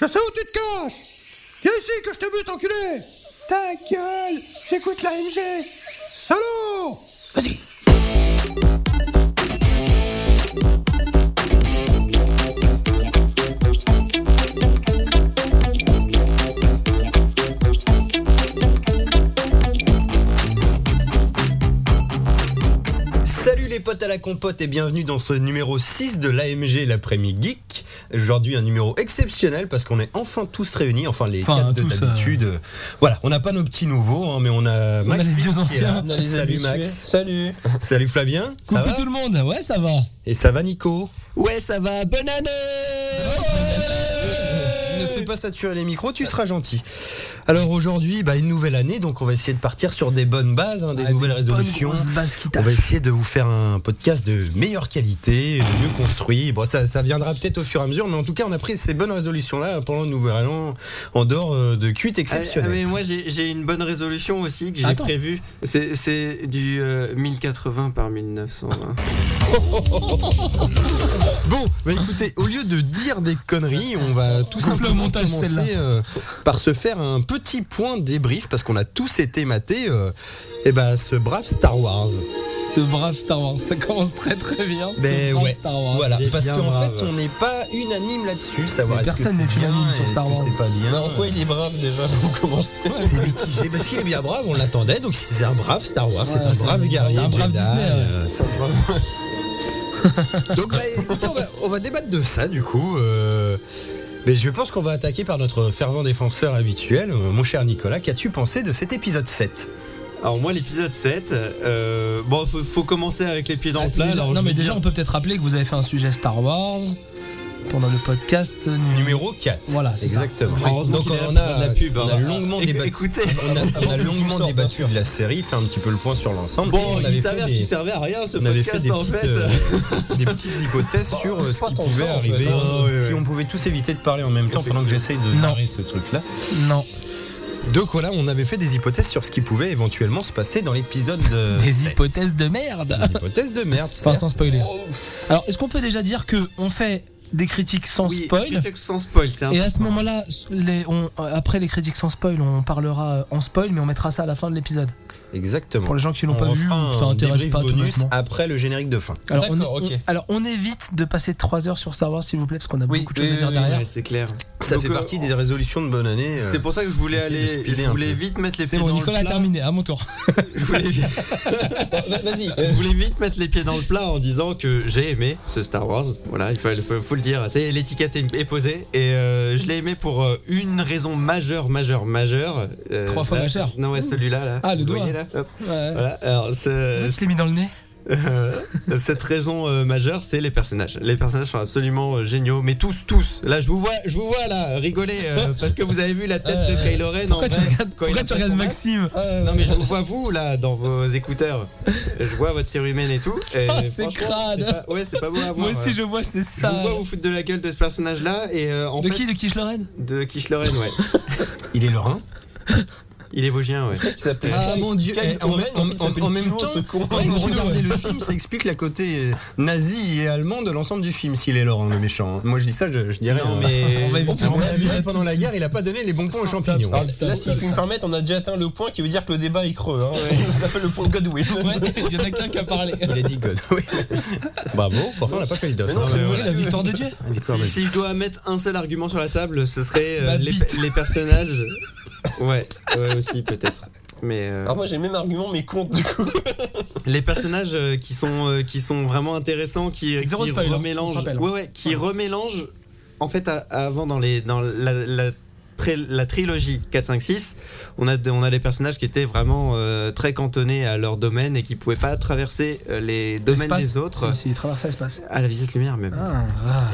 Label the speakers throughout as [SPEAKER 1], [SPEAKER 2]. [SPEAKER 1] Je sais où tu te caches Viens ici que je te bute, enculé
[SPEAKER 2] Ta gueule J'écoute la MG
[SPEAKER 1] Salaud Vas-y
[SPEAKER 3] Salut les potes à la compote et bienvenue dans ce numéro 6 de l'AMG l'après-midi geek. Aujourd'hui un numéro exceptionnel parce qu'on est enfin tous réunis, enfin les
[SPEAKER 4] Enfin,
[SPEAKER 3] quatre de
[SPEAKER 4] tous, euh,
[SPEAKER 3] d'habitude. Voilà, on n'a pas nos petits nouveaux, hein, mais on a
[SPEAKER 4] On a
[SPEAKER 3] Max
[SPEAKER 4] les vieux
[SPEAKER 3] qui est là.
[SPEAKER 4] anciens, on a les
[SPEAKER 3] Salut
[SPEAKER 4] habitués.
[SPEAKER 3] Max,
[SPEAKER 2] Salut
[SPEAKER 3] salut Flavien, ça
[SPEAKER 4] Coucou
[SPEAKER 3] va
[SPEAKER 4] tout le monde, ouais ça va.
[SPEAKER 3] Et ça va Nico
[SPEAKER 5] Ouais, ça va. Bonne année
[SPEAKER 3] Ne fais pas saturer les micros, tu seras gentil. Alors aujourd'hui, bah, une nouvelle année, donc on va essayer de partir sur des bonnes bases, hein, des nouvelles résolutions. On va essayer de vous faire un podcast de meilleure qualité, de mieux construit. Bon, ça, ça viendra peut-être au fur et à mesure, mais en tout cas, on a pris ces bonnes résolutions-là pendant le nouvel an, en dehors euh, de cuites
[SPEAKER 5] Ah,
[SPEAKER 3] exceptionnelles.
[SPEAKER 5] mais moi j'ai j'ai une bonne résolution aussi que j'ai
[SPEAKER 4] Attends.
[SPEAKER 5] prévue. C'est- C'est du euh, 1080 par 1920.
[SPEAKER 3] Bon, bah écoutez, au lieu de dire des conneries, on va tout
[SPEAKER 4] Coupe le
[SPEAKER 3] simplement
[SPEAKER 4] montage, celle-là.
[SPEAKER 3] commencer euh, par se faire un petit point débrief, parce qu'on a tous été matés, et ben ce brave Star Wars.
[SPEAKER 4] Oh, Ce brave Star Wars, ça commence très très bien. ce
[SPEAKER 3] Ben
[SPEAKER 4] brave
[SPEAKER 3] ouais,
[SPEAKER 4] Star Wars.
[SPEAKER 3] Voilà,
[SPEAKER 5] il est
[SPEAKER 3] parce
[SPEAKER 5] bien
[SPEAKER 3] qu'en
[SPEAKER 5] brave.
[SPEAKER 3] fait, on n'est pas unanime là-dessus, savoir
[SPEAKER 4] Mais
[SPEAKER 3] est-ce que
[SPEAKER 4] personne
[SPEAKER 3] c'est
[SPEAKER 4] n'est
[SPEAKER 3] bien,
[SPEAKER 4] unanime sur
[SPEAKER 3] est-ce
[SPEAKER 4] Star
[SPEAKER 3] que
[SPEAKER 4] Wars.
[SPEAKER 3] c'est pas bien.
[SPEAKER 2] il est brave déjà pour commencer
[SPEAKER 3] C'est mitigé parce qu'il est bien brave, on l'attendait, donc c'est un brave Star Wars, c'est
[SPEAKER 4] Ouais,
[SPEAKER 3] un
[SPEAKER 4] c'est
[SPEAKER 3] brave
[SPEAKER 4] un-
[SPEAKER 3] guerrier.
[SPEAKER 4] c'est un brave
[SPEAKER 3] Jedi,
[SPEAKER 4] Disney, ouais.
[SPEAKER 3] euh, c'est un brave- donc bah, écoutez, on va, on va débattre de ça du coup. euh, mais je pense qu'on va attaquer par notre fervent défenseur habituel, euh, mon cher Nicolas. Qu'as-tu pensé de cet épisode 7
[SPEAKER 5] Alors moi l'épisode 7, euh, bon faut, faut commencer avec les pieds dans le plat.
[SPEAKER 4] Déjà-
[SPEAKER 5] alors,
[SPEAKER 4] non
[SPEAKER 5] je
[SPEAKER 4] mais
[SPEAKER 5] vais
[SPEAKER 4] déjà
[SPEAKER 5] dire-
[SPEAKER 4] on peut peut-être rappeler que vous avez fait un sujet Star Wars pendant le podcast numéro.
[SPEAKER 3] Numéro 4.
[SPEAKER 4] Voilà, c'est ça.
[SPEAKER 3] exactement.
[SPEAKER 5] Heureusement
[SPEAKER 3] Donc
[SPEAKER 5] qu'il est là
[SPEAKER 3] on
[SPEAKER 5] pour faire de
[SPEAKER 3] a,
[SPEAKER 5] la pub,
[SPEAKER 3] on a
[SPEAKER 5] hein.
[SPEAKER 3] longuement
[SPEAKER 5] Éc-
[SPEAKER 3] débattu.
[SPEAKER 5] Écoutez,
[SPEAKER 3] On a, on a longuement
[SPEAKER 4] bien
[SPEAKER 3] débattu de la série, fait un petit peu le point sur l'ensemble. Et
[SPEAKER 5] bon
[SPEAKER 3] on
[SPEAKER 5] il
[SPEAKER 3] avait fait
[SPEAKER 5] s'avère
[SPEAKER 3] des-
[SPEAKER 5] qu'il servait à rien ce
[SPEAKER 3] on avait
[SPEAKER 5] podcast
[SPEAKER 3] fait des
[SPEAKER 4] hein.
[SPEAKER 5] en
[SPEAKER 3] petites,
[SPEAKER 5] fait.
[SPEAKER 3] euh, des petites hypothèses sur euh, ce qui
[SPEAKER 2] ton
[SPEAKER 3] pouvait
[SPEAKER 2] sens, en
[SPEAKER 3] arriver.
[SPEAKER 2] fait, hein.
[SPEAKER 3] Euh,
[SPEAKER 5] Ouais, ouais,
[SPEAKER 3] Si
[SPEAKER 5] ouais.
[SPEAKER 3] on pouvait tous éviter de parler en même temps pendant que j'essaye de
[SPEAKER 4] Non.
[SPEAKER 3] narrer ce truc-là.
[SPEAKER 4] Non.
[SPEAKER 3] Donc voilà, on avait fait des hypothèses sur ce qui pouvait éventuellement se passer dans l'épisode. euh,
[SPEAKER 4] Des
[SPEAKER 3] sept. Oh,
[SPEAKER 4] hypothèses de merde.
[SPEAKER 3] Des hypothèses de merde.
[SPEAKER 4] Enfin
[SPEAKER 3] certes.
[SPEAKER 4] sans spoiler. Alors est-ce qu'on peut déjà dire que on fait des critiques sans
[SPEAKER 5] Oui,
[SPEAKER 4] spoil
[SPEAKER 5] critique sans spoil,
[SPEAKER 3] Ah
[SPEAKER 5] c'est un
[SPEAKER 4] et à ce moment-là, les- on- après les critiques sans spoil, on parlera euh, en spoil, mais on mettra ça à la fin de l'épisode.
[SPEAKER 3] Exactement.
[SPEAKER 4] Pour les gens qui
[SPEAKER 3] on
[SPEAKER 4] l'ont pas vu
[SPEAKER 3] refera
[SPEAKER 4] ou que ça
[SPEAKER 3] un
[SPEAKER 4] intéresse
[SPEAKER 3] débrief
[SPEAKER 4] pas, tout
[SPEAKER 3] bonus Ah,
[SPEAKER 4] bêtement.
[SPEAKER 3] après le générique de fin.
[SPEAKER 4] Alors on,
[SPEAKER 2] D'accord, ok.
[SPEAKER 4] on- alors, on évite de passer 3 heures sur Star Wars, s'il vous plaît, parce qu'on a
[SPEAKER 2] Oui,
[SPEAKER 4] beaucoup de choses
[SPEAKER 2] oui,
[SPEAKER 4] à dire
[SPEAKER 2] oui,
[SPEAKER 4] derrière.
[SPEAKER 5] Ouais, c'est clair.
[SPEAKER 3] Ça
[SPEAKER 5] Donc,
[SPEAKER 3] fait
[SPEAKER 5] euh,
[SPEAKER 3] partie des résolutions de bonne année. euh,
[SPEAKER 5] C'est pour ça que je voulais
[SPEAKER 3] Essayez de
[SPEAKER 5] aller,
[SPEAKER 3] speeder un
[SPEAKER 5] je voulais
[SPEAKER 3] peu.
[SPEAKER 5] vite mettre les
[SPEAKER 4] C'est
[SPEAKER 5] pieds
[SPEAKER 4] bon,
[SPEAKER 5] dans
[SPEAKER 4] Nicolas a
[SPEAKER 5] le plat.
[SPEAKER 4] terminé, à mon tour.
[SPEAKER 5] Je voulais vite-
[SPEAKER 2] Vas-y
[SPEAKER 5] Je voulais vite mettre les pieds dans le plat en disant que j'ai aimé ce Star Wars. Voilà, il faut, il faut- faut le dire. C'est l'étiquette est est posée et euh, je l'ai aimé pour euh, une raison majeure, majeure, majeure. Euh,
[SPEAKER 4] Trois fois
[SPEAKER 5] là,
[SPEAKER 4] majeure.
[SPEAKER 5] Non, ouais, celui-là là.
[SPEAKER 4] Ah, le
[SPEAKER 5] Vous
[SPEAKER 4] doigt.
[SPEAKER 5] voyez, là Hop.
[SPEAKER 4] Ouais.
[SPEAKER 5] Voilà. Alors, ce-
[SPEAKER 4] tu l'as mis dans le nez
[SPEAKER 5] euh, cette raison euh, majeure, c'est les personnages. Les personnages sont absolument euh, géniaux, mais tous, tous. Là, je vous vois, je vous vois là, rigoler euh, parce que vous avez vu la tête de Kylo Ren. en
[SPEAKER 4] Pourquoi tu
[SPEAKER 5] vrai,
[SPEAKER 4] regardes,
[SPEAKER 5] quand il
[SPEAKER 4] pourquoi
[SPEAKER 5] a
[SPEAKER 4] tu
[SPEAKER 5] pas
[SPEAKER 4] regardes
[SPEAKER 5] son masque.
[SPEAKER 4] Maxime
[SPEAKER 5] Non mais je vous vois vous là dans vos écouteurs. Je vois votre cérumen et tout. et
[SPEAKER 4] Ah, c'est
[SPEAKER 5] franchement,
[SPEAKER 4] crade.
[SPEAKER 5] c'est pas- Ouais, c'est pas beau à voir.
[SPEAKER 4] Moi aussi,
[SPEAKER 5] ouais.
[SPEAKER 4] je vois, c'est
[SPEAKER 5] Je
[SPEAKER 4] ça.
[SPEAKER 5] vous vois vous foutre de la gueule de ce personnage là et euh, en
[SPEAKER 4] De
[SPEAKER 5] fait
[SPEAKER 4] qui De qui je Lorraine
[SPEAKER 5] de Kish Lorrain, ouais.
[SPEAKER 3] Il est lorrain.
[SPEAKER 5] Il est Vosgien ouais.
[SPEAKER 3] Ah mon dieu,
[SPEAKER 2] Kyle
[SPEAKER 3] eh, en,
[SPEAKER 2] Oren,
[SPEAKER 3] en-
[SPEAKER 2] il s'appelle
[SPEAKER 3] en- en même
[SPEAKER 2] Kilo, ce
[SPEAKER 3] temps,
[SPEAKER 2] con.
[SPEAKER 3] quand
[SPEAKER 4] Ouais,
[SPEAKER 3] vous
[SPEAKER 4] Kilo,
[SPEAKER 3] regardez
[SPEAKER 4] ouais.
[SPEAKER 3] le film, ça explique la côté euh, nazi et allemand de l'ensemble du film, s'il est Laurent le méchant. hein. Moi je dis ça, je, je dirais.
[SPEAKER 5] Non
[SPEAKER 3] euh,
[SPEAKER 4] On va
[SPEAKER 5] mais
[SPEAKER 3] on
[SPEAKER 4] éviter
[SPEAKER 3] peut
[SPEAKER 4] ça.
[SPEAKER 3] s'en amuser pendant la guerre, il a pas donné les bons points aux champignons. hein.
[SPEAKER 4] stop,
[SPEAKER 2] Là, si tu me permets, on a déjà atteint le point qui veut dire que le débat est creux. Hein. Ça s'appelle le point Godwin.
[SPEAKER 4] Ouais, il y en a qu'un qui a parlé.
[SPEAKER 3] Il a dit God. oui. Bravo, pourtant on n'a pas fait le dos. hein.
[SPEAKER 5] c'est-
[SPEAKER 4] La victoire de Dieu.
[SPEAKER 3] Ah, d'accord,
[SPEAKER 5] si,
[SPEAKER 3] mais-
[SPEAKER 5] si je dois mettre un seul argument sur la table, ce serait euh,
[SPEAKER 4] Ma
[SPEAKER 5] les,
[SPEAKER 4] Bah, bite.
[SPEAKER 5] les personnages. Ouais, ouais aussi peut-être. Mais euh,
[SPEAKER 2] Alors moi j'ai le même argument mais contre du coup.
[SPEAKER 5] les personnages euh, qui sont euh, qui sont vraiment intéressants qui,
[SPEAKER 4] Zéro
[SPEAKER 5] qui
[SPEAKER 4] spoil, hein, on se
[SPEAKER 5] remélangent
[SPEAKER 4] rappelle.
[SPEAKER 5] ouais ouais qui remélangent en fait à- avant dans les dans la, la pré- la trilogie 4 5 6 on a de- on a des personnages qui étaient vraiment euh, très cantonnés à leur domaine et qui pouvaient pas traverser euh, les domaines
[SPEAKER 4] L'espace.
[SPEAKER 5] des autres
[SPEAKER 4] Si, il traverse l'espace.
[SPEAKER 5] à la vitesse lumière même
[SPEAKER 4] Ah,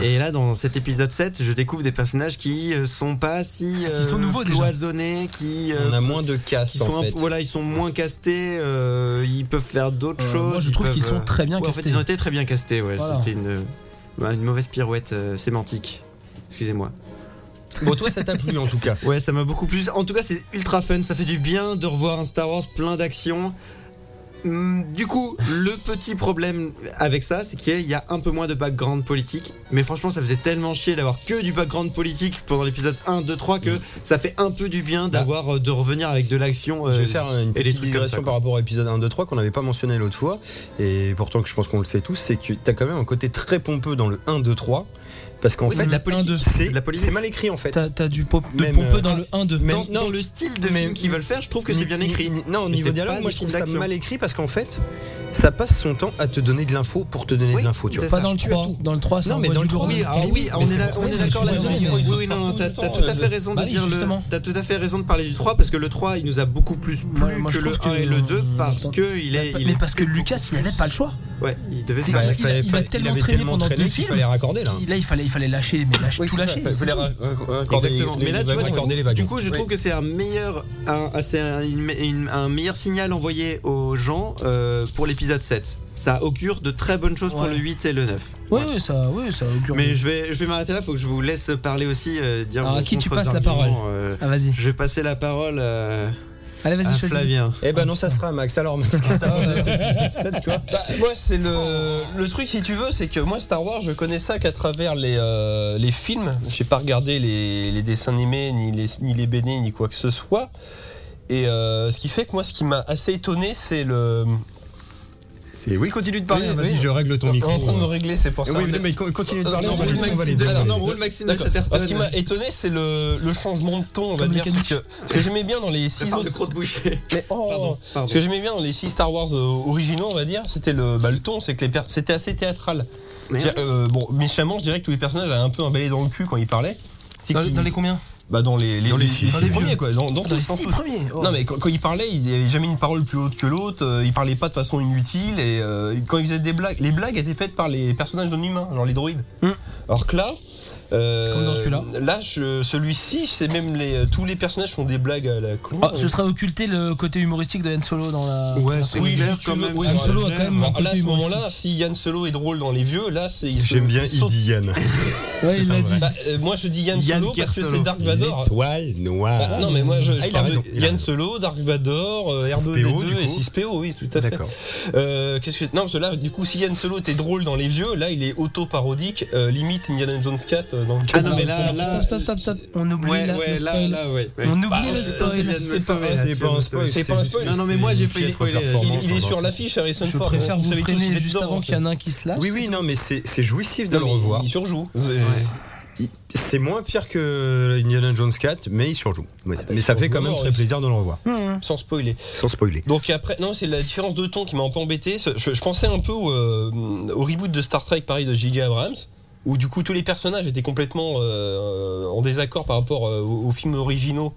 [SPEAKER 5] et là, dans cet épisode 7, je découvre des personnages qui euh, sont pas si euh,
[SPEAKER 4] Ah, sont nouveaux, déjà.
[SPEAKER 5] cloisonnés, qui euh,
[SPEAKER 3] On a moins de
[SPEAKER 5] qui
[SPEAKER 3] cast
[SPEAKER 5] sont
[SPEAKER 3] en
[SPEAKER 5] un-
[SPEAKER 3] fait.
[SPEAKER 5] voilà, ils sont moins castés, euh, ils peuvent faire d'autres
[SPEAKER 4] Euh,
[SPEAKER 5] choses.
[SPEAKER 4] moi, je
[SPEAKER 5] ils
[SPEAKER 4] trouve qu'ils
[SPEAKER 5] peuvent,
[SPEAKER 4] sont
[SPEAKER 5] euh,
[SPEAKER 4] très bien
[SPEAKER 5] ouais, en fait,
[SPEAKER 4] castés.
[SPEAKER 5] ils ont été très bien castés, ouais.
[SPEAKER 4] Voilà.
[SPEAKER 5] C'était une, bah, une mauvaise pirouette euh, sémantique. Excusez-moi.
[SPEAKER 3] Bon, toi ça t'a plu en tout cas.
[SPEAKER 5] Ouais, ça m'a beaucoup plu. En tout cas, c'est ultra fun. Ça fait du bien de revoir un Star Wars plein d'action. hum, du coup, le petit problème avec ça, c'est qu'il y a un peu moins de background politique. Mais franchement, ça faisait tellement chier d'avoir que du background politique pendant l'épisode 1, 2, 3
[SPEAKER 3] Mm.
[SPEAKER 5] que ça fait un peu du bien d'avoir euh, de revenir avec de l'action.
[SPEAKER 3] Bah. Je
[SPEAKER 5] euh,
[SPEAKER 3] vais faire une
[SPEAKER 5] et des
[SPEAKER 3] petite
[SPEAKER 5] trucs comme ça,
[SPEAKER 3] digression
[SPEAKER 5] quoi.
[SPEAKER 3] par rapport à l'épisode 1, 2, 3 qu'on n'avait pas mentionné l'autre fois, et pourtant que je pense qu'on le sait tous, c'est que tu as quand même un côté très pompeux dans le 1, 2, 3, parce qu'en
[SPEAKER 5] Oui,
[SPEAKER 3] fait,
[SPEAKER 5] c'est de la
[SPEAKER 4] un, deux.
[SPEAKER 5] politique.
[SPEAKER 3] c'est
[SPEAKER 5] de la politique.
[SPEAKER 3] c'est mal écrit en fait.
[SPEAKER 4] T'as t'as du pop, de
[SPEAKER 3] Même,
[SPEAKER 4] pompeux
[SPEAKER 3] euh,
[SPEAKER 4] dans le 1-2.
[SPEAKER 3] mais-
[SPEAKER 5] dans,
[SPEAKER 3] non.
[SPEAKER 5] dans le style de
[SPEAKER 3] Mais-
[SPEAKER 5] film qu'ils veulent faire, je trouve que c'est bien
[SPEAKER 3] Ni-
[SPEAKER 5] écrit.
[SPEAKER 3] ni- non, au
[SPEAKER 5] Mais
[SPEAKER 3] niveau
[SPEAKER 5] c'est
[SPEAKER 3] dialogue,
[SPEAKER 5] pas
[SPEAKER 3] moi
[SPEAKER 5] des
[SPEAKER 3] je trouve
[SPEAKER 5] films
[SPEAKER 3] ça
[SPEAKER 5] d'action.
[SPEAKER 3] mal écrit parce qu'en fait, ça passe son temps à te donner de l'info pour te donner
[SPEAKER 5] Oui,
[SPEAKER 3] de l'info, tu vois.
[SPEAKER 4] Pas dans le
[SPEAKER 3] Tu as
[SPEAKER 4] 3.
[SPEAKER 3] tout.
[SPEAKER 4] Dans le 3, c'est
[SPEAKER 3] Non,
[SPEAKER 4] un
[SPEAKER 3] mais
[SPEAKER 4] voit
[SPEAKER 3] dans
[SPEAKER 4] du
[SPEAKER 3] le
[SPEAKER 4] lourd.
[SPEAKER 3] trois,
[SPEAKER 5] Oui,
[SPEAKER 3] parce
[SPEAKER 5] ah
[SPEAKER 3] que-
[SPEAKER 5] oui, ah,
[SPEAKER 3] mais
[SPEAKER 5] on
[SPEAKER 3] c'est
[SPEAKER 5] est, là-
[SPEAKER 3] pour ça
[SPEAKER 5] on est
[SPEAKER 3] que
[SPEAKER 5] d'accord
[SPEAKER 4] je
[SPEAKER 5] là-dessus.
[SPEAKER 4] vois,
[SPEAKER 5] Oui,
[SPEAKER 4] ils ont- ils
[SPEAKER 5] oui,
[SPEAKER 4] ont
[SPEAKER 5] non,
[SPEAKER 4] pas
[SPEAKER 5] non,
[SPEAKER 4] tout
[SPEAKER 5] t'as
[SPEAKER 4] le
[SPEAKER 5] t'as
[SPEAKER 4] temps,
[SPEAKER 5] tout à
[SPEAKER 4] euh,
[SPEAKER 5] fait raison de
[SPEAKER 4] bah oui,
[SPEAKER 5] dire le.
[SPEAKER 4] justement.
[SPEAKER 5] T'as tout à fait raison de parler du 3 parce que le 3, il nous a beaucoup plus plu
[SPEAKER 4] Moi- moi, je
[SPEAKER 5] que le 1
[SPEAKER 4] trouve que-
[SPEAKER 5] et le 2 parce
[SPEAKER 4] Attends.
[SPEAKER 5] que il est. il
[SPEAKER 4] Mais
[SPEAKER 5] est-
[SPEAKER 4] parce que Lucas, il n'avait pas le choix.
[SPEAKER 5] Ouais, il devait
[SPEAKER 4] C'est-
[SPEAKER 5] faire.
[SPEAKER 4] il a-
[SPEAKER 3] il, fallait-
[SPEAKER 4] il a
[SPEAKER 3] fallait- il
[SPEAKER 4] tellement
[SPEAKER 3] avait
[SPEAKER 4] traîné
[SPEAKER 3] tellement
[SPEAKER 4] pendant
[SPEAKER 3] traîné
[SPEAKER 4] deux
[SPEAKER 3] qu'il
[SPEAKER 4] films.
[SPEAKER 3] fallait raccorder là.
[SPEAKER 4] Là, il fallait, il fallait lâcher, mais lâcher, tout lâcher.
[SPEAKER 2] Il
[SPEAKER 4] c'est
[SPEAKER 2] fallait
[SPEAKER 4] tout.
[SPEAKER 5] Exactement. Mais là, tu vois,
[SPEAKER 3] Raccorder les wagons.
[SPEAKER 5] Du coup, je trouve
[SPEAKER 2] Oui.
[SPEAKER 5] que c'est un meilleur, un, un- c'est un, une- une- un meilleur signal envoyé aux gens euh, pour l'épisode 7. Ça augure de très bonnes choses pour
[SPEAKER 4] Ouais.
[SPEAKER 5] le 8 et le 9.
[SPEAKER 4] Oui, oui, ça, oui, ça augure.
[SPEAKER 5] Mais je vais, je vais m'arrêter là. Faut que je vous laisse parler aussi. euh, dire
[SPEAKER 4] Alors, Ah, à
[SPEAKER 5] vos
[SPEAKER 4] qui tu
[SPEAKER 5] contre-arguments,
[SPEAKER 4] passes la parole
[SPEAKER 5] euh,
[SPEAKER 4] Ah, vas-y.
[SPEAKER 5] Je vais passer la parole euh,
[SPEAKER 4] Allez,
[SPEAKER 5] à
[SPEAKER 4] vas-y, choisis.
[SPEAKER 5] Flavien.
[SPEAKER 3] Eh ben non, ça sera Max. Alors Max, qu'est-ce que t'as pensé de cet épisode 7, toi
[SPEAKER 2] Bah, moi, c'est le, le truc, si tu veux, c'est que moi, Star Wars, je connais ça qu'à travers les, euh, les films. J'ai pas regardé les, les dessins animés, ni les, ni les BD, ni quoi que ce soit. Et euh, ce qui fait que moi, ce qui m'a assez étonné, c'est le.
[SPEAKER 3] C'est oui, continue de parler. hein,
[SPEAKER 2] Oui,
[SPEAKER 3] Vas-y,
[SPEAKER 2] oui.
[SPEAKER 3] je règle ton
[SPEAKER 2] On est
[SPEAKER 3] micro.
[SPEAKER 2] en train de me régler, c'est pour ça.
[SPEAKER 3] Oui, mais- mais continue de
[SPEAKER 2] Euh,
[SPEAKER 3] parler.
[SPEAKER 2] non,
[SPEAKER 3] On va
[SPEAKER 2] roule
[SPEAKER 3] les on va les
[SPEAKER 2] Maxime,
[SPEAKER 3] deux, on va les
[SPEAKER 5] Alors,
[SPEAKER 3] deux.
[SPEAKER 5] roule Maxime de
[SPEAKER 2] D'accord. Moi, Ce qui
[SPEAKER 5] Chatterton.
[SPEAKER 2] m'a étonné, c'est le, le changement de ton, on va
[SPEAKER 4] Comme
[SPEAKER 2] dire.
[SPEAKER 4] le
[SPEAKER 2] parce que, ce que j'aimais bien dans les
[SPEAKER 5] C'est
[SPEAKER 2] six
[SPEAKER 5] par le
[SPEAKER 2] autres.
[SPEAKER 5] croc de boucher.
[SPEAKER 2] Mais, oh,
[SPEAKER 5] Pardon,
[SPEAKER 2] Ce que
[SPEAKER 5] pardon.
[SPEAKER 2] j'aimais bien dans les six Star Wars euh, originaux, on va dire, c'était le, bah, le ton, c'est que les per- c'était assez théâtral.
[SPEAKER 5] Mais-
[SPEAKER 2] Je- euh, bon, méchamment, je dirais que tous les personnages avaient un peu un balai dans le cul quand ils parlaient. C'est
[SPEAKER 4] Dans,
[SPEAKER 2] qu'ils-
[SPEAKER 4] dans les combien
[SPEAKER 2] bah, dans les, les,
[SPEAKER 3] Dans les
[SPEAKER 2] les-
[SPEAKER 3] six,
[SPEAKER 2] les
[SPEAKER 3] dans les
[SPEAKER 2] premiers,
[SPEAKER 4] vieux.
[SPEAKER 2] quoi. Dans, dans tous les sens.
[SPEAKER 4] premiers.
[SPEAKER 2] Non, mais quand, quand ils parlaient, ils n'avaient jamais une parole plus haute que l'autre, euh, ils parlaient pas de façon inutile, et euh, quand ils faisaient des blagues, les blagues étaient faites par les personnages non humains, genre les droïdes.
[SPEAKER 4] Hmm.
[SPEAKER 2] Alors que là. euh,
[SPEAKER 4] Comme dans celui-là.
[SPEAKER 2] Là, je- celui-ci, c'est même les, tous les personnages font des blagues à la con.
[SPEAKER 4] Ah,
[SPEAKER 2] euh,
[SPEAKER 4] ce serait occulter le côté humoristique de Han Solo dans la.
[SPEAKER 5] Ouais,
[SPEAKER 4] c'est
[SPEAKER 5] c'est
[SPEAKER 2] Oui,
[SPEAKER 5] clair
[SPEAKER 2] si tu
[SPEAKER 5] quand
[SPEAKER 2] veux,
[SPEAKER 5] même.
[SPEAKER 2] oui,
[SPEAKER 4] Han
[SPEAKER 2] voilà,
[SPEAKER 4] Solo a
[SPEAKER 2] j'aime.
[SPEAKER 4] quand même un
[SPEAKER 2] Alors là, à
[SPEAKER 4] côté
[SPEAKER 2] ce moment-là,
[SPEAKER 4] humoristique.
[SPEAKER 2] si Yann Solo est drôle dans les vieux, là, c'est. il se-
[SPEAKER 3] J'aime bien,
[SPEAKER 2] il
[SPEAKER 3] il
[SPEAKER 2] saute.
[SPEAKER 3] dit Yann.
[SPEAKER 4] Ouais, il l'a dit.
[SPEAKER 2] Bah, euh, moi, je dis Yann
[SPEAKER 5] Yann
[SPEAKER 2] Solo parce que
[SPEAKER 5] Kersolo.
[SPEAKER 2] c'est Dark Vador.
[SPEAKER 3] L'étoile noire.
[SPEAKER 2] Bah, non, mais moi, je, je
[SPEAKER 3] Ah, il a
[SPEAKER 2] parle
[SPEAKER 3] raison,
[SPEAKER 2] de
[SPEAKER 3] il a
[SPEAKER 2] Yann
[SPEAKER 3] raison.
[SPEAKER 2] Solo, Dark Vador, euh,
[SPEAKER 3] 6PO, du
[SPEAKER 2] R2D2 et
[SPEAKER 3] coup.
[SPEAKER 2] 6PO, oui, tout à fait.
[SPEAKER 3] D'accord.
[SPEAKER 2] Euh, qu'est-ce que. Non, parce que là, du coup, si Yann Solo était drôle dans les vieux, là, il est auto-parodique, euh, limite Indiana Jones 4 euh, dans le
[SPEAKER 5] Ah non, mais là, là.
[SPEAKER 4] Stop, stop, stop, stop. On oublie
[SPEAKER 5] Ouais,
[SPEAKER 4] là,
[SPEAKER 5] ouais,
[SPEAKER 4] le
[SPEAKER 5] là,
[SPEAKER 4] spoil.
[SPEAKER 5] là, ouais. ouais.
[SPEAKER 4] On
[SPEAKER 2] Bah,
[SPEAKER 4] oublie le
[SPEAKER 2] ouais,
[SPEAKER 5] c'est bien
[SPEAKER 4] spoil.
[SPEAKER 5] de me
[SPEAKER 4] c'est pas
[SPEAKER 5] sauver,
[SPEAKER 4] vrai.
[SPEAKER 5] là,
[SPEAKER 3] C'est
[SPEAKER 5] tu
[SPEAKER 3] pas
[SPEAKER 5] vois.
[SPEAKER 3] un spoil.
[SPEAKER 2] C'est pas un spoil. euh,
[SPEAKER 5] Non, non, mais moi, j'ai failli spoiler.
[SPEAKER 2] Il,
[SPEAKER 5] performance
[SPEAKER 2] il est sur l'affiche, Harrison
[SPEAKER 4] Je
[SPEAKER 2] Ford.
[SPEAKER 4] préfère vous
[SPEAKER 2] savez tous, il
[SPEAKER 4] freiner
[SPEAKER 2] est
[SPEAKER 4] juste
[SPEAKER 2] dedans,
[SPEAKER 4] avant qu'il y en
[SPEAKER 2] en
[SPEAKER 4] ait un qui se lâche.
[SPEAKER 3] Oui, oui, non, mais c'est c'est jouissif
[SPEAKER 2] fait.
[SPEAKER 3] de le
[SPEAKER 2] Non, mais
[SPEAKER 3] revoir.
[SPEAKER 2] Il surjoue.
[SPEAKER 3] Il- C'est moins pire que Indiana Jones 4, mais Ah, il surjoue. Ouais.
[SPEAKER 2] bah,
[SPEAKER 3] mais ça
[SPEAKER 2] il
[SPEAKER 3] fait
[SPEAKER 2] surjoue
[SPEAKER 3] quand même
[SPEAKER 2] mort,
[SPEAKER 3] très
[SPEAKER 2] oui.
[SPEAKER 3] plaisir de le revoir,
[SPEAKER 4] Mmh.
[SPEAKER 2] Sans spoiler.
[SPEAKER 3] sans spoiler.
[SPEAKER 2] Donc après, non, c'est la différence de ton qui m'a un peu embêté. Ce- Je, je pensais un peu au, euh, au reboot de Star Trek, pareil, de J.J. Abrams, où du coup tous les personnages étaient complètement euh, en désaccord par rapport euh, aux, aux films originaux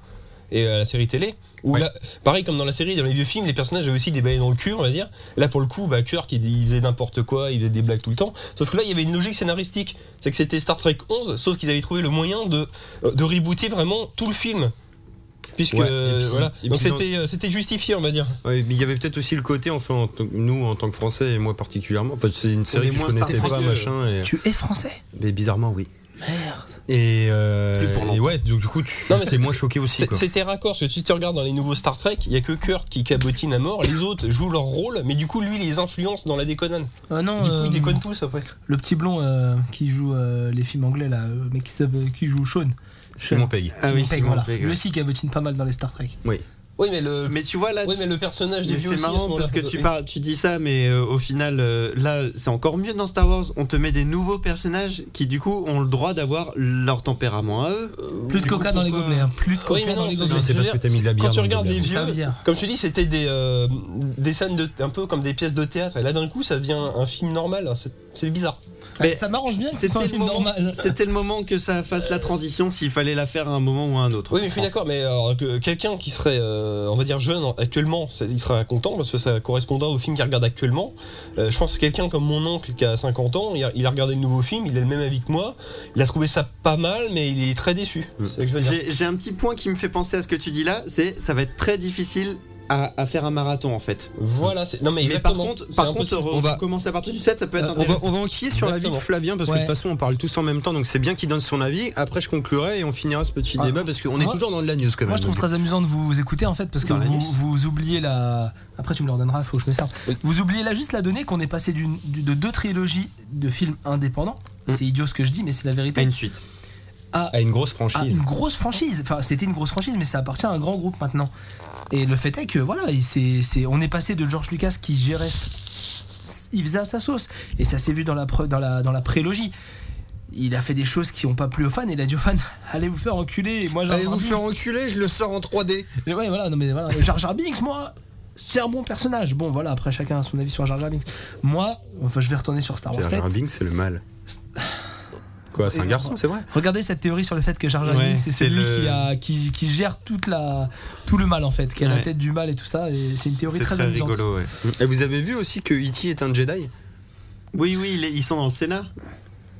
[SPEAKER 2] et à la série télé. Où
[SPEAKER 3] Ouais.
[SPEAKER 2] là, pareil comme dans la série, dans les vieux films, les personnages avaient aussi des balais dans le cul, on va dire. Là pour le coup, bah, Kirk, il, il faisait n'importe quoi, il faisait des blagues tout le temps. Sauf que là, il y avait une logique scénaristique. C'est que c'était Star Trek 11, sauf qu'ils avaient trouvé le moyen de, euh, de rebooter vraiment tout le film. Puisque
[SPEAKER 3] Ouais, et puis-
[SPEAKER 2] euh, voilà,
[SPEAKER 3] et
[SPEAKER 2] donc
[SPEAKER 3] puis dans-
[SPEAKER 2] c'était euh, c'était justifié, on va dire.
[SPEAKER 3] Ouais, mais il y avait peut-être aussi le côté, enfin, en tant que- nous en tant que Français et moi particulièrement. Enfin, c'est une
[SPEAKER 5] est
[SPEAKER 3] série que je
[SPEAKER 5] moins Star
[SPEAKER 3] connaissais pas,
[SPEAKER 5] Français,
[SPEAKER 3] machin.
[SPEAKER 2] euh,
[SPEAKER 3] Et...
[SPEAKER 4] Tu es français
[SPEAKER 3] Mais bizarrement, oui. Et, euh,
[SPEAKER 5] Plus pour longtemps.
[SPEAKER 3] et ouais, donc du coup, tu
[SPEAKER 2] Non, mais
[SPEAKER 3] t'es
[SPEAKER 2] c'est-
[SPEAKER 3] moins choqué aussi.
[SPEAKER 2] C'est-
[SPEAKER 3] Quoi.
[SPEAKER 2] C'était raccord, parce que si tu regardes dans les nouveaux Star Trek, il y a que Kirk qui cabotine à mort, les autres jouent leur rôle, mais du coup, lui, il les influence dans la déconnade.
[SPEAKER 4] Ah
[SPEAKER 2] Du
[SPEAKER 4] Non,
[SPEAKER 2] coup,
[SPEAKER 4] euh,
[SPEAKER 2] ils déconnent tous après.
[SPEAKER 4] le petit blond euh, qui joue euh, les films anglais là, euh, mais qui, s'appelle- qui joue Sean.
[SPEAKER 3] C'est mon pays.
[SPEAKER 5] Ah oui,
[SPEAKER 4] Simon Pegg,
[SPEAKER 5] Simon
[SPEAKER 4] voilà.
[SPEAKER 5] Pegg,
[SPEAKER 4] Lui
[SPEAKER 5] ouais.
[SPEAKER 4] aussi cabotine pas mal dans les Star Trek.
[SPEAKER 3] Oui.
[SPEAKER 2] Oui, mais le,
[SPEAKER 5] Mais tu vois, là,
[SPEAKER 2] oui, mais le personnage des
[SPEAKER 5] Mais
[SPEAKER 2] vieux
[SPEAKER 5] c'est
[SPEAKER 2] aussi, à ce
[SPEAKER 5] marrant
[SPEAKER 2] moment-là.
[SPEAKER 5] parce que tu, parles, tu dis ça, mais euh, au final, euh, là, c'est encore mieux dans Star Wars. On te met des nouveaux personnages qui, du coup, ont le droit d'avoir leur tempérament à eux.
[SPEAKER 4] Euh, Plus de
[SPEAKER 5] Du
[SPEAKER 4] coca
[SPEAKER 5] coup,
[SPEAKER 4] dans les
[SPEAKER 5] pourquoi-
[SPEAKER 4] gobelets, hein. plus de coca
[SPEAKER 2] Oui, mais
[SPEAKER 4] dans
[SPEAKER 2] non,
[SPEAKER 4] les
[SPEAKER 2] c'est-
[SPEAKER 4] gobelets.
[SPEAKER 3] Non, c'est
[SPEAKER 2] je veux
[SPEAKER 3] parce
[SPEAKER 2] dire,
[SPEAKER 3] que t'as mis de la bière
[SPEAKER 2] Quand tu
[SPEAKER 3] dans le
[SPEAKER 2] regardes les
[SPEAKER 3] gobelets.
[SPEAKER 4] C'est
[SPEAKER 2] vieux,
[SPEAKER 4] la bière.
[SPEAKER 2] comme je te dis, c'était des, euh, des scènes de, un peu comme des pièces de théâtre, et là, d'un coup, ça devient un film normal. C'est- C'est bizarre.
[SPEAKER 5] Mais
[SPEAKER 4] ça m'arrange bien, c'est un
[SPEAKER 5] C'était le,
[SPEAKER 4] film
[SPEAKER 5] moment-
[SPEAKER 4] normal.
[SPEAKER 5] c'était le moment que ça fasse la transition s'il fallait la faire à un moment ou à un autre.
[SPEAKER 2] Oui, mais je suis
[SPEAKER 5] pense.
[SPEAKER 2] d'accord, mais alors, que quelqu'un qui serait, euh, on va dire, jeune en- actuellement, ça- il sera content parce que ça correspondra au film qu'il regarde actuellement. Euh, je pense que quelqu'un comme mon oncle qui a 50 ans, il a, il a regardé le nouveau film, il a le même avis que moi, il a trouvé ça pas mal, mais il est très déçu. C'est ce que je veux dire.
[SPEAKER 5] J'ai j'ai un petit point qui me fait penser à ce que tu dis là, c'est ça va être très difficile à, à faire un marathon en fait.
[SPEAKER 2] Voilà, c'est. Non, mais,
[SPEAKER 5] Mais par
[SPEAKER 2] exactement,
[SPEAKER 5] contre,
[SPEAKER 2] c'est
[SPEAKER 5] par
[SPEAKER 2] un peu
[SPEAKER 5] contre,
[SPEAKER 2] ça.
[SPEAKER 3] On va-
[SPEAKER 5] commencer à partir du 7, ça peut
[SPEAKER 4] Euh,
[SPEAKER 5] être
[SPEAKER 3] On va,
[SPEAKER 5] intéressant.
[SPEAKER 3] on va enquiller sur la vie de
[SPEAKER 2] Exactement.
[SPEAKER 3] Flavien parce que de
[SPEAKER 4] Ouais.
[SPEAKER 3] toute façon on parle tous en même temps donc c'est bien qu'il donne son avis. Après je conclurai et on finira ce petit
[SPEAKER 4] Ah.
[SPEAKER 3] débat parce qu'on est
[SPEAKER 4] Moi-
[SPEAKER 3] toujours dans de la news quand même.
[SPEAKER 4] Moi, je trouve très amusant de vous écouter en fait, parce que
[SPEAKER 5] Dans la
[SPEAKER 4] vous,
[SPEAKER 5] news.
[SPEAKER 4] vous oubliez la. Après, tu me le redonneras, faut que je me serve.
[SPEAKER 2] Oui.
[SPEAKER 4] Vous oubliez là juste la donnée qu'on est passé d'une- du- de deux trilogies de films indépendants. C'est idiot ce que je dis, mais c'est la
[SPEAKER 5] à
[SPEAKER 4] vérité.
[SPEAKER 5] une suite.
[SPEAKER 3] à une grosse
[SPEAKER 4] à
[SPEAKER 3] franchise.
[SPEAKER 4] une grosse franchise. Enfin, c'était une grosse franchise, mais ça appartient à un grand groupe maintenant. Et le fait est que voilà, il s'est- c'est- on est passé de George Lucas qui gérait, ce- il faisait à sa sauce, et ça s'est vu dans la pre- dans la dans la prélogie. Il a fait des choses qui n'ont pas plu aux fans. et Il a dit aux fans allez vous faire enculer. Et moi, j'en
[SPEAKER 3] Allez vous
[SPEAKER 4] reviens.
[SPEAKER 3] faire enculer, je le sors en 3D.
[SPEAKER 4] Mais ouais, voilà, non mais voilà. Jar Jar Binks, moi, c'est un bon personnage. Bon, voilà, après chacun a son avis sur Jar Jar Binks. Moi, enfin, je vais retourner sur Star Wars 7.
[SPEAKER 3] Jar Bing c'est le mal. Quoi, c'est un
[SPEAKER 4] Et-
[SPEAKER 3] garçon, c'est vrai
[SPEAKER 4] Regardez cette théorie sur le fait que Jar Jar
[SPEAKER 5] Ouais,
[SPEAKER 4] Binks, c'est
[SPEAKER 5] c'est
[SPEAKER 4] celui
[SPEAKER 5] le-
[SPEAKER 4] qui, a, qui, qui gère toute la, tout le mal en fait, qui a la
[SPEAKER 5] Ouais.
[SPEAKER 4] tête du mal et tout ça. Et c'est une théorie
[SPEAKER 5] C'est
[SPEAKER 4] très,
[SPEAKER 5] très
[SPEAKER 4] amusante.
[SPEAKER 5] rigolo, ouais.
[SPEAKER 3] Et vous avez vu aussi que E.T. est un Jedi
[SPEAKER 5] Oui, oui, il est- ils sont dans le Sénat.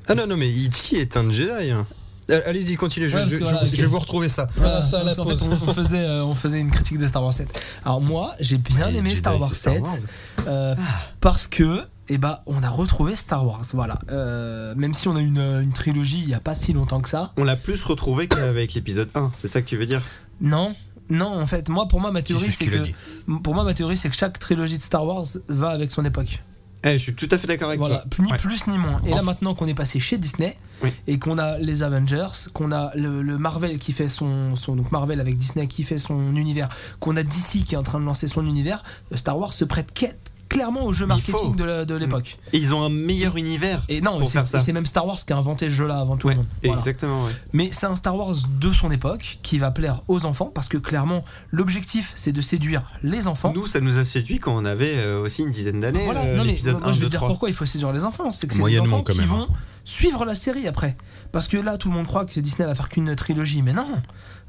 [SPEAKER 3] Ah non, non, mais E.T. est un Jedi. hein. Euh, Allez-y, continuez, je,
[SPEAKER 4] Ouais, parce
[SPEAKER 3] je-
[SPEAKER 4] que
[SPEAKER 3] je-
[SPEAKER 4] voilà,
[SPEAKER 3] je vais
[SPEAKER 4] ok.
[SPEAKER 3] vous retrouver ça.
[SPEAKER 4] Voilà,
[SPEAKER 5] Ah,
[SPEAKER 2] Voilà, ça, la
[SPEAKER 4] parce qu'en fait,
[SPEAKER 2] pause.
[SPEAKER 4] on, on faisait, euh, on faisait une critique de Star Wars 7. Alors moi, j'ai bien
[SPEAKER 3] Et
[SPEAKER 4] aimé
[SPEAKER 3] Jedi,
[SPEAKER 4] Star Wars
[SPEAKER 3] c'est
[SPEAKER 4] 7 euh,
[SPEAKER 5] Ah.
[SPEAKER 4] parce que eh ben, on a retrouvé Star Wars. Voilà. Euh, même si on a une, une trilogie il n'y a pas si longtemps que ça.
[SPEAKER 5] On l'a plus retrouvé qu'avec l'épisode 1, c'est ça que tu veux dire
[SPEAKER 4] Non, non, en fait, moi pour moi ma théorie
[SPEAKER 3] juste
[SPEAKER 4] c'est
[SPEAKER 3] qu'il
[SPEAKER 4] que
[SPEAKER 3] le dit.
[SPEAKER 4] pour moi ma théorie c'est que chaque trilogie de Star Wars va avec son époque.
[SPEAKER 5] Eh, je suis tout à fait d'accord avec
[SPEAKER 4] Voilà,
[SPEAKER 5] toi.
[SPEAKER 4] ni
[SPEAKER 5] Ouais.
[SPEAKER 4] plus ni moins. Et là
[SPEAKER 5] Enfin.
[SPEAKER 4] maintenant qu'on est passé chez Disney
[SPEAKER 5] Oui.
[SPEAKER 4] et qu'on a les Avengers, qu'on a le, le Marvel qui fait son, son donc Marvel avec Disney qui fait son univers, qu'on a DC qui est en train de lancer son univers, euh, Star Wars se prête quai- clairement au jeu marketing
[SPEAKER 5] faut.
[SPEAKER 4] de la- de l'époque.
[SPEAKER 5] Et ils ont un meilleur univers
[SPEAKER 4] Et non,
[SPEAKER 5] pour
[SPEAKER 4] c'est
[SPEAKER 5] faire ça.
[SPEAKER 4] c'est même Star Wars qui a inventé ce jeu-là avant tout
[SPEAKER 5] Ouais,
[SPEAKER 4] le monde. Voilà.
[SPEAKER 5] Exactement, ouais.
[SPEAKER 4] Mais c'est un Star Wars de son époque qui va plaire aux enfants parce que clairement l'objectif c'est de séduire les enfants.
[SPEAKER 5] Nous, ça nous a séduit quand on avait euh, aussi une dizaine d'années.
[SPEAKER 4] voilà,
[SPEAKER 5] euh,
[SPEAKER 4] non mais
[SPEAKER 5] l'épisode
[SPEAKER 4] moi
[SPEAKER 5] 1,
[SPEAKER 4] je vais
[SPEAKER 5] 2,
[SPEAKER 4] te dire
[SPEAKER 5] 3.
[SPEAKER 4] pourquoi il faut séduire les enfants, c'est que c'est des
[SPEAKER 3] Moyennement,
[SPEAKER 4] enfants
[SPEAKER 3] quand
[SPEAKER 4] qui
[SPEAKER 3] même,
[SPEAKER 4] vont suivre la série après. Parce que là tout le monde croit que Disney va faire qu'une trilogie, mais non,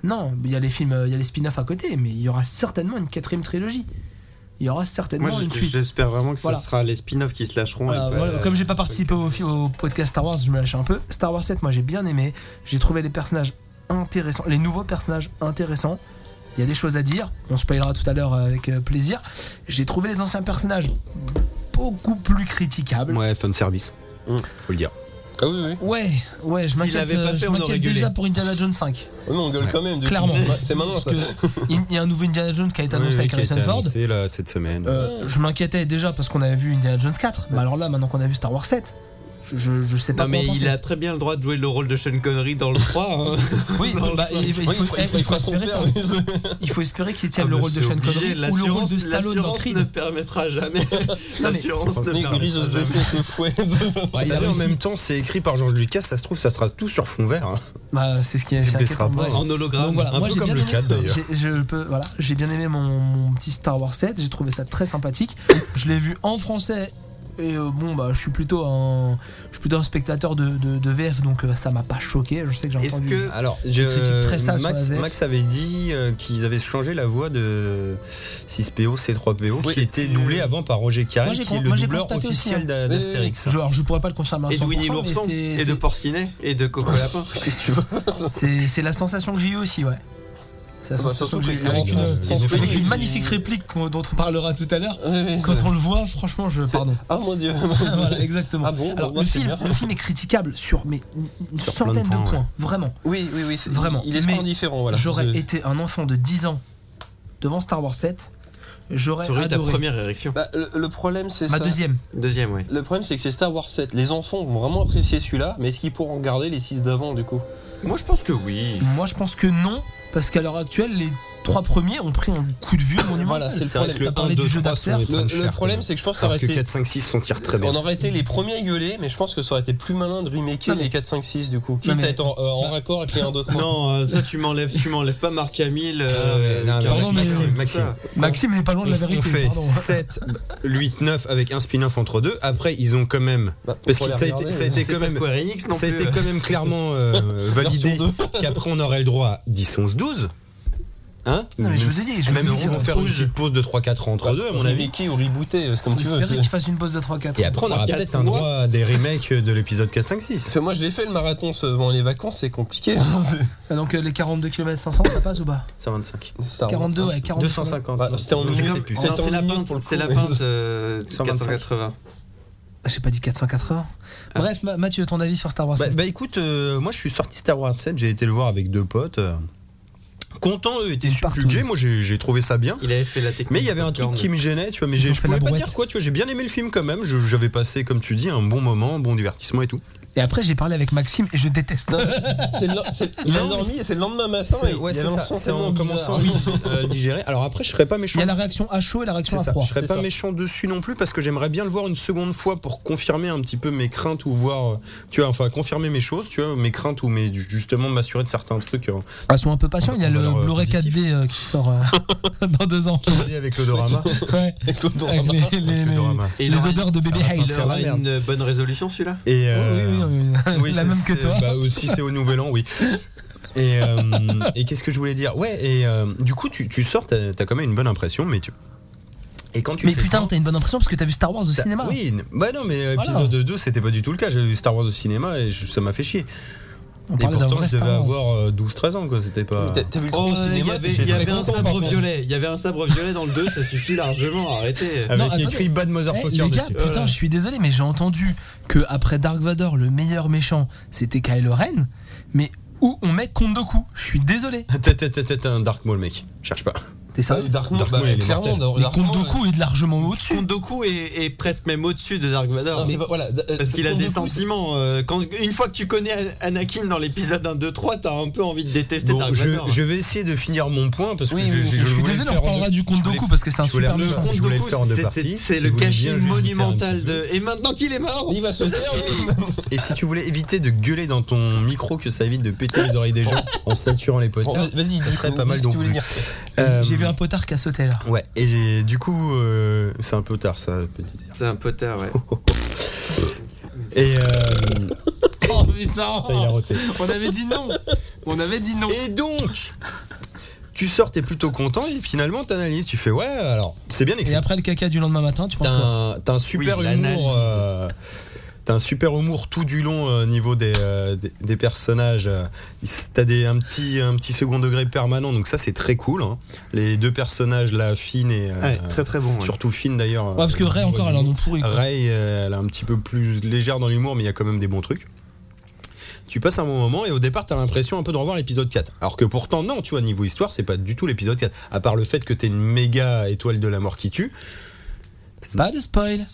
[SPEAKER 4] non, il y a les films, euh, il y a les spin-offs à côté, mais il y aura certainement une quatrième trilogie. Il y aura certainement
[SPEAKER 5] Moi,
[SPEAKER 4] une
[SPEAKER 5] je-
[SPEAKER 4] suite.
[SPEAKER 5] j'espère vraiment que ce
[SPEAKER 4] Voilà.
[SPEAKER 5] sera les spin-offs qui se lâcheront.
[SPEAKER 4] Voilà,
[SPEAKER 5] et pas-
[SPEAKER 4] voilà, Euh, Comme j'ai pas participé au, fi- au podcast Star Wars, je me lâche un peu. Star Wars 7, moi j'ai bien aimé. J'ai trouvé les personnages intéressants, les nouveaux personnages intéressants. Il y a des choses à dire. On spoilera tout à l'heure avec euh, plaisir. J'ai trouvé les anciens personnages beaucoup plus critiquables.
[SPEAKER 3] Ouais, fin de service.
[SPEAKER 4] Mmh.
[SPEAKER 5] Mm.
[SPEAKER 3] Faut le dire.
[SPEAKER 2] Ah oui, oui.
[SPEAKER 4] Ouais, ouais, je
[SPEAKER 5] S'il
[SPEAKER 4] m'inquiète
[SPEAKER 5] l'avait pas
[SPEAKER 4] euh, je
[SPEAKER 5] fait, on
[SPEAKER 4] m'inquiète
[SPEAKER 5] aurait gueulé.
[SPEAKER 4] déjà pour Indiana Jones 5.
[SPEAKER 2] Ouais, mais on gueule quand même. depuis-
[SPEAKER 4] Clairement.
[SPEAKER 2] Ouais, C'est maintenant
[SPEAKER 4] Parce
[SPEAKER 2] ça.
[SPEAKER 4] que il il y a un nouveau Indiana Jones qui a été annoncé
[SPEAKER 3] Oui, oui,
[SPEAKER 4] avec
[SPEAKER 3] qui a été
[SPEAKER 4] Harrison Ford.
[SPEAKER 3] annoncé, là, cette semaine.
[SPEAKER 4] Euh, je m'inquiétais déjà parce qu'on avait vu Indiana Jones 4. Mais alors là, maintenant qu'on a vu Star Wars 7, je, je, je sais pas
[SPEAKER 5] Non,
[SPEAKER 4] quoi
[SPEAKER 5] mais
[SPEAKER 4] en penser.
[SPEAKER 5] il a très bien le droit de jouer le rôle de Sean Connery dans le 3. hein.
[SPEAKER 4] Oui,
[SPEAKER 5] Dans le
[SPEAKER 4] bah,
[SPEAKER 5] cinq.
[SPEAKER 4] il, il
[SPEAKER 2] Ouais,
[SPEAKER 4] faut, eh,
[SPEAKER 2] fera-
[SPEAKER 4] il faut
[SPEAKER 2] fera son
[SPEAKER 4] espérer ça.
[SPEAKER 2] père, mais c'est-
[SPEAKER 4] Il faut espérer qu'il tienne
[SPEAKER 5] Ah,
[SPEAKER 4] le
[SPEAKER 5] bah,
[SPEAKER 4] rôle de
[SPEAKER 5] c'est
[SPEAKER 4] Sean
[SPEAKER 5] obligé,
[SPEAKER 4] Connery ou le rôle
[SPEAKER 5] l'assurance-
[SPEAKER 4] de Stallone dans
[SPEAKER 5] L'assurance
[SPEAKER 4] Creed.
[SPEAKER 5] ne permettra jamais. L'assurance ne
[SPEAKER 2] Nick Fury
[SPEAKER 5] permettra
[SPEAKER 2] se blesser
[SPEAKER 5] jamais.
[SPEAKER 2] avec le fouet.
[SPEAKER 3] Vous
[SPEAKER 4] Ouais, Bah, il a
[SPEAKER 3] savez, en
[SPEAKER 4] réussi.
[SPEAKER 3] même temps, c'est écrit par Georges Lucas, ça se trouve, ça sera tout sur fond vert. hein.
[SPEAKER 4] Bah, c'est ce qui est.
[SPEAKER 3] Il
[SPEAKER 4] c'est
[SPEAKER 3] baissera
[SPEAKER 4] inquiétant.
[SPEAKER 3] pas.
[SPEAKER 4] Ouais.
[SPEAKER 5] En hologramme.
[SPEAKER 4] Donc voilà,
[SPEAKER 3] un
[SPEAKER 4] moi
[SPEAKER 3] peu
[SPEAKER 4] j'ai
[SPEAKER 3] comme
[SPEAKER 4] bien
[SPEAKER 3] le
[SPEAKER 4] aimé,
[SPEAKER 3] quatre, d'ailleurs.
[SPEAKER 4] j'ai- je peux, voilà, j'ai bien aimé mon, mon petit Star Wars 7. J'ai trouvé ça très sympathique. je l'ai vu en français. Et euh, bon, bah, je suis plutôt un, je suis plutôt un spectateur de, de- de VF, donc euh, ça m'a pas choqué. Je sais que j'ai
[SPEAKER 5] Est-ce
[SPEAKER 4] entendu.
[SPEAKER 5] que
[SPEAKER 3] Alors,
[SPEAKER 4] critique très sale sur la
[SPEAKER 3] Max,
[SPEAKER 4] VF.
[SPEAKER 3] Max avait dit euh, qu'ils avaient changé la voix de 6PO, C3PO,
[SPEAKER 2] Oui.
[SPEAKER 3] qui était doublée avant par Roger Carré,
[SPEAKER 4] Moi, j'ai
[SPEAKER 3] qui est
[SPEAKER 4] con-
[SPEAKER 3] le
[SPEAKER 4] moi, j'ai
[SPEAKER 3] doubleur
[SPEAKER 4] constaté aussi,
[SPEAKER 3] officiel
[SPEAKER 4] hein.
[SPEAKER 3] d'A- d'Astérix.
[SPEAKER 4] Je- alors, je pourrais pas le confirmer à
[SPEAKER 5] Et de
[SPEAKER 4] 100%,
[SPEAKER 5] Winnie
[SPEAKER 4] mais
[SPEAKER 5] l'ourson,
[SPEAKER 4] c'est-
[SPEAKER 5] et
[SPEAKER 4] c'est-
[SPEAKER 5] de Porcinet, et de Coco Lapin.
[SPEAKER 4] c'est c'est la sensation que j'ai eu aussi, ouais. C'est la
[SPEAKER 2] Bah,
[SPEAKER 4] sensation
[SPEAKER 2] surtout
[SPEAKER 4] que j'ai
[SPEAKER 2] qu'il
[SPEAKER 4] eu.
[SPEAKER 2] est
[SPEAKER 4] Avec
[SPEAKER 2] en
[SPEAKER 4] une,
[SPEAKER 2] finale, sans
[SPEAKER 3] avec
[SPEAKER 2] spoiler,
[SPEAKER 4] avec une
[SPEAKER 2] il-
[SPEAKER 4] magnifique réplique qu'on- dont on parlera tout à l'heure.
[SPEAKER 2] Ouais, ouais,
[SPEAKER 4] Quand
[SPEAKER 2] c'est-
[SPEAKER 4] on le voit, franchement, je. Pardon.
[SPEAKER 2] Ah mon dieu.
[SPEAKER 4] voilà, exactement.
[SPEAKER 2] Ah bon,
[SPEAKER 4] Alors,
[SPEAKER 2] bon,
[SPEAKER 4] le,
[SPEAKER 2] c'est
[SPEAKER 4] film,
[SPEAKER 2] bien.
[SPEAKER 4] le film est critiquable sur mais, une- une
[SPEAKER 3] Sur plein de
[SPEAKER 4] centaine de points,
[SPEAKER 3] points, ouais.
[SPEAKER 4] vraiment.
[SPEAKER 2] Oui, oui, oui. c'est-
[SPEAKER 4] Vraiment.
[SPEAKER 2] Il est
[SPEAKER 4] Mais
[SPEAKER 2] indifférent, voilà.
[SPEAKER 4] J'aurais
[SPEAKER 2] C'est-
[SPEAKER 4] été un enfant de 10 ans devant Star Wars 7, j'aurais
[SPEAKER 5] Tu aurais eu ta
[SPEAKER 4] adoré.
[SPEAKER 5] première érection.
[SPEAKER 2] Bah, le, le problème, c'est
[SPEAKER 4] Ma
[SPEAKER 2] ça.
[SPEAKER 4] deuxième.
[SPEAKER 5] Deuxième, ouais.
[SPEAKER 2] Le problème, c'est que c'est Star Wars 7. Les enfants vont vraiment apprécier celui-là, mais est-ce qu'ils pourront regarder les 6 d'avant, du coup
[SPEAKER 5] Moi, je pense que oui.
[SPEAKER 4] Moi, je pense que non, parce qu'à l'heure actuelle, les trois premiers ont pris un coup de vieux monumental.
[SPEAKER 2] Voilà, c'est le
[SPEAKER 3] C'est vrai
[SPEAKER 2] problème.
[SPEAKER 3] que le
[SPEAKER 4] T'as
[SPEAKER 3] 1,
[SPEAKER 4] parlé
[SPEAKER 3] 2,
[SPEAKER 4] du jeu
[SPEAKER 3] 3 sont
[SPEAKER 4] d'acteurs.
[SPEAKER 3] les
[SPEAKER 2] Le,
[SPEAKER 3] trains de
[SPEAKER 2] le
[SPEAKER 3] chair,
[SPEAKER 2] problème,
[SPEAKER 3] quand
[SPEAKER 2] c'est que je
[SPEAKER 3] même.
[SPEAKER 2] pense que ça aurait
[SPEAKER 3] Alors que
[SPEAKER 2] été-
[SPEAKER 3] 4, 5, 6 s'en tirent très bien.
[SPEAKER 2] On aurait été les premiers à gueuler, mais je pense que ça aurait été plus malin de remaker
[SPEAKER 4] Non, mais-
[SPEAKER 2] les 4, 5, 6 du coup. Quitte
[SPEAKER 4] Non, mais-
[SPEAKER 2] à être en, euh,
[SPEAKER 3] bah,
[SPEAKER 2] en raccord avec les 1, 2, 3.
[SPEAKER 5] Non, euh, ça, tu m'enlèves, tu m'enlèves pas Marc Hamill.
[SPEAKER 3] Ah ouais, non, mais
[SPEAKER 4] Pardon, mais-
[SPEAKER 5] Maxime,
[SPEAKER 3] Maxime,
[SPEAKER 5] Maxime.
[SPEAKER 4] Maxime n'est pas loin
[SPEAKER 3] On
[SPEAKER 4] de la
[SPEAKER 3] on
[SPEAKER 4] vérité.
[SPEAKER 3] fait
[SPEAKER 4] pardon.
[SPEAKER 3] 7, 8, 9 avec un spin-off entre deux. Après, ils ont quand même.
[SPEAKER 2] Bah, faut
[SPEAKER 3] Parce
[SPEAKER 2] pas
[SPEAKER 3] que
[SPEAKER 2] les
[SPEAKER 3] ça a été,
[SPEAKER 2] regarder,
[SPEAKER 3] ça a été
[SPEAKER 5] C'est
[SPEAKER 3] quand
[SPEAKER 5] pas
[SPEAKER 3] même.
[SPEAKER 5] Square Enix non
[SPEAKER 3] Ça a
[SPEAKER 5] plus.
[SPEAKER 3] été quand même clairement euh, validé
[SPEAKER 2] Version
[SPEAKER 3] qu'après on aurait le droit à 10, 11, 12. Hein
[SPEAKER 4] Non, mais je vous ai dit, je
[SPEAKER 3] Même
[SPEAKER 4] vous ai
[SPEAKER 3] si
[SPEAKER 4] dit,
[SPEAKER 3] on
[SPEAKER 4] on
[SPEAKER 3] peut faire une petite pause de 3-4 ans entre deux, à mon avis.
[SPEAKER 2] Qui ou rebooté, c'est
[SPEAKER 4] Faut
[SPEAKER 2] comme tu veux.
[SPEAKER 4] espérer qu'il fasse une pause de 3-4.
[SPEAKER 3] Et après, on aura
[SPEAKER 2] Quatre
[SPEAKER 3] peut-être un
[SPEAKER 2] mois.
[SPEAKER 3] droit à des remakes de l'épisode 4, 5, 6.
[SPEAKER 2] Parce que moi, je l'ai fait le marathon ce- avant les vacances, c'est compliqué. hein,
[SPEAKER 4] Ah, Donc euh, les 42 km 500, ça passe ou pas
[SPEAKER 3] 125.
[SPEAKER 2] Star Wars,
[SPEAKER 4] 42,
[SPEAKER 2] hein.
[SPEAKER 4] ouais, 42.
[SPEAKER 3] 250.
[SPEAKER 2] Bah, C'était en
[SPEAKER 3] Je sais
[SPEAKER 2] minutes,
[SPEAKER 3] plus.
[SPEAKER 5] Non,
[SPEAKER 2] en
[SPEAKER 5] C'est la
[SPEAKER 2] minutes
[SPEAKER 5] pinte,
[SPEAKER 2] pour le
[SPEAKER 5] c'est
[SPEAKER 2] coup,
[SPEAKER 5] la
[SPEAKER 2] mais-
[SPEAKER 5] pinte euh,
[SPEAKER 3] 125.
[SPEAKER 5] 480.
[SPEAKER 4] J'ai pas dit 480. Bref, Ma- Mathieu, ton avis sur Star Wars
[SPEAKER 3] Ah. Bah,
[SPEAKER 4] 7
[SPEAKER 3] bah, écoute, euh, moi je suis sorti Star Wars 7, j'ai été le voir avec deux potes. euh, contents, eux étaient
[SPEAKER 4] Une partouze.
[SPEAKER 3] subjugués, moi j'ai j'ai trouvé ça bien.
[SPEAKER 5] Il avait fait la technique.
[SPEAKER 3] Mais il y avait un truc
[SPEAKER 5] popcorn.
[SPEAKER 3] qui me gênait, tu vois, mais
[SPEAKER 4] Ils
[SPEAKER 3] j'ai-
[SPEAKER 4] ont
[SPEAKER 3] je
[SPEAKER 4] fait la
[SPEAKER 3] pouvais pas
[SPEAKER 4] brouette.
[SPEAKER 3] dire quoi, tu vois, j'ai bien aimé le film quand même, je- j'avais passé, comme tu dis, un bon moment, un bon divertissement et tout.
[SPEAKER 4] Et après, j'ai parlé avec Maxime et je déteste.
[SPEAKER 2] C'est le- c'est- Il a
[SPEAKER 3] Non, mais
[SPEAKER 2] dormi
[SPEAKER 3] c'est-
[SPEAKER 2] et c'est le lendemain matin. et
[SPEAKER 3] ouais,
[SPEAKER 2] il y
[SPEAKER 3] c'est
[SPEAKER 2] avait un
[SPEAKER 3] ça,
[SPEAKER 2] son
[SPEAKER 3] c'est en
[SPEAKER 2] tellement
[SPEAKER 3] commençant à
[SPEAKER 2] bizarre.
[SPEAKER 3] le digérer. Alors après, je serais pas méchant.
[SPEAKER 4] Il y a la réaction à chaud et la réaction
[SPEAKER 3] C'est
[SPEAKER 4] à
[SPEAKER 3] ça.
[SPEAKER 4] froid.
[SPEAKER 3] Je serais
[SPEAKER 2] C'est
[SPEAKER 3] pas
[SPEAKER 2] ça.
[SPEAKER 3] méchant dessus non plus parce que j'aimerais bien le voir une seconde fois pour confirmer un petit peu mes craintes ou voir, euh, tu vois, enfin confirmer mes choses, tu vois, mes craintes ou mes ju- justement m'assurer de certains trucs. euh,
[SPEAKER 4] Ah, sois un peu patient, il y a
[SPEAKER 3] On
[SPEAKER 4] le
[SPEAKER 3] va leur, euh,
[SPEAKER 4] Blu-ray
[SPEAKER 3] positif.
[SPEAKER 4] 4D euh, qui sort euh, dans deux ans.
[SPEAKER 3] avec l'odorama.
[SPEAKER 4] Ouais.
[SPEAKER 2] Avec l'odorama.
[SPEAKER 4] Avec les, les-
[SPEAKER 3] Avec
[SPEAKER 4] les-
[SPEAKER 3] l'odorama.
[SPEAKER 5] Et il
[SPEAKER 4] les
[SPEAKER 5] aura-
[SPEAKER 4] odeurs de
[SPEAKER 3] ça
[SPEAKER 4] bébé
[SPEAKER 3] va
[SPEAKER 4] Hayes.
[SPEAKER 5] Il
[SPEAKER 3] C'est la
[SPEAKER 5] aura
[SPEAKER 3] merde.
[SPEAKER 5] une bonne résolution celui-là
[SPEAKER 3] Et euh,
[SPEAKER 4] Oui, oui, oui, oui.
[SPEAKER 3] oui,
[SPEAKER 4] la
[SPEAKER 3] c'est-
[SPEAKER 4] même que
[SPEAKER 5] c'est-
[SPEAKER 4] toi.
[SPEAKER 3] bah aussi c'est au Nouvel An, oui. Et, euh, et qu'est-ce que je voulais dire Ouais, et euh, du coup tu, tu sors, t'as as quand même une bonne impression, mais tu. Et quand tu
[SPEAKER 4] mais
[SPEAKER 3] fais
[SPEAKER 4] putain,
[SPEAKER 3] ça-
[SPEAKER 4] t'as une bonne impression parce que t'as vu Star Wars au
[SPEAKER 3] Ça-
[SPEAKER 4] cinéma.
[SPEAKER 3] Oui, n- bah non, mais euh,
[SPEAKER 4] Voilà.
[SPEAKER 3] épisode 2, c'était pas du tout le cas. J'avais vu Star Wars au cinéma et je- ça m'a fait chier.
[SPEAKER 4] On
[SPEAKER 3] Et
[SPEAKER 4] parlait d'un
[SPEAKER 3] pourtant,
[SPEAKER 4] vrai
[SPEAKER 3] je devais
[SPEAKER 4] Star Wars.
[SPEAKER 3] avoir 12-13 ans, quoi. C'était pas.
[SPEAKER 2] T'as- T'as vu le
[SPEAKER 5] Oh,
[SPEAKER 2] truc au
[SPEAKER 5] ouais, il y
[SPEAKER 2] cinéma
[SPEAKER 5] avait,
[SPEAKER 2] j'étais
[SPEAKER 5] il y
[SPEAKER 2] très
[SPEAKER 5] avait un
[SPEAKER 2] content, par
[SPEAKER 5] sabre
[SPEAKER 2] contre.
[SPEAKER 5] violet. Il y avait un sabre violet dans le 2, ça suffit largement. Arrêtez.
[SPEAKER 3] Avec
[SPEAKER 4] Non,
[SPEAKER 3] écrit Bad
[SPEAKER 4] Eh,
[SPEAKER 3] Motherfucker
[SPEAKER 4] les gars,
[SPEAKER 3] dessus.
[SPEAKER 4] putain,
[SPEAKER 5] Voilà.
[SPEAKER 4] je suis désolé, mais j'ai entendu que après Dark Vador, le meilleur méchant, c'était Kylo Ren. Mais où on met Kondoku Je suis désolé.
[SPEAKER 3] T'es- t'es- t'es- t'es un Dark Maul, mec. Cherche pas.
[SPEAKER 4] T'es
[SPEAKER 2] Ah
[SPEAKER 4] sérieux
[SPEAKER 2] oui, Dark Maul,
[SPEAKER 3] Dark
[SPEAKER 2] bah,
[SPEAKER 3] Maul, il est
[SPEAKER 2] clairement,
[SPEAKER 3] mortel.
[SPEAKER 2] Dark-
[SPEAKER 4] Mais
[SPEAKER 2] Dark Maul,
[SPEAKER 4] Kondoku est largement au-dessus.
[SPEAKER 5] Kondoku est, est presque même au-dessus de Dark Vador.
[SPEAKER 2] non, c'est pas- voilà, euh,
[SPEAKER 5] Parce qu'il a
[SPEAKER 2] Kondoku,
[SPEAKER 5] des sentiments. euh, quand, une fois que tu connais An- Anakin dans l'épisode 1, 2, 3, t'as un peu envie de détester
[SPEAKER 3] Bon,
[SPEAKER 5] Dark
[SPEAKER 3] je,
[SPEAKER 5] Vador. hein.
[SPEAKER 3] je vais essayer de finir mon point parce que
[SPEAKER 2] Oui,
[SPEAKER 3] je,
[SPEAKER 2] oui,
[SPEAKER 3] je-
[SPEAKER 2] oui,
[SPEAKER 3] je
[SPEAKER 4] Je suis
[SPEAKER 3] voulais le
[SPEAKER 4] désolé, on
[SPEAKER 3] faire en
[SPEAKER 4] parlera
[SPEAKER 3] deux-
[SPEAKER 4] du
[SPEAKER 3] je voulais-
[SPEAKER 4] Kondoku parce que c'est un
[SPEAKER 3] je voulais
[SPEAKER 4] super
[SPEAKER 3] le-
[SPEAKER 5] Le
[SPEAKER 4] méchant.
[SPEAKER 3] je voulais le
[SPEAKER 5] Kondoku,
[SPEAKER 3] faire en deux
[SPEAKER 5] c'est-
[SPEAKER 3] parties.
[SPEAKER 5] c'est- c'est
[SPEAKER 3] Si
[SPEAKER 5] le
[SPEAKER 3] vous voulez
[SPEAKER 5] cachet
[SPEAKER 3] bien, je vais vous taire un
[SPEAKER 5] monumental
[SPEAKER 3] petit peu.
[SPEAKER 5] de. Et maintenant qu'il est mort
[SPEAKER 2] Il va se faire.
[SPEAKER 3] Et si tu voulais éviter de gueuler dans ton micro, que ça évite de péter les oreilles des gens en saturant les
[SPEAKER 2] Bon,
[SPEAKER 4] Oh,
[SPEAKER 3] podcasts,
[SPEAKER 2] Vas-y,
[SPEAKER 3] ça
[SPEAKER 2] dis-
[SPEAKER 3] serait pas
[SPEAKER 2] dis
[SPEAKER 3] mal
[SPEAKER 2] ce que
[SPEAKER 3] donc.
[SPEAKER 2] tu voulais dire.
[SPEAKER 3] Euh,
[SPEAKER 4] J'ai vu un potard qui a sauté là.
[SPEAKER 3] Ouais, et du coup, euh, c'est un peu tard ça, petit.
[SPEAKER 5] C'est un peu tard, ouais.
[SPEAKER 3] Et euh,
[SPEAKER 4] Oh putain
[SPEAKER 3] putain, il a roté.
[SPEAKER 4] On avait dit non On avait dit non
[SPEAKER 3] Et donc, tu sors, t'es plutôt content, et finalement, t'analyses. Tu fais, ouais, alors, c'est bien
[SPEAKER 4] Et
[SPEAKER 3] écrit.
[SPEAKER 4] après le caca du lendemain matin, tu penses
[SPEAKER 3] T'as
[SPEAKER 4] quoi
[SPEAKER 3] un, t'as un super
[SPEAKER 5] Oui, l'analyse.
[SPEAKER 3] humour. euh, T'as un super humour tout du long euh, au niveau des, euh, des, des personnages. euh, T'as des, un, petit, un petit second degré permanent, donc ça c'est très cool. hein. Les deux personnages, la Fine et. euh,
[SPEAKER 5] Ouais, très très bon. ouais.
[SPEAKER 3] Surtout Fine d'ailleurs. euh,
[SPEAKER 4] Ouais, parce que Ray encore, elle en a pourri. quoi.
[SPEAKER 3] Ray, euh, elle est un petit peu plus légère dans l'humour, mais il y a quand même des bons trucs. Tu passes un bon moment et au départ, t'as l'impression un peu de revoir l'épisode 4. Alors que pourtant, non, tu vois, niveau histoire, c'est pas du tout l'épisode 4. À part le fait que t'es une méga étoile de la mort qui tue,
[SPEAKER 4] Pas de spoil.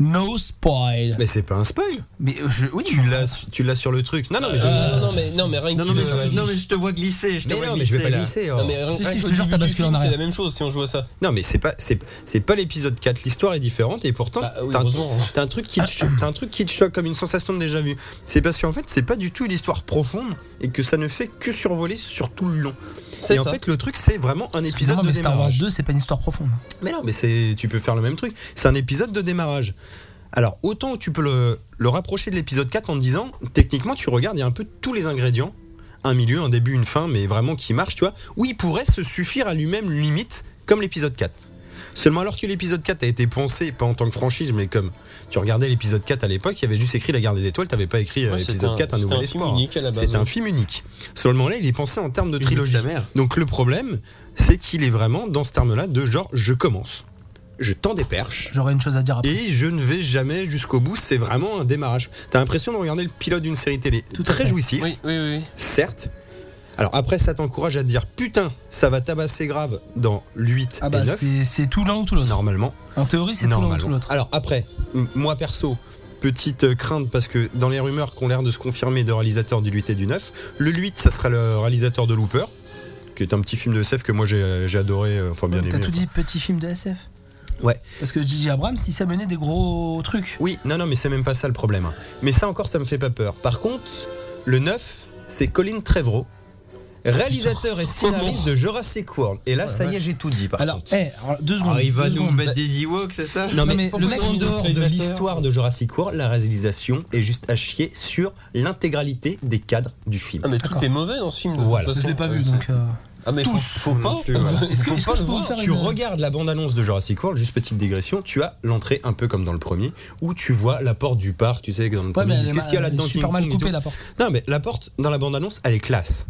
[SPEAKER 4] No spoil.
[SPEAKER 3] mais c'est pas un spoil.
[SPEAKER 4] Mais euh, je, oui,
[SPEAKER 3] Tu
[SPEAKER 4] mais-
[SPEAKER 3] l'as, tu l'as sur le truc. Non, non, mais je.
[SPEAKER 2] Euh, non, non, mais- Non, mais rien que
[SPEAKER 5] Non, non,
[SPEAKER 2] tu
[SPEAKER 5] mais,
[SPEAKER 2] le-
[SPEAKER 5] je- non, mais je te vois glisser. Je te
[SPEAKER 3] Mais
[SPEAKER 5] vois
[SPEAKER 3] non, mais
[SPEAKER 5] glisser,
[SPEAKER 3] je vais pas
[SPEAKER 5] là.
[SPEAKER 3] glisser. oh.
[SPEAKER 2] Non, mais rien
[SPEAKER 4] Si,
[SPEAKER 2] rien
[SPEAKER 4] si,
[SPEAKER 2] que
[SPEAKER 4] je
[SPEAKER 2] au
[SPEAKER 4] te jure,
[SPEAKER 2] début
[SPEAKER 4] t'as
[SPEAKER 2] du
[SPEAKER 4] basculé en
[SPEAKER 2] film, C'est
[SPEAKER 4] arrière.
[SPEAKER 2] la même chose si on joue à ça.
[SPEAKER 3] Non, mais c'est pas, c'est, c'est pas l'épisode 4. L'histoire est différente et pourtant,
[SPEAKER 2] Bah oui,
[SPEAKER 3] t'as,
[SPEAKER 2] heureusement.
[SPEAKER 3] t'as un truc qui te, cho- t'as un truc qui te choque comme une sensation de déjà vu. C'est parce qu'en fait, c'est pas du tout une histoire profonde et que ça ne fait que survoler sur tout le long.
[SPEAKER 2] C'est
[SPEAKER 3] Et en
[SPEAKER 2] ça.
[SPEAKER 3] fait, le truc, c'est vraiment un épisode
[SPEAKER 4] Excusez-moi,
[SPEAKER 3] de
[SPEAKER 4] mais Star Wars
[SPEAKER 3] démarrage.
[SPEAKER 4] 2, c'est pas une histoire profonde.
[SPEAKER 3] Mais non, mais c'est, tu peux faire le même truc. C'est un épisode de démarrage. Alors, autant tu peux le, le rapprocher de l'épisode 4 en te disant, techniquement, tu regardes, il y a un peu tous les ingrédients. Un milieu, un début, une fin, mais vraiment qui marche, tu vois. Où il pourrait se suffire à lui-même, limite, comme l'épisode 4. Seulement alors que l'épisode 4 a été pensé, pas en tant que franchise, mais comme tu regardais l'épisode 4 à l'époque, il y avait juste écrit La Garde des Étoiles, t'avais pas écrit euh,
[SPEAKER 2] Ouais,
[SPEAKER 3] épisode
[SPEAKER 2] c'était
[SPEAKER 3] 4, un
[SPEAKER 2] c'était
[SPEAKER 3] nouvel
[SPEAKER 2] film
[SPEAKER 3] espoir.
[SPEAKER 2] unique
[SPEAKER 4] Ah
[SPEAKER 2] à la
[SPEAKER 4] bah
[SPEAKER 2] base.
[SPEAKER 3] C'est un film unique. Seulement là, il est pensé en termes de
[SPEAKER 5] Une
[SPEAKER 3] trilogie.
[SPEAKER 5] sa mère.
[SPEAKER 3] Donc le problème, c'est qu'il est vraiment dans ce terme-là de genre je commence, je tends des perches
[SPEAKER 4] J'aurais une chose à dire après.
[SPEAKER 3] et je ne vais jamais jusqu'au bout. C'est vraiment un démarrage. T'as l'impression de regarder le pilote d'une série télé.
[SPEAKER 4] Tout à
[SPEAKER 3] très
[SPEAKER 4] fait.
[SPEAKER 3] jouissif,
[SPEAKER 2] Oui, oui, oui.
[SPEAKER 3] certes. Alors après, ça t'encourage à te dire putain, ça va tabasser grave dans l'8
[SPEAKER 4] Ah bah,
[SPEAKER 3] et 9.
[SPEAKER 4] c'est c'est tout l'un ou tout l'autre.
[SPEAKER 3] Normalement.
[SPEAKER 4] En théorie, c'est tout l'un ou tout
[SPEAKER 3] Normalement.
[SPEAKER 4] l'autre.
[SPEAKER 3] Alors après, m- moi perso, petite euh, crainte parce que dans les rumeurs qu'on l'air de se confirmer de réalisateur du 8 et du 9, le 8 ça sera le réalisateur de Looper, qui est un petit film de SF que moi j'ai j'ai adoré, euh, enfin bien
[SPEAKER 4] Ouais,
[SPEAKER 3] aimé.
[SPEAKER 4] T'as tout
[SPEAKER 3] enfin.
[SPEAKER 4] dit petit film de SF
[SPEAKER 3] Ouais.
[SPEAKER 4] Parce que Gigi Abrams, il s'est mené des gros trucs.
[SPEAKER 3] Oui, non non mais c'est même pas ça le problème. hein. Mais ça encore ça me fait pas peur. Par contre, le 9 c'est Colin Trevorrow. Réalisateur et
[SPEAKER 4] Oh,
[SPEAKER 3] scénariste de Jurassic World. Et là, ça y est, j'ai tout dit. Par
[SPEAKER 4] Alors,
[SPEAKER 3] contre.
[SPEAKER 4] eh, alors, deux secondes.
[SPEAKER 5] Ah, il va
[SPEAKER 4] deux
[SPEAKER 5] nous
[SPEAKER 4] secondes.
[SPEAKER 3] bah-
[SPEAKER 5] mettre des Ewoks, c'est ça
[SPEAKER 3] Non,
[SPEAKER 4] Non,
[SPEAKER 3] mais,
[SPEAKER 4] mais le mec,
[SPEAKER 3] en
[SPEAKER 4] il-
[SPEAKER 3] dehors de
[SPEAKER 2] réalisateur-
[SPEAKER 3] l'histoire de Jurassic World, la réalisation est juste à chier sur l'intégralité des cadres du film.
[SPEAKER 2] Ah, mais tout
[SPEAKER 4] D'accord.
[SPEAKER 2] est mauvais dans ce film. de
[SPEAKER 3] Voilà.
[SPEAKER 2] toute
[SPEAKER 4] Je
[SPEAKER 2] façon.
[SPEAKER 4] l'ai pas vu
[SPEAKER 2] Ouais,
[SPEAKER 4] donc. euh,
[SPEAKER 2] Ah, mais faut,
[SPEAKER 4] Tous.
[SPEAKER 2] faut pas.
[SPEAKER 5] Non plus,
[SPEAKER 2] Faut
[SPEAKER 5] voilà.
[SPEAKER 4] Est-ce que,
[SPEAKER 2] pas
[SPEAKER 4] est-ce que je
[SPEAKER 2] le
[SPEAKER 4] peux vous
[SPEAKER 2] voir.
[SPEAKER 4] faire
[SPEAKER 3] Tu
[SPEAKER 4] une-
[SPEAKER 3] regardes la bande-annonce de Jurassic World, juste petite digression, tu as l'entrée un peu comme dans le premier, où tu vois la porte du parc, tu sais que dans le
[SPEAKER 4] Ouais,
[SPEAKER 3] premier,
[SPEAKER 4] mais
[SPEAKER 3] ils
[SPEAKER 4] elle
[SPEAKER 3] disent,
[SPEAKER 4] est
[SPEAKER 3] qu'est-ce qu'il y a
[SPEAKER 4] mal-
[SPEAKER 3] là-dedans
[SPEAKER 4] super
[SPEAKER 3] King
[SPEAKER 4] mal
[SPEAKER 3] Kong et
[SPEAKER 4] coupée
[SPEAKER 3] tout.
[SPEAKER 4] la porte.
[SPEAKER 3] Non, mais la porte, dans la bande-annonce, elle est classe.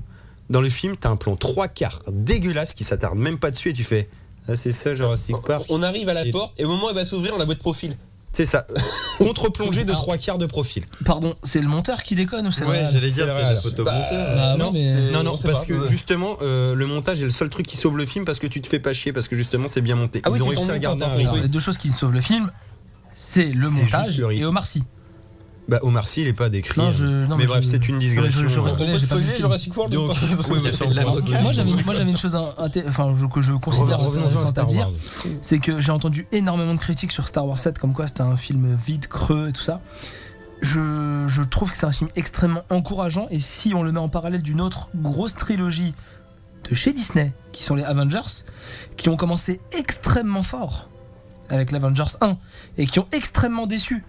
[SPEAKER 3] Dans le film, t'as un plan trois quarts dégueulasse qui s'attarde même pas dessus et tu fais Ah, c'est ça, Jurassic Park.
[SPEAKER 2] On arrive à la
[SPEAKER 3] Et-
[SPEAKER 2] porte et au moment où elle va s'ouvrir, on la voit de profil.
[SPEAKER 3] C'est ça. Contre-plongée de trois quarts de profil.
[SPEAKER 4] Pardon, c'est le monteur qui déconne ou c'est le
[SPEAKER 5] Ouais,
[SPEAKER 4] réal
[SPEAKER 5] j'allais dire,
[SPEAKER 3] c'est
[SPEAKER 5] c'est
[SPEAKER 3] le
[SPEAKER 5] le photomonteur.
[SPEAKER 4] Bah, ouais,
[SPEAKER 3] non,
[SPEAKER 4] mais-
[SPEAKER 2] c'est-
[SPEAKER 3] Non,
[SPEAKER 2] on
[SPEAKER 3] non,
[SPEAKER 2] sait
[SPEAKER 3] parce
[SPEAKER 2] pas,
[SPEAKER 3] que
[SPEAKER 2] ouais.
[SPEAKER 3] justement, euh, le montage est le seul truc qui sauve le film parce que tu te fais pas chier, parce que justement, c'est bien monté.
[SPEAKER 2] Ah oui,
[SPEAKER 3] Ils ont
[SPEAKER 2] tu
[SPEAKER 3] réussi
[SPEAKER 2] t'en
[SPEAKER 3] à
[SPEAKER 2] mets
[SPEAKER 3] garder
[SPEAKER 2] pas,
[SPEAKER 3] un
[SPEAKER 2] t'en
[SPEAKER 3] rythme.
[SPEAKER 4] Alors, les deux choses qui sauvent le film, c'est le
[SPEAKER 3] C'est
[SPEAKER 4] montage
[SPEAKER 3] juste le rythme.
[SPEAKER 4] et Omar Sy.
[SPEAKER 3] Bah, Omar Sy, il est pas décrit.
[SPEAKER 4] Non,
[SPEAKER 3] hein.
[SPEAKER 4] je- non,
[SPEAKER 3] mais
[SPEAKER 4] mais
[SPEAKER 3] bref,
[SPEAKER 4] je-
[SPEAKER 3] c'est une
[SPEAKER 4] non, mais je-
[SPEAKER 3] digression.
[SPEAKER 4] je
[SPEAKER 3] hein.
[SPEAKER 4] reconnais-
[SPEAKER 2] On
[SPEAKER 4] j'ai pas vu
[SPEAKER 2] spoiler
[SPEAKER 4] le film.
[SPEAKER 2] Jurassic World ou
[SPEAKER 3] Donc,
[SPEAKER 2] pas
[SPEAKER 3] oui, mais ça, on
[SPEAKER 5] Il y a de la
[SPEAKER 3] pourra-
[SPEAKER 5] banque.
[SPEAKER 3] ok.
[SPEAKER 4] Moi j'avais, moi, j'avais une chose in- inté- enfin je- que je considère
[SPEAKER 3] Revenons-en à
[SPEAKER 4] intéressante à
[SPEAKER 3] Star
[SPEAKER 4] dire,
[SPEAKER 3] Wars.
[SPEAKER 4] c'est que j'ai entendu énormément de critiques sur Star Wars 7 comme quoi c'était un film vide, creux et tout ça. Je, je trouve que c'est un film extrêmement encourageant et si on le met en parallèle d'une autre grosse trilogie de chez Disney qui sont les Avengers qui ont commencé extrêmement fort avec l'Avengers 1 et qui ont extrêmement déçu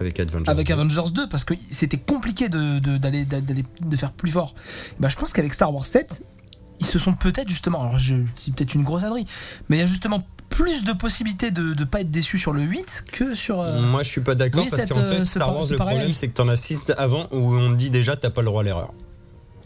[SPEAKER 3] Avec Avengers.
[SPEAKER 4] avec Avengers 2 parce que c'était compliqué de, de- d'aller, d'aller- d'aller- de faire plus fort. Bah, je pense qu'avec Star Wars 7, ils se sont peut-être justement, alors je, c'est peut-être une grosse ânerie, mais il y a justement plus de possibilités de ne pas être déçu sur le 8 que sur. euh,
[SPEAKER 3] Moi, je suis pas d'accord
[SPEAKER 4] oui,
[SPEAKER 3] parce
[SPEAKER 4] cette,
[SPEAKER 3] qu'en fait,
[SPEAKER 4] euh, ce
[SPEAKER 3] Star
[SPEAKER 4] par-
[SPEAKER 3] Wars,
[SPEAKER 4] ce
[SPEAKER 3] le problème,
[SPEAKER 4] parallèle.
[SPEAKER 3] c'est que t'en assistes avant où on te dit déjà t'as pas le droit à l'erreur.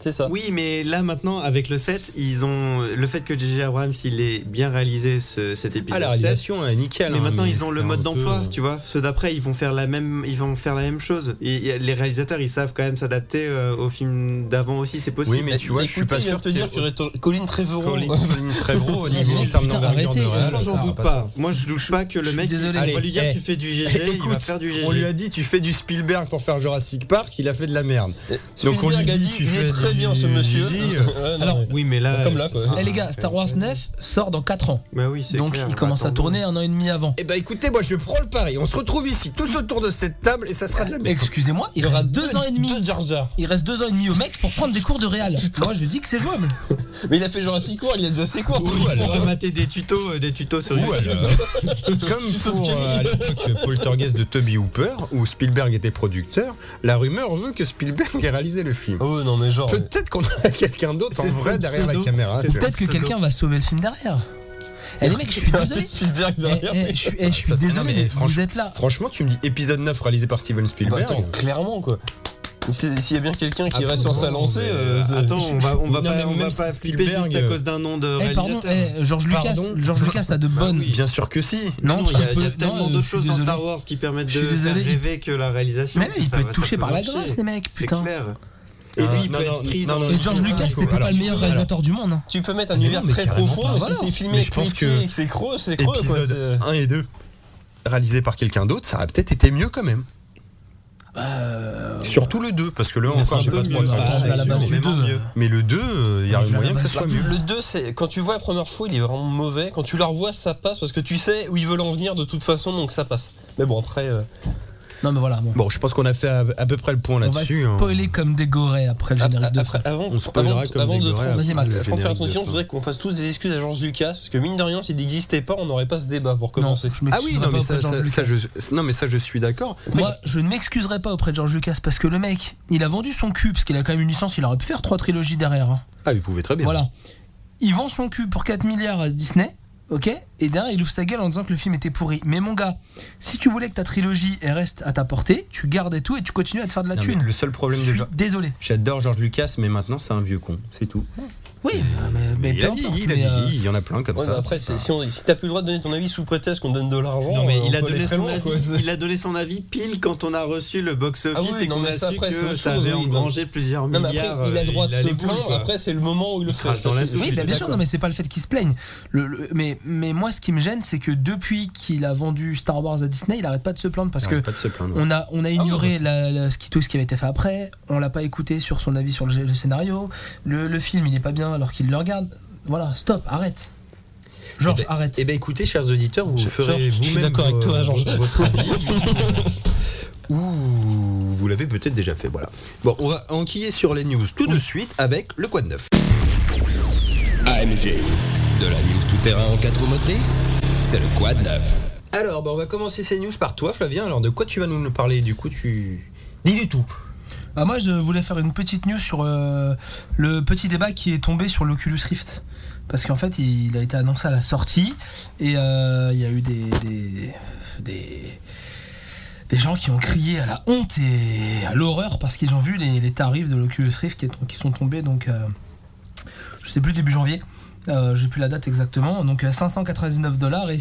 [SPEAKER 2] C'est ça.
[SPEAKER 5] Oui, mais là maintenant, avec le 7, ils ont le fait que JJ Abrams il ait bien réalisé ce- cet épisode.
[SPEAKER 3] Ah, la
[SPEAKER 5] 7,
[SPEAKER 3] réalisation est nickel.
[SPEAKER 5] mais
[SPEAKER 3] hein,
[SPEAKER 5] maintenant ils ont
[SPEAKER 3] c'est
[SPEAKER 5] le
[SPEAKER 3] un
[SPEAKER 5] mode
[SPEAKER 3] peu,
[SPEAKER 5] d'emploi,
[SPEAKER 3] euh,
[SPEAKER 5] tu vois. Ceux d'après, ils vont faire la même, ils vont faire la même chose. Et- et les réalisateurs, ils savent quand même s'adapter euh, aux films d'avant aussi, c'est possible.
[SPEAKER 3] Oui, mais tu vois, je suis pas sûr
[SPEAKER 2] de te dire qu'il y aurait to- Colin Trevorrow.
[SPEAKER 3] Colin, Colin Trevorro au
[SPEAKER 4] C'est
[SPEAKER 3] niveau en
[SPEAKER 4] vrai,
[SPEAKER 3] termes
[SPEAKER 4] putain,
[SPEAKER 3] d'envergure de
[SPEAKER 4] arrêtez,
[SPEAKER 3] réel,
[SPEAKER 4] franchement,
[SPEAKER 3] ça
[SPEAKER 4] j'en
[SPEAKER 3] sera
[SPEAKER 5] doute
[SPEAKER 3] pas
[SPEAKER 5] pas.
[SPEAKER 3] ça.
[SPEAKER 5] Moi, je doute pas que le
[SPEAKER 4] je suis
[SPEAKER 5] mec,
[SPEAKER 4] désolé.
[SPEAKER 5] on va lui dire
[SPEAKER 3] Allez,
[SPEAKER 5] tu fais du GG, il va
[SPEAKER 3] Écoute,
[SPEAKER 5] te faire du
[SPEAKER 3] on lui a
[SPEAKER 5] GG.
[SPEAKER 3] dit tu fais du Spielberg pour faire Jurassic Park, il a fait de la merde. Donc on lui
[SPEAKER 2] Spielberg a
[SPEAKER 3] dit,
[SPEAKER 2] dit,
[SPEAKER 3] tu
[SPEAKER 2] il est
[SPEAKER 3] fais
[SPEAKER 2] très
[SPEAKER 3] du
[SPEAKER 2] bien ce monsieur.
[SPEAKER 3] Gigi.
[SPEAKER 2] Ouais, non,
[SPEAKER 4] Alors,
[SPEAKER 2] mais-
[SPEAKER 5] Oui, mais là,
[SPEAKER 2] Comme là,
[SPEAKER 5] ça
[SPEAKER 2] quoi.
[SPEAKER 5] sera-
[SPEAKER 4] Eh, les gars, Star Wars 9 sort dans 4 ans.
[SPEAKER 5] Bah oui, Mmh. c'est
[SPEAKER 4] Donc
[SPEAKER 5] clair, on
[SPEAKER 4] il
[SPEAKER 5] va
[SPEAKER 4] commence à
[SPEAKER 5] attendre.
[SPEAKER 4] tourner un an et demi avant.
[SPEAKER 3] Eh ben écoutez, moi je prends le pari. On se retrouve ici tous autour de cette table et ça sera de la merde.
[SPEAKER 4] Excusez-moi, il,
[SPEAKER 2] Il y aura
[SPEAKER 4] reste 2 ans et demi.
[SPEAKER 2] Deux Jar Jar.
[SPEAKER 4] Il reste 2 ans et demi au mec pour prendre des cours de réal. Moi je dis que c'est jouable.
[SPEAKER 2] Mais il a fait Jurassic World, il a déjà ses cours.
[SPEAKER 3] Ouh,
[SPEAKER 2] tout le
[SPEAKER 5] On
[SPEAKER 3] alors.
[SPEAKER 2] monde.
[SPEAKER 5] va mater des tutos, euh, des tutos sur
[SPEAKER 3] Ou
[SPEAKER 5] YouTube.
[SPEAKER 3] alors, comme pour euh, à l'époque Poltergeist de Toby Hooper, où Spielberg était producteur, la rumeur veut que Spielberg ait réalisé le film.
[SPEAKER 2] Oh non, mais genre.
[SPEAKER 3] Peut-être qu'on a quelqu'un d'autre en
[SPEAKER 5] C'est
[SPEAKER 3] vrai
[SPEAKER 5] son
[SPEAKER 3] derrière la
[SPEAKER 5] pseudo.
[SPEAKER 3] caméra.
[SPEAKER 5] C'est
[SPEAKER 3] tu vois.
[SPEAKER 4] Peut-être que quelqu'un va sauver le film derrière. Eh les mecs, je suis
[SPEAKER 2] Il y a
[SPEAKER 4] désolé.
[SPEAKER 2] peut-être Spielberg
[SPEAKER 4] Eh,
[SPEAKER 2] derrière.
[SPEAKER 4] eh,
[SPEAKER 2] mais-
[SPEAKER 4] je suis-
[SPEAKER 3] Ça,
[SPEAKER 4] eh, je suis
[SPEAKER 3] c'est- non,
[SPEAKER 4] désolé,
[SPEAKER 3] mais
[SPEAKER 4] mais vous
[SPEAKER 3] franchement-
[SPEAKER 4] êtes là.
[SPEAKER 3] Franchement, tu me dis épisode 9 réalisé par Steven
[SPEAKER 2] Bah,
[SPEAKER 3] Spielberg.
[SPEAKER 2] attends, clairement quoi. Si- S'il y a bien quelqu'un qui
[SPEAKER 3] Ah,
[SPEAKER 2] reste sur sa
[SPEAKER 3] non,
[SPEAKER 2] lancée,
[SPEAKER 3] mais,
[SPEAKER 2] euh, c'est-
[SPEAKER 5] Attends, on va, on va
[SPEAKER 3] Non, mais
[SPEAKER 5] pas, on
[SPEAKER 3] même
[SPEAKER 5] va
[SPEAKER 3] si
[SPEAKER 5] pas flipper
[SPEAKER 3] Spielberg,
[SPEAKER 5] juste à cause d'un nom de
[SPEAKER 4] Eh, pardon,
[SPEAKER 5] réalisateur.
[SPEAKER 4] eh, George Lucas,
[SPEAKER 3] Pardon Bah
[SPEAKER 4] George Lucas a de bonnes.
[SPEAKER 5] oui.
[SPEAKER 3] Bien sûr que si.
[SPEAKER 5] Non, il y a,
[SPEAKER 4] il
[SPEAKER 5] il y a
[SPEAKER 4] peut-
[SPEAKER 5] tellement
[SPEAKER 4] non, euh,
[SPEAKER 5] d'autres
[SPEAKER 4] je suis
[SPEAKER 5] choses dans
[SPEAKER 4] désolé.
[SPEAKER 5] Star Wars qui permettent
[SPEAKER 4] Je
[SPEAKER 5] de
[SPEAKER 4] suis
[SPEAKER 5] faire
[SPEAKER 4] désolé.
[SPEAKER 5] rêver que la réalisation.
[SPEAKER 4] Mais
[SPEAKER 5] ça,
[SPEAKER 4] il
[SPEAKER 5] ça
[SPEAKER 4] peut
[SPEAKER 5] va-
[SPEAKER 4] être
[SPEAKER 5] ça
[SPEAKER 4] touché
[SPEAKER 5] peut
[SPEAKER 4] par la
[SPEAKER 5] marcher.
[SPEAKER 4] grâce, les mecs,
[SPEAKER 5] C'est
[SPEAKER 4] putain.
[SPEAKER 5] clair. Et lui, il
[SPEAKER 3] Ah, non,
[SPEAKER 5] peut
[SPEAKER 3] non,
[SPEAKER 5] être pris
[SPEAKER 3] non,
[SPEAKER 5] dans
[SPEAKER 3] non,
[SPEAKER 5] le-
[SPEAKER 4] Et George Lucas, c'était
[SPEAKER 3] Alors,
[SPEAKER 4] pas le meilleur
[SPEAKER 3] alors.
[SPEAKER 4] réalisateur du monde. hein.
[SPEAKER 2] tu peux mettre un
[SPEAKER 3] Ah, Mais non,
[SPEAKER 2] univers
[SPEAKER 3] mais
[SPEAKER 2] très
[SPEAKER 3] carrément
[SPEAKER 2] profond,
[SPEAKER 3] pas,
[SPEAKER 2] mais
[SPEAKER 3] voilà.
[SPEAKER 2] si c'est filmé
[SPEAKER 3] Mais
[SPEAKER 2] avec
[SPEAKER 3] je pense
[SPEAKER 2] les pieds
[SPEAKER 3] que
[SPEAKER 2] et que c'est creux, c'est creux quoi.
[SPEAKER 3] Épisode
[SPEAKER 4] euh,
[SPEAKER 2] c'est-
[SPEAKER 3] 1 et 2 réalisé par quelqu'un d'autre, ça aurait peut-être été mieux quand même.
[SPEAKER 4] Euh,
[SPEAKER 3] Surtout le 2, parce que le 1
[SPEAKER 5] Il a
[SPEAKER 3] encore,
[SPEAKER 5] fait
[SPEAKER 3] j'ai
[SPEAKER 5] un
[SPEAKER 3] pas
[SPEAKER 5] peu
[SPEAKER 3] trop
[SPEAKER 5] mieux,
[SPEAKER 3] de
[SPEAKER 5] bah,
[SPEAKER 3] temps
[SPEAKER 4] à la
[SPEAKER 3] dessus,
[SPEAKER 4] base
[SPEAKER 3] mais-
[SPEAKER 4] du
[SPEAKER 5] vraiment
[SPEAKER 4] 2.
[SPEAKER 5] mieux.
[SPEAKER 3] Mais le 2, il y a
[SPEAKER 4] Il a
[SPEAKER 3] moyen
[SPEAKER 4] la
[SPEAKER 3] que ça
[SPEAKER 4] base
[SPEAKER 3] soit
[SPEAKER 4] là.
[SPEAKER 3] mieux.
[SPEAKER 2] Le 2, c'est quand tu vois la première fois, il est vraiment mauvais. Quand tu le revois, ça passe parce que tu sais où ils veulent en venir de toute façon, donc ça passe. Mais bon, après, euh,
[SPEAKER 4] Non, mais voilà, bon.
[SPEAKER 3] Bon, je pense qu'on a fait à, à peu près le point
[SPEAKER 4] on va
[SPEAKER 3] là-dessus. hein.
[SPEAKER 4] spoiler comme des gorées après le
[SPEAKER 3] Ah,
[SPEAKER 2] ap-
[SPEAKER 4] générique de
[SPEAKER 2] après-
[SPEAKER 4] fin.
[SPEAKER 2] avant,
[SPEAKER 3] On spoilera
[SPEAKER 2] avant,
[SPEAKER 3] comme
[SPEAKER 2] avant
[SPEAKER 3] des
[SPEAKER 2] de
[SPEAKER 3] gorées
[SPEAKER 2] trans-
[SPEAKER 3] après
[SPEAKER 2] Max,
[SPEAKER 3] le
[SPEAKER 2] avant de faire
[SPEAKER 3] générique de
[SPEAKER 2] transition, je
[SPEAKER 3] fin.
[SPEAKER 2] voudrais qu'on fasse tous des excuses à George Lucas parce que mine de rien, s'il n'existait pas, on n'aurait pas ce débat pour
[SPEAKER 4] Non,
[SPEAKER 2] commencer.
[SPEAKER 4] je
[SPEAKER 3] Ah
[SPEAKER 4] m'excuserai
[SPEAKER 3] oui, non
[SPEAKER 4] pas
[SPEAKER 3] mais
[SPEAKER 4] auprès
[SPEAKER 3] ça,
[SPEAKER 4] de George
[SPEAKER 3] ça-
[SPEAKER 4] Lucas.
[SPEAKER 3] ça, je, non mais ça je suis d'accord.
[SPEAKER 4] Moi, je ne m'excuserai pas auprès de George Lucas parce que le mec, il a vendu son cul parce qu'il a quand même une licence, il aurait pu faire trois trilogies derrière. hein.
[SPEAKER 3] Ah, il pouvait très bien.
[SPEAKER 4] Voilà. Il vend son cul pour 4 milliards à Disney, ok Et derrière, il ouvre sa gueule en disant que le film était pourri. Mais mon gars, si tu voulais que ta trilogie elle reste à ta portée, tu gardes et tout et tu continues à te faire de la
[SPEAKER 3] Non, mais
[SPEAKER 4] thune.
[SPEAKER 3] le seul
[SPEAKER 4] Je
[SPEAKER 3] problème de
[SPEAKER 4] suis
[SPEAKER 3] Geor-
[SPEAKER 4] désolé.
[SPEAKER 3] J'adore George Lucas, mais maintenant c'est un vieux con, c'est tout.
[SPEAKER 4] Oui, mais,
[SPEAKER 3] il
[SPEAKER 4] peu
[SPEAKER 3] a dit,
[SPEAKER 4] importe,
[SPEAKER 3] il a
[SPEAKER 4] mais,
[SPEAKER 3] dit,
[SPEAKER 4] euh,
[SPEAKER 3] il y en a plein comme
[SPEAKER 2] Ouais,
[SPEAKER 3] ça. Ah,
[SPEAKER 2] mais après,
[SPEAKER 3] c'est
[SPEAKER 2] c'est- si, on- si t'as plus le droit de donner ton avis sous prétexte qu'on te donne de l'argent,
[SPEAKER 5] Non, mais
[SPEAKER 2] euh,
[SPEAKER 5] il a,
[SPEAKER 2] on peut aller
[SPEAKER 5] donné
[SPEAKER 2] très
[SPEAKER 5] son
[SPEAKER 2] loin,
[SPEAKER 5] avis,
[SPEAKER 2] quoi.
[SPEAKER 5] il a donné son avis pile quand on a reçu le
[SPEAKER 2] Ah
[SPEAKER 5] box-office
[SPEAKER 2] oui,
[SPEAKER 5] et
[SPEAKER 2] non,
[SPEAKER 5] qu'on
[SPEAKER 2] mais
[SPEAKER 5] a
[SPEAKER 2] ça,
[SPEAKER 5] su
[SPEAKER 2] après, c'est
[SPEAKER 5] que
[SPEAKER 2] autre
[SPEAKER 5] ça
[SPEAKER 2] chose,
[SPEAKER 5] avait
[SPEAKER 2] oui,
[SPEAKER 5] engrangé plusieurs
[SPEAKER 2] Non, mais après,
[SPEAKER 5] milliards.
[SPEAKER 2] il a
[SPEAKER 5] euh,
[SPEAKER 2] le droit de
[SPEAKER 5] a
[SPEAKER 2] se
[SPEAKER 5] les boules,
[SPEAKER 2] plaindre.
[SPEAKER 5] quoi.
[SPEAKER 2] Après, c'est le moment où il le fait.
[SPEAKER 5] crache
[SPEAKER 2] ça,
[SPEAKER 5] dans la
[SPEAKER 2] c'est-
[SPEAKER 5] soupe,
[SPEAKER 4] Oui,
[SPEAKER 5] Je
[SPEAKER 4] bah,
[SPEAKER 5] suis
[SPEAKER 4] bien sûr,
[SPEAKER 2] d'accord.
[SPEAKER 4] non, mais c'est pas le fait qu'il se plaigne. Le- le- mais, mais moi, ce qui me gêne, c'est que depuis qu'il a vendu Star Wars à Disney, il arrête pas de se plaindre parce que
[SPEAKER 3] pas de Ah, se plaindre.
[SPEAKER 4] on a, on a ignoré la- la- ce, qui, tout ce qui avait été fait après, on l'a pas écouté sur son avis sur le, le scénario, le, le film il est pas bien alors qu'il le regarde. Voilà, stop, arrête. Georges,
[SPEAKER 3] Eh ben-
[SPEAKER 4] arrête.
[SPEAKER 3] Eh bien, écoutez, chers auditeurs, vous
[SPEAKER 2] Je- Georges,
[SPEAKER 3] ferez
[SPEAKER 2] je suis
[SPEAKER 3] vous-même
[SPEAKER 2] d'accord avec
[SPEAKER 3] vo-
[SPEAKER 2] toi, Georges.
[SPEAKER 3] votre avis. Ou vous l'avez peut-être déjà fait, voilà. Bon, on va enquiller sur les news tout de suite avec le Quad 9.
[SPEAKER 6] AMG, de la news tout-terrain en 4 roues motrices, c'est le quad neuf.
[SPEAKER 3] Alors, bah, on va commencer ces news par toi, Flavien. Alors, de quoi tu vas nous nous parler Du coup, tu. Dis du tout.
[SPEAKER 4] Ah, moi, je voulais faire une petite news sur euh, le petit débat qui est tombé sur l'Oculus Rift. Parce qu'en fait, il a été annoncé à la sortie et euh, il y a eu des, des, des, des gens qui ont crié à la honte et à l'horreur parce qu'ils ont vu les, les tarifs de l'Oculus Rift qui, est- qui sont tombés, donc euh, je sais plus, début janvier. Euh, J'ai plus la date exactement. Donc euh, 599 dollars et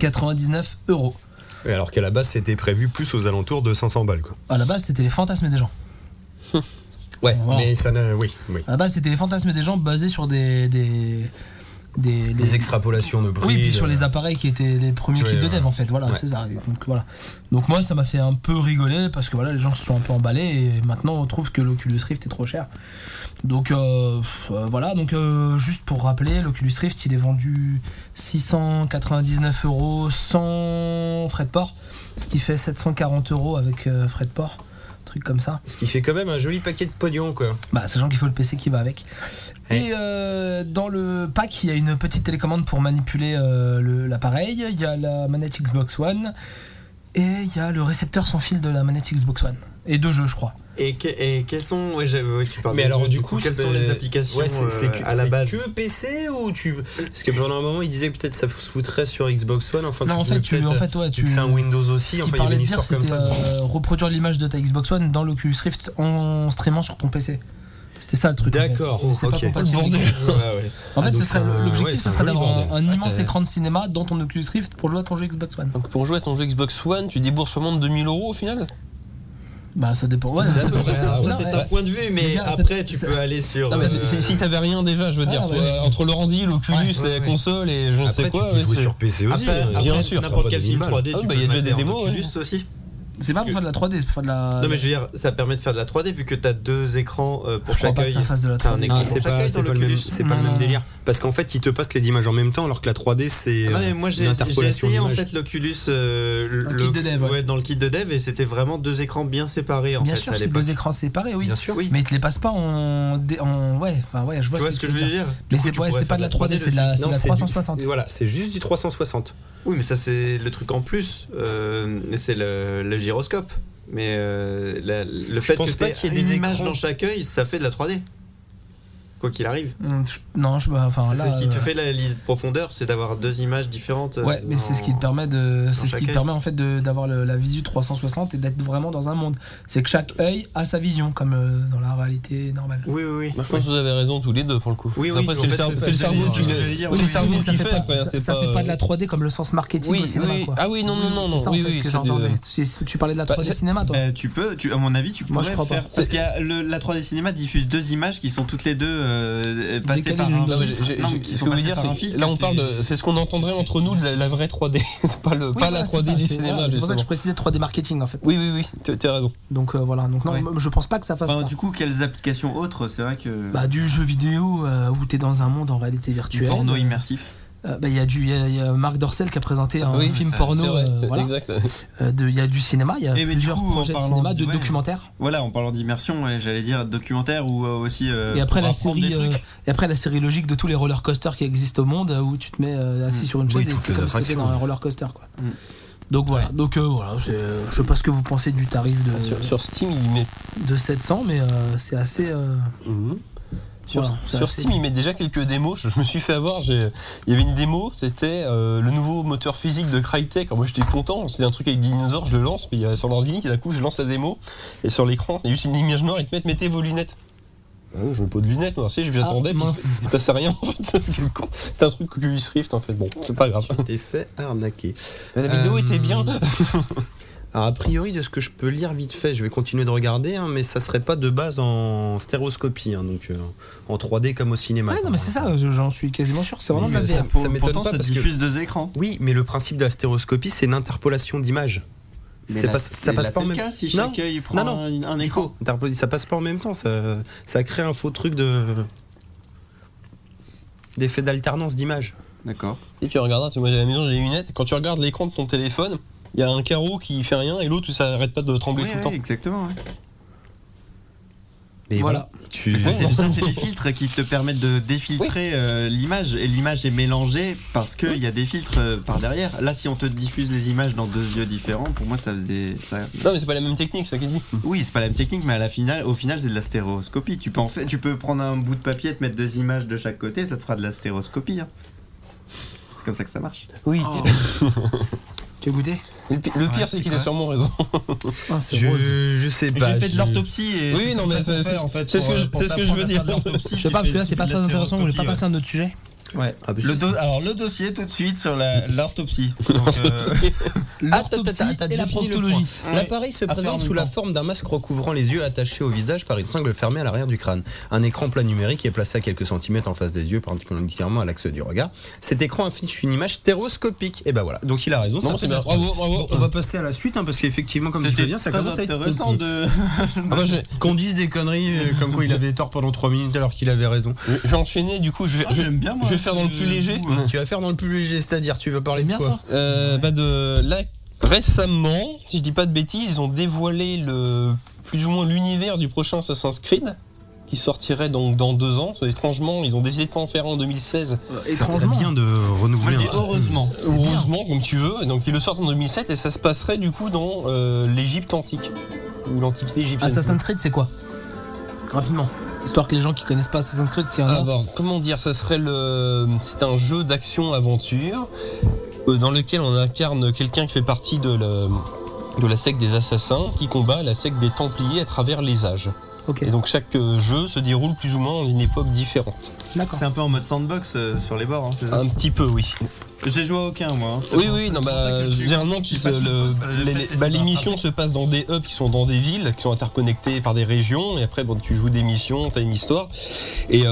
[SPEAKER 4] 699 euros.
[SPEAKER 3] Oui, alors qu'à la base, c'était prévu plus aux alentours de 500 balles. Quoi.
[SPEAKER 4] À la base, c'était les fantasmes des gens.
[SPEAKER 3] Ouais,
[SPEAKER 4] Wow.
[SPEAKER 3] mais ça n'a. Oui, oui.
[SPEAKER 4] À la base, c'était les fantasmes des gens basés sur des. des, des,
[SPEAKER 3] Des
[SPEAKER 4] des-
[SPEAKER 3] extrapolations de prix. euh,
[SPEAKER 4] Oui, puis sur
[SPEAKER 3] de-
[SPEAKER 4] les appareils qui étaient les premiers
[SPEAKER 3] Ouais,
[SPEAKER 4] kits de
[SPEAKER 3] ouais.
[SPEAKER 4] dev en fait, voilà,
[SPEAKER 3] Ouais.
[SPEAKER 4] c'est ça. Et Donc voilà. Donc moi ça m'a fait un peu rigoler parce que voilà, les gens se sont un peu emballés et maintenant on trouve que l'Oculus Rift est trop cher. Donc euh, pff, euh, voilà, donc euh, juste pour rappeler, l'Oculus Rift il est vendu 699 euros sans frais de port, ce qui fait 740 euros avec euh, frais de port, truc comme ça.
[SPEAKER 3] Ce qui fait quand même un joli paquet de pognon, quoi.
[SPEAKER 4] Bah, sachant qu'il faut le PC qui va avec.
[SPEAKER 3] Ouais.
[SPEAKER 4] Et euh, dans le pack, il y a une petite télécommande pour manipuler euh, le- l'appareil. Il y a la manette Xbox One. Et il y a le récepteur sans fil de la manette Xbox One. Et deux jeux, je crois.
[SPEAKER 5] Et, que- et quelles sont. ouais, j'ai- ouais, tu parles
[SPEAKER 3] Mais
[SPEAKER 5] des
[SPEAKER 3] alors,
[SPEAKER 5] jeux,
[SPEAKER 3] du coup,
[SPEAKER 5] quelles
[SPEAKER 3] c'est-
[SPEAKER 5] sont les applications
[SPEAKER 3] ouais, c'est, c'est
[SPEAKER 5] euh,
[SPEAKER 3] que,
[SPEAKER 5] à la
[SPEAKER 3] c'est
[SPEAKER 5] base
[SPEAKER 3] que PC ou tu. Parce que pendant un moment, il disait que peut-être ça se foutrait sur Xbox One. Enfin,
[SPEAKER 4] non,
[SPEAKER 3] tu
[SPEAKER 4] en fait,
[SPEAKER 3] pouvais
[SPEAKER 4] tu,
[SPEAKER 3] peut-être-
[SPEAKER 4] en fait, ouais,
[SPEAKER 3] vu
[SPEAKER 4] tu.
[SPEAKER 3] que c'est un Windows aussi.
[SPEAKER 4] ce
[SPEAKER 3] Enfin, il y avait
[SPEAKER 4] qu'il parlait
[SPEAKER 3] une
[SPEAKER 4] de dire,
[SPEAKER 3] histoire comme
[SPEAKER 4] c'était,
[SPEAKER 3] ça.
[SPEAKER 4] euh, reproduire l'image de ta Xbox One dans l'Oculus Rift en streamant sur ton PC. C'était ça le truc. en fait.
[SPEAKER 3] D'accord,
[SPEAKER 4] Mais c'est pas
[SPEAKER 3] ok.
[SPEAKER 4] compatible avec-
[SPEAKER 5] Ouais, ouais.
[SPEAKER 4] En
[SPEAKER 3] Ah,
[SPEAKER 4] fait,
[SPEAKER 3] donc
[SPEAKER 4] ce serait-
[SPEAKER 3] c'est un-
[SPEAKER 4] l'objectif,
[SPEAKER 3] ouais, c'est
[SPEAKER 4] ce
[SPEAKER 3] un
[SPEAKER 4] serait
[SPEAKER 3] joli
[SPEAKER 4] d'avoir un,
[SPEAKER 3] bordel.
[SPEAKER 4] un immense
[SPEAKER 3] Ouais.
[SPEAKER 4] écran de cinéma dans ton Oculus Rift pour jouer à ton jeu Xbox One.
[SPEAKER 2] Donc pour jouer à ton jeu Xbox One, tu débourses pas moins de 2000 euros au final
[SPEAKER 4] Bah, ça dépend. Ouais,
[SPEAKER 5] C'est
[SPEAKER 4] ça
[SPEAKER 5] à peu
[SPEAKER 4] dépend.
[SPEAKER 5] près ça.
[SPEAKER 4] Non,
[SPEAKER 5] Ça, c'est
[SPEAKER 4] Ah ouais.
[SPEAKER 5] un point de vue, mais
[SPEAKER 4] Les gars,
[SPEAKER 5] après,
[SPEAKER 4] c'est-
[SPEAKER 5] tu
[SPEAKER 4] c'est-
[SPEAKER 5] peux aller sur.
[SPEAKER 2] Ah bah,
[SPEAKER 5] euh,
[SPEAKER 2] si- si si t'avais rien déjà, je veux dire,
[SPEAKER 4] Ah,
[SPEAKER 2] toi,
[SPEAKER 4] ouais.
[SPEAKER 2] entre le Randy, l'Oculus,
[SPEAKER 5] Ouais, ouais,
[SPEAKER 2] la
[SPEAKER 5] ouais.
[SPEAKER 2] console et je ne
[SPEAKER 3] Après,
[SPEAKER 2] sais quoi.
[SPEAKER 3] tu peux
[SPEAKER 2] ouais,
[SPEAKER 3] jouer
[SPEAKER 2] c'est-
[SPEAKER 3] sur PC aussi.
[SPEAKER 5] Après,
[SPEAKER 3] hein.
[SPEAKER 5] après,
[SPEAKER 2] bien sûr,
[SPEAKER 3] ça va
[SPEAKER 5] n'importe quel
[SPEAKER 3] des
[SPEAKER 5] film
[SPEAKER 3] balles.
[SPEAKER 5] 3D,
[SPEAKER 2] Ah,
[SPEAKER 5] tu
[SPEAKER 2] bah,
[SPEAKER 5] peux
[SPEAKER 2] il y a
[SPEAKER 5] le
[SPEAKER 2] déjà
[SPEAKER 5] mater
[SPEAKER 2] des
[SPEAKER 5] en
[SPEAKER 2] démos,
[SPEAKER 5] Oculus
[SPEAKER 2] ouais.
[SPEAKER 5] aussi.
[SPEAKER 4] C'est pas pour faire de la 3D, c'est pour faire de la.
[SPEAKER 5] Non mais je veux dire, ça permet de faire de la 3D vu que t'as deux écrans euh, pour
[SPEAKER 4] Je crois
[SPEAKER 5] chaque
[SPEAKER 4] pas que
[SPEAKER 5] œil.
[SPEAKER 4] ça fasse de la
[SPEAKER 5] T'as un
[SPEAKER 4] 3D.
[SPEAKER 5] écran
[SPEAKER 3] Ah,
[SPEAKER 5] pour
[SPEAKER 3] c'est
[SPEAKER 5] chaque
[SPEAKER 3] pas,
[SPEAKER 5] œil
[SPEAKER 3] c'est
[SPEAKER 5] dans
[SPEAKER 3] pas le même,
[SPEAKER 5] l'Oculus.
[SPEAKER 3] c'est pas le
[SPEAKER 4] Non,
[SPEAKER 3] même
[SPEAKER 4] non.
[SPEAKER 3] délire. Parce qu'en fait, il te passe les images en même temps, alors que la 3D, c'est
[SPEAKER 5] Ah non, mais
[SPEAKER 3] euh,
[SPEAKER 5] moi
[SPEAKER 3] une
[SPEAKER 5] j'ai j'ai
[SPEAKER 3] interpolation
[SPEAKER 5] essayé en
[SPEAKER 3] d'images.
[SPEAKER 5] fait l'Oculus euh,
[SPEAKER 4] Dans
[SPEAKER 5] le,
[SPEAKER 4] le kit de dev, ouais.
[SPEAKER 5] dans le kit de dev et c'était vraiment deux écrans bien séparés en
[SPEAKER 4] Bien
[SPEAKER 5] fait
[SPEAKER 4] sûr,
[SPEAKER 5] à
[SPEAKER 4] c'est
[SPEAKER 5] l'époque.
[SPEAKER 4] deux écrans séparés, oui.
[SPEAKER 5] Bien sûr. Oui.
[SPEAKER 4] Mais ils te les passent pas en. dé- en... Ouais, enfin, ouais, je vois
[SPEAKER 5] Tu vois ce que
[SPEAKER 4] tu
[SPEAKER 5] je veux dire
[SPEAKER 4] Mais
[SPEAKER 5] Du coup,
[SPEAKER 4] c'est
[SPEAKER 5] tu
[SPEAKER 4] ouais,
[SPEAKER 5] pourrais
[SPEAKER 4] c'est pas
[SPEAKER 5] faire
[SPEAKER 4] de la 3D, c'est de la, Ah, c'est de
[SPEAKER 3] Non,
[SPEAKER 4] la
[SPEAKER 3] c'est du-
[SPEAKER 4] 360.
[SPEAKER 3] c'est- Voilà, c'est juste du 360.
[SPEAKER 5] Oui, mais ça c'est le truc en plus, euh, c'est le, le gyroscope. Mais euh, la- le fait
[SPEAKER 3] pense
[SPEAKER 5] que
[SPEAKER 3] pas
[SPEAKER 5] t'aies
[SPEAKER 3] qu'il y ait des
[SPEAKER 5] une image
[SPEAKER 3] écrans.
[SPEAKER 5] dans chaque œil, ça fait de la 3D. Quoi qu'il arrive.
[SPEAKER 4] Hum, je- Non, je. bah, Enfin, là.
[SPEAKER 5] c'est ce qui te
[SPEAKER 4] euh,
[SPEAKER 5] fait la, la profondeur, c'est d'avoir deux images différentes. euh,
[SPEAKER 4] Ouais, mais c'est ce qui te
[SPEAKER 5] en-
[SPEAKER 4] permet de, c'est ce
[SPEAKER 5] chaque
[SPEAKER 4] qui te
[SPEAKER 5] œil.
[SPEAKER 4] permet en fait de- d'avoir le- la visu 360 et d'être vraiment dans un monde. C'est que chaque œil a sa vision, comme euh, dans la réalité normale.
[SPEAKER 5] Oui, oui, oui.
[SPEAKER 2] Moi, je pense que vous avez raison tous les deux pour le coup.
[SPEAKER 5] Oui, oui,
[SPEAKER 2] Après,
[SPEAKER 5] en
[SPEAKER 2] c'est le
[SPEAKER 5] fait,
[SPEAKER 2] cerveau
[SPEAKER 5] c'est ça,
[SPEAKER 2] c'est le cerveau
[SPEAKER 5] j'allais-
[SPEAKER 2] qui
[SPEAKER 5] j'allais dire,
[SPEAKER 2] c'est le
[SPEAKER 5] oui,
[SPEAKER 2] cerveau
[SPEAKER 4] mais ça
[SPEAKER 2] qui
[SPEAKER 4] fait
[SPEAKER 2] fait
[SPEAKER 4] pas-
[SPEAKER 2] après,
[SPEAKER 4] ça-
[SPEAKER 2] c'est
[SPEAKER 4] ça fait pas de
[SPEAKER 5] euh,
[SPEAKER 4] la 3D comme le sens marketing
[SPEAKER 2] Oui,
[SPEAKER 4] au cinéma,
[SPEAKER 2] oui.
[SPEAKER 4] quoi.
[SPEAKER 2] Ah oui, non, non, non, non.
[SPEAKER 4] C'est ça en
[SPEAKER 2] Oui,
[SPEAKER 4] fait
[SPEAKER 2] oui,
[SPEAKER 4] que
[SPEAKER 2] c'est
[SPEAKER 4] j'entendais.
[SPEAKER 2] de-
[SPEAKER 4] C'est- Tu parlais de la
[SPEAKER 2] Bah,
[SPEAKER 4] 3D
[SPEAKER 2] c'est-
[SPEAKER 4] cinéma, toi.
[SPEAKER 5] Euh, tu peux, tu, à mon avis, tu pourrais
[SPEAKER 4] Moi, je crois pas.
[SPEAKER 5] faire. Parce qu'il y a le- la 3D cinéma diffuse deux images qui sont toutes les deux euh, passées
[SPEAKER 4] Décalées
[SPEAKER 5] par
[SPEAKER 4] l'une
[SPEAKER 5] un
[SPEAKER 4] de
[SPEAKER 2] Non, mais
[SPEAKER 5] filtre.
[SPEAKER 2] j'ai-
[SPEAKER 5] Non,
[SPEAKER 2] j'ai-
[SPEAKER 5] qui
[SPEAKER 2] ce
[SPEAKER 5] sont
[SPEAKER 2] que je veux
[SPEAKER 5] passées
[SPEAKER 2] dire,
[SPEAKER 5] par un
[SPEAKER 2] c'est
[SPEAKER 5] filtre
[SPEAKER 2] là on
[SPEAKER 5] que
[SPEAKER 2] parle
[SPEAKER 5] t'es-
[SPEAKER 2] de, c'est ce qu'on entendrait entre nous, de la, la vraie 3D, c'est pas le,
[SPEAKER 4] Oui,
[SPEAKER 2] pas
[SPEAKER 4] voilà, c'est
[SPEAKER 2] la 3D
[SPEAKER 4] ça,
[SPEAKER 2] du
[SPEAKER 4] c'est-
[SPEAKER 2] cinéma.
[SPEAKER 4] voilà, C'est pour ça que je
[SPEAKER 2] justement.
[SPEAKER 4] précisais 3D marketing en fait.
[SPEAKER 2] Oui, oui, oui, tu- tu as raison.
[SPEAKER 4] Donc euh, voilà, donc non,
[SPEAKER 5] Ouais.
[SPEAKER 4] je pense pas que ça fasse
[SPEAKER 5] Enfin,
[SPEAKER 4] ça.
[SPEAKER 5] du coup, quelles applications autres C'est vrai que.
[SPEAKER 4] Bah, du jeu vidéo euh, où t'es dans un monde en réalité virtuelle.
[SPEAKER 5] porno immersif.
[SPEAKER 4] Euh, bah, il y a du, il y a- il y, a Marc Dorcel qui a présenté un
[SPEAKER 2] Oui,
[SPEAKER 4] film
[SPEAKER 5] ça,
[SPEAKER 4] porno.
[SPEAKER 2] C'est vrai,
[SPEAKER 4] euh, voilà.
[SPEAKER 2] exact.
[SPEAKER 4] Euh, de- Il y a du cinéma, il y a
[SPEAKER 5] Eh, mais du
[SPEAKER 4] plusieurs
[SPEAKER 5] coup, en
[SPEAKER 4] projets de
[SPEAKER 5] parlant
[SPEAKER 4] cinéma,
[SPEAKER 5] de-
[SPEAKER 4] de
[SPEAKER 5] ouais.
[SPEAKER 4] documentaires.
[SPEAKER 5] Voilà, en parlant d'immersion, ouais, j'allais dire documentaire ou euh, aussi. euh,
[SPEAKER 4] Et après,
[SPEAKER 5] pour
[SPEAKER 4] la
[SPEAKER 5] apprendre
[SPEAKER 4] série,
[SPEAKER 5] des trucs.
[SPEAKER 4] euh, et après la série logique de tous les roller coasters qui existent au monde euh, où tu te mets euh, assis
[SPEAKER 5] Mm.
[SPEAKER 4] sur une
[SPEAKER 3] Oui,
[SPEAKER 4] chaise et
[SPEAKER 3] toutes
[SPEAKER 4] c'est
[SPEAKER 3] les
[SPEAKER 4] comme si t'étais
[SPEAKER 3] attractions.
[SPEAKER 4] dans un roller coaster. Quoi.
[SPEAKER 5] Mm.
[SPEAKER 4] Donc voilà, donc euh, voilà, c'est- euh, je sais pas ce que vous pensez du tarif de,
[SPEAKER 2] Sur, sur Steam, il met.
[SPEAKER 4] de 700, mais euh, c'est assez. euh,
[SPEAKER 2] Mhm. Sur,
[SPEAKER 4] Voilà, c'est
[SPEAKER 2] sur
[SPEAKER 4] assez-
[SPEAKER 2] Steam, il met déjà quelques démos. Je, je me suis fait avoir. j'ai- Il y avait une démo, c'était euh, le nouveau moteur physique de Crytek. Alors moi, j'étais content. C'était un truc avec des dinosaures, je le lance. Puis euh, sur l'ordi, d'un coup, je lance la démo. Et sur l'écran, il y a juste une image noire. Ils te mettent mettez vos lunettes. Euh, je mets pas de lunettes, moi, si, j'attendais.
[SPEAKER 4] Ah,
[SPEAKER 2] puis
[SPEAKER 4] mince.
[SPEAKER 2] il se passait rien, en fait. C'était le con. C'était un truc Oculus Rift, en fait. Bon, c'est pas grave.
[SPEAKER 4] euh,
[SPEAKER 3] T'es fait arnaquer.
[SPEAKER 2] La vidéo
[SPEAKER 3] Euh,
[SPEAKER 2] était bien.
[SPEAKER 3] Alors, a priori, de ce que je peux lire vite fait, je vais continuer de regarder, hein, mais ça serait pas de base en stéréoscopie, hein, donc euh, en 3D comme au cinéma.
[SPEAKER 4] Ouais,
[SPEAKER 3] quoi.
[SPEAKER 4] non, mais c'est ça, je- j'en suis quasiment sûr, c'est vraiment
[SPEAKER 3] Mais
[SPEAKER 4] de la
[SPEAKER 3] ça-
[SPEAKER 4] VR.
[SPEAKER 3] ça
[SPEAKER 5] Pour-
[SPEAKER 3] m'étonne
[SPEAKER 5] Pourtant,
[SPEAKER 3] pas
[SPEAKER 5] ça
[SPEAKER 3] parce que-
[SPEAKER 5] diffuse deux écrans.
[SPEAKER 3] Oui, mais le principe de la stéréoscopie, c'est l'interpolation d'images.
[SPEAKER 5] Mais
[SPEAKER 3] C'est
[SPEAKER 5] là,
[SPEAKER 3] pas- Ça
[SPEAKER 5] là,
[SPEAKER 3] passe pas en
[SPEAKER 5] c'est le
[SPEAKER 3] même
[SPEAKER 5] cas si
[SPEAKER 3] Non,
[SPEAKER 5] chaque œil prend
[SPEAKER 3] non, non.
[SPEAKER 5] un- un écho.
[SPEAKER 3] Nico, interposi- ça passe pas en même temps, ça, ça crée un faux truc de d'effet d'alternance d'images.
[SPEAKER 5] D'accord.
[SPEAKER 2] Et tu regarderas, parce que moi j'ai à la maison, j'ai les lunettes. Quand tu regardes l'écran de ton téléphone, il y a un carreau qui fait rien et l'autre, ça arrête pas de trembler
[SPEAKER 5] Ouais,
[SPEAKER 2] tout le
[SPEAKER 5] ouais,
[SPEAKER 2] temps.
[SPEAKER 5] exactement. ouais.
[SPEAKER 3] Mais Mais voilà.
[SPEAKER 4] Voilà.
[SPEAKER 3] Tu...
[SPEAKER 5] Ça, c'est- ça, c'est les filtres qui te permettent de défiltrer euh, l'image. Et l'image est mélangée parce qu'il y a des filtres euh, par derrière. Là, si on te diffuse les images dans deux yeux différents, pour moi, ça faisait. Ça...
[SPEAKER 2] Non, mais c'est pas la même technique, ça qu'il dit.
[SPEAKER 5] Oui, c'est pas la même technique, mais à la finale, au final, c'est de la stéréoscopie. Tu peux, en fait, tu peux prendre un bout de papier, te mettre deux images de chaque côté, ça te fera de la stéréoscopie. hein. C'est comme ça que ça marche.
[SPEAKER 2] Oui.
[SPEAKER 4] Tu as goûté
[SPEAKER 2] Le pi- le pire,
[SPEAKER 4] Ouais,
[SPEAKER 2] c'est
[SPEAKER 4] c'est
[SPEAKER 2] qu'il
[SPEAKER 4] quoi
[SPEAKER 2] a sûrement raison.
[SPEAKER 4] Ah, c'est
[SPEAKER 3] Je,
[SPEAKER 4] rose.
[SPEAKER 3] je sais pas.
[SPEAKER 5] J'ai fait
[SPEAKER 3] je-
[SPEAKER 5] de l'orthopsie et.
[SPEAKER 2] Bah, Oui, non, mais c'est c'est- c'est ce que
[SPEAKER 5] euh,
[SPEAKER 2] je- c'est ce que je veux dire.
[SPEAKER 4] Je sais pas parce que là c'est pas très intéressant, on voulait pas passer à un autre sujet.
[SPEAKER 5] Ouais.
[SPEAKER 3] Ah, bah, je
[SPEAKER 5] le
[SPEAKER 3] sais.
[SPEAKER 5] do- alors le dossier tout de suite sur la- l'orthopsie. Donc, euh,
[SPEAKER 3] Attends,
[SPEAKER 4] L'orthopsie
[SPEAKER 3] attends, attends,
[SPEAKER 4] et la
[SPEAKER 3] je finis le
[SPEAKER 4] proctologie.
[SPEAKER 3] point. L'appareil se
[SPEAKER 5] faire en
[SPEAKER 3] présente
[SPEAKER 5] même
[SPEAKER 3] sous la
[SPEAKER 5] temps.
[SPEAKER 3] forme d'un masque recouvrant les yeux attachés au visage par une sangle fermée à l'arrière du crâne. Un écran plat numérique est placé à quelques centimètres en face des yeux, particulièrement à l'axe du regard. Cet écran affiche une image stéréoscopique. Et ben voilà. Donc il a raison. ça
[SPEAKER 2] Non,
[SPEAKER 3] fait
[SPEAKER 2] c'est bien.
[SPEAKER 3] bien.
[SPEAKER 2] Bravo, bravo.
[SPEAKER 3] Bon, on va passer à la suite hein, parce qu'effectivement, comme tu
[SPEAKER 5] c'était
[SPEAKER 3] le bien, ça
[SPEAKER 5] très
[SPEAKER 3] commence à être
[SPEAKER 5] intéressant
[SPEAKER 3] compliqué.
[SPEAKER 5] de.
[SPEAKER 2] Ah bah, je vais-
[SPEAKER 3] Qu'on dise des conneries euh, comme quoi il avait tort pendant 3 minutes alors qu'il avait raison.
[SPEAKER 2] je vais enchaîner, du coup, je vais,
[SPEAKER 5] Ah,
[SPEAKER 2] je-
[SPEAKER 5] j'aime bien, moi,
[SPEAKER 2] je vais faire dans le
[SPEAKER 5] ce-
[SPEAKER 2] plus léger.
[SPEAKER 3] Tu vas faire dans le plus léger, c'est-à-dire tu vas parler de
[SPEAKER 4] Bien,
[SPEAKER 3] quoi
[SPEAKER 4] toi
[SPEAKER 2] Euh, bah de là récemment, si je dis pas de bêtises, ils ont dévoilé le plus ou moins l'univers du prochain Assassin's Creed qui sortirait donc dans deux ans. Étrangement, ils ont décidé de pas en faire un en 2016.
[SPEAKER 3] Ça serait bien de
[SPEAKER 5] Moi,
[SPEAKER 3] renouveler
[SPEAKER 5] je
[SPEAKER 3] un
[SPEAKER 5] dis
[SPEAKER 3] petit peu.
[SPEAKER 5] heureusement.
[SPEAKER 2] Heureusement, comme tu veux. Donc ils le sortent en 2007 et ça se passerait du coup dans euh, l'Égypte antique ou l'Antiquité égyptienne.
[SPEAKER 4] Assassin's Creed c'est quoi Rapidement. Histoire que les gens qui connaissent pas Assassin's Creed, s'il y en
[SPEAKER 2] Ah,
[SPEAKER 4] a.
[SPEAKER 2] bon, comment dire, ça serait le. C'est un jeu d'action-aventure euh, dans lequel on incarne quelqu'un qui fait partie de la, de la secte des assassins qui combat la secte des Templiers à travers les âges.
[SPEAKER 4] Ok,
[SPEAKER 2] Et donc chaque euh, jeu se déroule plus ou moins en une époque différente.
[SPEAKER 4] d'accord.
[SPEAKER 5] C'est un peu en mode sandbox euh, sur les bords, hein, c'est ça
[SPEAKER 2] Un petit peu, oui.
[SPEAKER 5] J'ai joué à aucun moi. hein, c'est
[SPEAKER 2] Oui,
[SPEAKER 5] pour-
[SPEAKER 2] oui,
[SPEAKER 5] c'est
[SPEAKER 2] non,
[SPEAKER 5] pour ça
[SPEAKER 2] bah,
[SPEAKER 5] que je suis-
[SPEAKER 2] généralement, tu
[SPEAKER 5] je
[SPEAKER 2] sais,
[SPEAKER 5] passe le
[SPEAKER 2] le-
[SPEAKER 5] poste, euh,
[SPEAKER 2] les-
[SPEAKER 5] peut-être
[SPEAKER 2] bah,
[SPEAKER 5] c'est
[SPEAKER 2] l'émission
[SPEAKER 5] pas-
[SPEAKER 2] se passe dans des hubs qui sont dans des villes, qui sont interconnectés par des régions, et après, bon, tu joues des missions, t'as une histoire. Et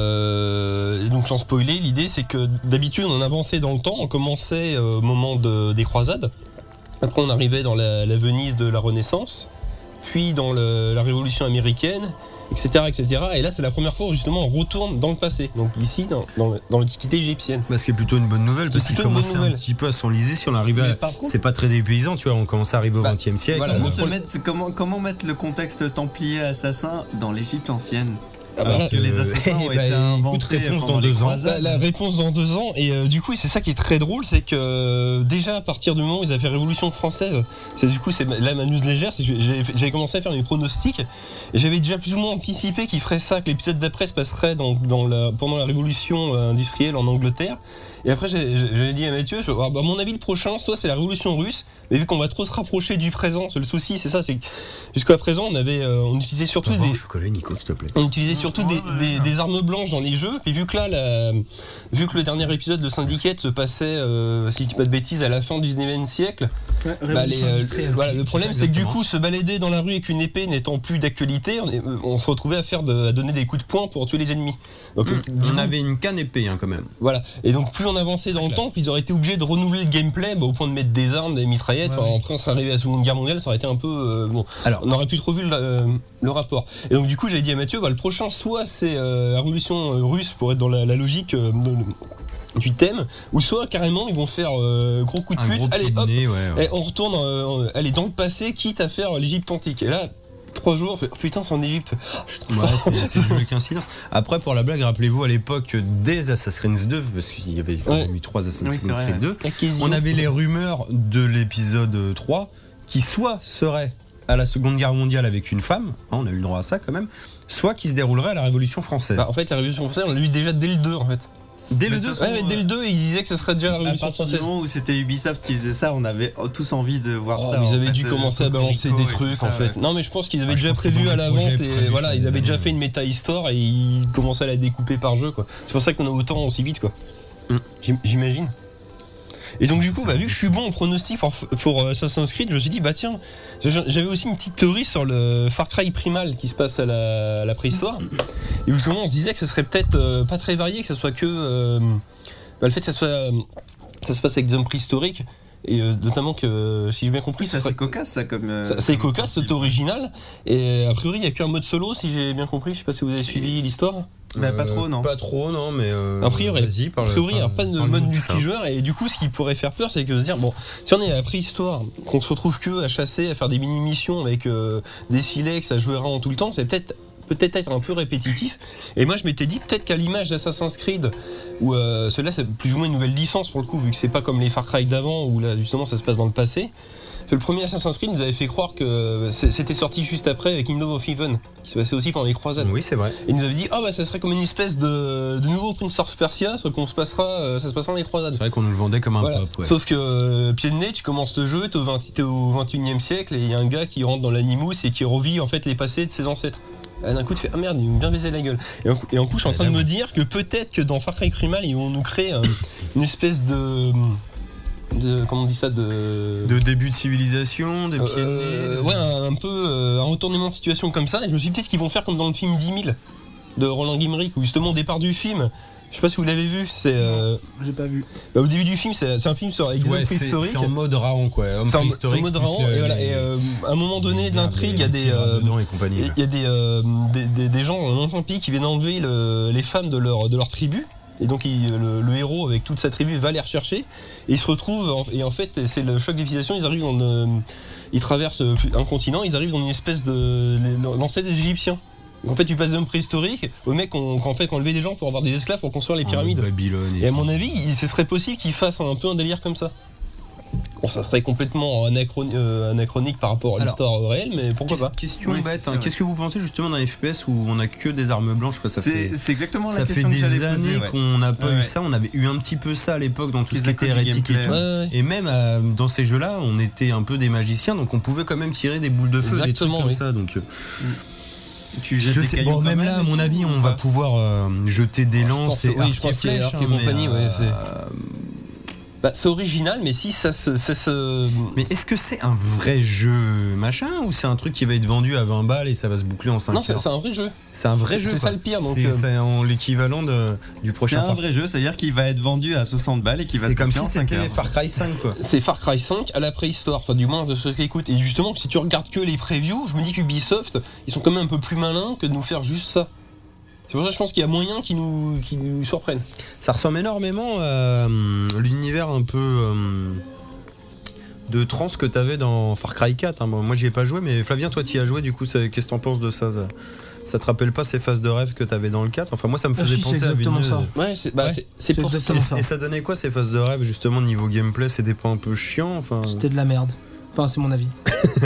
[SPEAKER 2] euh, et donc, sans spoiler, l'idée, c'est que d'habitude, on avançait dans le temps, on commençait euh, au moment de- des croisades, après, on arrivait dans la, la Venise de la Renaissance, puis dans le- la Révolution américaine. Etc, etc. Et là, c'est la première fois où justement on retourne dans le passé. Donc ici, dans, dans le- dans l'Antiquité égyptienne.
[SPEAKER 3] Bah, ce qui est plutôt une bonne nouvelle parce
[SPEAKER 2] C'est
[SPEAKER 3] qu'il
[SPEAKER 2] plutôt une bonne
[SPEAKER 3] commençait un
[SPEAKER 2] nouvelle.
[SPEAKER 3] petit peu à s'enliser si on arrivait
[SPEAKER 5] Mais
[SPEAKER 3] à...
[SPEAKER 5] par contre-
[SPEAKER 3] C'est pas très dépaysant, tu vois, on commence à arriver au
[SPEAKER 2] Bah,
[SPEAKER 3] XXe siècle. Euh,
[SPEAKER 2] voilà,
[SPEAKER 3] on-
[SPEAKER 5] Comment, te mettre, comment, comment mettre le contexte templier assassin dans l'Égypte ancienne
[SPEAKER 2] Ah bah,
[SPEAKER 5] Alors que les assassins
[SPEAKER 3] eh
[SPEAKER 5] ont
[SPEAKER 3] bah,
[SPEAKER 5] été
[SPEAKER 3] écoute,
[SPEAKER 5] inventés
[SPEAKER 3] réponse
[SPEAKER 5] pendant
[SPEAKER 3] dans
[SPEAKER 5] les
[SPEAKER 3] deux ans.
[SPEAKER 5] croisades.
[SPEAKER 2] La, la réponse dans deux ans. Et euh, du coup, c'est ça qui est très drôle, c'est que euh, déjà à partir du moment où ils avaient fait Révolution française, c'est du coup c'est ma- là ma news légère, c'est que j'ai- j'avais commencé à faire mes pronostics et j'avais déjà plus ou moins anticipé qu'ils feraient ça, que l'épisode d'après se passerait dans, dans la, pendant la Révolution euh, industrielle en Angleterre. Et après, j'ai- j'ai- j'avais dit à Mathieu, je, ah, bah, à mon avis, le prochain, soit c'est la Révolution russe, mais vu qu'on va trop se rapprocher du présent, le souci c'est ça, c'est que jusqu'à présent on avait, euh, on utilisait surtout
[SPEAKER 3] Avant,
[SPEAKER 2] des,
[SPEAKER 3] je suis collé, Nico, s'il te plaît.
[SPEAKER 2] on utilisait surtout des, des- des armes blanches dans les jeux. Et vu que là, la- vu que le dernier épisode de Syndicate se passait, euh, si je dis pas de bêtises, à la fin du 19e siècle, bah, les, euh, le- voilà, le problème c'est que du coup, se balader dans la rue avec une épée n'étant plus d'actualité, on, est- euh, on se retrouvait à, faire de- à donner des coups de poing pour tuer les ennemis. Donc, du
[SPEAKER 3] On
[SPEAKER 2] coup,
[SPEAKER 3] avait une canne épée hein, quand même.
[SPEAKER 2] voilà. Et donc plus on avançait dans le
[SPEAKER 3] classe.
[SPEAKER 2] temps, plus ils auraient été obligés de renouveler le gameplay bah, au point de mettre des armes, des mitraillettes. Enfin, Après on serait arrivé à la Seconde Guerre mondiale, ça aurait été un peu... euh, bon,
[SPEAKER 3] Alors-
[SPEAKER 2] on aurait plus trop vu le, euh, le rapport. Et donc du coup j'avais dit à Mathieu, bah, le prochain soit c'est euh, la révolution euh, russe pour être dans la, la logique euh, de- du thème, ou soit carrément ils vont faire euh, gros coup de
[SPEAKER 3] Un
[SPEAKER 2] pute,
[SPEAKER 3] gros
[SPEAKER 2] allez
[SPEAKER 3] pied de
[SPEAKER 2] hop,
[SPEAKER 3] nez, ouais. ouais.
[SPEAKER 2] et on retourne, euh, elle est dans le passé, quitte à faire l'Égypte antique. Et là, trois jours, on fait, oh, putain c'est en Égypte. Ah, je suis trop
[SPEAKER 3] Ouais,
[SPEAKER 2] fort.
[SPEAKER 3] Bah, c'est- c'est mieux qu'un silence. Après, pour la blague, rappelez-vous à l'époque des Assassin's Creed 2, parce qu'il y avait quand
[SPEAKER 2] Ouais.
[SPEAKER 3] même eu trois Assassin's
[SPEAKER 5] Oui, c'est
[SPEAKER 3] Creed
[SPEAKER 5] vrai,
[SPEAKER 3] 2. On avait les rumeurs de l'épisode 3 qui soit serait à la Seconde Guerre mondiale avec une femme, hein, on a eu le droit à ça quand même, soit qui se déroulerait à la Révolution française.
[SPEAKER 2] Bah, en fait, la Révolution française, on l'a eu déjà dès le 2, en fait.
[SPEAKER 3] Dès le
[SPEAKER 5] mais
[SPEAKER 3] 2,
[SPEAKER 5] de
[SPEAKER 2] Ouais, mais dès le 2, ils disaient que ce serait déjà la
[SPEAKER 5] À
[SPEAKER 2] Révolution
[SPEAKER 5] partir du
[SPEAKER 2] française.
[SPEAKER 5] moment où c'était Ubisoft qui faisait ça, on avait tous envie de voir
[SPEAKER 2] Oh,
[SPEAKER 5] ça.
[SPEAKER 2] mais
[SPEAKER 5] en
[SPEAKER 2] ils avaient
[SPEAKER 5] fait,
[SPEAKER 2] dû
[SPEAKER 5] euh,
[SPEAKER 2] commencer à
[SPEAKER 5] Coco
[SPEAKER 2] balancer
[SPEAKER 5] Rico
[SPEAKER 2] des
[SPEAKER 5] et
[SPEAKER 2] trucs
[SPEAKER 5] tout
[SPEAKER 2] en
[SPEAKER 5] ça,
[SPEAKER 2] fait.
[SPEAKER 5] ouais.
[SPEAKER 2] Non, mais je pense qu'ils avaient
[SPEAKER 3] Ah, je
[SPEAKER 2] déjà
[SPEAKER 3] pense qu'ils
[SPEAKER 2] prévu
[SPEAKER 3] ont
[SPEAKER 2] à
[SPEAKER 3] des
[SPEAKER 2] l'avance
[SPEAKER 3] projets
[SPEAKER 2] et
[SPEAKER 3] prévus sur
[SPEAKER 2] voilà, ils
[SPEAKER 3] les
[SPEAKER 2] avaient déjà
[SPEAKER 3] années.
[SPEAKER 2] fait une méta histoire et ils commençaient à la découper par jeu quoi. C'est pour ça qu'on a autant aussi vite quoi.
[SPEAKER 3] Mm.
[SPEAKER 2] J'im- J'imagine. Et donc du
[SPEAKER 3] Ça,
[SPEAKER 2] coup,
[SPEAKER 3] ça
[SPEAKER 2] bah,
[SPEAKER 3] fait
[SPEAKER 2] vu que je suis bon en pronostic pour, pour euh, Assassin's Creed, je me suis dit bah tiens, je- j'avais aussi une petite théorie sur le Far Cry primal qui se passe à la, à la préhistoire. Et justement, on se disait que ce serait peut-être euh, pas très varié, que ce soit que euh, bah, le fait que ça soit euh, ça se passe avec des hommes préhistoriques et euh, notamment que euh, si j'ai bien compris,
[SPEAKER 5] Oui, ça
[SPEAKER 2] ce serait-
[SPEAKER 5] c'est cocasse ça comme. euh,
[SPEAKER 2] ça- C'est
[SPEAKER 5] comme
[SPEAKER 2] cocasse, c'est
[SPEAKER 5] principe.
[SPEAKER 2] original. Et a priori, il n'y a qu'un mode solo, si j'ai bien compris. Je sais pas si vous avez suivi l'histoire.
[SPEAKER 5] Bah, pas trop, non.
[SPEAKER 3] euh, Pas trop, non, mais. euh,
[SPEAKER 2] A priori,
[SPEAKER 3] vas-y,
[SPEAKER 2] A
[SPEAKER 3] parle-
[SPEAKER 2] priori, il n'y a
[SPEAKER 3] parle-
[SPEAKER 2] pas de
[SPEAKER 3] parle-nous
[SPEAKER 2] mode
[SPEAKER 3] de ça.
[SPEAKER 2] multijoueur. Et du coup, ce qui pourrait faire peur, c'est que de se dire bon, si on est à la préhistoire, qu'on se retrouve que à chasser, à faire des mini-missions avec euh, des silex, à jouer en tout le temps, c'est peut-être peut-être être un peu répétitif. Et moi, je m'étais dit peut-être qu'à l'image d'Assassin's Creed, où euh, cela c'est plus ou moins une nouvelle licence pour le coup, vu que c'est pas comme les Far Cry d'avant, où là justement ça se passe dans le passé. Parce que Le premier Assassin's Creed nous avait fait croire que euh, c'est- c'était sorti juste après avec Kingdom of Heaven, qui se passait aussi pendant les croisades.
[SPEAKER 3] Oui, c'est vrai.
[SPEAKER 2] Et il nous avait dit, ah bah ça serait comme une espèce de, de nouveau Prince of Persia, sauf qu'on se passera, euh, ça se passera dans les croisades.
[SPEAKER 3] C'est vrai qu'on nous le vendait comme un
[SPEAKER 2] Voilà.
[SPEAKER 3] pop. ouais.
[SPEAKER 2] Sauf que euh, pied de nez, tu commences ce jeu, t'es au, 20 t'es au 21e siècle et il y a un gars qui rentre dans l'animus et qui revit en fait les passés de ses ancêtres. Et D'un coup, tu fais ah merde, ils m'ont bien baisé la gueule. Et en, et en plus, je suis en train de me dire que peut-être que dans Far Cry Primal, ils vont nous créer euh, une espèce de, de comment on dit ça de,
[SPEAKER 3] De début de civilisation, de
[SPEAKER 2] euh,
[SPEAKER 3] pied de nez. de-
[SPEAKER 2] ouais, un, un peu euh, un retournement de situation comme ça. Et je me suis dit peut-être qu'ils vont faire comme dans le film 10 000 de Roland Guimeric, où justement au départ du film, je sais pas si vous l'avez vu, c'est euh,
[SPEAKER 4] J'ai pas vu.
[SPEAKER 2] bah, au début du film, c'est c'est un film sur exemple
[SPEAKER 3] Ouais, c'est
[SPEAKER 2] préhistorique.
[SPEAKER 3] c'est en mode Raon, quoi. Homme
[SPEAKER 2] C'est en-
[SPEAKER 3] préhistorique.
[SPEAKER 2] c'est en mode
[SPEAKER 3] plus,
[SPEAKER 2] Raon,
[SPEAKER 3] euh,
[SPEAKER 2] et, voilà,
[SPEAKER 3] les-
[SPEAKER 2] et, euh, à un moment donné
[SPEAKER 3] les
[SPEAKER 2] de
[SPEAKER 3] gardes,
[SPEAKER 2] l'intrigue, il y
[SPEAKER 3] les
[SPEAKER 2] a des,
[SPEAKER 3] tireurs
[SPEAKER 2] euh,
[SPEAKER 3] dedans et compagnie.
[SPEAKER 2] il y a des, euh, des, des- des gens en Antimpie qui viennent enlever le- les femmes de leur, de leur tribu. Et donc il- le, le héros avec toute sa tribu va les rechercher et ils se retrouvent en- et en fait c'est le choc des civilisations ils arrivent dans une- ils traversent un continent ils arrivent dans une espèce de l'ancêtre des Égyptiens. Donc, en fait tu passes d'hommes préhistoriques aux mecs qu'on qu'en fait qu'enlever des gens pour avoir des esclaves pour construire les
[SPEAKER 3] En
[SPEAKER 2] pyramides.
[SPEAKER 3] Babylone.
[SPEAKER 2] Et à
[SPEAKER 3] tout.
[SPEAKER 2] mon avis, il- ce serait possible qu'ils fassent un peu un délire comme ça. Bon, ça serait complètement anachron- euh, anachronique par rapport à
[SPEAKER 3] Alors,
[SPEAKER 2] l'histoire réelle, mais pourquoi
[SPEAKER 3] Qu'est-
[SPEAKER 2] pas
[SPEAKER 3] Question
[SPEAKER 5] Oui, c'est
[SPEAKER 3] bête, hein.
[SPEAKER 5] vrai.
[SPEAKER 3] qu'est-ce que vous pensez justement d'un FPS où on a que des armes blanches quoi, ça fait,
[SPEAKER 5] C'est c'est exactement la
[SPEAKER 3] ça fait
[SPEAKER 5] question que
[SPEAKER 3] des
[SPEAKER 5] j'allais
[SPEAKER 3] années
[SPEAKER 5] poser. ouais.
[SPEAKER 3] qu'on n'a pas
[SPEAKER 5] Ouais,
[SPEAKER 3] eu
[SPEAKER 5] ouais.
[SPEAKER 3] ça, on avait eu un petit peu ça à l'époque dans tout
[SPEAKER 5] Qu'ils
[SPEAKER 3] ce qui était
[SPEAKER 5] accordent du
[SPEAKER 3] hérétique et tout.
[SPEAKER 5] gameplay.
[SPEAKER 2] Ouais, ouais.
[SPEAKER 3] Et même euh, dans ces jeux-là, on était un peu des magiciens, donc on pouvait quand même tirer des boules de feu, des trucs
[SPEAKER 2] Exactement,
[SPEAKER 3] comme
[SPEAKER 2] oui.
[SPEAKER 3] ça. Donc, euh,
[SPEAKER 5] Tu jettes
[SPEAKER 3] je
[SPEAKER 5] des
[SPEAKER 3] sais-
[SPEAKER 5] cailloux
[SPEAKER 3] bon,
[SPEAKER 5] quand
[SPEAKER 3] même là, à
[SPEAKER 5] et
[SPEAKER 3] mon
[SPEAKER 5] tout,
[SPEAKER 3] avis,
[SPEAKER 5] ou
[SPEAKER 3] on va
[SPEAKER 5] pas
[SPEAKER 3] pouvoir euh, jeter des
[SPEAKER 2] je
[SPEAKER 3] lances
[SPEAKER 2] pense
[SPEAKER 3] et
[SPEAKER 2] que- oui, je pense
[SPEAKER 3] arcs et
[SPEAKER 2] qu'il y a
[SPEAKER 3] flèches,
[SPEAKER 2] arc et
[SPEAKER 3] hein, mais,
[SPEAKER 2] compagnie, ouais,
[SPEAKER 3] euh,
[SPEAKER 2] Bah, c'est original, mais si ça se. ça se-
[SPEAKER 3] Mais est-ce que c'est un vrai jeu machin ou c'est un truc qui va être vendu à 20 balles et ça va se boucler en 5
[SPEAKER 2] Non, c'est c'est un vrai jeu.
[SPEAKER 3] C'est un vrai
[SPEAKER 2] c'est-
[SPEAKER 3] jeu.
[SPEAKER 2] c'est
[SPEAKER 3] quoi.
[SPEAKER 2] ça le pire, donc,
[SPEAKER 3] C'est
[SPEAKER 2] euh,
[SPEAKER 3] c'est en l'équivalent de- du
[SPEAKER 5] C'est
[SPEAKER 3] prochain
[SPEAKER 5] un
[SPEAKER 3] Far
[SPEAKER 5] vrai jeu, c'est-à-dire qu'il va être vendu à 60 balles et qu'il va
[SPEAKER 3] C'est
[SPEAKER 5] te
[SPEAKER 3] comme
[SPEAKER 5] coûter
[SPEAKER 3] si
[SPEAKER 5] en cinq
[SPEAKER 3] c'était
[SPEAKER 5] heures.
[SPEAKER 3] Far Cry 5 quoi.
[SPEAKER 2] C'est Far Cry 5 à la préhistoire, enfin, du moins de ce que j'écoute. Et justement, si tu regardes que les previews, je me dis qu'Ubisoft, ils sont quand même un peu plus malins que de nous faire juste ça. C'est pour ça que je pense qu'il y a moyen qu'ils nous, qu'ils nous surprennent.
[SPEAKER 3] Ça ressemble énormément à hum, l'univers un peu hum, de trans que t'avais dans Far Cry 4. hein. Bon, moi j'y ai pas joué, mais Flavien, toi t'y as joué, du coup, ça- qu'est-ce que t'en penses de ça, ça ça te rappelle pas ces phases de rêve que t'avais dans le 4 Enfin, moi ça me
[SPEAKER 4] Ah,
[SPEAKER 3] faisait
[SPEAKER 4] si, c'est
[SPEAKER 3] penser à une.
[SPEAKER 4] exactement ça.
[SPEAKER 2] Ouais, c'est bah,
[SPEAKER 3] Ouais,
[SPEAKER 2] c'est- c'est
[SPEAKER 4] c'est
[SPEAKER 2] pour ça.
[SPEAKER 4] exactement
[SPEAKER 3] Et, et ça donnait quoi ces phases de rêve, justement, niveau gameplay C'est des points un peu chiants enfin...
[SPEAKER 4] C'était de la merde. Enfin, c'est mon avis.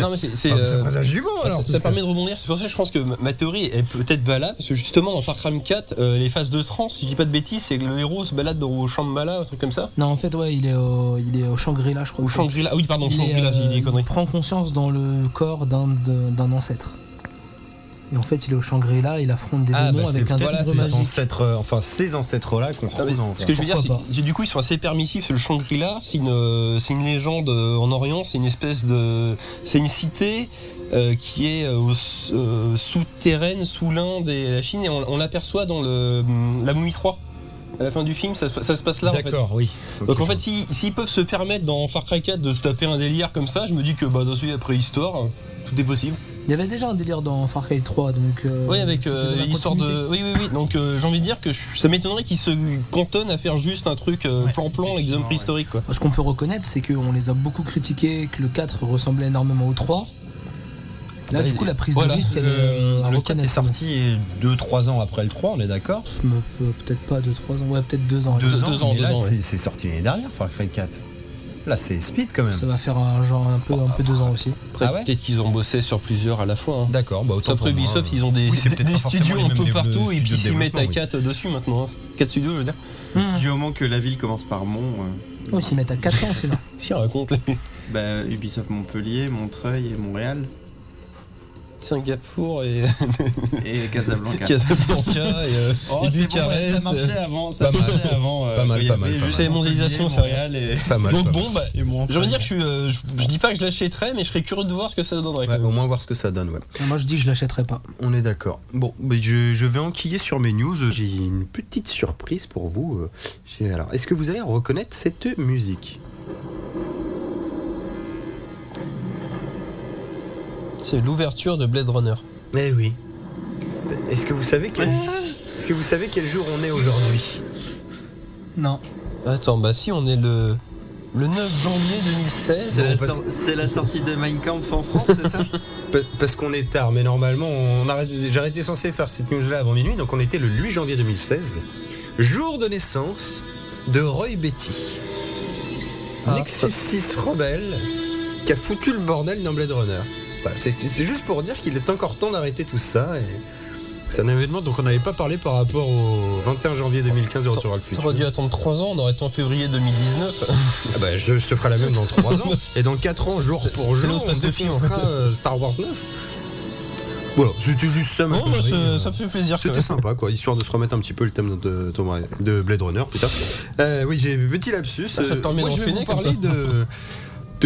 [SPEAKER 2] Non, mais c'est- c'est,
[SPEAKER 3] Ah, bah,
[SPEAKER 2] euh,
[SPEAKER 3] ça présage du bon
[SPEAKER 2] Ça-
[SPEAKER 3] alors
[SPEAKER 2] ça,
[SPEAKER 3] tout ça.
[SPEAKER 2] permet de rebondir, c'est pour ça que je pense que ma ma théorie est peut-être valable, parce que justement dans Far Cry 4, euh, les phases de trans, si je dis pas de bêtises, c'est que le héros se balade dans- au Shambhala, un truc comme ça.
[SPEAKER 4] Non, en fait, ouais, il est au, il est au Shangri-La, je crois.
[SPEAKER 2] Ou
[SPEAKER 4] que c'est.
[SPEAKER 2] Shangri-La, ah oui pardon,
[SPEAKER 4] Il est,
[SPEAKER 2] Shangri-La, j'ai dit
[SPEAKER 4] euh,
[SPEAKER 2] des conneries.
[SPEAKER 4] Il prend conscience dans le corps d'un de- d'un ancêtre. Et en fait, il est au Shangri-La, il affronte des
[SPEAKER 3] Ah, bah,
[SPEAKER 4] démons
[SPEAKER 3] c'est
[SPEAKER 4] avec un
[SPEAKER 3] peut-être
[SPEAKER 4] tigre
[SPEAKER 3] ces
[SPEAKER 4] magique.
[SPEAKER 3] ancêtres, euh, enfin ces ancêtres-là qu'on
[SPEAKER 2] Ah, mais
[SPEAKER 3] retrouve dans.
[SPEAKER 2] ce que je veux dire, c'est
[SPEAKER 4] pourquoi
[SPEAKER 2] que du coup ils sont assez permissifs. Le Shangri-La, c'est une, euh, c'est une légende euh, en Orient, c'est une espèce de, c'est une cité euh, qui est euh, au s- euh, souterraine sous l'Inde et la Chine, et on, on l'aperçoit dans le, hum, la momie 3. À la fin du film, ça, se- ça se passe là. en fait.
[SPEAKER 3] D'accord, oui.
[SPEAKER 2] Donc
[SPEAKER 3] Ok,
[SPEAKER 2] en fait, si- s'ils peuvent se permettre dans Far Cry 4 de se taper un délire comme ça, je me dis que bah, dans celui après histoire, euh, tout est possible.
[SPEAKER 4] Il y avait déjà un délire dans Far Cry 3, donc. euh,
[SPEAKER 2] oui, avec
[SPEAKER 4] c'était
[SPEAKER 2] euh,
[SPEAKER 4] dans la
[SPEAKER 2] l'histoire
[SPEAKER 4] continuité.
[SPEAKER 2] de. Oui, oui, oui. Donc euh, j'ai envie de dire que je- ça m'étonnerait qu'ils se cantonnent à faire juste un truc euh,
[SPEAKER 5] Ouais,
[SPEAKER 2] plan-plan, avec des hommes
[SPEAKER 5] effectivement,
[SPEAKER 2] préhistoriques, quoi.
[SPEAKER 4] Ce qu'on peut reconnaître, c'est qu'on les a beaucoup critiqués, que le 4 ressemblait énormément au 3. Là,
[SPEAKER 2] Ouais,
[SPEAKER 4] du coup, la prise
[SPEAKER 2] voilà.
[SPEAKER 4] de risque, elle
[SPEAKER 3] Euh,
[SPEAKER 4] est à
[SPEAKER 3] le 4 est
[SPEAKER 4] reconnaître.
[SPEAKER 3] sorti 2-3 ans après le 3, on est d'accord
[SPEAKER 4] Me- peut- Peut-être pas 2-3 ans, ouais, peut-être 2 ans.
[SPEAKER 2] Deux
[SPEAKER 4] Ouais.
[SPEAKER 2] ans,
[SPEAKER 3] mais
[SPEAKER 2] deux
[SPEAKER 3] là
[SPEAKER 2] ans, ouais.
[SPEAKER 3] c'est- c'est sorti l'année dernière, Far Cry 4. Là c'est speed quand
[SPEAKER 4] Ça
[SPEAKER 3] même.
[SPEAKER 4] va faire un genre un peu, un peu 2 ans aussi.
[SPEAKER 2] Après,
[SPEAKER 3] Ah ouais
[SPEAKER 2] peut-être qu'ils ont bossé sur plusieurs à la fois. hein.
[SPEAKER 3] D'accord, bah autant
[SPEAKER 2] Après
[SPEAKER 3] pour moi,
[SPEAKER 2] Ubisoft,
[SPEAKER 3] euh,
[SPEAKER 2] ils ont des,
[SPEAKER 3] oui, c'est
[SPEAKER 2] des-
[SPEAKER 3] peut-être
[SPEAKER 2] des
[SPEAKER 3] pas forcément
[SPEAKER 2] studios
[SPEAKER 3] les
[SPEAKER 2] un
[SPEAKER 3] mêmes
[SPEAKER 2] peu
[SPEAKER 3] dé-
[SPEAKER 2] partout
[SPEAKER 3] de
[SPEAKER 2] et puis
[SPEAKER 3] studios de
[SPEAKER 2] ils mettent à
[SPEAKER 3] développement,
[SPEAKER 2] 4 dessus maintenant. 4 studios, je veux dire.
[SPEAKER 5] Du moment que la ville commence par Mont, euh,
[SPEAKER 4] Oui, Oh, s'ils mettent à 400 aussi, là.
[SPEAKER 2] Si, raconte les
[SPEAKER 5] bah, Ubisoft Montpellier, Montreuil et Montréal
[SPEAKER 2] Singapour et
[SPEAKER 5] et Casablanca.
[SPEAKER 2] Casablanca et, euh,
[SPEAKER 5] Oh,
[SPEAKER 2] et
[SPEAKER 5] c'est bon,
[SPEAKER 2] Bucarest. euh,
[SPEAKER 5] ça marchait avant, ça
[SPEAKER 3] Pas mal.
[SPEAKER 5] marchait avant. euh,
[SPEAKER 3] Pas mal,
[SPEAKER 5] il y
[SPEAKER 3] pas
[SPEAKER 5] avait
[SPEAKER 3] mal, pas
[SPEAKER 5] juste
[SPEAKER 2] mal.
[SPEAKER 5] les mondialisations,
[SPEAKER 2] Montpellier,
[SPEAKER 5] Montréal et,
[SPEAKER 3] Pas mal.
[SPEAKER 2] Donc
[SPEAKER 3] pas mal.
[SPEAKER 2] bon, bah,
[SPEAKER 5] et Mont-
[SPEAKER 2] j'ai envie de dire que je, suis, euh, je, je dis pas que je l'achèterais, mais je serais curieux de voir ce que ça donnerait.
[SPEAKER 3] Ouais,
[SPEAKER 2] quoi.
[SPEAKER 3] au moins voir ce que ça donne, ouais.
[SPEAKER 4] Moi, je dis, je l'achèterai pas.
[SPEAKER 3] On est d'accord. Bon, mais je, je vais enquiller sur mes news. J'ai une petite surprise pour vous. euh. J'ai- Alors, est-ce que vous allez reconnaître cette musique
[SPEAKER 2] C'est l'ouverture de Blade Runner.
[SPEAKER 3] Eh oui. Est-ce que vous savez quel, est-ce que vous savez quel jour on est aujourd'hui
[SPEAKER 4] Non.
[SPEAKER 2] Attends, bah si on est le Le 9 janvier 2016.
[SPEAKER 5] C'est
[SPEAKER 3] Bon,
[SPEAKER 5] la,
[SPEAKER 3] parce-
[SPEAKER 5] sor- c'est la sortie de Mein Kampf en France, c'est ça
[SPEAKER 3] Pa- Parce qu'on est tard, mais normalement, on arrête- j'aurais été censé faire cette news-là avant minuit, donc on était le 8 janvier 2016, jour de naissance de Roy Betty. Nexus 6 rebelle qui a foutu le bordel dans Blade Runner. Voilà, c'est- c'est juste pour dire qu'il est encore temps d'arrêter tout ça. et C'est un événement dont on n'avait pas parlé par rapport au 21 janvier 2015 de Retour à le futur.
[SPEAKER 2] T'aurais dû attendre 3 ans, on aurait été en février 2019.
[SPEAKER 3] Ah bah, je, je te ferai la même dans 3 ans. Et dans 4 ans, jour pour
[SPEAKER 2] c'est
[SPEAKER 3] jour,
[SPEAKER 2] l'autre
[SPEAKER 3] on
[SPEAKER 2] passe de film, en
[SPEAKER 3] défoncera
[SPEAKER 2] fait.
[SPEAKER 3] euh, Star Wars 9. Voilà, c'était juste ça ma
[SPEAKER 2] Non, bah,
[SPEAKER 3] connerie, euh.
[SPEAKER 2] ça, ça fait plaisir. quand
[SPEAKER 3] C'était
[SPEAKER 2] même.
[SPEAKER 3] sympa, quoi, histoire de se remettre un petit peu le thème de, Tomb Ra- de Blade Runner, putain. Euh, oui, j'ai petit lapsus.
[SPEAKER 2] Ça, ça te
[SPEAKER 3] Euh,
[SPEAKER 2] permet
[SPEAKER 3] Moi, je vais vous
[SPEAKER 2] d'enchaîner comme
[SPEAKER 3] parler de,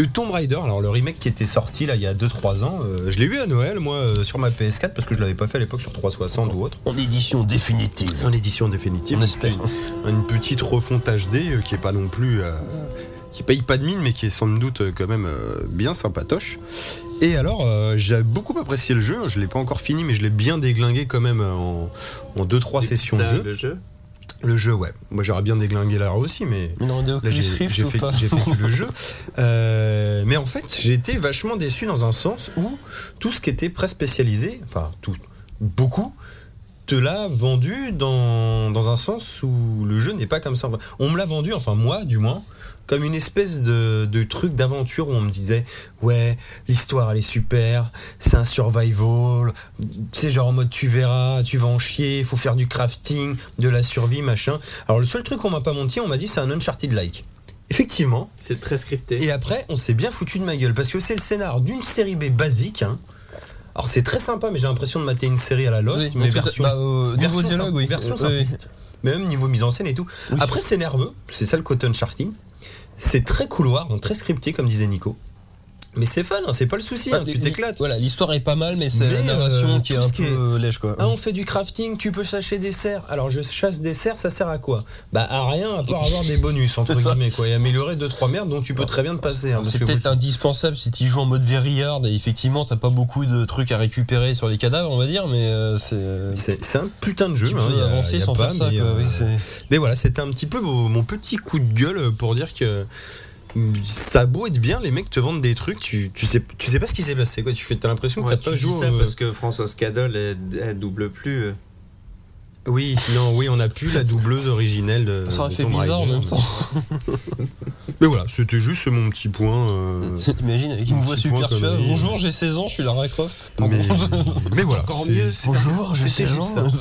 [SPEAKER 3] de Tomb Raider. Alors, le remake qui était sorti là il y a 2-3 ans, euh, je l'ai eu à Noël, moi, euh, sur ma PS4, parce que je l'avais pas fait à l'époque sur 360 ou autre.
[SPEAKER 2] En édition définitive.
[SPEAKER 3] En édition définitive.
[SPEAKER 2] On espère.
[SPEAKER 3] Une, une petite refonte HD euh, qui est pas non plus. euh, qui paye pas de mine, mais qui est sans doute euh, quand même euh, bien sympatoche. Et alors, euh, j'ai beaucoup apprécié le jeu. Je l'ai pas encore fini, mais je l'ai bien déglingué quand même euh, en, en
[SPEAKER 5] Oh,
[SPEAKER 3] 2-3 sessions de
[SPEAKER 5] Ça,
[SPEAKER 3] jeu.
[SPEAKER 5] le jeu.
[SPEAKER 3] Le jeu, ouais. Moi, j'aurais bien déglingué là aussi, mais
[SPEAKER 2] Il en est
[SPEAKER 3] là, j'ai
[SPEAKER 2] Oculus
[SPEAKER 3] j'ai
[SPEAKER 2] Rift ou
[SPEAKER 3] fait,
[SPEAKER 2] pas
[SPEAKER 3] j'ai fait que le jeu. Euh, mais en fait, j'ai été vachement déçu dans un sens où tout ce qui était pré-spécialisé, enfin, tout, beaucoup, te l'a vendu dans, dans un sens où le jeu n'est pas comme ça. On me l'a vendu, enfin, moi, du moins, comme une espèce de, de truc d'aventure où on me disait, ouais, l'histoire, elle est super, c'est un survival, c'est genre en mode tu verras, tu vas en chier, faut faire du crafting, de la survie, machin. Alors le seul truc qu'on m'a pas menti, on m'a dit c'est un Uncharted like. Effectivement.
[SPEAKER 5] C'est très scripté.
[SPEAKER 3] Et après, on s'est bien foutu de ma gueule parce que c'est le scénar d'une série B basique. hein. Alors c'est très sympa, mais j'ai l'impression de mater une série à la Lost,
[SPEAKER 2] Oui,
[SPEAKER 3] mais
[SPEAKER 2] tout-
[SPEAKER 3] version,
[SPEAKER 2] bah, au niveau
[SPEAKER 3] version,
[SPEAKER 2] dialogue,
[SPEAKER 3] sim-
[SPEAKER 2] oui.
[SPEAKER 3] version
[SPEAKER 2] Oui.
[SPEAKER 3] simpliste. Même niveau mise en scène et tout.
[SPEAKER 2] Oui.
[SPEAKER 3] Après, c'est nerveux, c'est ça le côté Uncharted. C'est très couloir, donc très scripté, comme disait Nico. Mais c'est fun, hein, c'est pas le souci,
[SPEAKER 2] Bah,
[SPEAKER 3] hein, tu
[SPEAKER 2] les-
[SPEAKER 3] t'éclates.
[SPEAKER 2] Voilà, l'histoire est pas mal, mais c'est
[SPEAKER 3] Mais,
[SPEAKER 2] la narration
[SPEAKER 3] euh,
[SPEAKER 2] qui est
[SPEAKER 3] tout ce
[SPEAKER 2] un
[SPEAKER 3] qui
[SPEAKER 2] peu euh, lèche, quoi.
[SPEAKER 3] Ah, on fait du crafting, tu peux chasser des cerfs. Alors, je chasse des cerfs, ça sert à quoi Bah, à rien, à part avoir des bonus, entre
[SPEAKER 2] C'est ça.
[SPEAKER 3] guillemets, quoi. Et améliorer 2-3 merdes dont tu peux très bien te passer. hein, parce
[SPEAKER 2] C'est
[SPEAKER 3] que
[SPEAKER 2] peut-être
[SPEAKER 3] moi,
[SPEAKER 2] indispensable si tu joues en mode verrillard et effectivement t'as pas beaucoup de trucs à récupérer sur les cadavres on va dire mais euh, c'est euh,
[SPEAKER 3] je- C'est c'est un putain de jeu.
[SPEAKER 2] tu
[SPEAKER 3] hein,
[SPEAKER 2] peux
[SPEAKER 3] y a-
[SPEAKER 2] avancer
[SPEAKER 3] y a
[SPEAKER 2] sans
[SPEAKER 3] pas,
[SPEAKER 2] faire ça
[SPEAKER 3] mais,
[SPEAKER 2] quoi,
[SPEAKER 3] euh,
[SPEAKER 2] oui, c'est-
[SPEAKER 3] mais voilà, c'était un petit peu mon mon petit coup de gueule euh, pour dire que. Ça a beau être bien, les mecs te vendent des trucs, tu, tu sais, tu sais pas ce qui s'est passé, quoi. Tu fais, t'as l'impression que
[SPEAKER 5] Ouais,
[SPEAKER 3] t'as
[SPEAKER 5] tu
[SPEAKER 3] pas
[SPEAKER 5] dis
[SPEAKER 3] joué. euh,
[SPEAKER 5] ça
[SPEAKER 3] au-
[SPEAKER 5] parce que François Cadol elle, elle double plus. euh.
[SPEAKER 3] Oui, non, oui, on a plus la doubleuse originelle de.
[SPEAKER 2] ça aurait
[SPEAKER 3] de
[SPEAKER 2] fait
[SPEAKER 3] Tomb
[SPEAKER 2] bizarre en
[SPEAKER 3] Raider.
[SPEAKER 2] même temps
[SPEAKER 3] Mais voilà, c'était juste mon petit point. euh,
[SPEAKER 2] t'imagines avec une
[SPEAKER 3] Un
[SPEAKER 2] voix
[SPEAKER 3] petit point
[SPEAKER 2] super
[SPEAKER 3] comme
[SPEAKER 2] suave
[SPEAKER 3] lui.
[SPEAKER 2] bonjour j'ai 16 ans je suis Lara Croft
[SPEAKER 3] Mais, mais voilà.
[SPEAKER 5] Encore
[SPEAKER 3] c'est-
[SPEAKER 5] mieux,
[SPEAKER 2] bonjour j'ai
[SPEAKER 3] c'était
[SPEAKER 2] 16
[SPEAKER 3] juste
[SPEAKER 2] ans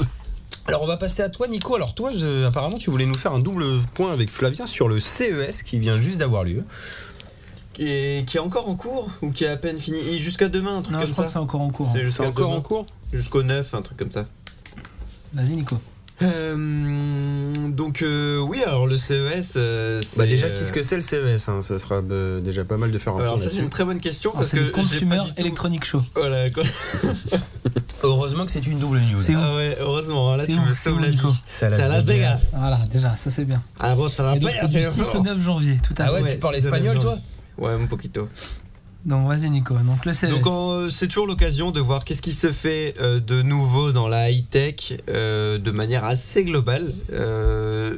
[SPEAKER 3] Alors on va passer à toi Nico. Alors toi, je- apparemment tu voulais nous faire un double point avec Flavien sur le CES qui vient juste d'avoir lieu.
[SPEAKER 5] Qui est, qui est encore en cours ou qui est à peine fini Et Jusqu'à demain, un truc
[SPEAKER 4] Non, je
[SPEAKER 5] comme
[SPEAKER 4] crois que c'est
[SPEAKER 5] ça.
[SPEAKER 4] encore en cours. hein.
[SPEAKER 5] C'est
[SPEAKER 3] C'est
[SPEAKER 5] jusqu'à
[SPEAKER 3] encore
[SPEAKER 5] demain.
[SPEAKER 3] en cours
[SPEAKER 5] Jusqu'au 9, un truc comme ça.
[SPEAKER 4] Vas-y, Nico.
[SPEAKER 5] Euh, donc, euh, oui, alors le CES. euh, c'est,
[SPEAKER 3] Bah déjà,
[SPEAKER 5] euh,
[SPEAKER 3] qu'est-ce que c'est le CES hein Ça sera euh, déjà pas mal de faire un
[SPEAKER 5] Alors,
[SPEAKER 3] point
[SPEAKER 5] ça, c'est
[SPEAKER 3] là-dessus.
[SPEAKER 5] une très bonne question
[SPEAKER 4] Alors,
[SPEAKER 5] parce
[SPEAKER 4] C'est
[SPEAKER 5] que.
[SPEAKER 4] le
[SPEAKER 5] j'ai pas
[SPEAKER 4] Consumer
[SPEAKER 5] du tout-
[SPEAKER 4] Electronic Show.
[SPEAKER 5] Voilà, quoi.
[SPEAKER 3] Heureusement que c'est une double news.
[SPEAKER 4] C'est où
[SPEAKER 5] Ah ouais, heureusement, là,
[SPEAKER 4] C'est
[SPEAKER 5] tu
[SPEAKER 4] où
[SPEAKER 5] me
[SPEAKER 4] C'est
[SPEAKER 5] sauves
[SPEAKER 4] où,
[SPEAKER 5] la vie.
[SPEAKER 4] Nico
[SPEAKER 3] C'est à Las
[SPEAKER 5] C'est à Las
[SPEAKER 3] Vegas.
[SPEAKER 5] Vegas.
[SPEAKER 4] Voilà, déjà, ça c'est bien.
[SPEAKER 5] Ah bon, ça va
[SPEAKER 4] Et donc,
[SPEAKER 5] pas
[SPEAKER 4] c'est du 6 au 9 janvier, tout à
[SPEAKER 3] Ah
[SPEAKER 4] fait.
[SPEAKER 3] ouais,
[SPEAKER 5] Ouais,
[SPEAKER 3] tu parles
[SPEAKER 5] c'est
[SPEAKER 3] espagnol
[SPEAKER 5] de
[SPEAKER 3] toi
[SPEAKER 5] Ouais, mon poquito.
[SPEAKER 4] Donc, vas-y, Nico. Donc, le Oh, CES.
[SPEAKER 5] Donc en- euh, c'est toujours l'occasion de voir qu'est-ce qui se fait euh, de nouveau dans la high-tech euh, de manière assez globale. Euh,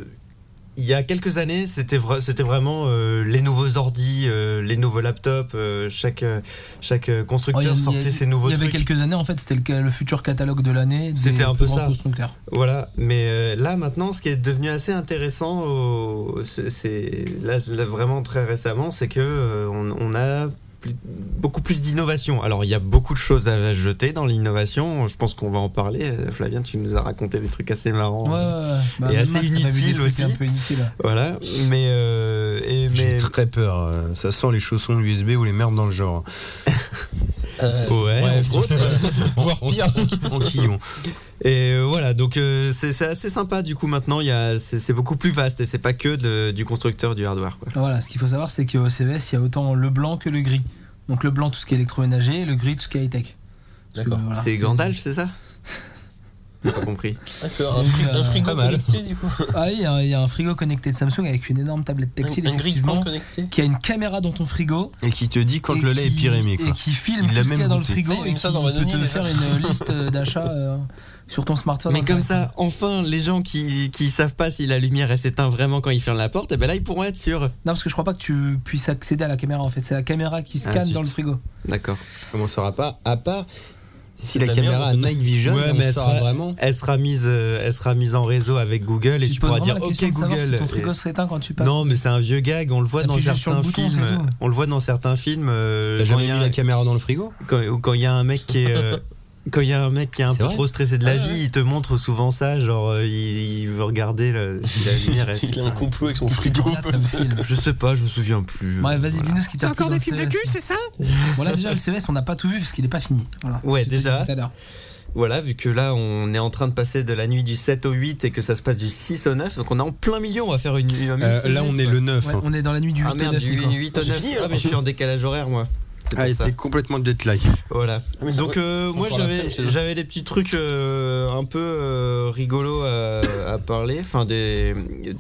[SPEAKER 5] il y a quelques années, c'était vra- c'était vraiment euh, les nouveaux ordi, euh, les nouveaux laptops. euh, chaque euh, chaque
[SPEAKER 4] Oh, il y
[SPEAKER 5] euh,
[SPEAKER 4] a-
[SPEAKER 5] constructeur
[SPEAKER 4] il y a-
[SPEAKER 5] sortait ses nouveaux
[SPEAKER 4] Il y
[SPEAKER 5] trucs.
[SPEAKER 4] avait quelques années, en fait, c'était le, ca- le futur catalogue de l'année. des
[SPEAKER 5] C'était un
[SPEAKER 4] plus
[SPEAKER 5] peu
[SPEAKER 4] grands
[SPEAKER 5] ça.
[SPEAKER 4] constructeurs.
[SPEAKER 5] Voilà, mais euh, là maintenant, ce qui est devenu assez intéressant, au- c'est- c'est là, là, vraiment très récemment, c'est que euh, on, on a plus- beaucoup plus d'innovation. Alors il y a beaucoup de choses à jeter dans l'innovation. Je pense qu'on va en parler. Euh, Flavien, tu nous as raconté des trucs assez marrants.
[SPEAKER 4] Ouais, ouais, ouais. Bah,
[SPEAKER 5] Et
[SPEAKER 4] même
[SPEAKER 5] assez
[SPEAKER 4] Max, il a vu des
[SPEAKER 5] inutile
[SPEAKER 4] trucs
[SPEAKER 5] aussi.
[SPEAKER 4] Un peu inutile.
[SPEAKER 5] Voilà, mais euh, et-
[SPEAKER 3] J'ai
[SPEAKER 5] mais
[SPEAKER 3] très peur. euh, Ça sent les chaussons USB ou les merdes dans le genre.
[SPEAKER 2] Euh,
[SPEAKER 5] ouais.
[SPEAKER 3] Bref,
[SPEAKER 5] en gros, ça-
[SPEAKER 2] voire
[SPEAKER 3] en-
[SPEAKER 2] pire.
[SPEAKER 3] en- en quillon.
[SPEAKER 5] Et euh, voilà, donc euh, c'est c'est assez sympa. Du coup maintenant, il y a c'est c'est beaucoup plus vaste et c'est pas que de- du constructeur du hardware. Quoi.
[SPEAKER 4] Voilà, ce qu'il faut savoir, c'est qu'au CES, il y a autant le blanc que le gris. Donc, le Euh, blanc, tout ce qui est électroménager, et le gris, tout ce qui est high-tech. Parce que,
[SPEAKER 2] D'accord.
[SPEAKER 4] voilà,
[SPEAKER 5] c'est Gandalf, c'est ça J'ai pas compris.
[SPEAKER 2] D'accord, un,
[SPEAKER 4] Donc,
[SPEAKER 2] fri- un
[SPEAKER 4] euh,
[SPEAKER 2] frigo
[SPEAKER 3] pas mal.
[SPEAKER 2] connecté du coup.
[SPEAKER 4] Ah oui, il y a un- il y, a un frigo connecté de Samsung avec une énorme tablette tactile,
[SPEAKER 2] Un- un grille
[SPEAKER 4] effectivement,
[SPEAKER 2] connecté.
[SPEAKER 4] qui a une caméra dans ton frigo.
[SPEAKER 3] Et qui te dit quand
[SPEAKER 4] et
[SPEAKER 3] le lait est
[SPEAKER 4] qui-
[SPEAKER 3] pyrémé, quoi.
[SPEAKER 4] Et qui filme
[SPEAKER 3] Il l'a
[SPEAKER 4] tout ce
[SPEAKER 3] même
[SPEAKER 4] qu'il y a dans le
[SPEAKER 3] goûté.
[SPEAKER 4] frigo
[SPEAKER 2] Il y a
[SPEAKER 4] et
[SPEAKER 2] une
[SPEAKER 4] qui
[SPEAKER 2] sorte d'envoi
[SPEAKER 4] peut te
[SPEAKER 2] d'anime,
[SPEAKER 4] faire
[SPEAKER 2] déjà.
[SPEAKER 4] une liste d'achats euh, sur ton smartphone.
[SPEAKER 5] Mais comme
[SPEAKER 4] Internet.
[SPEAKER 5] ça, enfin, les gens qui, qui savent pas si la lumière elle s'éteint vraiment quand ils ferment la porte, et ben là ils pourront être sûrs.
[SPEAKER 4] Non, parce que je crois pas que tu puisses accéder à la caméra en fait. C'est la caméra qui
[SPEAKER 5] Ah,
[SPEAKER 4] scanne
[SPEAKER 5] zut.
[SPEAKER 4] dans le frigo.
[SPEAKER 5] D'accord.
[SPEAKER 3] Comment on saura pas À part si la
[SPEAKER 2] de la
[SPEAKER 3] caméra a
[SPEAKER 2] merde,
[SPEAKER 3] night vision,
[SPEAKER 5] Ouais, mais
[SPEAKER 3] on
[SPEAKER 5] elle
[SPEAKER 3] saura
[SPEAKER 5] sera-
[SPEAKER 3] vraiment.
[SPEAKER 5] Elle sera mise, euh, elle sera mise en réseau avec Google et tu,
[SPEAKER 4] te poses
[SPEAKER 5] pourras
[SPEAKER 4] vraiment
[SPEAKER 5] dire
[SPEAKER 4] la
[SPEAKER 5] OK
[SPEAKER 4] question de savoir
[SPEAKER 5] Google.
[SPEAKER 4] Si ton frigo
[SPEAKER 5] Et-
[SPEAKER 4] s'éteint quand tu passes.
[SPEAKER 5] Non, mais c'est un vieux gag. On le voit dans
[SPEAKER 4] T'appuies juste sur le
[SPEAKER 5] certains
[SPEAKER 4] bouton,
[SPEAKER 5] films.
[SPEAKER 4] c'est tout.
[SPEAKER 5] On le voit dans certains films. euh,
[SPEAKER 3] T'as
[SPEAKER 5] quand
[SPEAKER 3] jamais
[SPEAKER 5] il y
[SPEAKER 3] mis
[SPEAKER 5] a
[SPEAKER 3] la
[SPEAKER 5] un-
[SPEAKER 3] caméra dans le frigo
[SPEAKER 5] quand ou quand il y a un mec qui est euh, quand il y a un mec qui est un
[SPEAKER 3] C'est
[SPEAKER 5] peu
[SPEAKER 3] vrai
[SPEAKER 5] trop stressé de la
[SPEAKER 2] Ah
[SPEAKER 5] vie,
[SPEAKER 2] ouais.
[SPEAKER 5] il te montre souvent ça, genre euh, il, il veut regarder le- si la lumière. elle
[SPEAKER 2] Il a un
[SPEAKER 3] hein.
[SPEAKER 5] s'éteint.
[SPEAKER 2] complot avec son
[SPEAKER 4] Qu'est-ce que tu
[SPEAKER 2] frigo.
[SPEAKER 4] regardes comme film
[SPEAKER 5] je sais pas, je me souviens plus.
[SPEAKER 4] Ouais, vas-y, dis-nous ce qui t'a
[SPEAKER 1] C'est
[SPEAKER 4] plu
[SPEAKER 1] encore
[SPEAKER 4] dans
[SPEAKER 1] des
[SPEAKER 4] le
[SPEAKER 1] films de
[SPEAKER 4] CES.
[SPEAKER 1] cul, c'est ça
[SPEAKER 3] Euh,
[SPEAKER 4] Voilà, déjà, le CES, on n'a pas tout vu parce qu'il n'est pas fini. Voilà.
[SPEAKER 5] Ouais,
[SPEAKER 4] Je te l'ai
[SPEAKER 5] déjà.
[SPEAKER 4] dit tout à l'heure.
[SPEAKER 5] Voilà, vu que là on est en train de passer de la nuit du 7 au 8 et que ça se passe du 6 au 9, donc on est en plein milieu, on va faire une, une- une
[SPEAKER 3] Euh, Là,
[SPEAKER 5] série,
[SPEAKER 3] on est
[SPEAKER 5] quoi.
[SPEAKER 3] le 9.
[SPEAKER 4] Ouais,
[SPEAKER 3] hein.
[SPEAKER 4] on est dans la nuit du 8
[SPEAKER 5] Ah
[SPEAKER 4] au
[SPEAKER 5] merde,
[SPEAKER 4] 9,
[SPEAKER 5] du
[SPEAKER 4] Nicolas.
[SPEAKER 5] 8 au
[SPEAKER 2] J'ai
[SPEAKER 5] 9.
[SPEAKER 2] fini,
[SPEAKER 5] Ah, mais je suis en décalage horaire moi. C'est
[SPEAKER 3] Ah,
[SPEAKER 5] pour
[SPEAKER 3] il
[SPEAKER 5] ça.
[SPEAKER 3] était complètement jet lag.
[SPEAKER 5] Voilà.
[SPEAKER 2] Ah, mais ça
[SPEAKER 5] Donc
[SPEAKER 2] va-
[SPEAKER 5] euh, moi
[SPEAKER 2] encore la flemme
[SPEAKER 5] j'avais
[SPEAKER 2] chez eux.
[SPEAKER 5] j'avais des petits trucs euh, un peu euh, rigolos à, à parler, enfin des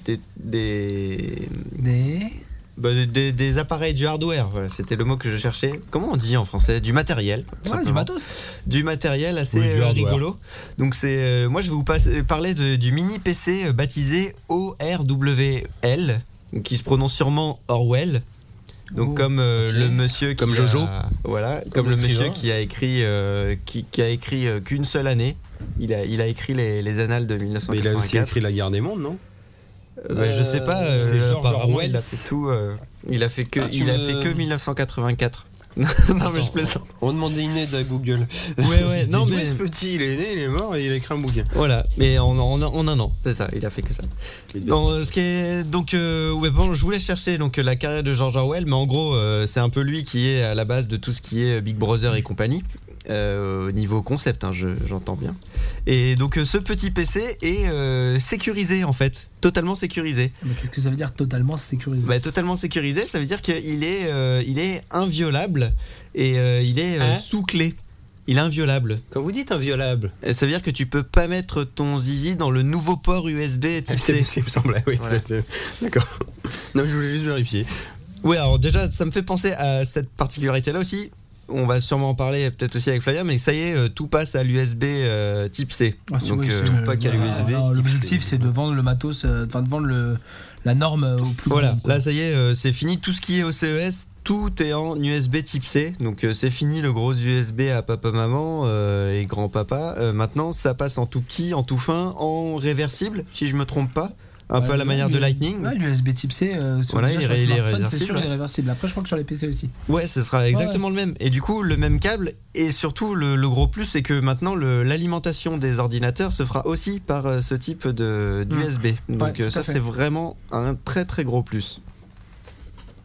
[SPEAKER 5] des des,
[SPEAKER 4] Des-
[SPEAKER 5] bah, des- des- des appareils du hardware. Voilà, c'était le mot que je cherchais. Comment on dit en français Du matériel. tout
[SPEAKER 3] Ah,
[SPEAKER 4] Ouais, du
[SPEAKER 5] simplement.
[SPEAKER 4] matos.
[SPEAKER 5] Du matériel assez
[SPEAKER 3] Oui, du
[SPEAKER 5] euh,
[SPEAKER 3] hardware.
[SPEAKER 5] rigolo. Donc c'est euh, moi je vais vous passer- parler de- du mini PC euh, baptisé ORWL, qui se prononce sûrement Orwell. Donc
[SPEAKER 4] Oh,
[SPEAKER 5] comme euh,
[SPEAKER 2] ok.
[SPEAKER 5] le monsieur qui
[SPEAKER 3] Comme
[SPEAKER 5] a-
[SPEAKER 3] Jojo.
[SPEAKER 5] voilà, comme,
[SPEAKER 2] Comme
[SPEAKER 5] le
[SPEAKER 2] l'écrivain.
[SPEAKER 5] monsieur qui a écrit euh, qui, qui a écrit euh, qu'une seule année. Il a, il a écrit les, les annales de
[SPEAKER 3] Mais
[SPEAKER 5] 1984.
[SPEAKER 3] il a aussi écrit La guerre des mondes, non
[SPEAKER 5] Euh, bah, je sais pas.
[SPEAKER 2] Euh,
[SPEAKER 3] c'est George
[SPEAKER 5] apparemment,
[SPEAKER 3] Orwell.
[SPEAKER 5] Il a fait tout. euh, il a fait que
[SPEAKER 2] Ah, tu
[SPEAKER 5] il a
[SPEAKER 2] me-
[SPEAKER 5] fait que 1984. non mais je
[SPEAKER 2] Attends,
[SPEAKER 5] plaisante.
[SPEAKER 2] On va demander une aide à Google.
[SPEAKER 3] Il
[SPEAKER 5] Ouais ouais.
[SPEAKER 3] se dit,
[SPEAKER 5] Non
[SPEAKER 3] d'où
[SPEAKER 5] mais
[SPEAKER 3] est ce petit, il est né, il est mort et il a écrit un bouquin.
[SPEAKER 5] Voilà, mais en, en, en un an, c'est ça, il a fait que ça. Non, euh, ce qui est, donc, euh, ouais, bon, je voulais chercher donc, euh, la carrière de George Orwell, mais en gros, euh, c'est un peu lui qui est à la base de tout ce qui est euh, Big Brother et compagnie, euh, au niveau concept, hein, je- j'entends bien. Et donc, euh, ce petit PC est euh, sécurisé, en fait, totalement sécurisé.
[SPEAKER 4] Mais qu'est-ce que ça veut dire totalement sécurisé
[SPEAKER 5] Bah, totalement sécurisé, ça veut dire qu'il est, euh, il est inviolable et euh, il est euh,
[SPEAKER 3] Hein
[SPEAKER 5] sous clé. Il est inviolable.
[SPEAKER 3] Quand vous dites inviolable,
[SPEAKER 5] Et Euh, Ça veut dire que tu peux pas mettre ton zizi dans le nouveau port USB type
[SPEAKER 3] Ah, c'est
[SPEAKER 5] C.
[SPEAKER 3] il me semblait, oui.
[SPEAKER 5] Voilà.
[SPEAKER 3] c'était- D'accord. Non, je voulais juste vérifier.
[SPEAKER 5] Oui, alors déjà, ça me fait penser à cette particularité-là aussi. On va sûrement en parler peut-être aussi avec Flavien, mais ça y est, euh, tout passe à l'USB euh, type C.
[SPEAKER 4] Ah, c'est
[SPEAKER 5] Donc,
[SPEAKER 4] vrai, bah,
[SPEAKER 5] euh,
[SPEAKER 4] c'est-
[SPEAKER 3] pas qu'à
[SPEAKER 4] voilà,
[SPEAKER 3] l'USB,
[SPEAKER 4] alors,
[SPEAKER 3] c'est-
[SPEAKER 4] L'objectif, c'est de vendre le matos, euh, enfin de vendre le- la norme euh, au plus grand
[SPEAKER 5] voilà,
[SPEAKER 4] nombre, quoi.
[SPEAKER 5] là ça y est, euh, c'est fini. Tout ce qui est au CES, tout est en USB type C. Donc euh, c'est fini le gros USB à papa-maman euh, et grand-papa. Euh, maintenant, ça passe en tout petit, en tout fin, en réversible, si je me trompe pas. Un peu à la
[SPEAKER 4] Ouais,
[SPEAKER 5] manière de
[SPEAKER 4] l'U-
[SPEAKER 5] Lightning.
[SPEAKER 4] Bah, Ouais, l'USB type C, euh, sur,
[SPEAKER 5] Voilà,
[SPEAKER 4] déjà
[SPEAKER 5] il
[SPEAKER 4] sur
[SPEAKER 5] est- il est
[SPEAKER 4] les smartphones, c'est
[SPEAKER 5] réversible,
[SPEAKER 4] sûr,
[SPEAKER 5] ouais.
[SPEAKER 4] il est réversible. Après, je crois que sur les PC aussi.
[SPEAKER 5] Ouais, ce sera exactement le même. Et du coup, le même câble. Et surtout, le, le gros plus, c'est que maintenant, le- l'alimentation des ordinateurs se fera aussi par euh, ce type de d'USB.
[SPEAKER 4] Mmh. Ouais,
[SPEAKER 5] Donc
[SPEAKER 4] tout
[SPEAKER 5] euh,
[SPEAKER 4] à
[SPEAKER 5] ça,
[SPEAKER 4] fait.
[SPEAKER 5] c'est vraiment un très très gros plus.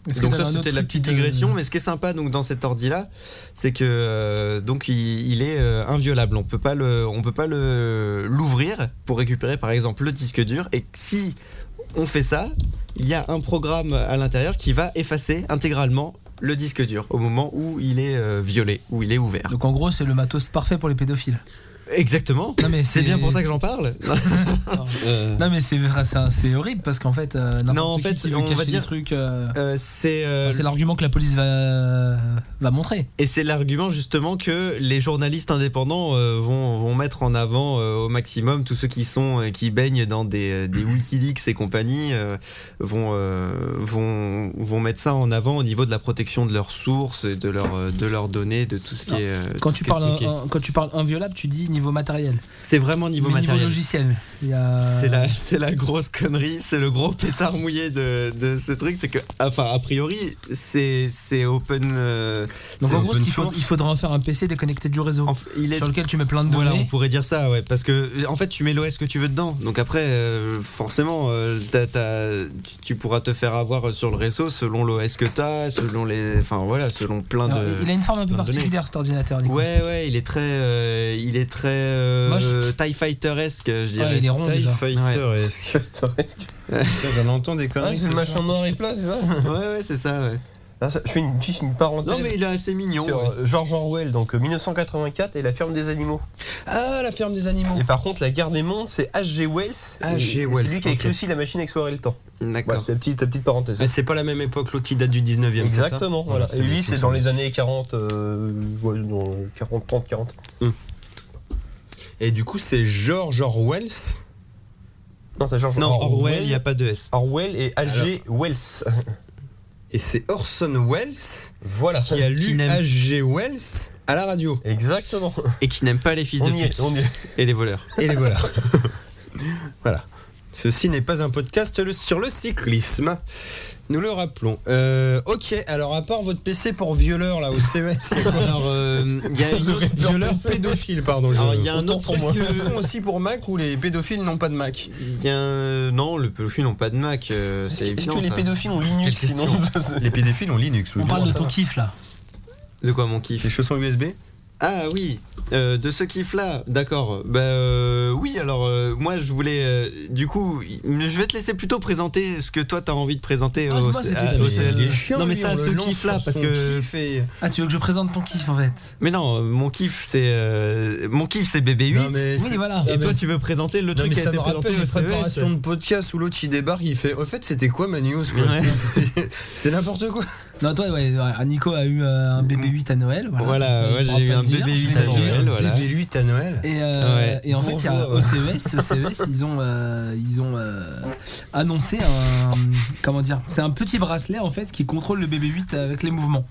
[SPEAKER 4] Est-ce que
[SPEAKER 5] Donc
[SPEAKER 4] t'avais
[SPEAKER 5] ça,
[SPEAKER 4] un
[SPEAKER 5] c'était
[SPEAKER 4] autre
[SPEAKER 5] la
[SPEAKER 4] truc euh,
[SPEAKER 5] petite
[SPEAKER 4] qui te-
[SPEAKER 5] digression. Mais ce qui est sympa donc dans cet ordi là, c'est que euh, donc il, il est euh, inviolable. On peut pas le, on peut pas le l'ouvrir pour récupérer par exemple le disque dur. Et si on fait ça, il y a un programme à l'intérieur qui va effacer intégralement le disque dur au moment où il est euh, violé, où il est ouvert.
[SPEAKER 4] Donc en gros, c'est le matos parfait pour les pédophiles.
[SPEAKER 5] Exactement.
[SPEAKER 4] Non, mais
[SPEAKER 5] C'est bien pour ça que j'en parle.
[SPEAKER 2] Euh,
[SPEAKER 4] Non mais c'est vrai, c'est un- c'est horrible parce qu'en fait, euh, n'importe
[SPEAKER 5] Non, en
[SPEAKER 4] qui
[SPEAKER 5] fait,
[SPEAKER 4] qui veut
[SPEAKER 5] on va
[SPEAKER 4] cacher des
[SPEAKER 5] dire-
[SPEAKER 4] trucs. euh,
[SPEAKER 5] Euh, c'est euh,
[SPEAKER 4] enfin, c'est l'argument que la police va va montrer.
[SPEAKER 5] Et c'est l'argument justement que les journalistes indépendants euh, vont, vont mettre en avant euh, au maximum tous ceux qui sont euh, qui baignent dans des, euh, des WikiLeaks et compagnie euh, vont, euh, vont vont mettre ça en avant au niveau de la protection de leurs sources et de leurs euh, de leurs données de tout ce qui
[SPEAKER 4] Non.
[SPEAKER 5] est euh,
[SPEAKER 4] Quand
[SPEAKER 5] tout ce
[SPEAKER 4] tu
[SPEAKER 5] qui est
[SPEAKER 4] parles
[SPEAKER 5] stocké.
[SPEAKER 4] un- un- quand tu parles inviolable, tu dis niveau matériel.
[SPEAKER 5] c'est vraiment niveau
[SPEAKER 4] Mais
[SPEAKER 5] matériel
[SPEAKER 4] niveau euh, logiciel, il y a.
[SPEAKER 5] c'est la, c'est la grosse connerie, c'est le gros pétard mouillé de, de ce truc, c'est que, enfin, a priori, c'est c'est open. euh,
[SPEAKER 4] Donc
[SPEAKER 5] c'est
[SPEAKER 4] en gros, ce
[SPEAKER 5] open
[SPEAKER 4] qu'il faut-
[SPEAKER 5] source.
[SPEAKER 4] il faudra en faire un PC déconnecté du réseau
[SPEAKER 5] Enf- il est
[SPEAKER 4] sur lequel tu mets plein de
[SPEAKER 5] Voilà, on
[SPEAKER 4] données.
[SPEAKER 5] pourrait dire ça, ouais, parce que euh, en fait, tu mets l'OS que tu veux dedans. Donc après, euh, forcément, euh, t'as- t'as- tu- tu pourras te faire avoir euh, sur le réseau selon l'OS que t'as, selon les, enfin voilà, selon plein
[SPEAKER 4] Alors,
[SPEAKER 5] de.
[SPEAKER 4] il a une forme un peu
[SPEAKER 5] plein de données.
[SPEAKER 4] particulière cet ordinateur. Nico.
[SPEAKER 5] Ouais, ouais, il est très, euh, il est très euh,
[SPEAKER 4] Moche.
[SPEAKER 5] euh, Tie Fighter-esque, je
[SPEAKER 4] Ouais,
[SPEAKER 5] dirais.
[SPEAKER 4] il est rond
[SPEAKER 3] Tie
[SPEAKER 4] déjà.
[SPEAKER 3] Fighter-esque.
[SPEAKER 2] Putain, est-ce que-
[SPEAKER 3] Putain, J'en entends des
[SPEAKER 2] Ah,
[SPEAKER 3] conneries. ce
[SPEAKER 2] c'est Ah, le
[SPEAKER 3] soir.
[SPEAKER 2] machin noir et plat, c'est ça
[SPEAKER 5] ouais, ouais, c'est ça. Ouais.
[SPEAKER 3] Ah,
[SPEAKER 2] Là, ça- je fais une, juste une parenthèse.
[SPEAKER 5] Non, mais il est assez mignon.
[SPEAKER 2] sur
[SPEAKER 5] ouais.
[SPEAKER 2] euh, George Orwell, donc euh, 1984 et la ferme des animaux.
[SPEAKER 3] Ah, la ferme des animaux.
[SPEAKER 2] Et par contre, la guerre des mondes, c'est H.G. Wells.
[SPEAKER 3] H.G.
[SPEAKER 2] Et
[SPEAKER 3] Wells,
[SPEAKER 2] C'est lui qui a écrit
[SPEAKER 3] ok.
[SPEAKER 2] aussi La machine à explorer le temps. Voilà,
[SPEAKER 5] D'accord.
[SPEAKER 2] c'est la petite, la petite parenthèse.
[SPEAKER 3] Mais c'est pas la même époque, l'autre il date du 19e, c'est ça
[SPEAKER 2] Exactement. Voilà. Et lui, c'est dans les années 40, euh, ouais, dans 40, 30, 40.
[SPEAKER 3] Et du coup, c'est George Orwells.
[SPEAKER 2] Non, c'est George
[SPEAKER 5] non, Orwell,
[SPEAKER 2] Orwell.
[SPEAKER 5] il n'y a pas de S.
[SPEAKER 2] Orwell et H.G. Wells.
[SPEAKER 3] Et c'est Orson Welles
[SPEAKER 2] Voilà.
[SPEAKER 3] qui a
[SPEAKER 5] Qui
[SPEAKER 3] lu
[SPEAKER 5] n'aime-
[SPEAKER 3] H.G. Wells à la radio.
[SPEAKER 2] Exactement.
[SPEAKER 5] Et qui n'aime pas les fils de
[SPEAKER 2] On y
[SPEAKER 5] pute
[SPEAKER 2] est, on y est.
[SPEAKER 5] et les voleurs.
[SPEAKER 3] Et les voilà. voilà. Ceci n'est pas un podcast le- sur le cyclisme. Nous le rappelons. Euh, ok, alors à part votre PC pour violeur là au CES, il y a quoi
[SPEAKER 5] Alors, euh, il y a une autre-
[SPEAKER 3] Violeur pédophile, pardon. je-
[SPEAKER 5] alors, il y a un autre.
[SPEAKER 3] Est-ce qu'ils le font aussi pour Mac ou les pédophiles n'ont pas de Mac
[SPEAKER 5] il y a un- Non, le pédophile n'ont pas de Mac. euh, c'est
[SPEAKER 2] Est-ce
[SPEAKER 5] évident.
[SPEAKER 2] que les
[SPEAKER 5] ça.
[SPEAKER 2] pédophiles ont Linux
[SPEAKER 5] Quelle
[SPEAKER 2] sinon
[SPEAKER 3] Les pédophiles ont Linux, oui.
[SPEAKER 4] On
[SPEAKER 3] bien
[SPEAKER 4] parle de
[SPEAKER 3] sûr.
[SPEAKER 4] ton kiff là.
[SPEAKER 5] De quoi mon kiff
[SPEAKER 3] Les chaussons USB
[SPEAKER 5] Ah oui, euh, de ce kiff-là, d'accord. Bah euh, oui, alors euh, moi je voulais, euh, du coup, je vais te laisser plutôt présenter ce que toi t'as envie de présenter.
[SPEAKER 4] Ah, c'est
[SPEAKER 5] au-
[SPEAKER 4] moi, c'était-
[SPEAKER 5] à-
[SPEAKER 4] Ah,
[SPEAKER 5] au-
[SPEAKER 4] mais
[SPEAKER 5] CES.
[SPEAKER 4] il est
[SPEAKER 5] non mais ça, ce kiff-là, parce que.
[SPEAKER 4] Ah, tu veux que je présente ton kiff en fait
[SPEAKER 5] Mais non, euh, mon kiff c'est euh, mon kiff c'est BB8.
[SPEAKER 3] Non, mais
[SPEAKER 4] Oui,
[SPEAKER 3] c'est-
[SPEAKER 4] voilà.
[SPEAKER 3] non, mais
[SPEAKER 5] Et toi
[SPEAKER 3] c'est-
[SPEAKER 5] tu veux présenter le
[SPEAKER 3] Non,
[SPEAKER 5] truc
[SPEAKER 3] mais
[SPEAKER 5] qui a
[SPEAKER 3] ça
[SPEAKER 5] été
[SPEAKER 3] me
[SPEAKER 5] présenté
[SPEAKER 3] rappelle
[SPEAKER 5] au
[SPEAKER 3] les
[SPEAKER 5] CES.
[SPEAKER 3] préparations de podcast où l'autre il débarque, il fait Au fait, c'était quoi ma news quoi
[SPEAKER 5] Ouais.
[SPEAKER 3] C'était- C'est n'importe quoi.
[SPEAKER 4] Non, toi, ouais, voilà, Nico a eu euh, un BB8 à Noël. Voilà,
[SPEAKER 5] Mm. Voilà,
[SPEAKER 4] ça, il
[SPEAKER 5] ouais,
[SPEAKER 4] pourra
[SPEAKER 5] j'ai
[SPEAKER 4] pas
[SPEAKER 5] eu un
[SPEAKER 4] le dire,
[SPEAKER 5] BB8
[SPEAKER 4] je l'ai
[SPEAKER 5] à
[SPEAKER 4] pas dit.
[SPEAKER 5] Noël. voilà.
[SPEAKER 3] BB8 à Noël.
[SPEAKER 4] Et, euh,
[SPEAKER 5] Ouais.
[SPEAKER 4] et en fait, il y a,
[SPEAKER 2] Bonjour,
[SPEAKER 4] au CES, au CES, ils ont, euh, ils ont euh, annoncé un. Comment dire C'est un petit bracelet en fait qui contrôle le BB8 avec les mouvements.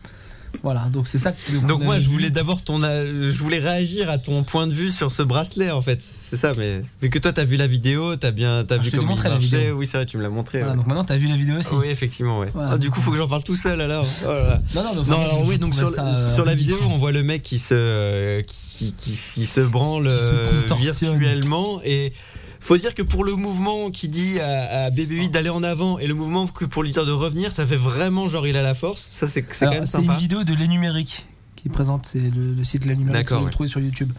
[SPEAKER 4] Voilà, donc c'est ça que.
[SPEAKER 5] Donc
[SPEAKER 4] on
[SPEAKER 5] moi
[SPEAKER 4] avait
[SPEAKER 5] je
[SPEAKER 4] vu.
[SPEAKER 5] voulais d'abord ton, euh, je voulais réagir à ton point de vue sur ce bracelet en fait. C'est ça, mais vu que toi t'as vu la vidéo, t'as bien,
[SPEAKER 4] Ah,
[SPEAKER 5] t'as
[SPEAKER 4] je
[SPEAKER 5] vu
[SPEAKER 4] te l'ai
[SPEAKER 5] comment il
[SPEAKER 4] montré, la
[SPEAKER 5] marchait.
[SPEAKER 4] vidéo.
[SPEAKER 5] Oui c'est vrai, tu me l'as montré.
[SPEAKER 4] Voilà,
[SPEAKER 5] ouais.
[SPEAKER 4] donc maintenant t'as vu la vidéo aussi.
[SPEAKER 5] Oui, effectivement, ouais.
[SPEAKER 4] Voilà.
[SPEAKER 5] Ah, du coup, faut que j'en parle tout seul alors. Oh là là.
[SPEAKER 4] Non, non,
[SPEAKER 5] Non,
[SPEAKER 4] franchement,
[SPEAKER 5] alors
[SPEAKER 4] je-
[SPEAKER 5] oui,
[SPEAKER 4] je
[SPEAKER 5] donc
[SPEAKER 4] trouvais
[SPEAKER 5] sur,
[SPEAKER 4] ça, euh,
[SPEAKER 5] sur la
[SPEAKER 4] ridicule.
[SPEAKER 5] vidéo, on voit le mec qui se, euh, qui, qui- qui se branle euh,
[SPEAKER 4] contorsionne.
[SPEAKER 5] virtuellement et. Faut dire que pour le mouvement qui dit à, à BB8 d'aller en avant et le mouvement que pour lui dire de revenir, ça fait vraiment genre il a la force. Ça c'est c'est quand
[SPEAKER 4] Alors,
[SPEAKER 5] même
[SPEAKER 4] C'est une
[SPEAKER 5] sympa.
[SPEAKER 4] vidéo de Les Numériques qui présente, c'est le, le site Les Numériques,
[SPEAKER 5] D'accord,
[SPEAKER 4] vous le
[SPEAKER 5] ouais.
[SPEAKER 4] trouvez sur YouTube.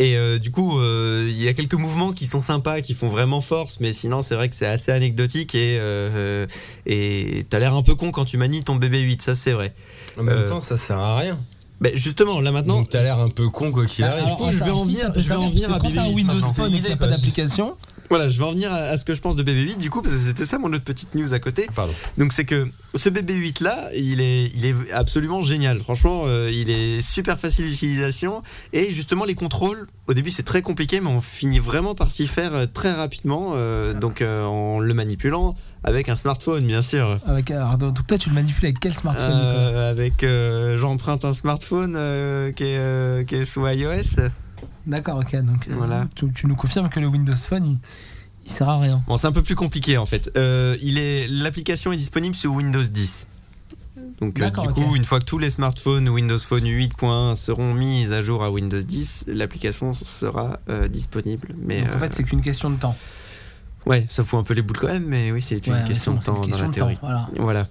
[SPEAKER 5] Et euh, du coup, euh, il y a quelques mouvements qui sont sympas, qui font vraiment force, mais sinon c'est vrai que c'est assez anecdotique et euh, et t'as l'air un peu con quand tu manies ton BB8, ça c'est vrai.
[SPEAKER 3] En même
[SPEAKER 5] Euh,
[SPEAKER 3] temps, ça sert à rien.
[SPEAKER 5] Ben justement là maintenant,
[SPEAKER 3] Donc t'as l'air un peu con quoi qu'il
[SPEAKER 4] Ah,
[SPEAKER 3] arrive.
[SPEAKER 4] alors,
[SPEAKER 5] coup, je
[SPEAKER 4] ça
[SPEAKER 5] vais en
[SPEAKER 4] aussi,
[SPEAKER 5] venir-
[SPEAKER 4] ça peut
[SPEAKER 5] je vais
[SPEAKER 4] servir,
[SPEAKER 5] en venir
[SPEAKER 4] parce que
[SPEAKER 5] à
[SPEAKER 4] quand t'as un
[SPEAKER 5] BB8
[SPEAKER 4] Windows
[SPEAKER 5] maintenant.
[SPEAKER 4] Phone et qu'il n'y a pas d'application,
[SPEAKER 5] Voilà, je vais en venir à, à ce que je pense de BB8 du coup, parce que c'était ça mon autre petite news à côté.
[SPEAKER 3] Pardon.
[SPEAKER 5] Donc c'est que ce BB8 là, il est, il est absolument génial. Franchement, euh, il est super facile d'utilisation et justement les contrôles. Au début c'est très compliqué, mais on finit vraiment par s'y faire euh, très rapidement. euh, donc euh, en le manipulant avec un smartphone, bien sûr.
[SPEAKER 4] avec, euh, alors, donc toi tu le manipules avec quel smartphone Nicolas
[SPEAKER 5] Euh, avec euh, j'emprunte un smartphone euh, qui, est, euh, qui est sous iOS.
[SPEAKER 4] D'accord, ok, donc euh,
[SPEAKER 5] Voilà.
[SPEAKER 4] tu, tu nous confirmes que le Windows Phone il, il sert à rien.
[SPEAKER 5] Bon, c'est un peu plus compliqué en fait. Euh, il est, l'application est disponible sur Windows 10. Donc euh,
[SPEAKER 4] D'accord,
[SPEAKER 5] du
[SPEAKER 4] ok.
[SPEAKER 5] coup, une fois que tous les smartphones Windows Phone 8.1 seront mis à jour à Windows 10, l'application sera euh, disponible. Mais
[SPEAKER 4] donc en fait
[SPEAKER 5] euh,
[SPEAKER 4] c'est qu'une question de temps.
[SPEAKER 5] ouais, ça fout un peu les boules quand même, mais oui, c'est une
[SPEAKER 4] Ouais,
[SPEAKER 5] question de
[SPEAKER 4] c'est bon,
[SPEAKER 5] temps
[SPEAKER 4] c'est une
[SPEAKER 5] dans la
[SPEAKER 4] question de
[SPEAKER 5] théorie.
[SPEAKER 4] temps, voilà.
[SPEAKER 5] Voilà.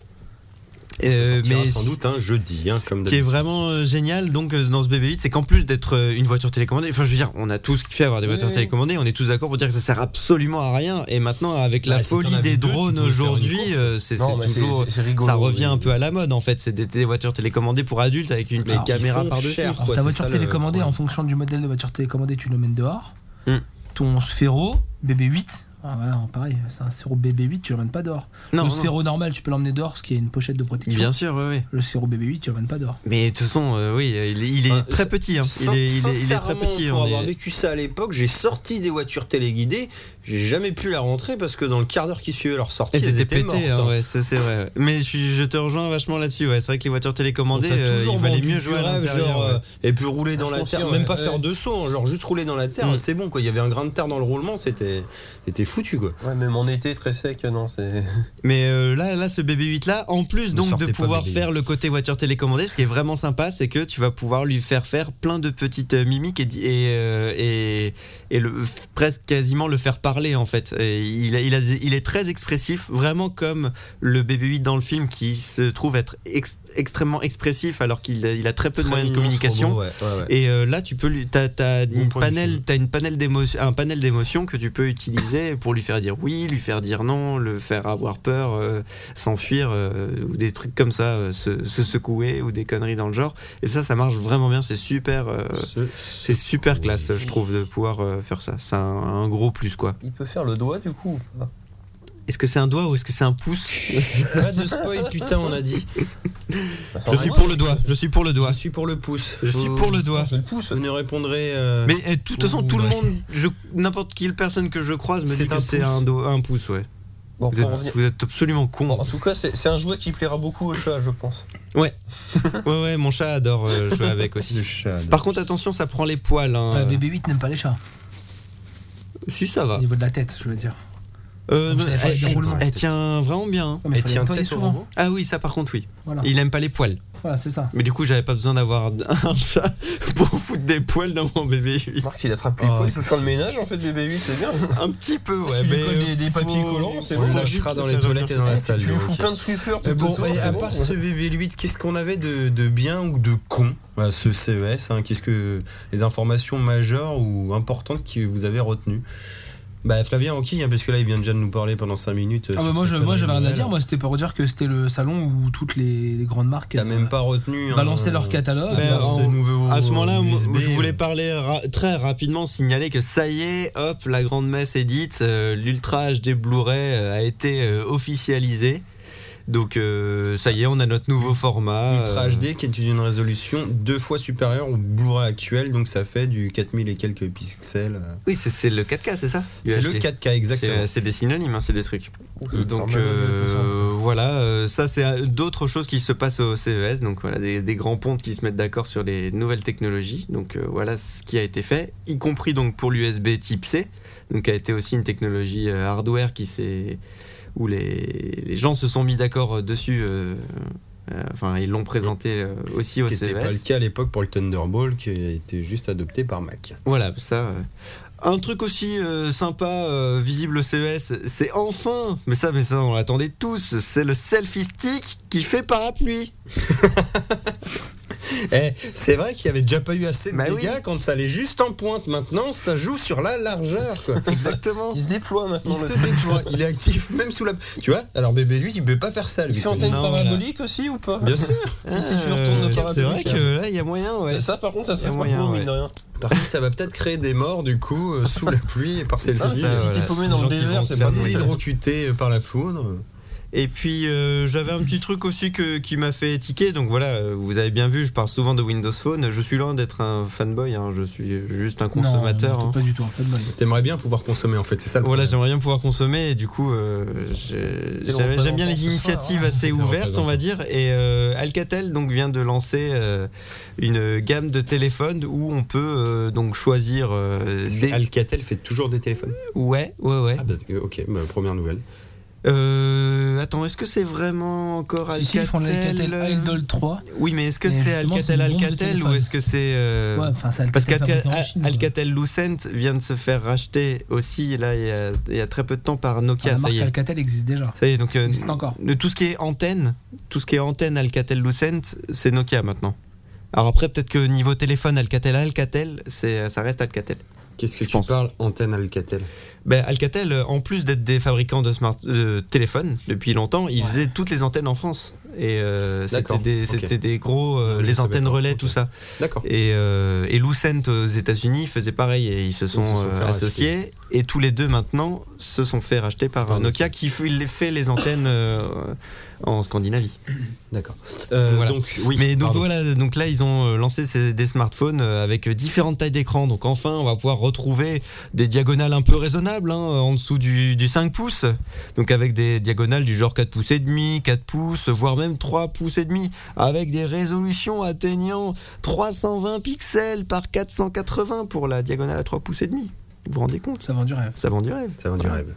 [SPEAKER 3] Ça
[SPEAKER 5] Euh,
[SPEAKER 3] sortira
[SPEAKER 5] mais
[SPEAKER 3] sans doute un jeudi, hein, comme
[SPEAKER 5] ce qui est
[SPEAKER 3] d'habitude.
[SPEAKER 5] vraiment euh, génial donc euh, dans ce BB8, c'est qu'en plus d'être euh, une voiture télécommandée, enfin je veux dire, on a tous kiffé avoir des voitures
[SPEAKER 4] oui.
[SPEAKER 5] télécommandées, on est tous d'accord pour dire que ça sert absolument à rien. Et maintenant avec la
[SPEAKER 3] Bah, si t'en
[SPEAKER 5] folie
[SPEAKER 3] avais
[SPEAKER 5] des
[SPEAKER 3] deux, tu
[SPEAKER 5] drones
[SPEAKER 3] pouvais faire une
[SPEAKER 5] aujourd'hui,
[SPEAKER 3] course.
[SPEAKER 5] euh, c'est
[SPEAKER 2] Non,
[SPEAKER 5] c'est
[SPEAKER 2] mais c'est-
[SPEAKER 5] toujours
[SPEAKER 2] c'est- c'est rigolo,
[SPEAKER 5] ça revient
[SPEAKER 2] oui.
[SPEAKER 5] un peu à la mode en fait. C'est des, des voitures télécommandées pour adultes avec une petite
[SPEAKER 3] qui
[SPEAKER 5] caméra
[SPEAKER 3] sont
[SPEAKER 5] par dessus.
[SPEAKER 3] chères.
[SPEAKER 4] Alors,
[SPEAKER 3] Pourquoi
[SPEAKER 4] ta
[SPEAKER 3] c'est
[SPEAKER 4] voiture
[SPEAKER 3] ça, le
[SPEAKER 4] télécommandée,
[SPEAKER 3] problème
[SPEAKER 4] en fonction du modèle de voiture télécommandée, tu le mènes dehors.
[SPEAKER 5] Hmm.
[SPEAKER 4] Ton sphéro BB8, ah, voilà, pareil, c'est un sphéro BB8, tu le mènes pas dehors.
[SPEAKER 5] Non,
[SPEAKER 4] le
[SPEAKER 5] non,
[SPEAKER 4] sphéro normal, tu peux l'emmener dehors parce qu'il y a une pochette de protection.
[SPEAKER 5] bien sûr, oui. oui.
[SPEAKER 4] Le sphéro BB8, tu le mènes pas dehors.
[SPEAKER 5] Mais de toute façon, euh, oui, il est, il est
[SPEAKER 3] Enfin,
[SPEAKER 5] très petit. hein. Il,
[SPEAKER 3] Sin-
[SPEAKER 5] est, il est- il est très
[SPEAKER 3] sincèrement,
[SPEAKER 5] petit.
[SPEAKER 3] Pour
[SPEAKER 5] on
[SPEAKER 3] avoir
[SPEAKER 5] est-
[SPEAKER 3] vécu ça à l'époque, j'ai sorti des voitures téléguidées, j'ai jamais pu la rentrer parce que dans le quart d'heure qui suivait leur sortie,
[SPEAKER 5] Et
[SPEAKER 3] elles
[SPEAKER 5] c'était
[SPEAKER 3] étaient
[SPEAKER 5] pété,
[SPEAKER 3] mortes.
[SPEAKER 5] hein,
[SPEAKER 3] hein.
[SPEAKER 5] ouais, ça, c'est vrai. ouais. Mais je, suis- je te rejoins vachement là-dessus. Ouais. C'est vrai que les voitures
[SPEAKER 3] On
[SPEAKER 5] télécommandées,
[SPEAKER 3] t'a
[SPEAKER 5] euh,
[SPEAKER 3] toujours
[SPEAKER 5] il valait
[SPEAKER 3] vendu
[SPEAKER 5] mieux
[SPEAKER 3] du
[SPEAKER 5] jouer à
[SPEAKER 3] rêve,
[SPEAKER 5] l'intérieur,
[SPEAKER 3] genre
[SPEAKER 5] ouais.
[SPEAKER 3] euh, et puis rouler dans
[SPEAKER 2] Je
[SPEAKER 3] la terre,
[SPEAKER 2] confirme,
[SPEAKER 3] même pas
[SPEAKER 2] ouais.
[SPEAKER 3] faire deux sauts, hein, genre juste rouler dans la terre,
[SPEAKER 5] Mm.
[SPEAKER 3] c'est bon quoi. Il y avait un grain de terre dans le roulement, c'était, c'était foutu quoi.
[SPEAKER 2] Ouais, même en été, très sec, non, c'est.
[SPEAKER 5] Mais euh, là, là, ce BB8 là, en plus
[SPEAKER 3] Ne
[SPEAKER 5] donc
[SPEAKER 3] sortez
[SPEAKER 5] de
[SPEAKER 3] pas
[SPEAKER 5] pouvoir
[SPEAKER 3] BB8.
[SPEAKER 5] faire le côté voiture télécommandée, ce qui est vraiment sympa, c'est que tu vas pouvoir lui faire faire plein de petites euh, mimiques et di- et, euh, et, et le, f- presque quasiment le faire parler en fait. Et il, a- il, a des- il est très expressif, vraiment comme le BB8 dans le film qui se trouve être ex- extrêmement expressif alors qu'il a, il a très peu de
[SPEAKER 3] Très
[SPEAKER 5] moyens de
[SPEAKER 3] mignon, ce
[SPEAKER 5] communication.
[SPEAKER 3] robot, ouais, ouais, ouais.
[SPEAKER 5] Et euh, là, tu peux lui, t'as, t'as
[SPEAKER 3] Bon
[SPEAKER 5] une
[SPEAKER 3] point de
[SPEAKER 5] panel,
[SPEAKER 3] vue.
[SPEAKER 5] t'as une panel d'émotions, un panel d'émotions que tu peux utiliser pour lui faire dire oui, lui faire dire non, le faire avoir peur, euh, s'enfuir, euh, ou des trucs comme ça, euh, se, se secouer, ou des conneries dans le genre. Et ça, ça marche vraiment bien, c'est super, euh, c'est super classe, je trouve, de pouvoir euh, faire ça. C'est un, un gros plus, quoi.
[SPEAKER 2] Il peut faire le doigt du coup. ou pas
[SPEAKER 5] Est-ce que c'est un doigt ou est-ce que c'est un pouce
[SPEAKER 3] Pas de spoil, putain, on a dit.
[SPEAKER 5] Je suis pour le doigt, je suis pour le doigt,
[SPEAKER 3] Je suis pour le pouce.
[SPEAKER 5] je suis pour le doigt.
[SPEAKER 2] C'est le pouce.
[SPEAKER 3] Vous ne répondrez. euh,
[SPEAKER 5] Mais euh, de toute façon,
[SPEAKER 3] Ouh,
[SPEAKER 5] tout le
[SPEAKER 3] ouais.
[SPEAKER 5] monde, je- n'importe quelle personne que je croise me
[SPEAKER 3] C'est
[SPEAKER 5] dit que
[SPEAKER 3] un
[SPEAKER 5] c'est
[SPEAKER 3] pouce.
[SPEAKER 5] un, do- un pouce, ouais.
[SPEAKER 2] Bon,
[SPEAKER 5] Vous
[SPEAKER 2] on revient-
[SPEAKER 5] êtes, vous êtes absolument con.
[SPEAKER 2] En tout cas, c'est c'est un jouet qui plaira beaucoup au chat, je pense.
[SPEAKER 5] Ouais, ouais, mon chat adore euh, jouer avec
[SPEAKER 3] le
[SPEAKER 5] aussi.
[SPEAKER 3] chat.
[SPEAKER 5] Par contre, attention, ça prend les poils. hein.
[SPEAKER 4] Bah, BB8 n'aime pas les chats,
[SPEAKER 5] Si, ça
[SPEAKER 4] au
[SPEAKER 5] va.
[SPEAKER 4] niveau de la tête, je veux dire.
[SPEAKER 5] Euh,
[SPEAKER 4] Comme ça,
[SPEAKER 5] elle,
[SPEAKER 4] il y a pas de
[SPEAKER 5] elle-
[SPEAKER 4] déroulement.
[SPEAKER 5] elle tient vraiment bien.
[SPEAKER 4] Ouais, Oh, mais
[SPEAKER 3] Elle
[SPEAKER 4] faut les
[SPEAKER 3] tient
[SPEAKER 4] nettoyer
[SPEAKER 3] tête au
[SPEAKER 4] souvent.
[SPEAKER 3] robot.
[SPEAKER 5] Ah oui, ça par contre, oui.
[SPEAKER 4] Voilà,
[SPEAKER 5] Il aime pas les poils.
[SPEAKER 4] voilà c'est ça. Ah,
[SPEAKER 5] Mais du coup, j'avais pas besoin d'avoir un chat pour foutre des poils dans mon bébé.
[SPEAKER 2] Marc, il attrape
[SPEAKER 5] Ah,
[SPEAKER 2] les
[SPEAKER 3] Oh,
[SPEAKER 2] poils, il
[SPEAKER 3] c'est
[SPEAKER 2] peut faire le ménage en fait, bébé 8, c'est bien.
[SPEAKER 5] Un petit peu, ouais.
[SPEAKER 2] Tu lui
[SPEAKER 5] mais
[SPEAKER 2] colles des- des
[SPEAKER 5] faut-
[SPEAKER 2] papiers collants, c'est
[SPEAKER 3] On
[SPEAKER 2] bon,
[SPEAKER 3] le
[SPEAKER 2] la
[SPEAKER 3] lâchera
[SPEAKER 2] jupe,
[SPEAKER 3] dans
[SPEAKER 2] ça
[SPEAKER 3] les
[SPEAKER 2] va
[SPEAKER 3] toilettes et dans la salle.
[SPEAKER 2] Tu lui
[SPEAKER 3] lui,
[SPEAKER 2] fous
[SPEAKER 3] ok.
[SPEAKER 2] plein de Swiffer.
[SPEAKER 3] Euh,
[SPEAKER 2] tout
[SPEAKER 3] bon,
[SPEAKER 2] le temps,
[SPEAKER 3] et
[SPEAKER 2] c'est
[SPEAKER 3] à
[SPEAKER 2] bon,
[SPEAKER 3] part
[SPEAKER 2] ouais.
[SPEAKER 3] ce BB8, qu'est-ce qu'on avait de, de bien ou de con à ce CES hein, Qu'est-ce que les informations majeures ou importantes que vous avez retenues bah, Flavien Anki, hein, parce que là, il vient déjà de nous parler pendant 5 minutes. euh,
[SPEAKER 4] Ah bah,
[SPEAKER 3] sur
[SPEAKER 4] moi,
[SPEAKER 3] sa
[SPEAKER 4] je- moi,
[SPEAKER 3] connerie
[SPEAKER 4] j'avais rien à
[SPEAKER 3] nouvelle.
[SPEAKER 4] dire. Moi, c'était pour dire que c'était le salon où toutes les, les grandes marques.
[SPEAKER 3] T'as
[SPEAKER 4] euh,
[SPEAKER 3] même pas retenu.
[SPEAKER 4] balancer
[SPEAKER 3] hein,
[SPEAKER 4] leur catalogue.
[SPEAKER 3] à part
[SPEAKER 5] Mais
[SPEAKER 3] ce
[SPEAKER 5] en-
[SPEAKER 3] nouveau
[SPEAKER 5] À ce moment-là, moi,
[SPEAKER 3] USB,
[SPEAKER 5] je voulais parler ra- très rapidement, signaler que ça y est, hop, la grande messe est dite, euh, l'Ultra HD Blu-ray euh, a été euh, officialisé. Donc euh, ça y est, on a notre nouveau format.
[SPEAKER 3] Ultra
[SPEAKER 5] euh,
[SPEAKER 3] HD qui est une résolution deux fois supérieure au Blu-ray actuel, donc ça fait du 4000 et quelques pixels. euh.
[SPEAKER 5] Oui, c'est- c'est le 4K, c'est ça
[SPEAKER 3] C'est le
[SPEAKER 5] UHD.
[SPEAKER 3] 4K exactement.
[SPEAKER 5] C'est- C'est des synonymes, hein, c'est des trucs.
[SPEAKER 2] Ouh, c'est
[SPEAKER 5] Donc
[SPEAKER 2] formidable,
[SPEAKER 5] euh, voilà, euh, ça c'est euh, d'autres choses qui se passent au CES. Donc voilà, des, des grands pontes qui se mettent d'accord sur les nouvelles technologies. Donc euh, voilà ce qui a été fait, y compris donc pour l'USB Type C, donc qui a été aussi une technologie euh, hardware qui s'est où les, les gens se sont mis d'accord euh, dessus. euh, euh, enfin, ils l'ont présenté euh, aussi
[SPEAKER 3] Ce
[SPEAKER 5] au
[SPEAKER 3] qui n'était pas le
[SPEAKER 5] CES.
[SPEAKER 3] cas à l'époque pour le Thunderball qui a été juste adopté par Mac.
[SPEAKER 5] Voilà, ça. euh. Un truc aussi euh, sympa, euh, visible au CES, c'est enfin, mais ça, mais ça, on l'attendait tous, c'est le selfie stick qui fait parapluie.
[SPEAKER 3] Eh, c'est vrai qu'il n'y avait déjà pas eu assez de
[SPEAKER 5] Bah
[SPEAKER 3] dégâts
[SPEAKER 5] oui.
[SPEAKER 3] quand ça allait juste en pointe. Maintenant, ça joue sur la largeur. Quoi.
[SPEAKER 5] Exactement.
[SPEAKER 2] Il se déploie maintenant.
[SPEAKER 3] Il
[SPEAKER 2] le-
[SPEAKER 3] se déploie, il est actif même sous la. Tu vois Alors bébé lui, il peut pas faire ça. Lui.
[SPEAKER 2] Il fait antenne
[SPEAKER 5] Non,
[SPEAKER 2] parabolique aussi ou pas
[SPEAKER 3] Bien sûr.
[SPEAKER 2] Si, si tu retournes le
[SPEAKER 5] Euh, c'est
[SPEAKER 2] parapluie,
[SPEAKER 5] vrai
[SPEAKER 2] ça.
[SPEAKER 5] que là, il y a moyen, ouais.
[SPEAKER 2] Ça, Ça, par contre, ça serait
[SPEAKER 5] Il y a
[SPEAKER 2] pas
[SPEAKER 5] moyen,
[SPEAKER 2] cool, mine
[SPEAKER 5] ouais.
[SPEAKER 2] de rien.
[SPEAKER 3] Par contre, ça va peut-être créer des morts du coup euh, sous la pluie et par
[SPEAKER 2] Ah,
[SPEAKER 3] celle-ci.
[SPEAKER 2] Si
[SPEAKER 5] ça,
[SPEAKER 2] si
[SPEAKER 5] voilà.
[SPEAKER 2] t'es paumé dans le
[SPEAKER 5] Les gens qui
[SPEAKER 2] désert,
[SPEAKER 5] vont
[SPEAKER 2] c'est
[SPEAKER 5] se
[SPEAKER 2] pas
[SPEAKER 5] faire
[SPEAKER 2] cool.
[SPEAKER 3] Hydrocuté euh, par la foudre.
[SPEAKER 5] Et puis euh, j'avais un petit truc aussi que, qui m'a fait tiquer. Donc voilà, euh, vous avez bien vu, je parle souvent de Windows Phone. Je suis loin d'être un fanboy, hein, je suis juste un consommateur.
[SPEAKER 4] Non,
[SPEAKER 5] hein.
[SPEAKER 4] pas du tout en fait. boy.
[SPEAKER 3] T'aimerais bien pouvoir consommer en fait, c'est ça. le
[SPEAKER 5] Euh, Voilà,
[SPEAKER 3] problème.
[SPEAKER 5] j'aimerais bien pouvoir consommer. Et du coup, euh, j'ai-
[SPEAKER 2] le
[SPEAKER 5] j'aime j'aime bien
[SPEAKER 2] représentant
[SPEAKER 5] les
[SPEAKER 2] ce soir,
[SPEAKER 5] initiatives
[SPEAKER 2] hein.
[SPEAKER 5] assez
[SPEAKER 3] C'est le
[SPEAKER 5] ouvertes, on va dire. Et euh, Alcatel donc vient de lancer euh, une gamme de téléphones où on peut euh, donc choisir. euh,
[SPEAKER 3] Parce que
[SPEAKER 5] des...
[SPEAKER 3] Alcatel fait toujours des téléphones.
[SPEAKER 5] Ouais, ouais, ouais.
[SPEAKER 3] Ah bah, ok, bah, première nouvelle.
[SPEAKER 5] Euh, attends, est-ce que c'est vraiment encore
[SPEAKER 4] Si, si, ils
[SPEAKER 5] Alcatel
[SPEAKER 4] font l'Alcatel
[SPEAKER 5] euh,
[SPEAKER 4] Idol 3.
[SPEAKER 5] Oui, mais est-ce que
[SPEAKER 4] Mais
[SPEAKER 5] c'est
[SPEAKER 4] justement, c'est une
[SPEAKER 5] Alcatel
[SPEAKER 4] bombe de
[SPEAKER 5] Alcatel ou
[SPEAKER 4] téléphone.
[SPEAKER 5] est-ce que c'est euh,
[SPEAKER 4] Ouais, enfin, c'est
[SPEAKER 5] Parce
[SPEAKER 4] Alcatel
[SPEAKER 5] qu'Alcatel ah,
[SPEAKER 4] fabriqué en Chine, ouais.
[SPEAKER 5] Alcatel Lucent vient de se faire racheter aussi là il y a, il y a très peu de temps par
[SPEAKER 4] Enfin,
[SPEAKER 5] Nokia.
[SPEAKER 4] Ah, la
[SPEAKER 5] ça
[SPEAKER 4] marque
[SPEAKER 5] y est.
[SPEAKER 4] Alcatel existe déjà.
[SPEAKER 5] Ça y est, donc euh,
[SPEAKER 4] Existe encore.
[SPEAKER 5] de tout ce qui est antenne, tout ce qui est antenne Alcatel Lucent, c'est Nokia maintenant. Alors après peut-être que niveau téléphone Alcatel Alcatel, c'est ça reste Alcatel.
[SPEAKER 3] Qu'est-ce que
[SPEAKER 5] Je
[SPEAKER 3] tu
[SPEAKER 5] pense.
[SPEAKER 3] parles antenne Alcatel
[SPEAKER 5] Ben, Alcatel euh, en plus d'être des fabricants de smart de téléphones depuis longtemps, ils faisaient toutes les antennes en France et euh, c'était
[SPEAKER 3] D'accord,
[SPEAKER 5] des
[SPEAKER 3] ok. Ah
[SPEAKER 5] c'était des gros euh,
[SPEAKER 3] Non, mais je
[SPEAKER 5] les
[SPEAKER 3] savais
[SPEAKER 5] antennes
[SPEAKER 3] pas,
[SPEAKER 5] relais
[SPEAKER 3] ok.
[SPEAKER 5] tout ça.
[SPEAKER 3] D'accord.
[SPEAKER 5] Et, euh, et Lucent aux États-Unis faisait pareil et ils se sont,
[SPEAKER 3] se sont
[SPEAKER 5] euh,
[SPEAKER 3] fait
[SPEAKER 5] associés et tous les deux maintenant se sont fait racheter par
[SPEAKER 3] Par
[SPEAKER 5] Nokia qui fait les- fait les antennes euh, en Scandinavie.
[SPEAKER 3] D'accord. Euh,
[SPEAKER 5] Voilà.
[SPEAKER 3] Donc oui.
[SPEAKER 5] Mais donc
[SPEAKER 3] pardon.
[SPEAKER 5] voilà, donc là ils ont euh, lancé ces- des smartphones euh, avec différentes tailles d'écran. Donc enfin, on va pouvoir retrouver des diagonales un peu raisonnables hein, en dessous du, du 5 pouces. Donc avec des diagonales du genre 4 pouces et demi, 4 pouces, voire même 3 pouces et demi, avec des résolutions atteignant 320 pixels par 480 pour la diagonale à 3 pouces et demi. Vous vous rendez compte
[SPEAKER 4] Ça vend du rêve.
[SPEAKER 5] Ça vend du rêve.
[SPEAKER 3] Ça vend du rêve.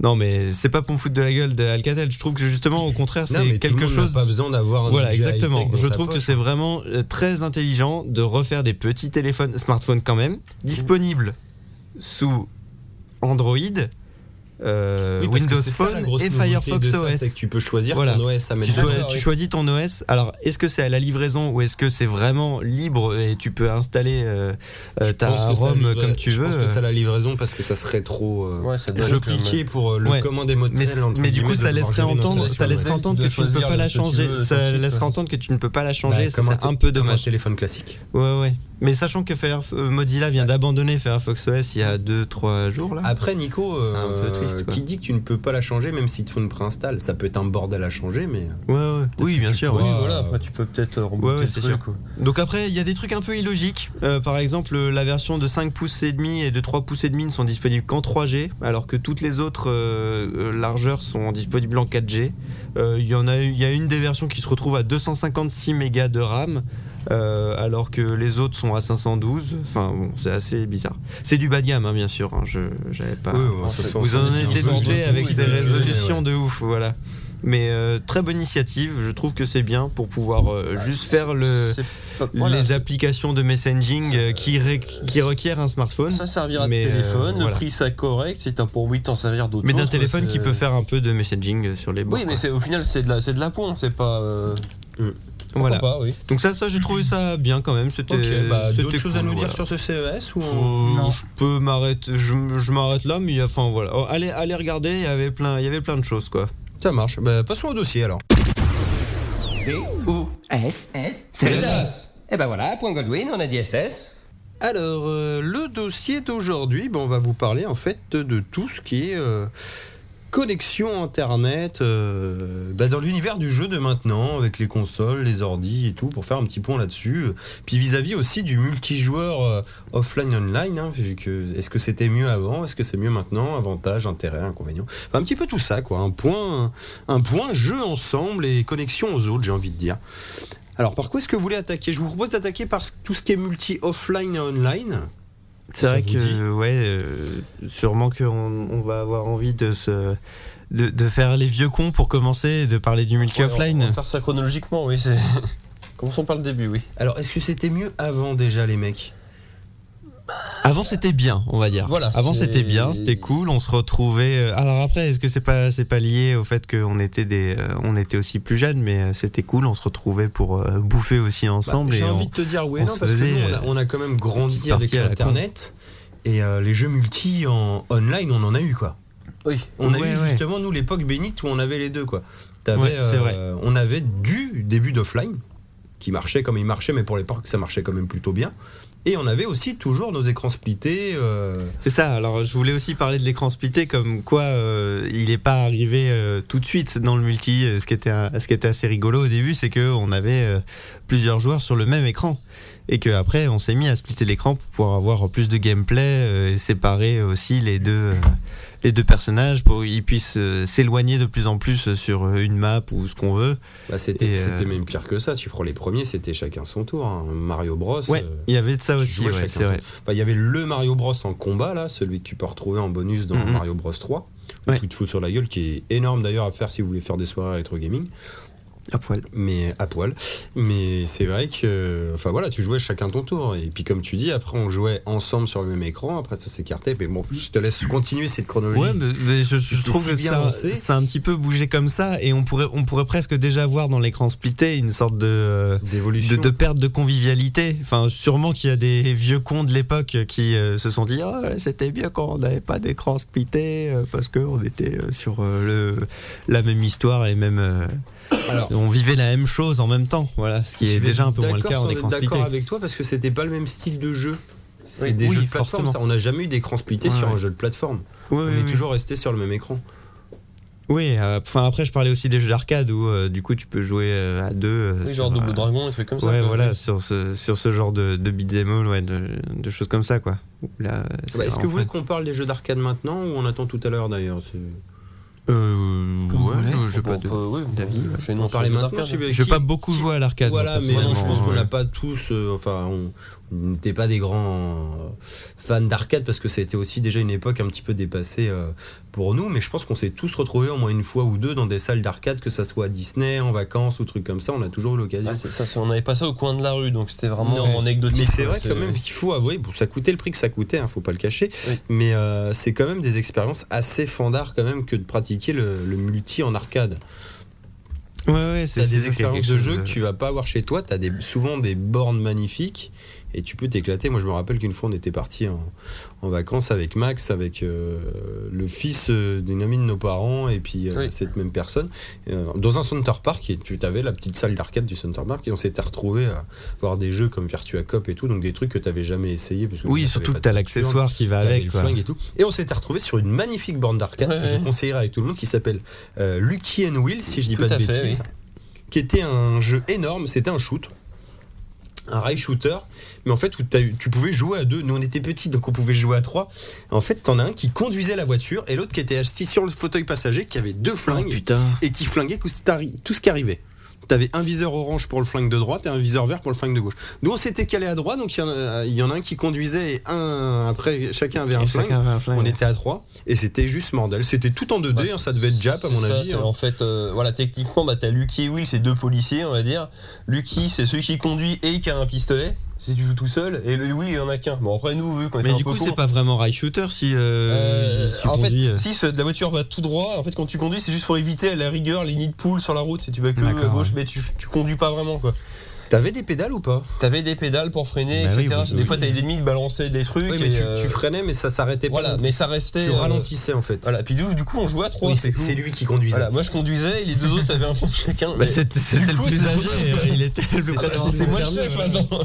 [SPEAKER 5] Non mais c'est pas pour me foutre de la gueule d'Alcatel. Je trouve que justement au contraire
[SPEAKER 3] Non, mais
[SPEAKER 5] c'est quelque chose
[SPEAKER 3] Pas besoin d'avoir un
[SPEAKER 5] voilà,
[SPEAKER 3] DJI high-tech
[SPEAKER 5] exactement.
[SPEAKER 3] dans
[SPEAKER 5] Je
[SPEAKER 3] sa
[SPEAKER 5] trouve que
[SPEAKER 3] poche. hein.
[SPEAKER 5] c'est vraiment euh, très intelligent de refaire des petits
[SPEAKER 3] Mmh.
[SPEAKER 5] téléphones, smartphones quand même, disponibles sous Android euh,
[SPEAKER 3] Oui, parce que
[SPEAKER 5] Windows
[SPEAKER 3] c'est ça, la
[SPEAKER 5] Phone
[SPEAKER 3] grosse
[SPEAKER 5] et
[SPEAKER 3] nouveauté
[SPEAKER 5] Firefox
[SPEAKER 3] de ça,
[SPEAKER 5] OS.
[SPEAKER 3] C'est que tu peux choisir
[SPEAKER 5] Voilà.
[SPEAKER 3] ton OS à
[SPEAKER 5] Tu,
[SPEAKER 3] mettre.
[SPEAKER 5] sois-
[SPEAKER 2] d'accord,
[SPEAKER 5] tu
[SPEAKER 2] oui.
[SPEAKER 5] choisis ton OS. Alors, est-ce que c'est à la livraison ou est-ce que c'est vraiment libre et tu peux installer euh, euh, ta
[SPEAKER 3] pense que ça
[SPEAKER 5] ROM
[SPEAKER 3] livre-
[SPEAKER 5] comme tu
[SPEAKER 3] Je
[SPEAKER 5] veux
[SPEAKER 3] pense que ça la livraison parce que ça serait trop. euh,
[SPEAKER 2] Ouais, ça doit
[SPEAKER 3] Je
[SPEAKER 2] être, euh,
[SPEAKER 3] piquais pour euh, le
[SPEAKER 5] Ouais.
[SPEAKER 3] commande émotionnel.
[SPEAKER 5] Mais,
[SPEAKER 3] entre
[SPEAKER 5] mais du
[SPEAKER 3] guillemets,
[SPEAKER 5] coup,
[SPEAKER 3] de devoir
[SPEAKER 5] ça laisserait
[SPEAKER 3] gérer une
[SPEAKER 5] entendre,
[SPEAKER 3] installation
[SPEAKER 5] ça laisserait
[SPEAKER 3] web.
[SPEAKER 5] entendre que
[SPEAKER 2] de
[SPEAKER 5] tu ne peux
[SPEAKER 2] choisir
[SPEAKER 5] pas
[SPEAKER 2] le
[SPEAKER 5] la
[SPEAKER 2] que tu
[SPEAKER 5] changer.
[SPEAKER 2] veux, tout de
[SPEAKER 5] Ça
[SPEAKER 2] suite,
[SPEAKER 5] laisserait
[SPEAKER 2] ouais.
[SPEAKER 5] entendre que tu ne peux pas la
[SPEAKER 3] Bah,
[SPEAKER 5] changer. ça,
[SPEAKER 3] comme
[SPEAKER 5] c'est un peu
[SPEAKER 3] comme
[SPEAKER 5] dommage.
[SPEAKER 3] un téléphone classique.
[SPEAKER 5] Ouais, ouais. Mais sachant que Firef- euh, Mozilla vient d'abandonner Firefox OS il y a 2-3 jours, là.
[SPEAKER 3] Après, Nico,
[SPEAKER 5] C'est un peu
[SPEAKER 3] euh,
[SPEAKER 5] triste, quoi.
[SPEAKER 3] qui dit que tu ne peux pas la changer même si ton préinstalle Ça peut être un bordel à changer, mais.
[SPEAKER 5] Ouais, ouais. Oui,
[SPEAKER 3] que
[SPEAKER 5] bien
[SPEAKER 3] tu
[SPEAKER 5] sûr.
[SPEAKER 3] pourras-
[SPEAKER 5] ouais.
[SPEAKER 2] Oui, voilà, après tu peux peut-être
[SPEAKER 5] Ouais, ouais,
[SPEAKER 2] remonter
[SPEAKER 5] c'est
[SPEAKER 2] le
[SPEAKER 5] sûr.
[SPEAKER 2] truc. quoi.
[SPEAKER 5] Donc après, il y a des trucs un peu illogiques. Euh, par exemple, euh, la version de 5 pouces et demi et de 3 pouces et demi ne sont disponibles qu'en 3G, alors que toutes les autres euh, euh, largeurs sont disponibles en 4G. Euh, Il y en a, il y a une des versions qui se retrouve à 256 mégas de RAM. euh, alors que les autres sont à 512, enfin bon, c'est assez bizarre. C'est du bas de gamme, hein, bien sûr. hein, je, j'avais pas.
[SPEAKER 3] Oui, ouais, ça, ça,
[SPEAKER 5] Vous
[SPEAKER 3] ça,
[SPEAKER 5] en
[SPEAKER 3] ça,
[SPEAKER 5] étiez
[SPEAKER 3] ça, ça,
[SPEAKER 5] douté
[SPEAKER 3] ça,
[SPEAKER 5] avec
[SPEAKER 3] ça,
[SPEAKER 5] ces
[SPEAKER 3] ça, ça, ça,
[SPEAKER 5] résolutions de ouf, voilà. Mais euh, très bonne initiative, je trouve que c'est bien pour pouvoir euh, juste faire le,
[SPEAKER 2] Bah, C'est pas- voilà,
[SPEAKER 5] les applications de messaging euh, qui, ré- qui requièrent un smartphone.
[SPEAKER 2] Ça servira
[SPEAKER 5] Mais,
[SPEAKER 2] de
[SPEAKER 5] euh,
[SPEAKER 2] téléphone, le
[SPEAKER 5] voilà.
[SPEAKER 2] prix ça correct, si t'as pour 8 t'en servir d'autres
[SPEAKER 5] mais d'un
[SPEAKER 2] choses, quoi,
[SPEAKER 5] téléphone
[SPEAKER 2] c'est-
[SPEAKER 5] qui peut faire un peu de messaging euh, sur les bords.
[SPEAKER 2] Oui, mais
[SPEAKER 5] quoi.
[SPEAKER 2] c'est- au final c'est de la c'est de la pompe, c'est pas euh, pourquoi
[SPEAKER 5] voilà.
[SPEAKER 2] pas, oui.
[SPEAKER 5] Donc ça, ça j'ai trouvé ça bien quand même. C'était
[SPEAKER 3] Ok, bah,
[SPEAKER 5] c'était
[SPEAKER 3] d'autres choses à
[SPEAKER 5] cool,
[SPEAKER 3] nous dire
[SPEAKER 5] voilà.
[SPEAKER 3] sur ce CES ou on-
[SPEAKER 5] Euh,
[SPEAKER 4] Non.
[SPEAKER 5] Je peux m'arrêter, je, je m'arrête là, mais il y a- enfin voilà. Oh, allez, allez regarder, il y avait plein, il y avait plein de choses quoi.
[SPEAKER 3] Ça marche. Bah, passons au dossier alors.
[SPEAKER 7] S, S, c'est le DAS. Et ben voilà, point Goldwyn, on a dit SS.
[SPEAKER 3] Alors, euh, le dossier d'aujourd'hui, ben, on va vous parler en fait de, de tout ce qui est euh, connexion Internet euh, bah, dans l'univers du jeu de maintenant, avec les consoles, les ordis et tout, pour faire un petit pont là-dessus. Puis vis-à-vis aussi du multijoueur euh, offline-online, hein, vu que est-ce que c'était mieux avant, est-ce que c'est mieux maintenant, avantages, intérêts, inconvénients. Enfin, un petit peu tout ça, quoi. Un point, un point jeu ensemble et connexion aux autres, j'ai envie de dire. Alors, par quoi est-ce que vous voulez attaquer Je vous propose d'attaquer par tout ce qui est multi-offline et online.
[SPEAKER 5] C'est
[SPEAKER 3] Ça
[SPEAKER 5] vrai
[SPEAKER 3] vous
[SPEAKER 5] que
[SPEAKER 3] dit
[SPEAKER 5] ouais, euh, sûrement qu'on on va avoir envie de se de, de faire les vieux cons pour commencer et de parler du multi
[SPEAKER 2] Ouais, on- On
[SPEAKER 5] offline.
[SPEAKER 2] va faire ça chronologiquement, oui. c'est- Commençons par le début, oui.
[SPEAKER 3] Alors, est-ce que c'était mieux avant déjà, les mecs
[SPEAKER 5] Avant c'était bien, on va dire.
[SPEAKER 2] Voilà,
[SPEAKER 5] Avant
[SPEAKER 2] c'est-
[SPEAKER 5] c'était bien, c'était cool, on se retrouvait. euh, Alors après, est-ce que c'est pas c'est pas lié au fait qu'on était des euh, on était aussi plus jeunes, mais euh, c'était cool, on se retrouvait pour euh, bouffer aussi
[SPEAKER 3] Bah,
[SPEAKER 5] ensemble.
[SPEAKER 3] J'ai
[SPEAKER 5] et
[SPEAKER 3] envie
[SPEAKER 5] on-
[SPEAKER 3] de te dire oui,
[SPEAKER 5] on
[SPEAKER 3] non,
[SPEAKER 5] se
[SPEAKER 3] parce que
[SPEAKER 5] faisait,
[SPEAKER 3] nous, on a, on a quand même grandi
[SPEAKER 5] petite
[SPEAKER 3] avec
[SPEAKER 5] partie à la
[SPEAKER 3] Internet et euh, les jeux multi en online, on en a eu quoi.
[SPEAKER 2] Oui.
[SPEAKER 3] On a eu
[SPEAKER 5] Ouais, ouais.
[SPEAKER 3] justement nous l'époque bénite où on avait les deux quoi. T'avais,
[SPEAKER 5] Ouais, c'est
[SPEAKER 3] euh,
[SPEAKER 5] vrai.
[SPEAKER 3] On avait du début d'offline qui marchait comme il marchait, mais pour l'époque ça marchait quand même plutôt bien. Et on avait aussi toujours nos écrans splittés. euh,
[SPEAKER 5] C'est ça, alors je voulais aussi parler de l'écran splitté, comme quoi euh, il n'est pas arrivé euh, tout de suite dans le multi. Euh, Ce qui était, un- ce qui était assez rigolo au début, c'est qu'on avait euh, plusieurs joueurs sur le même écran. Et qu'après, on s'est mis à splitter l'écran pour pouvoir avoir plus de gameplay euh, et séparer aussi les deux, euh, les deux personnages pour qu'ils puissent euh, s'éloigner de plus en plus sur euh, une map ou ce qu'on veut.
[SPEAKER 3] Bah, c'était
[SPEAKER 5] Et, euh,
[SPEAKER 3] c'était même pire que ça. Tu prends les premiers, c'était chacun son tour. hein. Mario Bros.
[SPEAKER 5] Ouais,
[SPEAKER 3] euh,
[SPEAKER 5] il y avait de ça
[SPEAKER 3] tu
[SPEAKER 5] aussi,
[SPEAKER 3] jouais
[SPEAKER 5] ouais,
[SPEAKER 3] chacun
[SPEAKER 5] c'est vrai.
[SPEAKER 3] Enfin, il y avait le Mario Bros en combat là, celui que tu peux retrouver en bonus dans
[SPEAKER 5] Mhm.
[SPEAKER 3] Mario Bros 3. où
[SPEAKER 5] Ouais.
[SPEAKER 3] Tu te fous sur la gueule, qui est énorme d'ailleurs à faire si vous voulez faire des soirées rétro gaming,
[SPEAKER 5] À poil.
[SPEAKER 3] mais à poil. Mais c'est vrai que, enfin voilà, tu jouais chacun ton tour. Et puis comme tu dis, après on jouait ensemble sur le même écran. Après ça s'écartait. Mais bon, je te laisse continuer cette chronologie.
[SPEAKER 5] Ouais, mais, mais je, je
[SPEAKER 3] C'était
[SPEAKER 5] trouve
[SPEAKER 3] si
[SPEAKER 5] que
[SPEAKER 3] bien
[SPEAKER 5] ça,
[SPEAKER 3] lancé.
[SPEAKER 5] ça a un petit peu bougé comme ça et on pourrait, on pourrait presque déjà voir dans l'écran splitté une sorte de, euh, de,
[SPEAKER 3] D'évolution.
[SPEAKER 5] de perte de convivialité. Enfin, sûrement qu'il y a des vieux cons de l'époque qui euh, se sont dit oh, c'était bien quand on n'avait pas d'écran splitté euh, parce qu'on était euh, sur euh, le, la même histoire et les mêmes. euh,
[SPEAKER 3] Alors-
[SPEAKER 5] on vivait la même chose en même temps, voilà, ce qui
[SPEAKER 3] Je
[SPEAKER 5] est
[SPEAKER 3] vais
[SPEAKER 5] déjà un peu moins le
[SPEAKER 3] d'accord
[SPEAKER 5] cas en
[SPEAKER 3] sans être
[SPEAKER 5] écran splitté.
[SPEAKER 3] D'accord avec toi parce que c'était pas le même style de jeu. C'est
[SPEAKER 5] Oui,
[SPEAKER 3] des
[SPEAKER 5] oui,
[SPEAKER 3] jeux de plateforme.
[SPEAKER 5] forcément.
[SPEAKER 3] ça. On n'a jamais eu d'écran splitté
[SPEAKER 5] Ouais,
[SPEAKER 3] sur un
[SPEAKER 5] ouais.
[SPEAKER 3] jeu de plateforme.
[SPEAKER 5] Oui,
[SPEAKER 3] On
[SPEAKER 5] oui,
[SPEAKER 3] est
[SPEAKER 5] oui.
[SPEAKER 3] toujours resté sur le même écran.
[SPEAKER 5] Oui, euh, enfin après je parlais aussi des jeux d'arcade où euh, du coup tu peux jouer euh, à deux. euh,
[SPEAKER 2] Oui,
[SPEAKER 5] sur,
[SPEAKER 2] genre Double
[SPEAKER 5] euh,
[SPEAKER 2] Dragon, et trucs comme ça.
[SPEAKER 5] ouais,
[SPEAKER 2] quoi.
[SPEAKER 5] voilà, sur ce, sur ce genre de, de beat'em all, ouais, de, de choses comme ça, quoi. Là, c'est
[SPEAKER 3] Bah, Est-ce que
[SPEAKER 5] vraiment
[SPEAKER 3] vous voulez
[SPEAKER 5] fun.
[SPEAKER 3] qu'on parle des jeux d'arcade maintenant ou on attend tout à l'heure d'ailleurs c'est-
[SPEAKER 5] Euh,
[SPEAKER 4] Comme vous
[SPEAKER 5] ouais,
[SPEAKER 4] voulez.
[SPEAKER 5] euh, je sais pas.
[SPEAKER 2] Bon,
[SPEAKER 5] de-
[SPEAKER 2] peut- ouais, David, chez nous,
[SPEAKER 3] On parlait
[SPEAKER 2] sur les
[SPEAKER 3] maintenant.
[SPEAKER 2] arcades.
[SPEAKER 3] je sais pas,
[SPEAKER 5] J'ai
[SPEAKER 3] qui-
[SPEAKER 5] pas beaucoup
[SPEAKER 3] qui-
[SPEAKER 5] joué à l'arcade.
[SPEAKER 3] Voilà,
[SPEAKER 5] moi,
[SPEAKER 3] mais
[SPEAKER 5] personnellement,
[SPEAKER 3] je pense qu'on
[SPEAKER 5] ouais.
[SPEAKER 3] n'a pas tous. euh, enfin, on on n'était pas des grands euh, fans d'arcade parce que ça a été aussi déjà une époque un petit peu dépassée euh, pour nous. Mais je pense qu'on s'est tous retrouvés au moins une fois ou deux dans des salles d'arcade, que ça soit à Disney, en vacances ou trucs comme ça. On a toujours eu l'occasion.
[SPEAKER 2] Ah, c'est ça, c'est- on avait pas ça au coin de la rue, donc c'était vraiment
[SPEAKER 3] Non.
[SPEAKER 2] anecdotique.
[SPEAKER 3] Mais c'est
[SPEAKER 2] quoi,
[SPEAKER 3] vrai quand même qu'il faut avouer, bon, ça coûtait le prix que ça coûtait, hein, faut pas le cacher,
[SPEAKER 2] Oui.
[SPEAKER 3] mais euh, c'est quand même des expériences assez fandards quand même que de pratiquer le, le multi en arcade.
[SPEAKER 5] Ouais, ouais, c'est
[SPEAKER 3] T'as
[SPEAKER 5] c'est
[SPEAKER 3] des
[SPEAKER 5] quelque
[SPEAKER 3] expériences de
[SPEAKER 5] chose
[SPEAKER 3] jeu que tu vas pas avoir chez toi, t'as des, souvent des bornes magnifiques et tu peux t'éclater. Moi je me rappelle qu'une fois on était parti en, en vacances avec Max, avec euh, le fils euh, d'une amie de nos parents et puis euh,
[SPEAKER 2] Oui.
[SPEAKER 3] cette même personne, euh, dans un Center Park et tu avais la petite salle d'arcade du Center Park et on s'était retrouvé à voir des jeux comme Virtua Cop et tout, donc des trucs que t'avais jamais essayé. Parce que
[SPEAKER 5] Oui,
[SPEAKER 3] t'avais
[SPEAKER 5] surtout
[SPEAKER 3] pas
[SPEAKER 5] que
[SPEAKER 3] de
[SPEAKER 5] t'as
[SPEAKER 3] ceinture,
[SPEAKER 5] l'accessoire qui va
[SPEAKER 3] t'avais
[SPEAKER 5] avec.
[SPEAKER 3] le
[SPEAKER 5] quoi.
[SPEAKER 3] flingue et tout. Et on s'était retrouvé sur une magnifique borne d'arcade que
[SPEAKER 2] Ouais,
[SPEAKER 3] je
[SPEAKER 2] ouais.
[SPEAKER 3] conseillerais avec tout le monde qui s'appelle euh, Lucky and Will, si je dis
[SPEAKER 2] Tout
[SPEAKER 3] pas de
[SPEAKER 2] à fait,
[SPEAKER 3] bêtises, qui était un jeu énorme, c'était un shoot. Un rail shooter, mais en fait, où t'as eu- tu pouvais jouer à deux. Nous, on était petits, donc on pouvait jouer à trois. En fait, t'en as un qui conduisait la voiture et l'autre qui était assis sur le fauteuil passager, qui avait deux
[SPEAKER 5] Oh,
[SPEAKER 3] flingues
[SPEAKER 5] putain.
[SPEAKER 3] et qui flinguait tout ce qui arri- tout ce qui arrivait. T'avais un viseur orange pour le flingue de droite et un viseur vert pour le flingue de gauche. Nous, on s'était calé à droite, donc il y, en a- il y en a un qui conduisait et un après, chacun avait un
[SPEAKER 5] Et
[SPEAKER 3] flingue.
[SPEAKER 5] chacun avait un flingue.
[SPEAKER 3] On était à trois et c'était juste bordel. C'était tout en 2D,
[SPEAKER 2] Ouais.
[SPEAKER 3] hein, ça devait être Jap à
[SPEAKER 2] C'est
[SPEAKER 3] mon
[SPEAKER 2] ça,
[SPEAKER 3] avis.
[SPEAKER 2] c'est-
[SPEAKER 3] hein.
[SPEAKER 2] En fait, euh, voilà, techniquement, bah, t'as Lucky et Will, c'est deux policiers, on va dire. Lucky, c'est celui qui conduit et qui a un pistolet. Si tu joues tout seul, et le Will, il y en a qu'un. Bon, après, nous, vu qu'on était
[SPEAKER 5] Mais
[SPEAKER 2] un
[SPEAKER 5] du
[SPEAKER 2] peu
[SPEAKER 5] coup, c'est
[SPEAKER 2] cons,
[SPEAKER 5] pas vraiment rail shooter si.
[SPEAKER 2] euh,
[SPEAKER 5] euh, si tu
[SPEAKER 2] en fait,
[SPEAKER 5] conduis, euh.
[SPEAKER 2] si ce- la voiture va tout droit, en fait, quand tu conduis, c'est juste pour éviter à la rigueur les nids de poules sur la route. Si tu vas que à
[SPEAKER 5] D'accord,
[SPEAKER 2] gauche,
[SPEAKER 5] ouais.
[SPEAKER 2] mais tu, tu conduis pas vraiment quoi.
[SPEAKER 3] T'avais des pédales ou pas
[SPEAKER 2] T'avais des pédales pour freiner,
[SPEAKER 5] Bah oui,
[SPEAKER 2] etc.
[SPEAKER 5] vous-
[SPEAKER 2] des
[SPEAKER 5] oui.
[SPEAKER 2] fois, t'as les ennemis de balancer des trucs.
[SPEAKER 3] Oui,
[SPEAKER 2] et,
[SPEAKER 3] mais tu,
[SPEAKER 2] euh,
[SPEAKER 3] tu freinais, mais ça s'arrêtait
[SPEAKER 2] voilà,
[SPEAKER 3] pas.
[SPEAKER 2] mais ça restait.
[SPEAKER 3] tu
[SPEAKER 2] euh,
[SPEAKER 3] ralentissais en fait.
[SPEAKER 2] Voilà, puis du, du coup, on jouait à trois.
[SPEAKER 3] Oui,
[SPEAKER 2] c'est
[SPEAKER 3] c'est
[SPEAKER 2] cool.
[SPEAKER 3] c'est lui qui conduisait.
[SPEAKER 2] Voilà, moi je conduisais et les deux autres avaient un fond chacun.
[SPEAKER 5] Bah,
[SPEAKER 2] mais-
[SPEAKER 5] c'était c'était
[SPEAKER 2] Du
[SPEAKER 5] le
[SPEAKER 2] coup,
[SPEAKER 5] plus
[SPEAKER 2] c'est-
[SPEAKER 5] âgé, euh, il était le plus
[SPEAKER 3] C'est-
[SPEAKER 5] près d'avoir
[SPEAKER 2] C'est
[SPEAKER 5] son
[SPEAKER 2] moi le
[SPEAKER 5] permis,
[SPEAKER 2] chef
[SPEAKER 5] voilà.
[SPEAKER 2] maintenant.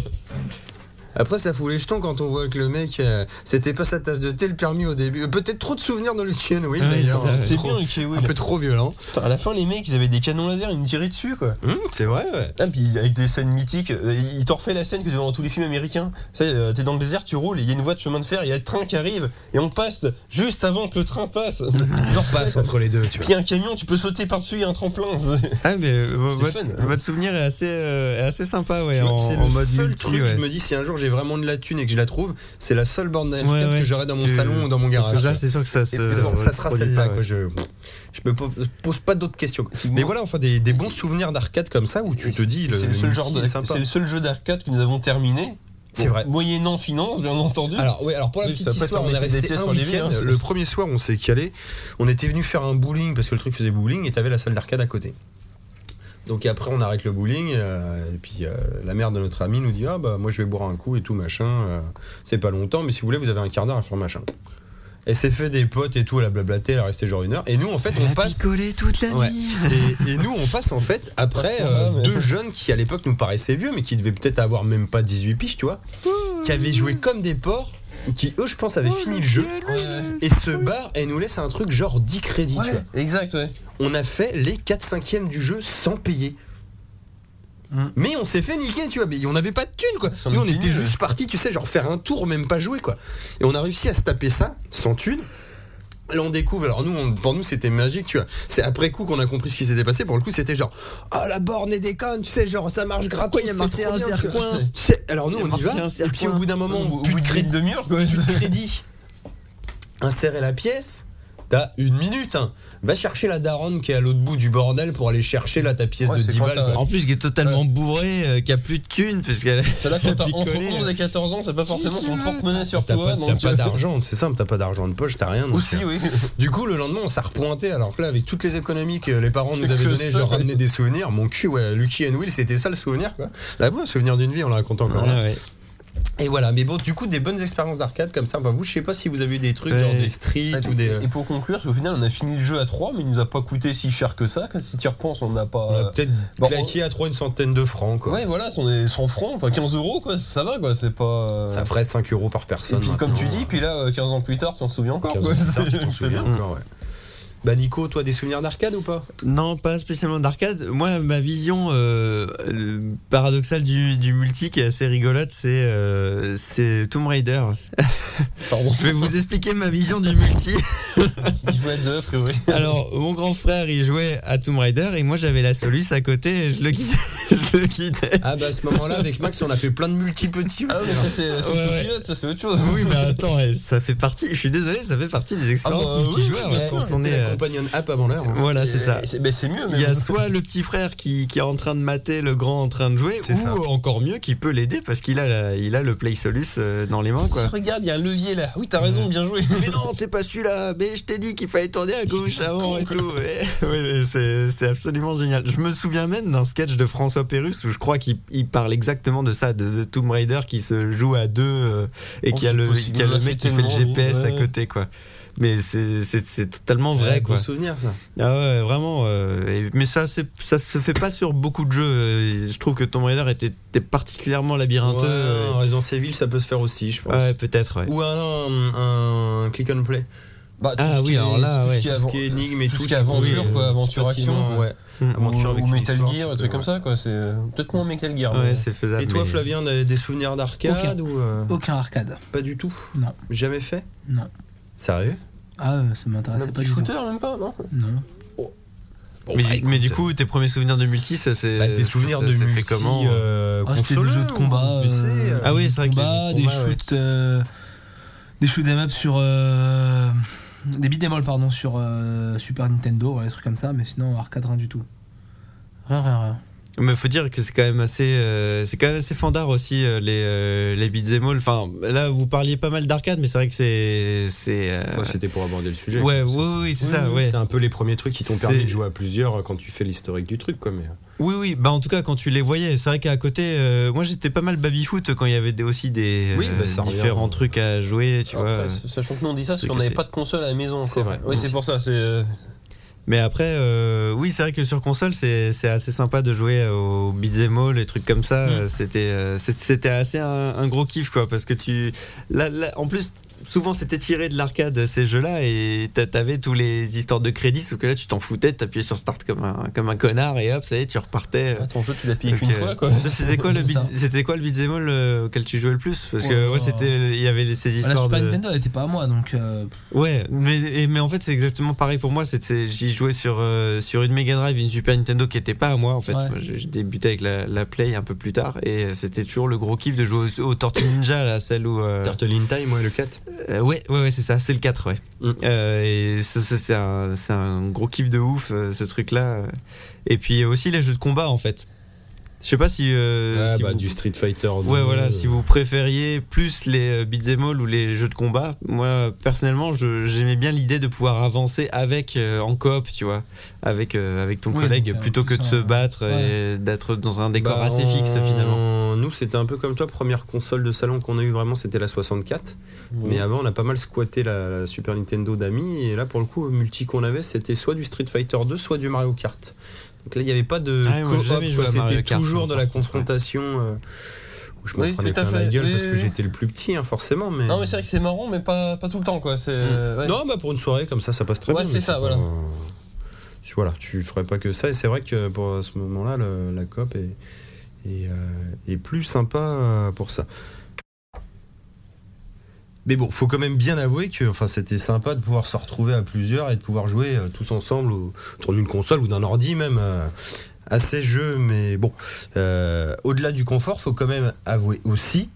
[SPEAKER 3] Après, ça fout les jetons quand on voit que le mec, euh, c'était pas sa tasse de thé le permis au début. Euh, Peut-être trop de souvenirs dans le Chien Will
[SPEAKER 5] Ouais,
[SPEAKER 3] d'ailleurs.
[SPEAKER 5] c'est ça,
[SPEAKER 3] hein.
[SPEAKER 5] ouais.
[SPEAKER 2] C'est
[SPEAKER 3] Trop-
[SPEAKER 2] bien le Kiwi.
[SPEAKER 3] un peu trop violent.
[SPEAKER 2] Putain, À la fin, les mecs, ils avaient des canons laser, ils me tiraient dessus, quoi.
[SPEAKER 3] Hum, c'est vrai, ouais.
[SPEAKER 2] Ah, puis avec des scènes mythiques, euh, ils t'en refait la scène que tu vois dans tous les films américains. Tu sais, euh, t'es dans le désert, tu roules, il y a une voie de chemin de fer, il y a le train qui arrive, et on passe juste avant que le train passe. Genre,
[SPEAKER 3] Passe entre les deux, tu vois.
[SPEAKER 2] puis il y a un camion, tu peux sauter par-dessus, il y a un tremplin. C'est-
[SPEAKER 5] Ah, mais euh, votre,
[SPEAKER 2] fun, hein.
[SPEAKER 5] votre souvenir est assez, euh, est assez sympa, ouais.
[SPEAKER 3] Tu vois,
[SPEAKER 5] en,
[SPEAKER 3] C'est
[SPEAKER 5] en
[SPEAKER 3] le
[SPEAKER 5] mode
[SPEAKER 3] seul
[SPEAKER 5] multi,
[SPEAKER 3] truc,
[SPEAKER 5] ouais.
[SPEAKER 3] je me dis, si un jour j'ai vraiment de la thune et que je la trouve, c'est la seule borne d'arcade
[SPEAKER 5] Ouais, ouais.
[SPEAKER 3] que j'aurai dans mon
[SPEAKER 5] Tu-
[SPEAKER 3] salon ou dans mon garage.
[SPEAKER 5] Là, c'est sûr que ça
[SPEAKER 3] Et
[SPEAKER 5] se.
[SPEAKER 3] ça, ça
[SPEAKER 5] se
[SPEAKER 3] sera
[SPEAKER 5] reproduit
[SPEAKER 3] celle-là.
[SPEAKER 5] pas,
[SPEAKER 3] quoi,
[SPEAKER 5] ouais.
[SPEAKER 3] Je je me po- pose pas d'autres questions. quoi. Mais voilà, enfin, des, des bons souvenirs d'arcade comme ça où tu te dis, le,
[SPEAKER 2] C'est le
[SPEAKER 3] le
[SPEAKER 2] seul
[SPEAKER 3] multi
[SPEAKER 2] genre de-
[SPEAKER 3] est sympa.
[SPEAKER 2] c'est le seul jeu d'arcade que nous avons terminé.
[SPEAKER 3] C'est
[SPEAKER 2] Bon,
[SPEAKER 3] vrai.
[SPEAKER 2] Moyennant finance, bien entendu.
[SPEAKER 3] Alors, oui, alors pour la
[SPEAKER 2] Oui,
[SPEAKER 3] petite
[SPEAKER 2] ça peut
[SPEAKER 3] histoire,
[SPEAKER 2] être
[SPEAKER 3] on est
[SPEAKER 2] en effet des
[SPEAKER 3] resté
[SPEAKER 2] pièces
[SPEAKER 3] un
[SPEAKER 2] qu'on les vit,
[SPEAKER 3] week-end.
[SPEAKER 2] hein.
[SPEAKER 3] Le premier soir, on s'est calé. On était venu faire un bowling parce que le truc faisait bowling et t'avais la salle d'arcade à côté. Donc après, on arrête le bowling euh, et puis euh, la mère de notre ami nous dit ah bah moi je vais boire un coup et tout machin. euh, c'est pas longtemps, mais si vous voulez, vous avez un quart d'heure à faire machin. Elle s'est fait des potes et tout, elle a blablaté, elle a resté genre une heure. Et nous, en fait, on passe.
[SPEAKER 5] toute la Ah,
[SPEAKER 3] Ouais. Et, et nous, on passe en fait après euh, deux jeunes qui à l'époque nous paraissaient vieux, mais qui devaient peut-être avoir même pas 18 piges, tu vois, qui avaient joué comme des porcs, qui eux, je pense, avaient fini le jeu, et se barrent et nous laissent un truc genre 10 crédits, tu vois.
[SPEAKER 2] exact, ouais.
[SPEAKER 3] On a fait les 4 cinquièmes du jeu sans payer.
[SPEAKER 5] Hmm.
[SPEAKER 4] Mm.
[SPEAKER 3] Mais on s'est fait niquer, tu vois. Mais on n'avait pas de thunes, quoi.
[SPEAKER 2] Ça me
[SPEAKER 3] Nous, on
[SPEAKER 2] dit
[SPEAKER 3] était
[SPEAKER 2] nul.
[SPEAKER 3] juste partis, tu sais, genre faire un tour, même pas jouer, quoi. Et on a réussi à se taper ça sans thunes. Là, on découvre. Alors, nous, on- pour nous, c'était magique, tu vois. C'est après coup qu'on a compris ce qui s'était passé. Pour le coup, c'était genre, oh, la borne est déconne, tu sais, genre, ça marche gratuit.
[SPEAKER 5] Il y a
[SPEAKER 3] c'est
[SPEAKER 5] marqué
[SPEAKER 3] trop
[SPEAKER 5] un
[SPEAKER 3] bien, tu vois.
[SPEAKER 5] cercoin.
[SPEAKER 3] Tu sais, Alors, nous,
[SPEAKER 5] Il y a
[SPEAKER 3] on y
[SPEAKER 5] marqué
[SPEAKER 3] va.
[SPEAKER 5] un
[SPEAKER 3] Et puis, au
[SPEAKER 5] cercoin.
[SPEAKER 3] bout d'un moment,
[SPEAKER 2] Au
[SPEAKER 3] plus
[SPEAKER 2] bout
[SPEAKER 3] de crédit
[SPEAKER 2] d'une demi-heure, quoi.
[SPEAKER 3] plus de crédit, insérer la pièce, t'as une minute. hein. Va chercher la daronne qui est à l'autre bout du bordel pour aller chercher là ta pièce
[SPEAKER 2] Ouais,
[SPEAKER 3] de
[SPEAKER 2] c'est
[SPEAKER 3] 10
[SPEAKER 2] quand
[SPEAKER 3] balles.
[SPEAKER 2] t'as-
[SPEAKER 3] quoi.
[SPEAKER 5] En plus, qui est totalement bourré, euh, qui a plus de thunes, parce qu'elle.
[SPEAKER 2] C'est là quand t'as entre
[SPEAKER 5] Picolé,
[SPEAKER 2] 11 et 14 ans, t'as pas forcément ton porte-monnaie sur
[SPEAKER 3] T'as
[SPEAKER 2] toi.
[SPEAKER 3] pas, t'as
[SPEAKER 2] donc,
[SPEAKER 3] pas
[SPEAKER 2] euh,
[SPEAKER 3] d'argent, c'est simple, t'as pas d'argent de poche, t'as rien. donc,
[SPEAKER 2] Aussi,
[SPEAKER 3] euh,
[SPEAKER 2] oui.
[SPEAKER 3] Du coup, le lendemain, on s'est repointé. Alors que là, avec toutes les économies que les parents nous avaient
[SPEAKER 2] Que
[SPEAKER 3] données,
[SPEAKER 2] ça,
[SPEAKER 3] genre
[SPEAKER 2] ouais.
[SPEAKER 3] ramener des souvenirs, mon cul, ouais, Lucky and Will, c'était ça le souvenir, quoi. Là, bon, souvenir d'une vie, on le raconte encore
[SPEAKER 2] Ah
[SPEAKER 3] là. Et voilà, mais bon, du coup, des bonnes expériences d'arcade comme ça. Enfin, vous, je sais pas si vous avez eu des trucs,
[SPEAKER 5] Ouais.
[SPEAKER 3] genre des streets ou des. euh,
[SPEAKER 2] Et pour conclure, parce qu'au final, on a fini le jeu à 3, mais il nous a pas coûté si cher que ça. que si tu y repenses, on n'a
[SPEAKER 3] On a
[SPEAKER 2] pas.
[SPEAKER 3] peut-être
[SPEAKER 2] bah, bon,
[SPEAKER 3] claqué à trois une centaine de francs, quoi.
[SPEAKER 2] Ouais, voilà, on est 100 francs, enfin 15 euros, quoi, ça va, quoi, c'est pas. euh,
[SPEAKER 3] Ça ferait 5 euros par
[SPEAKER 2] Et
[SPEAKER 3] personne.
[SPEAKER 2] puis, comme tu
[SPEAKER 3] maintenant. hein.
[SPEAKER 2] dis, puis là, euh, 15 ans plus tard, tu t'en souviens encore,
[SPEAKER 3] 15
[SPEAKER 2] quoi.
[SPEAKER 3] ans plus tard,
[SPEAKER 2] c'est-
[SPEAKER 3] tu t'en
[SPEAKER 2] c'est
[SPEAKER 3] souviens
[SPEAKER 2] bien.
[SPEAKER 3] encore, ouais. Bah Nico, toi, des souvenirs d'arcade ou pas
[SPEAKER 5] Non, pas spécialement d'arcade. Moi, ma vision euh, euh, paradoxale du, du multi qui est assez rigolote, c'est euh, c'est Tomb Raider.
[SPEAKER 2] Pardon.
[SPEAKER 5] Je vais vous expliquer ma vision du multi.
[SPEAKER 2] Il jouait à deux, a priori.
[SPEAKER 5] Alors, mon grand frère, il jouait à Tomb Raider et moi, j'avais la Solus à côté et je le quittais. Je le quittais.
[SPEAKER 3] Ah bah à ce moment-là, avec Max, on a fait plein de multi-petits
[SPEAKER 2] Ah,
[SPEAKER 3] aussi. hein.
[SPEAKER 2] mais ça, c'est un truc
[SPEAKER 5] Ouais,
[SPEAKER 2] de
[SPEAKER 5] ouais.
[SPEAKER 2] pilote, ça, c'est autre chose.
[SPEAKER 5] Oui,
[SPEAKER 3] bah,
[SPEAKER 5] mais attends, eh, ça fait partie, je suis désolé, ça fait partie des expériences
[SPEAKER 2] Ah bah oui,
[SPEAKER 5] multijoueurs.
[SPEAKER 2] mais
[SPEAKER 5] Quand
[SPEAKER 3] C'était
[SPEAKER 5] on est,
[SPEAKER 3] la
[SPEAKER 5] euh,
[SPEAKER 3] companion app avant l'heure. hein.
[SPEAKER 5] voilà,
[SPEAKER 2] Et-
[SPEAKER 5] c'est ça.
[SPEAKER 2] et c'est- ben, c'est mieux, mais.
[SPEAKER 5] Il y a soit le petit frère qui, qui est en train de mater le grand en train de jouer,
[SPEAKER 3] C'est
[SPEAKER 5] ou
[SPEAKER 3] ça.
[SPEAKER 5] encore mieux, qui peut l'aider parce qu'il a, la- il a le Play Solus euh, dans les mains. quoi.
[SPEAKER 2] Regarde, il y a un levier là. Oui, t'as raison, bien joué.
[SPEAKER 5] Mais non, c'est pas celui-là. Mais je t'ai dit qu'il fallait tourner à gauche avant
[SPEAKER 2] Con,
[SPEAKER 5] et
[SPEAKER 2] quoi.
[SPEAKER 5] tout. Ouais. Ouais, mais c'est c'est absolument génial. Je me souviens même d'un sketch de François Pérus où je crois qu'il il parle exactement de ça, de, de Tomb Raider qui se joue à deux euh, et
[SPEAKER 2] Oh,
[SPEAKER 5] qui a
[SPEAKER 2] c'est
[SPEAKER 5] le,
[SPEAKER 2] possible,
[SPEAKER 5] qui a
[SPEAKER 2] on
[SPEAKER 5] le
[SPEAKER 2] l'a
[SPEAKER 5] mec
[SPEAKER 2] fait
[SPEAKER 5] qui fait le
[SPEAKER 2] tellement, nous,
[SPEAKER 5] GPS à
[SPEAKER 2] ouais.
[SPEAKER 5] côté, quoi. Mais c'est- c'est c'est totalement vrai,
[SPEAKER 3] Ouais,
[SPEAKER 5] quoi.
[SPEAKER 3] Beau souvenir, ça.
[SPEAKER 5] Ah ouais, vraiment. euh, et- mais ça, c'est- ça se fait pas sur beaucoup de jeux. euh, Je trouve que Tomb Raider était, était particulièrement
[SPEAKER 3] Ouais,
[SPEAKER 5] labyrintheux.
[SPEAKER 3] en raison séville, ça peut se faire aussi, je pense.
[SPEAKER 5] ouais, peut-être. Ouais.
[SPEAKER 3] Ou un, un click and play.
[SPEAKER 2] Bah, tout
[SPEAKER 5] Ah
[SPEAKER 2] ce
[SPEAKER 5] oui,
[SPEAKER 2] qui est-
[SPEAKER 5] alors là,
[SPEAKER 2] tout ce
[SPEAKER 5] ouais.
[SPEAKER 2] qui est
[SPEAKER 3] Tout ce
[SPEAKER 2] avant-
[SPEAKER 3] qui est énigme et
[SPEAKER 2] tout
[SPEAKER 3] tout.
[SPEAKER 2] ce qui est aventure,
[SPEAKER 3] oui,
[SPEAKER 2] quoi,
[SPEAKER 3] euh,
[SPEAKER 2] aventure action,
[SPEAKER 3] facilement,
[SPEAKER 2] quoi.
[SPEAKER 3] ouais. Aventure
[SPEAKER 2] ou,
[SPEAKER 3] avec
[SPEAKER 2] ou
[SPEAKER 3] une
[SPEAKER 2] Metal
[SPEAKER 3] histoire,
[SPEAKER 2] Gear,
[SPEAKER 3] tu
[SPEAKER 2] un
[SPEAKER 3] peux,
[SPEAKER 2] truc comme
[SPEAKER 3] ouais.
[SPEAKER 2] ça, quoi. C'est euh, peut-être moins Metal Gear.
[SPEAKER 5] Ouais,
[SPEAKER 2] mais-
[SPEAKER 5] c'est faisable.
[SPEAKER 3] Et toi,
[SPEAKER 5] mais-
[SPEAKER 3] Flavien, des, des souvenirs d'arcade ou euh,
[SPEAKER 4] Aucun arcade.
[SPEAKER 3] pas du tout
[SPEAKER 4] Non.
[SPEAKER 3] Jamais fait
[SPEAKER 4] Non.
[SPEAKER 3] Sérieux
[SPEAKER 4] Ah, euh, ça m'intéressait
[SPEAKER 2] Un
[SPEAKER 4] pas
[SPEAKER 2] petit
[SPEAKER 4] du tout.
[SPEAKER 2] shooter, même pas, non
[SPEAKER 4] Non.
[SPEAKER 3] Bon,
[SPEAKER 5] mais,
[SPEAKER 3] bah,
[SPEAKER 5] du- mais du
[SPEAKER 3] écoute,
[SPEAKER 5] coup, tes premiers souvenirs de multi, ça c'est.
[SPEAKER 3] bah, tes
[SPEAKER 5] ça-
[SPEAKER 3] souvenirs
[SPEAKER 5] Euh, ça
[SPEAKER 3] de
[SPEAKER 5] s'est fait
[SPEAKER 3] multi,
[SPEAKER 5] comment euh
[SPEAKER 3] euh,
[SPEAKER 4] Ah, c'était des
[SPEAKER 3] consoleux
[SPEAKER 4] jeux de
[SPEAKER 3] ou
[SPEAKER 4] combat.
[SPEAKER 3] PC,
[SPEAKER 4] euh,
[SPEAKER 3] euh,
[SPEAKER 5] Ah oui,
[SPEAKER 4] des
[SPEAKER 5] c'est vrai qu'il y a
[SPEAKER 4] combats,
[SPEAKER 5] des
[SPEAKER 4] des
[SPEAKER 5] combats, ouais.
[SPEAKER 4] shoots. euh, Des shoots em up sur. euh, Des beat'em all, pardon, sur euh, Super Nintendo, voilà, des trucs comme ça, mais sinon arcade, rien du tout. Rien, rien, rien.
[SPEAKER 5] hein Mais faut dire que c'est quand même assez, euh, c'est quand même assez fandard aussi euh, les euh, les beat'em all. Enfin, là, vous parliez pas mal d'arcade, mais c'est vrai que c'est c'est. euh,
[SPEAKER 3] ouais, C'était pour aborder le sujet.
[SPEAKER 5] ouais,
[SPEAKER 3] quoi,
[SPEAKER 5] oui,
[SPEAKER 3] ça, c'est-
[SPEAKER 5] oui, c'est
[SPEAKER 3] Oui,
[SPEAKER 5] ça,
[SPEAKER 3] oui,
[SPEAKER 5] ouais.
[SPEAKER 3] C'est un peu les premiers trucs qui t'ont permis
[SPEAKER 5] C'est-
[SPEAKER 3] de jouer à plusieurs euh, quand tu fais l'historique du truc, quoi. Mais... euh.
[SPEAKER 5] Oui, oui, bah en tout cas quand tu les voyais, c'est vrai qu'à côté, euh, moi j'étais pas mal baby-foot quand il y avait des- aussi des euh,
[SPEAKER 3] Oui, bah, ça revient.
[SPEAKER 5] différents trucs à jouer, tu vois.
[SPEAKER 2] Après, Sachant que nous on dit ça parce
[SPEAKER 5] truc
[SPEAKER 2] qu'on n'avait
[SPEAKER 5] assez-
[SPEAKER 2] pas de console à la maison.
[SPEAKER 3] C'est
[SPEAKER 2] encore.
[SPEAKER 3] vrai.
[SPEAKER 2] Oui, c'est pour ça. C'est euh,
[SPEAKER 5] Mais après, euh, oui, c'est vrai que sur console, c'est c'est assez sympa de jouer au beat'em all, les trucs comme ça. Euh, C'était euh, c'est- c'était assez un, un gros kiff, quoi, parce que tu, là, là, en plus. Souvent, c'était tiré de l'arcade ces jeux-là et t'a- t'avais tous les histoires de crédits, sauf que là, tu t'en foutais, t'appuyais sur start comme un comme un connard et hop, ça y est, tu repartais.
[SPEAKER 2] ah, ton jeu, tu l'as payé
[SPEAKER 5] Donc,
[SPEAKER 2] qu'une
[SPEAKER 5] euh,
[SPEAKER 2] fois, quoi.
[SPEAKER 5] ça, C'était quoi le
[SPEAKER 4] C'est
[SPEAKER 5] beat-
[SPEAKER 4] ça.
[SPEAKER 5] c'était quoi le beat'em all euh, auquel tu jouais le plus Parce que
[SPEAKER 4] Oh.
[SPEAKER 5] ouais, c'était il y avait les- ces
[SPEAKER 4] Ah, La
[SPEAKER 5] histoires
[SPEAKER 4] Super
[SPEAKER 5] de
[SPEAKER 4] Nintendo, elle était pas à moi, donc. euh,
[SPEAKER 5] Ouais, mais et- mais en fait c'est exactement pareil pour moi. c'est- c'est- J'y jouais sur euh, sur une Mega Drive, une Super Nintendo qui était pas à moi en fait.
[SPEAKER 4] Ouais.
[SPEAKER 5] Moi, J'ai j'ai débuté avec la, la Play un peu plus tard et euh, c'était toujours le gros kiff de jouer au, au Tortue Ninja là, celle où euh,
[SPEAKER 3] Turtle in Time, ouais, le 4.
[SPEAKER 5] euh, ouais ouais ouais c'est ça, c'est le 4 ouais.
[SPEAKER 3] Mm.
[SPEAKER 5] Euh, et ça, ça, c'est un c'est un gros kiff de ouf euh, ce truc là. Et puis euh, aussi les jeux de combat en fait. Je sais pas si, euh,
[SPEAKER 3] Ah,
[SPEAKER 5] si
[SPEAKER 3] bah,
[SPEAKER 5] vous-
[SPEAKER 3] du Street Fighter.
[SPEAKER 5] Ouais,
[SPEAKER 3] deux,
[SPEAKER 5] voilà,
[SPEAKER 3] euh,
[SPEAKER 5] si vous préfériez plus les euh, beat'em all ou les jeux de combat, moi personnellement, je- j'aimais bien l'idée de pouvoir avancer avec euh, en coop, tu vois, avec euh, avec ton
[SPEAKER 4] Oui,
[SPEAKER 5] collègue
[SPEAKER 4] donc, euh,
[SPEAKER 5] plutôt que de
[SPEAKER 4] ça,
[SPEAKER 5] se
[SPEAKER 4] euh,
[SPEAKER 5] battre et
[SPEAKER 4] ouais.
[SPEAKER 5] d'être dans un décor
[SPEAKER 3] Bah,
[SPEAKER 5] assez fixe
[SPEAKER 3] on-
[SPEAKER 5] finalement.
[SPEAKER 3] Nous, c'était un peu comme toi, première console de salon qu'on a eu vraiment, c'était la 64. Mais avant, on a pas mal squatté la, la Super Nintendo d'amis. Et là, pour le coup, le multi qu'on avait, c'était soit du Street Fighter 2, soit du Mario Kart. Donc là, il n'y avait pas de
[SPEAKER 5] Ah ouais, moi, j'ai
[SPEAKER 3] coop,
[SPEAKER 5] jamais joué
[SPEAKER 3] quoi,
[SPEAKER 5] à Mario
[SPEAKER 3] c'était
[SPEAKER 5] Kart,
[SPEAKER 3] toujours
[SPEAKER 5] hein,
[SPEAKER 3] de
[SPEAKER 5] par
[SPEAKER 3] la
[SPEAKER 5] contre, ouais.
[SPEAKER 3] confrontation. euh, où je me
[SPEAKER 2] Oui,
[SPEAKER 3] prenais
[SPEAKER 2] tout à
[SPEAKER 3] plein la
[SPEAKER 2] fait.
[SPEAKER 3] gueule
[SPEAKER 2] Oui,
[SPEAKER 3] parce que
[SPEAKER 2] oui, oui.
[SPEAKER 3] j'étais le plus petit, hein, forcément. Mais...
[SPEAKER 2] Non, mais c'est vrai que c'est marrant, mais pas, pas tout le temps, quoi. C'est. euh, ouais.
[SPEAKER 3] Non, bah pour une soirée comme ça, ça passe très
[SPEAKER 2] Ouais,
[SPEAKER 3] bien.
[SPEAKER 2] c'est
[SPEAKER 3] mais
[SPEAKER 2] ça,
[SPEAKER 3] pas-
[SPEAKER 2] voilà.
[SPEAKER 3] tu- Voilà, tu ferais pas que ça. Et c'est vrai que pour ce moment-là, le- la COP est, est, euh, est plus sympa euh, pour ça. Mais bon, faut quand même bien avouer que enfin, c'était sympa de pouvoir se retrouver à plusieurs et de pouvoir jouer euh, tous ensemble au- autour d'une console ou d'un ordi même euh, à ces jeux. Mais bon, euh, au-delà du confort, faut quand même avouer aussi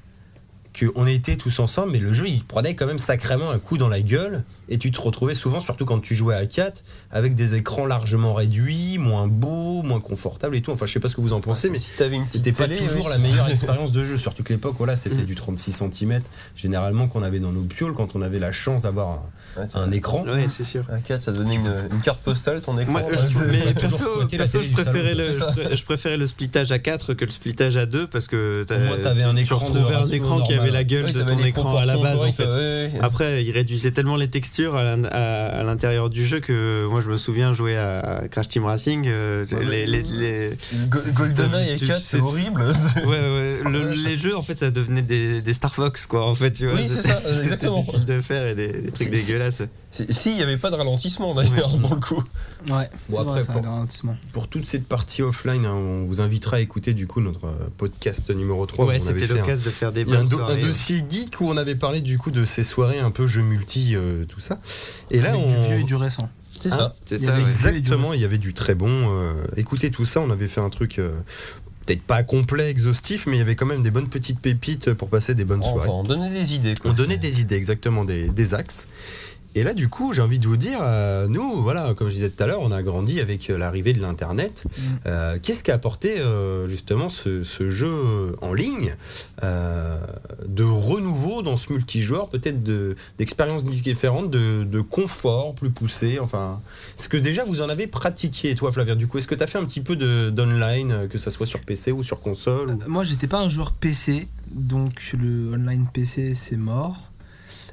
[SPEAKER 3] qu'on était tous ensemble, mais le jeu, il prenait quand même sacrément un coup dans la gueule. Et tu te retrouvais souvent, surtout quand tu jouais à 4, avec des écrans largement réduits, moins beaux, moins confortables et tout. Enfin, je sais pas ce que vous en pensez, mais
[SPEAKER 2] si t'avais une
[SPEAKER 3] c'était
[SPEAKER 2] petite
[SPEAKER 3] pas
[SPEAKER 2] télé, euh,
[SPEAKER 3] toujours
[SPEAKER 2] ouais.
[SPEAKER 3] la meilleure expérience de jeu. Surtout que l'époque, voilà, c'était du 36 cm généralement qu'on avait dans nos pioles quand on avait la chance d'avoir un,
[SPEAKER 2] Ouais, c'est-
[SPEAKER 3] un écran.
[SPEAKER 5] Ouais, c'est sûr.
[SPEAKER 2] Un 4, ça donnait une, une carte postale, ton écran.
[SPEAKER 5] Moi,
[SPEAKER 2] ouais,
[SPEAKER 5] je-
[SPEAKER 2] c'est-
[SPEAKER 3] toujours
[SPEAKER 5] mais perso,
[SPEAKER 3] squatter la
[SPEAKER 5] perso,
[SPEAKER 3] télé
[SPEAKER 5] je,
[SPEAKER 3] du salon,
[SPEAKER 5] préférais le,
[SPEAKER 2] c'est
[SPEAKER 5] je,
[SPEAKER 2] ça.
[SPEAKER 5] pré- je préférais le splittage à 4 que le splittage à 2 parce que
[SPEAKER 3] Au moins, t'avais un
[SPEAKER 5] bah, tu
[SPEAKER 3] écran de
[SPEAKER 5] retrouvais un
[SPEAKER 3] ratio
[SPEAKER 5] écran qui avait
[SPEAKER 3] normal.
[SPEAKER 5] la gueule
[SPEAKER 2] Ouais,
[SPEAKER 5] de
[SPEAKER 2] t'avais
[SPEAKER 5] ton
[SPEAKER 2] les
[SPEAKER 5] écran à la
[SPEAKER 2] proportions
[SPEAKER 5] base en
[SPEAKER 2] correctes,
[SPEAKER 5] fait. Ah,
[SPEAKER 2] ouais, ouais, ouais.
[SPEAKER 5] Après, il réduisait tellement les textures à l'in- à à l'intérieur du jeu que moi je me souviens jouer à Crash Team Racing. euh, les- les- les,
[SPEAKER 2] Go- GoldenEye et
[SPEAKER 5] Tu-
[SPEAKER 2] 4,
[SPEAKER 5] tu-
[SPEAKER 2] c'est horrible.
[SPEAKER 5] Ouais, ouais, le- les jeux en fait ça devenait des, des Star Fox quoi en fait tu vois.
[SPEAKER 2] Oui, c'est
[SPEAKER 5] c'était-
[SPEAKER 2] ça, euh,
[SPEAKER 5] c'était
[SPEAKER 2] exactement.
[SPEAKER 5] Des fils de fer et des, des trucs
[SPEAKER 2] C'est-
[SPEAKER 5] dégueulasses.
[SPEAKER 2] Si- S'il n'y avait pas de ralentissement d'ailleurs, pour le coup.
[SPEAKER 4] Ouais,
[SPEAKER 3] Bon,
[SPEAKER 4] c'est
[SPEAKER 3] après,
[SPEAKER 4] vrai, ça,
[SPEAKER 3] pour-
[SPEAKER 4] le ralentissement.
[SPEAKER 3] Pour toute cette partie offline, hein, on vous invitera à écouter du coup notre euh, podcast numéro 3.
[SPEAKER 5] ouais,
[SPEAKER 3] où on avait
[SPEAKER 5] c'était
[SPEAKER 3] fait un-
[SPEAKER 5] l'occasion de faire des
[SPEAKER 3] Il y a un,
[SPEAKER 5] bonnes
[SPEAKER 3] do- un
[SPEAKER 5] soirées, ouais.
[SPEAKER 3] dossier geek où on avait parlé du coup de ces soirées un peu jeux multi, euh, tout ça. Et là,
[SPEAKER 4] Avec
[SPEAKER 3] on.
[SPEAKER 4] du vieux et du récent.
[SPEAKER 2] C'est
[SPEAKER 3] Hein
[SPEAKER 2] ça.
[SPEAKER 5] C'est
[SPEAKER 4] il y
[SPEAKER 5] ça,
[SPEAKER 4] avait
[SPEAKER 5] ouais.
[SPEAKER 4] ex- ouais.
[SPEAKER 3] Exactement, il y avait du très bon. euh, écoutez tout ça, on avait fait un truc euh, peut-être pas complet, exhaustif, mais il y avait quand même des bonnes petites pépites pour passer des
[SPEAKER 5] Oh,
[SPEAKER 3] bonnes
[SPEAKER 2] Enfin,
[SPEAKER 3] soirées.
[SPEAKER 2] on donnait des idées. Quoi.
[SPEAKER 3] On donnait des idées, exactement, des, des axes. Et là, du coup, j'ai envie de vous dire, euh, nous, voilà, comme je disais tout à l'heure, on a grandi avec euh, l'arrivée de l'Internet. Euh, Qu'est-ce qu'a apporté euh, justement ce, ce jeu en ligne euh, de renouveau dans ce multijoueur, peut-être de- d'expériences différentes, de, de confort plus poussé Enfin, est-ce que déjà vous en avez pratiqué, toi, Flavien Du coup, est-ce que tu as fait un petit peu de- d'online, euh, que ça soit sur PC ou sur console ou-
[SPEAKER 4] Euh, Moi, j'étais pas un joueur PC, donc le online PC, c'est mort.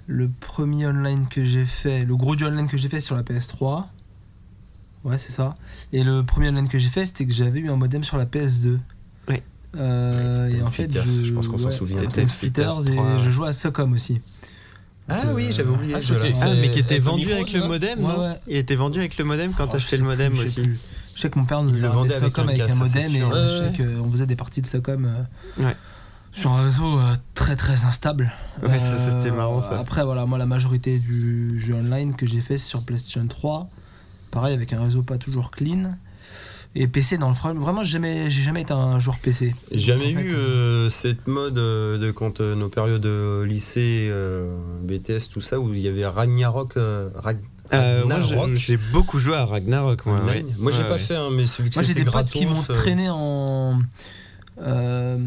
[SPEAKER 4] Le premier online que j'ai fait, le gros du online que j'ai fait sur la PS3. Ouais, c'est ça. Et le premier online que j'ai fait, c'était que j'avais eu un modem sur la PS2.
[SPEAKER 5] Ouais.
[SPEAKER 4] Euh,
[SPEAKER 3] Ouais, c'était
[SPEAKER 4] et en
[SPEAKER 3] Time
[SPEAKER 4] fait,
[SPEAKER 3] Fighters, je pense qu'on s'en souvient.
[SPEAKER 4] C'était
[SPEAKER 3] Time
[SPEAKER 4] Time Fighters et
[SPEAKER 5] Fighters,
[SPEAKER 4] je jouais à Socom aussi.
[SPEAKER 3] Ah oui, j'avais oublié.
[SPEAKER 2] ah,
[SPEAKER 3] je-
[SPEAKER 2] c'était-
[SPEAKER 5] Ah, mais qui
[SPEAKER 2] Apple
[SPEAKER 5] était vendu
[SPEAKER 2] Micro,
[SPEAKER 5] avec
[SPEAKER 2] c'est
[SPEAKER 5] le
[SPEAKER 2] ça
[SPEAKER 5] modem,
[SPEAKER 4] Ouais,
[SPEAKER 5] non
[SPEAKER 4] ouais.
[SPEAKER 5] Il était vendu avec le modem quand
[SPEAKER 4] Oh,
[SPEAKER 5] t'as
[SPEAKER 4] je
[SPEAKER 5] acheté
[SPEAKER 4] sais
[SPEAKER 5] le
[SPEAKER 4] plus,
[SPEAKER 5] modem
[SPEAKER 4] je sais
[SPEAKER 5] aussi.
[SPEAKER 4] plus. Je sais que mon père nous
[SPEAKER 3] Il le
[SPEAKER 4] avait
[SPEAKER 3] vendait
[SPEAKER 4] des
[SPEAKER 3] avec
[SPEAKER 4] Socom
[SPEAKER 3] un
[SPEAKER 4] avec un
[SPEAKER 3] casque, ça, c'est
[SPEAKER 4] modem et
[SPEAKER 3] sûr.
[SPEAKER 4] euh,
[SPEAKER 2] Ouais,
[SPEAKER 4] je sais qu'on faisait des parties de Socom euh,
[SPEAKER 5] Ouais.
[SPEAKER 4] sur un réseau euh, très très instable. Euh,
[SPEAKER 5] Ouais, ça, c'était marrant, ça.
[SPEAKER 4] Après, voilà, moi la majorité du jeu online que j'ai fait c'est sur PlayStation 3, pareil avec un réseau pas toujours clean. Et PC, non, fr- vraiment, j'ai jamais, j'ai jamais été un joueur PC.
[SPEAKER 3] J'ai Jamais
[SPEAKER 4] Donc, en
[SPEAKER 3] eu
[SPEAKER 4] fait,
[SPEAKER 3] euh, cette mode euh, de quand euh, nos périodes de lycée, euh, BTS, tout ça, où il y avait Ragnarok. euh, Rag-
[SPEAKER 5] Euh, moi,
[SPEAKER 3] Ragnarok
[SPEAKER 5] j'ai- j'ai beaucoup joué à Ragnarok. Moi,
[SPEAKER 3] Online.
[SPEAKER 5] ouais.
[SPEAKER 3] Moi, j'ai
[SPEAKER 5] Ouais,
[SPEAKER 3] pas
[SPEAKER 5] ouais.
[SPEAKER 3] fait, hein, mais c'est vu que
[SPEAKER 4] Moi, j'ai
[SPEAKER 3] c'était
[SPEAKER 4] des potes
[SPEAKER 3] gratos.
[SPEAKER 4] qui m'ont
[SPEAKER 3] euh,
[SPEAKER 4] traîné en. Euh,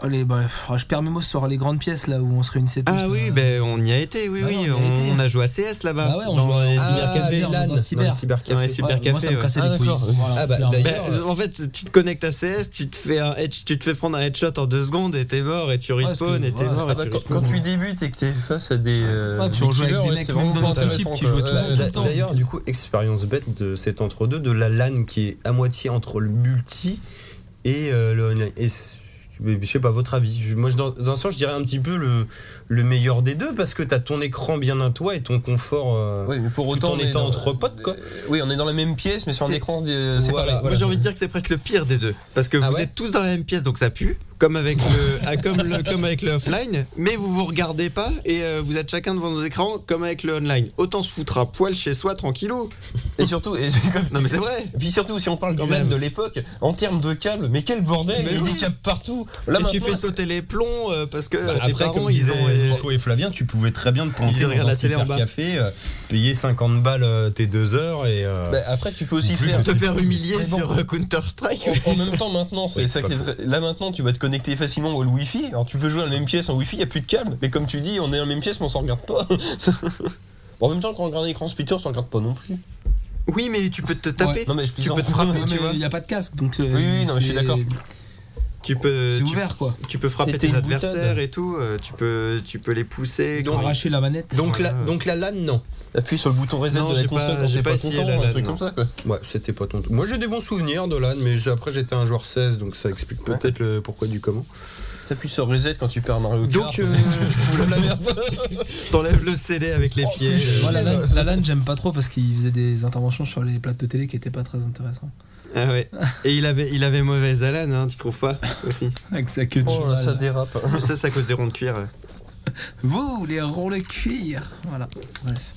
[SPEAKER 4] allez, bah, pff, je perds mes mots sur les grandes pièces là où on se réunissait tous. euh,
[SPEAKER 5] Ah oui,
[SPEAKER 4] là.
[SPEAKER 5] ben on y a été, oui,
[SPEAKER 4] Ah,
[SPEAKER 5] oui.
[SPEAKER 4] on y a
[SPEAKER 5] On,
[SPEAKER 4] été.
[SPEAKER 5] on a joué à CS là-bas.
[SPEAKER 4] Bah ouais, on
[SPEAKER 5] dans
[SPEAKER 4] jouait à-
[SPEAKER 5] les
[SPEAKER 4] Ah,
[SPEAKER 5] cybercafés.
[SPEAKER 4] dans un
[SPEAKER 3] LAN, dans les
[SPEAKER 4] cyber.
[SPEAKER 3] cybercafés.
[SPEAKER 5] Dans les
[SPEAKER 4] Ouais,
[SPEAKER 5] cybercafés,
[SPEAKER 4] moi, ça me
[SPEAKER 5] ouais.
[SPEAKER 4] cassait
[SPEAKER 2] Ah,
[SPEAKER 4] les couilles.
[SPEAKER 2] d'accord.
[SPEAKER 4] Voilà,
[SPEAKER 3] Ah bah,
[SPEAKER 4] clairement.
[SPEAKER 5] Ben,
[SPEAKER 3] d'ailleurs. euh,
[SPEAKER 5] en fait, tu te connectes à CS, tu te fais un head- tu te fais prendre un headshot en deux secondes et t'es mort et tu
[SPEAKER 4] parce
[SPEAKER 5] respawn
[SPEAKER 4] que,
[SPEAKER 5] et t'es
[SPEAKER 4] voilà,
[SPEAKER 5] mort
[SPEAKER 2] Ah
[SPEAKER 5] et
[SPEAKER 2] bah,
[SPEAKER 5] tu
[SPEAKER 2] quand,
[SPEAKER 5] respawn.
[SPEAKER 2] quand tu débutes et que tu es face à des. euh,
[SPEAKER 4] Ouais, puis on joue avec
[SPEAKER 2] killers,
[SPEAKER 4] des
[SPEAKER 2] ouais,
[SPEAKER 4] mecs
[SPEAKER 2] c'est
[SPEAKER 4] même
[SPEAKER 2] vraiment
[SPEAKER 4] dans
[SPEAKER 2] intéressant,
[SPEAKER 4] l'équipe qui
[SPEAKER 2] quoi.
[SPEAKER 4] jouaient tous
[SPEAKER 2] Ouais,
[SPEAKER 4] les deux.
[SPEAKER 2] ouais.
[SPEAKER 3] Bah, d'a- D'ailleurs, du coup, expérience bête de cet entre-deux, de la LAN qui est à moitié entre le multi et euh, le online. Et c- je sais pas votre avis. Moi, je- dans dans un sens, je dirais un petit peu le, le meilleur des deux parce que t'as ton écran bien à toi et ton confort. euh,
[SPEAKER 2] Oui, mais pour
[SPEAKER 3] Tout
[SPEAKER 2] autant.
[SPEAKER 3] en
[SPEAKER 2] on est
[SPEAKER 3] étant
[SPEAKER 2] dans-
[SPEAKER 3] entre potes, quoi.
[SPEAKER 2] Oui, on est dans la même pièce, mais sur un
[SPEAKER 5] C'est-
[SPEAKER 2] écran euh, séparé.
[SPEAKER 3] Voilà.
[SPEAKER 5] Moi j'ai envie de dire que c'est presque le pire des deux parce que
[SPEAKER 3] Ah
[SPEAKER 5] vous
[SPEAKER 3] ouais
[SPEAKER 5] êtes tous dans la même pièce donc ça pue comme avec le ah, comme le- comme avec le offline mais vous vous regardez pas et euh, vous êtes chacun devant vos écrans comme avec le online autant se foutre à poil chez soi tranquillou
[SPEAKER 2] Et surtout, et c'est comme-
[SPEAKER 5] non mais c'est vrai
[SPEAKER 2] Et puis surtout, si on parle quand
[SPEAKER 5] Quand
[SPEAKER 2] même
[SPEAKER 5] même.
[SPEAKER 2] de l'époque, en termes de câbles, mais quel bordel
[SPEAKER 5] Mais
[SPEAKER 2] Il y a
[SPEAKER 5] oui.
[SPEAKER 2] des câbles partout. Là,
[SPEAKER 5] et tu
[SPEAKER 2] maintenant,
[SPEAKER 5] fais sauter les plombs euh, parce que
[SPEAKER 3] Bah,
[SPEAKER 5] euh, tes
[SPEAKER 3] après,
[SPEAKER 5] parents,
[SPEAKER 3] comme
[SPEAKER 5] ils
[SPEAKER 3] disaient
[SPEAKER 5] ont euh,
[SPEAKER 3] Nico et Flavien, tu pouvais très bien te planter
[SPEAKER 5] Ils regardent
[SPEAKER 3] dans un
[SPEAKER 5] la télé en bas.
[SPEAKER 3] cybercafé, euh, payer 50 balles euh, tes deux heures et. euh,
[SPEAKER 2] bah, après, tu peux aussi
[SPEAKER 3] Plus
[SPEAKER 2] faire.
[SPEAKER 3] de
[SPEAKER 5] te faire humilier
[SPEAKER 2] Mais bon.
[SPEAKER 5] sur euh, Counter Strike
[SPEAKER 2] En, en même temps, maintenant, c'est
[SPEAKER 3] Oui,
[SPEAKER 2] ça
[SPEAKER 3] pas
[SPEAKER 2] qui est
[SPEAKER 3] faux.
[SPEAKER 2] vrai. Là, maintenant, tu vas te connecter facilement au Wi-Fi. Alors, tu peux jouer à la même pièce en Wi-Fi, il n'y a plus de câble. Mais comme tu dis, on est dans la même pièce, mais on s'en regarde pas. en même temps, quand on regarde un écran splitter, on s'en regarde pas non plus.
[SPEAKER 5] oui mais tu peux te taper
[SPEAKER 2] Non, mais je
[SPEAKER 5] tu
[SPEAKER 2] plaisante.
[SPEAKER 5] peux te frapper
[SPEAKER 4] Ouais, Bah,
[SPEAKER 5] tu
[SPEAKER 4] mais
[SPEAKER 5] vois
[SPEAKER 4] Il n'y a pas de casque, donc. euh,
[SPEAKER 2] Oui, oui, non, mais je suis
[SPEAKER 4] c'est-
[SPEAKER 2] d'accord.
[SPEAKER 5] tu
[SPEAKER 4] C'est
[SPEAKER 5] peux Euh, tu-
[SPEAKER 4] ouvert, quoi.
[SPEAKER 5] tu peux frapper
[SPEAKER 2] C'était
[SPEAKER 5] tes
[SPEAKER 2] une
[SPEAKER 5] adversaires
[SPEAKER 2] boutade.
[SPEAKER 5] et tout euh, tu peux tu peux les pousser
[SPEAKER 4] Donc,
[SPEAKER 5] quand-
[SPEAKER 4] arracher la manette.
[SPEAKER 3] donc,
[SPEAKER 5] voilà.
[SPEAKER 3] la, donc la LAN, non.
[SPEAKER 2] Appuie sur le bouton reset
[SPEAKER 5] Non,
[SPEAKER 2] de la
[SPEAKER 5] j'ai
[SPEAKER 2] console
[SPEAKER 5] pas-
[SPEAKER 2] quand
[SPEAKER 5] j'ai
[SPEAKER 2] t'es
[SPEAKER 5] pas
[SPEAKER 2] pas
[SPEAKER 5] essayé
[SPEAKER 2] content,
[SPEAKER 5] la
[SPEAKER 2] un
[SPEAKER 5] LAN,
[SPEAKER 2] truc
[SPEAKER 5] non.
[SPEAKER 2] comme ça, quoi.
[SPEAKER 3] Ouais, c'était pas ton. Moi, j'ai des bons souvenirs de LAN, mais j'ai- après, j'étais un joueur 16, donc ça explique
[SPEAKER 2] Ouais.
[SPEAKER 3] peut-être le pourquoi du comment.
[SPEAKER 2] T'appuies sur reset quand tu perds Mario Kart.
[SPEAKER 3] Donc, euh, Flavien,
[SPEAKER 5] t'enlèves le CD avec les pieds euh,
[SPEAKER 4] Moi,
[SPEAKER 2] bah,
[SPEAKER 4] la LAN, la LAN, j'aime pas trop parce qu'il faisait des interventions sur les plates de télé qui étaient pas très intéressantes.
[SPEAKER 5] Ah ouais. Et il avait, il avait mauvaise haleine, hein, tu trouves pas aussi
[SPEAKER 4] Avec sa queue de
[SPEAKER 2] Oh là,
[SPEAKER 4] cheval.
[SPEAKER 2] ça dérape.
[SPEAKER 5] Ça, c'est à cause des ronds de cuir.
[SPEAKER 4] Vous, les ronds le cuir Voilà, bref.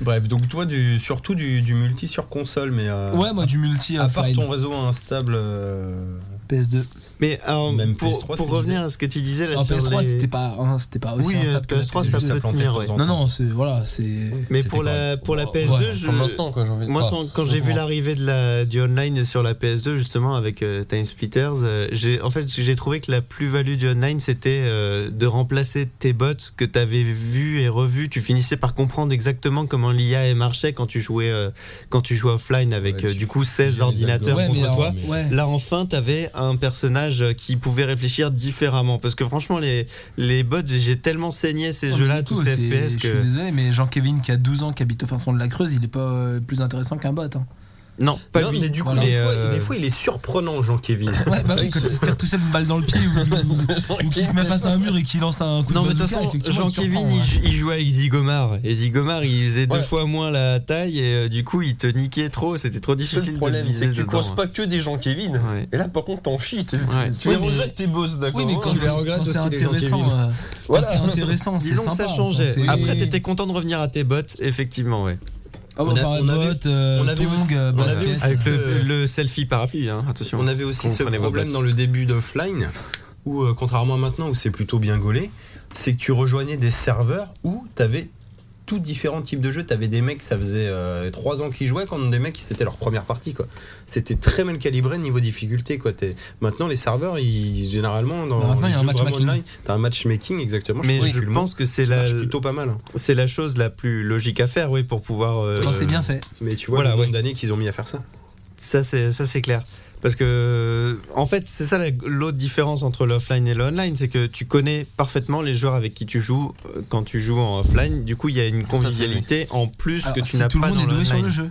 [SPEAKER 3] Bref, donc toi, du, surtout du, du multi sur console, mais. euh,
[SPEAKER 4] Ouais, moi, du multi
[SPEAKER 3] À part
[SPEAKER 4] offline.
[SPEAKER 3] ton réseau instable. euh,
[SPEAKER 4] PS2.
[SPEAKER 5] Mais alors,
[SPEAKER 3] Même
[SPEAKER 5] pour,
[SPEAKER 3] PS3,
[SPEAKER 5] pour
[SPEAKER 3] tu disais.
[SPEAKER 5] revenir à ce que tu disais là
[SPEAKER 4] En
[SPEAKER 5] sur
[SPEAKER 4] PS3,
[SPEAKER 5] les-
[SPEAKER 4] c'était pas, hein, c'était pas aussi
[SPEAKER 5] Oui, euh,
[SPEAKER 4] instable que la
[SPEAKER 5] PS3,
[SPEAKER 4] PS2.
[SPEAKER 5] ça
[SPEAKER 3] juste
[SPEAKER 5] peut
[SPEAKER 3] à planter
[SPEAKER 5] tenir,
[SPEAKER 3] de temps en
[SPEAKER 4] Non,
[SPEAKER 3] temps.
[SPEAKER 4] non, c'est. Voilà, c'est.
[SPEAKER 5] Mais
[SPEAKER 3] C'était
[SPEAKER 5] pour la,
[SPEAKER 3] correct.
[SPEAKER 5] pour la
[SPEAKER 3] Ouais,
[SPEAKER 5] PS2,
[SPEAKER 4] ouais,
[SPEAKER 5] je...
[SPEAKER 2] Enfin, maintenant, quoi, j'ai envie de
[SPEAKER 5] Moi,
[SPEAKER 2] pas-
[SPEAKER 5] quand, quand j'ai vu
[SPEAKER 2] Ouais.
[SPEAKER 5] l'arrivée de la, du online sur la PS2, justement, avec euh, Time Splitters, euh, j'ai, en fait, j'ai trouvé que la plus-value du online, c'était euh, de remplacer tes bots que tu avais vus et revus. Tu finissais par comprendre exactement comment l'IA marchait quand tu jouais, euh, quand tu jouais offline avec,
[SPEAKER 3] Ouais,
[SPEAKER 5] euh,
[SPEAKER 3] tu-
[SPEAKER 5] du coup, 16
[SPEAKER 3] les algorithmes.
[SPEAKER 5] ordinateurs
[SPEAKER 4] Ouais, mais
[SPEAKER 5] contre
[SPEAKER 4] alors-
[SPEAKER 5] toi.
[SPEAKER 4] ouais.
[SPEAKER 5] Là, enfin, tu avais un personnage personnages euh, qui pouvaient réfléchir différemment. Parce que franchement, les, les bots, j'ai tellement saigné ces
[SPEAKER 4] Oh, mais
[SPEAKER 5] jeux-là,
[SPEAKER 4] du
[SPEAKER 5] tous
[SPEAKER 4] tout,
[SPEAKER 5] ces
[SPEAKER 4] c'est-
[SPEAKER 5] FPS,
[SPEAKER 4] Je
[SPEAKER 5] que.
[SPEAKER 4] suis désolé, mais Jean-Kevin qui a 12 ans, qui habite au fin fond de la Creuse, il est pas euh, plus intéressant qu'un bot. hein.
[SPEAKER 5] Non, pas
[SPEAKER 3] non,
[SPEAKER 5] lui.
[SPEAKER 3] mais du coup,
[SPEAKER 4] Voilà.
[SPEAKER 3] des,
[SPEAKER 5] Mais,
[SPEAKER 3] fois,
[SPEAKER 5] euh,
[SPEAKER 3] des fois, il est surprenant, Jean-Kevin.
[SPEAKER 4] Ouais, bah oui, quand il se tire tout seul une balle dans le pied ou, ou, qu'il se met face à un mur et qu'il lance un coup
[SPEAKER 5] Non,
[SPEAKER 4] de
[SPEAKER 5] mais de toute
[SPEAKER 4] bazooka,
[SPEAKER 5] façon,
[SPEAKER 4] effectivement, il
[SPEAKER 5] Jean-Kevin,
[SPEAKER 4] surprend,
[SPEAKER 5] il,
[SPEAKER 4] ouais.
[SPEAKER 5] jou- il jouait avec Zigomar. Et Zigomar, il faisait
[SPEAKER 2] Ouais.
[SPEAKER 5] deux fois moins la taille, et euh, du coup, il te niquait trop. C'était trop difficile
[SPEAKER 2] le
[SPEAKER 5] de
[SPEAKER 2] problème,
[SPEAKER 5] le
[SPEAKER 2] c'est
[SPEAKER 5] viser
[SPEAKER 2] que tu
[SPEAKER 5] dedans. hein.
[SPEAKER 2] coinces pas que des gens Kevin.
[SPEAKER 5] Ouais.
[SPEAKER 2] Et là, par contre, t'en chies. Tu,
[SPEAKER 5] Ouais.
[SPEAKER 2] tu
[SPEAKER 3] Oui,
[SPEAKER 2] les
[SPEAKER 3] mais-
[SPEAKER 2] regrettes tes boss, d'accord
[SPEAKER 4] Oui, mais quand
[SPEAKER 2] hein.
[SPEAKER 3] je les
[SPEAKER 4] c'est-
[SPEAKER 3] regrette
[SPEAKER 4] quand c'est
[SPEAKER 3] aussi, les gens
[SPEAKER 4] intéressant,
[SPEAKER 3] Kevin.
[SPEAKER 4] euh, quand
[SPEAKER 2] Voilà.
[SPEAKER 4] c'est intéressant, c'est
[SPEAKER 5] Disons que
[SPEAKER 4] sympa, hein,
[SPEAKER 5] ça
[SPEAKER 4] quand
[SPEAKER 5] changeait.
[SPEAKER 4] c'est-
[SPEAKER 5] Après, t'étais content de revenir à tes bottes, effectivement, ouais.
[SPEAKER 4] Ah ouais,
[SPEAKER 3] On a-
[SPEAKER 4] par
[SPEAKER 3] on avait-
[SPEAKER 4] botte, euh,
[SPEAKER 3] on avait
[SPEAKER 4] tongs,
[SPEAKER 3] aussi-
[SPEAKER 4] euh,
[SPEAKER 3] on avait
[SPEAKER 4] basket.
[SPEAKER 3] aussi-
[SPEAKER 5] Avec
[SPEAKER 3] c'est
[SPEAKER 5] le,
[SPEAKER 3] ce-
[SPEAKER 5] le selfie parapluie, hein, attention.
[SPEAKER 3] On avait aussi ce
[SPEAKER 5] Comprenez vos
[SPEAKER 3] problème
[SPEAKER 5] bottes.
[SPEAKER 3] dans le début d'Offline, où, euh, contrairement à maintenant, où c'est plutôt bien gaulé, c'est que tu rejoignais des serveurs où t'avais tout différents types de jeux. T'avais des mecs, ça faisait euh, trois ans qu'ils jouaient, quand des mecs, c'était leur première partie. quoi. C'était très mal calibré niveau difficulté. quoi. T'es- Maintenant, les serveurs, ils, généralement, dans
[SPEAKER 4] Bah, maintenant, il y
[SPEAKER 3] les
[SPEAKER 4] a un
[SPEAKER 3] jeux vraiment
[SPEAKER 4] matchmaking.
[SPEAKER 3] online, t'as un matchmaking, exactement.
[SPEAKER 5] Mais
[SPEAKER 3] crois que
[SPEAKER 5] je
[SPEAKER 3] tu le
[SPEAKER 5] pense que c'est
[SPEAKER 3] ça
[SPEAKER 5] la,
[SPEAKER 3] marche plutôt pas mal. hein.
[SPEAKER 5] c'est la chose la plus logique à faire, oui, pour pouvoir. euh,
[SPEAKER 4] Quand c'est bien fait.
[SPEAKER 3] Mais tu vois
[SPEAKER 5] Voilà,
[SPEAKER 3] le nombre
[SPEAKER 5] ouais.
[SPEAKER 3] d'années qu'ils ont mis à faire ça.
[SPEAKER 5] Ça, c'est ça, c'est clair. Parce que, en fait, c'est ça la- l'autre différence entre l'offline et l'online, c'est que tu connais parfaitement les joueurs avec qui tu joues euh, quand tu joues en offline. Du coup, il y a une convivialité en plus que
[SPEAKER 4] Alors,
[SPEAKER 5] tu
[SPEAKER 4] si
[SPEAKER 5] n'as
[SPEAKER 4] tout
[SPEAKER 5] pas
[SPEAKER 4] le monde
[SPEAKER 5] dans
[SPEAKER 4] est doué sur le
[SPEAKER 5] l'online.
[SPEAKER 4] jeu.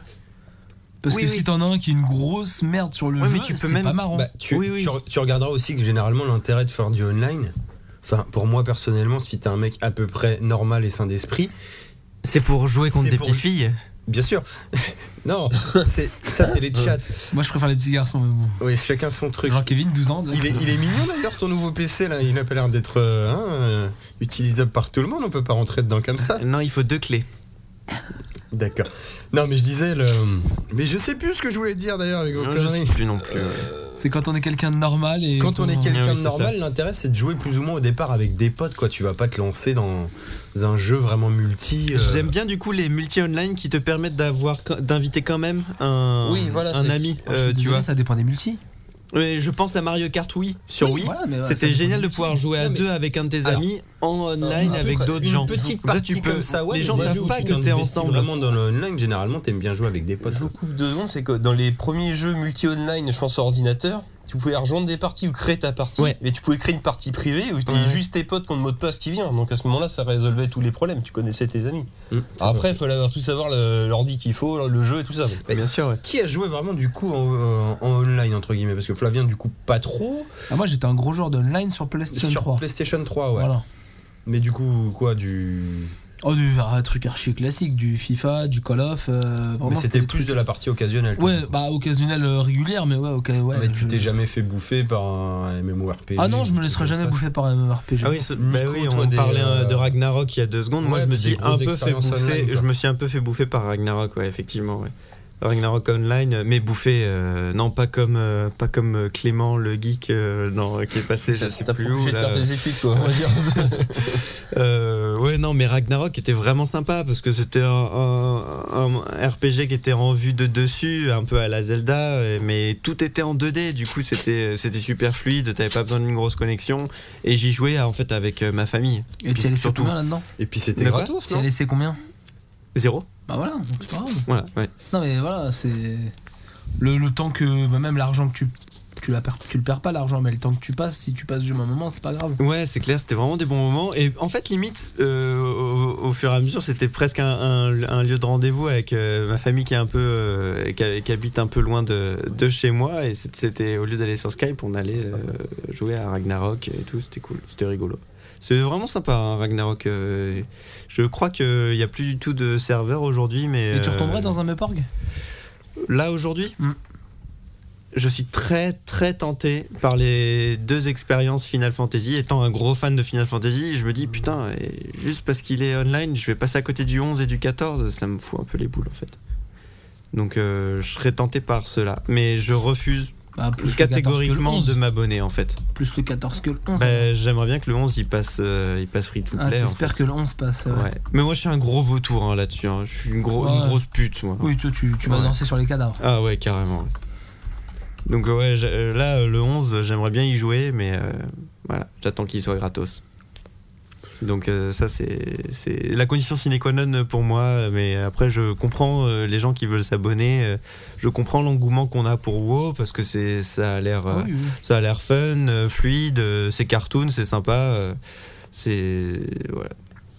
[SPEAKER 4] Parce
[SPEAKER 5] Oui,
[SPEAKER 4] que
[SPEAKER 5] oui.
[SPEAKER 4] si t'en as un qui est une grosse merde sur le
[SPEAKER 5] Ouais,
[SPEAKER 4] jeu,
[SPEAKER 5] mais tu peux
[SPEAKER 4] c'est
[SPEAKER 5] même-
[SPEAKER 4] pas marrant.
[SPEAKER 3] Bah, tu,
[SPEAKER 5] Oui, oui.
[SPEAKER 3] tu re- tu regarderas aussi que généralement l'intérêt de faire du online, enfin pour moi personnellement, si t'es un mec à peu près normal et sain d'esprit,
[SPEAKER 5] C'est pour jouer contre
[SPEAKER 3] C'est
[SPEAKER 5] des
[SPEAKER 3] pour
[SPEAKER 5] petites
[SPEAKER 3] ju-
[SPEAKER 5] filles.
[SPEAKER 3] bien sûr. non, c'est- ça c'est les chats.
[SPEAKER 4] Moi, je préfère les petits garçons. mais bon.
[SPEAKER 3] Oui, chacun son truc.
[SPEAKER 4] Jean-Kevin, 12 ans. euh, là.
[SPEAKER 3] Il est, il est mignon d'ailleurs ton nouveau PC là, il n'a pas l'air d'être euh, hein, euh, utilisable par tout le monde, on peut pas rentrer dedans comme ça.
[SPEAKER 5] Non, il faut deux clés.
[SPEAKER 3] D'accord. Non mais je disais le... Mais je sais plus ce que je voulais dire d'ailleurs avec vos
[SPEAKER 5] Non, je
[SPEAKER 3] conneries.
[SPEAKER 5] sais plus non plus.
[SPEAKER 4] euh, C'est quand on est quelqu'un de normal et. Ah
[SPEAKER 3] Quand on est
[SPEAKER 5] Ouais,
[SPEAKER 3] quelqu'un
[SPEAKER 5] c'est
[SPEAKER 3] de normal, l'intérêt c'est de jouer plus ou moins au départ avec des potes, quoi. Tu vas pas te lancer dans un jeu vraiment multi. euh,
[SPEAKER 5] J'aime bien du coup les multi-online qui te permettent d'avoir, d'inviter quand même un,
[SPEAKER 2] Oui, voilà,
[SPEAKER 5] un
[SPEAKER 2] c'est-
[SPEAKER 5] ami,
[SPEAKER 4] Oh, Je suis
[SPEAKER 5] euh, tu
[SPEAKER 4] désolé,
[SPEAKER 5] vois.
[SPEAKER 4] ça dépend des multis.
[SPEAKER 5] Mais je pense à Mario Kart Wii sur Wii.
[SPEAKER 4] voilà, mais ouais, ça
[SPEAKER 5] C'était
[SPEAKER 4] dépend
[SPEAKER 5] génial
[SPEAKER 4] des
[SPEAKER 5] de pouvoir jouer à
[SPEAKER 3] Non, mais-
[SPEAKER 5] deux avec un de tes
[SPEAKER 3] Alors,
[SPEAKER 5] amis en online
[SPEAKER 3] un peu,
[SPEAKER 5] avec
[SPEAKER 3] quoi.
[SPEAKER 5] d'autres
[SPEAKER 3] Une
[SPEAKER 5] gens.
[SPEAKER 3] petite
[SPEAKER 5] Comme ça,
[SPEAKER 3] partie comme ça, ouais,
[SPEAKER 5] les
[SPEAKER 3] mais
[SPEAKER 5] gens
[SPEAKER 3] des
[SPEAKER 5] savent
[SPEAKER 3] jeux où
[SPEAKER 5] pas
[SPEAKER 3] tu
[SPEAKER 5] que t'es
[SPEAKER 3] t'investis
[SPEAKER 5] ensemble.
[SPEAKER 3] vraiment dans le online, généralement, t'aimes bien jouer avec des potes.
[SPEAKER 2] Je vous coupe deux secondes, c'est que dans les premiers jeux multi-online, je pense sur ordinateur, tu pouvais rejoindre des parties ou créer ta partie,
[SPEAKER 5] Ouais.
[SPEAKER 2] mais tu pouvais créer une partie privée où tu
[SPEAKER 5] Ouais.
[SPEAKER 2] juste tes potes qui ont le mot de passe qui vient. Donc à ce moment-là, ça résolvait tous les problèmes, tu connaissais tes amis.
[SPEAKER 3] Hum, c'est
[SPEAKER 2] Après, il fallait avoir tout savoir le- l'ordi qu'il faut, le jeu et tout ça.
[SPEAKER 3] Mais-
[SPEAKER 5] Bien sûr, ouais.
[SPEAKER 3] Qui a joué vraiment du coup en, en- en online entre guillemets Parce que Flavien du coup pas trop
[SPEAKER 4] Ah, moi, j'étais un gros joueur d'online sur PlayStation
[SPEAKER 3] sur
[SPEAKER 4] 3.
[SPEAKER 3] PlayStation 3 ouais.
[SPEAKER 4] Voilà.
[SPEAKER 3] Mais du coup quoi du
[SPEAKER 4] Oh, du un truc archi classique, du FIFA, du Call of. euh, vraiment,
[SPEAKER 3] Mais c'était
[SPEAKER 4] des
[SPEAKER 3] plus
[SPEAKER 4] trucs-
[SPEAKER 3] de la partie occasionnelle. quoi.
[SPEAKER 4] Ouais, bah occasionnelle euh, régulière, mais ouais, ok, ouais.
[SPEAKER 3] Ah, mais tu
[SPEAKER 4] je-
[SPEAKER 3] t'es jamais fait bouffer par un MMORPG
[SPEAKER 4] Ah non, je me
[SPEAKER 3] ou
[SPEAKER 4] laisserai
[SPEAKER 3] quelque chose
[SPEAKER 4] jamais
[SPEAKER 3] comme ça.
[SPEAKER 4] bouffer par un MMORPG.
[SPEAKER 5] Ah oui, c'est-
[SPEAKER 3] Nico,
[SPEAKER 5] bah oui,
[SPEAKER 3] toi,
[SPEAKER 5] on
[SPEAKER 3] des,
[SPEAKER 5] parlait euh,
[SPEAKER 3] euh,
[SPEAKER 5] de Ragnarok il y a deux secondes. Moi,
[SPEAKER 3] ouais,
[SPEAKER 5] je me
[SPEAKER 3] des
[SPEAKER 5] suis un
[SPEAKER 3] grosses
[SPEAKER 5] peu fait
[SPEAKER 3] expériences
[SPEAKER 5] bouffer.
[SPEAKER 3] online, quoi.
[SPEAKER 5] je me suis un peu fait bouffer par Ragnarok, ouais, effectivement, ouais. Ragnarok online, mais bouffé, euh, non pas comme euh, pas comme euh, Clément le geek, euh, non, qui est passé, je sais
[SPEAKER 2] T'as
[SPEAKER 5] plus
[SPEAKER 2] pas
[SPEAKER 5] où.
[SPEAKER 2] obligé de
[SPEAKER 5] là.
[SPEAKER 2] faire des études, quoi, on va dire.
[SPEAKER 5] Euh, ouais, non, mais Ragnarok était vraiment sympa parce que c'était un, un- un RPG qui était en vue de dessus, un peu à la Zelda, euh, mais tout était en 2D. Du coup, c'était c'était super fluide. T'avais pas besoin d'une grosse connexion. Et j'y jouais en fait avec euh, ma famille.
[SPEAKER 4] Et tu as laissé combien là-dedans
[SPEAKER 3] Et puis c'était
[SPEAKER 5] Mais
[SPEAKER 3] gratos
[SPEAKER 4] Tu as
[SPEAKER 3] non
[SPEAKER 4] laissé combien
[SPEAKER 5] Zéro.
[SPEAKER 4] Bah voilà, c'est pas grave.
[SPEAKER 5] Voilà. Ouais.
[SPEAKER 4] Non mais voilà, c'est le, le temps que bah, même l'argent que tu tu, la perds, tu le perds pas l'argent, mais le temps que tu passes, si tu passes du un moment, c'est pas grave.
[SPEAKER 5] Ouais, c'est clair, c'était vraiment des bons moments. Et en fait, limite, euh, au, au fur et à mesure, c'était presque un, un- un lieu de rendez-vous avec euh, ma famille qui est un peu, euh, qui, qui habite un peu loin de, de chez moi. Et c'est- c'était au lieu d'aller sur Skype, on allait euh, jouer à Ragnarok et tout. C'était cool, c'était rigolo. C'est vraiment sympa hein, Ragnarok. euh, Je crois qu'il n'y a plus du tout de serveur aujourd'hui, mais
[SPEAKER 4] Et tu
[SPEAKER 5] euh,
[SPEAKER 4] retomberais dans un Meporg
[SPEAKER 5] Là aujourd'hui
[SPEAKER 4] Mm.
[SPEAKER 5] Je suis très très tenté par les deux expériences Final Fantasy. Étant un gros fan de Final Fantasy, je me
[SPEAKER 4] Mm.
[SPEAKER 5] dis putain, et juste parce qu'il est online, je vais passer à côté du 11 et du 14, ça me fout un peu les boules en fait. Donc euh, je serais tenté par cela, mais je refuse
[SPEAKER 4] Bah, plus
[SPEAKER 5] catégoriquement
[SPEAKER 4] catégoriquement
[SPEAKER 5] de m'abonner en fait.
[SPEAKER 4] plus le 14 que le 11.
[SPEAKER 5] Bah, J'aimerais bien que le 11 il passe, euh, il passe free to
[SPEAKER 4] ah,
[SPEAKER 5] play. en
[SPEAKER 4] t'espères que le 11 passe.
[SPEAKER 5] fait.
[SPEAKER 4] euh.
[SPEAKER 5] Ouais. Mais moi je suis un gros vautour hein, là-dessus. hein. Je suis une, gros- une
[SPEAKER 4] Ouais.
[SPEAKER 5] grosse pute moi.
[SPEAKER 4] Oui, toi tu, tu vas
[SPEAKER 5] Ouais.
[SPEAKER 4] danser sur les cadavres.
[SPEAKER 5] Ah ouais, carrément. Donc euh, ouais, j'ai- euh, là, euh, le 11, euh, j'aimerais bien y jouer, mais euh, voilà, j'attends qu'il soit gratos. Donc euh, ça c'est c'est la condition sine qua non pour moi. Mais après je comprends euh, les gens qui veulent s'abonner. euh, Je comprends l'engouement qu'on a pour WoW parce que c'est ça a l'air euh,
[SPEAKER 4] Oui, oui.
[SPEAKER 5] ça a l'air fun, euh, fluide, euh, c'est cartoon, c'est sympa. euh, C'est voilà.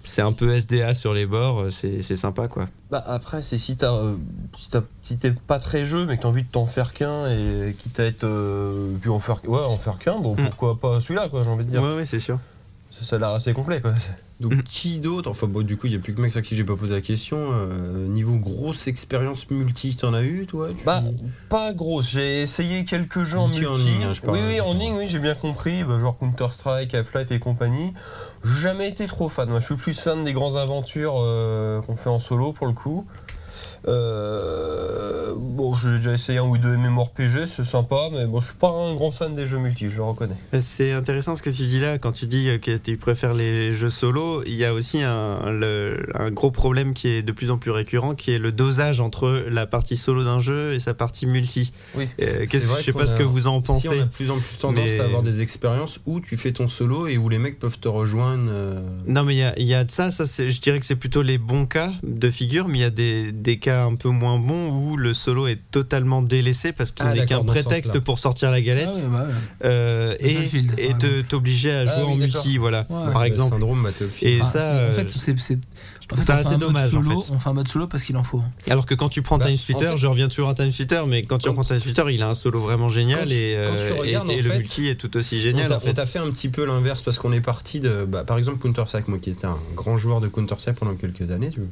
[SPEAKER 5] C'est un peu SDA sur les bords, euh, c'est c'est sympa quoi.
[SPEAKER 2] Bah après, c'est si t'as, euh, si t'as- si t'es pas très jeu, mais que t'as envie de t'en faire qu'un et quitte à être, euh, puis en faire, ouais, en faire qu'un, bon,
[SPEAKER 5] Mm.
[SPEAKER 2] pourquoi pas celui-là, quoi, j'ai envie de dire.
[SPEAKER 5] ouais c'est sûr.
[SPEAKER 2] Ça, ça a l'air assez complet, quoi.
[SPEAKER 5] Mhm.
[SPEAKER 3] Donc qui d'autre Enfin bon, du coup, il n'y a plus que Max à qui j'ai pas posé la question. Euh, niveau grosse expérience multi, t'en as eu toi Tu-
[SPEAKER 2] Bah, pas grosse. J'ai essayé quelques jeux en
[SPEAKER 3] Multi
[SPEAKER 2] multi.
[SPEAKER 3] en ligne, hein, je parle,
[SPEAKER 2] oui, oui,
[SPEAKER 3] je
[SPEAKER 2] en
[SPEAKER 3] parle.
[SPEAKER 2] ligne, oui, j'ai bien compris. Bah, genre Counter-Strike, Half-Life et compagnie. J'ai Jamais été trop fan. Moi, je suis plus fan des grandes aventures euh, qu'on fait en solo pour le coup. Euh, bon, j'ai déjà essayé un ou deux MMORPG, c'est sympa, mais bon, je suis pas un grand fan des jeux multi, je le reconnais.
[SPEAKER 5] C'est intéressant ce que tu dis là, quand tu dis euh, que tu préfères les jeux solo, il y a aussi un, le- un gros problème qui est de plus en plus récurrent, qui est le dosage entre la partie solo d'un jeu et sa partie multi.
[SPEAKER 2] Oui.
[SPEAKER 5] Euh,
[SPEAKER 3] C'est-
[SPEAKER 5] qu'est-ce-
[SPEAKER 3] c'est vrai
[SPEAKER 5] je sais
[SPEAKER 3] qu'on
[SPEAKER 5] pas ce
[SPEAKER 3] a-
[SPEAKER 5] que vous en
[SPEAKER 3] Si,
[SPEAKER 5] pensez.
[SPEAKER 3] on a de plus en plus tendance
[SPEAKER 5] mais-
[SPEAKER 3] à avoir des expériences où tu fais ton solo et où les mecs peuvent te rejoindre. euh,
[SPEAKER 5] Non, mais il y a- il y, a de ça. ça c'est- je dirais que c'est plutôt les bons cas de figure, mais il y a des, des cas un peu moins bons où le solo est totalement délaissé parce qu'il
[SPEAKER 3] Ah,
[SPEAKER 5] n'est
[SPEAKER 3] d'accord,
[SPEAKER 5] qu'un
[SPEAKER 3] dans ce
[SPEAKER 5] prétexte
[SPEAKER 3] sens-là.
[SPEAKER 5] pour sortir la galette
[SPEAKER 4] Ah ouais, bah ouais.
[SPEAKER 5] euh, et,
[SPEAKER 4] Battlefield,
[SPEAKER 5] et
[SPEAKER 4] par
[SPEAKER 5] te-
[SPEAKER 4] exemple.
[SPEAKER 5] t'obliger à
[SPEAKER 2] Ah
[SPEAKER 5] jouer
[SPEAKER 2] oui,
[SPEAKER 5] en
[SPEAKER 2] d'accord.
[SPEAKER 5] multi, voilà,
[SPEAKER 4] Ouais.
[SPEAKER 5] par
[SPEAKER 3] le
[SPEAKER 5] exemple.
[SPEAKER 3] syndrome Battlefield.
[SPEAKER 5] Et
[SPEAKER 4] Ah, c'est-
[SPEAKER 5] ça,
[SPEAKER 4] en
[SPEAKER 5] euh,
[SPEAKER 4] fait, c'est- c'est-
[SPEAKER 5] je
[SPEAKER 4] en
[SPEAKER 5] trouve
[SPEAKER 4] fait,
[SPEAKER 5] ça
[SPEAKER 4] on fait un
[SPEAKER 5] assez
[SPEAKER 4] mode
[SPEAKER 5] dommage en
[SPEAKER 4] solo-
[SPEAKER 5] fait.
[SPEAKER 4] On fait un mode solo parce qu'il en faut.
[SPEAKER 5] Alors que quand tu prends
[SPEAKER 3] Bah,
[SPEAKER 5] Time Splitter,
[SPEAKER 3] en fait-
[SPEAKER 5] je reviens toujours à Time Splitter, mais quand tu
[SPEAKER 3] Quand-
[SPEAKER 5] reprends Time Splitter, il a un solo vraiment génial
[SPEAKER 3] Quand tu-
[SPEAKER 5] et,
[SPEAKER 3] quand tu
[SPEAKER 5] euh,
[SPEAKER 3] regardes,
[SPEAKER 5] et- et
[SPEAKER 3] en
[SPEAKER 5] le
[SPEAKER 3] fait,
[SPEAKER 5] multi est tout aussi
[SPEAKER 3] On
[SPEAKER 5] génial
[SPEAKER 3] t'a-
[SPEAKER 5] en
[SPEAKER 3] on
[SPEAKER 5] fait.
[SPEAKER 3] t'a fait un petit peu l'inverse parce qu'on est parti de. bah, par exemple, Counter-Strike, moi qui étais un grand joueur de Counter-Strike pendant quelques années, tu vois,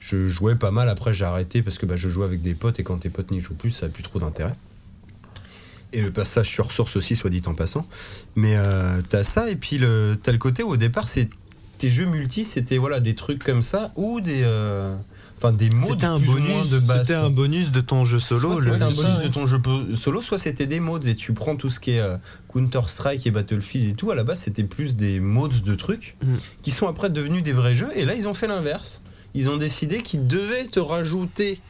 [SPEAKER 3] je jouais pas mal. Après, j'ai arrêté parce que bah, je jouais avec des potes et quand tes potes n'y jouent plus, ça a plus trop d'intérêt. Et le passage sur ressources aussi, soit dit en passant. Mais euh, t'as ça et puis le- t'as le côté où au départ, c'est tes jeux multi, c'était voilà, des trucs comme ça ou des. euh, Enfin, des modes
[SPEAKER 5] C'était un
[SPEAKER 3] plus ou moins
[SPEAKER 5] bonus,
[SPEAKER 3] de base.
[SPEAKER 5] c'était un bonus de ton jeu solo.
[SPEAKER 3] Soit
[SPEAKER 5] le
[SPEAKER 3] c'était un
[SPEAKER 5] multi.
[SPEAKER 3] bonus de ton jeu po- solo, soit c'était des mods et tu prends tout ce qui est euh, Counter-Strike et Battlefield et tout. À la base, c'était plus des mods de trucs
[SPEAKER 5] Mm.
[SPEAKER 3] qui sont après devenus des vrais jeux. Et là, ils ont fait l'inverse. Ils ont décidé qu'ils devaient te rajouter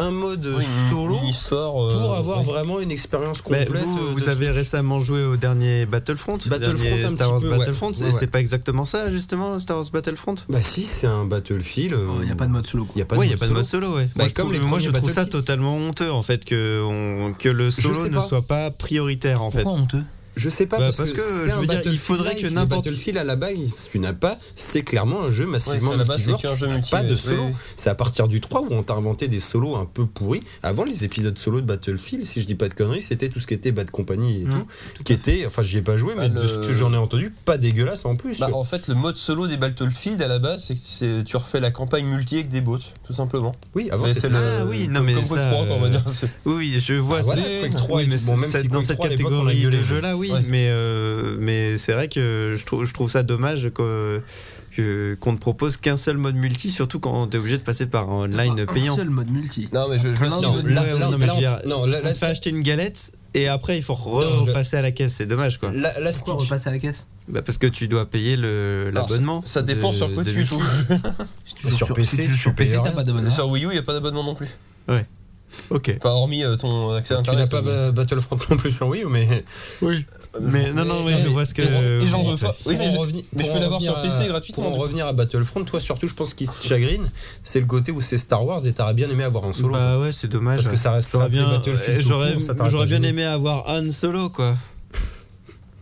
[SPEAKER 3] un mode
[SPEAKER 2] Oui, une-
[SPEAKER 3] solo
[SPEAKER 2] une histoire, euh,
[SPEAKER 3] pour avoir
[SPEAKER 2] oui.
[SPEAKER 3] vraiment une expérience
[SPEAKER 5] Mais
[SPEAKER 3] complète.
[SPEAKER 5] Bah, vous,
[SPEAKER 3] euh,
[SPEAKER 5] vous
[SPEAKER 3] de
[SPEAKER 5] avez
[SPEAKER 3] trucs.
[SPEAKER 5] récemment joué au dernier Battlefront, le
[SPEAKER 3] Battlefront,
[SPEAKER 5] dernier
[SPEAKER 3] un
[SPEAKER 5] Star Wars
[SPEAKER 3] petit peu, ouais.
[SPEAKER 5] Battlefront,
[SPEAKER 3] Ouais,
[SPEAKER 5] et
[SPEAKER 3] ouais.
[SPEAKER 5] c'est pas exactement ça justement, Star Wars Battlefront
[SPEAKER 3] Bah si, c'est un Battlefield. euh,
[SPEAKER 4] Il n'y Oh, a pas de mode solo. quoi.
[SPEAKER 3] y a pas de
[SPEAKER 5] Oui, il n'y a
[SPEAKER 3] mode
[SPEAKER 5] pas de
[SPEAKER 3] solo.
[SPEAKER 5] mode solo, ouais.
[SPEAKER 3] Bah,
[SPEAKER 5] moi, je
[SPEAKER 3] comme
[SPEAKER 5] trouve,
[SPEAKER 3] les
[SPEAKER 5] moi, je
[SPEAKER 3] premiers
[SPEAKER 5] trouve ça
[SPEAKER 3] Battlefield.
[SPEAKER 5] totalement honteux en fait que, on- que le
[SPEAKER 3] Je
[SPEAKER 5] solo
[SPEAKER 3] sais
[SPEAKER 5] ne
[SPEAKER 3] pas.
[SPEAKER 5] soit pas prioritaire en fait.
[SPEAKER 4] Pourquoi honteux
[SPEAKER 3] Je sais pas
[SPEAKER 5] Bah,
[SPEAKER 3] parce,
[SPEAKER 5] parce que,
[SPEAKER 3] c'est
[SPEAKER 5] je
[SPEAKER 3] un
[SPEAKER 5] veux dire, il
[SPEAKER 3] Battlefield
[SPEAKER 5] faudrait que
[SPEAKER 3] Live, les
[SPEAKER 5] n'importe-
[SPEAKER 3] Battlefield à la base, tu n'as pas, c'est clairement un jeu massivement
[SPEAKER 2] Ouais, c'est à la base,
[SPEAKER 3] multijoueur.
[SPEAKER 2] c'est qu'un
[SPEAKER 3] tu
[SPEAKER 2] jeu
[SPEAKER 3] n'as
[SPEAKER 2] multi,
[SPEAKER 3] pas de
[SPEAKER 2] oui,
[SPEAKER 3] solo.
[SPEAKER 2] oui.
[SPEAKER 3] C'est à partir du 3 où on t'a inventé des solos un peu pourris. Avant les épisodes solo de Battlefield, si je dis pas de conneries, c'était tout ce qui était Bad Company et
[SPEAKER 5] Mm,
[SPEAKER 3] tout, qui était, enfin j'y ai pas joué, mais de
[SPEAKER 2] Bah, le-
[SPEAKER 3] ce que j'en ai entendu, pas dégueulasse en plus.
[SPEAKER 2] Bah, en fait, le mode solo des Battlefield à la base, c'est que c'est- tu refais la campagne multi avec des bots, tout simplement.
[SPEAKER 3] oui, avant
[SPEAKER 2] Mais euh,
[SPEAKER 3] c'était
[SPEAKER 2] c'est le-
[SPEAKER 5] Ah oui, non mais
[SPEAKER 2] Comme Quake
[SPEAKER 5] ça,
[SPEAKER 2] 3, quoi, on va dire.
[SPEAKER 5] Oui, oui, je vois
[SPEAKER 3] Ah, voilà,
[SPEAKER 5] c'est-
[SPEAKER 3] Quake 3,
[SPEAKER 5] oui, mais
[SPEAKER 3] bon, même
[SPEAKER 5] c'est-
[SPEAKER 3] si
[SPEAKER 5] dans
[SPEAKER 3] Quake
[SPEAKER 5] cette
[SPEAKER 3] 3, à l'époque, on hein. a
[SPEAKER 5] catégorie
[SPEAKER 3] gueulé,
[SPEAKER 5] de jeu là, oui,
[SPEAKER 2] Ouais.
[SPEAKER 5] mais euh, mais c'est vrai que je trouve je trouve ça dommage que que- qu'on ne propose qu'un seul mode multi, surtout quand t'es obligé de passer par un
[SPEAKER 3] Ah,
[SPEAKER 5] online payant.
[SPEAKER 4] Un seul mode multi.
[SPEAKER 2] Non, mais je, je
[SPEAKER 4] Non,
[SPEAKER 2] vois ce
[SPEAKER 3] Non,
[SPEAKER 2] qu'il veut
[SPEAKER 3] là,
[SPEAKER 5] Ouais, ouais,
[SPEAKER 3] là,
[SPEAKER 5] non, mais
[SPEAKER 3] là,
[SPEAKER 5] je veux dire,
[SPEAKER 3] on- non, là,
[SPEAKER 5] On
[SPEAKER 3] là,
[SPEAKER 5] te fait acheter une galette et après il faut re-
[SPEAKER 3] Non, je-
[SPEAKER 5] repasser à la caisse, c'est dommage quoi.
[SPEAKER 3] là, là, ce
[SPEAKER 4] Pourquoi
[SPEAKER 3] qui-
[SPEAKER 4] on repasse à la caisse
[SPEAKER 5] Bah, parce que tu dois payer le-
[SPEAKER 2] Alors,
[SPEAKER 5] l'abonnement.
[SPEAKER 2] ça dépend
[SPEAKER 5] de-
[SPEAKER 2] sur quoi
[SPEAKER 5] de
[SPEAKER 2] tu
[SPEAKER 5] multi.
[SPEAKER 2] joues.
[SPEAKER 4] Si tu joues
[SPEAKER 3] Sur PC,
[SPEAKER 4] si tu joues
[SPEAKER 3] tu
[SPEAKER 4] sur
[SPEAKER 3] payes
[SPEAKER 4] PC, t'as
[SPEAKER 3] rien.
[SPEAKER 4] pas d'abonnement.
[SPEAKER 2] Sur Wii U, il n'y a pas d'abonnement non plus.
[SPEAKER 5] Ok.
[SPEAKER 2] Enfin, hormis euh, ton accès
[SPEAKER 3] tu
[SPEAKER 2] à
[SPEAKER 3] n'as
[SPEAKER 2] Internet.
[SPEAKER 3] pas
[SPEAKER 2] quoi.
[SPEAKER 3] euh, Battlefront non plus sur Wii, mais
[SPEAKER 5] Mais non, non,
[SPEAKER 3] Mais-
[SPEAKER 5] mais je
[SPEAKER 3] mais-
[SPEAKER 5] vois ce que.
[SPEAKER 2] Et j'en
[SPEAKER 5] vous
[SPEAKER 2] veux
[SPEAKER 5] dites,
[SPEAKER 2] pas.
[SPEAKER 5] ouais.
[SPEAKER 3] Pour
[SPEAKER 2] Oui, mais
[SPEAKER 3] en
[SPEAKER 2] je-
[SPEAKER 3] revenir-
[SPEAKER 2] mais je
[SPEAKER 3] pour
[SPEAKER 2] peux
[SPEAKER 3] en
[SPEAKER 2] l'avoir sur
[SPEAKER 3] revenir
[SPEAKER 2] PC
[SPEAKER 3] à-
[SPEAKER 2] gratuitement,
[SPEAKER 3] Pour en
[SPEAKER 2] du coup.
[SPEAKER 3] revenir à Battlefront, toi surtout, je pense qu'il te chagrine, c'est le côté où c'est Star Wars et t'aurais bien aimé avoir un solo.
[SPEAKER 5] Bah ouais, c'est dommage.
[SPEAKER 3] parce que
[SPEAKER 5] ouais.
[SPEAKER 3] ça
[SPEAKER 5] Ça aurait
[SPEAKER 3] restera
[SPEAKER 5] bien. euh,
[SPEAKER 3] Battlefield. tout
[SPEAKER 5] eh, J'aurais
[SPEAKER 3] court, ça t'aurait
[SPEAKER 5] j'aurais
[SPEAKER 3] pas
[SPEAKER 5] bien
[SPEAKER 3] gêné.
[SPEAKER 5] aimé avoir Han Solo quoi.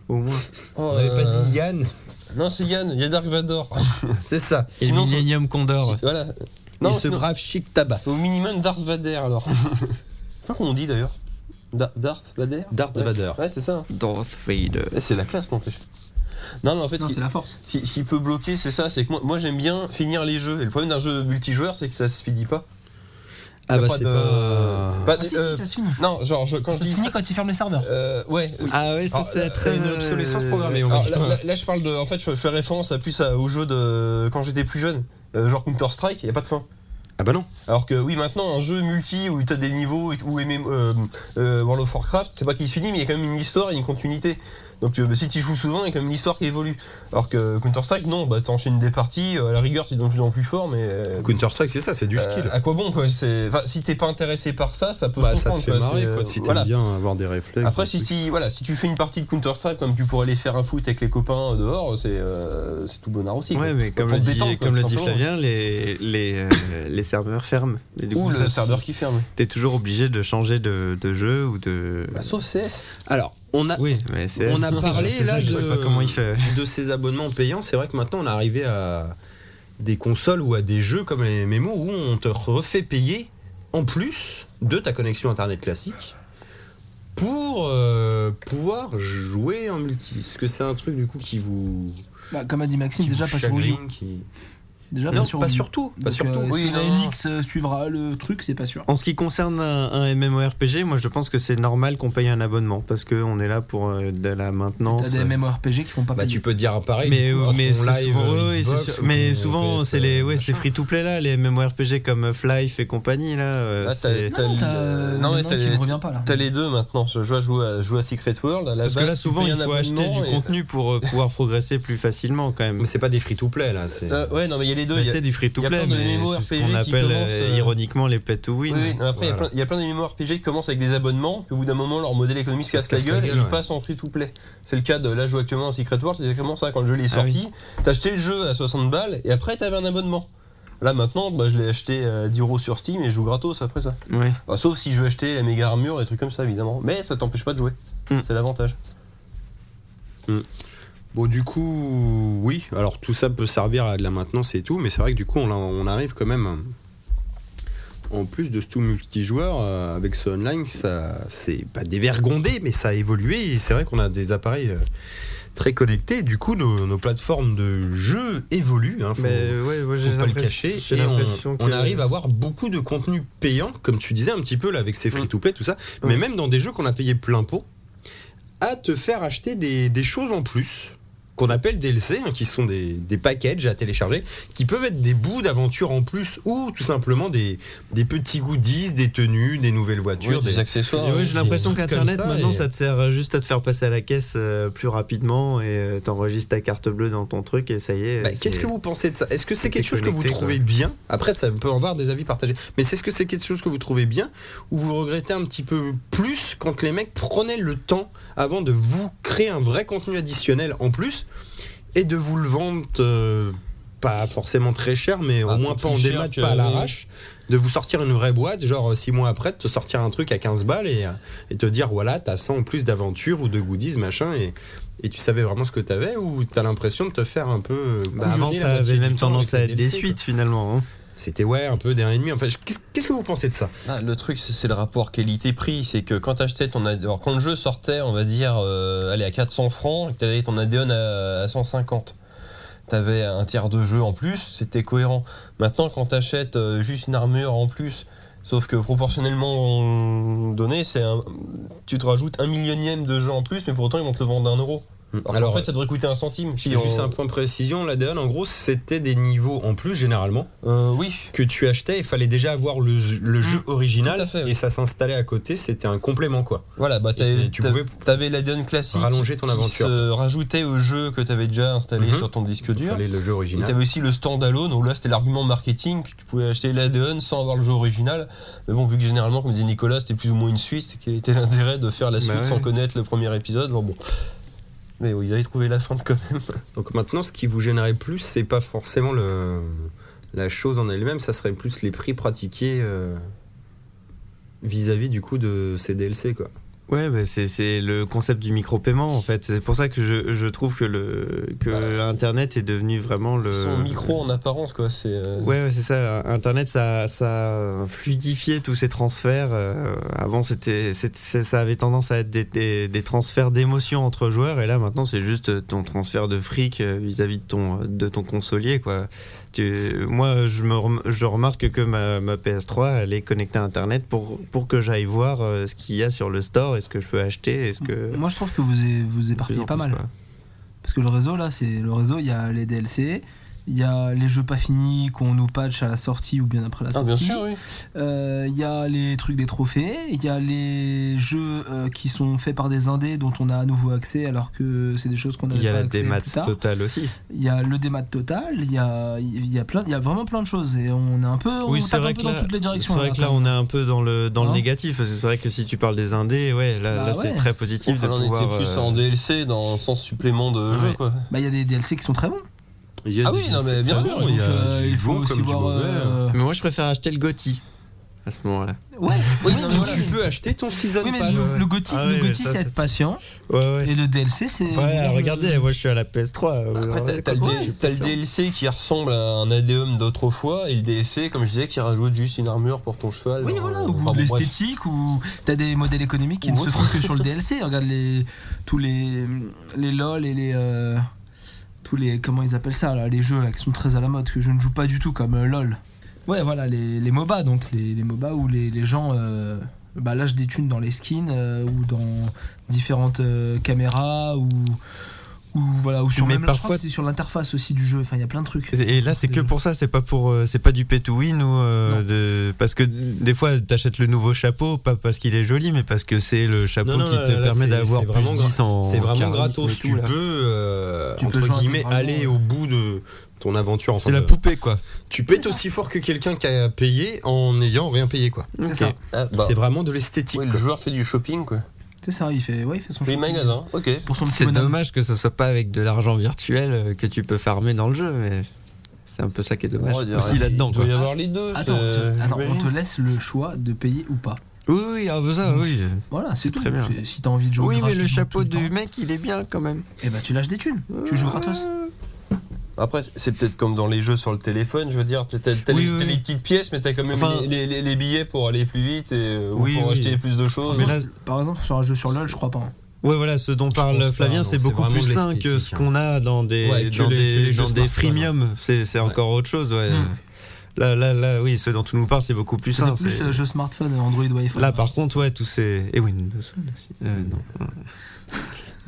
[SPEAKER 5] Au moins.
[SPEAKER 2] Oh,
[SPEAKER 3] On n'avait pas
[SPEAKER 2] euh,
[SPEAKER 3] dit Yann,
[SPEAKER 2] Non, c'est Yann, il y a Dark Vador.
[SPEAKER 4] Ah,
[SPEAKER 3] c'est ça.
[SPEAKER 5] Et
[SPEAKER 2] Sinon,
[SPEAKER 5] Millennium Condor.
[SPEAKER 2] Voilà.
[SPEAKER 3] Non,
[SPEAKER 2] Non,
[SPEAKER 3] et ce
[SPEAKER 2] sinon-
[SPEAKER 3] brave chic tabac.
[SPEAKER 2] Au minimum Darth Vader alors. Je sais pas comment on dit d'ailleurs. Da- Darth Vader
[SPEAKER 3] Darth
[SPEAKER 2] Ouais.
[SPEAKER 3] Vader.
[SPEAKER 2] Ouais, c'est ça. hein.
[SPEAKER 5] Darth Vader.
[SPEAKER 2] Eh, C'est la classe, n'empêche. Non, mais en fait,
[SPEAKER 4] Non,
[SPEAKER 2] ce qui-
[SPEAKER 4] c'est la force.
[SPEAKER 2] ce qui, ce qui peut bloquer, c'est ça. C'est que moi, moi, j'aime bien finir les jeux. Et le problème d'un jeu multijoueur, c'est que ça se finit pas.
[SPEAKER 3] Ah
[SPEAKER 2] Y a
[SPEAKER 3] bah c'est
[SPEAKER 2] de-
[SPEAKER 3] pas.
[SPEAKER 2] pas
[SPEAKER 4] Ah
[SPEAKER 2] de-
[SPEAKER 4] si,
[SPEAKER 2] euh,
[SPEAKER 4] si, ça se finit.
[SPEAKER 2] Non, genre, je- quand
[SPEAKER 4] Ça
[SPEAKER 2] je
[SPEAKER 4] se
[SPEAKER 2] dis.
[SPEAKER 4] finit quand ils ferment les serveurs.
[SPEAKER 2] euh, ouais,
[SPEAKER 5] Ah ouais, ça
[SPEAKER 3] Alors,
[SPEAKER 5] c'est
[SPEAKER 3] c'est Ah, une obsolescence programmée, on va
[SPEAKER 2] Alors,
[SPEAKER 3] dire.
[SPEAKER 2] là, là- là, je parle de. En fait, je fais référence à plus à- au jeu de. Quand j'étais plus jeune. Euh, genre Counter-Strike, il n'y a pas de fin.
[SPEAKER 3] Ah bah non.
[SPEAKER 2] Alors que oui, maintenant, un jeu multi où tu as des niveaux et- ou MM, euh, euh, World of Warcraft, c'est pas qu'il se finit, mais il y a quand même une histoire et une continuité. Donc euh, si tu joues souvent, il y a quand même l'histoire qui évolue. Alors que Counter-Strike, non, bah t'enchaînes des parties, euh, à la rigueur, tu es de plus en plus fort, mais. euh,
[SPEAKER 3] Counter-Strike, c'est ça, c'est du
[SPEAKER 2] euh,
[SPEAKER 3] skill.
[SPEAKER 2] à quoi bon, quoi c'est... Enfin, Si t'es pas intéressé par ça, ça peut
[SPEAKER 3] Bah,
[SPEAKER 2] se
[SPEAKER 3] ça te fait
[SPEAKER 2] comprendre.
[SPEAKER 3] marrer, quoi,
[SPEAKER 2] c'est-
[SPEAKER 3] si t'aimes
[SPEAKER 2] voilà.
[SPEAKER 3] bien avoir des réflexes.
[SPEAKER 2] Après,
[SPEAKER 3] des
[SPEAKER 2] si
[SPEAKER 3] trucs.
[SPEAKER 2] tu, voilà, si tu fais une partie de Counter-Strike comme tu pourrais aller faire un foot avec les copains dehors, c'est, euh, c'est tout bonnard aussi.
[SPEAKER 5] Ouais,
[SPEAKER 2] quoi.
[SPEAKER 5] mais comme
[SPEAKER 2] Pour
[SPEAKER 5] le
[SPEAKER 2] te
[SPEAKER 5] dit,
[SPEAKER 2] détendre, quoi,
[SPEAKER 5] comme le
[SPEAKER 2] tout
[SPEAKER 5] dit
[SPEAKER 2] simplement.
[SPEAKER 5] Flavien, les, les, euh, les serveurs ferment. Et du
[SPEAKER 2] Ou
[SPEAKER 5] coup,
[SPEAKER 2] le
[SPEAKER 5] ça,
[SPEAKER 2] serveur qui ferme.
[SPEAKER 5] T'es toujours obligé de changer de, de jeu ou de.
[SPEAKER 2] Bah, sauf CS.
[SPEAKER 3] Alors, on a,
[SPEAKER 5] oui, mais c'est.
[SPEAKER 3] on a
[SPEAKER 5] c'est
[SPEAKER 3] parlé
[SPEAKER 5] ça,
[SPEAKER 3] là
[SPEAKER 5] Je
[SPEAKER 3] de,
[SPEAKER 5] sais pas comment il fait.
[SPEAKER 3] de ces abonnements payants. C'est vrai que maintenant, on est arrivé à des consoles ou à des jeux comme les MMO où on te refait payer en plus de ta connexion internet classique pour euh, pouvoir jouer en multi. Est-ce que c'est un truc du coup qui vous,
[SPEAKER 4] Bah, comme a dit Maxime,
[SPEAKER 3] qui
[SPEAKER 4] déjà
[SPEAKER 3] vous
[SPEAKER 4] pas sur Wii U.
[SPEAKER 3] chagrine, qui-
[SPEAKER 4] Déjà
[SPEAKER 3] Non, pas surtout, pas
[SPEAKER 4] Donc,
[SPEAKER 3] surtout.
[SPEAKER 4] euh, est-ce
[SPEAKER 5] Oui,
[SPEAKER 4] que
[SPEAKER 5] non.
[SPEAKER 4] la NX euh, suivra le truc C'est pas sûr.
[SPEAKER 5] En ce qui concerne un, un MMORPG, moi je pense que c'est normal qu'on paye un abonnement parce qu'on est là pour euh, de la
[SPEAKER 4] T'as
[SPEAKER 5] maintenance.
[SPEAKER 4] des MMORPG qui font pas
[SPEAKER 3] Bah, tu
[SPEAKER 4] payer.
[SPEAKER 3] peux dire pareil.
[SPEAKER 5] mais euh,
[SPEAKER 3] du coup,
[SPEAKER 5] mais
[SPEAKER 3] ton
[SPEAKER 5] c'est
[SPEAKER 3] live,
[SPEAKER 5] souvent,
[SPEAKER 3] euh,
[SPEAKER 5] oui,
[SPEAKER 3] Xbox
[SPEAKER 5] c'est sûr.
[SPEAKER 3] ou
[SPEAKER 5] Mais
[SPEAKER 3] ton
[SPEAKER 5] souvent,
[SPEAKER 3] PS,
[SPEAKER 5] c'est les,
[SPEAKER 3] euh,
[SPEAKER 5] ouais, c'est free to play là, les MMORPG comme euh, Flife et compagnie là. euh,
[SPEAKER 2] Là, t'as-
[SPEAKER 5] c'est-
[SPEAKER 2] t'as
[SPEAKER 4] Non,
[SPEAKER 2] le-
[SPEAKER 4] t'as, euh,
[SPEAKER 2] non,
[SPEAKER 4] le
[SPEAKER 2] mais
[SPEAKER 4] nom
[SPEAKER 2] t'as-
[SPEAKER 4] qui me revient pas là.
[SPEAKER 2] T'as les deux maintenant. Je vois jouer à, jouer à Secret World. À la
[SPEAKER 5] Parce que
[SPEAKER 2] base,
[SPEAKER 5] là,
[SPEAKER 2] tu
[SPEAKER 5] souvent,
[SPEAKER 2] payes
[SPEAKER 5] il
[SPEAKER 2] un
[SPEAKER 5] faut acheter du
[SPEAKER 2] abonnement et-
[SPEAKER 5] contenu pour euh, pouvoir progresser plus facilement quand même.
[SPEAKER 3] Mais c'est pas des free to play là. c'est-
[SPEAKER 2] Euh, ouais, non, mais il y a les deux.
[SPEAKER 5] Mais
[SPEAKER 2] il y a-
[SPEAKER 5] Bah, c'est du free to
[SPEAKER 2] y a
[SPEAKER 5] play,
[SPEAKER 2] plein de
[SPEAKER 5] mais c'est ce
[SPEAKER 2] MMORPG
[SPEAKER 5] qu'on
[SPEAKER 2] qui
[SPEAKER 5] appelle
[SPEAKER 2] commencent,
[SPEAKER 5] euh,
[SPEAKER 2] euh,
[SPEAKER 5] ironiquement les play to
[SPEAKER 2] Oui,
[SPEAKER 5] win.
[SPEAKER 2] oui, non, après, il y a
[SPEAKER 5] Voilà.
[SPEAKER 2] plein- il y a plein de RPG qui commencent avec des abonnements, puis au bout d'un moment, leur modèle économique se
[SPEAKER 3] Ça se
[SPEAKER 2] casse la
[SPEAKER 3] casse la
[SPEAKER 2] gueule et
[SPEAKER 3] gueule,
[SPEAKER 2] ils
[SPEAKER 3] ouais.
[SPEAKER 2] passent en free-to-play. C'est le cas de là, je joue actuellement à Secret World, c'est exactement ça. Quand le jeu est
[SPEAKER 5] Ah oui.
[SPEAKER 2] sorti, t'as acheté le jeu à 60 balles et après, t'avais un abonnement. Là maintenant, bah, je l'ai acheté à 10 euros sur Steam et je joue gratos après ça.
[SPEAKER 5] Ouais.
[SPEAKER 2] Bah, sauf si je veux acheter la méga armure et des trucs comme ça, évidemment. Mais ça t'empêche pas de jouer.
[SPEAKER 5] Hmm.
[SPEAKER 2] C'est l'avantage.
[SPEAKER 3] Bon, du coup, oui. Alors, tout ça peut servir à de la maintenance et tout, mais c'est vrai que du coup, on, a- on arrive quand même. euh, En plus de ce tout multijoueur, euh, avec ce online, ça c'est pas dévergondé, mais ça a évolué. Et c'est vrai qu'on a des appareils euh, très connectés. Du coup, nos, nos plateformes de jeux évoluent. hein, faut-
[SPEAKER 5] Mais ouais, ouais,
[SPEAKER 3] faut
[SPEAKER 5] j'ai
[SPEAKER 3] pas le
[SPEAKER 5] l'impression-
[SPEAKER 3] cacher.
[SPEAKER 5] j'ai
[SPEAKER 3] Et
[SPEAKER 5] l'impression
[SPEAKER 3] on, on
[SPEAKER 5] que-
[SPEAKER 3] arrive à avoir beaucoup de contenu payant, comme tu disais un petit peu là avec ces free-to-play, tout ça. Mais
[SPEAKER 5] Mm.
[SPEAKER 3] même dans des jeux qu'on a payé plein pot, à te faire acheter des, des choses en plus qu'on appelle DLC, hein, qui sont des, des packages à télécharger, qui peuvent être des bouts d'aventure en plus, ou tout simplement des, des petits goodies, des tenues, des nouvelles voitures,
[SPEAKER 2] Oui, des
[SPEAKER 3] des,
[SPEAKER 2] accessoires.
[SPEAKER 5] Et ouais, j'ai
[SPEAKER 3] Il y a
[SPEAKER 5] l'impression
[SPEAKER 3] des trucs
[SPEAKER 5] qu'Internet,
[SPEAKER 3] comme ça,
[SPEAKER 5] maintenant,
[SPEAKER 3] et-
[SPEAKER 5] ça te sert juste à te faire passer à la caisse euh, plus rapidement et euh, t'enregistres ta carte bleue dans ton truc et ça y est.
[SPEAKER 3] Bah,
[SPEAKER 5] c'est-
[SPEAKER 3] Qu'est-ce que vous pensez de ça Est-ce que c'est quelque chose que vous
[SPEAKER 5] déconnecté, quoi.
[SPEAKER 3] trouvez bien Après, ça peut avoir des avis partagés. Mais c'est ce que c'est quelque chose que vous trouvez bien ou vous regrettez un petit peu plus quand les mecs prenaient le temps avant de vous créer un vrai contenu additionnel en plus et de vous le vendre euh, pas forcément très cher, mais au
[SPEAKER 2] Ah,
[SPEAKER 3] moins
[SPEAKER 2] plus
[SPEAKER 3] pas en
[SPEAKER 2] cher
[SPEAKER 3] démat,
[SPEAKER 2] que-
[SPEAKER 3] pas à l'arrache, de vous sortir une vraie boîte, genre euh, six mois après, de te sortir un truc à 15 balles et, euh, et te dire voilà, t'as ça en plus d'aventure ou de goodies, machin, et, et tu savais vraiment ce que t'avais ou t'as l'impression de te faire un peu. euh,
[SPEAKER 5] Bah, avant,
[SPEAKER 3] couillonner
[SPEAKER 5] ça
[SPEAKER 3] la moitié
[SPEAKER 5] avait
[SPEAKER 3] du
[SPEAKER 5] même
[SPEAKER 3] temps
[SPEAKER 5] tendance à
[SPEAKER 3] avec
[SPEAKER 5] être
[SPEAKER 3] le
[SPEAKER 5] des
[SPEAKER 3] DLC, quoi.
[SPEAKER 5] suites finalement. hein.
[SPEAKER 3] C'était ouais, un peu d'un ennemi. Enfin, je- qu'est-ce qu'est-ce que vous pensez de ça
[SPEAKER 2] Ah, le truc, c'est c'est le rapport qualité-prix. C'est que quand t'achetais ton ad- alors, quand le jeu sortait, on va dire, euh, allez, à 400 francs, et que t'avais ton ADN à, à 150, t'avais un tiers de jeu en plus, c'était cohérent. Maintenant, quand t'achètes euh, juste une armure en plus, sauf que proportionnellement donné, c'est un- tu te rajoutes un millionième de jeu en plus, mais pour autant, ils vont te le vendre un euro.
[SPEAKER 5] Mm.
[SPEAKER 2] Alors,
[SPEAKER 3] Alors,
[SPEAKER 2] en fait, ça devrait coûter un centime.
[SPEAKER 3] je
[SPEAKER 2] Si
[SPEAKER 3] fais
[SPEAKER 2] on-
[SPEAKER 3] juste un point de précision. L'ADN, en gros, c'était des niveaux en plus généralement
[SPEAKER 2] Euh, oui.
[SPEAKER 3] que tu achetais. Il fallait déjà avoir le, le jeu
[SPEAKER 5] Mm.
[SPEAKER 2] Tout à
[SPEAKER 3] original
[SPEAKER 2] fait, oui.
[SPEAKER 3] et ça s'installait à côté. C'était un complément quoi.
[SPEAKER 2] Voilà, bah t'avais-
[SPEAKER 3] Et tu
[SPEAKER 2] t'avais-
[SPEAKER 3] pouvais
[SPEAKER 2] t'avais l'ADN classique.
[SPEAKER 3] rallonger ton
[SPEAKER 2] qui
[SPEAKER 3] aventure.
[SPEAKER 2] se rajoutait au jeu que tu avais déjà installé
[SPEAKER 3] Mhm.
[SPEAKER 2] sur ton disque
[SPEAKER 3] Il
[SPEAKER 2] dur.
[SPEAKER 3] fallait le jeu
[SPEAKER 2] Et
[SPEAKER 3] original.
[SPEAKER 2] t'avais aussi le standalone, où là c'était l'argument marketing, que tu pouvais acheter l'ADN sans avoir le jeu original. Mais bon, vu que généralement, comme disait Nicolas, c'était plus ou moins une suite, quel était l'intérêt de faire la
[SPEAKER 5] Bah
[SPEAKER 2] suite sans
[SPEAKER 5] ouais.
[SPEAKER 2] connaître le premier épisode Bon, bon. Mais oui, ils avaient trouvé la fin de quand même.
[SPEAKER 3] Donc maintenant, ce qui vous gênerait plus, c'est pas forcément le, la chose en elle-même, ça serait plus les prix pratiqués euh, vis-à-vis du coup de ces DLC quoi.
[SPEAKER 5] Ouais, bah, c'est c'est le concept du micro-paiement en fait. C'est pour ça que je, je trouve que, le, que
[SPEAKER 3] Bah,
[SPEAKER 5] Internet est devenu vraiment le.
[SPEAKER 3] Euh,
[SPEAKER 2] Son micro en apparence, quoi. C'est. euh,
[SPEAKER 5] Ouais, ouais, c'est ça. Internet, ça, ça a fluidifié tous ces transferts. Euh, avant, c'était, c'est- c'est- ça avait tendance à être des, des- des transferts d'émotions entre joueurs, et là, maintenant, c'est juste ton transfert de fric euh, vis-à-vis de ton, de ton consolier, quoi. Tu, moi, je, me rem- je remarque que ma, ma PS3, elle est connectée à Internet pour, pour que j'aille voir euh, ce qu'il y a sur le store, est-ce que je peux acheter, est-ce que.
[SPEAKER 4] Moi, je trouve que vous é- vous
[SPEAKER 5] De plus
[SPEAKER 4] éparpillez
[SPEAKER 5] en
[SPEAKER 4] pas
[SPEAKER 5] plus,
[SPEAKER 4] mal.
[SPEAKER 5] quoi.
[SPEAKER 4] Parce que le réseau, là, c'est le réseau, il y a les DLC, Il y a les jeux pas finis qu'on nous patch à la sortie ou bien après la
[SPEAKER 2] Ah, bien
[SPEAKER 4] sortie.
[SPEAKER 2] sûr, oui.
[SPEAKER 4] Euh, Il y a les trucs des trophées, il y a les jeux euh, qui sont faits par des indés dont on a à nouveau accès alors que c'est des choses qu'on
[SPEAKER 5] Il y
[SPEAKER 4] n'avait
[SPEAKER 5] a
[SPEAKER 4] pas
[SPEAKER 5] la
[SPEAKER 4] accès
[SPEAKER 5] démat
[SPEAKER 4] plus tard.
[SPEAKER 5] totale aussi.
[SPEAKER 4] Il y a le démat total, il y a, il y, a plein, il y a vraiment plein de choses et on est un peu, on tape un peu dans toutes les directions.
[SPEAKER 5] c'est vrai que là, on est un peu dans le, dans
[SPEAKER 4] Hein
[SPEAKER 5] le négatif. Parce que c'est vrai que si tu parles des indés, ouais, là,
[SPEAKER 4] Bah
[SPEAKER 5] là,
[SPEAKER 4] ouais.
[SPEAKER 5] c'est très positif de
[SPEAKER 2] on en
[SPEAKER 5] pouvoir.
[SPEAKER 2] était
[SPEAKER 5] euh,
[SPEAKER 2] plus en DLC dans le sens supplément de
[SPEAKER 5] ouais.
[SPEAKER 2] jeu, quoi.
[SPEAKER 4] Bah, il y a des DLC qui sont très bons.
[SPEAKER 3] Il y a
[SPEAKER 2] Ah
[SPEAKER 3] des-
[SPEAKER 2] oui, non,
[SPEAKER 3] c'est
[SPEAKER 2] mais bien
[SPEAKER 3] très
[SPEAKER 2] sûr,
[SPEAKER 3] bon, il y a
[SPEAKER 4] donc, euh,
[SPEAKER 3] du
[SPEAKER 4] il faut
[SPEAKER 3] bon
[SPEAKER 4] aussi
[SPEAKER 3] comme du
[SPEAKER 4] voir,
[SPEAKER 3] mauvais.
[SPEAKER 4] euh,
[SPEAKER 5] Mais moi, je préfère acheter le Gotti à ce moment-là.
[SPEAKER 4] Ouais,
[SPEAKER 2] Oui,
[SPEAKER 4] non,
[SPEAKER 2] mais
[SPEAKER 4] mais
[SPEAKER 2] tu
[SPEAKER 4] voilà.
[SPEAKER 3] Tu peux acheter ton season
[SPEAKER 4] Oui, mais
[SPEAKER 3] pass.
[SPEAKER 4] le, le Gotti,
[SPEAKER 5] Ah
[SPEAKER 4] le
[SPEAKER 5] ouais,
[SPEAKER 4] Gotti,
[SPEAKER 5] ça,
[SPEAKER 4] c'est
[SPEAKER 5] c'est-
[SPEAKER 4] être patient.
[SPEAKER 5] Ouais, ouais.
[SPEAKER 4] Et le DLC, c'est. euh,
[SPEAKER 5] Ouais,
[SPEAKER 3] euh,
[SPEAKER 5] alors, regardez, moi, je suis à la PS3.
[SPEAKER 2] Bah, Après,
[SPEAKER 5] Bah Ouais,
[SPEAKER 2] t'as- t'as le,
[SPEAKER 5] ouais,
[SPEAKER 2] D-
[SPEAKER 5] je suis
[SPEAKER 2] t'as le
[SPEAKER 5] patient.
[SPEAKER 2] DLC qui ressemble à un ADM d'autrefois, et le DLC, comme je disais, qui rajoute juste une armure pour ton cheval.
[SPEAKER 4] Oui,
[SPEAKER 2] euh,
[SPEAKER 4] voilà,
[SPEAKER 2] enfin,
[SPEAKER 4] ou
[SPEAKER 2] bon,
[SPEAKER 4] de
[SPEAKER 2] bref.
[SPEAKER 4] l'esthétique, ou t'as des modèles économiques qui
[SPEAKER 2] Ou
[SPEAKER 4] ne se
[SPEAKER 2] autre.
[SPEAKER 4] trouvent que sur le DLC. Regarde les, tous les, les LOL et les. euh, tous les. Comment ils appellent ça, là, les jeux là, qui sont très à la mode, que je ne joue pas du tout, comme euh, LOL. Ouais, voilà, les, les MOBA, donc les, les MOBA où les, les gens euh, bah, lâchent des thunes dans les skins euh, ou dans différentes euh, caméras ou. Ou voilà, ou sur
[SPEAKER 5] Mais
[SPEAKER 4] même là, je crois
[SPEAKER 5] parfois-
[SPEAKER 4] que c'est sur l'interface aussi du jeu, enfin il y a plein de trucs.
[SPEAKER 5] Et et là, c'est que pour ça, c'est pas pour, euh, c'est pas du pay to win ou euh, de, parce que des fois, t'achètes le nouveau chapeau, pas parce qu'il est joli, mais parce que c'est le chapeau
[SPEAKER 3] Non, non,
[SPEAKER 5] qui
[SPEAKER 3] là,
[SPEAKER 5] te
[SPEAKER 3] là,
[SPEAKER 5] permet
[SPEAKER 3] c'est-
[SPEAKER 5] d'avoir
[SPEAKER 3] c'est
[SPEAKER 5] plus
[SPEAKER 3] vraiment
[SPEAKER 5] 10 en
[SPEAKER 3] C'est vraiment
[SPEAKER 5] charisme
[SPEAKER 3] gratos.
[SPEAKER 5] et tout,
[SPEAKER 3] Tu
[SPEAKER 5] là.
[SPEAKER 3] peux, euh,
[SPEAKER 4] Tu peux
[SPEAKER 3] entre
[SPEAKER 4] jouer
[SPEAKER 3] guillemets,
[SPEAKER 4] intégralement,
[SPEAKER 3] aller
[SPEAKER 4] ouais.
[SPEAKER 3] au bout de ton aventure. Enfin,
[SPEAKER 5] C'est la
[SPEAKER 3] de-
[SPEAKER 5] poupée, quoi.
[SPEAKER 3] tu peux être aussi fort que quelqu'un qui a payé en n'ayant rien payé, quoi.
[SPEAKER 4] C'est
[SPEAKER 5] Ok.
[SPEAKER 4] ça,
[SPEAKER 2] Ah, bah,
[SPEAKER 3] C'est vraiment de l'esthétique.
[SPEAKER 2] ouais, le
[SPEAKER 3] quoi.
[SPEAKER 2] joueur fait du shopping, quoi.
[SPEAKER 4] c'est ça, il fait, ouais, il fait son
[SPEAKER 2] Les
[SPEAKER 4] shopping.
[SPEAKER 2] magasins, ok.
[SPEAKER 4] Pour son petit
[SPEAKER 5] C'est
[SPEAKER 4] bonhomme.
[SPEAKER 5] dommage que ce soit pas avec de l'argent virtuel euh, que tu peux farmer dans le jeu, mais c'est un peu ça qui est dommage.
[SPEAKER 2] On va dire, hein.
[SPEAKER 5] Aussi là-dedans,
[SPEAKER 2] Il
[SPEAKER 5] quoi.
[SPEAKER 2] doit y avoir les deux.
[SPEAKER 4] Attends,
[SPEAKER 2] c'est-
[SPEAKER 5] Euh,
[SPEAKER 2] euh,
[SPEAKER 4] te- attends, on te
[SPEAKER 2] j'imagine.
[SPEAKER 4] laisse le choix de payer ou pas.
[SPEAKER 5] Oui, oui, ah, bah ça, oui.
[SPEAKER 4] Voilà, c'est
[SPEAKER 5] C'est
[SPEAKER 4] tout.
[SPEAKER 5] très bien.
[SPEAKER 4] C'est- Si t'as envie de jouer
[SPEAKER 5] Oui, mais
[SPEAKER 4] gratuitement
[SPEAKER 5] le chapeau
[SPEAKER 4] tout
[SPEAKER 5] du
[SPEAKER 4] temps,
[SPEAKER 5] mec, il est bien quand même. Ah.
[SPEAKER 4] Eh ben, tu lâches des thunes. Tu joues gratos.
[SPEAKER 2] Après, c'est- c'est peut-être comme dans les jeux sur le téléphone, je veux dire, t'as t'as- t'as
[SPEAKER 5] Oui,
[SPEAKER 2] les,
[SPEAKER 5] oui,
[SPEAKER 2] t'as
[SPEAKER 5] oui.
[SPEAKER 2] les petites pièces, mais t'as quand même
[SPEAKER 5] Enfin-
[SPEAKER 2] les, les- les billets pour aller plus vite et euh, ou
[SPEAKER 5] Oui,
[SPEAKER 2] pour
[SPEAKER 5] oui.
[SPEAKER 2] acheter plus de choses.
[SPEAKER 5] Mais
[SPEAKER 4] Franchement,
[SPEAKER 5] là-
[SPEAKER 4] je- Par exemple, sur un jeu sur LoL, je crois pas. hein.
[SPEAKER 5] Ouais, voilà, ce dont
[SPEAKER 3] pense
[SPEAKER 5] parle
[SPEAKER 3] pas, non,
[SPEAKER 5] Flavien, c'est
[SPEAKER 3] c'est
[SPEAKER 5] beaucoup
[SPEAKER 3] vraiment
[SPEAKER 5] plus
[SPEAKER 3] de
[SPEAKER 5] sain que ce
[SPEAKER 3] l'esthétique, hein.
[SPEAKER 5] qu'on a dans des,
[SPEAKER 3] Ouais, que
[SPEAKER 5] dans
[SPEAKER 3] les- que
[SPEAKER 5] des,
[SPEAKER 3] les jeux
[SPEAKER 5] dans
[SPEAKER 3] smartphones,
[SPEAKER 5] des freemium. C'est c'est encore autre chose, ouais. Là, là, là, oui, ce dont tu nous parles, c'est beaucoup plus sain.
[SPEAKER 4] C'est plus
[SPEAKER 5] c'est-
[SPEAKER 4] euh, jeu smartphone, Android ou iPhone.
[SPEAKER 5] Là, par contre, ouais, tous ces. Et Windows Phone aussi. Euh, non.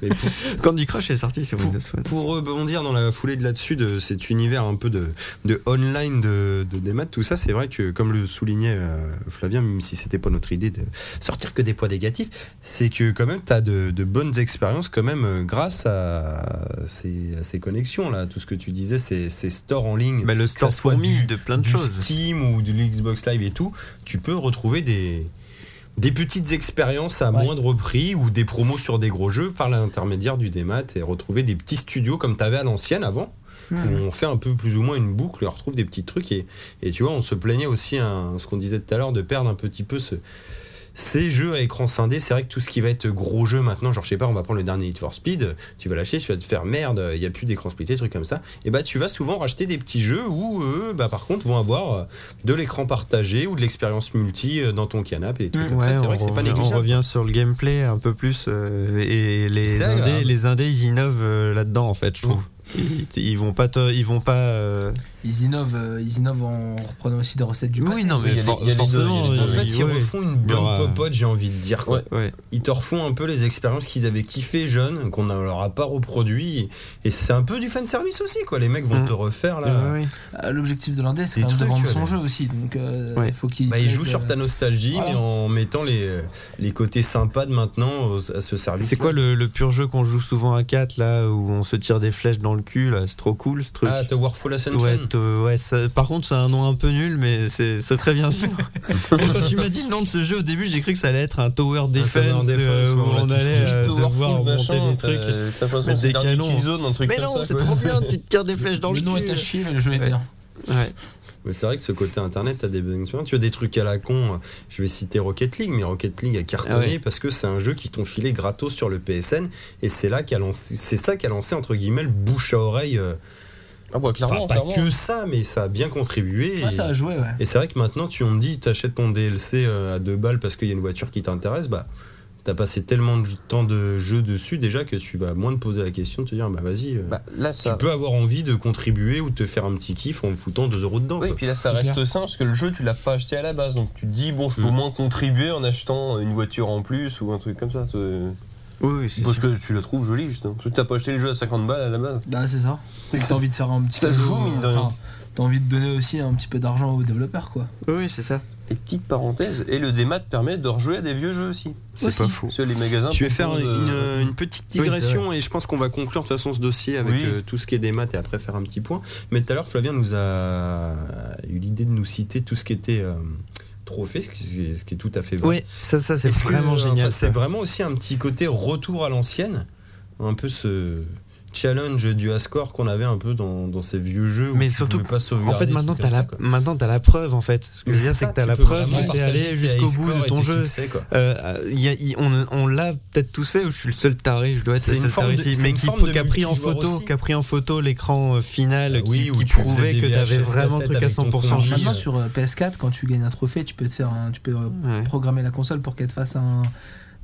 [SPEAKER 3] Mais pour-
[SPEAKER 5] Candy Crush est sorti sur Windows Phone.
[SPEAKER 3] Pour rebondir dans la foulée de là-dessus, de cet univers un peu de, de online, de, de démat, tout ça, c'est vrai que, comme le soulignait euh, Flavien, même si c'était pas notre idée de sortir que des points négatifs, c'est que quand même, tu as de, de bonnes expériences quand même euh, grâce à ces, à ces connexions, là, tout ce que tu disais, ces, ces stores en ligne.
[SPEAKER 5] Bah, le
[SPEAKER 3] ça
[SPEAKER 5] store
[SPEAKER 3] soit
[SPEAKER 5] fourmi
[SPEAKER 3] du-
[SPEAKER 5] de plein de
[SPEAKER 3] du
[SPEAKER 5] choses.
[SPEAKER 3] Steam ou de l'Xbox Live et tout, tu peux retrouver des, des petites expériences à
[SPEAKER 4] Ouais.
[SPEAKER 3] moindre prix ou des promos sur des gros jeux par l'intermédiaire du démat et retrouver des petits studios comme tu avais à l'ancienne avant. Où on fait un peu plus ou moins une boucle et on retrouve des petits trucs. Et, et tu vois, on se plaignait aussi, hein, ce qu'on disait tout à l'heure, de perdre un petit peu ce, ces jeux à écran scindé. C'est vrai que tout ce qui va être gros jeu maintenant, genre je sais pas, on va prendre le dernier Need for Speed, tu vas lâcher, tu vas te faire merde, il n'y a plus d'écran splitté, trucs comme ça. Et bah tu vas souvent racheter des petits jeux où eux, bah, par contre, vont avoir euh, de l'écran partagé ou de l'expérience multi euh, dans ton canapé et des trucs comme ça.
[SPEAKER 5] Ouais,
[SPEAKER 3] C'est
[SPEAKER 5] on
[SPEAKER 3] vrai que c'est pas
[SPEAKER 5] revient- On
[SPEAKER 3] négligeable.
[SPEAKER 5] revient sur le gameplay un peu plus euh, et et les
[SPEAKER 3] C'est
[SPEAKER 5] indés,
[SPEAKER 3] agréable.
[SPEAKER 5] les indés ils innovent euh, là-dedans en fait, je trouve. Ils, ils vont pas, te- ils vont pas. euh,
[SPEAKER 4] Ils innovent, euh, ils innovent en reprenant aussi des recettes du passé.
[SPEAKER 5] Oui, non,
[SPEAKER 2] il y
[SPEAKER 5] mais
[SPEAKER 2] a
[SPEAKER 5] for-
[SPEAKER 2] les- il y a les deux,
[SPEAKER 5] forcément.
[SPEAKER 2] il y a
[SPEAKER 3] En
[SPEAKER 2] les
[SPEAKER 3] fait,
[SPEAKER 5] ils-
[SPEAKER 3] ils
[SPEAKER 5] ouais,
[SPEAKER 3] refont une
[SPEAKER 5] Il y aura-
[SPEAKER 3] bonne popote, j'ai envie de dire. Quoi.
[SPEAKER 5] ouais.
[SPEAKER 3] Ils te refont un peu les expériences qu'ils avaient kiffées jeunes, qu'on ne leur a pas reproduit. Et c'est un peu du fan service aussi, quoi. Les mecs vont
[SPEAKER 5] Mhm.
[SPEAKER 3] te refaire là.
[SPEAKER 5] Ouais, ouais.
[SPEAKER 4] Euh, L'objectif de l'indé, c'est
[SPEAKER 3] Des
[SPEAKER 4] quand même de
[SPEAKER 3] trucs,
[SPEAKER 4] vendre
[SPEAKER 3] ouais,
[SPEAKER 4] son
[SPEAKER 3] mais-
[SPEAKER 4] jeu aussi. Donc, euh,
[SPEAKER 5] Ouais.
[SPEAKER 4] il faut qu'il.
[SPEAKER 3] Bah, il joue
[SPEAKER 4] fasse,
[SPEAKER 3] sur
[SPEAKER 4] euh,
[SPEAKER 3] ta nostalgie,
[SPEAKER 4] voilà.
[SPEAKER 3] mais en mettant les, les côtés sympas de maintenant aux- à ce service.
[SPEAKER 5] C'est quoi le, le pur jeu qu'on joue souvent à 4 là où on se tire des flèches dans le cul là C'est trop cool ce truc.
[SPEAKER 3] Ah, The Warful Ascension
[SPEAKER 5] Ouais, te- ouais, ça- par contre, c'est un nom un peu nul, mais c'est c'est très bien. dit. Quand tu m'as dit le nom de ce jeu au début, j'ai cru que ça allait être un Tower Defense,
[SPEAKER 3] Tower Defense,
[SPEAKER 5] euh, où
[SPEAKER 3] ouais,
[SPEAKER 5] on
[SPEAKER 3] tout ce
[SPEAKER 5] allait
[SPEAKER 3] qui
[SPEAKER 5] euh,
[SPEAKER 2] Towerfall,
[SPEAKER 5] devoir monter
[SPEAKER 2] machin, euh,
[SPEAKER 5] des trucs.
[SPEAKER 2] t'as- t'as l'impression que
[SPEAKER 5] mettre
[SPEAKER 2] c'est
[SPEAKER 5] des
[SPEAKER 2] dans une
[SPEAKER 5] canons.
[SPEAKER 2] zone, un truc
[SPEAKER 5] Mais
[SPEAKER 2] comme
[SPEAKER 5] non,
[SPEAKER 2] ça,
[SPEAKER 5] c'est
[SPEAKER 2] quoi.
[SPEAKER 5] trop bien, tu te tires des flèches dans le,
[SPEAKER 4] Le nom
[SPEAKER 5] cul.
[SPEAKER 4] est à chier, mais le jeu est bien.
[SPEAKER 5] Ouais.
[SPEAKER 3] Mais c'est vrai que ce côté internet, t'as des bonnes expériences. Tu as des trucs à la con. euh, Je vais citer Rocket League, mais Rocket League a cartonné
[SPEAKER 5] Ah ouais.
[SPEAKER 3] parce que c'est un jeu qui t'ont filé gratos sur le PSN. Et c'est là qu'a lancé, c'est ça qui a lancé, entre guillemets, le bouche à oreille. euh,
[SPEAKER 2] Ah, bah,
[SPEAKER 3] enfin,
[SPEAKER 2] clairement,
[SPEAKER 3] pas
[SPEAKER 2] clairement.
[SPEAKER 3] que ça, mais ça a bien contribué.
[SPEAKER 4] Ah,
[SPEAKER 3] et-
[SPEAKER 4] ça a joué, ouais.
[SPEAKER 3] Et c'est vrai que maintenant, tu on te dit, t'achètes ton DLC euh, à deux balles parce qu'il y a une voiture qui t'intéresse, bah, t'as passé tellement de temps de jeu dessus déjà que tu vas moins te poser la question de te dire, bah vas-y, euh,
[SPEAKER 2] Bah, là,
[SPEAKER 3] tu
[SPEAKER 2] ça.
[SPEAKER 3] peux avoir envie de contribuer ou de te faire un petit kiff en foutant 2 euros dedans.
[SPEAKER 2] Oui,
[SPEAKER 3] quoi.
[SPEAKER 2] puis là, ça
[SPEAKER 4] C'est
[SPEAKER 2] reste sain parce que le jeu, tu l'as pas acheté à la base. Donc, tu te dis, bon, je peux
[SPEAKER 3] Mm.
[SPEAKER 2] au moins contribuer en achetant une voiture en plus ou un truc comme ça. c'est-
[SPEAKER 5] Oui, oui, c'est
[SPEAKER 2] Parce
[SPEAKER 5] sûr.
[SPEAKER 2] que tu la trouves jolie, justement. Parce que t'as pas acheté les jeux à 50 balles à la base.
[SPEAKER 4] Bah c'est ça.
[SPEAKER 2] C'est que
[SPEAKER 4] T'as envie de faire un petit
[SPEAKER 2] ça
[SPEAKER 4] cadeau,
[SPEAKER 2] joue, mine de
[SPEAKER 4] enfin,
[SPEAKER 2] rien.
[SPEAKER 4] T'as envie de donner aussi un petit peu d'argent aux développeurs quoi.
[SPEAKER 5] Oui, oui, c'est ça.
[SPEAKER 2] Et petite parenthèse, et le démat permet de rejouer à des vieux jeux aussi.
[SPEAKER 5] C'est pas faux.
[SPEAKER 2] Parce que les magasins.
[SPEAKER 3] Je vais faire
[SPEAKER 2] proposent,
[SPEAKER 3] une,
[SPEAKER 2] euh,
[SPEAKER 3] une petite
[SPEAKER 5] Oui,
[SPEAKER 3] digression et je pense qu'on va conclure de toute façon ce dossier avec
[SPEAKER 2] Oui.
[SPEAKER 3] euh, tout ce qui est des maths et après faire un petit point. Mais tout à l'heure, Flavien nous a eu l'idée de nous citer tout ce qui était euh, trophée, ce qui, ce qui est tout à fait vrai.
[SPEAKER 5] Oui, ça, ça c'est
[SPEAKER 3] Est-ce que,
[SPEAKER 5] vraiment
[SPEAKER 3] euh, enfin,
[SPEAKER 5] génial.
[SPEAKER 3] C'est vraiment aussi un petit côté retour à l'ancienne, un peu ce challenge du score qu'on avait un peu dans, dans ces vieux jeux. où
[SPEAKER 5] Mais
[SPEAKER 3] tu
[SPEAKER 5] surtout
[SPEAKER 3] pouvais pas
[SPEAKER 5] En
[SPEAKER 3] sauvegarder
[SPEAKER 5] fait,
[SPEAKER 3] des
[SPEAKER 5] maintenant,
[SPEAKER 3] trucs
[SPEAKER 5] t'as la,
[SPEAKER 3] comme ça, quoi.
[SPEAKER 5] maintenant, t'as la preuve, en fait. Ce que
[SPEAKER 3] Mais
[SPEAKER 5] je veux dire,
[SPEAKER 3] ça,
[SPEAKER 5] c'est que t'as
[SPEAKER 3] tu
[SPEAKER 5] la
[SPEAKER 3] peux
[SPEAKER 5] preuve,
[SPEAKER 3] vraiment
[SPEAKER 5] que t'es
[SPEAKER 3] partager tes
[SPEAKER 5] allé jusqu'au
[SPEAKER 3] highscores
[SPEAKER 5] bout de
[SPEAKER 3] et
[SPEAKER 5] ton
[SPEAKER 3] tes
[SPEAKER 5] jeu.
[SPEAKER 3] succès, quoi.
[SPEAKER 5] Euh, il y a- il- on on l'a peut-être tous fait, ou je suis le seul taré, je dois être
[SPEAKER 3] C'est
[SPEAKER 5] le
[SPEAKER 3] une
[SPEAKER 5] seul
[SPEAKER 3] forme
[SPEAKER 5] taré
[SPEAKER 3] de-
[SPEAKER 5] ici,
[SPEAKER 3] c'est
[SPEAKER 5] mais
[SPEAKER 3] une
[SPEAKER 5] qui,
[SPEAKER 3] forme de
[SPEAKER 5] qui a pris en
[SPEAKER 3] multijoueur
[SPEAKER 5] photo,
[SPEAKER 3] aussi.
[SPEAKER 5] qui a pris en photo l'écran euh, final,
[SPEAKER 3] Ah oui,
[SPEAKER 5] qui,
[SPEAKER 3] où
[SPEAKER 5] qui
[SPEAKER 3] tu faisais
[SPEAKER 5] prouvait
[SPEAKER 3] des
[SPEAKER 5] que t'avais
[SPEAKER 3] VHS
[SPEAKER 5] vraiment un
[SPEAKER 3] cassettes
[SPEAKER 5] truc à
[SPEAKER 3] avec ton
[SPEAKER 5] 100%
[SPEAKER 3] Oui,
[SPEAKER 4] Maintenant
[SPEAKER 3] euh,
[SPEAKER 5] juste.
[SPEAKER 4] sur euh, PS4 quand tu gagnes un trophée tu peux te faire un, tu peux euh,
[SPEAKER 5] Ouais.
[SPEAKER 4] programmer la console pour qu'elle te fasse un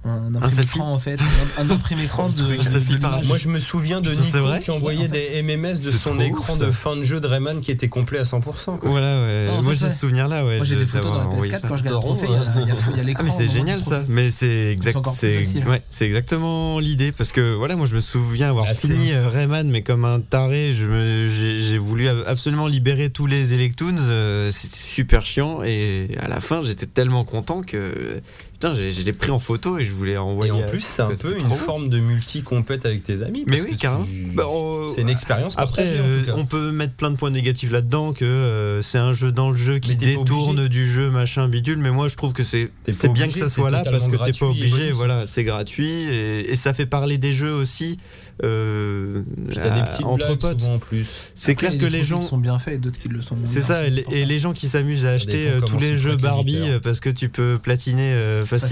[SPEAKER 4] un imprime
[SPEAKER 5] selfie.
[SPEAKER 4] écran en fait, un, un imprime écran de,
[SPEAKER 5] Un
[SPEAKER 4] de-
[SPEAKER 5] selfie
[SPEAKER 4] de
[SPEAKER 5] par-
[SPEAKER 4] l'image.
[SPEAKER 3] Moi, je me souviens de
[SPEAKER 5] Putain, Ah, c'est
[SPEAKER 3] Nico
[SPEAKER 5] vrai
[SPEAKER 3] qui envoyait
[SPEAKER 4] Ouais, en
[SPEAKER 3] des
[SPEAKER 4] fait.
[SPEAKER 3] MMS de
[SPEAKER 5] C'est
[SPEAKER 3] son
[SPEAKER 5] trop
[SPEAKER 3] écran
[SPEAKER 5] ouf,
[SPEAKER 3] de
[SPEAKER 5] ça.
[SPEAKER 3] fin de jeu de Rayman qui était complet à 100%. quoi.
[SPEAKER 5] Voilà, ouais.
[SPEAKER 4] Non, en
[SPEAKER 5] moi
[SPEAKER 4] fait,
[SPEAKER 5] j'ai
[SPEAKER 4] ouais.
[SPEAKER 5] ce souvenir-là, ouais.
[SPEAKER 4] Moi, j'ai
[SPEAKER 5] de-
[SPEAKER 4] des photos dans la
[SPEAKER 5] d'avoir envoyé
[SPEAKER 4] PS4
[SPEAKER 5] ça.
[SPEAKER 4] quand je gagne un
[SPEAKER 2] Daron,
[SPEAKER 4] trophée, il y a- il y a, il y a
[SPEAKER 5] Ah
[SPEAKER 4] l'écran.
[SPEAKER 5] mais c'est
[SPEAKER 4] au moment
[SPEAKER 5] génial
[SPEAKER 4] du
[SPEAKER 5] ça,
[SPEAKER 4] trophée.
[SPEAKER 5] mais c'est exact,
[SPEAKER 4] encore plus
[SPEAKER 5] c'est
[SPEAKER 4] facile.
[SPEAKER 5] ouais, c'est exactement l'idée parce que voilà, moi je me souviens avoir
[SPEAKER 3] Ah, c'est-
[SPEAKER 5] fini euh, Rayman mais comme un taré, je me- j'ai j'ai voulu ab- absolument libérer tous les Electoons, euh, c'était super chiant et à la fin j'étais tellement content que putain j'ai- je l'ai pris en photo et je voulais
[SPEAKER 3] Et
[SPEAKER 5] envoyer.
[SPEAKER 3] en
[SPEAKER 5] à-
[SPEAKER 3] plus, c'est un
[SPEAKER 5] parce que
[SPEAKER 3] peu
[SPEAKER 5] c'est
[SPEAKER 3] une
[SPEAKER 5] trop beau.
[SPEAKER 3] forme de multi-compète avec tes amis.
[SPEAKER 5] Mais
[SPEAKER 3] parce que
[SPEAKER 5] oui,
[SPEAKER 3] tu-
[SPEAKER 5] carrément. Bah, on-
[SPEAKER 3] C'est une expérience
[SPEAKER 5] Après,
[SPEAKER 3] partagée, en
[SPEAKER 5] euh,
[SPEAKER 3] tout cas.
[SPEAKER 5] on peut mettre plein de points négatifs là-dedans, que euh, c'est un jeu dans le jeu qui
[SPEAKER 3] Mais t'es pas
[SPEAKER 5] détourne
[SPEAKER 3] obligé.
[SPEAKER 5] du jeu, machin, bidule. Mais moi, je trouve que c'est
[SPEAKER 3] T'es pas
[SPEAKER 5] c'est bien que
[SPEAKER 3] obligé,
[SPEAKER 5] ça
[SPEAKER 3] c'est
[SPEAKER 5] soit là parce que
[SPEAKER 3] totalement
[SPEAKER 5] t'es pas
[SPEAKER 3] gratuit et
[SPEAKER 5] obligé.
[SPEAKER 3] bonus.
[SPEAKER 5] Voilà, c'est gratuit et, et ça fait parler des jeux aussi euh,
[SPEAKER 3] Puis T'as des
[SPEAKER 5] à-
[SPEAKER 3] petites
[SPEAKER 5] entre
[SPEAKER 3] blagues
[SPEAKER 5] potes.
[SPEAKER 3] souvent en plus.
[SPEAKER 5] C'est
[SPEAKER 4] Après,
[SPEAKER 5] clair
[SPEAKER 4] il y
[SPEAKER 5] que
[SPEAKER 4] a des
[SPEAKER 5] les
[SPEAKER 4] trophées
[SPEAKER 5] gens
[SPEAKER 4] qui sont bien faits et d'autres qui le sont moins.
[SPEAKER 5] c'est ça,
[SPEAKER 4] bien,
[SPEAKER 5] et,
[SPEAKER 4] pour
[SPEAKER 5] les- et les gens qui s'amusent à acheter
[SPEAKER 3] dépend
[SPEAKER 5] euh,
[SPEAKER 3] comment
[SPEAKER 5] tous les
[SPEAKER 3] s'y
[SPEAKER 5] jeux
[SPEAKER 3] prête
[SPEAKER 5] Barbie
[SPEAKER 3] l'éditeur.
[SPEAKER 5] euh, parce que tu peux platiner euh, facilement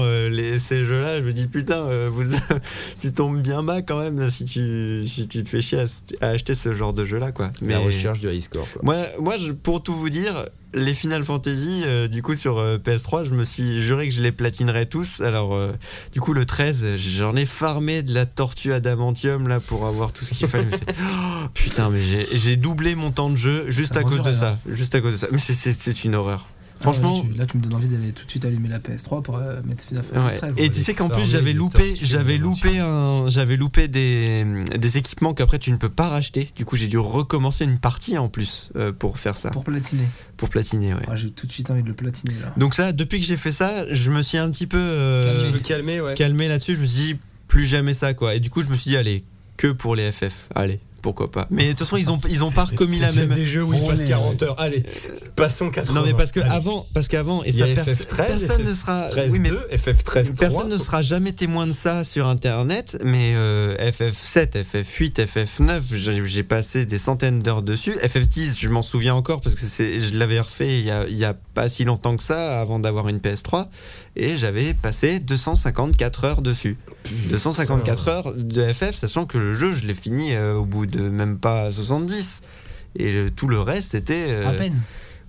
[SPEAKER 4] Facilement.
[SPEAKER 5] euh, les, ces jeux-là, je me dis putain, euh, vous- tu tombes bien bas quand même si tu, si tu te fais chier à, à acheter ce genre de jeu-là. quoi. Mais
[SPEAKER 3] La recherche du high score. quoi.
[SPEAKER 5] moi, moi je- pour tout vous dire, les Final Fantasy, euh, du coup sur euh, PS3, je me suis juré que je les platinerais tous. Alors, euh, du coup, le 13, j'en ai farmé de la tortue adamantium là pour avoir tout ce qu'il fallait. Mais c'est- Oh, putain, mais j'ai- j'ai doublé mon temps de jeu juste
[SPEAKER 4] Ça
[SPEAKER 5] à cause de
[SPEAKER 4] revient,
[SPEAKER 5] ça. Juste à cause de ça. Mais c'est- c'est c'est une horreur.
[SPEAKER 4] ça.
[SPEAKER 5] Franchement.
[SPEAKER 4] Ah ouais, là, tu, là, tu me donnes envie d'aller tout de suite allumer la PS3 pour euh, mettre Final
[SPEAKER 5] Ouais.
[SPEAKER 4] Fantasy XIII.
[SPEAKER 5] Et
[SPEAKER 3] Ouais,
[SPEAKER 5] tu sais
[SPEAKER 3] les
[SPEAKER 5] qu'en plus
[SPEAKER 3] farmer,
[SPEAKER 5] j'avais
[SPEAKER 3] les
[SPEAKER 5] loupé,
[SPEAKER 3] tortues,
[SPEAKER 5] j'avais
[SPEAKER 3] les
[SPEAKER 5] loupé un, j'avais loupé des, des équipements qu'après tu ne peux pas racheter. Du coup j'ai dû recommencer une partie en plus euh, pour faire ça, pour,
[SPEAKER 4] Pour platiner.
[SPEAKER 5] platiner. Ouais.
[SPEAKER 4] Ah, J'ai tout de suite envie de le platiner là.
[SPEAKER 5] Donc ça, depuis que j'ai fait ça, je me suis un petit peu euh,
[SPEAKER 3] Un petit peu calmé, ouais.
[SPEAKER 5] calmé là-dessus. Je me suis dit plus jamais ça quoi. Et du coup je me suis dit allez que pour les FF, allez pourquoi pas. Mais de toute façon ils ont ils ont pas recommis
[SPEAKER 3] C'est
[SPEAKER 5] la
[SPEAKER 3] déjà
[SPEAKER 5] même.
[SPEAKER 3] des jeux où il
[SPEAKER 4] On
[SPEAKER 3] passe
[SPEAKER 4] est-
[SPEAKER 3] 40 heures. Allez, passons 80.
[SPEAKER 5] Non mais parce que
[SPEAKER 3] Allez.
[SPEAKER 5] avant parce qu'avant et
[SPEAKER 3] Il y
[SPEAKER 5] ça
[SPEAKER 3] a
[SPEAKER 5] pers-
[SPEAKER 3] FF13,
[SPEAKER 5] personne ne sera
[SPEAKER 3] 13
[SPEAKER 5] oui, mais
[SPEAKER 3] 2, FF13 3.
[SPEAKER 5] Personne ne sera jamais témoin de ça sur internet, mais euh, FF7, FF8, FF9, j'ai- j'ai passé des centaines d'heures dessus. FF10, je m'en souviens encore parce que c'est- je l'avais refait il y, a, il y a pas si longtemps que ça avant d'avoir une PS3 et j'avais passé 254 heures dessus. 254 heures de FF, sachant que le jeu, je l'ai fini euh, au bout de même pas 70. Et le- tout le reste, c'était. euh,
[SPEAKER 4] À peine.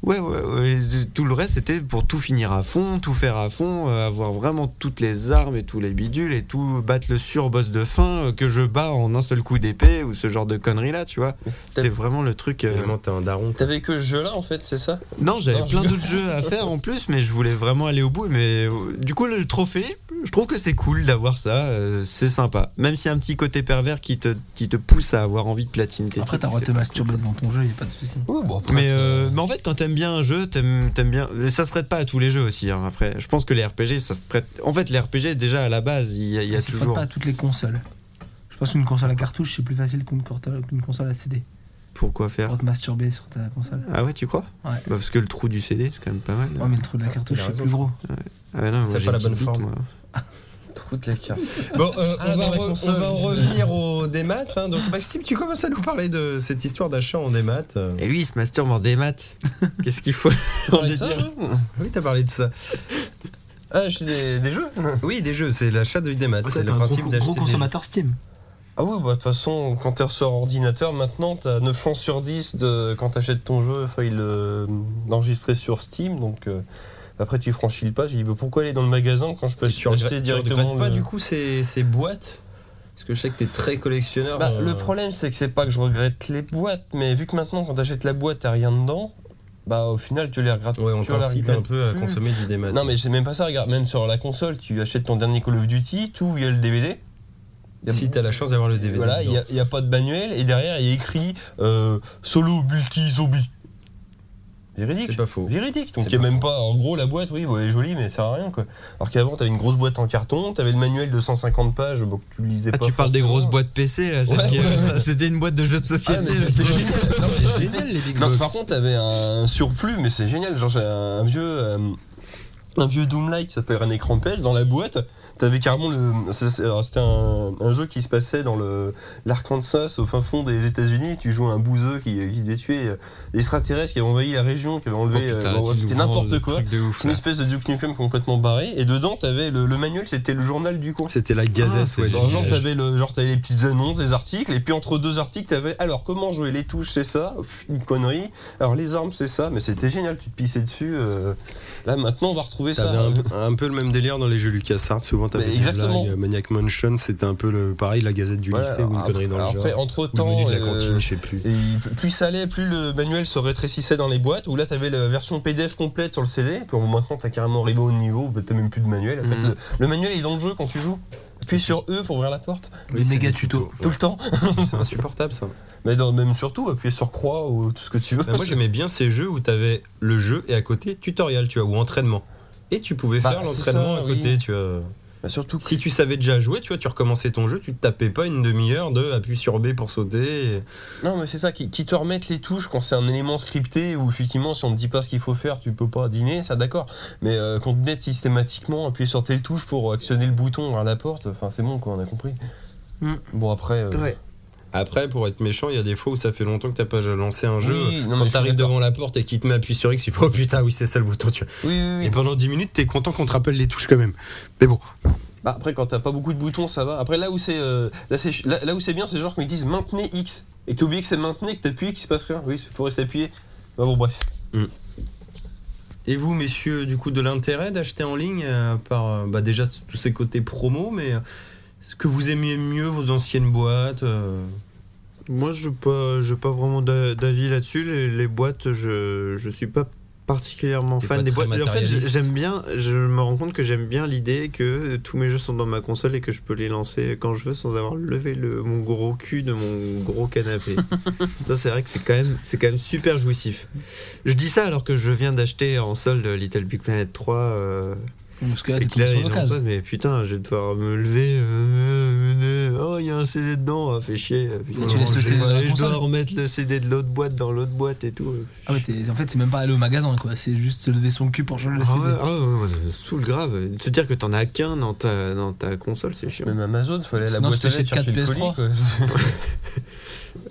[SPEAKER 5] Ouais, ouais, ouais, tout le reste c'était pour tout finir à fond, tout faire à fond, euh, avoir vraiment toutes les armes et tous les bidules et tout battre le surboss de fin euh, que je bats en un seul coup d'épée ou ce genre de conneries là, tu vois. C'était vraiment le truc. euh,
[SPEAKER 3] Tellement t'es un daron. quoi.
[SPEAKER 2] T'avais que ce jeu-là en fait, c'est ça
[SPEAKER 5] Non, j'avais
[SPEAKER 2] Non,
[SPEAKER 5] plein
[SPEAKER 2] je-
[SPEAKER 5] d'autres jeux à faire en plus, mais je voulais vraiment aller au bout. Mais euh, du coup, le trophée, je trouve que c'est cool d'avoir ça, euh, c'est sympa. Même s'il y a un petit côté pervers qui te, qui te pousse à avoir envie de platiner. tes
[SPEAKER 4] Après,
[SPEAKER 5] trucs,
[SPEAKER 4] t'as le droit de
[SPEAKER 5] c'est
[SPEAKER 4] te
[SPEAKER 5] pas
[SPEAKER 4] masturber devant ton jeu, y a pas de souci.
[SPEAKER 2] Oui, bon, après,
[SPEAKER 5] Mais,
[SPEAKER 2] c'est-
[SPEAKER 5] euh, mais en fait, quand t'aimes bien un jeu, t'aimes t'aimes bien. Mais ça se prête pas à tous les jeux aussi. hein, après, je pense que les RPG, ça se prête. En fait, les RPG déjà à la base, il y a, il y a
[SPEAKER 4] Ah, Ça se frotte
[SPEAKER 5] toujours.
[SPEAKER 4] pas à toutes les consoles. Je pense qu'une console à cartouche, c'est plus facile qu'une corto- qu'une console à CD.
[SPEAKER 5] Pourquoi faire
[SPEAKER 4] Pour te masturber sur ta console.
[SPEAKER 5] Ah ouais, tu crois
[SPEAKER 4] Ouais.
[SPEAKER 5] Bah, parce que le trou du CD, c'est quand même pas mal.
[SPEAKER 4] Ouais, mais le truc de la
[SPEAKER 3] il
[SPEAKER 4] cartouche,
[SPEAKER 3] a
[SPEAKER 4] c'est
[SPEAKER 3] raison,
[SPEAKER 4] plus gros.
[SPEAKER 5] Ah mais non,
[SPEAKER 3] C'est pas la
[SPEAKER 5] moi, j'ai une
[SPEAKER 3] bonne
[SPEAKER 5] petite bite,
[SPEAKER 3] forme.
[SPEAKER 5] moi.
[SPEAKER 2] Trou de la carte.
[SPEAKER 3] Bon, euh,
[SPEAKER 2] Ah,
[SPEAKER 3] on, va
[SPEAKER 2] dans la
[SPEAKER 3] re-
[SPEAKER 2] console.
[SPEAKER 3] on va en revenir au démat. hein. Donc, Maxime, tu commences à nous parler de cette histoire d'achat en démat. euh.
[SPEAKER 5] Et lui, il se masturbe en démat. Qu'est-ce qu'il faut en
[SPEAKER 2] parlais de ça,
[SPEAKER 5] délire
[SPEAKER 3] Ah Oui, t'as parlé de ça.
[SPEAKER 2] hein Ah, j'ai des, des jeux
[SPEAKER 3] Oui, des jeux, c'est l'achat du démat.
[SPEAKER 4] Toi,
[SPEAKER 3] C'est
[SPEAKER 4] t'es
[SPEAKER 3] le
[SPEAKER 4] un gros-
[SPEAKER 3] principe
[SPEAKER 4] gros
[SPEAKER 3] d'acheter des jeux.
[SPEAKER 4] consommateur Steam.
[SPEAKER 2] Ah ouais, bah de toute façon, quand t'es ressort ordinateur, maintenant, t'as 9 chances sur 10 de, quand t'achètes ton jeu, il le d'enregistrer sur Steam. Donc euh, après, tu franchis le pas, tu dis bah, pourquoi aller dans le magasin quand je peux
[SPEAKER 3] Et Tu
[SPEAKER 2] acheter
[SPEAKER 3] regrettes, tu
[SPEAKER 2] directement
[SPEAKER 3] regrettes pas euh,
[SPEAKER 2] le-
[SPEAKER 3] du coup ces, ces boîtes Parce que je sais que t'es très collectionneur.
[SPEAKER 2] Bah,
[SPEAKER 3] euh,
[SPEAKER 2] Le problème, c'est que c'est pas que je regrette les boîtes, mais vu que maintenant, quand t'achètes la boîte, t'as rien dedans, bah au final tu les regardes.
[SPEAKER 3] Ouais, on
[SPEAKER 2] tu les
[SPEAKER 3] t'incite
[SPEAKER 2] regrettes
[SPEAKER 3] un peu à
[SPEAKER 2] plus.
[SPEAKER 3] consommer du démat.
[SPEAKER 2] Non mais c'est même pas ça, regarde, même sur la console, tu achètes ton dernier Call of Duty, tout via le DVD. Y a-
[SPEAKER 3] si t'as la chance d'avoir le DVD.
[SPEAKER 2] Voilà, il
[SPEAKER 3] dedans.
[SPEAKER 2] n'y a, y a pas de manuel et derrière il y a écrit euh, solo multi zombie. Véridique.
[SPEAKER 3] C'est pas faux.
[SPEAKER 2] Véridique. Donc
[SPEAKER 3] C'est
[SPEAKER 2] il n'y a
[SPEAKER 3] pas
[SPEAKER 2] même pas. En gros, la boîte, oui, bon, elle est jolie, mais elle sert à rien quoi. Alors qu'avant, t'avais une grosse boîte en carton, t'avais le manuel de 150 pages, bon, que tu lisais
[SPEAKER 5] Ah,
[SPEAKER 2] pas.
[SPEAKER 5] tu parles des grosses
[SPEAKER 2] forcément.
[SPEAKER 5] boîtes PC là, c'est
[SPEAKER 2] Ouais,
[SPEAKER 5] ce qui-
[SPEAKER 2] ouais.
[SPEAKER 5] ça, c'était une boîte de jeux de
[SPEAKER 2] Ah,
[SPEAKER 5] société.
[SPEAKER 2] mais c'était
[SPEAKER 5] c'était-
[SPEAKER 2] génial.
[SPEAKER 3] Non, mais c'est génial les big
[SPEAKER 2] Non,
[SPEAKER 3] boss.
[SPEAKER 2] par contre, t'avais un surplus, mais c'est génial. Genre, j'ai un vieux, euh, un vieux Doomlight qui s'appelle un écran pêche dans la boîte. T'avais carrément le. c'est- c'est- alors, C'était un, un jeu qui se passait dans le l'Arkansas, au fin fond des États-Unis. et Tu joues un bouseux qui, qui devait tuer euh, des extraterrestres qui avaient envahi la région, qui avaient
[SPEAKER 5] Oh,
[SPEAKER 2] enlevé.
[SPEAKER 5] putain,
[SPEAKER 2] euh,
[SPEAKER 5] là,
[SPEAKER 2] bon,
[SPEAKER 5] tu
[SPEAKER 2] C'était
[SPEAKER 5] nous rends
[SPEAKER 2] n'importe
[SPEAKER 5] des
[SPEAKER 2] quoi.
[SPEAKER 5] trucs de ouf,
[SPEAKER 2] C'est une
[SPEAKER 5] là.
[SPEAKER 2] espèce de Duke Nukem complètement barré. Et dedans, t'avais le, le manuel, c'était le journal du coin.
[SPEAKER 3] C'était la gazette,
[SPEAKER 5] c'est
[SPEAKER 3] ouais, du
[SPEAKER 2] Genre, genre,
[SPEAKER 3] village.
[SPEAKER 2] t'avais euh, le, genre, t'avais les petites annonces, des articles, et puis entre deux articles, t'avais alors comment jouer les touches, c'est ça, Pff, une connerie. Alors les armes, c'est ça, mais c'était génial, tu te pissais dessus. euh, Là maintenant, on va retrouver ça.
[SPEAKER 3] T'avais un, un peu le même délire dans les jeux LucasArts. Souvent, t'avais
[SPEAKER 2] Mais
[SPEAKER 3] des
[SPEAKER 2] exactement.
[SPEAKER 3] blagues. Maniac Mansion, c'était un peu le, pareil, la gazette du
[SPEAKER 2] Voilà,
[SPEAKER 3] lycée ou une
[SPEAKER 2] alors,
[SPEAKER 3] connerie dans
[SPEAKER 2] alors
[SPEAKER 3] le
[SPEAKER 2] après,
[SPEAKER 3] genre.
[SPEAKER 2] entre
[SPEAKER 3] Ou le
[SPEAKER 2] temps,
[SPEAKER 3] menu de la cantine,
[SPEAKER 2] euh,
[SPEAKER 3] je sais plus.
[SPEAKER 2] et plus ça allait, plus le manuel se rétrécissait dans les boîtes, où là t'avais la version PDF complète sur le CD, puis bon, maintenant t'as carrément arrivé au niveau, où t'as même plus de manuel. En fait,
[SPEAKER 3] Mm.
[SPEAKER 5] Mhm.
[SPEAKER 2] le, le manuel il est dans le jeu quand tu joues. Appuie sur E pour ouvrir la porte,
[SPEAKER 3] Oui,
[SPEAKER 4] les
[SPEAKER 3] c'est
[SPEAKER 4] méga
[SPEAKER 3] des tutos.
[SPEAKER 4] tutos.
[SPEAKER 2] tout le temps.
[SPEAKER 3] Ouais, C'est insupportable ça.
[SPEAKER 2] Mais dans- même surtout, appuyer sur croix ou tout ce que tu veux.
[SPEAKER 3] Bah, moi j'aimais bien ces jeux où t'avais le jeu et à côté tutoriel, tu vois, ou entraînement. Et tu pouvais
[SPEAKER 2] Bah,
[SPEAKER 3] faire
[SPEAKER 2] c'est
[SPEAKER 3] l'entraînement
[SPEAKER 2] ça,
[SPEAKER 3] à
[SPEAKER 2] oui.
[SPEAKER 3] côté, tu vois.
[SPEAKER 2] Bah, surtout que-
[SPEAKER 3] Si tu savais déjà jouer, tu vois, tu recommençais ton jeu, tu te tapais pas une demi-heure de appuie sur B pour sauter. et-
[SPEAKER 2] Non, mais c'est ça, qui, qui te remettent les touches quand c'est un élément scripté où effectivement, si on ne dit pas ce qu'il faut faire, tu peux pas dîner, ça d'accord. Mais euh, quand on te met systématiquement, appuyer sur telle touche pour actionner le bouton à la porte, enfin c'est bon quoi, on a compris.
[SPEAKER 4] Mm.
[SPEAKER 2] Bon après. euh,
[SPEAKER 5] Ouais.
[SPEAKER 3] Après, pour être méchant, il y a des fois où ça fait longtemps que t'as pas lancé un jeu.
[SPEAKER 2] Oui, non, mais je
[SPEAKER 3] Quand
[SPEAKER 2] suis
[SPEAKER 3] t'arrives
[SPEAKER 2] d'accord.
[SPEAKER 3] devant la porte et qu'il te met appuie sur X, il faut oh putain, oui, c'est ça le bouton, tu vois.
[SPEAKER 2] Oui, oui, oui.
[SPEAKER 3] Et pendant 10 minutes, t'es content qu'on te rappelle les touches quand même. Mais bon,
[SPEAKER 2] Bah, après, quand t'as pas beaucoup de boutons, ça va. Après, là où c'est euh, là, c'est ch- là, là où c'est bien, c'est genre quand ils disent maintenez X et que t'as oublié que c'est maintenez, que t'appuies, qu'il se passe rien. Oui, faut rester appuyé. Bah bon, bref.
[SPEAKER 3] Et vous, messieurs, du coup, de l'intérêt d'acheter en ligne, euh, par euh, bah, déjà s- tous ces côtés promo, mais euh, est-ce que vous aimiez mieux vos anciennes boîtes euh,
[SPEAKER 5] Moi, je n'ai pas, j'ai pas vraiment d'a- d'avis là-dessus. Les, les boîtes, je je suis pas particulièrement
[SPEAKER 3] T'es
[SPEAKER 5] fan
[SPEAKER 3] pas
[SPEAKER 5] des
[SPEAKER 3] très
[SPEAKER 5] boîtes. En fait,
[SPEAKER 3] matérialiste.
[SPEAKER 5] j'aime bien. Je me rends compte que j'aime bien l'idée que tous mes jeux sont dans ma console et que je peux les lancer quand je veux sans avoir levé le, mon gros cul de mon gros canapé. Non, c'est vrai que c'est quand même, c'est quand même super jouissif. Je dis ça alors que je viens d'acheter en solde Little Big Planet 3. euh,
[SPEAKER 4] Parce que là,
[SPEAKER 5] et
[SPEAKER 4] t'es
[SPEAKER 5] que là,
[SPEAKER 4] tombé sur
[SPEAKER 5] il est en
[SPEAKER 4] l'occasion.
[SPEAKER 5] face, mais putain, je vais devoir me lever. euh, euh, oh, il y a un CD dedans, ah, fait chier. euh, putain,
[SPEAKER 4] tu laisses le
[SPEAKER 5] je
[SPEAKER 4] CD
[SPEAKER 5] dois-
[SPEAKER 4] dans la
[SPEAKER 5] Je dois
[SPEAKER 4] console
[SPEAKER 5] remettre le CD de l'autre boîte dans l'autre boîte et tout.
[SPEAKER 4] Ah ouais, t'es- en fait, c'est même pas aller au magasin, quoi. C'est juste se lever son cul pour changer le
[SPEAKER 5] Ah
[SPEAKER 4] CD.
[SPEAKER 5] ouais, ah ouais, ouais, ça me saoule grave. De Se dire que t'en as qu'un dans ta, dans ta console, c'est chiant.
[SPEAKER 2] Même Amazon, fallait aller à
[SPEAKER 4] Sinon,
[SPEAKER 2] la boîte
[SPEAKER 4] tu
[SPEAKER 2] à lettres
[SPEAKER 4] t'achètes
[SPEAKER 2] chercher le
[SPEAKER 4] quatre
[SPEAKER 2] colis.
[SPEAKER 4] PS3.
[SPEAKER 2] Quoi.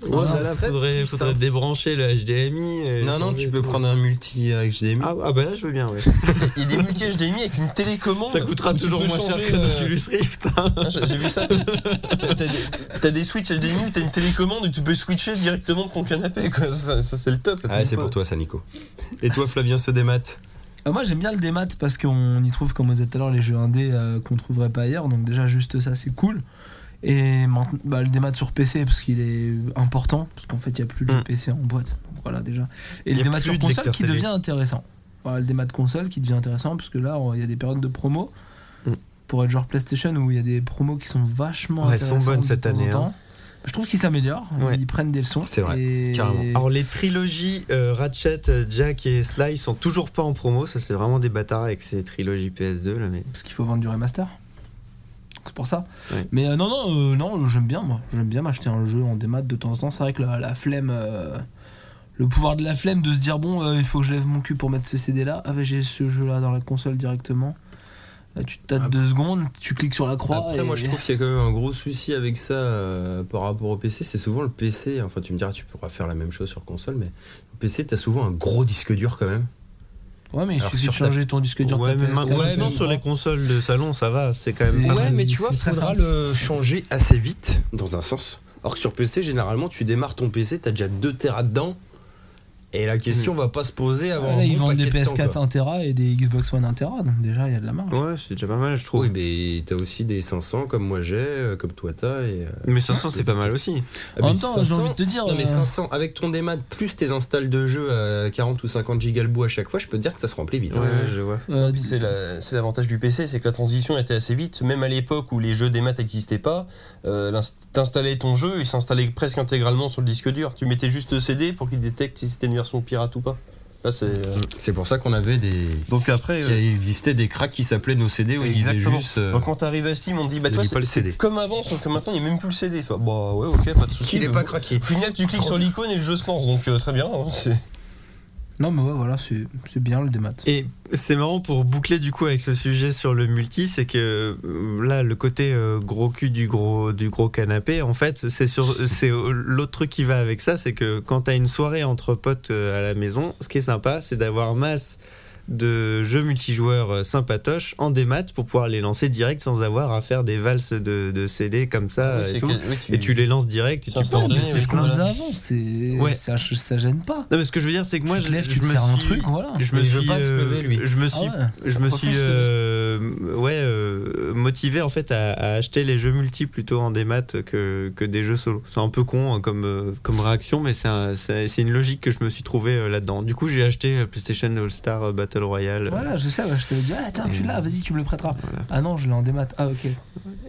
[SPEAKER 5] Ouais,
[SPEAKER 3] ça
[SPEAKER 5] Oh, là,
[SPEAKER 3] serait
[SPEAKER 5] faudrait,
[SPEAKER 3] plus
[SPEAKER 5] faudrait
[SPEAKER 3] simple.
[SPEAKER 5] débrancher le HDMI. et
[SPEAKER 3] Non, non,
[SPEAKER 5] changer
[SPEAKER 3] tu peux
[SPEAKER 5] tout.
[SPEAKER 3] prendre un multi HDMI.
[SPEAKER 5] Ah, ah bah là, je veux bien, ouais.
[SPEAKER 2] Il y a des multi HDMI avec une
[SPEAKER 4] Oh,
[SPEAKER 2] télécommande.
[SPEAKER 5] Ça coûtera
[SPEAKER 2] où tu
[SPEAKER 5] toujours
[SPEAKER 2] peux
[SPEAKER 5] moins cher
[SPEAKER 2] changer,
[SPEAKER 5] que
[SPEAKER 2] euh,
[SPEAKER 5] l'Oculus Rift. hein.
[SPEAKER 2] Ah, J'ai j'ai vu ça. T'as- T'as t'as des, t'as des Switch HDMI où t'as une télécommande et tu peux switcher directement de ton canapé. Quoi. Ça, ça, c'est le top.
[SPEAKER 3] Ah, c'est pour toi, ça, Nico. Et toi, Flavien, ce démat
[SPEAKER 4] Euh, Moi j'aime bien le démat parce qu'on y trouve, comme on disait tout à l'heure, les jeux indés euh, qu'on trouverait pas ailleurs. Donc déjà juste ça c'est cool. Et maintenant, bah, le démat sur PC parce qu'il est important parce qu'en fait il y a plus de jeux
[SPEAKER 5] Mm.
[SPEAKER 4] PC en boîte. Donc, voilà déjà. Et
[SPEAKER 5] Il y
[SPEAKER 4] le
[SPEAKER 5] a
[SPEAKER 4] démat
[SPEAKER 5] plus
[SPEAKER 4] sur
[SPEAKER 5] de
[SPEAKER 4] console
[SPEAKER 5] lecteurs
[SPEAKER 4] qui
[SPEAKER 5] CD.
[SPEAKER 4] devient intéressant. Voilà, le démat de console qui devient intéressant parce que là on- il y a des périodes de promo
[SPEAKER 5] Mm.
[SPEAKER 4] pour être genre PlayStation où il y a des promos qui sont vachement
[SPEAKER 5] Ouais, elles sont
[SPEAKER 4] intéressantes
[SPEAKER 5] bonnes
[SPEAKER 4] de
[SPEAKER 5] cette
[SPEAKER 4] temps en
[SPEAKER 5] année, hein.
[SPEAKER 4] temps. Je trouve qu'ils s'améliorent,
[SPEAKER 5] Ouais.
[SPEAKER 4] ils prennent des leçons.
[SPEAKER 3] C'est vrai,
[SPEAKER 4] et-
[SPEAKER 3] carrément.
[SPEAKER 5] Alors les trilogies euh, Ratchet, euh, Jack et Sly sont toujours pas en promo, ça c'est vraiment des bâtards avec ces trilogies PS2 là mais
[SPEAKER 4] parce qu'il faut vendre du remaster. C'est pour ça.
[SPEAKER 5] Ouais.
[SPEAKER 4] Mais euh, non, non, euh, non, j'aime bien moi. J'aime bien m'acheter un jeu en démat de temps en temps. C'est vrai que la, la flemme, euh, le pouvoir de la flemme de se dire bon, euh, il faut que je lève mon cul pour mettre ce CD là. Ah ben j'ai ce jeu là dans la console directement. Là tu te tâtes deux secondes, tu cliques sur la croix.
[SPEAKER 3] Ah Après,
[SPEAKER 4] et-
[SPEAKER 3] moi, je trouve qu'il y a quand même un gros souci avec ça euh, par rapport au PC. C'est souvent le PC. Enfin, tu me diras, tu pourras faire la même chose sur console, mais au PC, t'as souvent un gros disque dur quand même.
[SPEAKER 4] Ouais, mais il
[SPEAKER 3] Alors,
[SPEAKER 4] suffit de
[SPEAKER 3] sur ta-
[SPEAKER 4] changer ton disque dur. de
[SPEAKER 5] Ouais,
[SPEAKER 4] ta
[SPEAKER 5] mais
[SPEAKER 4] PS4,
[SPEAKER 5] maintenant
[SPEAKER 4] ta
[SPEAKER 5] maintenant,
[SPEAKER 4] PS3.
[SPEAKER 5] sur les consoles de salon ça va, c'est quand même
[SPEAKER 4] C'est-
[SPEAKER 5] pas
[SPEAKER 4] Ouais,
[SPEAKER 3] Ouais,
[SPEAKER 5] mal.
[SPEAKER 3] mais
[SPEAKER 4] mais
[SPEAKER 3] tu vois,
[SPEAKER 4] c'est très
[SPEAKER 3] faudra
[SPEAKER 4] simple.
[SPEAKER 3] le changer assez vite, dans un sens. Or que sur PC, généralement, tu démarres ton PC, t'as déjà 2 Tera dedans, Et la question va pas se poser avant. un
[SPEAKER 4] Là, ils
[SPEAKER 3] bon
[SPEAKER 4] vendent
[SPEAKER 3] paquet
[SPEAKER 4] des
[SPEAKER 3] de temps,
[SPEAKER 4] PS4
[SPEAKER 3] quoi.
[SPEAKER 4] 1 Tera et des Xbox One 1 Tera, donc déjà il y a de la marge.
[SPEAKER 5] Ouais, c'est déjà pas mal, je trouve.
[SPEAKER 4] hein.
[SPEAKER 3] Oui, mais t'as aussi des 500 comme moi j'ai, euh, comme toi t'as. Et, euh,
[SPEAKER 5] Mais 500, c'est pas mal aussi.
[SPEAKER 3] ah,
[SPEAKER 4] En
[SPEAKER 3] mais
[SPEAKER 4] même temps, j'ai
[SPEAKER 3] 500,
[SPEAKER 4] envie de te dire,
[SPEAKER 3] Non, mais
[SPEAKER 4] euh,
[SPEAKER 3] 500 avec ton démat plus tes installs de jeux à 40 ou 50 gigalbo à chaque fois, je peux te dire que ça se remplit vite. hein.
[SPEAKER 5] je vois.
[SPEAKER 4] Euh,
[SPEAKER 2] Puis C'est la- c'est l'avantage du PC, c'est que la transition était assez vite. Même à l'époque où les jeux des maths n'existaient pas, euh, l'inst- t'installais ton jeu, il s'installait presque intégralement sur le disque dur. Tu mettais juste le CD pour qu'il détecte si c'était une version pirate ou pas. Là, c'est. euh,
[SPEAKER 3] C'est pour ça qu'on avait des.
[SPEAKER 2] Donc après. euh,
[SPEAKER 3] Il existait des cracks qui s'appelaient nos CD où ils disaient
[SPEAKER 2] Exactement.
[SPEAKER 3] juste. euh,
[SPEAKER 2] Donc quand t'arrives à Steam, on te dit bah
[SPEAKER 3] Il
[SPEAKER 2] toi
[SPEAKER 3] n'y a pas
[SPEAKER 2] c'est
[SPEAKER 3] le
[SPEAKER 2] c'est
[SPEAKER 3] CD.
[SPEAKER 2] comme avant, sauf que maintenant il n'y a même plus le CD. Enfin, bah ouais, ok, pas de souci.
[SPEAKER 3] qu'il est
[SPEAKER 2] mais
[SPEAKER 3] pas
[SPEAKER 2] bon.
[SPEAKER 3] craqué.
[SPEAKER 2] Au final, tu cliques sur l'icône et le jeu se lance, donc euh, très bien. hein, c'est-
[SPEAKER 4] Non, mais ouais, voilà, c'est c'est bien le démat.
[SPEAKER 5] Et c'est marrant pour boucler du coup avec ce sujet sur le multi, c'est que euh, là le côté euh, gros cul du gros du gros canapé, en fait, c'est sur c'est euh, l'autre truc qui va avec ça, c'est que quand t'as une soirée entre potes euh, à la maison, ce qui est sympa, c'est d'avoir masse de jeux multijoueurs euh, sympatoches en démat pour pouvoir les lancer direct sans avoir à faire des valses de, de CD comme
[SPEAKER 3] Ah,
[SPEAKER 5] ça
[SPEAKER 2] c'est
[SPEAKER 5] et tout.
[SPEAKER 2] que- oui,
[SPEAKER 5] Et tu les lances direct et
[SPEAKER 2] Sur
[SPEAKER 5] tu
[SPEAKER 2] Ouais,
[SPEAKER 5] peux en
[SPEAKER 2] mais
[SPEAKER 5] donner
[SPEAKER 2] c'est
[SPEAKER 5] aux
[SPEAKER 4] c'est ce qu'on
[SPEAKER 5] gens.
[SPEAKER 4] faisait avant, c'est
[SPEAKER 5] Ouais.
[SPEAKER 4] ça, ça gêne pas.
[SPEAKER 5] Non mais ce que je veux dire c'est que moi
[SPEAKER 4] tu
[SPEAKER 5] je
[SPEAKER 4] te lèves,
[SPEAKER 5] je
[SPEAKER 4] tu te
[SPEAKER 5] me
[SPEAKER 4] sers un
[SPEAKER 5] suis-
[SPEAKER 4] truc, voilà.
[SPEAKER 5] Je me
[SPEAKER 3] Il veut
[SPEAKER 5] suis
[SPEAKER 3] pas se
[SPEAKER 5] euh,
[SPEAKER 3] lever, lui.
[SPEAKER 5] Je me
[SPEAKER 4] Ah
[SPEAKER 5] suis,
[SPEAKER 4] ouais.
[SPEAKER 5] je me suis
[SPEAKER 2] Refuse de-
[SPEAKER 5] euh, ouais, euh, motivé en fait à, à acheter les jeux multi plutôt en démat que, que des jeux solo. C'est un peu con hein, comme, euh, comme réaction, mais c'est un- c'est c'est une logique que je me suis trouvé euh, là-dedans. Du coup, j'ai acheté euh, PlayStation All Star Battle Royale.
[SPEAKER 4] Ouais, je sais, ouais, je t'avais dit, ah, attends, tu l'as, vas-y, tu me le prêteras.
[SPEAKER 5] Voilà.
[SPEAKER 4] Ah non, je l'ai en démat. Ah, ok.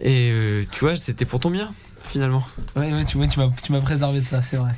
[SPEAKER 5] Et euh, tu vois, c'était pour ton bien finalement.
[SPEAKER 4] Ouais, ouais, tu, ouais, tu m'as- tu m'as préservé de ça, c'est vrai.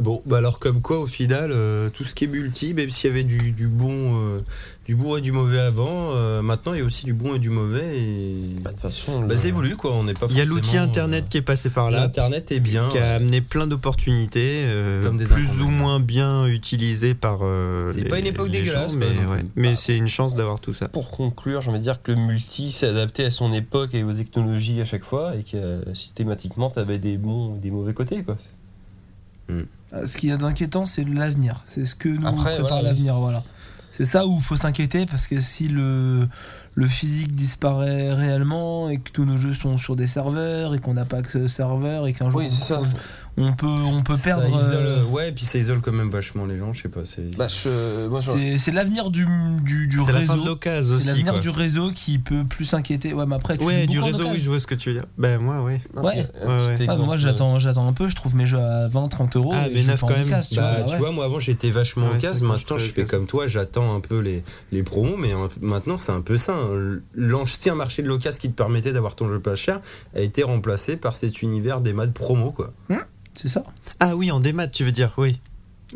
[SPEAKER 3] Bon, bah alors comme quoi au final, euh, tout ce qui est multi, même s'il y avait du, du bon, euh, du bon et du mauvais avant, euh, maintenant il y a aussi du bon et du mauvais. Et...
[SPEAKER 2] Bah, de toute façon,
[SPEAKER 3] Bah,
[SPEAKER 2] le-
[SPEAKER 3] c'est voulu quoi, on n'est pas.
[SPEAKER 5] Il y a
[SPEAKER 3] forcément,
[SPEAKER 5] l'outil internet
[SPEAKER 3] euh,
[SPEAKER 5] qui est passé par là.
[SPEAKER 3] L'internet est bien.
[SPEAKER 5] qui a amené plein d'opportunités, euh,
[SPEAKER 3] Comme des
[SPEAKER 5] plus
[SPEAKER 3] inconvénients.
[SPEAKER 5] ou moins bien utilisées par. euh,
[SPEAKER 3] C'est
[SPEAKER 5] les-
[SPEAKER 3] pas une époque
[SPEAKER 5] les gens,
[SPEAKER 3] dégueulasse,
[SPEAKER 5] mais,
[SPEAKER 3] quoi, non.
[SPEAKER 5] ouais. Mais c'est une chance d'avoir tout ça.
[SPEAKER 2] Pour conclure, j'ai envie de dire que le multi s'est adapté à son époque et aux technologies à chaque fois et que euh, systématiquement t'avais des bons et des mauvais côtés quoi.
[SPEAKER 4] Ah, Ce qui est inquiétant, c'est l'avenir. C'est ce que nous
[SPEAKER 2] Après,
[SPEAKER 4] prépare
[SPEAKER 2] voilà,
[SPEAKER 4] l'avenir, voilà. C'est ça où il faut s'inquiéter parce que si le, le physique disparaît réellement et que tous nos jeux sont sur des serveurs et qu'on n'a pas accès aux serveurs et qu'un jour on- on peut on peut
[SPEAKER 3] Ça
[SPEAKER 4] perdre.
[SPEAKER 3] isole,
[SPEAKER 4] euh,
[SPEAKER 3] ouais, et puis ça isole quand même vachement les gens, je sais pas. c'est-
[SPEAKER 2] Bah, je- moi, je-
[SPEAKER 4] c'est c'est l'avenir du, du, du
[SPEAKER 5] C'est la fin de
[SPEAKER 4] réseau.
[SPEAKER 5] l'occasion
[SPEAKER 4] C'est
[SPEAKER 5] aussi.
[SPEAKER 4] l'avenir
[SPEAKER 5] quoi.
[SPEAKER 4] du réseau qui peut plus s'inquiéter. Ouais, mais après, tu
[SPEAKER 5] Ouais,
[SPEAKER 4] joues
[SPEAKER 5] du
[SPEAKER 4] beaucoup en
[SPEAKER 5] réseau, oui,
[SPEAKER 4] occasion.
[SPEAKER 5] je vois ce que tu veux dire. Ben, moi, ouais.
[SPEAKER 2] un
[SPEAKER 4] ouais.
[SPEAKER 2] petit- un
[SPEAKER 4] Ouais,
[SPEAKER 2] petit
[SPEAKER 5] ouais.
[SPEAKER 4] Ouais, mais
[SPEAKER 2] exemple,
[SPEAKER 4] moi j'attends j'attends un peu, je trouve mes jeux à 20 30 euros
[SPEAKER 5] Ah,
[SPEAKER 4] et
[SPEAKER 5] mais
[SPEAKER 4] je
[SPEAKER 5] neuf
[SPEAKER 4] fais en
[SPEAKER 5] quand même.
[SPEAKER 4] casse, tu
[SPEAKER 3] Bah,
[SPEAKER 4] vois,
[SPEAKER 3] tu
[SPEAKER 4] ouais.
[SPEAKER 3] vois, moi avant j'étais vachement
[SPEAKER 5] Ouais,
[SPEAKER 3] en casse,
[SPEAKER 5] c'est vrai que
[SPEAKER 3] maintenant
[SPEAKER 5] je
[SPEAKER 3] je,
[SPEAKER 5] fais
[SPEAKER 3] fais
[SPEAKER 5] casse.
[SPEAKER 3] comme toi, j'attends un peu les, les promos, mais un- maintenant c'est un peu ça. hein. L'ancien marché de l'occasion qui te permettait d'avoir ton jeu pas cher a été remplacé par cet univers des maths promo quoi.
[SPEAKER 4] C'est ça
[SPEAKER 5] Ah oui, en démat, tu veux dire, oui.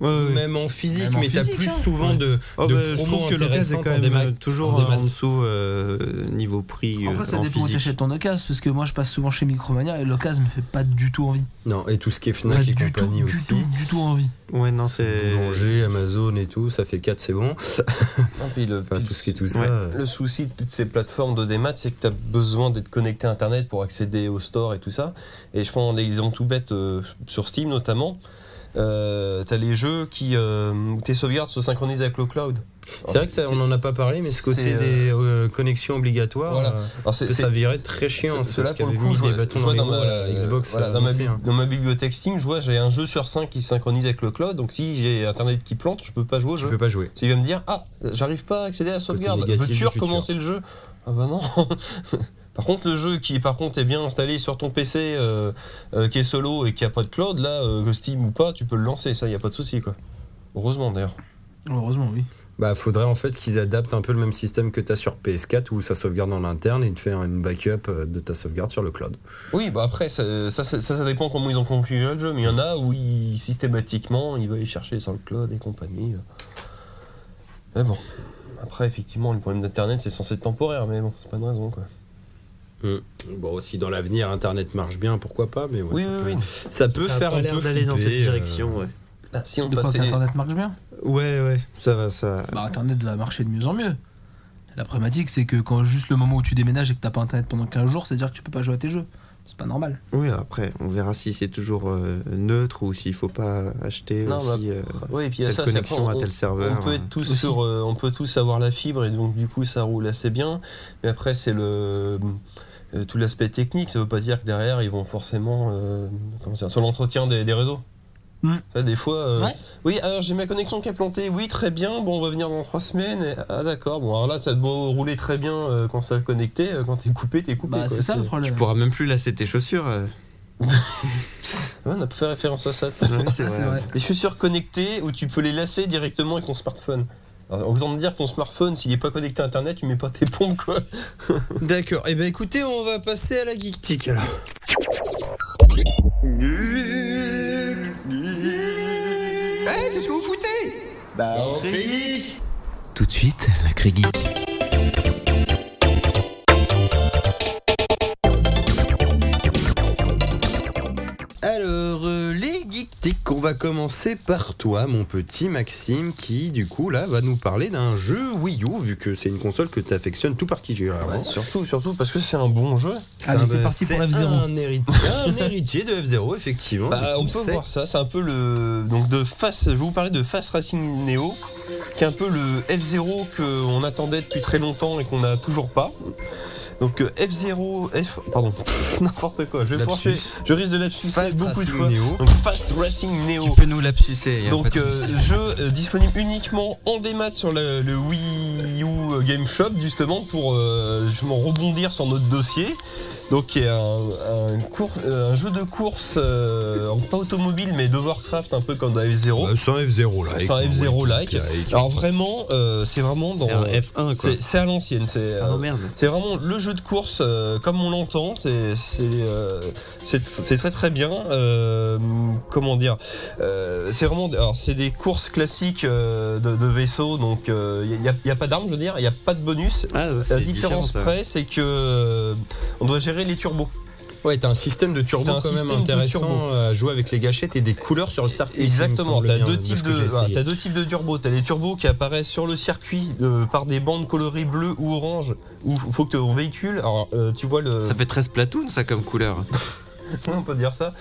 [SPEAKER 5] Ouais, ouais, ouais.
[SPEAKER 3] Même en physique,
[SPEAKER 4] Même en
[SPEAKER 3] mais t'as
[SPEAKER 4] physique,
[SPEAKER 3] plus
[SPEAKER 4] hein.
[SPEAKER 3] souvent de,
[SPEAKER 5] Oh,
[SPEAKER 3] de
[SPEAKER 5] bah, je
[SPEAKER 3] promos
[SPEAKER 5] trouve que
[SPEAKER 3] intéressantes
[SPEAKER 5] l'occasion est
[SPEAKER 3] en
[SPEAKER 5] quand même
[SPEAKER 3] démat-
[SPEAKER 5] euh, toujours
[SPEAKER 3] en démat.
[SPEAKER 5] en dessous euh, niveau prix.
[SPEAKER 4] En
[SPEAKER 5] euh,
[SPEAKER 4] vrai, ça
[SPEAKER 5] en
[SPEAKER 4] dépend où
[SPEAKER 5] physique.
[SPEAKER 4] t'achètes ton occasion parce que moi je passe souvent chez Micromania et l'occasion me fait pas du tout envie.
[SPEAKER 3] Non, et tout ce qui est
[SPEAKER 4] Pas
[SPEAKER 3] Fnac et
[SPEAKER 4] du tout,
[SPEAKER 3] compagnie
[SPEAKER 4] du
[SPEAKER 3] aussi.
[SPEAKER 4] tout, du tout envie.
[SPEAKER 5] Ouais, non, c'est.
[SPEAKER 3] Boulanger, Amazon et tout, ça fait 4 c'est bon.
[SPEAKER 2] hein, puis le-
[SPEAKER 3] Enfin
[SPEAKER 2] puis
[SPEAKER 3] tout ce qui est tout
[SPEAKER 5] Ouais.
[SPEAKER 3] ça. euh,
[SPEAKER 2] Le souci de toutes ces plateformes de démat, c'est que tu as besoin d'être connecté à Internet pour accéder au store et tout ça. Et je prends l'exemple tout bête euh, sur Steam notamment. Euh, t'as les jeux qui euh, où tes sauvegardes se synchronisent avec le cloud.
[SPEAKER 3] C'est vrai que ça, on en a pas parlé, mais ce côté
[SPEAKER 2] c'est, euh,
[SPEAKER 3] des euh, connexions obligatoires.
[SPEAKER 2] Voilà.
[SPEAKER 3] euh,
[SPEAKER 2] Alors, c'est-
[SPEAKER 3] Ça,
[SPEAKER 2] c'est-
[SPEAKER 3] ça virait très chiant,
[SPEAKER 2] Ce-
[SPEAKER 3] ça, parce
[SPEAKER 2] cela,
[SPEAKER 3] qu'il
[SPEAKER 2] pour
[SPEAKER 3] avait
[SPEAKER 2] le coup,
[SPEAKER 3] mis
[SPEAKER 2] je vois-
[SPEAKER 3] des bâtons
[SPEAKER 2] je
[SPEAKER 3] dans
[SPEAKER 2] vois
[SPEAKER 3] les
[SPEAKER 2] dans
[SPEAKER 3] roues
[SPEAKER 2] ma- euh,
[SPEAKER 3] à la Xbox.
[SPEAKER 2] voilà,
[SPEAKER 3] à
[SPEAKER 2] dans, ma,
[SPEAKER 3] lancer,
[SPEAKER 2] bi-
[SPEAKER 3] hein.
[SPEAKER 2] dans ma bibliothèque Steam, je vois j'ai un jeu sur 5 qui synchronise avec le cloud. Donc si j'ai internet qui plante, je peux pas jouer au
[SPEAKER 3] Tu
[SPEAKER 2] jeu.
[SPEAKER 3] peux pas jouer.
[SPEAKER 2] Si il va me dire ah j'arrive pas à accéder à la sauvegarde,
[SPEAKER 3] négatif du
[SPEAKER 2] veux-tu
[SPEAKER 3] futur.
[SPEAKER 2] recommencer le jeu Ah bah non. par contre le jeu qui par contre est bien installé sur ton PC, euh, euh, qui est solo et qui a pas de cloud, là euh, que Steam ou pas, tu peux le lancer, ça y a pas de souci quoi. Heureusement d'ailleurs.
[SPEAKER 4] Heureusement, oui.
[SPEAKER 3] Bah, faudrait en fait qu'ils adaptent un peu le même système que t'as sur PS4 où ça sauvegarde en interne et de faire une backup euh, de ta sauvegarde sur le cloud.
[SPEAKER 2] Oui bah après ça ça, ça- ça dépend comment ils ont configuré le jeu, mais il y en a où ils, systématiquement ils vont aller chercher sur le cloud et compagnie. Mais bon. Après effectivement le problème d'internet c'est censé être temporaire mais bon c'est pas une raison quoi.
[SPEAKER 3] Bon, si dans l'avenir Internet marche bien, pourquoi pas, mais ouais,
[SPEAKER 2] oui
[SPEAKER 3] ça,
[SPEAKER 2] oui
[SPEAKER 3] peut,
[SPEAKER 2] oui.
[SPEAKER 3] ça peut
[SPEAKER 5] Ça a
[SPEAKER 3] faire
[SPEAKER 5] pas
[SPEAKER 3] un
[SPEAKER 5] l'air
[SPEAKER 3] peu
[SPEAKER 5] d'aller dans cette
[SPEAKER 3] flipper, euh,
[SPEAKER 5] direction, ouais.
[SPEAKER 2] Bah, si on
[SPEAKER 4] De quoi
[SPEAKER 2] passait-
[SPEAKER 4] qu'Internet marche bien
[SPEAKER 5] Ouais, ouais, ça va, ça.
[SPEAKER 4] Bah, Internet va marcher de mieux en mieux. La problématique, c'est que quand juste le moment où tu déménages et que t'as pas Internet pendant 15 jours, c'est-à-dire que tu peux pas jouer à tes jeux. C'est pas normal.
[SPEAKER 5] Oui, après, on verra si c'est toujours euh, neutre ou s'il faut pas acheter
[SPEAKER 2] Non,
[SPEAKER 5] aussi euh,
[SPEAKER 2] Oui, et puis il y a
[SPEAKER 5] telle
[SPEAKER 2] ça, c'est après,
[SPEAKER 5] connexion à
[SPEAKER 2] on-
[SPEAKER 5] tel serveur.
[SPEAKER 2] On peut être tous
[SPEAKER 4] aussi.
[SPEAKER 2] sur, euh, on peut tous avoir la fibre et donc du coup ça roule assez bien. Mais après c'est le euh, tout l'aspect technique. Ça veut pas dire que derrière ils vont forcément euh, comment dire, sur l'entretien des, des réseaux.
[SPEAKER 4] Mm.
[SPEAKER 2] Ça, des fois. euh,
[SPEAKER 4] Ouais.
[SPEAKER 2] Oui, alors j'ai ma connexion qui a planté. Oui, très bien. Bon, on va venir dans trois semaines. Et- Ah, d'accord. Bon, alors là, ça doit rouler très bien euh, quand ça a connecté. Euh, Quand t'es coupé, t'es coupé.
[SPEAKER 4] Bah,
[SPEAKER 2] quoi.
[SPEAKER 4] c'est ça le problème.
[SPEAKER 5] Tu pourras même plus lasser tes chaussures. euh.
[SPEAKER 2] Ouais, on a pas fait référence à ça.
[SPEAKER 5] Ouais,
[SPEAKER 4] Ah, c'est vrai.
[SPEAKER 2] Les chaussures connectées où tu peux les lacer directement avec ton smartphone. Alors, autant me dire que ton smartphone, s'il est pas connecté à internet, tu mets pas tes pompes quoi.
[SPEAKER 3] D'accord. Eh ben écoutez, on va passer à la geektique alors.
[SPEAKER 1] Qu'est-ce que vous foutez
[SPEAKER 8] Tout de suite, la Craigie.
[SPEAKER 3] Alors, euh, les geektiques, on va commencer par toi, mon petit Maxime, qui du coup là va nous parler d'un jeu Wii U, vu que c'est une console que tu affectionnes tout particulièrement.
[SPEAKER 2] surtout, surtout parce que c'est un bon jeu.
[SPEAKER 4] Allez,
[SPEAKER 3] un-
[SPEAKER 4] c'est parti pour
[SPEAKER 3] c'est
[SPEAKER 4] F0.
[SPEAKER 3] Un héritier, un héritier de F0, effectivement.
[SPEAKER 2] Bah,
[SPEAKER 3] Du
[SPEAKER 2] on
[SPEAKER 3] coup,
[SPEAKER 2] peut
[SPEAKER 3] c'est-
[SPEAKER 2] voir ça, c'est un peu le. Donc de face, je vais vous parler de Fast Racing Neo, qui est un peu le F0 qu'on attendait depuis très longtemps et qu'on n'a toujours pas. Donc euh, F0, F. Pardon, n'importe quoi, je vais
[SPEAKER 3] Lapsus.
[SPEAKER 2] forcer, je risque de l'absurde
[SPEAKER 3] Fast
[SPEAKER 2] beaucoup de
[SPEAKER 3] Racing
[SPEAKER 2] fois.
[SPEAKER 3] Neo. Oh.
[SPEAKER 2] Donc Fast Racing Neo.
[SPEAKER 5] Tu peux nous l'absucer. y a pas
[SPEAKER 2] Donc
[SPEAKER 5] de
[SPEAKER 2] euh,
[SPEAKER 5] souci.
[SPEAKER 2] jeu euh, disponible uniquement en démat sur le, le Wii U euh, Game Shop justement pour euh, justement rebondir sur notre dossier. Donc qui est un, un cour- euh, un jeu de course euh, pas automobile mais de Warcraft un peu comme dans F0.
[SPEAKER 3] Bah, c'est un F0 like.
[SPEAKER 2] C'est un F0
[SPEAKER 3] ouais,
[SPEAKER 2] like.
[SPEAKER 5] Ah,
[SPEAKER 2] Alors vraiment euh, c'est vraiment dans
[SPEAKER 5] c'est un F1 quoi.
[SPEAKER 2] c'est- c'est à l'ancienne, c'est euh,
[SPEAKER 5] Ah non, merde.
[SPEAKER 2] c'est vraiment le jeu de course euh, comme on l'entend, c'est c'est, euh, c'est- c'est très très bien. Euh, comment dire Euh, C'est vraiment alors c'est des courses classiques euh, de, de vaisseaux, donc il n'y a, y a pas d'armes, je veux dire, il n'y a pas de bonus.
[SPEAKER 5] Ah,
[SPEAKER 2] La
[SPEAKER 5] c'est différent,
[SPEAKER 2] différence
[SPEAKER 5] ça.
[SPEAKER 2] près, c'est que euh, on doit gérer les turbos.
[SPEAKER 3] Ouais, t'as un système de turbo
[SPEAKER 2] T'as un
[SPEAKER 3] quand même
[SPEAKER 2] système de
[SPEAKER 3] intéressant
[SPEAKER 2] turbo.
[SPEAKER 3] à jouer avec les gâchettes et des couleurs sur le circuit. il me
[SPEAKER 2] Exactement,
[SPEAKER 3] semble
[SPEAKER 2] t'as
[SPEAKER 3] bien,
[SPEAKER 2] deux,
[SPEAKER 3] de ah,
[SPEAKER 2] types
[SPEAKER 3] ce que
[SPEAKER 2] de,
[SPEAKER 3] j'ai
[SPEAKER 2] voilà,
[SPEAKER 3] essayé.
[SPEAKER 2] t'as deux types de turbos. T'as les turbos qui apparaissent sur le circuit euh, par des bandes colorées bleues ou orange, où faut que ton véhicule. Alors, euh, tu vois le.
[SPEAKER 5] Ça fait 13 platoons ça comme couleur.
[SPEAKER 2] Ouais, on peut dire ça.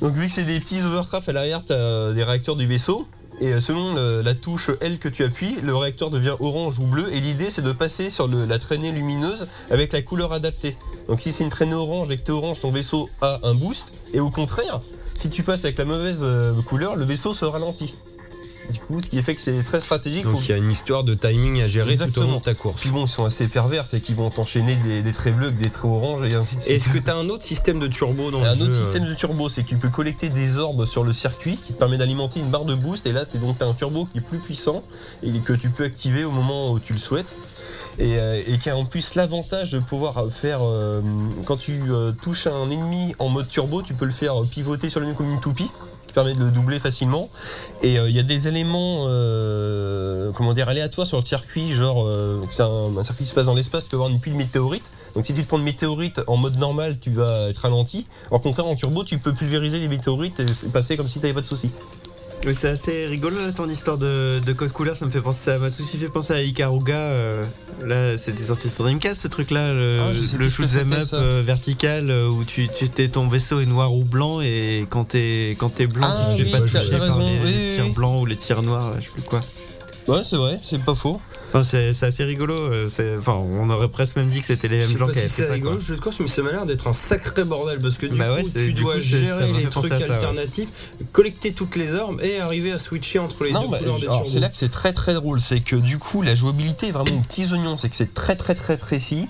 [SPEAKER 2] Donc vu que c'est des petits hovercraft à l'arrière, t'as euh, des réacteurs du vaisseau. Et euh, selon le- la touche L que tu appuies, le réacteur devient orange ou bleu. Et l'idée, c'est de passer sur le- la traînée lumineuse avec la couleur adaptée. Donc si c'est une traînée orange et que t'es orange, ton vaisseau a un boost. Et au contraire, si tu passes avec la mauvaise euh, couleur, le vaisseau se ralentit. Du coup, ce qui fait que c'est très stratégique.
[SPEAKER 3] Donc
[SPEAKER 2] Faut-
[SPEAKER 3] il y a une histoire de timing à gérer tout au long
[SPEAKER 2] Exactement.
[SPEAKER 3] de ta course.
[SPEAKER 2] Puis bon, ils sont assez pervers, c'est qu'ils vont t'enchaîner des, des traits bleus avec des traits oranges et ainsi de suite.
[SPEAKER 3] Est-ce que t'as un autre système de turbo dans
[SPEAKER 2] Il y a
[SPEAKER 3] le
[SPEAKER 2] un autre
[SPEAKER 3] jeu, euh,
[SPEAKER 2] système de turbo, c'est que tu peux collecter des orbes sur le circuit qui te permet d'alimenter une barre de boost. Et là, tu donc t'as un turbo qui est plus puissant et que tu peux activer au moment où tu le souhaites. Et, euh, et qui a en plus l'avantage de pouvoir faire. euh, quand tu euh, touches un ennemi en mode turbo, tu peux le faire pivoter sur le menu comme une toupie qui permet de le doubler facilement. Et euh, il y a des éléments euh, comment dire, aléatoires sur le circuit, genre euh, c'est un, un circuit qui se passe dans l'espace, tu peux avoir une pile météorite. Donc si tu te prends une météorite en mode normal, tu vas être ralenti. Alors contraire en turbo, tu peux pulvériser les météorites et passer comme si t'avais pas de soucis.
[SPEAKER 5] Mais c'est assez rigolo là, ton histoire de, de code couleur, ça me fait penser, ça m'a tout de suite fait penser à Ikaruga. euh, là, c'était sorti sur Dreamcast ce truc là, le,
[SPEAKER 2] Ah, je sais
[SPEAKER 5] le
[SPEAKER 2] plus ce que
[SPEAKER 5] shoot 'em
[SPEAKER 2] c'était,
[SPEAKER 5] up
[SPEAKER 2] ça.
[SPEAKER 5] euh, vertical euh, où tu, tu t'es- ton vaisseau est noir ou blanc et quand t'es quand t'es blanc,
[SPEAKER 2] Ah
[SPEAKER 5] tu te
[SPEAKER 2] oui,
[SPEAKER 5] fais pas
[SPEAKER 2] t'as-
[SPEAKER 5] toucher
[SPEAKER 2] t'as
[SPEAKER 5] par
[SPEAKER 2] raison,
[SPEAKER 5] les,
[SPEAKER 2] oui,
[SPEAKER 5] les
[SPEAKER 2] oui,
[SPEAKER 5] tirs
[SPEAKER 2] oui.
[SPEAKER 5] blancs ou les tirs noirs, je sais plus quoi.
[SPEAKER 2] Ouais, c'est vrai, c'est pas faux.
[SPEAKER 5] Enfin, c'est, c'est assez rigolo. euh, c'est- enfin, on aurait presque même dit que c'était les
[SPEAKER 3] Je
[SPEAKER 5] mêmes
[SPEAKER 3] sais
[SPEAKER 5] gens
[SPEAKER 3] pas
[SPEAKER 5] qui
[SPEAKER 3] si
[SPEAKER 5] avaient fait
[SPEAKER 3] c'est
[SPEAKER 5] ça.
[SPEAKER 3] rigolo
[SPEAKER 5] quoi.
[SPEAKER 3] le jeu de course, mais ça m'a l'air d'être un sacré bordel parce que du
[SPEAKER 5] Bah ouais,
[SPEAKER 3] coup,
[SPEAKER 5] c'est-
[SPEAKER 3] tu
[SPEAKER 5] du
[SPEAKER 3] dois
[SPEAKER 5] coup, c'est- ça
[SPEAKER 3] gérer
[SPEAKER 5] m'a
[SPEAKER 3] les
[SPEAKER 5] fait penser
[SPEAKER 3] trucs
[SPEAKER 5] à ça, ouais.
[SPEAKER 3] alternatifs, collecter toutes les armes et arriver à switcher entre les
[SPEAKER 2] Non,
[SPEAKER 3] deux
[SPEAKER 2] bah,
[SPEAKER 3] couleurs des
[SPEAKER 2] alors,
[SPEAKER 3] turbos.
[SPEAKER 2] c'est là que c'est très très drôle, c'est que du coup la jouabilité est vraiment aux petits oignons, c'est que c'est très très très précis.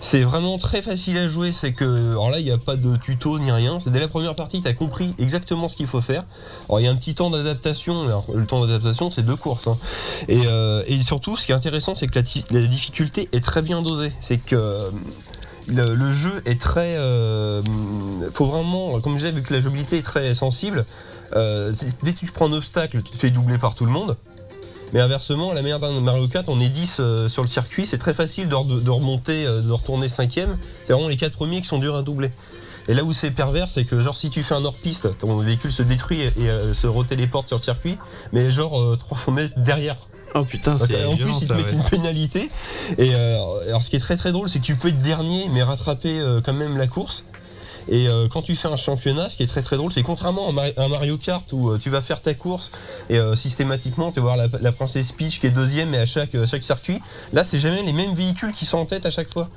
[SPEAKER 2] C'est vraiment très facile à jouer, c'est que alors là il n'y a pas de tuto ni rien, c'est dès la première partie tu as compris exactement ce qu'il faut faire. Alors il y a un petit temps d'adaptation, alors le temps d'adaptation c'est deux courses. hein. Et, euh, et surtout ce qui est intéressant c'est que la, ti- la difficulté est très bien dosée, c'est que euh, le, le jeu est très... euh, faut vraiment, comme je disais, vu que la jouabilité est très sensible, euh, c'est- dès que tu prends un obstacle, tu te fais doubler par tout le monde. Mais inversement, à la manière d'un Mario Kart, on est 10 euh, sur le circuit, c'est très facile de, re- de remonter, euh, de retourner 5ème. C'est vraiment les 4 premiers qui sont durs à doubler. Et là où c'est pervers, c'est que genre si tu fais un hors-piste, ton véhicule se détruit et, et, euh, se retéléporte sur le circuit, mais genre euh, 300 mètres derrière.
[SPEAKER 5] Oh putain, c'est
[SPEAKER 2] en plus,
[SPEAKER 5] violent,
[SPEAKER 2] ils te
[SPEAKER 5] ça,
[SPEAKER 2] mettent
[SPEAKER 5] ouais.
[SPEAKER 2] une pénalité. Et euh, alors, ce qui est très très drôle, c'est que tu peux être dernier, mais rattraper euh, quand même la course. Et euh, quand tu fais un championnat, ce qui est très très drôle, c'est contrairement à Mari- à Mario Kart où euh, tu vas faire ta course et euh, systématiquement tu vas voir la, la princesse Peach qui est deuxième et à chaque, euh, chaque circuit, là c'est jamais les mêmes véhicules qui sont en tête à chaque fois.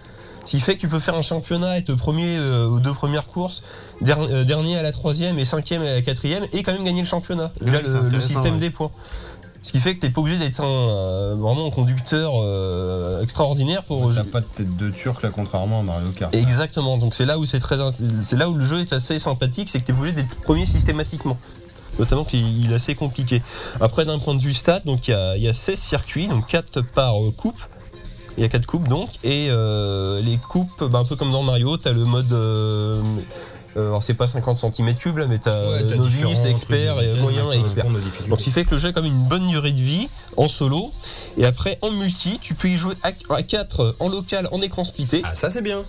[SPEAKER 2] Ce qui fait que tu peux faire un championnat, être premier euh, aux deux premières courses, der- euh, dernier à la troisième et cinquième à la quatrième, et quand même gagner le championnat.
[SPEAKER 5] Ouais,
[SPEAKER 2] Là,
[SPEAKER 5] c'est
[SPEAKER 2] le, le
[SPEAKER 5] intéressant,
[SPEAKER 2] système
[SPEAKER 5] ouais.
[SPEAKER 2] des points. Ce qui fait que t'es pas obligé d'être un, euh, vraiment un conducteur euh, extraordinaire pour
[SPEAKER 8] T'as pas de tête de turc là, contrairement à Mario Kart.
[SPEAKER 2] Exactement, donc c'est là où c'est très int- c'est là où le jeu est assez sympathique, c'est que tu es obligé d'être premier systématiquement. Notamment qu'il il est assez compliqué. Après d'un point de vue stat, donc il y a- il y, a 16 circuits, donc 4 par euh, coupe. Il y a 4 coupes donc, et euh, les coupes, bah, un peu comme dans Mario, t'as le mode. euh, euh, alors c'est pas 50 cm3 là, mais t'as
[SPEAKER 3] Ouais, t'as
[SPEAKER 2] as novice,
[SPEAKER 3] différents
[SPEAKER 2] expert,
[SPEAKER 3] trucs de
[SPEAKER 2] et
[SPEAKER 3] vitesse,
[SPEAKER 2] moyen et
[SPEAKER 3] d'accord,
[SPEAKER 2] expert.
[SPEAKER 3] on a des difficultés.
[SPEAKER 2] Donc ce qui fait que le jeu a quand même une bonne durée de vie en solo. Et après en multi, tu peux y jouer à, 4 en local, en écran splitté.
[SPEAKER 3] Ah, ça c'est bien.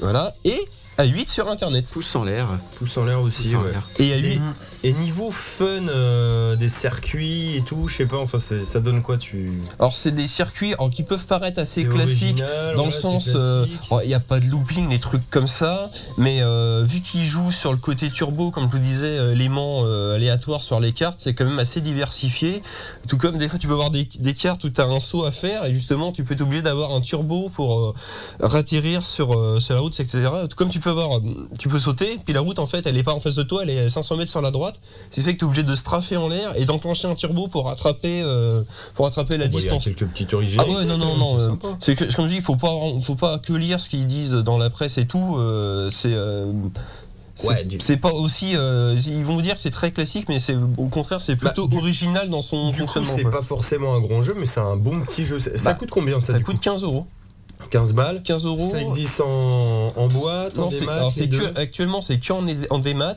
[SPEAKER 2] Voilà, et à 8 sur internet.
[SPEAKER 5] Pouce en l'air.
[SPEAKER 3] Pouce en l'air aussi,
[SPEAKER 5] Pouce en
[SPEAKER 3] ouais.
[SPEAKER 5] l'air.
[SPEAKER 2] Et à 8.
[SPEAKER 3] Et, et niveau fun euh, des circuits et tout, je sais pas, enfin c'est- ça donne quoi tu
[SPEAKER 2] Alors, c'est des circuits alors, qui peuvent paraître assez
[SPEAKER 3] C'est
[SPEAKER 2] classiques.
[SPEAKER 3] original,
[SPEAKER 2] Dans
[SPEAKER 3] ouais,
[SPEAKER 2] le
[SPEAKER 3] c'est
[SPEAKER 2] sens,
[SPEAKER 3] classique.
[SPEAKER 2] euh, oh, il n'y a pas de looping, des trucs comme ça, mais euh, vu qu'ils jouent sur le côté turbo, comme je vous disais, euh, l'aimant euh, aléatoire sur les cartes, c'est quand même assez diversifié. Tout comme des fois, tu peux avoir des, des cartes où tu as un saut à faire et justement, tu peux être obligé d'avoir un turbo pour euh, ratterrir sur, euh, sur la route, etc. Tout comme tu peux avoir, euh, tu peux sauter, puis la route en fait, elle est pas en face de toi, elle est à 500 mètres sur la droite, ce qui fait que tu es obligé de strafer en l'air et d'enclencher un turbo pour rattraper, euh, pour rattraper la
[SPEAKER 3] Bon, il y a
[SPEAKER 2] distance.
[SPEAKER 3] quelques petites origines.
[SPEAKER 2] Ah ouais, non, non, non.
[SPEAKER 3] C'est
[SPEAKER 2] euh,
[SPEAKER 3] sympa.
[SPEAKER 2] C'est que, comme je dis, il faut pas, faut pas que lire ce qu'ils disent dans la presse et tout. euh, c'est. euh, c'est-
[SPEAKER 3] Ouais, du-
[SPEAKER 2] c'est pas aussi. euh, ils vont vous dire que c'est très classique, mais c'est au contraire, c'est
[SPEAKER 3] Bah,
[SPEAKER 2] plutôt
[SPEAKER 3] du-
[SPEAKER 2] original dans son
[SPEAKER 3] Du coup,
[SPEAKER 2] fonctionnement.
[SPEAKER 3] c'est
[SPEAKER 2] quoi.
[SPEAKER 3] pas forcément un grand jeu, mais c'est un bon petit jeu. Ça
[SPEAKER 2] Bah,
[SPEAKER 3] coûte combien ça,
[SPEAKER 2] Ça
[SPEAKER 3] du
[SPEAKER 2] coûte 15 euros.
[SPEAKER 3] coup 15 balles.
[SPEAKER 2] 15 euros. euh,
[SPEAKER 3] Ça existe en, en boîte,
[SPEAKER 2] Non,
[SPEAKER 3] en
[SPEAKER 2] c'est-
[SPEAKER 3] démat,
[SPEAKER 2] alors,
[SPEAKER 3] les
[SPEAKER 2] c'est
[SPEAKER 3] deux
[SPEAKER 2] que- actuellement c'est que en, é- en démat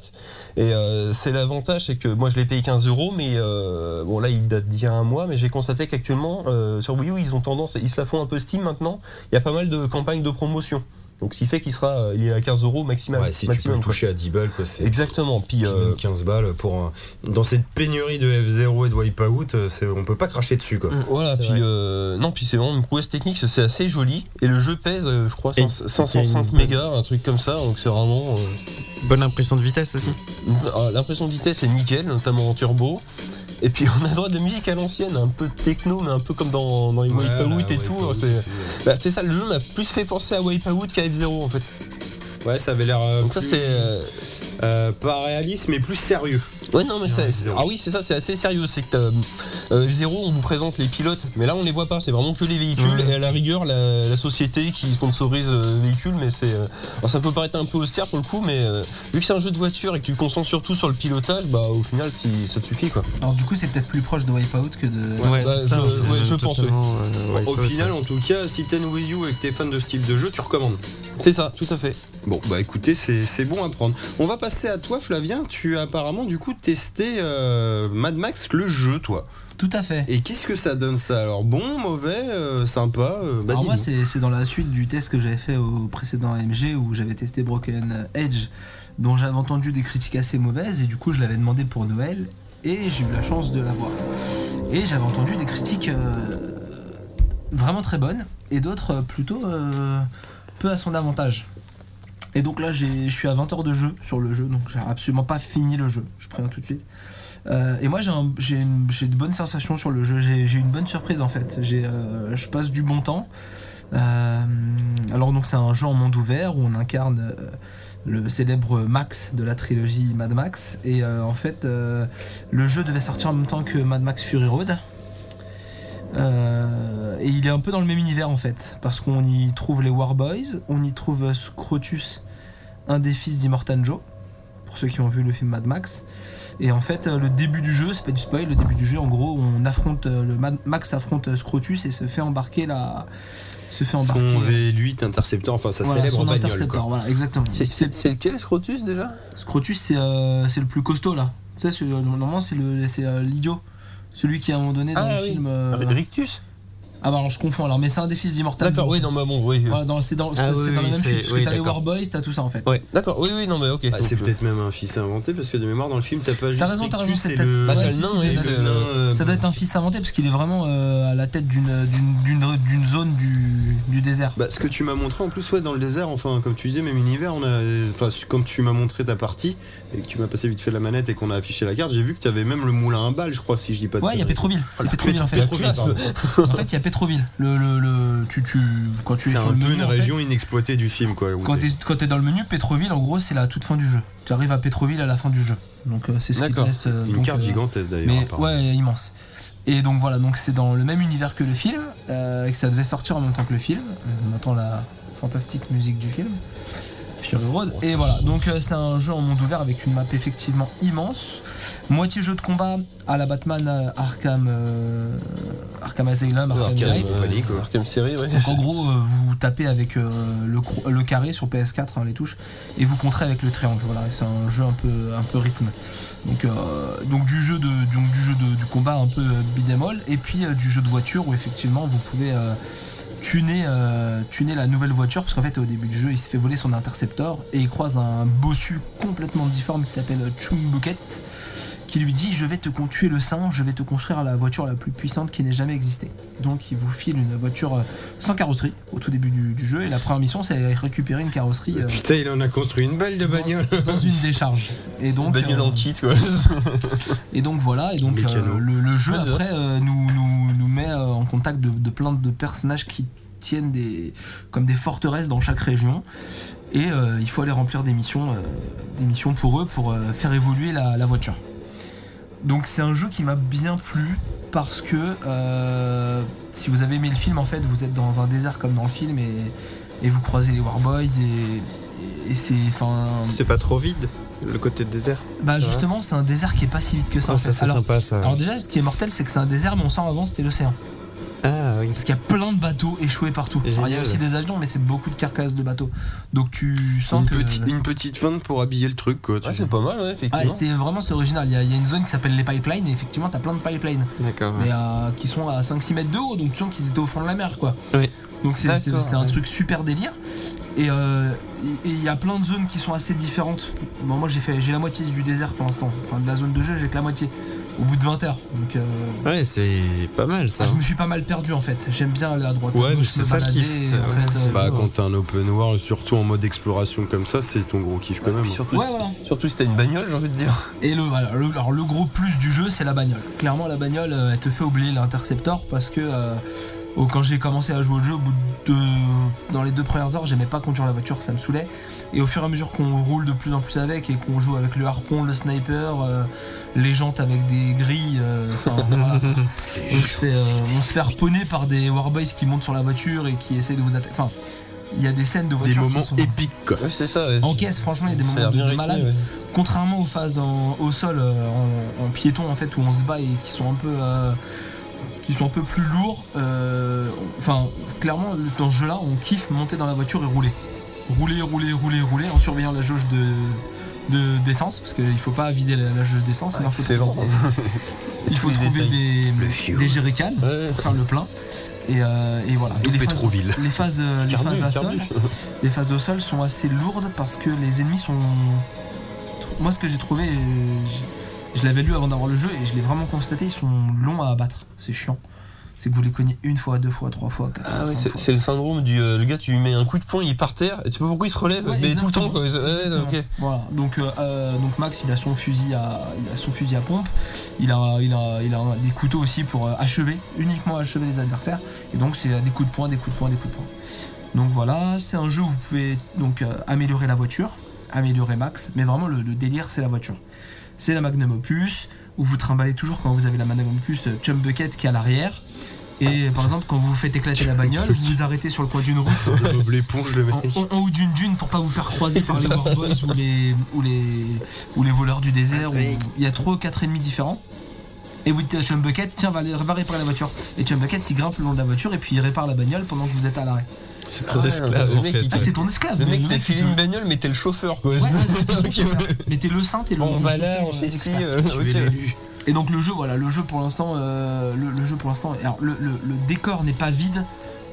[SPEAKER 2] et euh, c'est l'avantage c'est que moi je l'ai payé 15 euros mais euh, bon là il date d'il y a un mois mais j'ai constaté qu'actuellement euh, sur Wii U ils ont tendance ils se la font un peu Steam maintenant il y a pas mal de campagnes de promotion donc ce qui fait qu'il sera euh, il est à 15 euros maximum,
[SPEAKER 3] Ouais, si tu peux
[SPEAKER 2] maximum,
[SPEAKER 3] le
[SPEAKER 2] quoi.
[SPEAKER 3] toucher à 10 balles, quoi, c'est
[SPEAKER 2] exactement puis
[SPEAKER 3] tu
[SPEAKER 2] euh,
[SPEAKER 3] donnes 15 balles pour un- dans cette pénurie de F0 et de Wipeout, euh, c'est- on peut pas cracher dessus quoi.
[SPEAKER 2] Mm, Voilà,
[SPEAKER 5] C'est
[SPEAKER 2] puis
[SPEAKER 5] vrai.
[SPEAKER 2] euh, non, puis c'est vraiment une prouesse technique, c'est assez joli et le jeu pèse, euh, je crois,
[SPEAKER 5] Et
[SPEAKER 2] 500 505
[SPEAKER 5] il y a une-
[SPEAKER 2] mégas, un truc comme ça, donc c'est vraiment. euh,
[SPEAKER 5] Bonne impression de vitesse aussi.
[SPEAKER 2] Ah, L'impression de vitesse est nickel, notamment en turbo. Et puis on a droit à de la musique à l'ancienne, un peu de techno, mais un peu comme dans, dans les
[SPEAKER 3] Ouais,
[SPEAKER 2] Wipeout
[SPEAKER 3] là,
[SPEAKER 2] et tout.
[SPEAKER 3] Wipeout, euh,
[SPEAKER 2] C'est bah, c'est ça, le jeu m'a plus fait penser à Wipeout qu'à F0 en fait.
[SPEAKER 3] Ouais, ça avait l'air euh,
[SPEAKER 2] Donc ça
[SPEAKER 3] plus-
[SPEAKER 2] c'est. euh,
[SPEAKER 3] euh, pas réaliste, mais plus sérieux.
[SPEAKER 2] Ouais, non, mais c'est.
[SPEAKER 3] F0.
[SPEAKER 2] Ah oui, c'est ça, c'est assez sérieux. C'est que t'as, euh, F0, on vous présente les pilotes, mais là on les voit pas, c'est vraiment que les véhicules. Et à la rigueur, la, la société qui sponsorise euh, le véhicule, mais c'est. euh, Alors ça peut paraître un peu austère pour le coup, mais euh, vu que c'est un jeu de voiture et que tu te concentres surtout sur le pilotage, bah au final, t'y- ça te suffit quoi.
[SPEAKER 4] Alors du coup, c'est peut-être plus proche de Wipeout que de.
[SPEAKER 2] Ouais, bah, je- ouais, je pense,
[SPEAKER 5] euh,
[SPEAKER 3] Au final, en tout cas, si t'es une Wii U et que t'es fan de ce type de jeu, tu recommandes.
[SPEAKER 2] C'est ça, tout à fait.
[SPEAKER 3] Bon, bah écoutez, c'est c'est bon à prendre. On va passer à toi, Flavien. Tu as apparemment du coup testé euh, Mad Max, le jeu, toi.
[SPEAKER 4] Tout à fait.
[SPEAKER 3] Et qu'est-ce que ça donne ça Alors bon, mauvais, euh, sympa. euh, bah
[SPEAKER 4] Alors moi,
[SPEAKER 3] dis-nous.
[SPEAKER 4] c'est c'est dans la suite du test que j'avais fait au précédent AMG où j'avais testé Broken Edge, dont j'avais entendu des critiques assez mauvaises et du coup, je l'avais demandé pour Noël et j'ai eu la chance de l'avoir. Et j'avais entendu des critiques euh, vraiment très bonnes et d'autres euh, plutôt euh, peu à son avantage. Et donc là, j'ai- je suis à 20 heures de jeu sur le jeu, donc j'ai absolument pas fini le jeu, je préviens tout de suite. Euh, et moi, j'ai un- j'ai une- j'ai de bonnes sensations sur le jeu, j'ai j'ai une bonne surprise en fait. J'ai, euh, je passe du bon temps. Euh, alors donc c'est un jeu en monde ouvert où on incarne euh, le célèbre Max de la trilogie Mad Max et euh, en fait euh, le jeu devait sortir en même temps que Mad Max Fury Road. Euh, et il est un peu dans le même univers en fait, parce qu'on y trouve les War Boys, on y trouve euh, Scrotus, un des fils d'Immortanjo, pour ceux qui ont vu le film Mad Max. Et en fait, euh, le début du jeu, c'est pas du spoil, le début du jeu, en gros, on affronte euh, le Mad Max affronte euh, Scrotus et se fait embarquer la, se fait
[SPEAKER 3] son
[SPEAKER 4] embarquer.
[SPEAKER 2] hein.
[SPEAKER 3] V8 intercepteur, enfin sa
[SPEAKER 4] Voilà,
[SPEAKER 3] célèbre
[SPEAKER 4] son
[SPEAKER 3] bagnole.
[SPEAKER 4] intercepteur,
[SPEAKER 3] quoi.
[SPEAKER 4] voilà, exactement.
[SPEAKER 2] lequel Scrotus déjà
[SPEAKER 4] Scrotus, c'est euh, c'est le plus costaud là. Tu sais, c'est- euh, normalement, c'est le- c'est euh, l'idiot. Celui qui, à un moment donné, dans
[SPEAKER 2] Ah,
[SPEAKER 4] le
[SPEAKER 2] oui.
[SPEAKER 4] film. euh,
[SPEAKER 2] Rictus
[SPEAKER 4] Ah, bah alors je confonds alors, mais c'est un des fils d'Immortal.
[SPEAKER 2] D'accord, oui, non, bah bon, oui.
[SPEAKER 4] Voilà, dans- c'est dans,
[SPEAKER 5] Ah,
[SPEAKER 4] c'est- c'est
[SPEAKER 5] oui,
[SPEAKER 4] dans la
[SPEAKER 5] oui,
[SPEAKER 4] même
[SPEAKER 5] c'est-
[SPEAKER 4] suite, parce
[SPEAKER 5] oui,
[SPEAKER 4] que t'as les
[SPEAKER 5] d'accord.
[SPEAKER 4] War Boys, t'as tout ça en fait.
[SPEAKER 5] Ouais.
[SPEAKER 2] D'accord, oui, oui, non, mais ok.
[SPEAKER 4] Bah,
[SPEAKER 3] Ah, c'est
[SPEAKER 2] Donc,
[SPEAKER 3] peut-être même un fils inventé parce que de mémoire dans le film t'as pas juste
[SPEAKER 4] raison, t'as raison,
[SPEAKER 3] Ictus
[SPEAKER 4] c'est
[SPEAKER 3] et
[SPEAKER 4] peut-être-
[SPEAKER 3] le,
[SPEAKER 4] Bah,
[SPEAKER 2] t'as
[SPEAKER 3] et
[SPEAKER 2] le
[SPEAKER 3] le
[SPEAKER 2] nain,
[SPEAKER 3] nain,
[SPEAKER 2] oui, c'est-
[SPEAKER 3] euh,
[SPEAKER 4] Ça doit être un fils inventé, parce qu'il est vraiment euh, à la tête d'une d'une- d'une- d'une zone du, du désert.
[SPEAKER 3] Bah, ce que tu m'as montré en plus, ouais, dans le désert, enfin, comme tu disais, même univers, on a, enfin, comme tu m'as montré ta partie et que tu m'as passé vite fait la manette et qu'on a affiché la carte, j'ai vu que tu avais même le moulin à balles, je crois, si je dis pas de
[SPEAKER 4] Ouais, il y a
[SPEAKER 3] conneries.
[SPEAKER 4] Pétroville. C'est Pétroville en fait.
[SPEAKER 3] Pétroville, pardon.
[SPEAKER 4] En fait, il y a Pétroville. Le, le, le- tu, tu, quand tu es
[SPEAKER 3] C'est
[SPEAKER 4] sur
[SPEAKER 3] un
[SPEAKER 4] le
[SPEAKER 3] peu
[SPEAKER 4] menu,
[SPEAKER 3] une
[SPEAKER 4] en fait,
[SPEAKER 3] région inexploitée du film, quoi. où
[SPEAKER 4] Quand
[SPEAKER 3] t'es-
[SPEAKER 4] t'es quand t'es dans le menu, Pétroville, en gros, c'est la toute fin du jeu. Tu arrives à Pétroville à la fin du jeu. Donc euh, c'est ce qui te
[SPEAKER 7] D'accord.
[SPEAKER 4] laisse. euh,
[SPEAKER 3] Une
[SPEAKER 4] donc,
[SPEAKER 3] carte
[SPEAKER 4] euh,
[SPEAKER 3] gigantesque d'ailleurs.
[SPEAKER 4] Mais
[SPEAKER 3] apparemment.
[SPEAKER 4] ouais, immense. Et donc voilà, donc c'est dans le même univers que le film, euh, et que ça devait sortir en même temps que le film. Euh, On entend la fantastique musique du film. Fury Road. Et voilà, donc euh, c'est un jeu en monde ouvert avec une map effectivement immense. Moitié jeu de combat à la Batman euh, Arkham, euh, Arkham Asylum, Arkham
[SPEAKER 3] Arkham
[SPEAKER 4] Knight.
[SPEAKER 3] Folie, quoi.
[SPEAKER 2] Arkham série, ouais.
[SPEAKER 4] Donc en gros, euh, vous tapez avec euh, le, cro- le carré sur PS4, hein, les touches, et vous contrez avec le triangle. Voilà, c'est un jeu un peu, un peu rythme. Donc, euh, donc du jeu, de, donc du, jeu de, du combat un peu euh, beat'em all, et puis euh, du jeu de voiture où effectivement vous pouvez euh, tuner, euh, tuner la nouvelle voiture, parce qu'en fait au début du jeu il se fait voler son interceptor et il croise un bossu complètement difforme qui s'appelle Chung Bucket qui lui dit je vais te con- tuer le singe, je vais te construire la voiture la plus puissante qui n'ait jamais existé. Donc il vous file une voiture euh, sans carrosserie au tout début du, du jeu et la première mission c'est d'aller récupérer une carrosserie euh,
[SPEAKER 3] Putain, il en a construit une belle de bagnole.
[SPEAKER 4] dans une décharge. Et donc,
[SPEAKER 2] Bagnole
[SPEAKER 4] euh,
[SPEAKER 2] en kit, quoi.
[SPEAKER 4] et donc voilà, et donc
[SPEAKER 3] Mécano.
[SPEAKER 4] euh, le, le jeu
[SPEAKER 2] Ouais, c'est
[SPEAKER 4] après euh, nous, nous, nous met euh, en contact de, de plein de personnages qui tiennent des comme des forteresses dans chaque région et euh, il faut aller remplir des missions, euh, des missions pour eux pour euh, faire évoluer la, la voiture. Donc c'est un jeu qui m'a bien plu parce que euh, si vous avez aimé le film en fait vous êtes dans un désert comme dans le film et, et vous croisez les Warboys et, et c'est enfin
[SPEAKER 5] C'est pas trop vide, le côté de désert.
[SPEAKER 4] bah
[SPEAKER 5] ça va
[SPEAKER 4] justement c'est un désert qui est pas si vite que ça, en fait. Alors,
[SPEAKER 5] sympa Ah, ça.
[SPEAKER 4] alors déjà, ce qui est mortel, c'est que c'est un désert, mais on sent avant c'était l'océan.
[SPEAKER 5] Ah oui.
[SPEAKER 4] Parce qu'il y a plein de bateaux échoués partout.
[SPEAKER 5] Génial.
[SPEAKER 4] Alors, il y a aussi des avions, mais c'est beaucoup de carcasses de bateaux. Donc tu sens
[SPEAKER 3] Une,
[SPEAKER 4] que...
[SPEAKER 3] petit- une petite feinte pour habiller le truc, quoi. tu
[SPEAKER 2] Ouais,
[SPEAKER 3] sais.
[SPEAKER 2] c'est pas mal, ouais,
[SPEAKER 4] Ah, et
[SPEAKER 2] effectivement.
[SPEAKER 4] c'est vraiment c'est original. Il y, a, il y a une zone qui s'appelle les pipelines, et effectivement, t'as plein de pipelines.
[SPEAKER 5] D'accord. ouais.
[SPEAKER 4] Mais euh, qui sont à 5-6 mètres de haut, donc tu sens qu'ils étaient au fond de la mer, quoi.
[SPEAKER 5] Oui.
[SPEAKER 4] Donc c'est
[SPEAKER 2] D'accord,
[SPEAKER 4] c'est- c'est un
[SPEAKER 2] ouais.
[SPEAKER 4] truc super délire. Et euh, et- et il y a plein de zones qui sont assez différentes. Bon, moi j'ai fait j'ai la moitié du désert pour l'instant. Enfin de la zone de jeu j'ai que la moitié. Au bout de 20 heures. Donc euh,
[SPEAKER 5] Ouais, c'est pas mal ça.
[SPEAKER 4] Ah, je me suis pas mal perdu en fait. J'aime bien aller à droite. à
[SPEAKER 5] Ouais,
[SPEAKER 4] gauche,
[SPEAKER 5] mais c'est
[SPEAKER 4] me
[SPEAKER 5] ça le
[SPEAKER 4] balader,
[SPEAKER 5] kiff.
[SPEAKER 4] et,
[SPEAKER 5] Euh,
[SPEAKER 4] en
[SPEAKER 5] ouais,
[SPEAKER 4] fait, euh,
[SPEAKER 3] Bah, quand t'as un open world, surtout en mode exploration comme ça, c'est ton gros kiff quand même. hein.
[SPEAKER 2] Surtout,
[SPEAKER 4] Ouais, voilà.
[SPEAKER 2] surtout si t'as une bagnole, j'ai envie de dire.
[SPEAKER 4] Et le, voilà, le- alors, le gros plus du jeu, c'est la bagnole. Clairement, la bagnole, euh, elle te fait oublier l'interceptor parce que euh, oh, quand j'ai commencé à jouer au jeu, au bout de dans les deux premières heures, j'aimais pas conduire la voiture, ça me saoulait. Et au fur et à mesure qu'on roule de plus en plus avec et qu'on joue avec le harpon, le sniper, euh, les jantes avec des grilles, euh, enfin voilà. on, se fait, euh, on se fait harponner par des warboys qui montent sur la voiture et qui essaient de vous attaquer. Enfin, il y a des scènes de
[SPEAKER 3] Des
[SPEAKER 4] voiture qui
[SPEAKER 3] moments
[SPEAKER 4] sont
[SPEAKER 3] épiques, quoi.
[SPEAKER 2] Ouais, c'est ça. ouais.
[SPEAKER 4] en caisse, franchement, il y a des
[SPEAKER 2] Ça a
[SPEAKER 4] moments
[SPEAKER 2] l'air
[SPEAKER 4] de,
[SPEAKER 2] bien
[SPEAKER 4] de
[SPEAKER 2] rythmé,
[SPEAKER 4] malade.
[SPEAKER 2] ouais.
[SPEAKER 4] Contrairement aux phases en- au sol, euh, en, en piéton, en fait, où on se bat et qui sont un peu, euh, qui sont un peu plus lourds. euh, Enfin, clairement, dans ce jeu-là, on kiffe monter dans la voiture et rouler, rouler, rouler, rouler, rouler, en surveillant la jauge de de- d'essence parce qu'il faut pas vider la, la jauge d'essence sinon faut
[SPEAKER 2] excellent.
[SPEAKER 4] trouver des- il faut trouver des, des jerrycans
[SPEAKER 2] Ouais.
[SPEAKER 4] pour faire le plein et, euh, et voilà et les, phases,
[SPEAKER 3] Pétroville.
[SPEAKER 4] les phases euh, les
[SPEAKER 2] Cardu,
[SPEAKER 4] phases à
[SPEAKER 2] cardu.
[SPEAKER 4] sol les phases au sol sont assez lourdes parce que les ennemis sont. Moi, ce que j'ai trouvé, euh, je- je, l'avais lu avant d'avoir le jeu et je l'ai vraiment constaté, ils sont longs à abattre. C'est chiant. C'est que vous les cognez une fois, deux fois, trois fois, quatre
[SPEAKER 2] Ah
[SPEAKER 4] fois,
[SPEAKER 2] ouais,
[SPEAKER 4] cinq
[SPEAKER 2] c'est
[SPEAKER 4] fois.
[SPEAKER 2] c'est le syndrome du euh, le gars tu lui mets un coup de poing il est par terre et tu sais pas pourquoi il se relève
[SPEAKER 4] Ouais,
[SPEAKER 2] mais tout le temps
[SPEAKER 4] exactement.
[SPEAKER 2] quoi. Ouais,
[SPEAKER 4] Exactement.
[SPEAKER 2] ok.
[SPEAKER 4] Voilà. Donc, euh, euh, donc Max, il a son fusil à, il a son fusil à pompe. Il a, il a, il a un- des couteaux aussi pour euh, achever, uniquement achever les adversaires. Et donc c'est euh, des coups de poing, des coups de poing, des coups de poing. Donc voilà, c'est un jeu où vous pouvez donc euh, améliorer la voiture, améliorer Max. Mais vraiment le, le délire, c'est la voiture. C'est la Magnum Opus où vous trimballez toujours quand vous avez la Magnum Opus, euh, Chum Bucket qui est à l'arrière. Et par exemple, quand vous vous faites éclater la bagnole, vous vous arrêtez sur le coin d'une route
[SPEAKER 3] Bob l'éponge, le mec.
[SPEAKER 4] en, en- en haut d'une dune pour pas vous faire croiser par les Warboys ou les, ou les, ou les voleurs du désert. ou- Il y a trois ou quatre ennemis différents. Et vous dites à Chumbucket, tiens, va, aller- va réparer la voiture. Et Chumbucket, il grimpe le long de la voiture et puis il répare la bagnole pendant que vous êtes à l'arrêt.
[SPEAKER 5] C'est
[SPEAKER 2] Ah ouais, le mec, il-
[SPEAKER 4] Ah, c'est ton esclave,
[SPEAKER 2] Le
[SPEAKER 4] mais
[SPEAKER 2] mec t'a
[SPEAKER 4] il
[SPEAKER 2] filé
[SPEAKER 4] te-
[SPEAKER 2] une bagnole mais t'es le chauffeur quoi.
[SPEAKER 4] Ouais, ouais, t'es son
[SPEAKER 2] Ok,
[SPEAKER 4] chauffeur. mais t'es le saint, t'es le.
[SPEAKER 2] Bon, on
[SPEAKER 4] le
[SPEAKER 2] va là,
[SPEAKER 4] chauffeur,
[SPEAKER 2] on
[SPEAKER 4] euh,
[SPEAKER 2] fait ci.
[SPEAKER 4] expert.
[SPEAKER 2] euh,
[SPEAKER 3] Tu es
[SPEAKER 2] ok.
[SPEAKER 3] l'élu.
[SPEAKER 4] Et donc le jeu, voilà, le jeu pour l'instant, euh, le, le jeu pour l'instant, alors le, le- le décor n'est pas vide,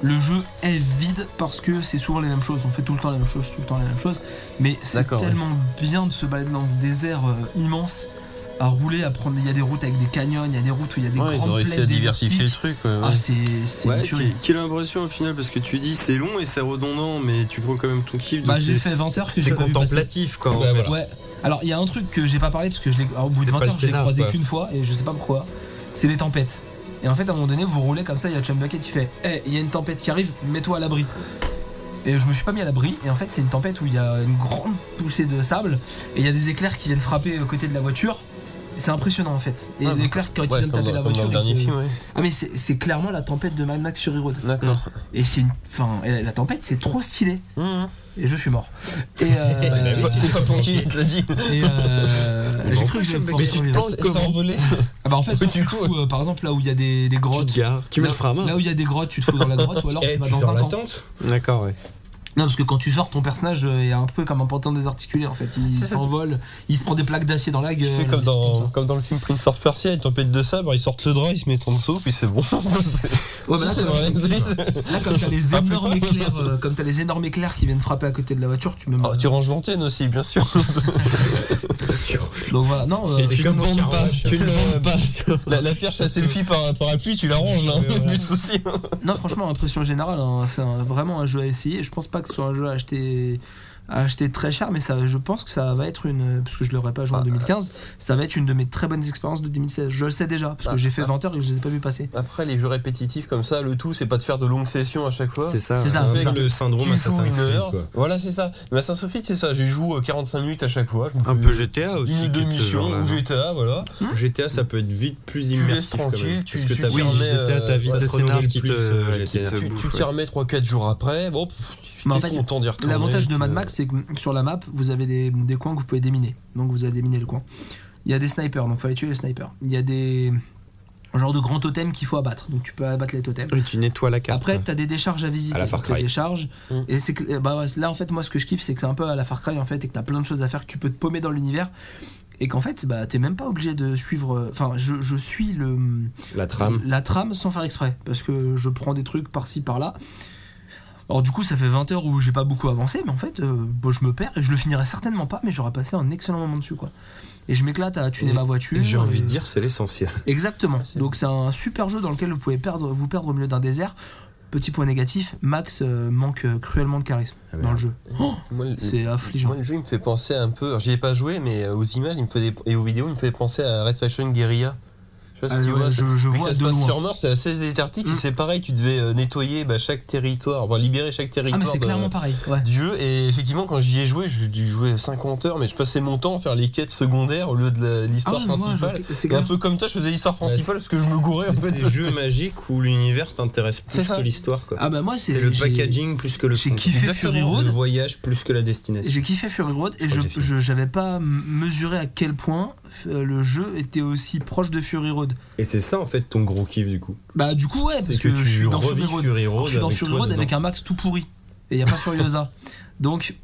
[SPEAKER 4] le jeu est vide parce que c'est souvent les mêmes choses, on fait tout le temps les mêmes choses, tout le temps les mêmes choses, mais c'est
[SPEAKER 2] D'accord,
[SPEAKER 4] tellement bien de se balader dans ce désert euh, immense à rouler, à prendre. Il y a des routes avec des canyons, il y a des routes où il y a des
[SPEAKER 2] Ouais, ils ont
[SPEAKER 4] grandes
[SPEAKER 2] réussi à
[SPEAKER 4] plaines
[SPEAKER 2] diversifier le
[SPEAKER 4] désertiques.
[SPEAKER 2] truc. ouais, ouais.
[SPEAKER 4] Ah, c'est c'est une
[SPEAKER 3] Ouais,
[SPEAKER 4] tuerie.
[SPEAKER 3] qui, qui a l'impression au final parce que tu dis c'est long et c'est redondant, mais tu prends quand même ton kiff.
[SPEAKER 4] Bah,
[SPEAKER 3] donc
[SPEAKER 4] j'ai
[SPEAKER 3] c'est-
[SPEAKER 4] fait 20 heures que
[SPEAKER 5] C'est
[SPEAKER 4] j'ai pas vu passer.
[SPEAKER 5] contemplatif quand.
[SPEAKER 3] Bah, voilà.
[SPEAKER 4] Ouais. Alors, il y a un truc que j'ai pas parlé parce que je l'ai- au bout de
[SPEAKER 5] C'est
[SPEAKER 4] 20
[SPEAKER 5] pas le
[SPEAKER 4] heures, je l'ai
[SPEAKER 5] scénar,
[SPEAKER 4] croisé
[SPEAKER 5] quoi.
[SPEAKER 4] qu'une fois et je sais pas pourquoi. C'est les tempêtes. Et en fait, à un moment donné, vous roulez comme ça, il y a Chum Bucket, il fait Hé, il y a une tempête qui arrive, mets-toi à l'abri. Et je me suis pas mis à l'abri, et en fait, c'est une tempête où il y a une grande poussée de sable, et il y a des éclairs qui viennent frapper à côté de la voiture. C'est impressionnant en fait. Et
[SPEAKER 2] Ouais,
[SPEAKER 4] l'éclair, quand
[SPEAKER 2] Ah,
[SPEAKER 4] il
[SPEAKER 2] Ouais,
[SPEAKER 4] vient de
[SPEAKER 2] comme
[SPEAKER 4] taper
[SPEAKER 2] dans-
[SPEAKER 4] la
[SPEAKER 2] comme dans
[SPEAKER 4] voiture.
[SPEAKER 2] le
[SPEAKER 4] il
[SPEAKER 2] dernier
[SPEAKER 4] te-
[SPEAKER 2] film, ouais.
[SPEAKER 4] Ah, mais c'est c'est clairement la tempête de Mad Max sur E-Road.
[SPEAKER 2] D'accord.
[SPEAKER 4] Et c'est une. Enfin, et la tempête, c'est trop stylé.
[SPEAKER 2] Mhm.
[SPEAKER 4] Et je suis mort. Et.
[SPEAKER 2] C'est
[SPEAKER 4] euh,
[SPEAKER 2] pas- C'est pas Ponky qui te l'a dit.
[SPEAKER 4] et euh, j'ai cru que j'allais pouvoir
[SPEAKER 2] Mais tu te
[SPEAKER 4] survivre.
[SPEAKER 2] plantes comment
[SPEAKER 4] Ah bah en fait,
[SPEAKER 2] Oui,
[SPEAKER 4] soit
[SPEAKER 2] du
[SPEAKER 4] tu te
[SPEAKER 2] coup,
[SPEAKER 4] fous, euh, par exemple là où il y a des, des
[SPEAKER 5] Tu
[SPEAKER 4] grottes.
[SPEAKER 5] te gares, tu mets
[SPEAKER 4] là-
[SPEAKER 5] le frein à main.
[SPEAKER 4] Là où il y a des grottes, tu te fous dans la grotte ou alors
[SPEAKER 3] Eh,
[SPEAKER 4] tu vas
[SPEAKER 3] tu
[SPEAKER 4] dans
[SPEAKER 3] sors
[SPEAKER 4] un
[SPEAKER 3] la
[SPEAKER 4] camp.
[SPEAKER 3] tente
[SPEAKER 5] D'accord, ouais.
[SPEAKER 4] Non, parce que quand tu sors, ton personnage euh, est un peu comme un pantin désarticulé en fait. Il s'envole, il se prend des plaques d'acier dans la gueule.
[SPEAKER 2] Fait comme
[SPEAKER 4] des trucs
[SPEAKER 2] dans,
[SPEAKER 4] ça.
[SPEAKER 2] comme dans le film Prince of Persia, une tempête de sabre, ils sortent le drap, ils se mettent en dessous, puis c'est bon.
[SPEAKER 4] Ouais, mais là,
[SPEAKER 2] C'est
[SPEAKER 4] comme-
[SPEAKER 2] vrai, c'est-
[SPEAKER 4] là, comme t'as les énormes éclairs, euh, comme t'as les énormes éclairs qui viennent frapper à côté de la voiture, tu me.
[SPEAKER 2] Ah, tu ranges l'antenne aussi, bien sûr.
[SPEAKER 4] Donc voilà, non. euh,
[SPEAKER 3] C'est comme au carrosse.
[SPEAKER 2] tu ne pas. La, la perche à selfie par, par appui, tu la ranges là. Plus de soucis.
[SPEAKER 4] Non, franchement, impression générale, hein, c'est un- vraiment un jeu à essayer. Je pense pas que ce soit un jeu à acheter, à acheter très cher, mais ça, je pense que ça va être une. Parce que je l'aurais pas joué en 2015, ça va être une de mes très bonnes expériences de 2016. Je le sais déjà, parce que j'ai fait 20 heures et que je les ai pas vu passer.
[SPEAKER 2] Après, les jeux répétitifs comme ça, le tout, c'est pas de faire de longues sessions à chaque fois.
[SPEAKER 5] C'est ça.
[SPEAKER 4] C'est ça.
[SPEAKER 2] Avec
[SPEAKER 3] le syndrome
[SPEAKER 2] Tu joues
[SPEAKER 3] Assassin's
[SPEAKER 2] une
[SPEAKER 3] Creed
[SPEAKER 2] heure.
[SPEAKER 3] quoi.
[SPEAKER 2] Voilà, c'est ça. Mais Assassin's Creed, c'est ça. J'y joue euh, 45 minutes à chaque fois. Je me
[SPEAKER 5] Un
[SPEAKER 2] fais
[SPEAKER 5] peu GTA aussi.
[SPEAKER 2] Une ou
[SPEAKER 5] qui est
[SPEAKER 2] deux
[SPEAKER 5] de ce
[SPEAKER 2] missions
[SPEAKER 5] genre-là,
[SPEAKER 2] ou
[SPEAKER 5] non
[SPEAKER 2] GTA, voilà.
[SPEAKER 3] GTA ça peut être vite plus
[SPEAKER 2] laisses
[SPEAKER 3] immersif quand
[SPEAKER 2] tranquille,
[SPEAKER 3] même.
[SPEAKER 2] tu-
[SPEAKER 3] parce que
[SPEAKER 2] tu
[SPEAKER 3] t'as
[SPEAKER 2] Oui,
[SPEAKER 3] vu-
[SPEAKER 2] mais,
[SPEAKER 5] GTA,
[SPEAKER 2] euh,
[SPEAKER 5] ta vie
[SPEAKER 3] ça se
[SPEAKER 5] de
[SPEAKER 3] renouvelle
[SPEAKER 5] scénar qui
[SPEAKER 3] plus,
[SPEAKER 5] te,
[SPEAKER 3] euh,
[SPEAKER 5] qui te
[SPEAKER 2] Tu, tu
[SPEAKER 5] bouffe,
[SPEAKER 2] t'y
[SPEAKER 5] ouais.
[SPEAKER 2] remets 3-4 jours après. Bon, pff,
[SPEAKER 4] Mais en
[SPEAKER 2] t'es
[SPEAKER 4] fait,
[SPEAKER 2] content d'y retourner.
[SPEAKER 4] L'avantage de Mad
[SPEAKER 2] Euh,
[SPEAKER 4] Max, c'est que sur la map, vous avez des, des coins que vous pouvez déminer. Donc vous allez déminer le coin. Il y a des snipers, donc fallait tuer les snipers. Il y a des. Genre de grands totems qu'il faut abattre. Donc tu peux abattre les totems.
[SPEAKER 5] Et tu nettoies la carte.
[SPEAKER 4] Après, t'as des décharges à visiter.
[SPEAKER 3] À la Far
[SPEAKER 4] Donc, t'as
[SPEAKER 3] Cry.
[SPEAKER 4] des charges.
[SPEAKER 2] Mm.
[SPEAKER 4] Et c'est que, bah, ouais, là, en fait, moi, ce que je kiffe, c'est que c'est un peu à la Far Cry, en fait, et que t'as plein de choses à faire, que tu peux te paumer dans l'univers. Et qu'en fait, bah, t'es même pas obligé de suivre. euh, Enfin, je, je suis le,
[SPEAKER 3] La trame.
[SPEAKER 4] la trame sans faire exprès. Parce que je prends des trucs par-ci, par-là. Alors, du coup, ça fait 20 heures où j'ai pas beaucoup avancé, mais en fait, euh, bah, je me perds et je le finirai certainement pas, mais j'aurais passé un excellent moment dessus, quoi. Et je m'éclate à tuner
[SPEAKER 3] Et-
[SPEAKER 4] ma voiture. euh,
[SPEAKER 3] Et j'ai envie de
[SPEAKER 4] et-
[SPEAKER 3] dire c'est l'essentiel.
[SPEAKER 4] Exactement. Donc c'est un super jeu dans lequel vous pouvez perdre, vous perdre au milieu d'un désert. Petit point négatif, Max euh, manque euh, cruellement de charisme
[SPEAKER 3] Ah
[SPEAKER 4] dans
[SPEAKER 3] merde.
[SPEAKER 4] le jeu.
[SPEAKER 2] Euh, moi, le-
[SPEAKER 4] C'est affligeant.
[SPEAKER 2] Moi, le jeu, il me fait penser un peu. alors, J'y ai pas joué, mais euh, aux images il me faisait- et aux vidéos, il me fait penser à Red Faction Guerrilla. Je sais pas
[SPEAKER 4] Ah,
[SPEAKER 2] si tu
[SPEAKER 4] ouais,
[SPEAKER 2] vois.
[SPEAKER 4] je, je
[SPEAKER 2] Vu que
[SPEAKER 4] vois
[SPEAKER 2] ça se
[SPEAKER 4] de
[SPEAKER 2] passe
[SPEAKER 4] loin. Ah,
[SPEAKER 2] sur Mars, c'est assez désertique.
[SPEAKER 4] Mm.
[SPEAKER 2] Et c'est pareil, tu devais euh, nettoyer bah, chaque territoire, enfin libérer chaque
[SPEAKER 4] Ah
[SPEAKER 2] territoire.
[SPEAKER 4] mais c'est
[SPEAKER 2] de-
[SPEAKER 4] clairement pareil. Ouais.
[SPEAKER 2] du jeu. Et effectivement, quand j'y ai joué, j'ai dû jouer 50 heures, mais je passais mon temps à faire les quêtes secondaires au lieu de la- l'histoire
[SPEAKER 4] ouais, Ah, mais moi,
[SPEAKER 2] principale.
[SPEAKER 4] je- c'est
[SPEAKER 2] et un
[SPEAKER 4] clair.
[SPEAKER 2] peu comme toi, je faisais l'histoire principale parce que je me gourais en
[SPEAKER 3] C'est
[SPEAKER 2] fait.
[SPEAKER 3] ces jeux magiques où l'univers t'intéresse
[SPEAKER 2] C'est
[SPEAKER 3] plus
[SPEAKER 2] ça.
[SPEAKER 3] que l'histoire quoi.
[SPEAKER 4] Ah bah moi c'est
[SPEAKER 3] C'est le
[SPEAKER 4] j'ai-
[SPEAKER 3] packaging plus que le
[SPEAKER 4] j'ai
[SPEAKER 3] fond.
[SPEAKER 4] kiffé
[SPEAKER 3] Exactement.
[SPEAKER 4] Fury Road.
[SPEAKER 3] Le voyage plus que la destination.
[SPEAKER 4] J'ai kiffé Fury Road et
[SPEAKER 3] crois
[SPEAKER 4] je
[SPEAKER 3] que j'ai fini.
[SPEAKER 4] je- j'avais pas m- mesuré à quel point euh, le jeu était aussi proche de Fury Road.
[SPEAKER 3] Et c'est ça en fait ton gros kiff du coup.
[SPEAKER 4] Bah du coup ouais parce
[SPEAKER 3] C'est
[SPEAKER 4] que,
[SPEAKER 3] que
[SPEAKER 4] je suis
[SPEAKER 3] tu
[SPEAKER 5] Ah,
[SPEAKER 4] dans
[SPEAKER 3] revis
[SPEAKER 4] Fury Road.
[SPEAKER 3] Fury
[SPEAKER 4] Je suis
[SPEAKER 3] Road
[SPEAKER 4] dans
[SPEAKER 3] avec
[SPEAKER 4] Fury
[SPEAKER 3] toi
[SPEAKER 4] Road
[SPEAKER 3] dedans.
[SPEAKER 4] avec un Max tout pourri et y a pas Furiosa. Donc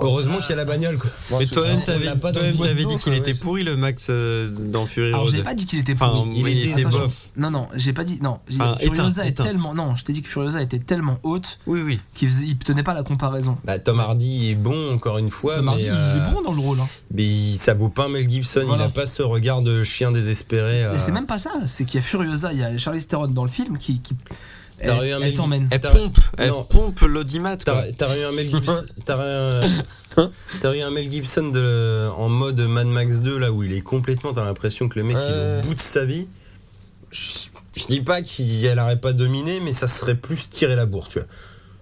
[SPEAKER 3] Heureusement qu'il y a la bagnole quoi.
[SPEAKER 5] Mais toi-même,
[SPEAKER 3] on
[SPEAKER 5] t'avais
[SPEAKER 3] l'a pas dans
[SPEAKER 5] toi-même,
[SPEAKER 3] le
[SPEAKER 5] t'avais
[SPEAKER 2] boîte
[SPEAKER 5] dit
[SPEAKER 2] d'eau,
[SPEAKER 5] qu'il
[SPEAKER 2] quoi,
[SPEAKER 5] était
[SPEAKER 2] ouais.
[SPEAKER 5] pourri le Max euh, dans Fury
[SPEAKER 4] Alors j'ai
[SPEAKER 5] Road.
[SPEAKER 4] pas dit qu'il était
[SPEAKER 5] Enfin,
[SPEAKER 4] pourri.
[SPEAKER 5] il
[SPEAKER 3] Il était
[SPEAKER 5] était
[SPEAKER 4] bof.
[SPEAKER 5] bof.
[SPEAKER 4] Non non, j'ai pas dit non. j'ai-
[SPEAKER 5] Ah, éteint,
[SPEAKER 4] Furiosa
[SPEAKER 5] éteint.
[SPEAKER 4] est tellement non, je t'ai dit que Furiosa était tellement haute
[SPEAKER 5] Oui, oui.
[SPEAKER 4] qu'il faisait- il tenait pas la comparaison.
[SPEAKER 3] Bah, Tom Hardy est bon encore une fois,
[SPEAKER 4] Tom Hardy,
[SPEAKER 3] mais,
[SPEAKER 4] il
[SPEAKER 3] euh,
[SPEAKER 4] est bon dans le rôle. hein.
[SPEAKER 3] mais il- ça vaut pas Mel Gibson.
[SPEAKER 4] Voilà.
[SPEAKER 3] Il a pas ce regard de chien désespéré. euh,
[SPEAKER 4] Et c'est même pas ça, c'est qu'il y a Furiosa, il y a Charlize Theron dans le film qui, qui
[SPEAKER 3] T'aurais
[SPEAKER 4] elle,
[SPEAKER 3] eu un
[SPEAKER 4] elle
[SPEAKER 3] Mel-
[SPEAKER 4] t'emmène.
[SPEAKER 5] Elle
[SPEAKER 3] T'as-
[SPEAKER 5] pompe, elle
[SPEAKER 3] non.
[SPEAKER 5] pompe l'audimat. quoi.
[SPEAKER 3] T'as t'as eu un Mel Gibson, t'as eu un- t'as eu un Mel Gibson de, en mode Mad Max 2 là où il est complètement, t'as l'impression que le mec il est
[SPEAKER 2] Ouais.
[SPEAKER 3] au bout de sa vie. Je, je dis pas qu'elle aurait pas dominé, mais ça serait plus tirer la bourre, tu vois.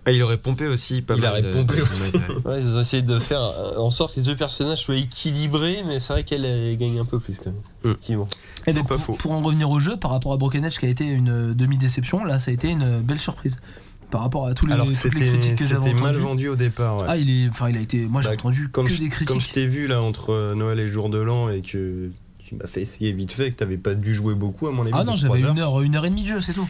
[SPEAKER 5] Ah, il aurait pompé aussi. Pas
[SPEAKER 3] Il
[SPEAKER 5] mal
[SPEAKER 3] aurait
[SPEAKER 5] de-
[SPEAKER 3] pompé
[SPEAKER 5] de-
[SPEAKER 3] aussi.
[SPEAKER 2] Ouais, ils ont essayé de faire euh, en sorte que les deux personnages soient équilibrés, mais c'est vrai qu'elle elle gagne un peu plus quand même.
[SPEAKER 5] Mm.
[SPEAKER 2] Effectivement.
[SPEAKER 4] Et
[SPEAKER 5] c'est
[SPEAKER 4] donc,
[SPEAKER 5] pas
[SPEAKER 4] pour,
[SPEAKER 5] faux.
[SPEAKER 4] pour en revenir au jeu, par rapport à Broken Edge qui a été une euh, demi-déception, là ça a été une euh, belle surprise. Par rapport à tous les,
[SPEAKER 3] Alors que
[SPEAKER 4] toutes les
[SPEAKER 3] c'était
[SPEAKER 4] critiques que j'avais
[SPEAKER 3] c'était mal
[SPEAKER 4] entendues.
[SPEAKER 3] vendu au départ. ouais.
[SPEAKER 4] Ah il est, enfin il a été, moi j'ai
[SPEAKER 3] Bah,
[SPEAKER 4] entendu
[SPEAKER 3] quand,
[SPEAKER 4] que
[SPEAKER 3] je,
[SPEAKER 4] des critiques.
[SPEAKER 3] quand je t'ai vu là entre euh, Noël et Jour de l'An et que tu m'as fait essayer vite fait, que t'avais pas dû jouer beaucoup à mon avis.
[SPEAKER 4] ah non
[SPEAKER 3] de
[SPEAKER 4] j'avais
[SPEAKER 3] trois heures.
[SPEAKER 4] une heure, une heure et demie de jeu, c'est tout.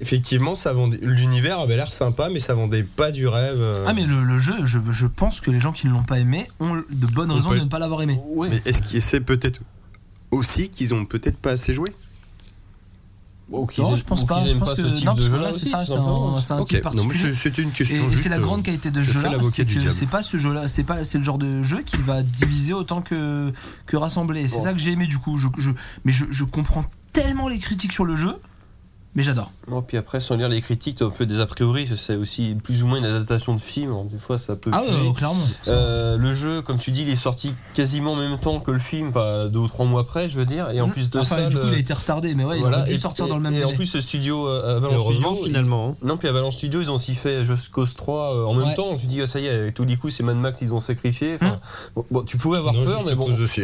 [SPEAKER 3] Effectivement, ça vendait. L'univers avait l'air sympa, mais ça vendait pas du rêve. euh,
[SPEAKER 4] Ah mais le, le jeu, je, je pense que les gens qui ne l'ont pas aimé ont de bonnes
[SPEAKER 3] On
[SPEAKER 4] raisons
[SPEAKER 3] peut-
[SPEAKER 4] de ne pas l'avoir aimé.
[SPEAKER 2] Ouais.
[SPEAKER 3] Mais est-ce que c'est peut-être aussi qu'ils ont peut-être pas assez joué
[SPEAKER 4] Non, je pense pas. Je pense que non, parce que là, c'est ça, c'est un, c'est un
[SPEAKER 3] Ok,
[SPEAKER 4] type
[SPEAKER 3] non, mais
[SPEAKER 4] particulier.
[SPEAKER 3] c'est- c'était une
[SPEAKER 4] Et,
[SPEAKER 3] question.
[SPEAKER 4] et
[SPEAKER 3] juste,
[SPEAKER 4] c'est la
[SPEAKER 3] euh,
[SPEAKER 4] grande qualité de ce
[SPEAKER 3] je fais
[SPEAKER 4] jeu-là,
[SPEAKER 3] l'avocat
[SPEAKER 4] c'est
[SPEAKER 3] du
[SPEAKER 4] que
[SPEAKER 3] diable.
[SPEAKER 4] c'est pas ce jeu-là, c'est pas c'est le genre de jeu qui va diviser autant que que rassembler. C'est ça que j'ai aimé du coup. Je, je- mais je, je comprends tellement les critiques sur le jeu, mais j'adore.
[SPEAKER 2] Non, puis après, sans lire les critiques, t'as un peu des a priori, parce que c'est aussi plus ou moins une adaptation de film, alors des fois ça peut.
[SPEAKER 4] Ah ouais,
[SPEAKER 2] puer.
[SPEAKER 4] clairement.
[SPEAKER 2] Euh, le jeu, comme tu dis, il est sorti quasiment en même temps que le film, pas deux ou trois mois après, je veux dire, et en plus de
[SPEAKER 4] Mm. enfin,
[SPEAKER 2] ça.
[SPEAKER 4] du coup,
[SPEAKER 2] le-
[SPEAKER 4] il a été retardé, mais ouais, il
[SPEAKER 2] voilà,
[SPEAKER 4] aurait dû sortir dans le même
[SPEAKER 2] et en
[SPEAKER 4] délai.
[SPEAKER 2] plus, le studio euh, Avalanche
[SPEAKER 5] Heureusement,
[SPEAKER 2] Studio,
[SPEAKER 5] finalement. hein.
[SPEAKER 2] Non, puis Avalanche Studio, ils ont aussi fait Just Cause 3 euh, en
[SPEAKER 4] Ouais.
[SPEAKER 2] même temps. Tu dis, ah, ça y est, tout du coup, c'est Mad Max, ils ont sacrifié. Enfin, bon, bon, tu pouvais avoir
[SPEAKER 3] Non,
[SPEAKER 2] peur,
[SPEAKER 3] juste
[SPEAKER 2] mais bon.
[SPEAKER 3] pose aussi.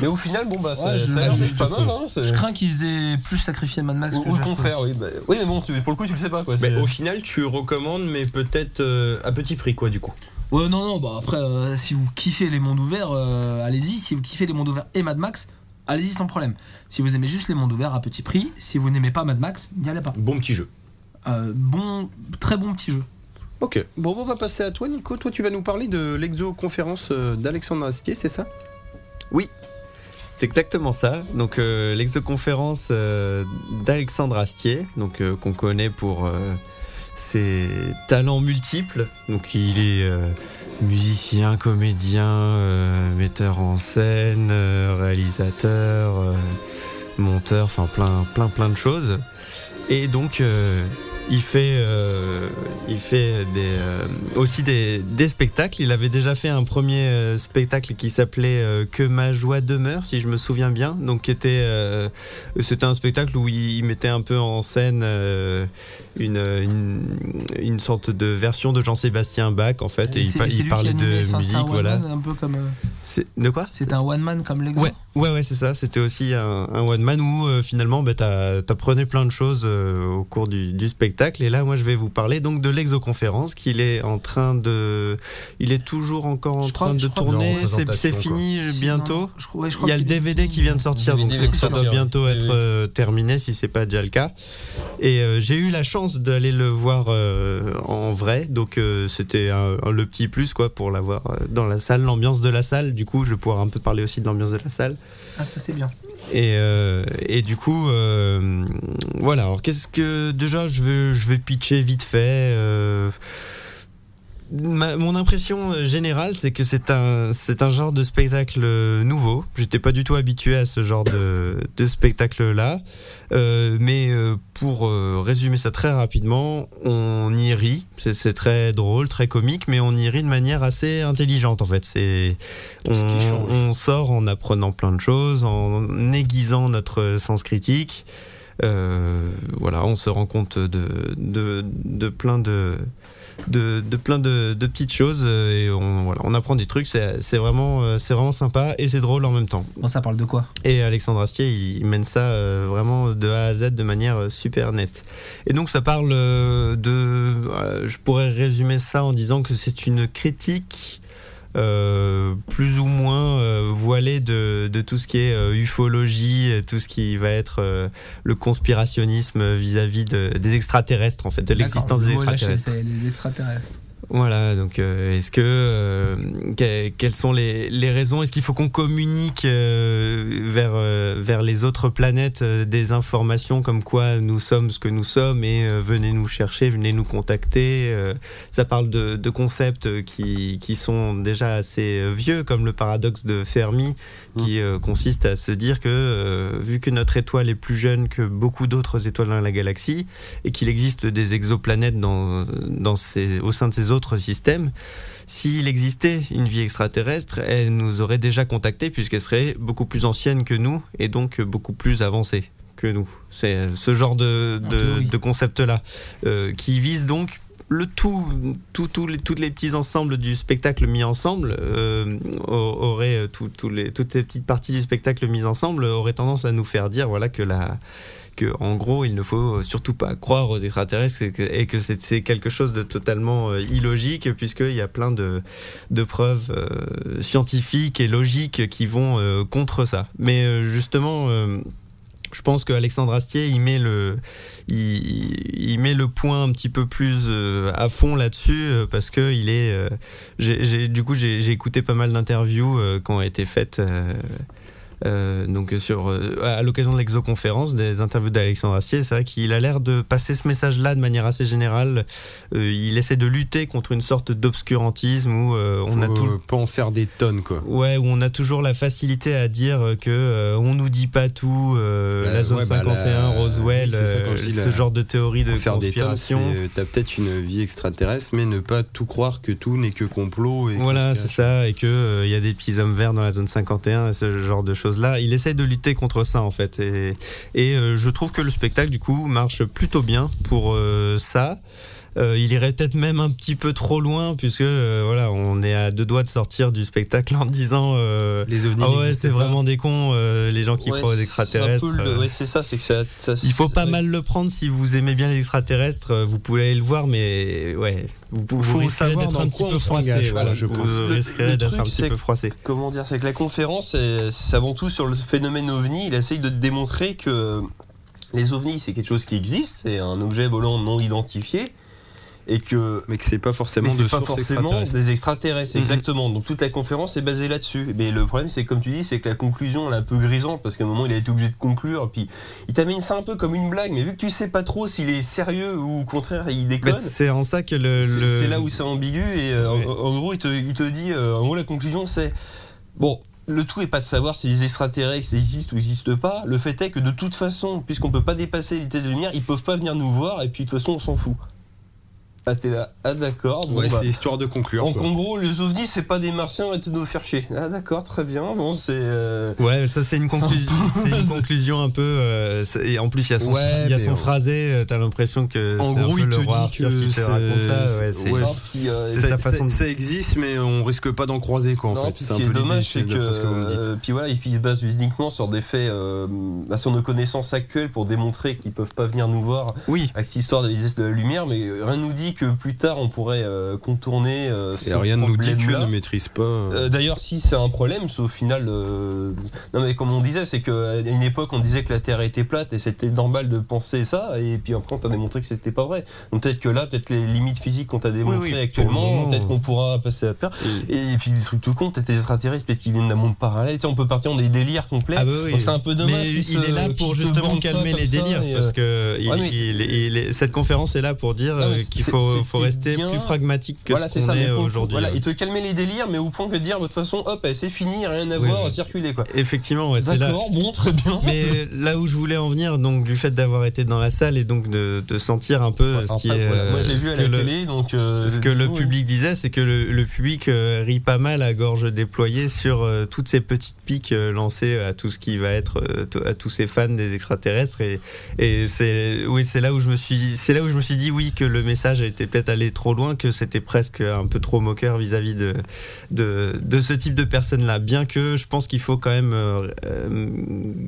[SPEAKER 2] Mais au final, bon, bah, ça-
[SPEAKER 4] Ouais, je-
[SPEAKER 2] ça a l'air
[SPEAKER 4] je-
[SPEAKER 2] d'être
[SPEAKER 4] je-
[SPEAKER 2] pas mal. hein, c'est-
[SPEAKER 4] Je crains qu'ils aient plus sacrifié Mad Max
[SPEAKER 2] Ou,
[SPEAKER 4] que
[SPEAKER 2] ou
[SPEAKER 4] Just
[SPEAKER 2] le
[SPEAKER 4] Cause.
[SPEAKER 2] contraire, oui. bah, oui, mais bon, tu- pour le coup, tu le sais pas, quoi.
[SPEAKER 3] Mais
[SPEAKER 2] c'est-
[SPEAKER 3] au final, tu recommandes, mais peut-être euh, à petit prix, quoi, du coup.
[SPEAKER 4] Ouais, non, non, bah après, euh, si vous kiffez les mondes ouverts, euh, allez-y. Si vous kiffez les mondes ouverts et Mad Max, allez-y sans problème. Si vous aimez juste les mondes ouverts à petit prix, si vous n'aimez pas Mad Max, n'y allez pas.
[SPEAKER 3] Bon petit jeu.
[SPEAKER 4] Euh, bon, très bon petit jeu.
[SPEAKER 3] Ok. Bon, on va passer à toi, Nico. Toi, tu vas nous parler de l'exoconférence euh, d'Alexandre Astier, c'est ça
[SPEAKER 5] C'est exactement ça. Donc euh, l'exoconférence euh, d'Alexandre Astier, donc euh, qu'on connaît pour euh, ses talents multiples. Donc il est euh, musicien, comédien, euh, metteur en scène, euh, réalisateur, euh, monteur, enfin plein, plein, plein de choses. Et donc euh, il fait, euh, il fait des, euh, aussi des, des spectacles. Il avait déjà fait un premier euh, spectacle qui s'appelait euh, Que ma joie demeure, si je me souviens bien. Donc qui était, euh, c'était un spectacle où il, il mettait un peu en scène euh, une, une, une sorte de version de Jean-Sébastien Bach en fait. Et, il,
[SPEAKER 4] C'est-
[SPEAKER 5] pa-
[SPEAKER 4] c'est
[SPEAKER 5] il
[SPEAKER 4] lui
[SPEAKER 5] parlait
[SPEAKER 4] qui animait,
[SPEAKER 5] de
[SPEAKER 4] enfin, c'est un
[SPEAKER 5] musique,
[SPEAKER 4] one
[SPEAKER 5] voilà.
[SPEAKER 4] man, un peu comme, euh,
[SPEAKER 5] C'est- De quoi
[SPEAKER 4] c'est un one man comme l'exo.
[SPEAKER 5] Ouais, ouais, ouais, c'est ça. C'était aussi un, un one man où euh, finalement, bah, t'as- t'apprenais plein de choses euh, au cours du, du spectacle. Et là, moi, je vais vous parler donc de l'exoconférence qu'il est en train de, il est toujours encore en
[SPEAKER 4] Je crois-
[SPEAKER 5] train
[SPEAKER 4] je
[SPEAKER 5] de
[SPEAKER 4] crois-
[SPEAKER 5] tourner.
[SPEAKER 3] Non,
[SPEAKER 5] C'est c'est
[SPEAKER 3] présentation,
[SPEAKER 5] fini je-
[SPEAKER 4] Si,
[SPEAKER 5] bientôt.
[SPEAKER 4] non, je crois- ouais, je crois
[SPEAKER 5] Il y a le
[SPEAKER 4] qu'il est-
[SPEAKER 5] DVD qui vient de sortir, donc
[SPEAKER 2] DVD
[SPEAKER 5] c'est que ça
[SPEAKER 2] sortir,
[SPEAKER 5] doit bientôt
[SPEAKER 2] oui,
[SPEAKER 5] être
[SPEAKER 2] oui.
[SPEAKER 5] euh, terminé si c'est pas déjà le cas. Et euh, j'ai eu la chance d'aller le voir euh, en vrai, donc euh, c'était un- un- le petit plus quoi pour l'avoir euh, dans la salle, l'ambiance de la salle. Du coup, je vais pouvoir un peu parler aussi de l'ambiance de la salle.
[SPEAKER 4] Ah, ça c'est bien.
[SPEAKER 5] Et, euh, et du coup, euh, voilà. Alors, qu'est-ce que déjà, je vais, je vais pitcher vite fait. euh, ma- mon impression euh, générale, c'est que c'est un, c'est un genre de spectacle euh, nouveau. J'étais pas du tout habitué à ce genre de, de spectacle-là. Euh, mais euh, pour euh, résumer ça très rapidement, on y rit. C'est, c'est très drôle, très comique, mais on y rit de manière assez intelligente en fait. C'est, on,
[SPEAKER 3] Ce qui change.
[SPEAKER 5] on sort en apprenant plein de choses, en aiguisant notre sens critique. Euh, voilà, on se rend compte de, de, de plein de de, de plein de, de petites choses euh, et on, voilà, on apprend des trucs c'est, c'est vraiment euh, c'est vraiment sympa et c'est drôle en même temps
[SPEAKER 4] Bon, ça parle de quoi
[SPEAKER 5] et Alexandre Astier, il il mène ça euh, vraiment de A à Z de manière euh, super nette. Et donc ça parle euh, de... euh, je pourrais résumer ça en disant que c'est une critique euh, plus ou moins euh, voilée de, de tout ce qui est euh, ufologie, euh, tout ce qui va être euh, le conspirationnisme vis-à-vis de- des extraterrestres, en fait, de l'existence des
[SPEAKER 4] D'accord, le mot lâché,
[SPEAKER 5] extraterrestres.
[SPEAKER 4] c'est les extraterrestres.
[SPEAKER 5] Voilà, donc euh, est-ce que euh, que- quelles sont les, les raisons Est-ce qu'il faut qu'on communique euh, vers euh, vers les autres planètes euh, des informations comme quoi nous sommes ce que nous sommes et euh, venez nous chercher, venez nous contacter euh, Ça parle de, de concepts qui qui sont déjà assez euh, vieux, comme le paradoxe de Fermi, qui euh, consiste à se dire que euh, vu que notre étoile est plus jeune que beaucoup d'autres étoiles dans la galaxie, et qu'il existe des exoplanètes dans, dans ces, au sein de ces autres systèmes, s'il existait une vie extraterrestre, elle nous aurait déjà contactés puisqu'elle serait beaucoup plus ancienne que nous et donc beaucoup plus avancée que nous. C'est ce genre de,
[SPEAKER 4] En
[SPEAKER 5] de-
[SPEAKER 4] théorie.
[SPEAKER 5] de concept-là euh, qui vise donc le tout, tout, tous les, toutes les petits ensembles du spectacle mis ensemble euh, au- aurait euh, tout- tous les, toutes les petites parties du spectacle mises ensemble auraient tendance à nous faire dire voilà que la que en gros il ne faut surtout pas croire aux extraterrestres et que, et que c'est c'est quelque chose de totalement euh, illogique puisqu'il y a plein de, de preuves euh, scientifiques et logiques qui vont euh, contre ça. Mais euh, justement, euh, je pense que Alexandre Astier, il met le, il, il- il met le point un petit peu plus euh, à fond là-dessus euh, parce que il est, euh, j'ai- j'ai- du coup, j'ai j'ai écouté pas mal d'interviews euh, qui ont été faites. euh, euh, donc sur, euh, à l'occasion de l'exoconférence des interviews d'Alexandre Astier. C'est vrai qu'il a l'air de passer ce message-là de manière assez générale. Euh, il essaie de lutter contre une sorte d'obscurantisme où euh, on a tout,
[SPEAKER 3] Faut pas en faire des tonnes, quoi.
[SPEAKER 5] Ouais, où on a toujours la facilité à dire euh, que euh, on nous dit pas tout, euh,
[SPEAKER 3] Bah,
[SPEAKER 5] la zone
[SPEAKER 3] ouais, bah,
[SPEAKER 5] 51,
[SPEAKER 3] la-
[SPEAKER 5] Roswell,
[SPEAKER 3] oui, c'est ça, quand je
[SPEAKER 5] euh,
[SPEAKER 3] dis
[SPEAKER 5] ce
[SPEAKER 3] la-
[SPEAKER 5] genre de théorie de
[SPEAKER 3] En faire des tonnes, c'est,
[SPEAKER 5] conspiration.
[SPEAKER 3] euh, t'as peut-être une vie extraterrestre, mais ne pas tout croire que tout n'est que complot. Et
[SPEAKER 5] voilà, c'est
[SPEAKER 3] conspiration.
[SPEAKER 5] ça, et que euh, il y a des petits hommes verts dans la zone 51, et ce genre de choses-là. Il essaie de lutter contre ça en fait, et, et, euh, je trouve que le spectacle du coup marche plutôt bien pour euh, ça. Euh, il irait peut-être même un petit peu trop loin puisque euh, voilà, on est à deux doigts de sortir du spectacle en disant euh,
[SPEAKER 3] Les ovnis.
[SPEAKER 5] ah ouais,
[SPEAKER 3] n'existent
[SPEAKER 5] c'est
[SPEAKER 3] pas.
[SPEAKER 5] vraiment des cons euh, les gens qui
[SPEAKER 2] Ouais,
[SPEAKER 5] croient aux
[SPEAKER 2] c'est un
[SPEAKER 5] extraterrestres.
[SPEAKER 2] peu le-
[SPEAKER 5] euh.
[SPEAKER 2] ouais, c'est ça, c'est que ça. ça-
[SPEAKER 5] Il faut pas
[SPEAKER 2] ouais.
[SPEAKER 5] mal le prendre si vous aimez bien les extraterrestres, euh, vous pouvez aller le voir, mais ouais, vous, vous
[SPEAKER 3] Faut
[SPEAKER 5] risquerez
[SPEAKER 3] savoir
[SPEAKER 5] d'être
[SPEAKER 3] dans
[SPEAKER 5] un petit
[SPEAKER 3] quoi
[SPEAKER 5] peu
[SPEAKER 3] on
[SPEAKER 5] froissé.
[SPEAKER 3] s'engage,
[SPEAKER 5] Voilà,
[SPEAKER 3] voilà, je
[SPEAKER 5] vous
[SPEAKER 3] pense.
[SPEAKER 2] Le-
[SPEAKER 5] risquerez
[SPEAKER 2] le
[SPEAKER 5] d'être un
[SPEAKER 2] truc,
[SPEAKER 5] petit
[SPEAKER 2] c'est
[SPEAKER 5] peu
[SPEAKER 2] que-
[SPEAKER 5] froissé.
[SPEAKER 2] Comment dire C'est que la conférence, c'est c'est avant tout sur le phénomène ovni. Il essaye de démontrer que les ovnis, c'est quelque chose qui existe, c'est un objet volant non identifié, et que
[SPEAKER 3] Mais que c'est pas
[SPEAKER 2] mais
[SPEAKER 3] forcément
[SPEAKER 2] c'est
[SPEAKER 3] de
[SPEAKER 2] pas
[SPEAKER 3] source
[SPEAKER 2] forcément
[SPEAKER 3] extraterrestre.
[SPEAKER 2] des extraterrestres,
[SPEAKER 5] Mhm.
[SPEAKER 2] exactement. Donc toute la conférence est basée là-dessus. Mais le problème, c'est comme tu dis, c'est que la conclusion, elle est un peu grisante parce qu'à un moment, il a été obligé de conclure. Puis il t'amène ça un peu comme une blague, mais vu que tu sais pas trop s'il est sérieux ou au contraire, il
[SPEAKER 5] Mais
[SPEAKER 2] déconne.
[SPEAKER 5] c'est en ça que le,
[SPEAKER 2] C'est
[SPEAKER 5] le-
[SPEAKER 2] c'est là où c'est ambigu et euh, en-
[SPEAKER 5] Ouais.
[SPEAKER 2] en, gros il te, il te dit euh, en gros la conclusion c'est bon le tout est pas de savoir si les extraterrestres existent ou existent pas le fait est que de toute façon puisqu'on peut pas dépasser les vitesses de lumière ils peuvent pas venir nous voir et puis de toute façon on s'en fout ah t'es là ah d'accord bon,
[SPEAKER 3] Ouais,
[SPEAKER 2] bah,
[SPEAKER 3] c'est histoire de conclure.
[SPEAKER 2] en,
[SPEAKER 3] quoi.
[SPEAKER 2] en gros les ovnis c'est pas des martiens on va te nous faire chier ah d'accord très bien bon c'est euh,
[SPEAKER 5] Ouais, ça c'est une conclusion, c'est une conclusion un peu. euh, c'est- et en plus, il y a son,
[SPEAKER 3] Ouais,
[SPEAKER 5] il y a
[SPEAKER 3] mais
[SPEAKER 5] son
[SPEAKER 3] on-
[SPEAKER 5] phrasé. euh, T'as l'impression que
[SPEAKER 3] En
[SPEAKER 5] c'est un
[SPEAKER 3] gros,
[SPEAKER 5] peu
[SPEAKER 3] il
[SPEAKER 5] le
[SPEAKER 3] te
[SPEAKER 5] roi
[SPEAKER 3] dit
[SPEAKER 5] Arthur
[SPEAKER 3] que
[SPEAKER 5] qui te
[SPEAKER 3] c'est-
[SPEAKER 5] raconte ça. ouais, c'est-
[SPEAKER 3] ouais,
[SPEAKER 2] un petit, euh,
[SPEAKER 5] c'est
[SPEAKER 3] Ça-
[SPEAKER 5] sa
[SPEAKER 3] ça-
[SPEAKER 5] façon de-
[SPEAKER 3] ça existe, mais on risque pas d'en croiser quoi en
[SPEAKER 2] Non,
[SPEAKER 3] fait.
[SPEAKER 2] puis
[SPEAKER 3] C'est
[SPEAKER 2] ce
[SPEAKER 3] un
[SPEAKER 2] qui
[SPEAKER 3] peu
[SPEAKER 2] est
[SPEAKER 3] l'idée,
[SPEAKER 2] dommage, c'est que,
[SPEAKER 3] d'après ce que vous me dites.
[SPEAKER 2] euh, puis voilà, et puis ils se basent uniquement sur des faits, euh, bah, sur nos connaissances actuelles pour démontrer qu'ils peuvent pas venir nous voir
[SPEAKER 5] Oui.
[SPEAKER 2] avec cette histoire de vitesse de la lumière, mais rien nous dit que plus tard on pourrait euh, contourner. euh, ce
[SPEAKER 3] Et rien ne nous dit que
[SPEAKER 2] problème-là.
[SPEAKER 3] ne maîtrise pas.
[SPEAKER 2] Euh, D'ailleurs, si c'est un problème, c'est au final. euh, Non, mais comme on disait, c'est qu'à une époque, on disait que la Terre était plate et c'était normal de penser ça, et puis après, on t'a démontré que c'était pas vrai. Donc peut-être que là, peut-être les limites physiques qu'on t'a démontrées
[SPEAKER 5] oui, pour le
[SPEAKER 2] actuellement,
[SPEAKER 5] moment,
[SPEAKER 2] peut-être qu'on pourra passer à peur. Et, puis, des trucs tout con, peut-être les extraterrestres, peut-être qu'ils viennent d'un monde parallèle. Tu sais, on peut partir dans des délires complets.
[SPEAKER 5] Ah bah oui.
[SPEAKER 2] Donc c'est un peu dommage.
[SPEAKER 5] Mais
[SPEAKER 2] qu'ils
[SPEAKER 5] il
[SPEAKER 2] se-
[SPEAKER 5] est là pour
[SPEAKER 2] qu'ils te
[SPEAKER 5] justement
[SPEAKER 2] vendent ça
[SPEAKER 5] calmer
[SPEAKER 2] comme
[SPEAKER 5] les
[SPEAKER 2] ça,
[SPEAKER 5] délires
[SPEAKER 2] et, euh,
[SPEAKER 5] parce que il-
[SPEAKER 2] ouais, mais-
[SPEAKER 5] il- il est- cette conférence est là pour dire
[SPEAKER 2] Ah ouais,
[SPEAKER 5] euh,
[SPEAKER 2] c'est-
[SPEAKER 5] qu'il
[SPEAKER 2] c'est-
[SPEAKER 5] faut,
[SPEAKER 2] c'est
[SPEAKER 5] faut rester
[SPEAKER 2] bien.
[SPEAKER 5] plus pragmatique que
[SPEAKER 2] voilà,
[SPEAKER 5] ce
[SPEAKER 2] c'est
[SPEAKER 5] qu'on
[SPEAKER 2] ça. mais
[SPEAKER 5] est
[SPEAKER 2] pour le coup,
[SPEAKER 5] aujourd'hui. euh.
[SPEAKER 2] Voilà,
[SPEAKER 5] ouais.
[SPEAKER 2] et te calmer les délires, mais au point que de dire, de toute façon, hop, eh, c'est fini, rien à
[SPEAKER 5] Oui,
[SPEAKER 2] voir,
[SPEAKER 5] oui.
[SPEAKER 2] circuler quoi.
[SPEAKER 5] Effectivement, ouais, c'est là.
[SPEAKER 2] D'accord, euh, bon, très bien.
[SPEAKER 5] Mais là où je voulais en venir, donc du fait d'avoir été dans la salle et donc de, de sentir un peu ce
[SPEAKER 2] Enfin,
[SPEAKER 5] qui
[SPEAKER 2] après,
[SPEAKER 5] est,
[SPEAKER 2] voilà, Moi, je l'ai
[SPEAKER 5] euh,
[SPEAKER 2] vu
[SPEAKER 5] ce
[SPEAKER 2] à
[SPEAKER 5] que
[SPEAKER 2] la
[SPEAKER 5] le-
[SPEAKER 2] télé, donc. euh,
[SPEAKER 5] ce que le
[SPEAKER 2] du coup,
[SPEAKER 5] public disait, c'est que le, le public euh, rit pas mal à gorge déployée sur euh, toutes ces petites piques euh, lancées à tout ce qui va être euh, to- à tous ces fans des extraterrestres et, et c'est oui c'est là où je me suis c'est là où je me suis dit oui que le message était peut-être allé trop loin que c'était presque un peu trop moqueur vis-à-vis de, de de ce type de personnes là bien que je pense qu'il faut quand même euh, euh,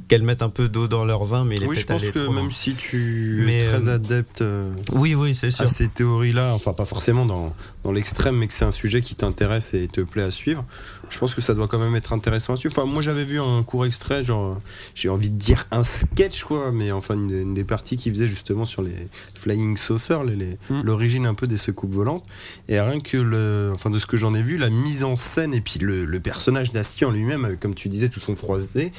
[SPEAKER 5] qu'elles mettent un peu d'eau dans leur vin mais il est
[SPEAKER 3] Oui, je
[SPEAKER 5] peut-être
[SPEAKER 3] pense
[SPEAKER 5] allé
[SPEAKER 3] que
[SPEAKER 5] trop loin.
[SPEAKER 3] même si tu
[SPEAKER 5] Mais,
[SPEAKER 3] es très
[SPEAKER 5] euh,
[SPEAKER 3] adepte euh,
[SPEAKER 5] oui oui c'est sûr
[SPEAKER 3] à ces théories-là, enfin pas forcément dans, dans l'extrême, mais que c'est un sujet qui t'intéresse et te plaît à suivre, je pense que ça doit quand même être intéressant à suivre. Enfin, moi j'avais vu un court extrait, genre j'ai envie de dire un sketch quoi, mais enfin une, une des parties qui faisait justement sur les flying saucers, les- les-
[SPEAKER 2] Mm.
[SPEAKER 3] l'origine un peu des secoupes volantes. Et rien que le, enfin de ce que j'en ai vu, la mise en scène et puis le, le personnage d'Asti en lui-même, avec, comme tu disais, tout son froissé,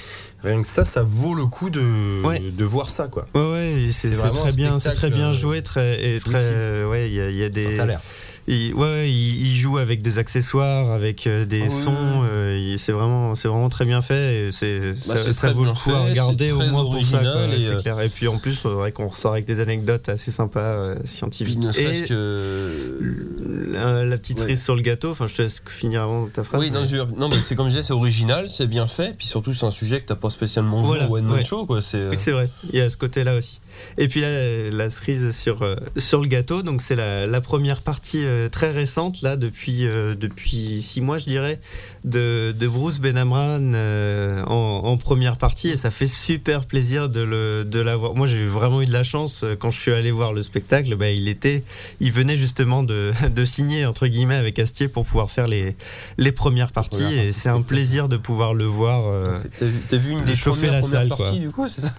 [SPEAKER 3] rien que ça, ça vaut le coup de,
[SPEAKER 5] Ouais.
[SPEAKER 3] de voir ça quoi.
[SPEAKER 5] Ouais, ouais, et
[SPEAKER 3] C'est
[SPEAKER 5] c'est c'est
[SPEAKER 3] vraiment
[SPEAKER 5] très
[SPEAKER 3] un
[SPEAKER 5] bien, c'est
[SPEAKER 3] spectacle,
[SPEAKER 5] très bien
[SPEAKER 3] euh,
[SPEAKER 5] joué, très, et
[SPEAKER 3] jouissif.
[SPEAKER 5] très, euh, ouais, il y a, il y a des,
[SPEAKER 3] Enfin, ça a l'air.
[SPEAKER 5] il, ouais, ouais, il, il joue avec des accessoires, avec euh, des
[SPEAKER 2] Ah oui,
[SPEAKER 5] sons,
[SPEAKER 2] oui, oui.
[SPEAKER 5] euh, il- c'est vraiment, c'est vraiment très bien fait, et c'est,
[SPEAKER 2] Bah,
[SPEAKER 5] ça,
[SPEAKER 2] c'est
[SPEAKER 5] ça
[SPEAKER 2] très
[SPEAKER 5] vaut le
[SPEAKER 2] bien
[SPEAKER 5] coup à
[SPEAKER 2] fait,
[SPEAKER 5] regarder
[SPEAKER 2] c'est
[SPEAKER 5] au
[SPEAKER 2] très
[SPEAKER 5] moins pour ça, quoi,
[SPEAKER 2] original,
[SPEAKER 5] ouais,
[SPEAKER 2] et,
[SPEAKER 5] c'est
[SPEAKER 2] euh,
[SPEAKER 5] clair. Et puis en plus, c'est vrai qu'on ressort avec des anecdotes assez sympas, euh,
[SPEAKER 2] puis
[SPEAKER 5] scientifiques.
[SPEAKER 2] ne serait-ce
[SPEAKER 5] Et
[SPEAKER 2] que-
[SPEAKER 5] la, la petite
[SPEAKER 2] Ouais.
[SPEAKER 5] cerise sur le gâteau, enfin, je te laisse finir avant ta phrase.
[SPEAKER 2] Oui, non,
[SPEAKER 5] mais-
[SPEAKER 2] je veux dire- non, mais c'est comme je disais, c'est original, c'est bien fait, puis surtout c'est un sujet que t'as pas spécialement vu
[SPEAKER 5] Voilà,
[SPEAKER 2] au One Man
[SPEAKER 5] ouais.
[SPEAKER 2] Show, quoi. C'est euh,
[SPEAKER 5] Oui, c'est vrai, il y a ce côté-là aussi. Et puis là, euh, la cerise sur, euh, sur le gâteau, donc c'est la, la première partie euh, très récente, là, depuis, euh, depuis six mois, je dirais, de, de Bruce Benamran euh, en, en première partie, et ça fait super plaisir de, le, de l'avoir. Moi, j'ai vraiment eu de la chance, euh, quand je suis allé voir le spectacle, bah, il, était, il venait justement de, de signer, entre guillemets, avec Astier pour pouvoir faire les, les premières parties,
[SPEAKER 3] premières
[SPEAKER 5] et c'est un plaisir de pouvoir le voir. euh,
[SPEAKER 2] c'est- T'as vu, t'as vu une
[SPEAKER 5] le
[SPEAKER 2] des
[SPEAKER 5] chauffer
[SPEAKER 2] premières,
[SPEAKER 5] la
[SPEAKER 2] premières
[SPEAKER 5] salle,
[SPEAKER 2] parties
[SPEAKER 5] quoi.
[SPEAKER 2] du coup, c'est ça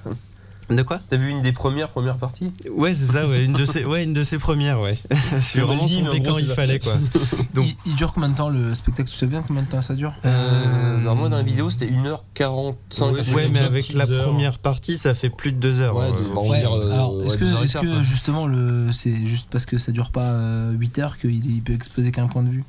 [SPEAKER 5] De quoi
[SPEAKER 2] T'as vu une des premières premières parties
[SPEAKER 5] Ouais, c'est ça, ouais, une de ses, ouais, une de ses premières, ouais. Je suis
[SPEAKER 2] Le
[SPEAKER 5] vraiment
[SPEAKER 2] régime,
[SPEAKER 5] tombé
[SPEAKER 2] en gros,
[SPEAKER 5] quand
[SPEAKER 2] c'est
[SPEAKER 5] il
[SPEAKER 2] ça.
[SPEAKER 5] fallait, quoi. Donc-
[SPEAKER 4] Il, il dure combien de temps le spectacle Tu sais bien combien de temps ça dure
[SPEAKER 2] euh, Normalement, dans la vidéo, c'était 1h45.
[SPEAKER 3] Ouais, c'est
[SPEAKER 5] Ouais,
[SPEAKER 3] une
[SPEAKER 5] mais
[SPEAKER 3] bonne
[SPEAKER 5] avec
[SPEAKER 3] petite
[SPEAKER 5] la
[SPEAKER 3] heure.
[SPEAKER 5] première partie, ça fait plus de deux heures.
[SPEAKER 2] Ouais,
[SPEAKER 5] hein.
[SPEAKER 2] de- on
[SPEAKER 4] Ouais,
[SPEAKER 2] va dire, euh,
[SPEAKER 4] alors,
[SPEAKER 2] ouais,
[SPEAKER 4] est-ce
[SPEAKER 2] deux
[SPEAKER 4] que,
[SPEAKER 2] heures et
[SPEAKER 4] est-ce
[SPEAKER 2] quart,
[SPEAKER 4] que
[SPEAKER 2] quoi.
[SPEAKER 4] justement, le, c'est juste parce que ça dure pas 8 heures qu'il il peut exposer qu'un point de vue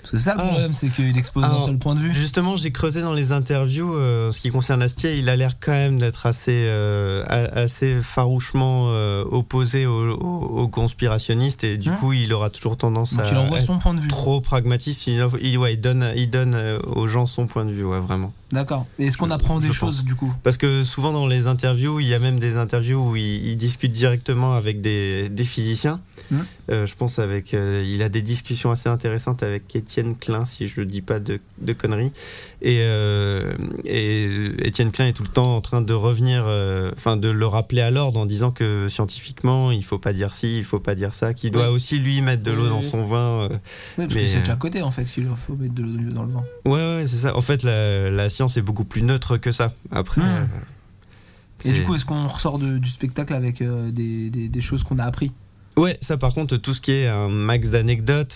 [SPEAKER 4] Parce que c'est ça le
[SPEAKER 5] Ah.
[SPEAKER 4] problème, c'est qu'il expose un
[SPEAKER 5] Alors,
[SPEAKER 4] seul point de vue.
[SPEAKER 5] Justement, j'ai creusé dans les interviews. euh, en ce qui concerne Astier, il a l'air quand même d'être assez, euh, a- assez farouchement euh, opposé aux, aux- aux conspirationnistes et du
[SPEAKER 4] Mmh.
[SPEAKER 5] coup, il aura toujours tendance
[SPEAKER 4] Donc
[SPEAKER 5] à
[SPEAKER 4] il envoie
[SPEAKER 5] être
[SPEAKER 4] son point de vue.
[SPEAKER 5] trop pragmatiste. Il, il- ouais, il donne, il donne euh, aux gens son point de vue, ouais, vraiment.
[SPEAKER 4] D'accord. Et est-ce qu'on apprend
[SPEAKER 5] je
[SPEAKER 4] des
[SPEAKER 5] pense.
[SPEAKER 4] choses du coup
[SPEAKER 5] Parce que souvent dans les interviews, il y a même des interviews où il, il discute directement avec des, des physiciens.
[SPEAKER 4] Mmh.
[SPEAKER 5] Euh, je pense avec, euh, il a des discussions assez intéressantes avec Étienne Klein, si je dis pas de, de conneries. Et, euh, et Étienne Klein est tout le temps en train de revenir, euh, enfin de le rappeler à l'ordre en disant que scientifiquement, il faut pas dire ci, il faut pas dire ça, qu'il doit aussi lui mettre de l'eau
[SPEAKER 2] Oui,
[SPEAKER 5] dans
[SPEAKER 2] oui.
[SPEAKER 5] son vin. euh,
[SPEAKER 4] Oui, parce
[SPEAKER 5] Mais,
[SPEAKER 4] que c'est
[SPEAKER 5] euh,
[SPEAKER 4] déjà coté en fait qu'il leur faut mettre de l'eau dans le vent.
[SPEAKER 5] Ouais, ouais, c'est ça. En fait, la, la science est beaucoup plus neutre que ça. Après.
[SPEAKER 4] Mmh.
[SPEAKER 5] euh,
[SPEAKER 4] Et du
[SPEAKER 5] c'est-
[SPEAKER 4] coup, est-ce qu'on ressort de- du spectacle avec euh, des, des- des choses qu'on a appris
[SPEAKER 5] Ouais, ça par contre, tout ce qui est un max d'anecdotes,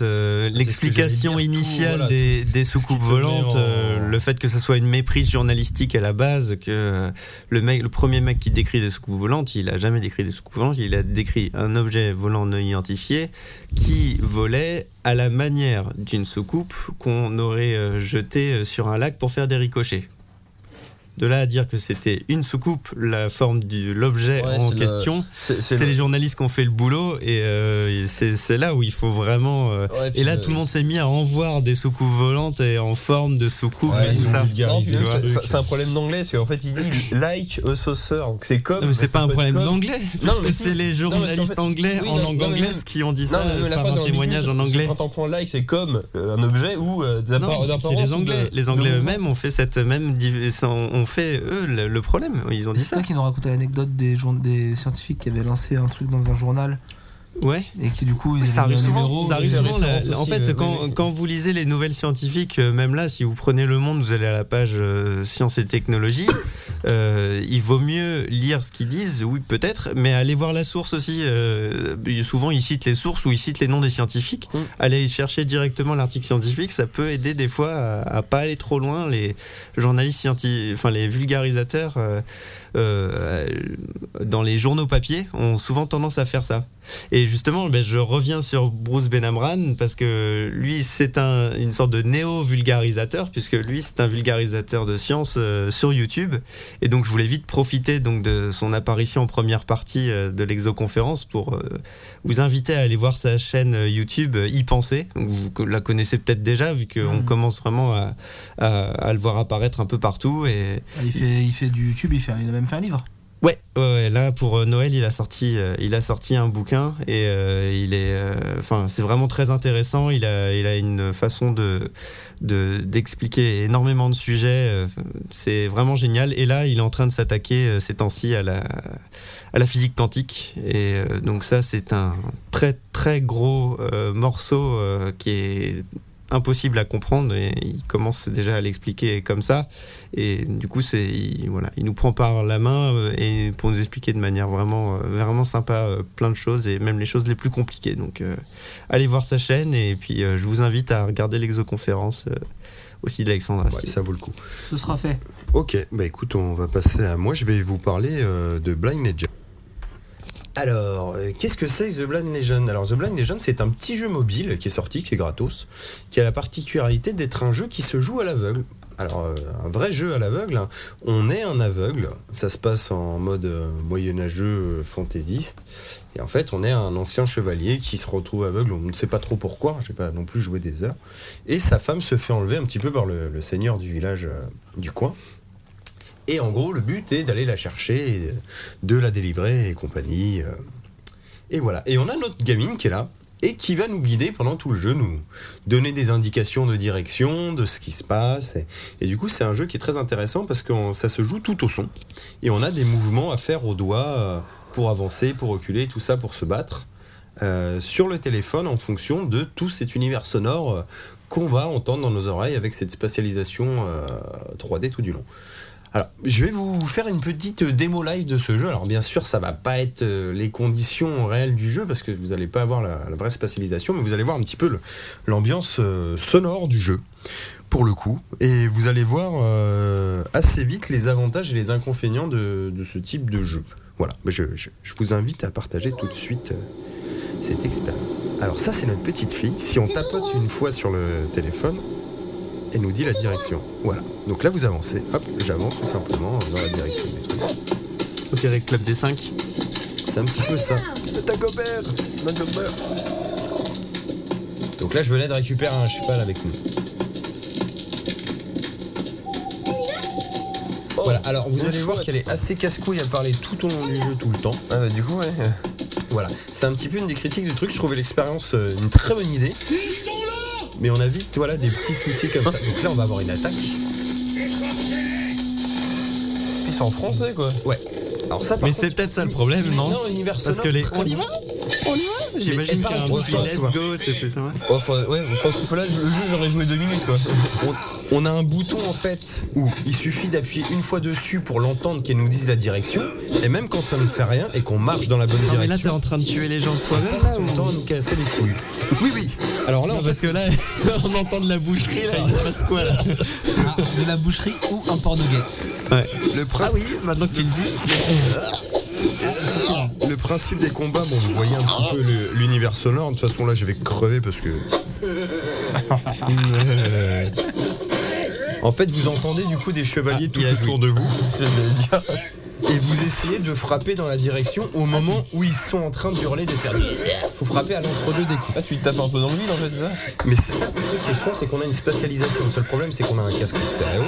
[SPEAKER 3] C'est ce que
[SPEAKER 5] euh,
[SPEAKER 3] j'allais
[SPEAKER 5] l'explication
[SPEAKER 3] dire, tout,
[SPEAKER 5] initiale
[SPEAKER 3] voilà,
[SPEAKER 5] des,
[SPEAKER 3] tout ce-
[SPEAKER 5] des
[SPEAKER 3] tout ce qui
[SPEAKER 5] soucoupes
[SPEAKER 3] te met
[SPEAKER 5] volantes,
[SPEAKER 3] en-
[SPEAKER 5] euh, le fait que ça soit une méprise journalistique à la base, que euh, le, mec, le premier mec qui décrit des soucoupes volantes, il a jamais décrit des soucoupes volantes, il a décrit un objet volant non identifié qui volait à la manière d'une soucoupe qu'on aurait euh, jetée euh, sur un lac pour faire des ricochets. De là à dire que c'était une soucoupe, la forme de l'objet
[SPEAKER 2] Ouais,
[SPEAKER 5] en
[SPEAKER 2] c'est le-
[SPEAKER 5] question,
[SPEAKER 2] C'est
[SPEAKER 5] c'est les journalistes qui ont fait le boulot et euh, et c'est c'est là où il faut vraiment. euh,
[SPEAKER 2] Ouais,
[SPEAKER 5] et
[SPEAKER 2] puis,
[SPEAKER 5] là,
[SPEAKER 2] euh,
[SPEAKER 5] tout le monde s'est mis à en voir des soucoupes volantes et en forme de soucoupes
[SPEAKER 3] Ouais,
[SPEAKER 5] et tout
[SPEAKER 3] ils ont
[SPEAKER 5] ça.
[SPEAKER 3] vulgarisé
[SPEAKER 2] Non, puis
[SPEAKER 5] tu
[SPEAKER 2] même,
[SPEAKER 5] vois.
[SPEAKER 2] c'est- c'est c'est un problème d'anglais, c'est qu'en fait il dit like a saucer, donc c'est comme.
[SPEAKER 5] Non, mais c'est pas un
[SPEAKER 2] peut être
[SPEAKER 5] problème
[SPEAKER 2] comme.
[SPEAKER 5] d'anglais,
[SPEAKER 2] Non,
[SPEAKER 5] parce
[SPEAKER 2] mais
[SPEAKER 5] que
[SPEAKER 2] si.
[SPEAKER 5] c'est les
[SPEAKER 2] Non, parce qu'en
[SPEAKER 5] journalistes
[SPEAKER 2] fait-
[SPEAKER 5] anglais
[SPEAKER 2] oui,
[SPEAKER 5] en
[SPEAKER 2] non,
[SPEAKER 5] langue
[SPEAKER 2] non, mais
[SPEAKER 5] anglaise
[SPEAKER 2] même-
[SPEAKER 5] qui ont dit
[SPEAKER 2] Non,
[SPEAKER 5] ça
[SPEAKER 2] mais même la
[SPEAKER 5] par un
[SPEAKER 2] phrase est ambiguë,
[SPEAKER 5] témoignage en
[SPEAKER 2] parce que
[SPEAKER 5] anglais.
[SPEAKER 2] Quand on prend like, c'est comme euh, un objet ou euh,
[SPEAKER 5] Non,
[SPEAKER 2] d'appar-
[SPEAKER 5] c'est
[SPEAKER 2] d'apparence.
[SPEAKER 5] les
[SPEAKER 2] ou
[SPEAKER 5] anglais.
[SPEAKER 2] de-
[SPEAKER 5] Les anglais
[SPEAKER 2] de-
[SPEAKER 5] eux-mêmes ont fait cette euh, même. div- ça, On on fait eux le, le problème. Ils ont
[SPEAKER 4] Et
[SPEAKER 5] dit
[SPEAKER 4] C'est
[SPEAKER 5] ça.
[SPEAKER 4] toi qui nous racontais l'anecdote des, jour- des scientifiques qui avaient lancé un truc dans un journal
[SPEAKER 5] Ouais.
[SPEAKER 4] et qui du coup ils
[SPEAKER 5] Ça
[SPEAKER 4] avaient
[SPEAKER 5] arrive
[SPEAKER 4] mis un
[SPEAKER 5] souvent.
[SPEAKER 4] numéro.
[SPEAKER 5] ça arrive
[SPEAKER 2] fait
[SPEAKER 5] souvent. la-
[SPEAKER 2] référence
[SPEAKER 5] en
[SPEAKER 2] aussi,
[SPEAKER 5] fait,
[SPEAKER 2] euh,
[SPEAKER 5] quand,
[SPEAKER 2] oui, oui.
[SPEAKER 5] quand vous lisez les nouvelles scientifiques, euh, même là, si vous prenez Le Monde, vous allez à la page euh, Sciences et Technologies. euh, il vaut mieux lire ce qu'ils disent, oui, peut-être, mais allez voir la source aussi. euh, souvent, ils citent les sources ou ils citent les noms des scientifiques.
[SPEAKER 2] Mm.
[SPEAKER 5] Allez chercher directement l'article scientifique, ça peut aider des fois à, à pas aller trop loin. Les journalistes scientifiques, enfin les vulgarisateurs. euh, euh, dans les journaux papier ont souvent tendance à faire ça. Et justement, ben, je reviens sur Bruce Benamran parce que lui, c'est un- une sorte de néo-vulgarisateur, puisque lui, c'est un vulgarisateur de science euh, sur YouTube. Et donc, je voulais vite profiter donc, de son apparition en première partie euh, de l'exoconférence pour euh, vous inviter à aller voir sa chaîne euh, YouTube euh, Y Penser. Donc, vous co- la connaissez peut-être déjà, vu qu'on
[SPEAKER 4] Mhm.
[SPEAKER 5] commence vraiment à, à- à le voir apparaître un peu partout. Et,
[SPEAKER 4] Il fait, il fait du YouTube, il, fait, il a même fait un livre.
[SPEAKER 5] Ouais, ouais, ouais, là pour euh, Noël, il a sorti, euh, il a sorti un bouquin et euh, il est, euh, enfin, c'est vraiment très intéressant. Il a, il a une façon de, de- d'expliquer énormément de sujets. euh, C'est vraiment génial. Et là, il est en train de s'attaquer euh, ces temps-ci à la, à la physique quantique. Et euh, donc ça, c'est un très très gros euh, morceau euh, qui est impossible à comprendre. Et il commence déjà à l'expliquer comme ça. Et du coup, c'est il, voilà, il nous prend par la main euh, et pour nous expliquer de manière vraiment, euh, vraiment sympa euh, plein de choses et même les choses les plus compliquées. Donc, euh, allez voir sa chaîne et puis euh, je vous invite à regarder l'exoconférence euh, aussi d'Alexandre
[SPEAKER 3] Ouais,
[SPEAKER 5] Astier.
[SPEAKER 3] ça vaut le coup.
[SPEAKER 4] Ce sera fait.
[SPEAKER 3] Ok, bah écoute, on va passer à moi. Je vais vous parler euh, de Blind Legend. Alors, euh, qu'est-ce que c'est The Blind Legend Alors, The Blind Legend, c'est un petit jeu mobile qui est sorti, qui est gratos, qui a la particularité d'être un jeu qui se joue à l'aveugle. Alors, euh, un vrai jeu à l'aveugle, hein. on est un aveugle, ça se passe en mode euh, moyenâgeux euh, fantaisiste, et en fait, on est un ancien chevalier qui se retrouve aveugle, on ne sait pas trop pourquoi, je n'ai pas non plus joué des heures, et sa femme se fait enlever un petit peu par le, le seigneur du village euh, du coin. Et en gros, le but est d'aller la chercher, et de la délivrer et compagnie. euh. Et voilà. Et on a notre gamine qui est là et qui va nous guider pendant tout le jeu, nous donner des indications de direction, de ce qui se passe. Et, et du coup, c'est un jeu qui est très intéressant parce que on- ça se joue tout au son. Et on a des mouvements à faire au doigt euh, pour avancer, pour reculer, tout ça pour se battre. euh, sur le téléphone en fonction de tout cet univers sonore euh, qu'on va entendre dans nos oreilles avec cette spatialisation euh, 3D tout du long. Alors, je vais vous faire une petite démo live de ce jeu. Alors, bien sûr, ça va pas être euh, les conditions réelles du jeu parce que vous n'allez pas avoir la, la vraie spatialisation, mais vous allez voir un petit peu le- l'ambiance euh, sonore du jeu pour le coup. Et vous allez voir euh, assez vite les avantages et les inconvénients de, de ce type de jeu. Voilà, Mais je, je- je vous invite à partager tout de suite euh, cette expérience. Alors ça, c'est notre petite fille. Si on tapote une fois sur le téléphone, elle nous dit la direction. Voilà. Donc là, vous avancez. Hop, j'avance tout simplement dans la direction du truc.
[SPEAKER 5] Ok, avec Club des 5.
[SPEAKER 3] C'est un petit peu ça. Donc là, je me l'aide à récupérer un cheval avec nous. voilà, alors vous allez voir qu'elle est assez casse-couille à parler tout au long du jeu, tout le temps. Hein,
[SPEAKER 2] Ah bah du coup, ouais.
[SPEAKER 3] Voilà, c'est un petit peu une des critiques du truc. Je trouvais l'expérience euh, une très bonne idée. Mais on a vite voilà, des petits soucis comme ça. Donc là, on va avoir une attaque.
[SPEAKER 2] Puis c'est en français, quoi.
[SPEAKER 3] Ouais. Alors ça, par
[SPEAKER 5] Mais
[SPEAKER 3] contre,
[SPEAKER 5] c'est peut-être ça le problème, non
[SPEAKER 3] Non, univers
[SPEAKER 5] Parce
[SPEAKER 3] sonore,
[SPEAKER 5] que les.
[SPEAKER 3] très
[SPEAKER 5] On y
[SPEAKER 3] bon.
[SPEAKER 5] va On y va J'imagine
[SPEAKER 3] elle
[SPEAKER 5] qu'il y
[SPEAKER 3] parle
[SPEAKER 5] a un
[SPEAKER 3] trop
[SPEAKER 5] bruit.
[SPEAKER 3] fort, tu
[SPEAKER 5] Let's
[SPEAKER 3] vois.
[SPEAKER 5] go, c'est plus ça.
[SPEAKER 2] Ouais, faudrait- Oh, ouais, je pense que là, le jeu, j'aurais joué deux minutes, quoi.
[SPEAKER 3] On, on a un bouton en fait où il suffit d'appuyer une fois dessus pour l'entendre qu'elle nous dise la direction. Et même quand on ne fait rien et qu'on marche dans la bonne
[SPEAKER 5] Non, mais là, t'es
[SPEAKER 3] direction,
[SPEAKER 5] en train de tuer les gens
[SPEAKER 3] on
[SPEAKER 5] toi-même
[SPEAKER 3] passe
[SPEAKER 5] là
[SPEAKER 3] son
[SPEAKER 5] ou-
[SPEAKER 3] temps à nous casser les couilles. Oui, oui. Alors là,
[SPEAKER 5] Non,
[SPEAKER 3] en
[SPEAKER 5] parce
[SPEAKER 3] fait,
[SPEAKER 5] que là, on entend de la boucherie, là, il se passe quoi là
[SPEAKER 4] Ah, de la boucherie ou un porno gay.
[SPEAKER 3] le,
[SPEAKER 5] Ah oui,
[SPEAKER 3] principe,
[SPEAKER 5] maintenant que tu le dis.
[SPEAKER 3] le principe des combats, bon, vous voyez un petit peu le- l'univers sonore. De toute façon, là, je vais crever parce que. Euh, En fait, vous entendez du coup des chevaliers tout
[SPEAKER 5] il a
[SPEAKER 3] autour de vous. Et vous essayez de frapper dans la direction au moment où ils sont en train de hurler, de faire. Faut frapper à l'entre-deux des coups.
[SPEAKER 2] Là, Ah, tu te tapes un peu dans le vide, en fait, c'est ça
[SPEAKER 3] Mais c'est ça le truc qui est chiant, c'est qu'on a une spatialisation. Le seul problème, c'est qu'on a un casque en stéréo.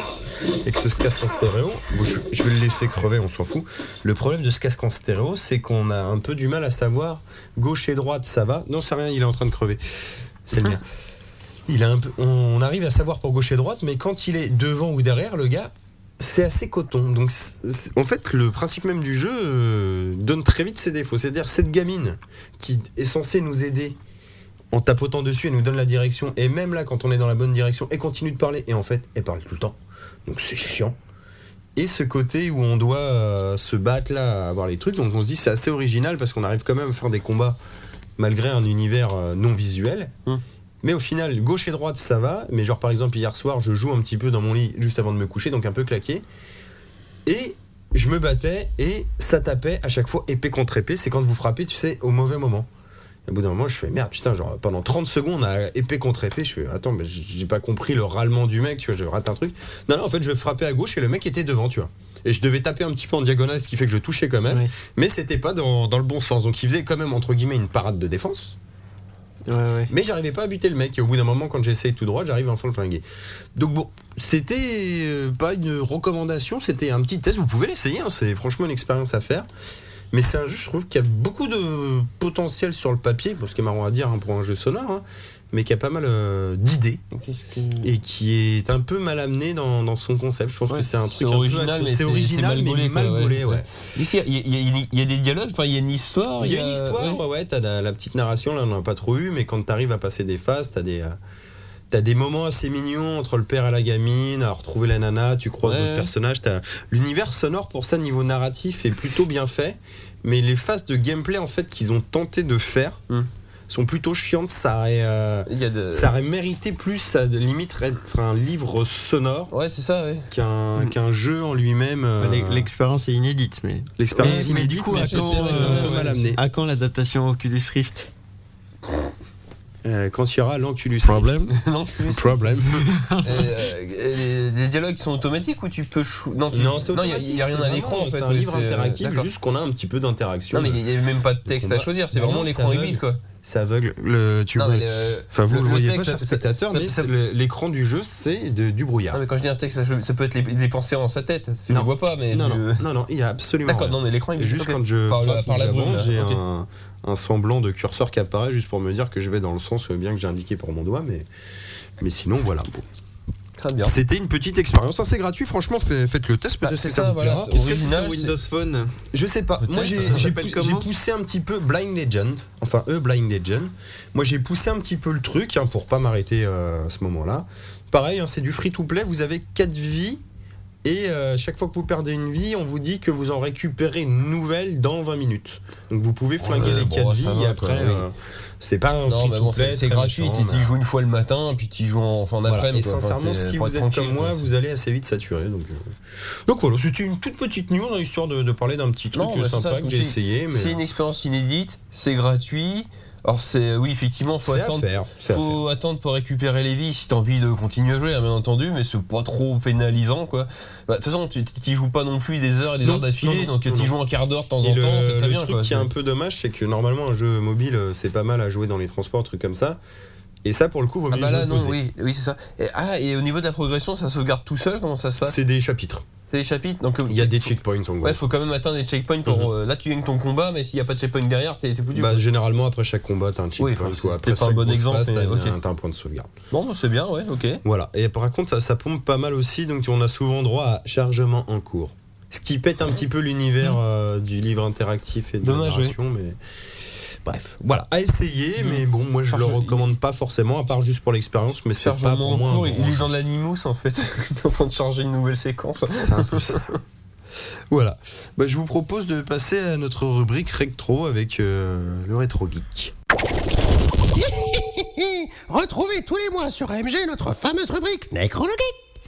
[SPEAKER 3] Et que ce casque en stéréo, bon, je, je vais le laisser crever, on s'en fout. Le problème de ce casque en stéréo, c'est qu'on a un peu du mal à savoir gauche et droite, ça va. Non, c'est rien, il est en train de crever. C'est le mien. Il a un peu, on arrive à savoir pour gauche et droite, mais quand il est devant ou derrière, le gars, c'est assez coton. Donc, c'est- c'est- en fait, le principe même du jeu euh, donne très vite ses défauts. C'est-à-dire, cette gamine qui est censée nous aider en tapotant dessus, elle nous donne la direction. Et même là, quand on est dans la bonne direction, elle continue de parler. Et en fait, elle parle tout le temps. Donc c'est chiant. Et ce côté où on doit euh, se battre là, à avoir les trucs. Donc on se dit c'est assez original parce qu'on arrive quand même à faire des combats malgré un univers euh, non visuel.
[SPEAKER 2] Hmm.
[SPEAKER 3] Mais au final, gauche et droite, ça va. Mais genre par exemple hier soir, je joue un petit peu dans mon lit juste avant de me coucher, donc un peu claqué. Et je me battais et ça tapait à chaque fois épée contre épée. C'est quand vous frappez, tu sais, au mauvais moment. Et au bout d'un moment, je fais merde, putain, genre pendant 30 secondes à épée contre épée, je fais attends, mais j- j'ai pas compris le râlement du mec, tu vois, je rate un truc. Non, non, en fait, je frappais à gauche et le mec était devant, tu vois. Et je devais taper un petit peu en diagonale, ce qui fait que je touchais quand même,
[SPEAKER 5] Ouais.
[SPEAKER 3] mais c'était pas dans, dans le bon sens. Donc il faisait quand même, entre guillemets, une parade de défense,
[SPEAKER 5] Ouais, ouais.
[SPEAKER 3] mais j'arrivais pas à buter le mec. Et au bout d'un moment, quand j'essaye tout droit, j'arrive enfin à le flinguer. Donc bon, c'était euh, pas une recommandation, c'était un petit test. Vous pouvez l'essayer, hein, c'est franchement une expérience à faire. Mais c'est un jeu, je trouve, qui a beaucoup de potentiel sur le papier, pour ce qui est marrant à dire hein, pour un jeu sonore, hein, mais qui a pas mal euh, d'idées et qui est un peu mal amené dans, dans son concept. Je pense
[SPEAKER 2] Ouais,
[SPEAKER 3] que c'est un
[SPEAKER 2] c'est
[SPEAKER 3] truc un
[SPEAKER 2] original,
[SPEAKER 3] peu
[SPEAKER 2] mais
[SPEAKER 3] c'est
[SPEAKER 2] c'est-
[SPEAKER 3] original,
[SPEAKER 2] c'est mal
[SPEAKER 3] mais
[SPEAKER 2] gaulé,
[SPEAKER 3] mal
[SPEAKER 2] quoi, ouais.
[SPEAKER 3] gaulé, ouais.
[SPEAKER 2] Il y, a- il y a- il y a- il y a des dialogues, enfin, il y a une histoire.
[SPEAKER 3] Oh, Il y a une histoire,
[SPEAKER 2] Euh, ouais.
[SPEAKER 3] ouais, ouais, t'as la, la petite narration, là on en a pas trop eu, mais quand t'arrives à passer des phases, t'as des, euh, t'as des moments assez mignons entre le père et la gamine, à retrouver la nana, tu croises
[SPEAKER 2] Ouais,
[SPEAKER 3] d'autres
[SPEAKER 2] ouais.
[SPEAKER 3] personnages, t'as- l'univers sonore pour ça niveau narratif est plutôt bien fait, mais les phases de gameplay en fait qu'ils ont tenté de faire
[SPEAKER 2] Hum.
[SPEAKER 3] sont plutôt chiantes, ça aurait, euh,
[SPEAKER 2] Il y a de-
[SPEAKER 3] ça aurait mérité plus, ça limite être un livre sonore
[SPEAKER 2] Ouais, c'est ça, ouais.
[SPEAKER 3] qu'un
[SPEAKER 2] Hmm.
[SPEAKER 3] qu'un jeu en lui-même. euh,
[SPEAKER 5] L'e- L'expérience est inédite, mais.
[SPEAKER 3] L'expérience
[SPEAKER 5] Mais- mais
[SPEAKER 3] inédite,
[SPEAKER 5] du coup,
[SPEAKER 3] mais
[SPEAKER 5] à
[SPEAKER 3] peut-être
[SPEAKER 5] quand,
[SPEAKER 3] euh, un peu
[SPEAKER 5] euh,
[SPEAKER 3] mal amenée.
[SPEAKER 5] À quand l'adaptation Oculus Rift
[SPEAKER 3] Euh, quand il y aura l'enculus.
[SPEAKER 2] non, c'est-
[SPEAKER 3] Problème.
[SPEAKER 2] euh, euh, les, les dialogues qui sont automatiques ou tu peux. chou- Non, tu-
[SPEAKER 3] Non, c'est
[SPEAKER 2] il y a-
[SPEAKER 3] automatique.
[SPEAKER 2] Il n'y a, rien
[SPEAKER 3] c'est
[SPEAKER 2] à l'écran,
[SPEAKER 3] vraiment-
[SPEAKER 2] en fait.
[SPEAKER 3] C'est un
[SPEAKER 2] ouais,
[SPEAKER 3] livre interactif,
[SPEAKER 2] d'accord.
[SPEAKER 3] juste qu'on a un petit peu d'interaction.
[SPEAKER 2] Non, mais il n'y a même pas de texte à
[SPEAKER 3] combat.
[SPEAKER 2] choisir, c'est
[SPEAKER 3] Bah
[SPEAKER 2] vraiment
[SPEAKER 3] non,
[SPEAKER 2] l'écran
[SPEAKER 3] ça
[SPEAKER 2] est
[SPEAKER 3] va,
[SPEAKER 2] vide, quoi.
[SPEAKER 3] Ça euh, aveugle. Le, tu
[SPEAKER 2] Non,
[SPEAKER 3] vois-
[SPEAKER 2] mais le-
[SPEAKER 3] Enfin, vous le, voyez pas,
[SPEAKER 2] texte,
[SPEAKER 3] cher
[SPEAKER 2] ça-
[SPEAKER 3] spectateur,
[SPEAKER 2] ça-
[SPEAKER 3] mais
[SPEAKER 2] ça- Ah,
[SPEAKER 3] c'est le- l'écran du jeu, c'est de- du
[SPEAKER 2] Non,
[SPEAKER 3] brouillard.
[SPEAKER 2] mais quand je dis un texte, ça- ça peut être les, les pensées en sa tête. Tu
[SPEAKER 3] Non.
[SPEAKER 2] le vois pas, mais.
[SPEAKER 3] Non,
[SPEAKER 2] tu-
[SPEAKER 3] non, non, non, il y a absolument.
[SPEAKER 2] D'accord,
[SPEAKER 3] rien.
[SPEAKER 2] non, mais l'écran il
[SPEAKER 3] Et
[SPEAKER 2] est
[SPEAKER 3] juste
[SPEAKER 2] ok.
[SPEAKER 3] quand je
[SPEAKER 2] Par la-
[SPEAKER 3] frappe
[SPEAKER 2] par
[SPEAKER 3] ou
[SPEAKER 2] la brume,
[SPEAKER 3] j'avance,
[SPEAKER 2] là.
[SPEAKER 3] j'ai
[SPEAKER 2] Ok.
[SPEAKER 3] un, un semblant de curseur qui apparaît juste pour me dire que je vais dans le sens euh, bien que j'ai indiqué pour mon doigt, mais, mais sinon voilà. Bon.
[SPEAKER 2] Très bien.
[SPEAKER 3] C'était une petite expérience assez gratuite, franchement fait- faites le test,
[SPEAKER 2] Bah,
[SPEAKER 3] peut-être
[SPEAKER 2] c'est
[SPEAKER 3] que ça,
[SPEAKER 2] ça,
[SPEAKER 3] vous
[SPEAKER 2] voilà,
[SPEAKER 3] plaira.
[SPEAKER 2] c'est original. c'est-
[SPEAKER 5] Windows Phone.
[SPEAKER 3] Je sais pas. Moi j'ai
[SPEAKER 5] Ça
[SPEAKER 3] j'ai
[SPEAKER 5] s'appelle
[SPEAKER 3] poussé,
[SPEAKER 5] comment
[SPEAKER 3] j'ai poussé un petit peu Blind Legend. Enfin eux Blind Legend. Moi j'ai poussé un petit peu le truc hein, pour pas m'arrêter euh, à ce moment-là. Pareil, hein, c'est du free to play. Vous avez 4 vies Et euh, chaque fois que vous perdez une vie, on vous dit que vous en récupérez une nouvelle dans 20 minutes. Donc vous pouvez flinguer
[SPEAKER 2] Ouais,
[SPEAKER 3] les
[SPEAKER 2] bon,
[SPEAKER 3] 4
[SPEAKER 2] ça
[SPEAKER 3] vies
[SPEAKER 2] va,
[SPEAKER 3] et
[SPEAKER 2] quoi,
[SPEAKER 3] après,
[SPEAKER 2] oui.
[SPEAKER 3] euh, c'est pas un
[SPEAKER 2] Non, mais bon,
[SPEAKER 3] free-to-play,
[SPEAKER 2] c'est c'est
[SPEAKER 3] très
[SPEAKER 2] gratuit.
[SPEAKER 3] méchant,
[SPEAKER 2] Et
[SPEAKER 3] mais-
[SPEAKER 2] Tu y joues une fois le matin, puis tu y joues en fin
[SPEAKER 3] Voilà.
[SPEAKER 2] d'après-midi.
[SPEAKER 3] Et
[SPEAKER 2] quoi. Enfin,
[SPEAKER 3] sincèrement,
[SPEAKER 2] c'est
[SPEAKER 3] si
[SPEAKER 2] pour
[SPEAKER 3] vous
[SPEAKER 2] être
[SPEAKER 3] êtes
[SPEAKER 2] tranquille,
[SPEAKER 3] comme moi,
[SPEAKER 2] quoi.
[SPEAKER 3] vous allez assez vite saturer. Donc, euh. donc voilà, c'était une toute petite news, hein, histoire de, de parler d'un petit truc
[SPEAKER 2] Non, bah, c'est
[SPEAKER 3] sympa
[SPEAKER 2] ça, je
[SPEAKER 3] que j'ai
[SPEAKER 2] continue.
[SPEAKER 3] essayé, mais
[SPEAKER 2] C'est une expérience inédite, c'est gratuit. Alors, c'est oui, effectivement, faut
[SPEAKER 3] c'est à
[SPEAKER 2] attendre.
[SPEAKER 3] faire. c'est à faire.
[SPEAKER 2] Faut attendre pour récupérer les vies si t'as envie de continuer à jouer, hein, bien entendu, mais c'est pas trop pénalisant quoi. Bah, De toute façon, tu t'y joues pas non plus des heures et des
[SPEAKER 3] Non,
[SPEAKER 2] heures d'affilée,
[SPEAKER 3] non, non,
[SPEAKER 2] donc
[SPEAKER 3] non,
[SPEAKER 2] t'y
[SPEAKER 3] non.
[SPEAKER 2] joues un quart d'heure de temps
[SPEAKER 3] Et
[SPEAKER 2] en
[SPEAKER 3] le,
[SPEAKER 2] temps, c'est très
[SPEAKER 3] le
[SPEAKER 2] bien
[SPEAKER 3] truc
[SPEAKER 2] quoi.
[SPEAKER 3] qui est un peu dommage, c'est que normalement un jeu mobile, euh, c'est pas mal à jouer dans les transports, trucs comme ça. Et ça, pour le coup, vaut mieux
[SPEAKER 2] Ah bah
[SPEAKER 3] y
[SPEAKER 2] là
[SPEAKER 3] jouer
[SPEAKER 2] non,
[SPEAKER 3] posé.
[SPEAKER 2] oui, oui c'est ça. Et, ah et au niveau de la progression, ça sauvegarde tout seul, comment ça se passe
[SPEAKER 3] C'est des chapitres.
[SPEAKER 2] C'est des chapitres, donc euh,
[SPEAKER 3] Il y a des
[SPEAKER 2] faut-
[SPEAKER 3] checkpoints en gros.
[SPEAKER 2] Ouais, faut quand même atteindre des checkpoints pour. euh, là, tu gagnes ton combat, mais s'il y a pas de checkpoint derrière, t'es t'es foutu.
[SPEAKER 3] Bah,
[SPEAKER 2] quoi.
[SPEAKER 3] généralement, après chaque combat, t'as un checkpoint.
[SPEAKER 2] Oui, enfin,
[SPEAKER 3] ou
[SPEAKER 2] c'est
[SPEAKER 3] après
[SPEAKER 2] pas un
[SPEAKER 3] chaque
[SPEAKER 2] bon
[SPEAKER 3] boss
[SPEAKER 2] exemple,
[SPEAKER 3] phase,
[SPEAKER 2] mais
[SPEAKER 3] t'as une-
[SPEAKER 2] ok.
[SPEAKER 3] t'as un point de sauvegarde.
[SPEAKER 2] Bon, bah, c'est bien, ouais, ok.
[SPEAKER 3] Voilà. Et par contre, ça, ça pompe pas mal aussi, donc on a souvent droit à chargement en cours. Ce qui pète un petit peu l'univers euh, du livre interactif et de la
[SPEAKER 2] Dommage, oui.
[SPEAKER 3] narration, mais. Bref, voilà, à essayer,
[SPEAKER 2] Mmh.
[SPEAKER 3] mais bon, moi je le
[SPEAKER 2] Charge-
[SPEAKER 3] recommande pas forcément, à part juste pour l'expérience, mais c'est pas
[SPEAKER 2] Chargement
[SPEAKER 3] pour
[SPEAKER 2] en
[SPEAKER 3] moi un
[SPEAKER 2] cours,
[SPEAKER 3] bon
[SPEAKER 2] il
[SPEAKER 3] jeu.
[SPEAKER 2] est dans l'animus en fait. T'es en train de charger une nouvelle séquence.
[SPEAKER 3] C'est un peu ça. voilà. Bah, je vous propose de passer à notre rubrique rétro avec euh, le rétro geek.
[SPEAKER 1] Retrouvez tous les mois sur AMG notre fameuse rubrique Nécrologique.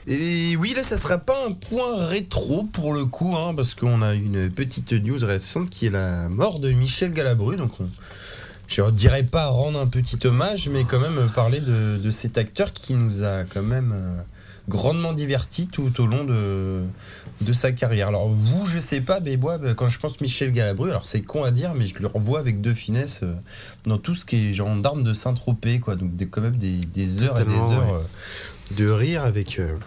[SPEAKER 3] Et oui, là, ça sera pas un point rétro pour le coup, hein, parce qu'on a une petite news récente qui est la mort de Michel Galabru. Donc, on, je dirais pas rendre un petit hommage, mais quand même parler de, de cet acteur qui nous a quand même euh, grandement divertis tout au long de, de sa carrière. Alors, vous, je sais pas, mais moi, bah, quand je pense Michel Galabru, alors c'est con à dire, mais je le revois avec deux finesses euh, dans tout ce qui est gendarme de Saint-Tropez, quoi. Donc, des- quand même des, des heures et
[SPEAKER 5] Totalement,
[SPEAKER 3] des heures euh, de rire avec. euh,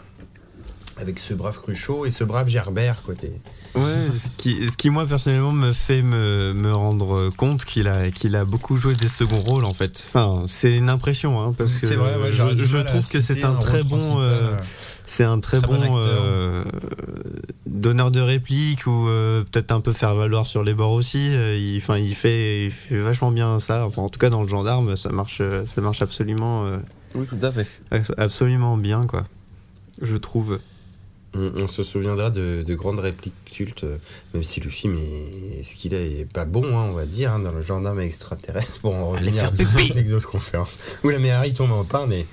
[SPEAKER 3] avec ce brave Cruchot et ce brave Gerbert. Quoi. T'es-
[SPEAKER 5] Ouais, ce qui, ce qui, moi personnellement me fait me, me rendre euh, compte qu'il a, qu'il a beaucoup joué des seconds rôles en fait. Enfin, c'est une impression hein, parce que
[SPEAKER 3] C'est vrai, ouais, j'aurais
[SPEAKER 5] je,
[SPEAKER 3] du
[SPEAKER 5] je
[SPEAKER 3] mal à
[SPEAKER 5] trouve que
[SPEAKER 3] citer
[SPEAKER 5] c'est un
[SPEAKER 3] rôle
[SPEAKER 5] très bon,
[SPEAKER 3] principal,
[SPEAKER 5] euh,
[SPEAKER 3] euh.
[SPEAKER 5] c'est un très,
[SPEAKER 3] très
[SPEAKER 5] bon,
[SPEAKER 3] bon acteur.
[SPEAKER 5] euh, donneur de réplique ou euh, peut-être un peu faire valoir sur les bords aussi. Euh, il, enfin, il fait, il fait vachement bien ça. Enfin, en tout cas dans le gendarme, ça marche, euh, ça marche absolument, euh,
[SPEAKER 2] Oui, tout à fait.
[SPEAKER 5] abs- absolument bien quoi. Je trouve.
[SPEAKER 3] On, on se souviendra de, de grandes répliques cultes, euh, même si le film est, ce qu'il est, est pas bon, hein, on va dire, hein, dans le gendarme extraterrestre. Bon, on va revenir à l'exosconférence. Oula, mais Harry tombe en panne et.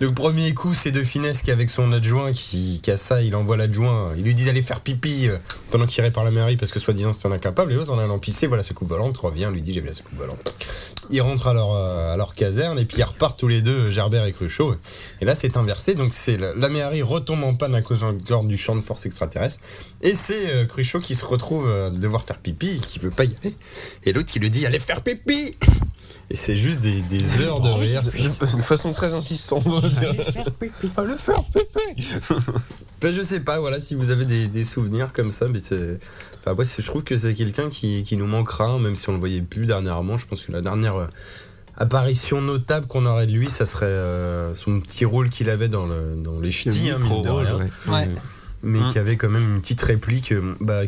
[SPEAKER 3] Le premier coup, c'est de finesse qu'avec son adjoint qui, qui a ça, il envoie l'adjoint, il lui dit d'aller faire pipi euh, pendant qu'il répare la mairie parce que soi-disant c'est un incapable, et l'autre en allant pisser, voilà ce coup volante, revient, lui dit j'ai bien ce coup volante. Ils rentrent à leur, euh, à leur caserne et puis ils repartent tous les deux, euh, Gerbert et Cruchot, et là, c'est inversé. Donc, c'est la, la Méhari retombe en panne à cause encore du champ de force extraterrestre. Et c'est euh, Cruchot qui se retrouve euh, à devoir faire pipi et qui veut pas y aller. Et l'autre qui lui dit Allez faire pipi Et c'est juste des, des heures de rire. c'est-
[SPEAKER 2] De façon très insistante, on va dire. le faire
[SPEAKER 3] Enfin, Ben, je sais pas, voilà, si vous avez des, des souvenirs comme ça, mais c'est. Enfin, moi, c'est- je trouve que c'est quelqu'un qui, qui nous manquera, hein, même si on le voyait plus dernièrement. Je pense que la dernière euh, apparition notable qu'on aurait de lui, ça serait euh, son petit rôle qu'il avait dans, le, dans les ch'tis, hein, mine de
[SPEAKER 5] Micro-rôle,
[SPEAKER 3] rien.
[SPEAKER 5] ouais.
[SPEAKER 3] mais
[SPEAKER 4] Ouais.
[SPEAKER 5] Hein
[SPEAKER 2] Mm.
[SPEAKER 3] qui avait quand même une petite réplique, euh, bah,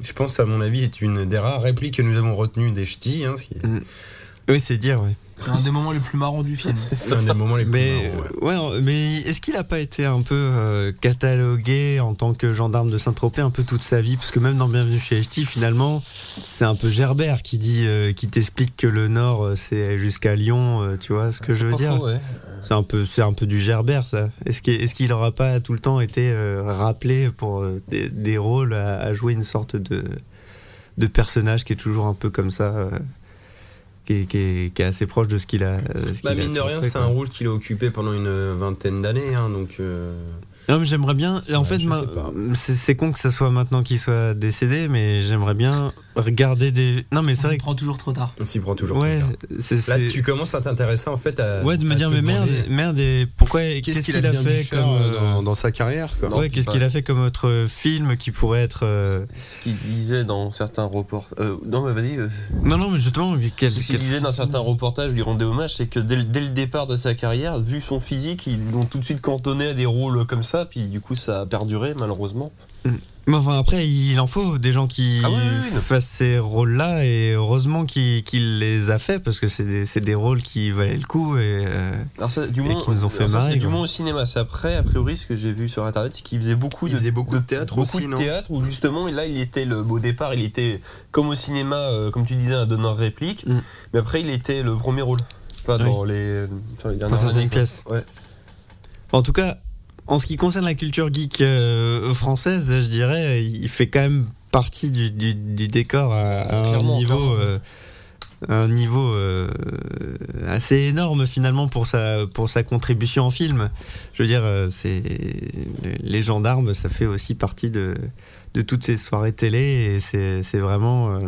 [SPEAKER 3] je pense à mon avis est une des rares répliques que nous avons retenues des ch'tis, hein, ce qui est
[SPEAKER 5] Oui, c'est dire. Ouais.
[SPEAKER 4] C'est un des moments les plus marrants du film.
[SPEAKER 3] un des moments les plus
[SPEAKER 5] Mais,
[SPEAKER 3] marrants, ouais.
[SPEAKER 5] ouais, mais est-ce qu'il n'a pas été un peu euh, catalogué en tant que gendarme de Saint-Tropez un peu toute sa vie Parce que même dans Bienvenue chez HT, finalement, c'est un peu Gerbert qui dit, euh, qui t'explique que le Nord, euh, c'est jusqu'à Lyon, euh, tu vois ce que je veux dire C'est un, peu- c'est un peu du Gerbert, ça. Est-ce qu'il est qu'il n'aura pas tout le temps été euh, rappelé pour euh, des, des rôles à, à jouer une sorte de, de personnage qui est toujours un peu comme ça euh, qui, est, qui est- qui est assez proche de ce qu'il a. euh, ce
[SPEAKER 3] Bah,
[SPEAKER 5] qu'il a
[SPEAKER 3] mine de
[SPEAKER 5] toujours
[SPEAKER 3] rien,
[SPEAKER 5] fait,
[SPEAKER 3] c'est
[SPEAKER 5] quoi.
[SPEAKER 3] un rôle qu'il a occupé pendant une vingtaine d'années, hein, donc. euh,
[SPEAKER 5] Non, mais j'aimerais bien.
[SPEAKER 3] Ouais,
[SPEAKER 5] En fait,
[SPEAKER 3] je
[SPEAKER 5] ma-
[SPEAKER 3] sais pas.
[SPEAKER 5] c'est c'est con que ça soit maintenant qu'il soit décédé, mais j'aimerais bien regarder des. Non, mais c'est
[SPEAKER 4] Ça
[SPEAKER 5] vrai.
[SPEAKER 4] prend toujours trop tard.
[SPEAKER 3] On s'y prend
[SPEAKER 5] que-
[SPEAKER 3] toujours.
[SPEAKER 5] Ouais,
[SPEAKER 3] trop tard.
[SPEAKER 5] c'est.
[SPEAKER 3] Là,
[SPEAKER 5] c'est-
[SPEAKER 3] tu commences à t'intéresser en fait à.
[SPEAKER 5] Ouais, de me
[SPEAKER 3] à
[SPEAKER 5] dire,
[SPEAKER 3] te
[SPEAKER 5] mais merde,
[SPEAKER 3] demander
[SPEAKER 5] merde, et pourquoi. et
[SPEAKER 3] Qu'est-ce qu'il a, bien
[SPEAKER 5] fait
[SPEAKER 3] dû faire,
[SPEAKER 5] comme.
[SPEAKER 3] euh,
[SPEAKER 5] euh,
[SPEAKER 3] dans, dans sa carrière quoi.
[SPEAKER 5] Ouais, qu'est-ce qu'il a fait comme autre film qui pourrait être. euh,
[SPEAKER 2] Ce qu'il disait dans certains reportages. non, mais vas-y. euh,
[SPEAKER 5] Non, non, mais justement, mais quel.
[SPEAKER 2] ce qu'il
[SPEAKER 5] quel-
[SPEAKER 2] disait dans certains reportages, lui rendait hommage, c'est que dès, le- dès le départ de sa carrière, vu son physique, ils l'ont tout de suite cantonné à des rôles comme ça, puis du coup, ça a perduré, malheureusement.
[SPEAKER 5] Mais enfin, après, il en faut des gens qui
[SPEAKER 2] Ah oui, oui, oui.
[SPEAKER 5] fassent ces rôles-là, et heureusement qu'il qu'il les a fait, parce que c'est des, c'est des rôles qui valaient le coup. Et, euh,
[SPEAKER 2] Alors ça, du
[SPEAKER 5] Et
[SPEAKER 2] moins,
[SPEAKER 5] qui nous ont fait
[SPEAKER 2] alors ça,
[SPEAKER 5] marrer,
[SPEAKER 2] c'est du
[SPEAKER 5] quoi.
[SPEAKER 2] moins au cinéma. C'est après, a priori, ce que j'ai vu sur internet, c'est qu'il faisait beaucoup
[SPEAKER 3] Il
[SPEAKER 2] de,
[SPEAKER 3] faisait beaucoup de théâtre
[SPEAKER 2] beaucoup
[SPEAKER 3] aussi,
[SPEAKER 2] de
[SPEAKER 3] non
[SPEAKER 2] théâtre où justement, là, il était le au départ, il était comme au cinéma, euh, comme tu disais, un donneur de réplique,
[SPEAKER 5] Mm.
[SPEAKER 2] mais après, il était le premier rôle. Enfin,
[SPEAKER 5] Oui.
[SPEAKER 2] dans les, euh, sur les dernières
[SPEAKER 5] Dans certaines
[SPEAKER 2] années, quoi.
[SPEAKER 5] pièces.
[SPEAKER 2] Ouais.
[SPEAKER 5] En tout cas, en ce qui concerne la culture geek euh, française, je dirais, il fait quand même partie du, du- du décor à, à un
[SPEAKER 2] Clairement,
[SPEAKER 5] niveau,
[SPEAKER 2] clairement.
[SPEAKER 5] euh, un niveau euh, assez énorme finalement pour sa, pour sa contribution en film. Je veux dire, euh, c'est les gendarmes, ça fait aussi partie de, de toutes ces soirées télé et c'est c'est vraiment. euh,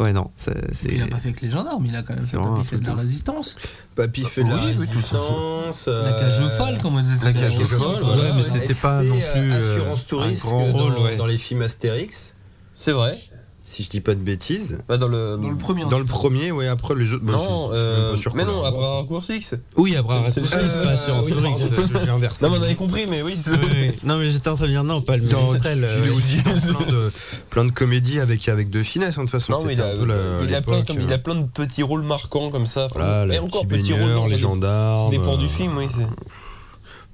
[SPEAKER 5] ouais, non, ça- c'est.
[SPEAKER 4] Il a pas fait que les gendarmes, il a quand même
[SPEAKER 5] C'est
[SPEAKER 4] fait,
[SPEAKER 5] vraiment
[SPEAKER 4] papy
[SPEAKER 5] un
[SPEAKER 4] fait de la
[SPEAKER 5] photo.
[SPEAKER 4] résistance.
[SPEAKER 3] Papy fait de la
[SPEAKER 2] Oui, oui, tout ça.
[SPEAKER 3] résistance.
[SPEAKER 4] La cage
[SPEAKER 3] euh,
[SPEAKER 4] folle, comme on disait. tout à
[SPEAKER 3] la
[SPEAKER 4] l'heure.
[SPEAKER 3] cage folle, voilà,
[SPEAKER 5] ouais, mais c'était
[SPEAKER 3] SC,
[SPEAKER 5] pas non plus, euh,
[SPEAKER 3] Assurance
[SPEAKER 5] un
[SPEAKER 3] touriste
[SPEAKER 5] grand
[SPEAKER 3] que dans,
[SPEAKER 5] rôle, ouais.
[SPEAKER 3] dans les films Astérix,
[SPEAKER 2] C'est vrai.
[SPEAKER 3] si je dis pas de bêtises.
[SPEAKER 2] Bah, dans le.
[SPEAKER 4] Dans le premier. en
[SPEAKER 3] Dans
[SPEAKER 4] tout
[SPEAKER 3] le
[SPEAKER 4] cas.
[SPEAKER 3] premier, ouais, après les autres. bah,
[SPEAKER 2] non,
[SPEAKER 3] je, je suis même
[SPEAKER 2] euh,
[SPEAKER 3] pas sûr
[SPEAKER 2] mais
[SPEAKER 3] qu'on
[SPEAKER 2] non,
[SPEAKER 3] les
[SPEAKER 2] après
[SPEAKER 3] voit.
[SPEAKER 2] un cours six.
[SPEAKER 5] Oui, à bras
[SPEAKER 2] C'est-
[SPEAKER 5] c'est pas sur
[SPEAKER 3] Euh, oui,
[SPEAKER 5] Astérix.
[SPEAKER 3] pardon, J'ai inversé.
[SPEAKER 2] Non, mais on avait compris, mais oui. c'est-
[SPEAKER 5] Oui, oui. Non, mais j'étais en train de dire non, pas le
[SPEAKER 3] Dans,
[SPEAKER 5] Ménestrel, euh,
[SPEAKER 3] il est
[SPEAKER 5] oui.
[SPEAKER 3] aussi dans plein de, plein de comédies avec, avec de finesse, hein, de toute façon.
[SPEAKER 2] Non, mais il
[SPEAKER 3] C'était
[SPEAKER 2] a,
[SPEAKER 3] un peu la-
[SPEAKER 2] il a plein,
[SPEAKER 3] l'époque. euh,
[SPEAKER 2] comme- il a plein de petits rôles marquants comme ça.
[SPEAKER 3] Voilà,
[SPEAKER 2] Et
[SPEAKER 3] la
[SPEAKER 2] Ah, encore
[SPEAKER 3] petite
[SPEAKER 2] petits rôles,
[SPEAKER 3] baigneur,
[SPEAKER 2] non,
[SPEAKER 3] les
[SPEAKER 2] ça
[SPEAKER 3] gendarmes.
[SPEAKER 2] Dépend
[SPEAKER 3] euh,
[SPEAKER 2] du film, oui. c'est-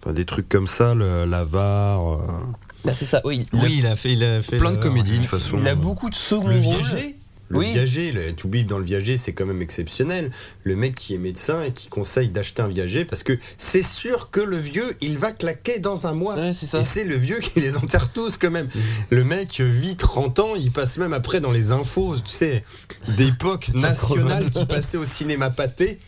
[SPEAKER 3] enfin, des trucs comme ça, le- l'avare. euh,
[SPEAKER 2] Bah, c'est ça, oui. il a-
[SPEAKER 5] euh, Oui, il a fait, il a fait
[SPEAKER 3] plein de
[SPEAKER 5] le-
[SPEAKER 3] comédies, de toute façon.
[SPEAKER 2] Il a beaucoup de second
[SPEAKER 3] euh, Le
[SPEAKER 2] rôle.
[SPEAKER 3] viager le
[SPEAKER 2] Oui.
[SPEAKER 3] viager, le tout bip dans le viager, c'est quand même exceptionnel. Le mec qui est médecin et qui conseille d'acheter un viager parce que c'est sûr que le vieux, il va claquer dans un mois.
[SPEAKER 2] Ouais, c'est ça.
[SPEAKER 3] Et c'est le vieux qui les enterre tous quand
[SPEAKER 2] Mhm.
[SPEAKER 3] même. Le mec vit 30 ans, il passe même après dans les infos, tu sais, d'époque nationale qui passait au cinéma pâté.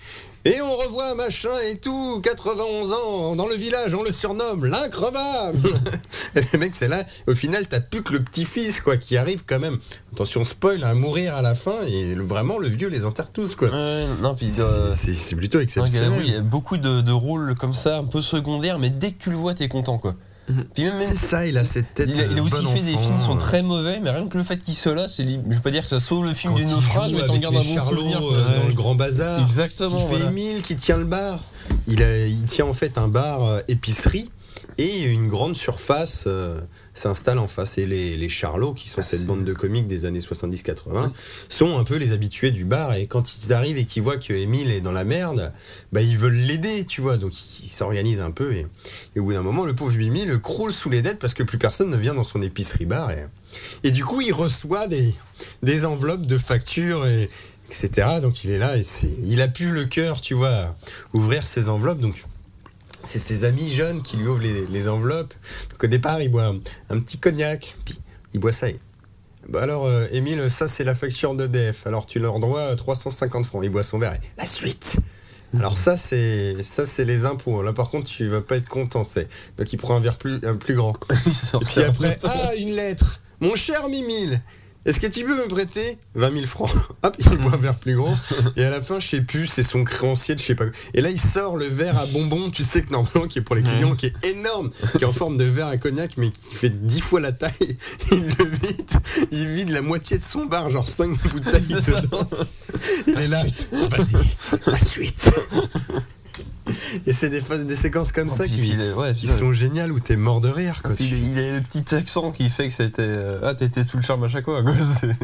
[SPEAKER 3] Et on revoit machin et tout, 91 ans, dans le village, on le surnomme l'increvable. Et le mec, c'est là, au final, t'as plus que le petit-fils, quoi, qui arrive quand même, attention, spoil, à mourir à la fin, et le- vraiment, le vieux les enterre tous, quoi.
[SPEAKER 2] Ouais, non, puis
[SPEAKER 3] C'est-
[SPEAKER 2] euh,
[SPEAKER 3] C'est c'est plutôt
[SPEAKER 2] non, Galabru, il
[SPEAKER 3] exceptionnel.
[SPEAKER 2] y a beaucoup de, de rôles comme ça, un peu secondaires, mais dès que tu le vois, t'es content, quoi.
[SPEAKER 5] Mhm.
[SPEAKER 2] Puis même, même-
[SPEAKER 3] C'est ça, il a cette tête.
[SPEAKER 2] il a, il a
[SPEAKER 3] de
[SPEAKER 2] aussi fait
[SPEAKER 3] bon
[SPEAKER 2] des
[SPEAKER 3] enfant,
[SPEAKER 2] films qui sont
[SPEAKER 3] euh.
[SPEAKER 2] très mauvais, mais rien que le fait qu'il soit là, c'est li- je veux pas dire que ça sauve le film
[SPEAKER 3] Quand
[SPEAKER 2] du
[SPEAKER 3] il
[SPEAKER 2] naufrage,
[SPEAKER 3] joue
[SPEAKER 2] mais t'en
[SPEAKER 3] avec
[SPEAKER 2] gardes
[SPEAKER 3] les
[SPEAKER 2] un bon
[SPEAKER 3] Charlots,
[SPEAKER 2] souvenir.
[SPEAKER 3] euh,
[SPEAKER 2] quoi.
[SPEAKER 3] dans le grand bazar.
[SPEAKER 2] Exactement.
[SPEAKER 3] Qui fait
[SPEAKER 2] voilà.
[SPEAKER 3] Émile, qui tient le bar. Il, a- il tient en fait un bar euh, épicerie et une grande surface euh, s'installe en face. Et les, les Charlots, qui sont cette bande de comiques des années 70-80, sont un peu les habitués du bar. Et quand ils arrivent et qu'ils voient que Émile est dans la merde, bah, ils veulent l'aider, tu vois. Donc ils ils s'organisent un peu. Et, et au bout d'un moment, le pauvre Mimi le croule sous les dettes parce que plus personne ne vient dans son épicerie-bar. Et, et du coup, il reçoit des, des enveloppes de factures et etc. Donc il est là et c'est, il a pu le cœur, tu vois, à ouvrir ses enveloppes. Donc c'est ses amis jeunes qui lui ouvrent les, les enveloppes. Donc au départ, il boit un, un petit cognac, puis il boit ça. Et... Bah alors, euh, Émile, ça c'est la facture d'EDF. Alors tu leur dois euh, 350 francs. Il boit son verre. Et... La suite. Alors ça c'est ça c'est les impôts. Là par contre tu vas pas être content. C'est donc il prend un verre plus un plus grand. Et puis après, ah, une lettre. Mon cher Mimile, est-ce que tu peux me prêter 20 000 francs Hop, il boit un verre plus grand. Et à la fin, je sais plus, c'est son créancier de je sais pas. quoi. Et là, il sort le verre à bonbons, tu sais que normalement, qui est pour les clients, qui est énorme, qui est en forme de verre à cognac, mais qui fait 10 fois la taille. Il le vide, il vide la moitié de son bar, genre 5 bouteilles dedans. Il est là, vas-y, la suite. Et c'est des, phases- des séquences comme ça
[SPEAKER 2] Oh, Puis-
[SPEAKER 3] qui,
[SPEAKER 2] puis il est- ouais,
[SPEAKER 3] qui
[SPEAKER 2] c'est ça.
[SPEAKER 3] sont géniales où t'es mort de rire. Quoi.
[SPEAKER 2] Puis
[SPEAKER 3] Tu-
[SPEAKER 2] Il a le petit accent qui fait que c'était. euh, Ah, t'étais tout le charme à chaque fois. quoi, c'est-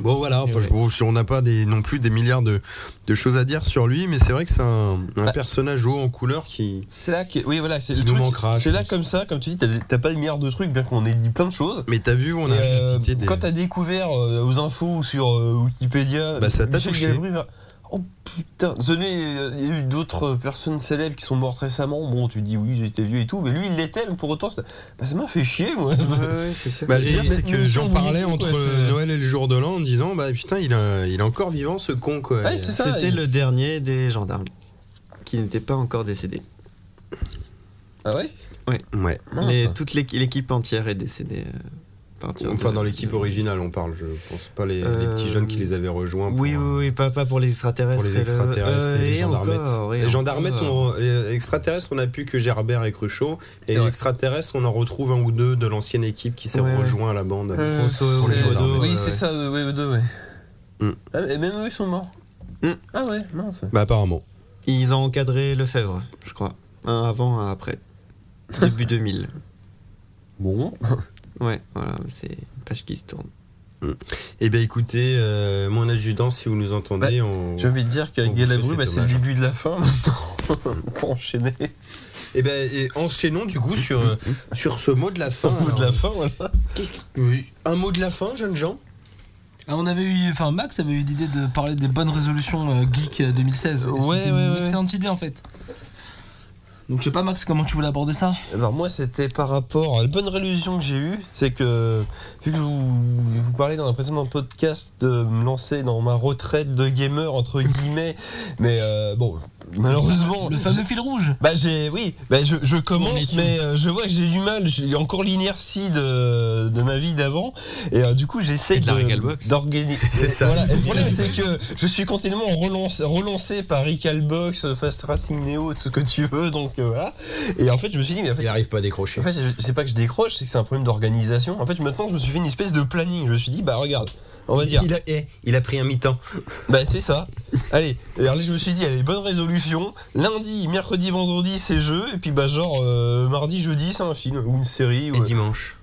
[SPEAKER 3] Bon voilà, enfin, je- bon, je- on n'a pas des, non plus des milliards de, de choses à dire sur lui, mais c'est vrai que c'est un, un
[SPEAKER 2] Bah.
[SPEAKER 3] personnage haut en couleur qui...
[SPEAKER 2] C'est là que. Oui, voilà, c'est
[SPEAKER 3] Qui
[SPEAKER 2] le
[SPEAKER 3] nous
[SPEAKER 2] truc-
[SPEAKER 3] manquera, je
[SPEAKER 2] C'est là
[SPEAKER 3] pense.
[SPEAKER 2] comme ça, comme tu dis, t'as des- t'as pas de milliard de trucs, bien qu'on ait dit plein de choses.
[SPEAKER 3] Mais t'as vu, on a
[SPEAKER 2] Et, euh,
[SPEAKER 3] cité des...
[SPEAKER 2] Quand t'as découvert euh, aux infos ou sur euh, Wikipédia,
[SPEAKER 3] Bah, ça t'a
[SPEAKER 2] Michel
[SPEAKER 3] touché.
[SPEAKER 2] Galabru va- Oh putain, Zoné, euh, il y a eu d'autres personnes célèbres qui sont mortes récemment. Bon, tu dis oui, j'étais vieux et tout, mais lui, il l'était, mais pour autant, ça bah, ça m'a fait chier, moi.
[SPEAKER 3] Bah, le pire,
[SPEAKER 2] Et-
[SPEAKER 3] c'est
[SPEAKER 2] mais-
[SPEAKER 3] que
[SPEAKER 2] mais
[SPEAKER 3] j'en
[SPEAKER 2] on vous dit
[SPEAKER 3] parlais
[SPEAKER 2] tout,
[SPEAKER 3] entre
[SPEAKER 2] quoi, c'est-
[SPEAKER 3] Noël et le jour de l'an en disant, bah putain, il, a- il est encore vivant ce con quoi.
[SPEAKER 2] Ouais, c'est ça.
[SPEAKER 5] C'était
[SPEAKER 2] il-
[SPEAKER 5] le dernier des gendarmes qui n'était pas encore décédé.
[SPEAKER 2] Ah ouais
[SPEAKER 3] Ouais.
[SPEAKER 2] Non,
[SPEAKER 5] Les-
[SPEAKER 2] ça.
[SPEAKER 5] toute l'équ- l'équipe entière est décédée. euh, à partir
[SPEAKER 3] Enfin,
[SPEAKER 5] de-
[SPEAKER 3] dans l'équipe originale, on parle, je pense pas les, les petits
[SPEAKER 5] Euh,
[SPEAKER 3] jeunes qui les avaient rejoints. pour-
[SPEAKER 5] Oui, oui, oui, pas, pas pour les extraterrestres.
[SPEAKER 3] Pour les
[SPEAKER 5] et le-
[SPEAKER 3] extraterrestres
[SPEAKER 5] euh,
[SPEAKER 3] et les gendarmettes.
[SPEAKER 5] encore, et
[SPEAKER 3] les gendarmettes,
[SPEAKER 5] encore.
[SPEAKER 3] on- les extraterrestres, on n'a plus que Gerbert et Cruchot. Et
[SPEAKER 2] C'est vrai.
[SPEAKER 3] les extraterrestres, on en retrouve un ou deux de l'ancienne équipe qui s'est
[SPEAKER 5] Ouais, ouais.
[SPEAKER 3] rejoint à la bande.
[SPEAKER 2] Euh,
[SPEAKER 3] pour les
[SPEAKER 2] ouais,
[SPEAKER 3] gendarmes.
[SPEAKER 2] ouais, Oui,
[SPEAKER 5] ouais,
[SPEAKER 2] c'est
[SPEAKER 5] ouais.
[SPEAKER 2] ça, euh, ouais, ouais, deux, ouais.
[SPEAKER 3] Hmm.
[SPEAKER 2] Ah, et même eux, ils sont morts.
[SPEAKER 5] Hmm.
[SPEAKER 2] Ah ouais, mince.
[SPEAKER 3] Bah apparemment.
[SPEAKER 5] Ils ont encadré Lefebvre, je crois. Un avant, un après. Début 2000.
[SPEAKER 2] Bon.
[SPEAKER 5] Ouais, voilà, c'est une page qui se tourne.
[SPEAKER 3] Eh bien, écoutez, euh, mon adjudant, si vous nous entendez, on.
[SPEAKER 2] J'ai envie de dire qu'avec
[SPEAKER 3] On vous fait
[SPEAKER 2] Galabru,
[SPEAKER 3] cet
[SPEAKER 2] bah, c'est le
[SPEAKER 3] hommage.
[SPEAKER 2] début de la fin maintenant. Pour enchaîner.
[SPEAKER 3] Eh ben, et enchaînons du coup sur, euh, sur ce mot de la fin.
[SPEAKER 2] Au bout de la
[SPEAKER 3] alors.
[SPEAKER 2] fin, voilà.
[SPEAKER 3] Qu'est-ce que- oui, Un mot de la fin, jeunes gens
[SPEAKER 4] Ah, on avait eu, enfin Max avait eu l'idée de parler des bonnes résolutions euh, geek euh, 2016.
[SPEAKER 2] Ouais,
[SPEAKER 4] C'était
[SPEAKER 2] ouais,
[SPEAKER 4] une
[SPEAKER 2] ouais.
[SPEAKER 4] excellente idée en fait. Donc je sais pas Max comment tu voulais aborder ça.
[SPEAKER 2] Alors moi c'était par rapport à la bonne résolution que j'ai eue, c'est que vu que je vous, je vous parlais dans un précédent podcast de me lancer dans ma retraite de gamer entre guillemets, mais euh, bon malheureusement
[SPEAKER 4] Le fameux fil rouge.
[SPEAKER 2] bah j'ai oui, bah je, je
[SPEAKER 4] Tourne
[SPEAKER 2] commence
[SPEAKER 4] les
[SPEAKER 2] mais euh, je vois que j'ai du mal, j'ai encore l'inertie de, de ma vie d'avant et euh, du coup j'essaie
[SPEAKER 5] Et de la
[SPEAKER 2] de-
[SPEAKER 5] Recalbox.
[SPEAKER 2] d'organiser.
[SPEAKER 3] C'est ça.
[SPEAKER 2] Voilà. Et le problème c'est que je suis continuellement relancé, relancé par Recalbox, Fast Racing Neo, tout ce que tu veux donc euh, voilà. Et en fait je me suis dit mais en fait,
[SPEAKER 3] Il n'arrive pas à décrocher.
[SPEAKER 2] en fait, je- c'est pas que je décroche, c'est que c'est un problème d'organisation. En fait, maintenant, je me suis fait une espèce de planning. Je me suis dit, bah regarde, on va dire,
[SPEAKER 3] Il a, eh, il a pris un mi-temps.
[SPEAKER 2] bah c'est ça. Allez, et alors là, je me suis dit, allez, bonne résolution. Lundi, mercredi, vendredi, c'est jeu. Et puis, bah, genre, euh, mardi, jeudi, c'est un film ou une série.
[SPEAKER 3] Et
[SPEAKER 2] Ou...
[SPEAKER 3] dimanche.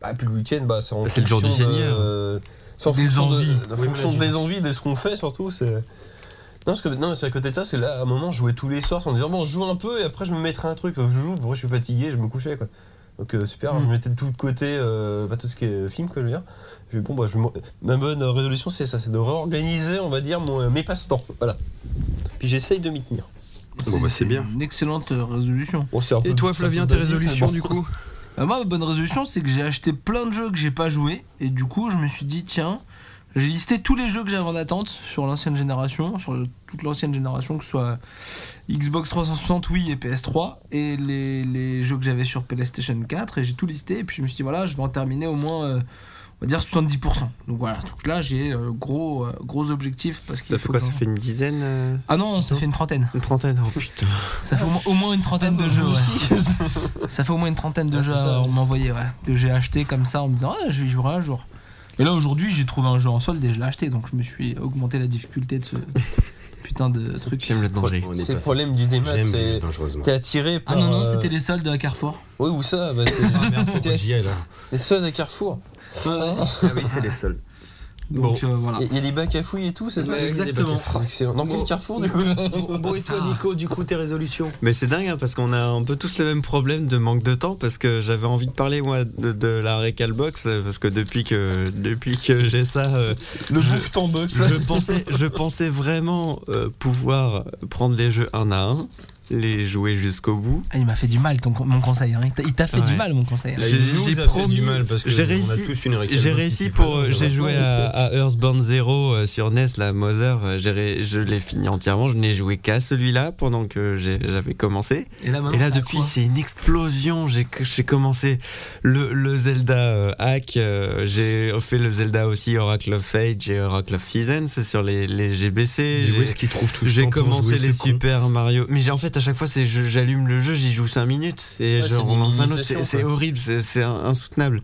[SPEAKER 2] Bah, puis le week-end, bah, c'est en
[SPEAKER 3] C'est le jour
[SPEAKER 2] fonction
[SPEAKER 3] du
[SPEAKER 2] de-
[SPEAKER 3] Seigneur.
[SPEAKER 2] euh, c'est en
[SPEAKER 4] Des
[SPEAKER 2] fonction de-
[SPEAKER 4] envies.
[SPEAKER 2] en
[SPEAKER 3] Oui,
[SPEAKER 2] fonction
[SPEAKER 3] voilà,
[SPEAKER 2] des envies, de ce qu'on fait, surtout. C'est. Non, parce que- non, mais c'est à côté de ça, parce que là, à un moment, je jouais tous les soirs en disant, bon, je joue un peu et après, je me mettrai un truc. Je joue, bon, je suis fatigué, je me couchais, quoi. Donc, euh, super,
[SPEAKER 3] Hmm.
[SPEAKER 2] je mettais de tout de côté, euh, pas tout ce qui est film, quoi, je veux dire. Je fais, bon, bah, je m'en- ma bonne euh, résolution, c'est ça, c'est de réorganiser, on va dire, mon, euh, mes passe-temps. Voilà. Puis j'essaye de m'y tenir.
[SPEAKER 3] Bon, bah, c'est bien.
[SPEAKER 4] Une excellente euh, résolution.
[SPEAKER 2] Bon, c'est un
[SPEAKER 3] Et
[SPEAKER 2] peu-
[SPEAKER 3] toi,
[SPEAKER 2] c'est un
[SPEAKER 3] Flavien, tes
[SPEAKER 2] peu basique, mais
[SPEAKER 3] résolutions
[SPEAKER 2] bon.
[SPEAKER 3] du coup
[SPEAKER 4] Bah, moi ma bonne résolution c'est que j'ai acheté plein de jeux que j'ai pas joué et du coup je me suis dit tiens j'ai listé tous les jeux que j'avais en attente sur l'ancienne génération, sur le- toute l'ancienne génération, que ce soit Xbox 360, Wii et PS3, et les, les jeux que j'avais sur PlayStation 4, et j'ai tout listé, et puis je me suis dit, voilà, je vais en terminer au moins, euh, on va dire 70%. Donc voilà, donc là j'ai euh, gros, euh, gros objectif. Parce qu'il
[SPEAKER 5] Ça fait
[SPEAKER 4] faut
[SPEAKER 5] quoi
[SPEAKER 4] que-
[SPEAKER 5] Ça fait une dizaine euh,
[SPEAKER 4] Ah non, ça fait une trentaine.
[SPEAKER 5] Une trentaine Oh putain.
[SPEAKER 4] Ça fait au moins- au moins une trentaine de jeux. ouais. ça fait au moins une trentaine de
[SPEAKER 2] Ouais,
[SPEAKER 4] jeux
[SPEAKER 2] c'est ça.
[SPEAKER 4] à m'envoyer, ouais. Que j'ai acheté comme ça en me disant, ah, je vais y jouer un jour. Et là aujourd'hui, j'ai trouvé un jeu en solde et je l'ai acheté, donc je me suis augmenté la difficulté de ce putain de truc.
[SPEAKER 5] J'aime le danger.
[SPEAKER 3] On est
[SPEAKER 2] C'est le
[SPEAKER 3] pas-
[SPEAKER 2] problème du démat,
[SPEAKER 3] J'aime vivre
[SPEAKER 2] c'est.
[SPEAKER 3] dangereusement.
[SPEAKER 2] T'es attiré par.
[SPEAKER 4] Ah non, non,
[SPEAKER 2] euh,
[SPEAKER 4] c'était les soldes à Carrefour.
[SPEAKER 2] Oui, ou ça bah, c'est-
[SPEAKER 3] Ah merde, faut que j'y aille là.
[SPEAKER 2] Les soldes à Carrefour.
[SPEAKER 3] Ah oui, c'est les seuls.
[SPEAKER 4] Donc euh, voilà.
[SPEAKER 2] Il y a des bacs à fouilles et tout, c'est ça
[SPEAKER 3] Ouais,
[SPEAKER 4] exactement.
[SPEAKER 2] Ah, Excellent. Dans quel Carrefour du coup
[SPEAKER 3] Bon, et toi, Nico, du coup, tes résolutions
[SPEAKER 5] Mais c'est dingue hein, parce qu'on a un peu tous le même problème de manque de temps parce que j'avais envie de parler moi de, de la Recalbox euh, parce que depuis que depuis que j'ai ça euh,
[SPEAKER 2] Le bouffe en box.
[SPEAKER 5] je pensais je pensais vraiment euh, pouvoir prendre les jeux un à un les jouer jusqu'au bout
[SPEAKER 4] Ah, il m'a fait du mal ton, con- mon conseil. hein. Il t'a- Il t'a fait du
[SPEAKER 5] Ouais.
[SPEAKER 4] mal mon conseil.
[SPEAKER 3] Bah,
[SPEAKER 4] hein.
[SPEAKER 5] J'ai- j'ai promis- j'ai réussi- J'ai réussi pour. euh, J'ai joué à, à Earthbound Zero euh, sur NES, la Mother. euh, j'ai ré- je l'ai fini entièrement. Je n'ai joué qu'à celui-là pendant que j'ai- j'avais commencé.
[SPEAKER 4] Et
[SPEAKER 2] Hein,
[SPEAKER 4] là, maintenant,
[SPEAKER 5] Et là,
[SPEAKER 4] c'est à
[SPEAKER 5] depuis,
[SPEAKER 4] quoi
[SPEAKER 5] c'est une explosion. J'ai j'ai commencé le, le Zelda euh, Hack. euh, j'ai fait le Zelda aussi Oracle of Fate et Oracle of Seasons sur les, les GBC.
[SPEAKER 3] Mais
[SPEAKER 5] J'ai-
[SPEAKER 3] où est-ce qu'il trouve tout ce
[SPEAKER 5] j'ai
[SPEAKER 3] temps pour
[SPEAKER 5] commencé
[SPEAKER 3] jouer, ce
[SPEAKER 5] les
[SPEAKER 3] con
[SPEAKER 5] Super Mario, mais j'ai en fait à chaque fois c'est je- j'allume le jeu, j'y joue 5 minutes et
[SPEAKER 2] Ouais,
[SPEAKER 5] je
[SPEAKER 2] c'est une
[SPEAKER 5] relance un autre,
[SPEAKER 2] minimisation,
[SPEAKER 5] c'est c'est
[SPEAKER 2] quoi.
[SPEAKER 5] horrible, c'est c'est in- insoutenable.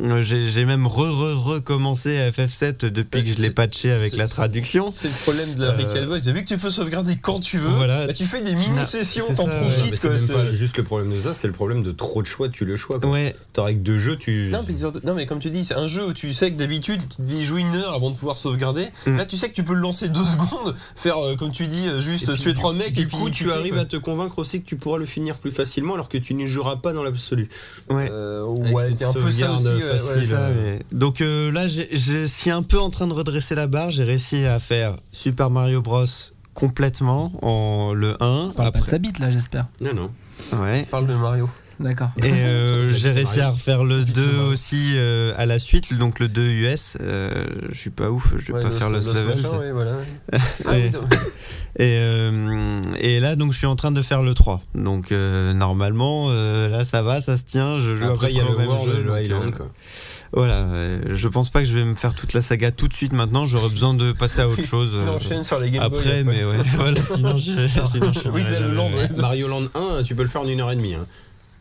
[SPEAKER 5] Euh, J'ai j'ai même re re recommencé à FF7 depuis
[SPEAKER 2] Ouais,
[SPEAKER 5] que je l'ai
[SPEAKER 2] c'est-
[SPEAKER 5] patché avec
[SPEAKER 2] c'est-
[SPEAKER 5] la
[SPEAKER 2] c'est-
[SPEAKER 5] traduction.
[SPEAKER 2] C'est le problème de la
[SPEAKER 5] Euh,
[SPEAKER 2] Recalbox. T'as vu que tu peux sauvegarder quand tu veux.
[SPEAKER 5] Voilà.
[SPEAKER 2] Bah, tu fais des
[SPEAKER 5] Tu n'as-
[SPEAKER 2] mini-sessions,
[SPEAKER 5] c'est
[SPEAKER 2] t'en
[SPEAKER 5] ça, ouais.
[SPEAKER 3] Ouais,
[SPEAKER 2] profites.
[SPEAKER 3] mais c'est
[SPEAKER 2] quoi,
[SPEAKER 3] même
[SPEAKER 2] c'est-
[SPEAKER 3] pas juste le problème de ça, c'est le problème de trop de choix, tu le choix. quoi.
[SPEAKER 5] Ouais,
[SPEAKER 3] T'auras que deux jeux, tu.
[SPEAKER 2] Non mais, surtout- non, mais comme tu dis, c'est un jeu où tu sais que d'habitude tu te dis joue une heure avant de pouvoir sauvegarder.
[SPEAKER 5] Mm.
[SPEAKER 2] Là tu sais que tu peux le lancer deux secondes, faire euh, comme tu dis, euh, juste
[SPEAKER 3] Et puis,
[SPEAKER 2] tuer
[SPEAKER 3] du-
[SPEAKER 2] trois mecs. et
[SPEAKER 3] Du
[SPEAKER 2] puis
[SPEAKER 3] coup,
[SPEAKER 2] quitter,
[SPEAKER 3] tu arrives
[SPEAKER 2] quoi.
[SPEAKER 3] à te convaincre aussi que tu pourras le finir plus facilement alors que tu n'y joueras pas dans l'absolu.
[SPEAKER 5] ouais.
[SPEAKER 2] Euh,
[SPEAKER 3] Avec
[SPEAKER 2] ouais,
[SPEAKER 3] cette
[SPEAKER 2] c'est un peu ça
[SPEAKER 3] sauvegarde
[SPEAKER 2] aussi. ouais, ouais,
[SPEAKER 3] facile.
[SPEAKER 5] c'est ça, mais- Donc euh, là, j'ai- je suis un peu en train de redresser la barre. J'ai réussi à faire Super Mario Bros complètement en le 1.
[SPEAKER 4] On parle pas de
[SPEAKER 5] après-
[SPEAKER 4] sa bite là, j'espère.
[SPEAKER 3] Non, non.
[SPEAKER 5] Ouais.
[SPEAKER 2] Parle de Mario.
[SPEAKER 4] D'accord.
[SPEAKER 5] Et euh, j'ai réussi à refaire le 2
[SPEAKER 3] Mario.
[SPEAKER 5] aussi euh, à la suite, donc le 2 US. euh, je suis pas ouf, je vais
[SPEAKER 2] Ouais,
[SPEAKER 5] pas
[SPEAKER 2] le-
[SPEAKER 5] faire le
[SPEAKER 2] le
[SPEAKER 5] level.
[SPEAKER 2] machin,
[SPEAKER 5] ça.
[SPEAKER 2] ouais, voilà. Ah
[SPEAKER 5] Et,
[SPEAKER 2] oui, non.
[SPEAKER 5] et, euh, et là, donc je suis en train de faire le 3. Donc euh, normalement, euh, là ça va, ça se tient. Je joue à peu
[SPEAKER 3] Après, il y a
[SPEAKER 5] près
[SPEAKER 3] le
[SPEAKER 5] au même
[SPEAKER 3] World,
[SPEAKER 5] jeu,
[SPEAKER 3] le
[SPEAKER 5] donc, euh,
[SPEAKER 3] Highland. quoi.
[SPEAKER 5] Voilà, euh, je pense pas que je vais me faire toute la saga tout de suite maintenant. J'aurais besoin de passer à autre chose.
[SPEAKER 2] Il
[SPEAKER 5] euh,
[SPEAKER 2] enchaîne sur les Game Boy,
[SPEAKER 5] après, mais ouais, voilà, sinon je. sinon je
[SPEAKER 2] Oui, c'est
[SPEAKER 5] finirai jamais.
[SPEAKER 2] le lendemain.
[SPEAKER 3] Mario Land 1, tu peux le faire en une heure et demie. hein.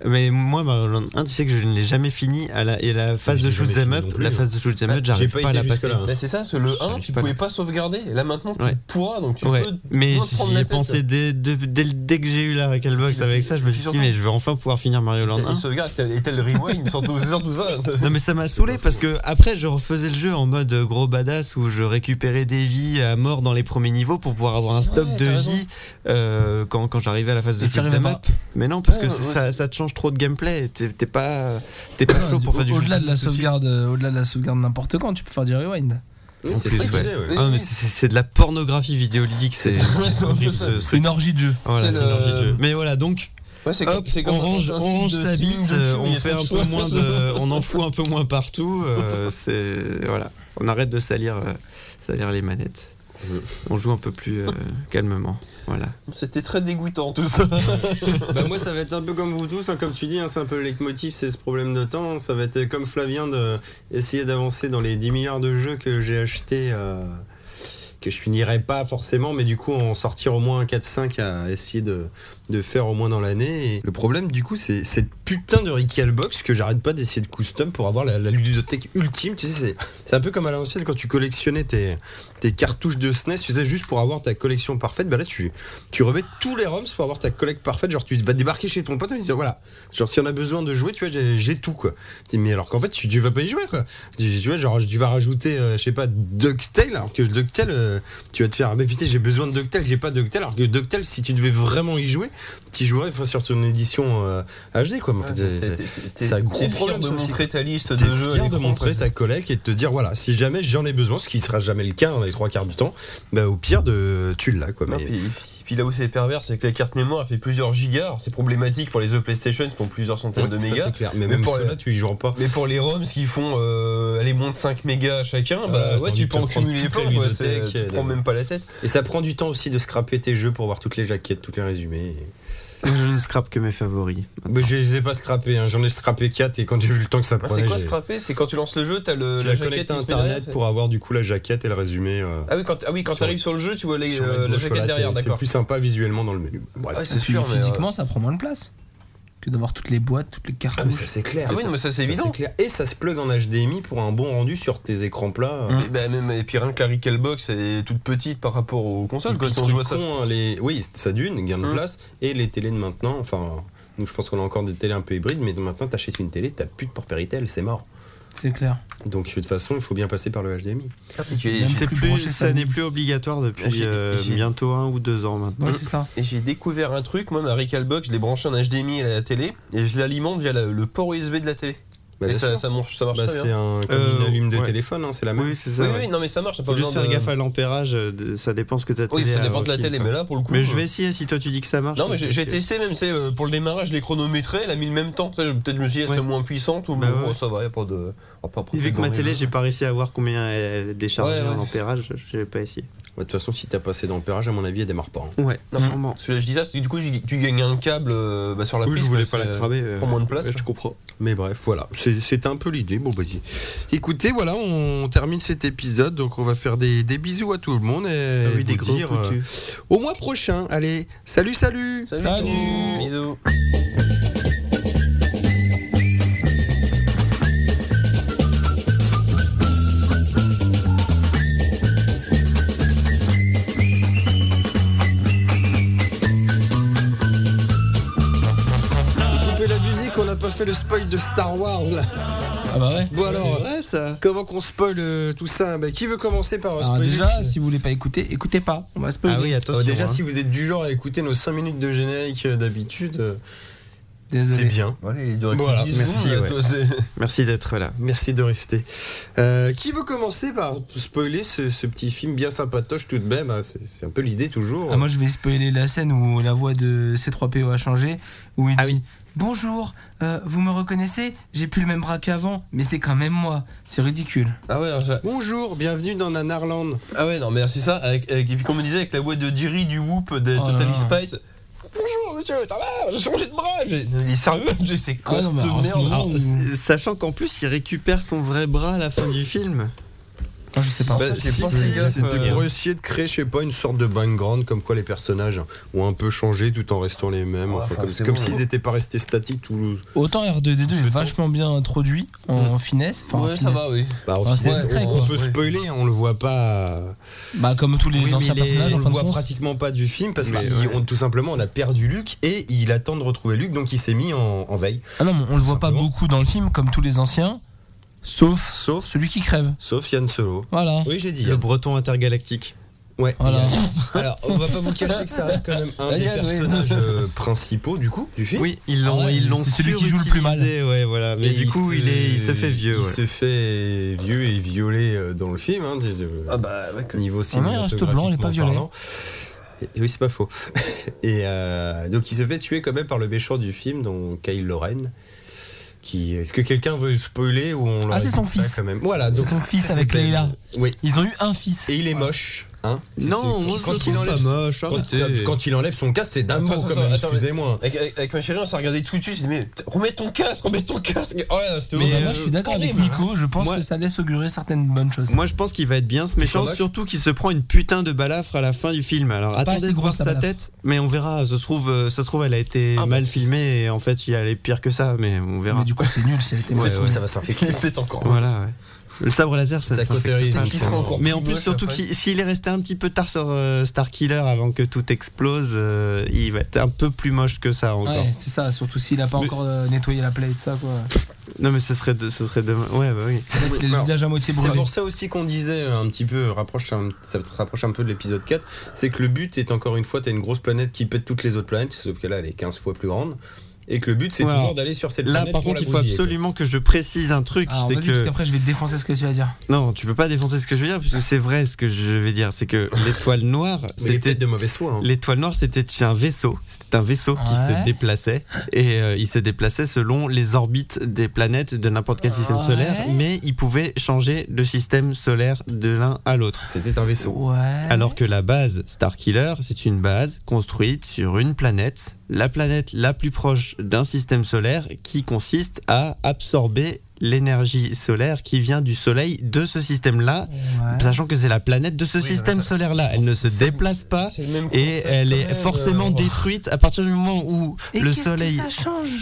[SPEAKER 5] Mais moi, Mario Land 1, tu sais que je ne l'ai jamais fini. À la, et la
[SPEAKER 3] Ah,
[SPEAKER 5] phase
[SPEAKER 3] je
[SPEAKER 5] de
[SPEAKER 3] l'ai jamais
[SPEAKER 5] shoot'em
[SPEAKER 3] fini
[SPEAKER 5] up,
[SPEAKER 3] non plus,
[SPEAKER 5] la
[SPEAKER 3] hein.
[SPEAKER 5] phase de shoot'em
[SPEAKER 3] Ah,
[SPEAKER 5] up, j'arrive
[SPEAKER 3] j'ai pas
[SPEAKER 5] pas à
[SPEAKER 3] été
[SPEAKER 5] la passer.
[SPEAKER 3] jusque-là, hein.
[SPEAKER 2] Bah, c'est ça, c'est le 1,
[SPEAKER 5] J'arrive
[SPEAKER 2] tu
[SPEAKER 5] pas à
[SPEAKER 2] pouvais
[SPEAKER 5] le-
[SPEAKER 2] pas sauvegarder. Là maintenant, tu
[SPEAKER 5] Ouais.
[SPEAKER 2] pourras, donc tu
[SPEAKER 5] Ouais,
[SPEAKER 2] peux.
[SPEAKER 5] mais
[SPEAKER 2] moins te prendre
[SPEAKER 5] j'y
[SPEAKER 2] la
[SPEAKER 5] ai
[SPEAKER 2] tête.
[SPEAKER 5] pensé dès, de- dès, le- dès que j'ai eu la Recalbox
[SPEAKER 2] Puis-
[SPEAKER 5] avec ça, je me
[SPEAKER 2] puis
[SPEAKER 5] suis dit,
[SPEAKER 2] surtout-
[SPEAKER 5] mais je vais enfin pouvoir finir Mario Land 1.
[SPEAKER 2] Il sauvegarde, et tel rewind, surtout surtout ça.
[SPEAKER 5] Non mais ça m'a saoulé parce que après je refaisais le jeu en mode euh, gros badass où je récupérais des vies à mort dans les premiers niveaux pour pouvoir avoir un stock de vie euh, quand, quand j'arrivais à la phase de
[SPEAKER 4] Et t'y arrivais
[SPEAKER 5] shoot'em
[SPEAKER 4] pas.
[SPEAKER 5] up. Mais non parce que
[SPEAKER 2] Ouais,
[SPEAKER 5] c'est-
[SPEAKER 2] ouais.
[SPEAKER 5] ça, ça te change trop de gameplay. T'es t'es pas t'es pas chaud pour faire du
[SPEAKER 4] Au- Au-delà
[SPEAKER 5] shoot'em
[SPEAKER 4] de la
[SPEAKER 5] up tout suite.
[SPEAKER 4] sauvegarde, euh, au-delà de la sauvegarde n'importe quand, tu peux faire du rewind.
[SPEAKER 3] Oui,
[SPEAKER 5] En
[SPEAKER 3] c'est
[SPEAKER 5] plus,
[SPEAKER 3] ce que je
[SPEAKER 5] ouais.
[SPEAKER 3] disais, ouais.
[SPEAKER 2] Oui,
[SPEAKER 5] Ah, mais
[SPEAKER 2] oui.
[SPEAKER 5] c'est- c'est c'est de la pornographie vidéoludique. C'est
[SPEAKER 2] Ouais, c'est un peu
[SPEAKER 5] horrible,
[SPEAKER 2] ça.
[SPEAKER 5] ce-
[SPEAKER 4] C'est
[SPEAKER 5] ce-
[SPEAKER 4] une orgie de jeu.
[SPEAKER 5] voilà,
[SPEAKER 2] c'est
[SPEAKER 5] c'est une
[SPEAKER 2] le-
[SPEAKER 5] orgie de jeu. Mais voilà donc
[SPEAKER 2] Ouais, c'est
[SPEAKER 5] Hop, on range, on range sa bite, euh, on fait un peu moins de, on en fout un peu moins partout. euh, c'est voilà, on arrête de salir, euh, salir les manettes. On joue un peu plus euh, calmement. Voilà.
[SPEAKER 2] C'était très dégoûtant tout ça.
[SPEAKER 3] Bah moi ça va être un peu comme vous tous, hein, comme tu dis, hein, c'est un peu le leitmotiv, c'est ce problème de temps. Ça va être comme Flavien de essayer d'avancer dans les 10 milliards de jeux que j'ai achetés, euh, que je finirai pas forcément, mais du coup en sortir au moins 4-5 à essayer de, de faire au moins dans l'année. Et Le problème du coup c'est cette putain de Ricky Box que j'arrête pas d'essayer de custom pour avoir la, la ludothèque ultime. Tu sais, c'est- c'est un peu comme à l'ancienne quand tu collectionnais tes, tes cartouches de SNES, tu sais, juste pour avoir ta collection parfaite, bah là tu tu remets tous les ROMs pour avoir ta collecte parfaite. Genre, tu vas débarquer chez ton pote et lui dire voilà, genre, si on a besoin de jouer, tu vois, j'ai- j'ai tout quoi. Tu dis, Mais alors qu'en fait, tu, tu vas pas y jouer quoi. Tu, tu vois, genre, tu vas rajouter, euh, je sais pas, DuckTale, alors que DuckTale, euh, tu vas te faire, ah, mais putain, j'ai besoin de DuckTale, j'ai pas DuckTale, alors que DuckTale, si tu devais vraiment y jouer, tu jouerais enfin, sur ton édition euh, HD quoi. Mais en fait, c'est- c'est- c'est un gros
[SPEAKER 2] T'es fier
[SPEAKER 3] problème,
[SPEAKER 2] de
[SPEAKER 3] ça aussi.
[SPEAKER 2] montrer ta liste
[SPEAKER 3] T'es
[SPEAKER 2] de jeux. à
[SPEAKER 3] fier de
[SPEAKER 2] l'écran,
[SPEAKER 3] montrer
[SPEAKER 2] quoi.
[SPEAKER 3] ta collecte et de te dire voilà si jamais j'en ai besoin ce qui sera jamais le cas dans les trois quarts du temps bah au pire de tu l'as quoi
[SPEAKER 2] Non,
[SPEAKER 3] mais
[SPEAKER 2] puis, puis- puis là où c'est pervers, c'est que la carte mémoire elle fait plusieurs gigas. Alors, C'est problématique pour les jeux PlayStation qui font plusieurs centaines
[SPEAKER 3] Ouais,
[SPEAKER 2] de
[SPEAKER 3] ça,
[SPEAKER 2] mégas.
[SPEAKER 3] c'est clair. Mais,
[SPEAKER 2] Mais
[SPEAKER 3] même
[SPEAKER 2] pour-
[SPEAKER 3] ceux-là, tu y joueras pas.
[SPEAKER 2] Mais pour les ROMs qui font euh, les moins de 5 mégas chacun, bah
[SPEAKER 3] Ah,
[SPEAKER 2] ouais,
[SPEAKER 3] t'as envie
[SPEAKER 2] tu
[SPEAKER 3] de
[SPEAKER 2] peux en
[SPEAKER 3] te prendre
[SPEAKER 2] cumuler
[SPEAKER 3] toute
[SPEAKER 2] plein.
[SPEAKER 3] la
[SPEAKER 2] quoi, c'est-
[SPEAKER 3] ludothèque,
[SPEAKER 2] Tu
[SPEAKER 3] euh,
[SPEAKER 2] prends même pas la tête.
[SPEAKER 3] Et ça prend du temps aussi de scraper tes jeux pour voir toutes les jaquettes, tous les résumés.
[SPEAKER 5] Je ne scrape que mes favoris.
[SPEAKER 3] Mais je les ai pas scrapés, hein. j'en ai scrapé 4 et quand j'ai vu le temps que ça
[SPEAKER 2] Ah,
[SPEAKER 3] prenait,
[SPEAKER 2] C'est quoi
[SPEAKER 3] j'ai
[SPEAKER 2] scraper C'est quand tu lances le jeu, t'as le
[SPEAKER 3] tu
[SPEAKER 2] la
[SPEAKER 3] la
[SPEAKER 2] jaquette
[SPEAKER 3] connecté
[SPEAKER 2] qui
[SPEAKER 3] à
[SPEAKER 2] se met
[SPEAKER 3] internet
[SPEAKER 2] derrière,
[SPEAKER 3] pour avoir du coup la jaquette et le résumé. euh,
[SPEAKER 2] c'est- Ah oui, quand, ah oui, quand
[SPEAKER 3] sur-
[SPEAKER 2] t'arrives sur le jeu, tu vois les-
[SPEAKER 3] sur la
[SPEAKER 2] euh, la
[SPEAKER 3] gauche,
[SPEAKER 2] jaquette
[SPEAKER 3] voilà,
[SPEAKER 2] derrière,
[SPEAKER 3] t'es- C'est
[SPEAKER 2] d'accord.
[SPEAKER 3] plus sympa visuellement dans le menu. Bref.
[SPEAKER 2] Ouais, c'est
[SPEAKER 4] Et puis,
[SPEAKER 2] sûr, mais, euh,
[SPEAKER 4] physiquement, ça prend moins de place que d'avoir toutes les boîtes, toutes les
[SPEAKER 3] Ah, mais
[SPEAKER 4] cartouches.
[SPEAKER 3] ça c'est clair.
[SPEAKER 2] Ah oui, non, mais ça c'est évident.
[SPEAKER 3] clair. Et ça se plug en HDMI pour un bon rendu sur tes écrans plats. euh.
[SPEAKER 2] Mais- bah, même, et puis rien que la Recalbox, elle est toute petite par rapport aux consoles.
[SPEAKER 3] Les
[SPEAKER 2] Quoi,
[SPEAKER 3] petits
[SPEAKER 2] si on joue à
[SPEAKER 3] trucs
[SPEAKER 2] ça.
[SPEAKER 3] cons, hein, les... Oui, ça d'une, gain de
[SPEAKER 2] Mm.
[SPEAKER 5] Hum.
[SPEAKER 3] place. Et les télés de maintenant, enfin, nous je pense qu'on a encore des télés un peu hybrides, mais maintenant t'achètes une télé, t'as plus de port Péritel, c'est mort.
[SPEAKER 4] C'est clair.
[SPEAKER 3] Donc de toute façon, il faut bien passer par le HDMI.
[SPEAKER 2] Et-
[SPEAKER 4] Même
[SPEAKER 5] C'est
[SPEAKER 4] plus
[SPEAKER 5] plus-
[SPEAKER 4] branché, ça,
[SPEAKER 5] ça n'est
[SPEAKER 4] non.
[SPEAKER 5] plus obligatoire depuis
[SPEAKER 2] J'ai-
[SPEAKER 5] euh,
[SPEAKER 2] j'ai-
[SPEAKER 5] bientôt un ou deux ans maintenant.
[SPEAKER 4] Ouais, c'est ça.
[SPEAKER 2] Et j'ai découvert un truc, moi ma Recalbox, je l'ai branché en HDMI à la télé et je l'alimente via la- le port USB de la télé.
[SPEAKER 3] Bah,
[SPEAKER 2] et
[SPEAKER 3] bien
[SPEAKER 2] ça,
[SPEAKER 3] sûr.
[SPEAKER 2] ça marche, ça marche
[SPEAKER 3] Bah,
[SPEAKER 2] très
[SPEAKER 3] c'est
[SPEAKER 2] bien.
[SPEAKER 3] un comme
[SPEAKER 5] Euh,
[SPEAKER 3] une allume de
[SPEAKER 5] ouais.
[SPEAKER 3] téléphone, hein, c'est la même.
[SPEAKER 5] Oui, c'est ça.
[SPEAKER 2] Oui,
[SPEAKER 5] ouais.
[SPEAKER 2] oui, non mais ça marche, t'as pas
[SPEAKER 5] Faut juste
[SPEAKER 2] besoin
[SPEAKER 5] faire
[SPEAKER 2] de...
[SPEAKER 5] gaffe à l'ampérage, euh, de- ça dépend ce que t'as
[SPEAKER 2] Oui,
[SPEAKER 5] télé
[SPEAKER 2] ça
[SPEAKER 5] a
[SPEAKER 2] dépend de la
[SPEAKER 5] aussi,
[SPEAKER 2] télé,
[SPEAKER 5] quoi.
[SPEAKER 2] mais là pour le coup...
[SPEAKER 5] Mais je
[SPEAKER 2] euh,
[SPEAKER 5] vais essayer si toi tu dis que ça marche.
[SPEAKER 2] Non mais
[SPEAKER 5] je
[SPEAKER 2] j'ai
[SPEAKER 5] vais
[SPEAKER 2] j'ai
[SPEAKER 5] essayer.
[SPEAKER 2] testé même, c'est euh, pour le démarrage, je l'ai chronométré, elle a mis le même temps. Ça, je- Peut-être je me suis dit, elle serait
[SPEAKER 5] Ouais.
[SPEAKER 2] moins puissante ou
[SPEAKER 5] Bah
[SPEAKER 2] bon,
[SPEAKER 5] ouais.
[SPEAKER 2] ça va, y a pas de... on va pas
[SPEAKER 5] Vu que
[SPEAKER 2] prendre
[SPEAKER 5] ma
[SPEAKER 2] de
[SPEAKER 5] télé,
[SPEAKER 2] risques.
[SPEAKER 5] j'ai pas réussi à voir combien elle déchargeait
[SPEAKER 2] Ouais, ouais.
[SPEAKER 5] en ampérage, je l'ai pas essayé.
[SPEAKER 3] Ouais, Bah, de toute façon, si t'as passé d'ampérage, à mon avis, elle démarre pas. hein.
[SPEAKER 5] Ouais,
[SPEAKER 2] Non,
[SPEAKER 4] Mm.
[SPEAKER 5] sûrement.
[SPEAKER 2] Parce que je dis ça, parce que du coup tu tu gagnes un câble euh, bah, sur la
[SPEAKER 5] Oui, je
[SPEAKER 2] prise,
[SPEAKER 5] voulais
[SPEAKER 2] quoi,
[SPEAKER 5] pas la
[SPEAKER 2] c'est-
[SPEAKER 5] cramer. euh,
[SPEAKER 2] prend moins de place,
[SPEAKER 5] ouais,
[SPEAKER 2] quoi.
[SPEAKER 5] Je comprends.
[SPEAKER 3] Mais bref, voilà, c'est c'était un peu l'idée. Bon, vas-y. Écoutez, voilà, on termine cet épisode, donc on va faire des, des bisous à tout le monde et
[SPEAKER 5] Ah oui,
[SPEAKER 3] vous
[SPEAKER 5] des gros
[SPEAKER 3] dire euh,
[SPEAKER 5] coutus.
[SPEAKER 3] au mois prochain. Allez, salut, salut.
[SPEAKER 2] Salut Bisous
[SPEAKER 3] Coupez la musique, on n'a pas fait le spoil de Star Wars là.
[SPEAKER 4] Ah bah ouais.
[SPEAKER 3] Bon alors,
[SPEAKER 5] Ouais, ça.
[SPEAKER 3] comment qu'on spoil euh, tout ça Bah, Qui veut commencer par euh,
[SPEAKER 4] Alors
[SPEAKER 3] spoiler
[SPEAKER 4] Ah, déjà, si vous voulez pas écouter, écoutez pas. On va se
[SPEAKER 5] Ah oui, attention.
[SPEAKER 3] Euh, déjà,
[SPEAKER 5] hein.
[SPEAKER 3] si vous êtes du genre à écouter nos 5 minutes de générique euh, d'habitude, euh, c'est bien.
[SPEAKER 2] Allez, il dure
[SPEAKER 3] Voilà,
[SPEAKER 2] 10 secondes,
[SPEAKER 5] merci,
[SPEAKER 2] là,
[SPEAKER 5] ouais.
[SPEAKER 2] toi, c'est-
[SPEAKER 5] Merci d'être là.
[SPEAKER 3] Merci de rester. Euh, qui veut commencer par spoiler ce, ce petit film bien sympatoche tout de même hein, c'est, c'est un peu l'idée toujours.
[SPEAKER 4] Ah, moi, je vais spoiler la scène où la voix de C3PO a changé, où il
[SPEAKER 5] Ah
[SPEAKER 4] dit Bonjour, euh, vous me reconnaissez J'ai plus le même bras qu'avant, mais c'est quand même moi. C'est ridicule.
[SPEAKER 2] Ah ouais, alors, j'ai-
[SPEAKER 3] Bonjour, bienvenue dans Nanarland.
[SPEAKER 2] Ah ouais, non, mais c'est ça. Avec, avec- et puis, comme on disait, avec la voix de Jerry du Whoop de
[SPEAKER 4] Oh là
[SPEAKER 2] Totally
[SPEAKER 4] là.
[SPEAKER 2] Spice. Bonjour, monsieur, ça va J'ai changé de bras j'ai- Non, Il est sérieux j'ai- C'est quoi
[SPEAKER 4] Ah non,
[SPEAKER 2] cette
[SPEAKER 4] mais en ce
[SPEAKER 2] merde
[SPEAKER 4] moment-
[SPEAKER 5] Alors, s- sachant qu'en plus, il récupère son vrai bras à la fin du film.
[SPEAKER 4] Ah, je sais pas.
[SPEAKER 3] Bah,
[SPEAKER 8] j'ai
[SPEAKER 3] si,
[SPEAKER 8] pas
[SPEAKER 3] si,
[SPEAKER 8] fait gaffe,
[SPEAKER 3] C'était
[SPEAKER 8] euh.
[SPEAKER 3] pour essayer de créer, je sais pas, une sorte de background comme quoi les personnages ont un peu changé tout en restant les mêmes.
[SPEAKER 5] Ouais,
[SPEAKER 3] enfin,
[SPEAKER 5] enfin,
[SPEAKER 3] comme
[SPEAKER 5] c'est
[SPEAKER 3] comme
[SPEAKER 5] bon. hein.
[SPEAKER 3] s'ils n'étaient pas restés statiques. Tout...
[SPEAKER 4] Autant R2D2 est vachement bien introduit en finesse. Enfin, en
[SPEAKER 2] Ouais, ça
[SPEAKER 4] finesse.
[SPEAKER 2] va, oui.
[SPEAKER 3] Bah, au
[SPEAKER 4] Ah, c'est
[SPEAKER 3] final,
[SPEAKER 4] discret,
[SPEAKER 3] on
[SPEAKER 4] quoi.
[SPEAKER 3] peut spoiler, hein, on le voit pas.
[SPEAKER 4] Bah, comme tous les
[SPEAKER 3] Oui, mais
[SPEAKER 4] anciens
[SPEAKER 3] il est-
[SPEAKER 4] personnages,
[SPEAKER 3] on
[SPEAKER 4] en
[SPEAKER 3] le
[SPEAKER 4] fin de
[SPEAKER 3] voit
[SPEAKER 4] compte.
[SPEAKER 3] pratiquement pas du film parce
[SPEAKER 5] Mais
[SPEAKER 3] qu'on tout simplement on a perdu Luc et il attend de retrouver Luc, donc il s'est mis en, en veille.
[SPEAKER 4] Ah non, mais on le voit pas
[SPEAKER 3] Simplement.
[SPEAKER 4] beaucoup dans le film, comme tous les anciens, sauf
[SPEAKER 3] Sauf,
[SPEAKER 4] celui qui crève.
[SPEAKER 3] sauf Yann Solo.
[SPEAKER 4] Voilà.
[SPEAKER 3] Oui, j'ai dit.
[SPEAKER 5] Le
[SPEAKER 3] Yann.
[SPEAKER 5] breton intergalactique.
[SPEAKER 3] Ouais.
[SPEAKER 4] Voilà.
[SPEAKER 3] Yann. Alors, on va pas vous cacher que ça reste quand même un des
[SPEAKER 2] Yann, oui.
[SPEAKER 3] personnages euh, principaux du coup du film.
[SPEAKER 5] Oui, ils l'ont,
[SPEAKER 4] Ah ouais,
[SPEAKER 5] ils l'ont
[SPEAKER 4] c'est celui qui joue le plus mal.
[SPEAKER 5] surutilisé, Ouais, voilà. Mais
[SPEAKER 3] Et
[SPEAKER 5] du coup, il, est, il se fait vieux.
[SPEAKER 3] Il
[SPEAKER 5] ouais.
[SPEAKER 3] se fait vieux et violé euh, dans le film, hein, dis- euh,
[SPEAKER 4] Ah
[SPEAKER 2] bah, ouais,
[SPEAKER 3] niveau
[SPEAKER 4] non, il reste blanc, il est pas violé.
[SPEAKER 3] cinématographiquement parlant. Et- oui, c'est pas faux. Et euh, donc, il se fait tuer quand même par le méchant du film, dont Kyle Loren. Qui... Est-ce que quelqu'un veut spoiler ou on
[SPEAKER 4] Ah,
[SPEAKER 3] leur
[SPEAKER 4] c'est
[SPEAKER 3] dit
[SPEAKER 4] son
[SPEAKER 3] ça
[SPEAKER 4] fils.
[SPEAKER 3] quand même Voilà,
[SPEAKER 4] C'est
[SPEAKER 3] donc.
[SPEAKER 4] son fils avec
[SPEAKER 3] s'appelle-
[SPEAKER 4] Leila.
[SPEAKER 3] Oui.
[SPEAKER 4] Ils ont eu un fils.
[SPEAKER 3] Et il est moche, hein C'est
[SPEAKER 5] Non,
[SPEAKER 3] ce-
[SPEAKER 5] moi, je
[SPEAKER 3] quand,
[SPEAKER 5] le
[SPEAKER 3] il
[SPEAKER 5] trouve
[SPEAKER 3] enlève,
[SPEAKER 5] pas moche,
[SPEAKER 3] quand,
[SPEAKER 5] arrêtez.
[SPEAKER 3] quand il enlève son casque, c'est d'un
[SPEAKER 2] Attends,
[SPEAKER 3] mot quand
[SPEAKER 2] attends,
[SPEAKER 3] même.
[SPEAKER 2] attends,
[SPEAKER 3] Excusez-moi.
[SPEAKER 2] Avec, avec- avec ma chérie, on s'est regardé tout de suite. J'ai dit, mais t- remets ton casque, remets ton casque. Oh, là, c'était
[SPEAKER 4] Mais
[SPEAKER 2] horrible.
[SPEAKER 4] moi, je suis d'accord avec
[SPEAKER 2] Horrible.
[SPEAKER 4] Nico, je pense
[SPEAKER 5] Moi-
[SPEAKER 4] que ça laisse augurer certaines bonnes choses.
[SPEAKER 5] Moi, je pense qu'il va être bien ce méchant,
[SPEAKER 3] Qu'est-ce qu'on a
[SPEAKER 5] surtout qu'il se prend une putain de balafre à la fin du film. Alors
[SPEAKER 4] assez
[SPEAKER 5] attendez de voir
[SPEAKER 4] grosse, la
[SPEAKER 5] sa
[SPEAKER 4] balafre.
[SPEAKER 5] tête, mais on verra. Ça se trouve, euh, ça se trouve, elle a été
[SPEAKER 2] Ah,
[SPEAKER 5] mal filmée et en fait, il y a les pires que ça, mais on verra.
[SPEAKER 4] Mais du coup, c'est nul si elle était
[SPEAKER 3] Ça
[SPEAKER 4] moche.
[SPEAKER 3] se trouve, ça va s'infecter.
[SPEAKER 2] C'était encore.
[SPEAKER 5] Voilà. ouais. Le sabre laser, ça,
[SPEAKER 3] Ça
[SPEAKER 5] ça fait
[SPEAKER 3] cautérise.
[SPEAKER 5] tout un
[SPEAKER 3] Qui
[SPEAKER 5] film.
[SPEAKER 3] sera encore
[SPEAKER 5] Mais
[SPEAKER 2] plus
[SPEAKER 5] en plus,
[SPEAKER 2] moche
[SPEAKER 5] surtout,
[SPEAKER 2] après.
[SPEAKER 5] qu'il- s'il est resté un petit peu tard sur euh, Star Killer avant que tout explose, euh, il va être un peu plus moche que ça encore.
[SPEAKER 4] Ouais, c'est ça, surtout s'il a pas
[SPEAKER 5] Mais-
[SPEAKER 4] encore euh, nettoyé la plaie et tout ça, quoi.
[SPEAKER 5] Non, mais ce serait, de- ce serait demain. Ouais, bah oui.
[SPEAKER 4] Peut-être qu'il a le
[SPEAKER 3] Alors,
[SPEAKER 4] visage à moitié
[SPEAKER 3] C'est
[SPEAKER 4] bourré.
[SPEAKER 3] pour ça aussi qu'on disait euh, un petit peu, rapproche, un- ça se rapproche un peu de l'épisode 4, c'est que le but est encore une fois, t'as une grosse planète qui pète toutes les autres planètes, sauf que là elle est 15 fois plus grande, et que le but c'est
[SPEAKER 5] Ouais,
[SPEAKER 3] toujours
[SPEAKER 5] alors,
[SPEAKER 3] d'aller sur cette
[SPEAKER 5] Là,
[SPEAKER 3] planète.
[SPEAKER 5] par
[SPEAKER 3] pour
[SPEAKER 5] contre,
[SPEAKER 3] la
[SPEAKER 5] il faut
[SPEAKER 3] bousiller, quoi.
[SPEAKER 5] absolument que je précise un truc.
[SPEAKER 4] Alors
[SPEAKER 5] c'est
[SPEAKER 4] Ah, vas-y, parce
[SPEAKER 5] que
[SPEAKER 4] qu'après, je vais défoncer ce que Ah. tu vas dire.
[SPEAKER 5] non, tu peux pas défoncer ce que je veux dire, puisque c'est vrai ce que je vais dire. C'est que l'étoile noire,
[SPEAKER 3] Mais les
[SPEAKER 5] c'était
[SPEAKER 3] têtes de mauvais soin. hein.
[SPEAKER 5] L'étoile noire, c'était un vaisseau. C'était un vaisseau qui
[SPEAKER 4] Ouais.
[SPEAKER 5] se déplaçait. Et euh, il se déplaçait selon les orbites des planètes de n'importe quel système
[SPEAKER 4] Ah. Ouais.
[SPEAKER 5] solaire. Mais il pouvait changer de système solaire de l'un à l'autre.
[SPEAKER 3] C'était un vaisseau.
[SPEAKER 4] Ouais.
[SPEAKER 5] Alors que la base Starkiller, c'est une base construite sur une planète, la planète la plus proche d'un système solaire qui consiste à absorber l'énergie solaire qui vient du soleil de ce système-là,
[SPEAKER 4] Ouais.
[SPEAKER 5] sachant que c'est la planète de ce
[SPEAKER 2] Oui,
[SPEAKER 5] système
[SPEAKER 2] voilà.
[SPEAKER 5] solaire-là. Elle ne se
[SPEAKER 2] C'est-
[SPEAKER 5] déplace pas,
[SPEAKER 2] C'est le même
[SPEAKER 5] et
[SPEAKER 2] concept,
[SPEAKER 5] elle est
[SPEAKER 2] quand même.
[SPEAKER 5] forcément détruite à partir du moment où le soleil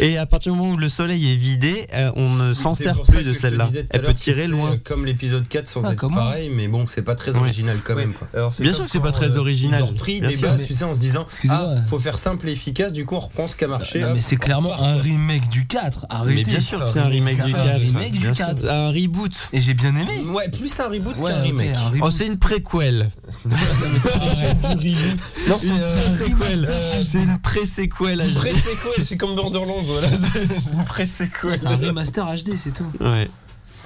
[SPEAKER 5] et à partir du moment où le soleil est vidé, euh, on ne s'en
[SPEAKER 3] C'est
[SPEAKER 5] sert
[SPEAKER 3] pour ça
[SPEAKER 5] plus
[SPEAKER 3] que
[SPEAKER 5] de
[SPEAKER 3] je te
[SPEAKER 5] celle-là.
[SPEAKER 3] disais tout à
[SPEAKER 5] Elle
[SPEAKER 3] l'heure
[SPEAKER 5] peut
[SPEAKER 3] que
[SPEAKER 5] tirer
[SPEAKER 3] c'est,
[SPEAKER 5] loin.
[SPEAKER 3] euh, Comme l'épisode 4 sans
[SPEAKER 4] Ah,
[SPEAKER 3] être
[SPEAKER 4] comment
[SPEAKER 3] pareil, mais bon, c'est pas très
[SPEAKER 5] Ouais.
[SPEAKER 3] original quand
[SPEAKER 2] Ouais.
[SPEAKER 3] même. Quoi.
[SPEAKER 2] Alors, c'est
[SPEAKER 5] Bien
[SPEAKER 2] comme
[SPEAKER 5] sûr que c'est pas
[SPEAKER 2] quand,
[SPEAKER 5] très
[SPEAKER 2] euh,
[SPEAKER 5] original.
[SPEAKER 3] Ils ont repris
[SPEAKER 5] Bien
[SPEAKER 3] des
[SPEAKER 5] sûr. euh.
[SPEAKER 3] bases, tu sais, en se disant
[SPEAKER 4] Excusez-moi.
[SPEAKER 3] Ah, faut faire simple et efficace, du coup on reprend ce qui a marché.
[SPEAKER 4] Non, mais
[SPEAKER 3] hop.
[SPEAKER 4] c'est clairement un remake du 4. Arrêtez.
[SPEAKER 5] Mais bien sûr que c'est un remake
[SPEAKER 4] C'est
[SPEAKER 5] du
[SPEAKER 4] un
[SPEAKER 5] 4.
[SPEAKER 4] remake du
[SPEAKER 5] Bien
[SPEAKER 4] 4.
[SPEAKER 5] sûr. Un reboot.
[SPEAKER 4] Et j'ai bien aimé.
[SPEAKER 3] Ouais, plus un reboot
[SPEAKER 4] Ouais,
[SPEAKER 3] qu'un
[SPEAKER 4] ok,
[SPEAKER 3] remake.
[SPEAKER 4] un reboot.
[SPEAKER 5] Oh, c'est une préquelle.
[SPEAKER 2] Non, c'est
[SPEAKER 5] Une
[SPEAKER 2] euh,
[SPEAKER 5] pré-séquelle. C'est une pré-séquelle.
[SPEAKER 2] une
[SPEAKER 5] HD.
[SPEAKER 2] pré-séquel, c'est comme Borderlands, voilà. C'est c'est une pré-séquel.
[SPEAKER 4] C'est un remaster HD, c'est tout.
[SPEAKER 5] Ouais.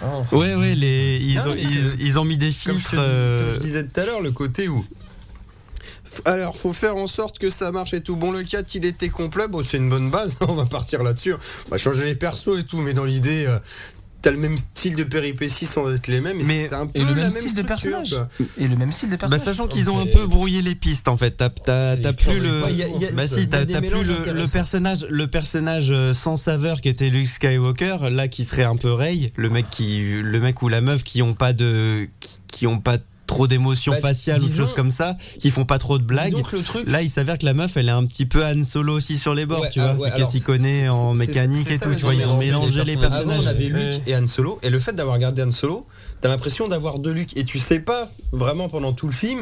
[SPEAKER 2] Ah,
[SPEAKER 5] Ouais, ouais, les, ils,
[SPEAKER 3] Non,
[SPEAKER 5] ont,
[SPEAKER 3] mais
[SPEAKER 5] ils, ils ont mis des
[SPEAKER 3] comme je, te
[SPEAKER 5] filtres.
[SPEAKER 3] dis- comme
[SPEAKER 5] euh,
[SPEAKER 3] je disais tout à l'heure, le côté où. F- Alors, faut faire en sorte que ça marche et tout. Bon, le 4, il était complet. Bon, c'est une bonne base. hein, On va partir là-dessus. On va changer les persos et tout. Mais dans l'idée, euh, t'as le même style de péripéties sans être les mêmes.
[SPEAKER 5] Mais-
[SPEAKER 3] Mais c'est un peu
[SPEAKER 4] et le
[SPEAKER 3] la
[SPEAKER 4] même
[SPEAKER 3] même
[SPEAKER 4] style de
[SPEAKER 3] structure,
[SPEAKER 4] personnages.
[SPEAKER 3] quoi.
[SPEAKER 4] Et le même style de
[SPEAKER 5] Bah,
[SPEAKER 4] personnage.
[SPEAKER 5] sachant qu'ils ont un
[SPEAKER 2] mais-
[SPEAKER 5] peu brouillé les pistes en fait. T'as, t'as-
[SPEAKER 2] C'est
[SPEAKER 5] t'as
[SPEAKER 2] les
[SPEAKER 5] plus
[SPEAKER 2] plans
[SPEAKER 5] le.
[SPEAKER 2] des- Ouais, y a-
[SPEAKER 3] y a-
[SPEAKER 5] bah
[SPEAKER 3] y a
[SPEAKER 5] si, t'as,
[SPEAKER 3] des
[SPEAKER 5] t'as plus
[SPEAKER 3] mélanges
[SPEAKER 5] le, le
[SPEAKER 3] intéressants.
[SPEAKER 5] personnage, le personnage euh, sans saveur qui était Luke Skywalker, là qui serait un peu Rey, le mec qui, le mec ou la meuf qui ont pas de, qui, qui ont pas trop d'émotions
[SPEAKER 3] Bah,
[SPEAKER 5] faciales ou de
[SPEAKER 3] disons-
[SPEAKER 5] choses comme ça, qui font pas trop de blagues.
[SPEAKER 3] Disons que le truc.
[SPEAKER 5] Là, il s'avère que la meuf, elle est un petit peu Han Solo aussi sur les bords,
[SPEAKER 3] Ouais,
[SPEAKER 5] tu
[SPEAKER 3] ah
[SPEAKER 5] vois,
[SPEAKER 3] ouais,
[SPEAKER 5] qu'elle
[SPEAKER 3] alors,
[SPEAKER 5] s'y connaît
[SPEAKER 3] c'est-
[SPEAKER 5] en
[SPEAKER 3] c'est- c'est-
[SPEAKER 5] mécanique
[SPEAKER 2] c'est
[SPEAKER 5] et
[SPEAKER 2] ça,
[SPEAKER 5] tout,
[SPEAKER 2] la
[SPEAKER 5] tu vois, ils ont
[SPEAKER 2] différence,
[SPEAKER 5] mélangé
[SPEAKER 2] les
[SPEAKER 5] les
[SPEAKER 2] personnages.
[SPEAKER 5] personnages.
[SPEAKER 3] Avant, on avait
[SPEAKER 2] Ouais.
[SPEAKER 3] Luke et Han Solo, et le fait d'avoir gardé Han Solo, t'as l'impression d'avoir deux Luke, et tu sais pas vraiment pendant tout le film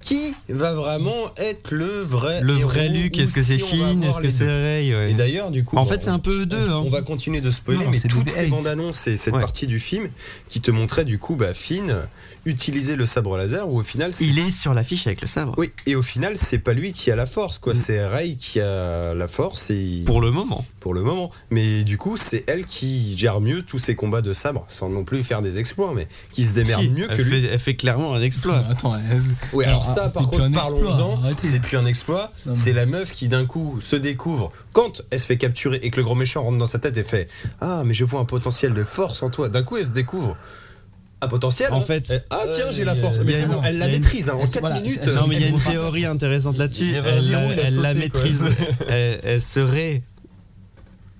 [SPEAKER 3] qui va vraiment être le vrai
[SPEAKER 5] Le
[SPEAKER 3] héros,
[SPEAKER 5] vrai Luke,
[SPEAKER 3] ou
[SPEAKER 5] est-ce que c'est
[SPEAKER 3] si on va
[SPEAKER 5] Finn,
[SPEAKER 3] avoir
[SPEAKER 5] est-ce que
[SPEAKER 3] les
[SPEAKER 5] c'est
[SPEAKER 3] deux.
[SPEAKER 5] Rey ouais.
[SPEAKER 3] Et d'ailleurs, du coup,
[SPEAKER 5] En
[SPEAKER 3] bon,
[SPEAKER 5] fait, c'est un peu eux deux. hein.
[SPEAKER 3] On va continuer de spoiler,
[SPEAKER 4] Non,
[SPEAKER 3] mais
[SPEAKER 4] c'est
[SPEAKER 3] toutes
[SPEAKER 4] des
[SPEAKER 3] ces
[SPEAKER 4] hates.
[SPEAKER 3] bandes annonces et cette
[SPEAKER 5] Ouais.
[SPEAKER 3] partie du film qui te montrait du coup, bah, Finn euh, utiliser le sabre laser où au final, c'est-
[SPEAKER 5] Il est sur l'affiche avec le sabre.
[SPEAKER 3] oui, et au final, c'est pas lui qui a la force, quoi.
[SPEAKER 5] Mm.
[SPEAKER 3] C'est Rey qui a la force et pour...
[SPEAKER 5] Pour le moment.
[SPEAKER 3] le moment. Mais du coup, c'est elle qui gère mieux tous ces combats de sabre, sans non plus faire des exploits, mais qui se démerde
[SPEAKER 5] Si,
[SPEAKER 3] Eh mieux que
[SPEAKER 5] elle
[SPEAKER 3] lui.
[SPEAKER 5] Fait, elle fait clairement un exploit.
[SPEAKER 4] Attends, vas-y.
[SPEAKER 3] Oui, alors,
[SPEAKER 4] Alors,
[SPEAKER 5] Ah,
[SPEAKER 3] ça,
[SPEAKER 4] c'est
[SPEAKER 3] par
[SPEAKER 4] plus un
[SPEAKER 3] contre,
[SPEAKER 4] exploit,
[SPEAKER 3] parlons-en.
[SPEAKER 4] arrêtez.
[SPEAKER 3] C'est plus un exploit.
[SPEAKER 4] Non, mais-
[SPEAKER 3] C'est la meuf qui d'un coup se découvre quand elle se fait capturer et que le gros méchant rentre dans sa tête et fait Ah, mais je vois un potentiel de force en toi. D'un coup, elle se découvre un potentiel.
[SPEAKER 5] En
[SPEAKER 3] hein.
[SPEAKER 5] fait,
[SPEAKER 3] Et, ah tiens,
[SPEAKER 2] euh,
[SPEAKER 3] j'ai la
[SPEAKER 2] il y a-
[SPEAKER 3] force. Mais
[SPEAKER 5] il y a
[SPEAKER 3] c'est bon,
[SPEAKER 5] une-
[SPEAKER 3] elle la
[SPEAKER 5] il y a une-
[SPEAKER 3] maîtrise hein, en
[SPEAKER 4] elle-
[SPEAKER 3] 4
[SPEAKER 4] voilà,
[SPEAKER 3] minutes.
[SPEAKER 4] elle-
[SPEAKER 3] euh,
[SPEAKER 5] Non, mais il y a une
[SPEAKER 4] Faut pas
[SPEAKER 5] théorie intéressante
[SPEAKER 2] Il
[SPEAKER 5] là-dessus.
[SPEAKER 2] y avait un
[SPEAKER 5] Elle,
[SPEAKER 2] verrou,
[SPEAKER 5] la-
[SPEAKER 2] il a
[SPEAKER 5] elle la
[SPEAKER 2] sauté, quoi.
[SPEAKER 5] maîtrise. elle, elle serait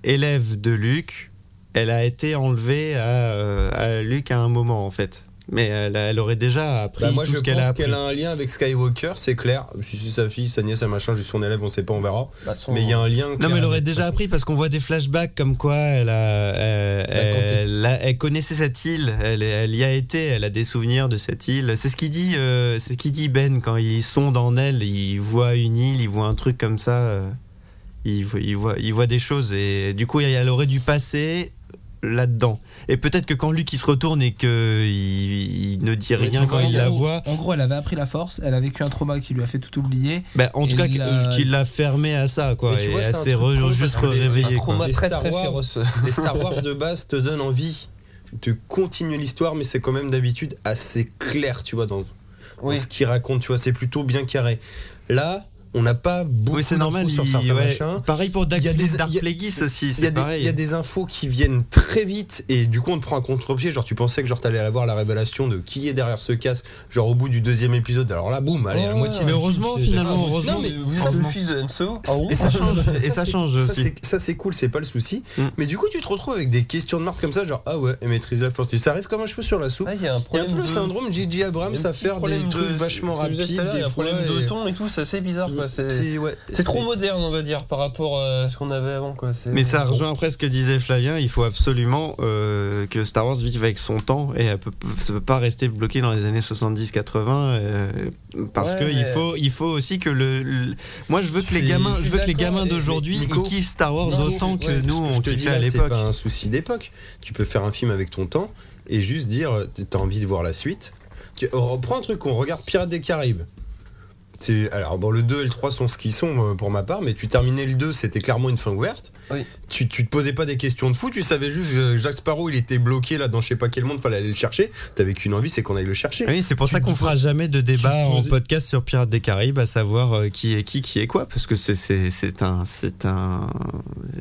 [SPEAKER 5] élève de Luc. Elle a été enlevée à, euh, à Luc à un moment, en fait. mais elle, a- elle aurait déjà appris
[SPEAKER 3] Bah, moi,
[SPEAKER 5] tout
[SPEAKER 3] je
[SPEAKER 5] ce qu'elle a
[SPEAKER 3] pense
[SPEAKER 5] appris.
[SPEAKER 3] qu'elle a un lien avec Skywalker, c'est clair. Si c'est sa fille, sa nièce, sa machin, juste son élève, on sait pas, on verra. Mais il y a un lien.
[SPEAKER 5] Oh. Non,
[SPEAKER 3] clair
[SPEAKER 5] mais elle aurait
[SPEAKER 3] avec-
[SPEAKER 5] déjà appris parce qu'on voit des flashbacks comme quoi elle, a, euh,
[SPEAKER 3] quand t'es-
[SPEAKER 5] elle, a- elle connaissait cette île, elle, elle y a été, elle a des souvenirs de cette île. C'est ce qu'il dit, euh, c'est ce qu'il dit Ben quand ils sont dans elle, il voit une île, il voit un truc comme ça, euh, il, voit- il voit, il voit des choses et du coup elle aurait dû passer là-dedans. Et peut-être que quand Luke il se retourne et que il, il ne dit
[SPEAKER 3] Mais
[SPEAKER 5] rien
[SPEAKER 3] tu
[SPEAKER 5] quand
[SPEAKER 3] vois,
[SPEAKER 5] il la
[SPEAKER 3] là où-
[SPEAKER 5] voit,
[SPEAKER 4] En gros, elle avait appris la force, elle a vécu un trauma qui lui a fait tout oublier.
[SPEAKER 5] bah, en
[SPEAKER 4] Et
[SPEAKER 5] tout cas
[SPEAKER 4] la-
[SPEAKER 5] euh, qu'il l'a fermé à ça quoi,
[SPEAKER 3] Mais tu
[SPEAKER 5] et
[SPEAKER 3] vois,
[SPEAKER 5] elle
[SPEAKER 3] c'est un
[SPEAKER 5] s'est
[SPEAKER 3] truc
[SPEAKER 5] re-
[SPEAKER 3] con,
[SPEAKER 5] juste
[SPEAKER 3] parce que les-
[SPEAKER 5] réveillée.
[SPEAKER 3] les
[SPEAKER 5] quoi.
[SPEAKER 2] Trauma
[SPEAKER 3] Les
[SPEAKER 2] très
[SPEAKER 3] Star
[SPEAKER 2] très
[SPEAKER 3] Wars.
[SPEAKER 2] féroce.
[SPEAKER 3] Les Star Wars de base te donnent envie. Tu continues l'histoire, mais c'est quand même d'habitude assez clair, tu vois, dans, dans
[SPEAKER 7] Oui.
[SPEAKER 3] ce qu'il raconte. Tu vois, c'est plutôt bien carré. Là, on n'a pas beaucoup
[SPEAKER 5] Oui, c'est normal.
[SPEAKER 3] d'infos sur
[SPEAKER 5] il-
[SPEAKER 3] certains
[SPEAKER 5] ouais.
[SPEAKER 3] machins.
[SPEAKER 5] Pareil pour Dark,
[SPEAKER 3] Il y a des-
[SPEAKER 5] Dark
[SPEAKER 3] il y a-
[SPEAKER 5] Plagueis aussi,
[SPEAKER 3] Il y, a
[SPEAKER 5] c'est
[SPEAKER 3] des,
[SPEAKER 5] pareil.
[SPEAKER 3] il y a des infos qui viennent très vite et du coup on te prend à contre-pied. Genre tu pensais que genre t'allais avoir la révélation de qui est derrière ce casque, genre au bout du deuxième épisode. Alors là boum, allez la moitié.
[SPEAKER 5] mais
[SPEAKER 3] du film,
[SPEAKER 5] heureusement,
[SPEAKER 3] c'est-
[SPEAKER 5] finalement,
[SPEAKER 3] Ah,
[SPEAKER 5] heureusement,
[SPEAKER 3] non, mais
[SPEAKER 2] vous
[SPEAKER 3] ça,
[SPEAKER 2] êtes le
[SPEAKER 3] c'est-
[SPEAKER 2] fils de Ah Enso.
[SPEAKER 3] et ça change,
[SPEAKER 5] et Ah ça
[SPEAKER 3] c'est-
[SPEAKER 5] change
[SPEAKER 3] ça,
[SPEAKER 5] aussi.
[SPEAKER 3] c'est- Ça c'est cool, c'est pas le souci.
[SPEAKER 5] Mm.
[SPEAKER 3] Mais du coup tu te retrouves avec des questions de marque comme ça, genre ah ouais, elle maîtrise la force. Ça arrive comme un cheveu sur la soupe.
[SPEAKER 2] Il y a un
[SPEAKER 3] Il y a un peu
[SPEAKER 2] de-
[SPEAKER 3] le syndrome J.J. Abrams
[SPEAKER 2] il y a un
[SPEAKER 3] à
[SPEAKER 2] petit
[SPEAKER 3] faire des
[SPEAKER 2] problème
[SPEAKER 3] trucs
[SPEAKER 2] de-
[SPEAKER 3] vachement
[SPEAKER 2] ce que je disais tout à
[SPEAKER 3] rapides
[SPEAKER 2] l'heure, Il
[SPEAKER 3] des
[SPEAKER 2] y a un
[SPEAKER 3] fois.
[SPEAKER 2] problème de
[SPEAKER 3] et-
[SPEAKER 2] ton et tout, c'est assez bizarre. quoi, C'est
[SPEAKER 3] C'est ouais,
[SPEAKER 2] c'est trop moderne, on va dire, par rapport à ce qu'on avait avant. Quoi. c'est-
[SPEAKER 5] Mais ça rejoint après ce que disait Flavien, il faut absolument euh, que Star Wars vive avec son temps et elle peut, ça peut pas rester bloqué dans les années 70-80 euh, parce
[SPEAKER 2] Ouais,
[SPEAKER 5] que il
[SPEAKER 2] mais-
[SPEAKER 5] faut il faut aussi que le, le- moi je veux que les
[SPEAKER 3] C'est-
[SPEAKER 5] gamins
[SPEAKER 2] Je
[SPEAKER 5] je
[SPEAKER 2] suis
[SPEAKER 5] veux que les
[SPEAKER 2] d'accord,
[SPEAKER 5] gamins
[SPEAKER 2] mais-
[SPEAKER 5] d'aujourd'hui
[SPEAKER 3] mais Nico-
[SPEAKER 5] ils kiffent Star Wars
[SPEAKER 3] Non,
[SPEAKER 5] autant
[SPEAKER 3] ouais,
[SPEAKER 5] que
[SPEAKER 3] ce
[SPEAKER 5] nous on
[SPEAKER 3] je te dis
[SPEAKER 5] kiffait à
[SPEAKER 3] là, c'est
[SPEAKER 5] l'époque.
[SPEAKER 3] pas un souci d'époque. Tu peux faire un film avec ton temps et juste dire euh, t'as envie de voir la suite. Tu oh, reprends un truc, on regarde Pirates des Caraïbes. Tu- alors bon, le 2 et le 3 sont ce qu'ils sont euh, pour ma part, mais tu terminais le 2, c'était clairement une fin ouverte.
[SPEAKER 2] Oui.
[SPEAKER 3] Tu, tu te posais pas des questions de fou, tu savais juste que Jacques Sparrow il était bloqué là dans je sais pas quel monde, fallait aller le chercher. T'avais qu'une envie, c'est qu'on aille le chercher.
[SPEAKER 5] Oui, c'est pour
[SPEAKER 3] Tu
[SPEAKER 5] ça qu'on
[SPEAKER 3] te-
[SPEAKER 5] fera jamais de débat
[SPEAKER 3] tu te
[SPEAKER 5] en
[SPEAKER 3] posais-
[SPEAKER 5] podcast sur Pirates des Caraïbes, à savoir euh, qui est qui, qui est quoi, parce que c'est- c'est c'est un, c'est un,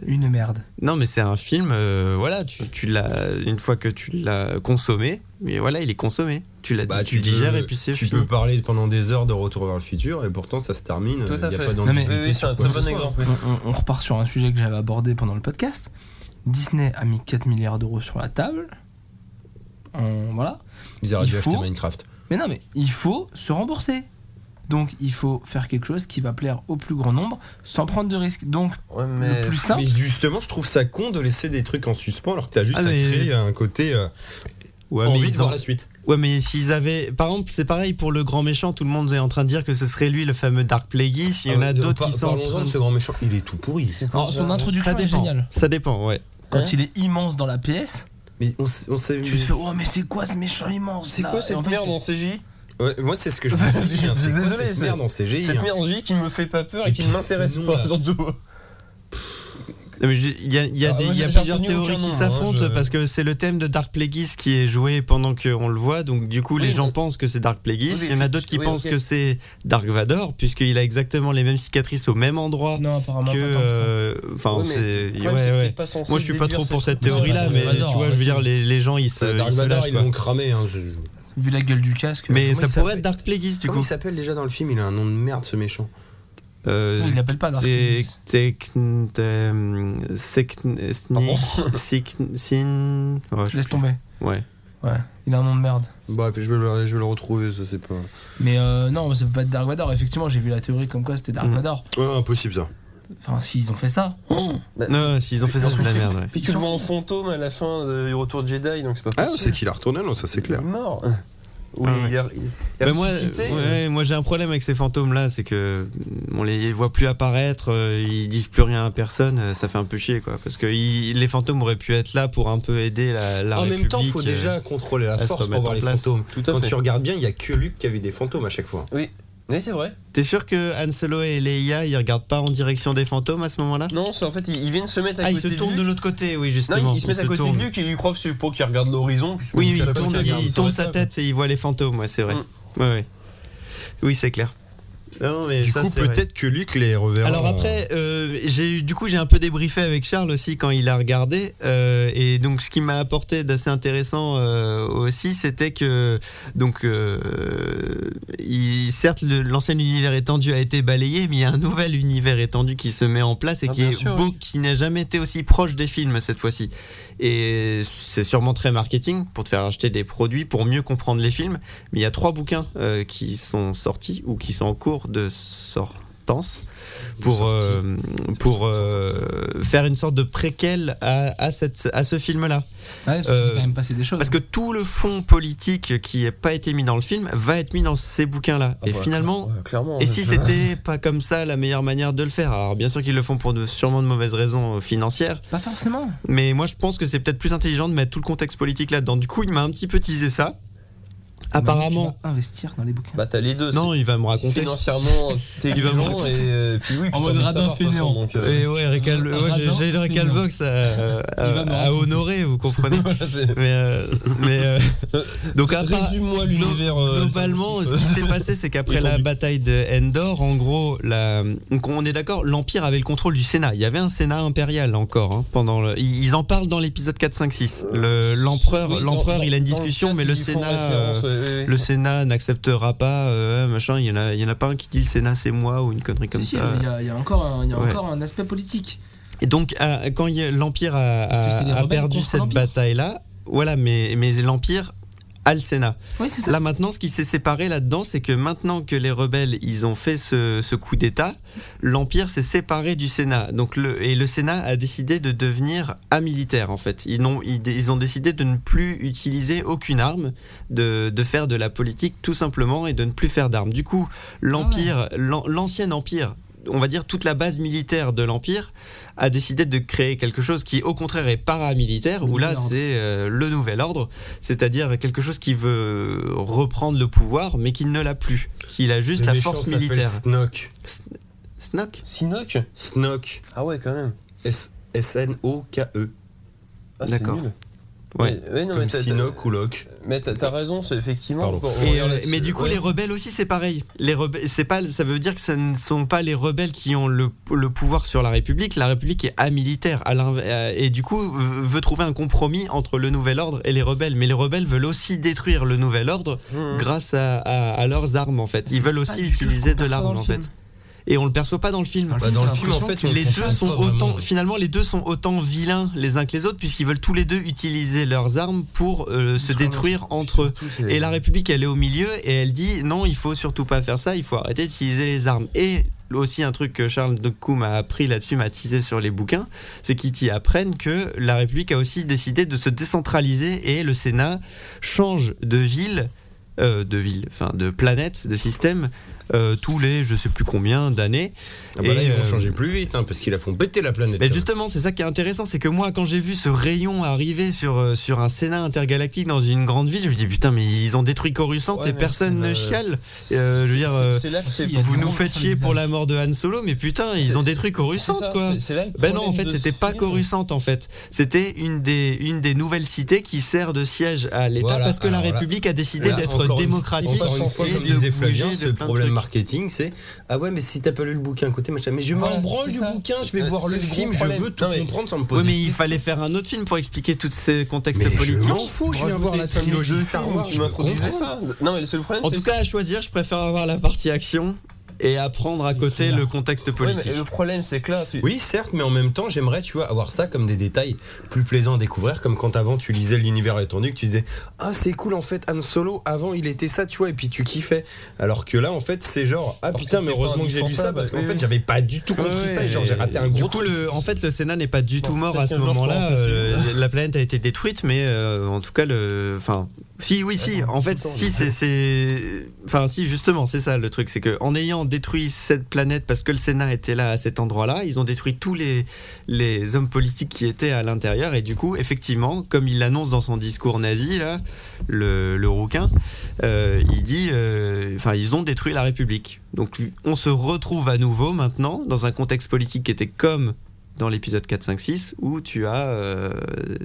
[SPEAKER 4] Une merde.
[SPEAKER 5] non mais c'est un film, euh, voilà, tu, tu l'as une fois que tu l'as consommé, mais voilà, il est consommé, tu l'as,
[SPEAKER 3] Bah,
[SPEAKER 5] tu, le
[SPEAKER 3] peux-
[SPEAKER 5] digères et puis c'est
[SPEAKER 3] Tu
[SPEAKER 5] fini.
[SPEAKER 3] peux parler pendant des heures de retour vers le futur et pourtant ça se termine.
[SPEAKER 2] Tout
[SPEAKER 3] Il
[SPEAKER 2] à
[SPEAKER 3] n'y a
[SPEAKER 2] fait.
[SPEAKER 3] pas
[SPEAKER 2] Non,
[SPEAKER 4] mais-
[SPEAKER 3] d'ambiguïté
[SPEAKER 2] Oui, oui, c'est
[SPEAKER 3] sur
[SPEAKER 2] un
[SPEAKER 3] quoi
[SPEAKER 2] très
[SPEAKER 3] que ce
[SPEAKER 2] bon
[SPEAKER 3] soit.
[SPEAKER 2] exemple. oui.
[SPEAKER 4] On, on- on repart sur un sujet que j'avais abordé pendant le podcast. Disney a mis 4 milliards d'euros sur la table. On- voilà.
[SPEAKER 3] Ils auraient
[SPEAKER 4] Il
[SPEAKER 3] dû acheter
[SPEAKER 4] faut-
[SPEAKER 3] Minecraft.
[SPEAKER 4] Mais non, mais il faut se rembourser. Donc il faut faire quelque chose qui va plaire au plus grand nombre sans prendre de risques. Donc
[SPEAKER 2] Ouais, mais-
[SPEAKER 4] le plus simple,
[SPEAKER 3] Mais justement, je trouve ça con de laisser des trucs en suspens alors que t'as juste
[SPEAKER 5] Ah,
[SPEAKER 3] à
[SPEAKER 5] mais-
[SPEAKER 3] créer un côté euh,
[SPEAKER 5] Ouais, mais
[SPEAKER 3] envie
[SPEAKER 5] ils
[SPEAKER 3] de voir
[SPEAKER 5] en-
[SPEAKER 3] la suite.
[SPEAKER 5] ouais, mais s'ils avaient, par exemple, c'est pareil pour le grand méchant, tout le monde est en train de dire que ce serait lui le fameux Dark Plagueis, il y en
[SPEAKER 3] Ah
[SPEAKER 5] a
[SPEAKER 3] ouais,
[SPEAKER 5] d'autres
[SPEAKER 3] par-
[SPEAKER 5] qui sont en
[SPEAKER 3] parlons-en
[SPEAKER 5] train
[SPEAKER 3] de ce grand méchant. Il est tout pourri.
[SPEAKER 4] Alors, son introduction
[SPEAKER 5] ça
[SPEAKER 4] est
[SPEAKER 5] dépend,
[SPEAKER 4] géniale.
[SPEAKER 5] ça dépend, ouais.
[SPEAKER 4] Quand
[SPEAKER 2] Hein
[SPEAKER 4] il est immense dans la pièce,
[SPEAKER 3] Mais on, s- on sait.
[SPEAKER 4] tu te fais Oh, mais c'est quoi ce méchant immense
[SPEAKER 2] C'est
[SPEAKER 4] là
[SPEAKER 2] quoi
[SPEAKER 4] Et en
[SPEAKER 2] cette
[SPEAKER 4] fait,
[SPEAKER 2] merde en CJ
[SPEAKER 3] Ouais, moi, c'est ce que je me suis dit. hein, C'est quoi
[SPEAKER 2] Désolé,
[SPEAKER 3] cette
[SPEAKER 2] c'est-
[SPEAKER 3] merde en CGI
[SPEAKER 2] Cette
[SPEAKER 3] hein.
[SPEAKER 2] merde en CJ qui me fait pas peur et
[SPEAKER 3] Et
[SPEAKER 2] qui
[SPEAKER 3] puis
[SPEAKER 2] ne m'intéresse
[SPEAKER 3] sinon,
[SPEAKER 2] pas,
[SPEAKER 3] là-
[SPEAKER 2] surtout.
[SPEAKER 5] Non, mais je- Il y a, il y a
[SPEAKER 2] Ah,
[SPEAKER 5] des-
[SPEAKER 2] moi,
[SPEAKER 5] il y a
[SPEAKER 2] j'ai
[SPEAKER 5] plusieurs
[SPEAKER 2] retenu aucun
[SPEAKER 5] théories
[SPEAKER 2] nom,
[SPEAKER 5] qui
[SPEAKER 2] hein,
[SPEAKER 5] s'affrontent
[SPEAKER 2] je-
[SPEAKER 5] parce que c'est le thème de Dark Plagueis qui est joué pendant qu'on le voit. Donc, du coup,
[SPEAKER 2] Oui,
[SPEAKER 5] les gens
[SPEAKER 2] mais-
[SPEAKER 5] pensent que c'est Dark Plagueis.
[SPEAKER 2] Oui,
[SPEAKER 5] Il y en a d'autres qui
[SPEAKER 2] oui,
[SPEAKER 5] pensent
[SPEAKER 2] ok.
[SPEAKER 5] que c'est Dark Vador, puisqu'il a exactement les mêmes cicatrices au même endroit
[SPEAKER 4] Non, apparemment
[SPEAKER 5] que.
[SPEAKER 4] pas tant que ça.
[SPEAKER 5] euh, Enfin,
[SPEAKER 2] Ouais, mais
[SPEAKER 5] c'est.
[SPEAKER 2] le
[SPEAKER 5] Ouais,
[SPEAKER 2] problème, c'est que
[SPEAKER 5] ouais.
[SPEAKER 2] t'es pas censé
[SPEAKER 5] Moi, je suis pas
[SPEAKER 2] déduire
[SPEAKER 5] trop pour
[SPEAKER 2] ces
[SPEAKER 5] cette
[SPEAKER 2] trucs.
[SPEAKER 5] théorie-là,
[SPEAKER 4] Dark
[SPEAKER 5] mais
[SPEAKER 4] Vador,
[SPEAKER 5] tu vois, je veux
[SPEAKER 4] arrête.
[SPEAKER 5] dire, les, les gens, ils se.
[SPEAKER 3] Euh, Dark
[SPEAKER 5] ils se
[SPEAKER 3] Vador,
[SPEAKER 5] lâchent,
[SPEAKER 3] ils
[SPEAKER 5] quoi.
[SPEAKER 3] l'ont cramé. hein, je- je-
[SPEAKER 4] Vu la gueule du casque.
[SPEAKER 5] Mais
[SPEAKER 3] Comment il
[SPEAKER 5] ça pourrait
[SPEAKER 3] s'appelle
[SPEAKER 5] être Dark Plagueis, du
[SPEAKER 3] Comment
[SPEAKER 5] coup.
[SPEAKER 3] il s'appelle déjà dans le film Il a un nom de merde, ce méchant.
[SPEAKER 5] Euh,
[SPEAKER 4] Non, il l'appelle pas Dark
[SPEAKER 5] c'est-
[SPEAKER 4] Plagueis.
[SPEAKER 5] c'est Kn- euh, c'est Kn- Sneak- Sick- Sin. Ouais,
[SPEAKER 4] Je
[SPEAKER 5] je-
[SPEAKER 4] euh, laisse tomber.
[SPEAKER 5] Ouais.
[SPEAKER 4] Ouais, il a un nom de merde.
[SPEAKER 3] Bref, je vais le, je vais le retrouver, ça c'est pas.
[SPEAKER 4] Mais euh, non, ça peut pas être Dark Vador. Effectivement, j'ai vu la théorie comme quoi c'était Dark
[SPEAKER 5] Mm.
[SPEAKER 4] Vador.
[SPEAKER 3] Ouais, impossible ça.
[SPEAKER 4] Enfin, s'ils ont fait ça.
[SPEAKER 5] Non, s'ils ont fait ça, c'est de la merde. ouais.
[SPEAKER 2] Puis tu le vois en fantôme à la fin du Retour de Jedi, donc c'est pas
[SPEAKER 3] Ah,
[SPEAKER 2] possible.
[SPEAKER 3] c'est qu'il a retourné, non, ça c'est
[SPEAKER 2] Il est
[SPEAKER 3] clair.
[SPEAKER 2] mort. Oui,
[SPEAKER 5] Ah ouais.
[SPEAKER 2] il a- il il a
[SPEAKER 5] Mais moi,
[SPEAKER 2] ressuscité.
[SPEAKER 5] ouais, moi j'ai un problème avec ces fantômes là, c'est que mm, on les voit plus apparaître, euh, ils disent plus rien à personne, euh, ça fait un peu chier quoi. Parce que ils- les fantômes auraient pu être là pour un peu aider la, la
[SPEAKER 3] en même temps,
[SPEAKER 5] République,
[SPEAKER 3] faut
[SPEAKER 5] euh,
[SPEAKER 3] déjà contrôler la
[SPEAKER 5] à se
[SPEAKER 3] force pour
[SPEAKER 5] remettre
[SPEAKER 3] voir
[SPEAKER 5] en
[SPEAKER 3] les
[SPEAKER 5] place.
[SPEAKER 3] fantômes.
[SPEAKER 2] Tout à
[SPEAKER 3] Quand
[SPEAKER 2] fait.
[SPEAKER 3] tu regardes bien, il y a que Luke qui avait des fantômes à chaque fois.
[SPEAKER 2] Oui, c'est vrai.
[SPEAKER 5] T'es sûr que Han Solo et Leia ils regardent pas en direction des fantômes à ce moment là
[SPEAKER 2] Non, c'est en fait, ils, ils viennent se mettre à
[SPEAKER 5] Ah,
[SPEAKER 2] côté
[SPEAKER 5] ils se
[SPEAKER 2] de
[SPEAKER 5] tournent
[SPEAKER 2] lui.
[SPEAKER 5] de l'autre côté, oui
[SPEAKER 2] Non,
[SPEAKER 5] justement.
[SPEAKER 2] ils, ils se mettent à côté
[SPEAKER 5] tournent.
[SPEAKER 2] de lui et lui croient que c'est pour qu'il regarde l'horizon. puis-
[SPEAKER 5] Oui, oui,
[SPEAKER 2] c'est
[SPEAKER 5] il
[SPEAKER 2] parce
[SPEAKER 5] tourne,
[SPEAKER 2] qu'il
[SPEAKER 5] il
[SPEAKER 2] regarde
[SPEAKER 5] tourne
[SPEAKER 2] ça,
[SPEAKER 5] sa
[SPEAKER 2] quoi.
[SPEAKER 5] tête et il voit les fantômes, ouais, c'est vrai.
[SPEAKER 2] Mm.
[SPEAKER 5] Ouais, ouais. Oui, c'est clair.
[SPEAKER 2] ah,
[SPEAKER 5] Non, mais
[SPEAKER 3] Du
[SPEAKER 5] ça,
[SPEAKER 3] coup,
[SPEAKER 5] c'est vrai.
[SPEAKER 3] peut-être que Luc les reverra.
[SPEAKER 5] Alors
[SPEAKER 3] en-
[SPEAKER 5] après, euh, j'ai eu- du coup j'ai un peu débriefé avec Charles aussi quand il a regardé euh, et donc ce qui m'a apporté d'assez intéressant euh, aussi, c'était que donc euh, il- certes le- l'ancien univers étendu a été balayé, mais il y a un nouvel univers étendu qui se met en place et
[SPEAKER 2] Ah,
[SPEAKER 5] qui
[SPEAKER 2] bien
[SPEAKER 5] est
[SPEAKER 2] sûr,
[SPEAKER 5] beau,
[SPEAKER 2] oui.
[SPEAKER 5] qui n'a jamais été aussi proche des films cette fois-ci. Et c'est sûrement très marketing pour te faire acheter des produits pour mieux comprendre les films. Mais il y a trois bouquins euh, qui sont sortis ou qui sont en cours de sortance pour, euh, pour euh, faire une sorte de préquel à, à, cette, à ce film-là.
[SPEAKER 4] parce que c'est
[SPEAKER 5] Euh,
[SPEAKER 4] quand même passé des choses.
[SPEAKER 5] Parce que tout le fond politique qui n'a pas été mis dans le film va être mis dans ces bouquins-là. Et finalement,
[SPEAKER 2] clairement.
[SPEAKER 5] et si c'était pas comme ça la meilleure manière de le faire Alors bien sûr qu'ils le font pour de, sûrement de mauvaises raisons euh, financières,
[SPEAKER 4] Pas forcément.
[SPEAKER 5] mais moi je pense que c'est peut-être plus intelligent de mettre tout le contexte politique là-dedans. Du coup, il m'a un petit peu teasé ça.
[SPEAKER 4] Mais
[SPEAKER 5] Apparemment.
[SPEAKER 4] tu vas investir dans les bouquins.
[SPEAKER 2] Bah t'as les deux.
[SPEAKER 5] Non, il va me
[SPEAKER 2] c'est
[SPEAKER 5] raconter.
[SPEAKER 2] financièrement t'es
[SPEAKER 5] Il va me
[SPEAKER 2] intelligent
[SPEAKER 5] raconter.
[SPEAKER 2] et euh, puis oui, puis
[SPEAKER 9] En
[SPEAKER 2] t'as
[SPEAKER 9] mode
[SPEAKER 2] envie de
[SPEAKER 9] radin
[SPEAKER 2] savoir, de toute façon,
[SPEAKER 9] fainéant.
[SPEAKER 2] donc, euh,
[SPEAKER 5] Et ouais, récal-
[SPEAKER 9] Un
[SPEAKER 5] ouais, j'ai-
[SPEAKER 9] radin
[SPEAKER 5] j'ai le recalbox à,
[SPEAKER 9] Il va me
[SPEAKER 5] à, à
[SPEAKER 9] raconter.
[SPEAKER 5] honorer, vous comprenez
[SPEAKER 2] voilà, c'est-
[SPEAKER 5] Mais, euh, mais euh, donc après,
[SPEAKER 2] Résume-moi l'univers. euh,
[SPEAKER 5] Globalement, ce qui s'est passé, c'est qu'après la
[SPEAKER 2] Étendu.
[SPEAKER 5] bataille de Endor, en gros, la, donc on est d'accord, l'Empire avait le contrôle du Sénat. Il y avait un Sénat impérial encore. hein, pendant le- ils ils en parlent dans l'épisode 4, 5, 6. Le- L'empereur,
[SPEAKER 2] Oui,
[SPEAKER 5] l'empereur,
[SPEAKER 2] dans-
[SPEAKER 5] il a une
[SPEAKER 2] dans
[SPEAKER 5] discussion,
[SPEAKER 2] cas,
[SPEAKER 5] mais le
[SPEAKER 2] ils y font
[SPEAKER 5] Sénat,
[SPEAKER 2] référence,
[SPEAKER 5] euh,
[SPEAKER 2] ouais, ouais, ouais.
[SPEAKER 5] le Sénat n'acceptera pas. euh, machin, il y en a, il y en a pas un qui dit le Sénat c'est moi ou une connerie comme
[SPEAKER 4] Si, si,
[SPEAKER 5] ça.
[SPEAKER 4] il y a, il y a encore, un, il y a
[SPEAKER 5] Ouais.
[SPEAKER 4] encore un aspect politique.
[SPEAKER 5] Et donc, à- quand il y a- l'Empire a,
[SPEAKER 4] Parce que c'est les
[SPEAKER 5] a- a
[SPEAKER 4] rebelles
[SPEAKER 5] perdu
[SPEAKER 4] contre
[SPEAKER 5] cette
[SPEAKER 4] l'Empire.
[SPEAKER 5] bataille-là, voilà, mais, mais l'Empire a le Sénat.
[SPEAKER 4] Oui, c'est ça.
[SPEAKER 5] Là maintenant, ce qui s'est séparé là-dedans, c'est que maintenant que les rebelles, ils ont fait ce, ce coup d'État, l'Empire s'est séparé du Sénat. Donc le, et le Sénat a décidé de devenir amilitaire en fait. Ils ont, ils, ils ont décidé de ne plus utiliser aucune arme, de, de faire de la politique tout simplement et de ne plus faire d'armes. Du coup,
[SPEAKER 4] Ah
[SPEAKER 5] l'Empire, l'an- l'ancien Empire, on va dire toute la base militaire de l'Empire, a décidé de créer quelque chose qui au contraire est paramilitaire, où là
[SPEAKER 4] nouvel ordre.
[SPEAKER 5] c'est euh, le nouvel ordre c'est-à-dire quelque chose qui veut reprendre le pouvoir, mais qu'il ne l'a plus. Il a juste
[SPEAKER 3] Le
[SPEAKER 5] la
[SPEAKER 3] méchant
[SPEAKER 5] force
[SPEAKER 3] s'appelle
[SPEAKER 5] militaire.
[SPEAKER 3] Snoke.
[SPEAKER 5] Snock
[SPEAKER 2] Sinoc
[SPEAKER 3] Snoke.
[SPEAKER 2] Ah ouais, quand même.
[SPEAKER 3] S- S-N-O-K-E.
[SPEAKER 2] Ah, c'est
[SPEAKER 5] D'accord.
[SPEAKER 2] nul.
[SPEAKER 5] Ouais.
[SPEAKER 2] Mais- ouais, non,
[SPEAKER 3] E, Comme
[SPEAKER 2] mais t'as-
[SPEAKER 3] Sinoc ou Locke.
[SPEAKER 2] Mais t'as t'as raison, c'est effectivement.
[SPEAKER 3] Pardon.
[SPEAKER 2] Bon,
[SPEAKER 5] Et,
[SPEAKER 2] ouais,
[SPEAKER 5] euh,
[SPEAKER 2] c'est-
[SPEAKER 5] mais du coup,
[SPEAKER 2] ouais.
[SPEAKER 5] les rebelles aussi, c'est pareil. Les rebe- c'est pas, ça veut dire que ce ne sont pas les rebelles qui ont le, le pouvoir sur la République. La République est amilitaire. à l'inv- euh, Et du coup, v- veut trouver un compromis entre le Nouvel Ordre et les rebelles. Mais les rebelles veulent aussi détruire le Nouvel Ordre
[SPEAKER 2] Mhm.
[SPEAKER 5] grâce à, à- à leurs armes, en fait. Ils veulent
[SPEAKER 4] Mmh. Pas
[SPEAKER 5] aussi
[SPEAKER 4] du tout ce qu'on
[SPEAKER 5] utiliser de
[SPEAKER 4] perçoit dans
[SPEAKER 5] l'arme,
[SPEAKER 4] le
[SPEAKER 5] en
[SPEAKER 4] film.
[SPEAKER 5] fait. Et on le perçoit pas dans le film.
[SPEAKER 3] Bah, dans le film, en
[SPEAKER 4] t'as
[SPEAKER 3] fait, on
[SPEAKER 5] les
[SPEAKER 3] comprend
[SPEAKER 5] deux sont
[SPEAKER 3] pas
[SPEAKER 5] autant
[SPEAKER 3] vraiment.
[SPEAKER 5] finalement les deux sont autant vilains les uns que les autres puisqu'ils veulent tous les deux utiliser leurs armes pour euh, se
[SPEAKER 4] Contre l'autre.
[SPEAKER 5] détruire entre eux. Et la République elle est au milieu et elle dit non il faut surtout pas faire ça il faut arrêter d'utiliser les armes et aussi un truc que Charles de Coup m'a appris là-dessus m'a teasé sur les bouquins c'est qu'ils t'y apprennent que la République a aussi décidé de se décentraliser et le Sénat change de ville euh, de ville enfin de planète de système euh, tous les je sais plus combien d'années
[SPEAKER 3] Ah bah là,
[SPEAKER 5] Et,
[SPEAKER 3] ils vont
[SPEAKER 5] euh,
[SPEAKER 3] changer plus vite, hein, parce qu'ils la font péter la planète.
[SPEAKER 5] mais
[SPEAKER 3] quand
[SPEAKER 5] Ben, justement, c'est ça qui est intéressant, c'est que moi, quand j'ai vu ce rayon arriver sur, euh, sur un Sénat intergalactique dans une grande ville, je me dis putain, mais ils ont détruit Coruscant
[SPEAKER 2] Ouais,
[SPEAKER 5] et
[SPEAKER 2] mais
[SPEAKER 5] personne
[SPEAKER 2] euh,
[SPEAKER 5] ne chiale. Euh, je veux dire, euh,
[SPEAKER 2] c'est là que c'est.
[SPEAKER 4] il y a
[SPEAKER 5] vous
[SPEAKER 4] du
[SPEAKER 5] nous
[SPEAKER 4] monde
[SPEAKER 5] faites
[SPEAKER 4] sur le
[SPEAKER 5] chier pour
[SPEAKER 4] visage.
[SPEAKER 5] la mort de Han Solo, mais putain, ils ont détruit
[SPEAKER 2] c'est
[SPEAKER 5] Coruscant,
[SPEAKER 2] ça,
[SPEAKER 5] quoi.
[SPEAKER 2] c'est- c'est là le
[SPEAKER 5] Ben non, en
[SPEAKER 2] problème
[SPEAKER 5] fait,
[SPEAKER 2] de
[SPEAKER 5] c'était
[SPEAKER 2] ce
[SPEAKER 5] pas
[SPEAKER 2] film.
[SPEAKER 5] Coruscant, en fait. C'était une des, une des nouvelles cités qui sert de siège à l'État
[SPEAKER 3] Voilà,
[SPEAKER 5] parce que la
[SPEAKER 3] alors là-
[SPEAKER 5] République a décidé
[SPEAKER 3] Là, encore
[SPEAKER 5] d'être
[SPEAKER 3] une-
[SPEAKER 5] démocratique.
[SPEAKER 3] Encore une fois,
[SPEAKER 5] et
[SPEAKER 3] comme
[SPEAKER 5] de
[SPEAKER 3] disait
[SPEAKER 5] bouger
[SPEAKER 3] Flavien,
[SPEAKER 5] de
[SPEAKER 3] ce
[SPEAKER 5] plein de
[SPEAKER 3] problème
[SPEAKER 5] trucs.
[SPEAKER 3] marketing, c'est Ah ouais, mais si t'as pas lu le bouquin, côté machin. Mais je m'en
[SPEAKER 2] Voilà,
[SPEAKER 3] branle
[SPEAKER 2] c'est
[SPEAKER 3] du
[SPEAKER 2] ça.
[SPEAKER 3] bouquin, je vais
[SPEAKER 2] Euh,
[SPEAKER 3] voir
[SPEAKER 2] c'est
[SPEAKER 3] le
[SPEAKER 2] le gros
[SPEAKER 3] film, je
[SPEAKER 2] problème.
[SPEAKER 3] veux tout
[SPEAKER 2] Non, mais-
[SPEAKER 3] comprendre sans me
[SPEAKER 5] Oui,
[SPEAKER 3] poser.
[SPEAKER 5] mais il fallait faire un autre film pour expliquer tous ces contextes
[SPEAKER 3] Mais je
[SPEAKER 5] politiques.
[SPEAKER 3] m'en fous, je viens voir la trilogie Star Wars,
[SPEAKER 2] Tu
[SPEAKER 3] je veux
[SPEAKER 2] m'introduisais
[SPEAKER 3] comprendre.
[SPEAKER 2] ça Non, mais le seul problème,
[SPEAKER 5] En
[SPEAKER 2] c'est
[SPEAKER 5] tout
[SPEAKER 2] ça.
[SPEAKER 5] cas, à choisir, je préfère avoir la partie action et apprendre à côté le contexte
[SPEAKER 2] Ouais,
[SPEAKER 5] politique.
[SPEAKER 2] mais le problème, c'est que là, tu-
[SPEAKER 3] Oui, certes, mais en même temps, j'aimerais, tu vois, avoir ça comme des détails plus plaisants à découvrir, comme quand avant tu lisais l'univers étendu, que tu disais Ah, c'est cool, en fait, Han Solo, avant il était ça, tu vois, et puis tu kiffais. Alors que là, en fait, c'est genre Ah
[SPEAKER 2] que
[SPEAKER 3] putain, mais
[SPEAKER 2] c'était pas
[SPEAKER 3] heureusement que j'ai lu ça,
[SPEAKER 2] indispensable,
[SPEAKER 3] parce qu'en
[SPEAKER 2] oui,
[SPEAKER 3] fait,
[SPEAKER 2] oui.
[SPEAKER 3] j'avais pas du tout compris
[SPEAKER 5] Ouais,
[SPEAKER 3] ça, et genre j'ai raté un
[SPEAKER 5] Du
[SPEAKER 3] gros
[SPEAKER 5] coup,
[SPEAKER 3] coup.
[SPEAKER 5] le- en fait, le Sénat n'est pas du tout
[SPEAKER 2] Bon,
[SPEAKER 5] mort à
[SPEAKER 2] peut-être
[SPEAKER 5] ce
[SPEAKER 2] qu'un jour, je
[SPEAKER 5] moment-là.
[SPEAKER 2] pourrai en
[SPEAKER 5] euh, la planète a été détruite, mais euh, en tout cas, le. Enfin. Si, oui, si. En fait, si, c'est- c'est. Enfin, si, justement, c'est ça le truc. C'est que en ayant détruit cette planète parce que le Sénat était là à cet endroit-là, ils ont détruit tous les, les hommes politiques qui étaient à l'intérieur. Et du coup, effectivement, comme il l'annonce dans son discours nazi, là, le, le rouquin, euh, il dit, euh, enfin, ils ont détruit la République. Donc, on se retrouve à nouveau maintenant dans un contexte politique qui était comme dans l'épisode 4, 5, 6, où tu as euh,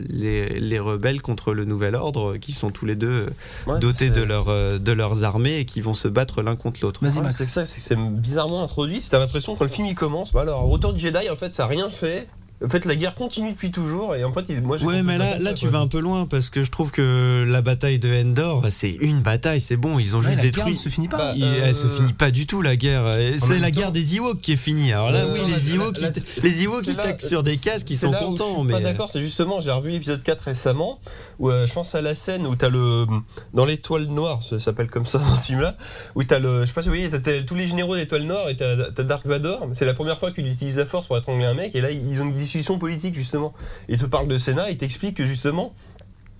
[SPEAKER 5] les, les rebelles contre le Nouvel Ordre, qui sont tous les deux euh,
[SPEAKER 2] Ouais,
[SPEAKER 5] dotés de,
[SPEAKER 2] c'est-
[SPEAKER 5] leur, euh, de leurs armées et qui vont se battre l'un contre l'autre.
[SPEAKER 4] Vas-y,
[SPEAKER 2] Ouais,
[SPEAKER 4] Max.
[SPEAKER 2] c'est que ça, c'est que c'est bizarrement introduit. c'est T'as l'impression que quand le film il commence, bah alors, Retour du Jedi, en fait, ça a rien fait. En fait, la guerre continue depuis toujours. Et en fait, il- moi, j'ai
[SPEAKER 5] Ouais,
[SPEAKER 2] compris
[SPEAKER 5] mais
[SPEAKER 2] ça
[SPEAKER 5] là,
[SPEAKER 2] comme ça,
[SPEAKER 5] là tu
[SPEAKER 2] quoi.
[SPEAKER 5] vas un peu loin parce que je trouve que la bataille de Endor, bah, c'est une bataille, c'est bon, ils ont
[SPEAKER 4] Ouais,
[SPEAKER 5] juste
[SPEAKER 4] la guerre ne
[SPEAKER 5] détruit.
[SPEAKER 4] se finit pas.
[SPEAKER 2] Bah,
[SPEAKER 5] Il- eh, Elle se
[SPEAKER 2] euh,
[SPEAKER 5] finit pas du tout la guerre. Et C'est
[SPEAKER 3] même
[SPEAKER 5] la
[SPEAKER 3] temps-
[SPEAKER 5] guerre des Ewoks qui est finie. Alors là,
[SPEAKER 3] Euh,
[SPEAKER 5] oui,
[SPEAKER 3] non,
[SPEAKER 5] les
[SPEAKER 3] là,
[SPEAKER 5] Ewoks,
[SPEAKER 3] là,
[SPEAKER 5] ils,
[SPEAKER 3] là,
[SPEAKER 5] les Ewoks,
[SPEAKER 2] C'est
[SPEAKER 5] ils
[SPEAKER 2] là-
[SPEAKER 5] taquent sur des casques, ils
[SPEAKER 2] c'est
[SPEAKER 5] sont
[SPEAKER 2] là où
[SPEAKER 5] contents,
[SPEAKER 2] Je suis
[SPEAKER 5] mais.
[SPEAKER 2] pas d'accord, c'est justement, j'ai revu l'épisode 4 récemment, où euh, je pense à la scène où t'as le. Dans l'étoile noire, ça s'appelle comme ça dans ce film-là, où t'as le. Je sais pas si vous voyez, t'as- t'as tous les généraux d'étoile noire et t'as t'as Dark Vador, c'est la première fois qu'il utilise la force pour étrangler un mec, et là, ils ont une discussion politique justement. Ils te parlent de Sénat, ils t'expliquent que justement.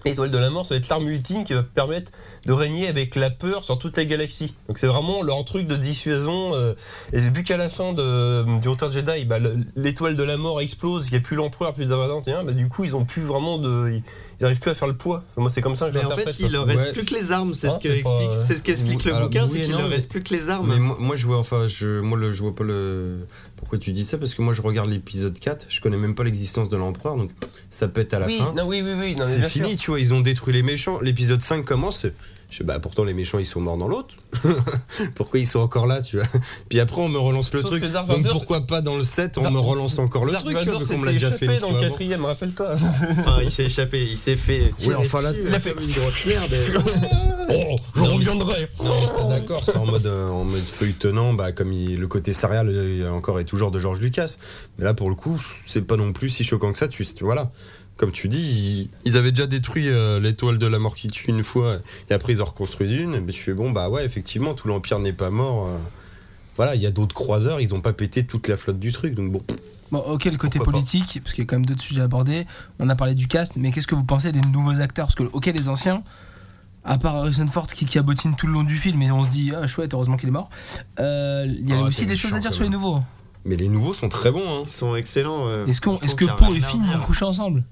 [SPEAKER 2] L'étoile de la mort, ça va être l'arme ultime qui va permettre de régner avec la peur sur toute la galaxie. Donc c'est vraiment leur truc de dissuasion. euh, et vu qu'à la fin de, du Retour de Jedi, bah, le- l'étoile de la mort explose, il n'y a plus l'empereur, plus d'Avadantin, bah, du coup ils ont plus vraiment de. Ils ils arrivent plus à faire le poids. Moi c'est comme ça que je
[SPEAKER 5] Mais en fait,
[SPEAKER 2] l'interprète,
[SPEAKER 5] il
[SPEAKER 2] quoi.
[SPEAKER 5] leur reste
[SPEAKER 3] Ouais.
[SPEAKER 5] plus que les armes, c'est
[SPEAKER 2] Ah,
[SPEAKER 5] ce que
[SPEAKER 2] c'est pas,
[SPEAKER 5] explique,
[SPEAKER 2] euh,
[SPEAKER 5] c'est ce qu'explique
[SPEAKER 3] oui,
[SPEAKER 5] le
[SPEAKER 3] alors,
[SPEAKER 5] bouquin,
[SPEAKER 3] oui
[SPEAKER 5] c'est
[SPEAKER 3] et
[SPEAKER 5] qu'il
[SPEAKER 3] non,
[SPEAKER 5] leur
[SPEAKER 3] mais-
[SPEAKER 5] reste plus que les
[SPEAKER 3] Mais
[SPEAKER 5] armes.
[SPEAKER 3] moi, moi, je vois, enfin, je, moi, le, je vois pas le. Pourquoi tu dis ça Parce que moi, je regarde l'épisode 4, je connais même pas l'existence de l'empereur, donc ça pète à la
[SPEAKER 2] oui,
[SPEAKER 3] fin.
[SPEAKER 2] non, oui, oui, oui, non, mais
[SPEAKER 3] C'est
[SPEAKER 2] bien sûr.
[SPEAKER 3] fini, tu vois, ils ont détruit les méchants. L'épisode 5 commence. Je sais, bah, pourtant, les méchants, ils sont morts dans l'autre. pourquoi ils sont encore là, tu vois Puis après, on me relance le
[SPEAKER 2] Sauf
[SPEAKER 3] truc.
[SPEAKER 2] que Dark
[SPEAKER 3] Donc
[SPEAKER 2] Vador,
[SPEAKER 3] pourquoi pas dans le 7, on
[SPEAKER 2] Dark-
[SPEAKER 3] me relance encore le
[SPEAKER 2] Dark
[SPEAKER 3] truc, tu
[SPEAKER 2] Vador
[SPEAKER 3] vois,
[SPEAKER 2] s'était
[SPEAKER 3] qu'on me l'a déjà
[SPEAKER 2] échappé
[SPEAKER 3] fait une
[SPEAKER 2] dans
[SPEAKER 3] fois
[SPEAKER 2] le
[SPEAKER 3] avant.
[SPEAKER 2] quatrième, rappelle-toi.
[SPEAKER 5] Enfin, il s'est échappé, il s'est fait. tirer
[SPEAKER 3] enfin, là,
[SPEAKER 5] dessus,
[SPEAKER 3] il a
[SPEAKER 5] comme une grosse merde.
[SPEAKER 2] oh, je
[SPEAKER 3] Non, mais-
[SPEAKER 2] reviendrai.
[SPEAKER 3] Non, mais ça d'accord, c'est en mode, euh, en mode feuilletonnant, bah, comme il- le côté serial euh, encore et toujours de George Lucas. Mais là, pour le coup, c'est pas non plus si choquant que ça. Tu, voilà. Comme tu dis, ils, ils avaient déjà détruit euh, l'étoile de la mort qui tue une fois, et après ils en reconstruisent une. Mais tu fais, bon, bah ouais, effectivement, tout l'Empire n'est pas mort. euh. voilà, il y a d'autres croiseurs, ils ont pas pété toute la flotte du truc. Donc bon,
[SPEAKER 4] Bon, ok, le côté
[SPEAKER 3] Pourquoi pas.
[SPEAKER 4] politique, parce qu'il y a quand même d'autres sujets à aborder. On a parlé du cast, mais qu'est-ce que vous pensez des nouveaux acteurs Parce que, ok, les anciens, à part Harrison Ford qui cabotine tout le long du film, et on se dit, ah, chouette, heureusement qu'il est mort, euh, il y a
[SPEAKER 3] Ah,
[SPEAKER 4] aussi
[SPEAKER 3] t'es
[SPEAKER 4] des choses à
[SPEAKER 3] méchant,
[SPEAKER 4] dire
[SPEAKER 3] quand
[SPEAKER 4] sur les
[SPEAKER 3] même.
[SPEAKER 4] nouveaux.
[SPEAKER 3] mais les nouveaux sont très bons. Hein.
[SPEAKER 5] Ils sont excellents. euh,
[SPEAKER 4] Est-ce, qu'on,
[SPEAKER 5] je
[SPEAKER 4] est-ce que
[SPEAKER 5] trouve qu'il
[SPEAKER 4] Poe et
[SPEAKER 5] y a rien à
[SPEAKER 4] Finn
[SPEAKER 5] dire.
[SPEAKER 4] vont coucher ensemble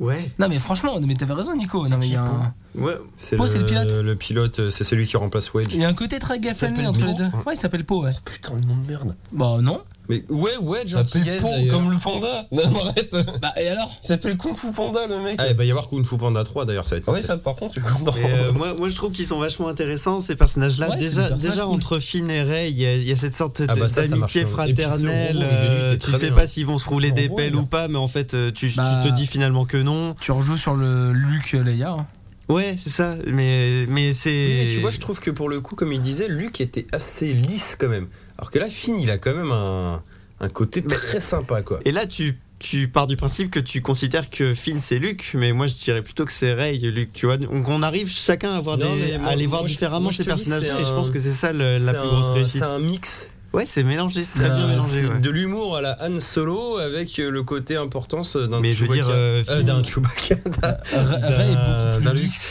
[SPEAKER 5] Ouais.
[SPEAKER 4] Non, mais franchement, non, mais t'avais raison, Nico. Non, mais il y, a un-
[SPEAKER 5] Ouais,
[SPEAKER 3] C'est
[SPEAKER 4] Oh, c'est le pilote.
[SPEAKER 3] Le pilote, euh, c'est celui qui remplace Wedge.
[SPEAKER 4] il y a un côté très gaffelé
[SPEAKER 2] s'appelle
[SPEAKER 4] entre
[SPEAKER 2] Poe
[SPEAKER 4] les deux. Ouais, il s'appelle Poe, ouais.
[SPEAKER 2] Putain, le nom de merde.
[SPEAKER 4] Bah, non.
[SPEAKER 3] Mais ouais,
[SPEAKER 4] Ah,
[SPEAKER 3] Wedge, hein.
[SPEAKER 2] Ça s'appelle
[SPEAKER 3] gentillesse,
[SPEAKER 2] con
[SPEAKER 3] d'ailleurs.
[SPEAKER 2] comme le panda. Non, arrête.
[SPEAKER 4] Bah, et alors
[SPEAKER 2] Il s'appelle Kung Fu Panda, le mec.
[SPEAKER 3] Ah, il va y avoir Kung Fu Panda 3 d'ailleurs, ça va être.
[SPEAKER 2] Ah ouais, ça, par contre, je comprends.
[SPEAKER 5] Mais,
[SPEAKER 3] Oh.
[SPEAKER 5] euh, moi, moi, je trouve qu'ils sont vachement intéressants ces personnages-là.
[SPEAKER 4] Ouais, c'est
[SPEAKER 5] déjà,
[SPEAKER 4] des personnages
[SPEAKER 5] déjà
[SPEAKER 4] cool.
[SPEAKER 5] entre Finn et Ray, il y, a- il y a cette sorte
[SPEAKER 3] Ah bah ça, ça
[SPEAKER 5] d'amitié
[SPEAKER 3] marche. Et puis, ce
[SPEAKER 5] fraternelle.
[SPEAKER 3] robot, il est- il
[SPEAKER 5] euh,
[SPEAKER 3] était
[SPEAKER 5] tu
[SPEAKER 3] très
[SPEAKER 5] sais
[SPEAKER 3] bien.
[SPEAKER 5] pas s'ils vont se rouler des
[SPEAKER 2] Ouais,
[SPEAKER 5] pelles
[SPEAKER 2] ouais.
[SPEAKER 5] ou pas, mais en fait, euh, tu, tu
[SPEAKER 4] Bah.
[SPEAKER 5] te dis finalement que non.
[SPEAKER 4] Tu rejoues sur le Luke Leia. hein.
[SPEAKER 5] Ouais, c'est ça. Mais, mais
[SPEAKER 3] Oui,
[SPEAKER 5] c'est.
[SPEAKER 3] mais tu vois, je trouve que pour le coup, comme il disait, Luc était assez lisse quand même. Alors que là, Finn, il a quand même un, un côté très sympa, quoi.
[SPEAKER 5] Et là, tu, tu pars du principe que tu considères que Finn c'est Luke, mais moi je dirais plutôt que c'est Ray, Luke. Tu vois, donc on arrive chacun à, voir
[SPEAKER 3] Non,
[SPEAKER 5] des-
[SPEAKER 3] mais moi-
[SPEAKER 5] à les voir
[SPEAKER 3] moi, je-
[SPEAKER 5] différemment
[SPEAKER 3] moi, je
[SPEAKER 5] ces
[SPEAKER 3] te dis,
[SPEAKER 5] personnages-là.
[SPEAKER 3] c'est
[SPEAKER 5] Et je
[SPEAKER 3] un-
[SPEAKER 5] pense que c'est ça le- euh, la
[SPEAKER 3] C'est
[SPEAKER 5] plus grosse
[SPEAKER 3] un-
[SPEAKER 5] réussite.
[SPEAKER 3] C'est un mix.
[SPEAKER 5] Ouais, c'est mélangé, c'est très bien
[SPEAKER 3] Euh,
[SPEAKER 5] mélangé.
[SPEAKER 3] c'est
[SPEAKER 5] ouais.
[SPEAKER 3] De l'humour à la Han Solo avec euh, le côté importance d'un
[SPEAKER 5] Mais je veux dire,
[SPEAKER 3] Chewbacca.
[SPEAKER 5] euh,
[SPEAKER 3] Euh,
[SPEAKER 5] Finn-
[SPEAKER 3] d'un Chewbacca.
[SPEAKER 4] Ray Ray
[SPEAKER 3] D'un-
[SPEAKER 4] est beaucoup
[SPEAKER 3] d'un
[SPEAKER 4] plus
[SPEAKER 3] Luke.
[SPEAKER 4] lisse.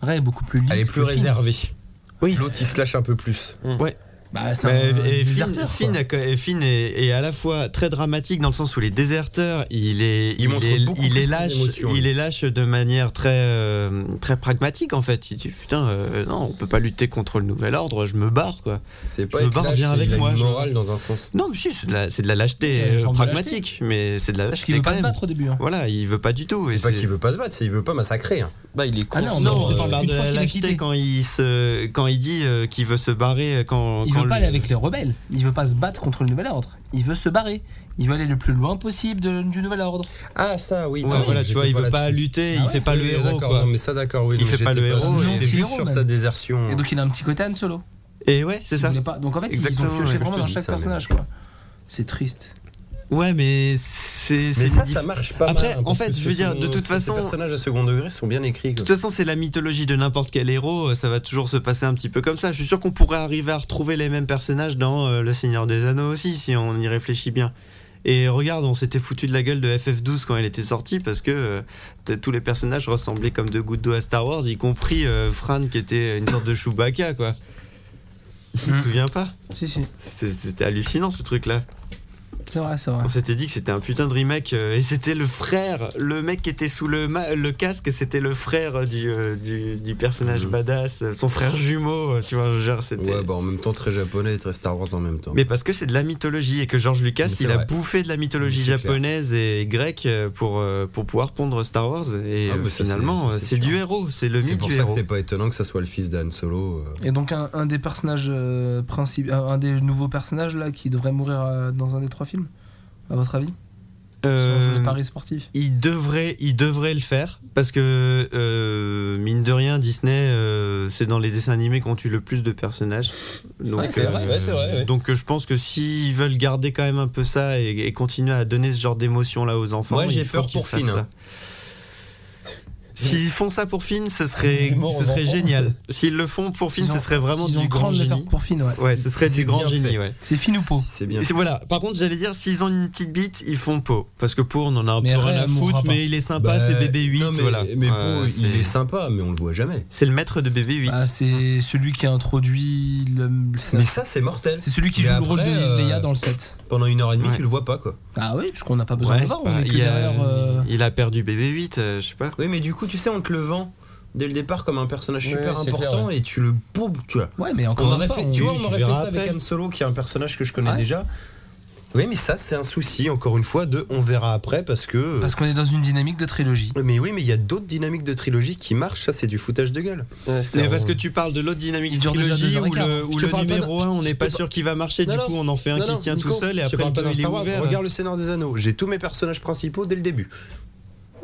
[SPEAKER 4] Ray est beaucoup plus lisse.
[SPEAKER 3] Euh, Elle est
[SPEAKER 4] que
[SPEAKER 3] plus
[SPEAKER 4] Finn.
[SPEAKER 3] réservée.
[SPEAKER 5] Oui.
[SPEAKER 3] L'autre, il se lâche un peu plus.
[SPEAKER 4] Bah, c'est
[SPEAKER 5] Mais-
[SPEAKER 4] un
[SPEAKER 5] et Finn,
[SPEAKER 4] déserteur, quoi.
[SPEAKER 5] Finn a co- et Finn est, est à la fois très dramatique dans le sens où les déserteurs, il est,
[SPEAKER 3] Il montre
[SPEAKER 5] est,
[SPEAKER 3] beaucoup
[SPEAKER 5] il
[SPEAKER 3] plus
[SPEAKER 5] est
[SPEAKER 3] ses
[SPEAKER 5] lâche,
[SPEAKER 3] émotions, lui.
[SPEAKER 5] il est lâche de manière très, euh, très pragmatique en fait. Il dit putain, euh, non, on peut pas lutter contre le nouvel ordre, je me barre quoi.
[SPEAKER 3] C'est
[SPEAKER 5] Je
[SPEAKER 3] pas
[SPEAKER 5] me
[SPEAKER 3] être
[SPEAKER 5] barre,
[SPEAKER 3] lâche,
[SPEAKER 5] viens avec
[SPEAKER 3] il a
[SPEAKER 5] moi,
[SPEAKER 3] une
[SPEAKER 5] je-
[SPEAKER 3] morale dans un sens.
[SPEAKER 5] Non, mais si, c'est de la, c'est de la lâcheté
[SPEAKER 4] Il y a une
[SPEAKER 5] euh,
[SPEAKER 4] forme de
[SPEAKER 5] pragmatique, mais c'est de la
[SPEAKER 4] Parce qu'il
[SPEAKER 5] lâcheté
[SPEAKER 4] veut pas
[SPEAKER 5] quand
[SPEAKER 4] se
[SPEAKER 5] même.
[SPEAKER 4] battre au début. hein.
[SPEAKER 5] Voilà, il veut pas du tout. et
[SPEAKER 3] C'est pas
[SPEAKER 5] c'est-
[SPEAKER 3] qu'il veut pas se battre, c'est qu'il veut pas massacrer. hein.
[SPEAKER 2] Bah, il est con.
[SPEAKER 4] Ah non,
[SPEAKER 5] Non,
[SPEAKER 4] non,
[SPEAKER 5] je
[SPEAKER 4] euh,
[SPEAKER 5] te parle
[SPEAKER 4] une
[SPEAKER 5] de
[SPEAKER 4] fois
[SPEAKER 5] la
[SPEAKER 4] qu'il a
[SPEAKER 5] lâcheté
[SPEAKER 4] quitté.
[SPEAKER 5] quand il, se, quand il dit euh, qu'il veut se barrer. Quand,
[SPEAKER 4] Il
[SPEAKER 5] quand
[SPEAKER 4] veut pas
[SPEAKER 5] le-
[SPEAKER 4] aller avec les rebelles. Il veut pas se battre contre le nouvel ordre. Il veut se barrer. Il veut aller le plus loin possible de- du nouvel ordre.
[SPEAKER 3] Ah, ça, oui.
[SPEAKER 5] Ouais,
[SPEAKER 3] pardon,
[SPEAKER 5] voilà, tu
[SPEAKER 3] j'étais
[SPEAKER 5] vois, il veut pas
[SPEAKER 3] là-dessus.
[SPEAKER 5] lutter,
[SPEAKER 4] Ah
[SPEAKER 5] il fait pas
[SPEAKER 3] Oui,
[SPEAKER 5] le héros.
[SPEAKER 3] d'accord,
[SPEAKER 5] quoi.
[SPEAKER 3] non, mais ça d'accord, oui.
[SPEAKER 5] Il
[SPEAKER 3] donc
[SPEAKER 5] fait pas
[SPEAKER 3] j'étais
[SPEAKER 5] le héros,
[SPEAKER 3] J'étais
[SPEAKER 4] non, c'est
[SPEAKER 3] juste
[SPEAKER 4] le
[SPEAKER 3] sur
[SPEAKER 4] héros,
[SPEAKER 3] sa
[SPEAKER 4] même.
[SPEAKER 3] désertion.
[SPEAKER 4] Et donc il a un petit côté Han Solo.
[SPEAKER 5] Et ouais, Mmh. c'est
[SPEAKER 4] Il
[SPEAKER 5] ça.
[SPEAKER 4] voulait pas. Donc en fait, ils
[SPEAKER 5] Exactement,
[SPEAKER 4] ont
[SPEAKER 5] ouais,
[SPEAKER 4] pioché
[SPEAKER 5] je
[SPEAKER 4] vraiment
[SPEAKER 3] te
[SPEAKER 4] dans
[SPEAKER 3] dis
[SPEAKER 4] chaque
[SPEAKER 3] ça, mais-
[SPEAKER 4] personnage. quoi. C'est triste.
[SPEAKER 5] Ouais, mais c'est.
[SPEAKER 3] mais
[SPEAKER 5] c'est
[SPEAKER 3] ça,
[SPEAKER 5] une
[SPEAKER 3] ça
[SPEAKER 5] diff-
[SPEAKER 3] marche pas.
[SPEAKER 5] Après,
[SPEAKER 3] mal, hein,
[SPEAKER 5] en
[SPEAKER 3] parce
[SPEAKER 5] fait,
[SPEAKER 3] que
[SPEAKER 5] je veux dire, de
[SPEAKER 3] selon-
[SPEAKER 5] toute
[SPEAKER 3] ces
[SPEAKER 5] façon-
[SPEAKER 3] personnages à second degré sont bien écrits.
[SPEAKER 5] De
[SPEAKER 3] quoi.
[SPEAKER 5] toute façon, c'est la mythologie de n'importe quel héros, euh, ça va toujours se passer un petit peu comme ça. Je suis sûr qu'on pourrait arriver à retrouver les mêmes personnages dans euh, Le Seigneur des Anneaux aussi, si on y réfléchit bien. Et regarde, on s'était foutu de la gueule de FF12 quand elle était sortie parce que euh, t- tous les personnages ressemblaient comme deux gouttes d'eau à Star Wars, y compris euh, Fran qui était une sorte de Chewbacca, quoi. Tu te souviens pas
[SPEAKER 4] Si, si.
[SPEAKER 5] C'est- C'était hallucinant ce truc-là.
[SPEAKER 4] C'est vrai, c'est vrai.
[SPEAKER 5] On s'était dit que c'était un putain de remake euh, et c'était le frère, le mec qui était sous le, ma- le casque, c'était le frère du, euh, du, du personnage badass, euh, son frère jumeau, euh, tu vois, genre c'était.
[SPEAKER 3] Mm. Ouais, bah en même temps, très japonais et très Star Wars en même temps.
[SPEAKER 5] Mais parce que c'est de la mythologie et que George Lucas,
[SPEAKER 3] Mais c'est
[SPEAKER 5] il a
[SPEAKER 3] vrai.
[SPEAKER 5] bouffé de la mythologie
[SPEAKER 3] C'est clair.
[SPEAKER 5] japonaise et grecque euh, pour, euh, pour pouvoir pondre Star Wars. Et
[SPEAKER 3] Ah,
[SPEAKER 5] euh,
[SPEAKER 3] mais ça, c'est-
[SPEAKER 5] finalement,
[SPEAKER 3] ça,
[SPEAKER 5] euh,
[SPEAKER 3] c'est
[SPEAKER 5] c'est
[SPEAKER 3] sûr.
[SPEAKER 5] du héros, c'est le
[SPEAKER 3] c'est
[SPEAKER 5] mythe
[SPEAKER 3] pour
[SPEAKER 5] du
[SPEAKER 3] ça que
[SPEAKER 5] héros.
[SPEAKER 3] c'est pas étonnant que ça soit le fils d'Han Solo. euh.
[SPEAKER 4] Et donc un, un des personnages euh, princip- un, un des nouveaux personnages là qui devrait mourir euh, dans un des trois films, à votre avis
[SPEAKER 5] Euh,
[SPEAKER 4] Sur les paris sportifs.
[SPEAKER 5] il devrait, il devrait le faire parce que euh, mine de rien, Disney, euh, c'est dans les dessins animés qu'on tue le plus de personnages. Donc,
[SPEAKER 4] Ouais, c'est vrai.
[SPEAKER 2] Ouais, c'est vrai, ouais.
[SPEAKER 5] donc euh, je pense que s'ils veulent garder quand même un peu ça et, et continuer à donner ce genre d'émotion là aux enfants,
[SPEAKER 3] Moi,
[SPEAKER 5] il
[SPEAKER 3] j'ai
[SPEAKER 5] faut
[SPEAKER 3] peur
[SPEAKER 5] qu'ils
[SPEAKER 3] pour
[SPEAKER 5] fassent
[SPEAKER 3] Finn,
[SPEAKER 5] ça.
[SPEAKER 3] hein.
[SPEAKER 5] S'ils font ça pour Finn, ce
[SPEAKER 2] Il est
[SPEAKER 5] serait,
[SPEAKER 2] mort
[SPEAKER 5] ce
[SPEAKER 2] aux
[SPEAKER 5] serait
[SPEAKER 2] enfants.
[SPEAKER 5] génial. S'ils le font pour Finn,
[SPEAKER 4] Ils
[SPEAKER 5] ce
[SPEAKER 4] ont-
[SPEAKER 5] serait vraiment
[SPEAKER 4] Ils ont
[SPEAKER 5] du grand
[SPEAKER 4] craint de le
[SPEAKER 5] génie.
[SPEAKER 4] faire pour Finn, ouais.
[SPEAKER 5] Ouais, ce serait
[SPEAKER 3] Si
[SPEAKER 5] du
[SPEAKER 3] c'est
[SPEAKER 5] grand
[SPEAKER 3] bien
[SPEAKER 5] génie,
[SPEAKER 3] fait.
[SPEAKER 5] ouais.
[SPEAKER 4] C'est Finn ou Pau
[SPEAKER 3] Si c'est bien.
[SPEAKER 5] Et c'est- voilà. Par contre, j'allais dire, s'ils ont une petite bite, ils font Po. Parce que Po, on en a un
[SPEAKER 4] Mais
[SPEAKER 5] peu rien
[SPEAKER 4] Ray,
[SPEAKER 5] à
[SPEAKER 4] elle mourra
[SPEAKER 5] foutre,
[SPEAKER 4] pas.
[SPEAKER 5] mais il est sympa,
[SPEAKER 3] Bah,
[SPEAKER 5] c'est BB-8.
[SPEAKER 3] non, mais,
[SPEAKER 5] voilà.
[SPEAKER 3] mais
[SPEAKER 5] Ouais,
[SPEAKER 3] Poe, il
[SPEAKER 5] c'est-
[SPEAKER 3] est sympa, Bah, mais on le voit jamais.
[SPEAKER 5] C'est le maître de BB-8.
[SPEAKER 4] Ah, c'est celui qui a introduit le.
[SPEAKER 3] Mais ça, c'est mortel.
[SPEAKER 4] C'est celui qui
[SPEAKER 3] Mais
[SPEAKER 4] joue le rôle
[SPEAKER 3] après,
[SPEAKER 4] de
[SPEAKER 3] euh,
[SPEAKER 4] Leia dans le set.
[SPEAKER 3] Pendant une heure et demie,
[SPEAKER 5] Ouais.
[SPEAKER 3] tu le vois pas, quoi.
[SPEAKER 4] Ah oui, parce qu'on n'a pas
[SPEAKER 5] Ouais,
[SPEAKER 4] besoin de
[SPEAKER 5] c'est
[SPEAKER 4] voir.
[SPEAKER 5] pas-
[SPEAKER 4] On est que
[SPEAKER 5] il, a,
[SPEAKER 4] derrière. euh,
[SPEAKER 5] il a perdu BB-8, euh, je sais pas.
[SPEAKER 3] Oui, mais du coup, tu sais, on te le vend dès le départ comme un personnage
[SPEAKER 2] Oui,
[SPEAKER 3] super
[SPEAKER 2] oui, c'est
[SPEAKER 3] important
[SPEAKER 2] clair,
[SPEAKER 3] et tu le boum, tu vois.
[SPEAKER 4] Ouais, mais
[SPEAKER 3] On
[SPEAKER 4] encore
[SPEAKER 3] aurait
[SPEAKER 4] une fois,
[SPEAKER 3] fait,
[SPEAKER 4] on-
[SPEAKER 3] tu vois,
[SPEAKER 5] tu
[SPEAKER 3] on aurait fait
[SPEAKER 5] verras
[SPEAKER 3] ça
[SPEAKER 5] après.
[SPEAKER 3] avec Han Solo, qui est un personnage que je connais
[SPEAKER 4] Ouais.
[SPEAKER 3] déjà. Oui, mais ça, c'est un souci, encore une fois, de on verra après parce que.
[SPEAKER 4] parce qu'on est dans une dynamique de trilogie.
[SPEAKER 3] Mais oui, mais il y a d'autres dynamiques de trilogie qui marchent, ça, c'est du foutage de gueule.
[SPEAKER 5] Mais parce que tu parles de l'autre dynamique
[SPEAKER 4] Il
[SPEAKER 5] de
[SPEAKER 4] dure déjà
[SPEAKER 5] trilogie
[SPEAKER 4] deux heures et
[SPEAKER 5] où
[SPEAKER 4] quart.
[SPEAKER 5] le, où
[SPEAKER 3] Je te
[SPEAKER 5] le
[SPEAKER 3] parle pas
[SPEAKER 5] numéro
[SPEAKER 3] d'un-
[SPEAKER 5] 1, on
[SPEAKER 3] je
[SPEAKER 5] n'est
[SPEAKER 3] te
[SPEAKER 5] pas
[SPEAKER 3] parle-
[SPEAKER 5] sûr qu'il va marcher, du
[SPEAKER 3] Non,
[SPEAKER 5] coup
[SPEAKER 3] non.
[SPEAKER 5] on en fait un qui se tient
[SPEAKER 3] Nico,
[SPEAKER 5] tout seul et
[SPEAKER 3] je te
[SPEAKER 5] après
[SPEAKER 3] parle
[SPEAKER 5] le
[SPEAKER 3] pas
[SPEAKER 5] deux,
[SPEAKER 3] d'un
[SPEAKER 5] il est
[SPEAKER 3] Star Wars.
[SPEAKER 5] ouvert.
[SPEAKER 3] Regarde le Seigneur des Anneaux, j'ai tous mes personnages principaux dès le début.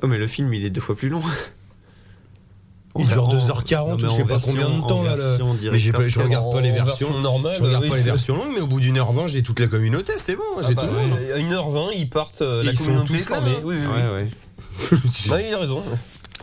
[SPEAKER 5] Oh, mais le film il est deux fois plus long.
[SPEAKER 3] Il dure 2h40 ou je sais pas combien de temps là. le- Mais j'ai pas- je regarde pas les versions.
[SPEAKER 2] normales.
[SPEAKER 3] Je regarde
[SPEAKER 2] bah oui,
[SPEAKER 3] pas les
[SPEAKER 2] c'est-
[SPEAKER 3] versions longues, mais au bout d'une heure vingt, j'ai toute la communauté, c'est bon,
[SPEAKER 2] Ah
[SPEAKER 3] j'ai
[SPEAKER 2] bah,
[SPEAKER 3] tout le monde.
[SPEAKER 2] À 1h20, ils partent. euh,
[SPEAKER 3] Et
[SPEAKER 2] la
[SPEAKER 3] ils sont
[SPEAKER 2] communauté
[SPEAKER 3] tous
[SPEAKER 2] est
[SPEAKER 3] là,
[SPEAKER 2] formée.
[SPEAKER 3] hein.
[SPEAKER 2] Oui, oui, oui.
[SPEAKER 5] Ouais, ouais.
[SPEAKER 2] Ah, il a raison.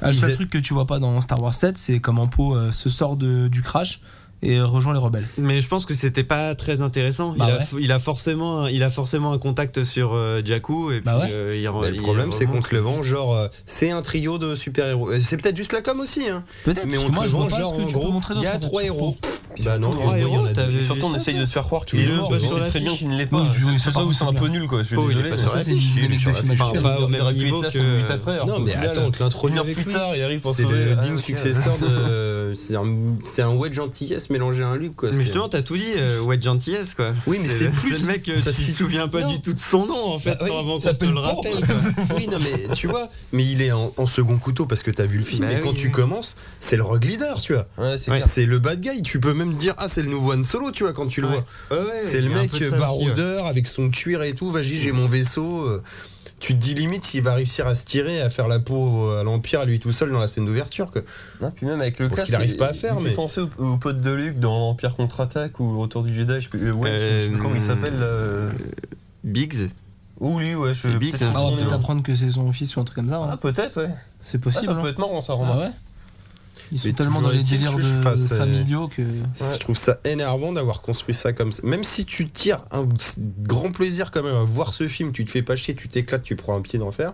[SPEAKER 4] Ah, le
[SPEAKER 3] Ils
[SPEAKER 4] seul
[SPEAKER 3] a-
[SPEAKER 4] truc que tu vois pas dans Star Wars 7, c'est comment Poe euh, se sort de- du crash et rejoint les rebelles.
[SPEAKER 5] Mais je pense que c'était pas très intéressant.
[SPEAKER 4] Bah
[SPEAKER 5] il, a,
[SPEAKER 4] ouais.
[SPEAKER 5] f- il a forcément, un- il a forcément un contact sur euh, Jakku et puis
[SPEAKER 4] Bah ouais.
[SPEAKER 5] euh, il re-
[SPEAKER 3] Bah, le
[SPEAKER 5] il
[SPEAKER 3] problème, c'est qu'on
[SPEAKER 5] remonte.
[SPEAKER 3] te le vend genre, euh, c'est un trio de super-héros. Euh, C'est peut-être juste la com aussi, hein.
[SPEAKER 4] Peut-être.
[SPEAKER 3] Mais
[SPEAKER 4] parce
[SPEAKER 3] on
[SPEAKER 4] que
[SPEAKER 3] te
[SPEAKER 4] moi,
[SPEAKER 3] le
[SPEAKER 4] je vois
[SPEAKER 3] vend
[SPEAKER 4] pas
[SPEAKER 3] genre,
[SPEAKER 4] ce que
[SPEAKER 3] en
[SPEAKER 4] tu peux
[SPEAKER 3] gros,
[SPEAKER 4] montrer
[SPEAKER 3] il y
[SPEAKER 4] d'autre
[SPEAKER 3] a
[SPEAKER 4] sur
[SPEAKER 3] trois
[SPEAKER 4] Poe.
[SPEAKER 3] héros. Bah non,
[SPEAKER 5] Trois
[SPEAKER 3] il y en
[SPEAKER 5] héros,
[SPEAKER 3] a
[SPEAKER 5] t'as
[SPEAKER 3] deux.
[SPEAKER 5] vu
[SPEAKER 2] Surtout, on
[SPEAKER 5] ça,
[SPEAKER 2] essaye
[SPEAKER 5] toi
[SPEAKER 2] de faire croire qu'il
[SPEAKER 3] Oui,
[SPEAKER 2] est
[SPEAKER 3] oui,
[SPEAKER 2] mort.
[SPEAKER 3] bah,
[SPEAKER 2] mais
[SPEAKER 3] sur
[SPEAKER 2] on sait
[SPEAKER 3] la
[SPEAKER 2] très bien
[SPEAKER 3] fiche.
[SPEAKER 2] qu'il ne l'est
[SPEAKER 4] Oui,
[SPEAKER 2] pas.
[SPEAKER 4] oui,
[SPEAKER 2] C'est
[SPEAKER 4] c'est
[SPEAKER 2] ça
[SPEAKER 4] pas
[SPEAKER 2] où c'est un peu
[SPEAKER 4] possible.
[SPEAKER 2] nul, quoi. Je suis
[SPEAKER 5] Pauvre, il est
[SPEAKER 2] désolé.
[SPEAKER 5] pas
[SPEAKER 2] mais-
[SPEAKER 5] sur la
[SPEAKER 2] Ça,
[SPEAKER 5] fiche,
[SPEAKER 2] c'est
[SPEAKER 5] il est
[SPEAKER 2] une
[SPEAKER 5] sur la
[SPEAKER 2] limite de
[SPEAKER 5] fiche.
[SPEAKER 2] film.
[SPEAKER 5] Pas au
[SPEAKER 2] Il aurait
[SPEAKER 5] même
[SPEAKER 2] pu être là
[SPEAKER 5] niveau
[SPEAKER 2] cinq minutes
[SPEAKER 5] que-
[SPEAKER 2] après, alors
[SPEAKER 3] Non,
[SPEAKER 2] qu'au
[SPEAKER 3] mais
[SPEAKER 2] final,
[SPEAKER 3] attends, on te
[SPEAKER 2] une
[SPEAKER 3] l'introduit
[SPEAKER 2] heure
[SPEAKER 3] avec
[SPEAKER 2] plus
[SPEAKER 3] lui.
[SPEAKER 2] tard, il arrive pour
[SPEAKER 3] C'est le
[SPEAKER 2] sauver.
[SPEAKER 3] digne
[SPEAKER 5] euh,
[SPEAKER 2] Ah,
[SPEAKER 3] successeur de. C'est un, c'est un ouais de gentillesse mélangé à un Luke, quoi.
[SPEAKER 5] Mais
[SPEAKER 3] C'est-
[SPEAKER 5] justement, t'as tout dit, euh, ouais, gentillesse quoi.
[SPEAKER 3] Oui, mais c'est plus
[SPEAKER 5] le mec, euh, tu
[SPEAKER 3] facile.
[SPEAKER 5] te souviens pas
[SPEAKER 3] Non.
[SPEAKER 5] du tout de son nom en fait,
[SPEAKER 3] Bah oui,
[SPEAKER 5] tant avant qu'on
[SPEAKER 3] ça
[SPEAKER 5] te
[SPEAKER 3] peut
[SPEAKER 5] le
[SPEAKER 3] le
[SPEAKER 5] rappelle.
[SPEAKER 3] prendre. oui, non, mais tu vois, mais il est en, en second couteau parce que t'as vu le film,
[SPEAKER 5] Bah
[SPEAKER 3] et quand
[SPEAKER 5] oui.
[SPEAKER 3] tu commences, c'est le rogue leader, tu vois.
[SPEAKER 2] Ouais, c'est
[SPEAKER 5] Ouais.
[SPEAKER 2] clair.
[SPEAKER 3] C'est le bad guy, tu peux même dire, ah, c'est le nouveau Han Solo, tu vois, quand tu le
[SPEAKER 5] Ouais.
[SPEAKER 3] vois.
[SPEAKER 5] Ouais, ouais,
[SPEAKER 3] C'est
[SPEAKER 5] il y
[SPEAKER 3] le
[SPEAKER 5] a un
[SPEAKER 3] mec euh,
[SPEAKER 5] peu de ça aussi, hein. ouais.
[SPEAKER 3] baroudeur avec son cuir et tout. Vas-y, j'ai mon vaisseau. Euh, Tu te dis limite s'il va réussir à se tirer, à faire la peau euh, à l'Empire lui tout seul dans la scène d'ouverture. Que...
[SPEAKER 2] Non, puis même avec le
[SPEAKER 3] Bon, ce
[SPEAKER 2] casque,
[SPEAKER 3] qu'il arrive pas à faire,
[SPEAKER 2] il me
[SPEAKER 3] mais-
[SPEAKER 2] fait penser au, au pote de Luke dans Empire contre-attaque ou Retour du Jedi. Je sais plus, euh, ouais, je sais plus
[SPEAKER 5] Euh,
[SPEAKER 2] comment il s'appelle. euh,
[SPEAKER 5] Biggs.
[SPEAKER 2] Ou lui, ouais, je
[SPEAKER 5] c'est Big,
[SPEAKER 2] peut-être
[SPEAKER 5] ça.
[SPEAKER 2] son
[SPEAKER 4] Ah, on va
[SPEAKER 2] nom,
[SPEAKER 4] peut-être
[SPEAKER 2] mais-
[SPEAKER 4] apprendre que c'est son fils ou un truc comme ça. hein.
[SPEAKER 2] Ah, peut-être, ouais.
[SPEAKER 4] C'est
[SPEAKER 2] Ah,
[SPEAKER 4] possible.
[SPEAKER 2] ça
[SPEAKER 4] hein.
[SPEAKER 2] peut être marrant, ça,
[SPEAKER 4] Ah
[SPEAKER 2] remarque.
[SPEAKER 4] ouais Ils sont
[SPEAKER 3] Mais
[SPEAKER 4] tellement dans
[SPEAKER 3] toujours
[SPEAKER 4] les
[SPEAKER 3] est-il
[SPEAKER 4] délires
[SPEAKER 3] que
[SPEAKER 4] de,
[SPEAKER 3] je fasse,
[SPEAKER 4] de
[SPEAKER 3] euh,
[SPEAKER 4] familiaux que.
[SPEAKER 3] Je trouve ça énervant d'avoir construit ça comme ça. Même si tu tires un grand plaisir quand même à voir ce film, tu te fais pas chier, tu t'éclates, tu prends un pied d'enfer.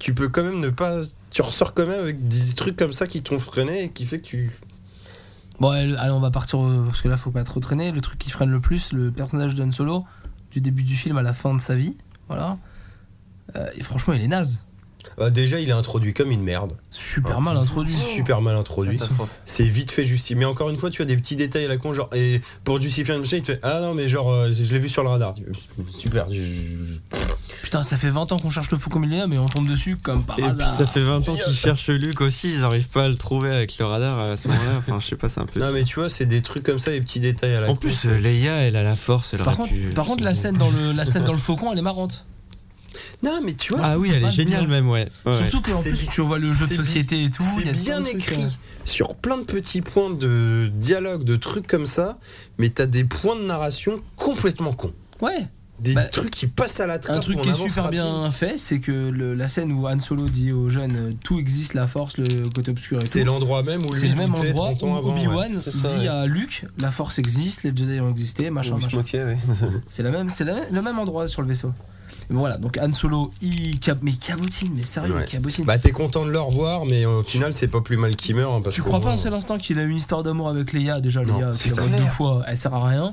[SPEAKER 3] Tu peux quand même ne pas. Tu ressors quand même avec des trucs comme ça qui t'ont freiné et qui fait que tu.
[SPEAKER 4] Bon, allez, allez, on va partir euh, parce que là, faut pas trop traîner. Le truc qui freine le plus, le personnage d'Han Solo, du début du film à la fin de sa vie, voilà. Euh, et franchement, il est naze.
[SPEAKER 3] Bah, déjà, il est introduit comme une merde.
[SPEAKER 4] Super
[SPEAKER 3] Ah,
[SPEAKER 4] mal introduit.
[SPEAKER 3] Super mal introduit.
[SPEAKER 2] Catastrophe.
[SPEAKER 3] C'est vite fait justifié. Mais encore une fois, tu as des petits détails à la con, genre, et pour justifier un machin, il te fait Ah non, mais genre, euh, je l'ai vu sur le radar. Tu- Super. je- je-
[SPEAKER 4] Putain, ça fait 20 ans qu'on cherche le faucon millénaire, mais on tombe dessus comme par
[SPEAKER 5] Et puis
[SPEAKER 4] hasard.
[SPEAKER 5] ça fait 20 ans qu'ils cherchent Luke aussi, ils arrivent pas à le trouver avec le radar à ce moment-là. Enfin, je sais pas, c'est un peu.
[SPEAKER 3] Non, mais tu vois, c'est des trucs comme ça, des petits détails à la
[SPEAKER 5] En
[SPEAKER 3] con.
[SPEAKER 5] plus, euh, Leia, elle a la force, elle
[SPEAKER 4] Par
[SPEAKER 5] aurait
[SPEAKER 4] contre,
[SPEAKER 5] pu-
[SPEAKER 4] par contre, la scène dans le la scène dans le faucon, elle est marrante.
[SPEAKER 3] Non, mais tu vois,
[SPEAKER 5] Ah oui, elle est
[SPEAKER 4] pas
[SPEAKER 5] géniale
[SPEAKER 4] bien.
[SPEAKER 5] même, ouais. Ouais, ouais.
[SPEAKER 4] Surtout qu'en
[SPEAKER 3] C'est
[SPEAKER 4] plus,
[SPEAKER 3] bi-
[SPEAKER 4] tu vois le jeu de
[SPEAKER 3] c'est
[SPEAKER 4] société et tout. il y
[SPEAKER 3] c'est
[SPEAKER 4] a plein
[SPEAKER 3] bien
[SPEAKER 4] de trucs,
[SPEAKER 3] écrit
[SPEAKER 4] euh,
[SPEAKER 3] sur plein de petits points de dialogue, de trucs comme ça, mais t'as des points de narration complètement cons.
[SPEAKER 4] Ouais.
[SPEAKER 3] Des
[SPEAKER 4] Bah,
[SPEAKER 3] trucs qui passent à la trappe.
[SPEAKER 4] Un truc
[SPEAKER 3] on
[SPEAKER 4] qui est
[SPEAKER 3] avance
[SPEAKER 4] super
[SPEAKER 3] rapide.
[SPEAKER 4] bien fait, c'est que le- la scène où Han Solo dit aux jeunes euh, tout existe, la force, le côté obscur et tout.
[SPEAKER 3] C'est l'endroit même où
[SPEAKER 4] C'est
[SPEAKER 3] lui
[SPEAKER 4] le même
[SPEAKER 3] doutait
[SPEAKER 4] endroit
[SPEAKER 3] 30
[SPEAKER 4] où
[SPEAKER 3] ans avant. ouais.
[SPEAKER 4] Obi-Wan
[SPEAKER 2] C'est ça,
[SPEAKER 4] dit
[SPEAKER 2] ouais.
[SPEAKER 4] à Luke la force existe, les Jedi ont existé, machin,
[SPEAKER 2] On se
[SPEAKER 4] machin.
[SPEAKER 2] moquait, ouais.
[SPEAKER 4] C'est la même, c'est la- le même endroit sur le vaisseau. Et Voilà, donc Han Solo, il cap- mais il cabotine, mais sérieux,
[SPEAKER 3] Ouais.
[SPEAKER 4] il cabotine.
[SPEAKER 3] Bah, t'es content de le revoir, mais euh, au final, c'est pas plus mal qu'il meurt. hein, parce
[SPEAKER 4] tu
[SPEAKER 3] qu'au
[SPEAKER 4] crois pas
[SPEAKER 3] moins-
[SPEAKER 4] un seul instant qu'il a eu une histoire d'amour avec Léa Déjà,
[SPEAKER 3] Non,
[SPEAKER 4] Léa,
[SPEAKER 3] c'est
[SPEAKER 4] qu'il a voit
[SPEAKER 2] clair.
[SPEAKER 4] deux fois, elle sert à rien.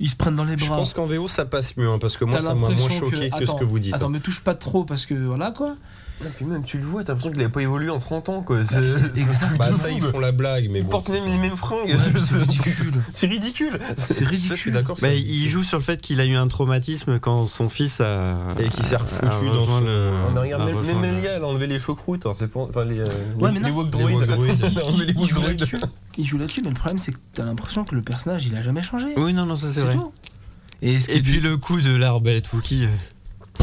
[SPEAKER 4] Ils se prennent dans les
[SPEAKER 3] Je
[SPEAKER 4] bras.
[SPEAKER 3] pense qu'en VO ça passe mieux, hein, parce que moi
[SPEAKER 4] T'as
[SPEAKER 3] ça m'a moins
[SPEAKER 4] l'impression
[SPEAKER 3] choqué que, ce
[SPEAKER 4] attends,
[SPEAKER 3] que vous dites. hein.
[SPEAKER 4] Attends, me touche pas trop parce que voilà quoi.
[SPEAKER 2] puis même, tu le vois, t'as l'impression qu'il n'avait pas évolué en 30 ans, quoi. C'est-
[SPEAKER 4] C'est exactement.
[SPEAKER 3] Bah ça ils font la blague, mais
[SPEAKER 2] Il
[SPEAKER 3] Ah, bon.
[SPEAKER 2] porte même les mêmes fringues.
[SPEAKER 4] Ouais, c'est ridicule.
[SPEAKER 2] C'est ridicule.
[SPEAKER 4] C'est
[SPEAKER 3] Ça, je suis
[SPEAKER 4] ridicule.
[SPEAKER 3] d'accord. que ça-
[SPEAKER 5] Mais Bah, il joue sur le fait qu'il a eu un traumatisme quand son fils a.
[SPEAKER 3] Et qu'il s'est refoutu
[SPEAKER 5] a rejoint
[SPEAKER 3] dans son-
[SPEAKER 5] le-
[SPEAKER 2] On a regardé
[SPEAKER 5] a
[SPEAKER 2] Oh, même,
[SPEAKER 5] rejoint
[SPEAKER 2] même
[SPEAKER 5] le-
[SPEAKER 2] Elia, elle a enlevé les choucroutes. alors c'est pour- Enfin, les, euh,
[SPEAKER 4] Ouais,
[SPEAKER 2] les,
[SPEAKER 4] mais non.
[SPEAKER 2] les walk
[SPEAKER 3] Les
[SPEAKER 2] droids.
[SPEAKER 3] walk droids.
[SPEAKER 2] Elle a enlevé les
[SPEAKER 4] Il
[SPEAKER 2] walk
[SPEAKER 4] joue
[SPEAKER 2] droids.
[SPEAKER 4] là-dessus. Il joue là-dessus, mais le problème c'est que t'as l'impression que le personnage il a jamais changé.
[SPEAKER 5] Oui, non, non, ça c'est
[SPEAKER 4] c'est
[SPEAKER 5] vrai.
[SPEAKER 4] tout. Et, ce qui
[SPEAKER 5] Et
[SPEAKER 4] est
[SPEAKER 5] puis le coup de l'arbalète Wookie,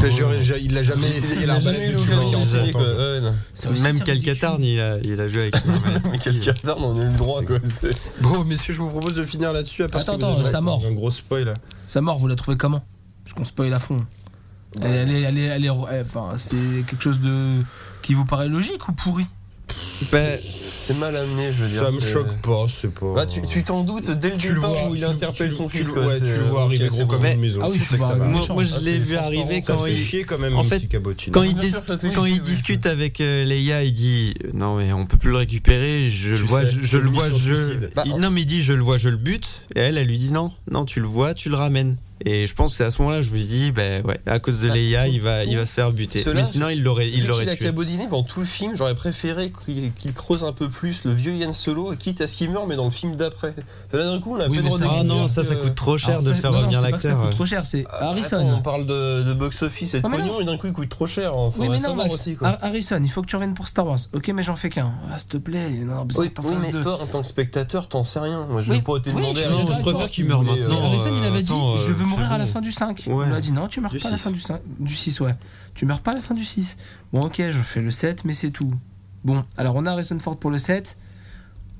[SPEAKER 3] Mais j'aurais- j'ai- Il l'a jamais essayé
[SPEAKER 2] Il a jamais
[SPEAKER 3] l'arbalète
[SPEAKER 2] eu
[SPEAKER 3] de
[SPEAKER 2] l'occasion
[SPEAKER 3] tuer
[SPEAKER 2] d'y
[SPEAKER 3] en
[SPEAKER 2] essayer,
[SPEAKER 3] 40 ans.
[SPEAKER 2] quoi. Ouais, non.
[SPEAKER 4] c'est aussi
[SPEAKER 5] même
[SPEAKER 4] ridicule.
[SPEAKER 5] Calcatarn, il a, il a joué avec l'arbalète
[SPEAKER 2] Mais
[SPEAKER 5] Wookie.
[SPEAKER 2] quelqu'un d'art, on a eu le droit, quoi. C'est-
[SPEAKER 3] Bon, messieurs, je vous propose de finir là-dessus. à part
[SPEAKER 4] Attends,
[SPEAKER 3] si vous
[SPEAKER 4] attends,
[SPEAKER 3] avez
[SPEAKER 4] ça mord.
[SPEAKER 3] Un gros spoil.
[SPEAKER 4] Sa mort, vous la trouvez comment Parce qu'on spoil à fond. Elle, elle est- elle est- elle est- elle- enfin, c'est quelque chose de qui vous paraît logique ou pourri
[SPEAKER 5] Ben,
[SPEAKER 2] C'est mal amené, je veux dire.
[SPEAKER 3] Ça me
[SPEAKER 2] c'est-
[SPEAKER 3] choque pas, c'est pas.
[SPEAKER 2] Bah, tu tu t'en doutes dès le
[SPEAKER 3] Tu le
[SPEAKER 2] départ
[SPEAKER 3] vois,
[SPEAKER 2] où il
[SPEAKER 3] tu-
[SPEAKER 2] interpelle
[SPEAKER 3] tu-
[SPEAKER 2] son
[SPEAKER 3] tu
[SPEAKER 2] fils.
[SPEAKER 3] le-
[SPEAKER 2] quoi,
[SPEAKER 3] Ouais,
[SPEAKER 2] c'est- euh,
[SPEAKER 3] tu le vois
[SPEAKER 2] ok,
[SPEAKER 3] arriver
[SPEAKER 2] c'est
[SPEAKER 3] gros
[SPEAKER 2] bon.
[SPEAKER 3] comme
[SPEAKER 5] Mais-
[SPEAKER 3] une maison.
[SPEAKER 4] Ah oui,
[SPEAKER 3] tu
[SPEAKER 4] tu
[SPEAKER 3] sais que
[SPEAKER 4] vois
[SPEAKER 3] bah, ça va.
[SPEAKER 4] arriver.
[SPEAKER 5] moi,
[SPEAKER 4] méchant,
[SPEAKER 5] moi,
[SPEAKER 2] ça,
[SPEAKER 5] je l'ai
[SPEAKER 2] c'est
[SPEAKER 5] vu
[SPEAKER 2] transparent.
[SPEAKER 5] arriver
[SPEAKER 3] Ça
[SPEAKER 5] quand
[SPEAKER 3] fait
[SPEAKER 5] il,
[SPEAKER 3] chier quand même, mon
[SPEAKER 5] en fait,
[SPEAKER 3] petit cabotine.
[SPEAKER 5] quand il,
[SPEAKER 2] Bien
[SPEAKER 5] dis-
[SPEAKER 2] sûr, ça fait
[SPEAKER 5] quand
[SPEAKER 2] chier,
[SPEAKER 5] il
[SPEAKER 2] oui.
[SPEAKER 5] discute avec euh, Leia, il dit Non, mais on peut plus le récupérer, je
[SPEAKER 3] Tu
[SPEAKER 5] le vois,
[SPEAKER 3] sais,
[SPEAKER 5] je, je le vois,
[SPEAKER 3] mission
[SPEAKER 5] je.
[SPEAKER 3] suicide.
[SPEAKER 5] Il- non, mais il dit Je le vois, je le bute. Et elle, elle lui dit Non, non, tu le vois, tu le ramènes. Et je pense que c'est à ce moment-là, je me dis Ben ouais, à cause de
[SPEAKER 2] Bah,
[SPEAKER 5] Leia, il va,
[SPEAKER 2] tout-
[SPEAKER 5] il va se faire buter.
[SPEAKER 2] cela,
[SPEAKER 5] mais sinon, il l'aurait il
[SPEAKER 2] Vu qu'il
[SPEAKER 5] l'aurait
[SPEAKER 2] a
[SPEAKER 5] tué. Ah
[SPEAKER 2] cabodiné dans tout le film, j'aurais préféré qu'il qu'il creuse un peu plus le vieux Yann Solo, quitte à ce qu'il meurt, mais dans le film d'après. Là, d'un coup, on a à
[SPEAKER 4] Oui,
[SPEAKER 2] peine
[SPEAKER 4] mais ça-
[SPEAKER 5] Ah
[SPEAKER 2] redécouvert
[SPEAKER 5] non, ça,
[SPEAKER 2] que-
[SPEAKER 5] ça coûte trop cher
[SPEAKER 4] Alors,
[SPEAKER 5] de
[SPEAKER 4] ça-
[SPEAKER 5] faire
[SPEAKER 4] non, non,
[SPEAKER 5] revenir
[SPEAKER 4] c'est pas que Ça
[SPEAKER 5] l'acteur. euh.
[SPEAKER 4] coûte trop cher, c'est
[SPEAKER 2] Ah,
[SPEAKER 4] Harrison.
[SPEAKER 2] attends, on parle de, de box-office et de
[SPEAKER 4] Ah, mais
[SPEAKER 2] pognon, et d'un coup, il coûte trop cher. hein.
[SPEAKER 4] Oui,
[SPEAKER 2] Faudrait
[SPEAKER 4] mais non,
[SPEAKER 2] savoir
[SPEAKER 4] Max. Ah,
[SPEAKER 2] aussi, quoi.
[SPEAKER 4] Har- Harrison, il faut que tu reviennes pour Star Wars. Ok, mais j'en fais qu'un. Ah, s'il te plaît, non, parce
[SPEAKER 2] Oui,
[SPEAKER 4] que t'en
[SPEAKER 2] oui,
[SPEAKER 4] fasses
[SPEAKER 2] mais
[SPEAKER 4] deux.
[SPEAKER 2] toi, en tant que spectateur, t'en sais rien. Moi, je
[SPEAKER 4] Oui,
[SPEAKER 2] vais pas te
[SPEAKER 4] oui,
[SPEAKER 2] demander.
[SPEAKER 4] tu vas
[SPEAKER 2] à la
[SPEAKER 5] Non,
[SPEAKER 4] Non,
[SPEAKER 5] je
[SPEAKER 2] fin.
[SPEAKER 4] je
[SPEAKER 5] préfère
[SPEAKER 4] préfère
[SPEAKER 5] qu'il meure
[SPEAKER 2] Mais, euh,
[SPEAKER 5] maintenant.
[SPEAKER 4] Harrison, il avait dit
[SPEAKER 5] attends,
[SPEAKER 4] Je veux
[SPEAKER 5] euh,
[SPEAKER 4] mourir
[SPEAKER 5] c'est
[SPEAKER 4] à la
[SPEAKER 5] bon.
[SPEAKER 4] fin du 5.
[SPEAKER 5] Ouais.
[SPEAKER 4] On lui a dit Non, tu meurs
[SPEAKER 3] Du
[SPEAKER 4] pas à la
[SPEAKER 3] six.
[SPEAKER 4] fin du, 5, du 6, ouais. Tu meurs pas à la fin du 6. Bon, ok, je fais le 7, mais c'est tout. Bon, alors on a Harrison Ford pour le 7.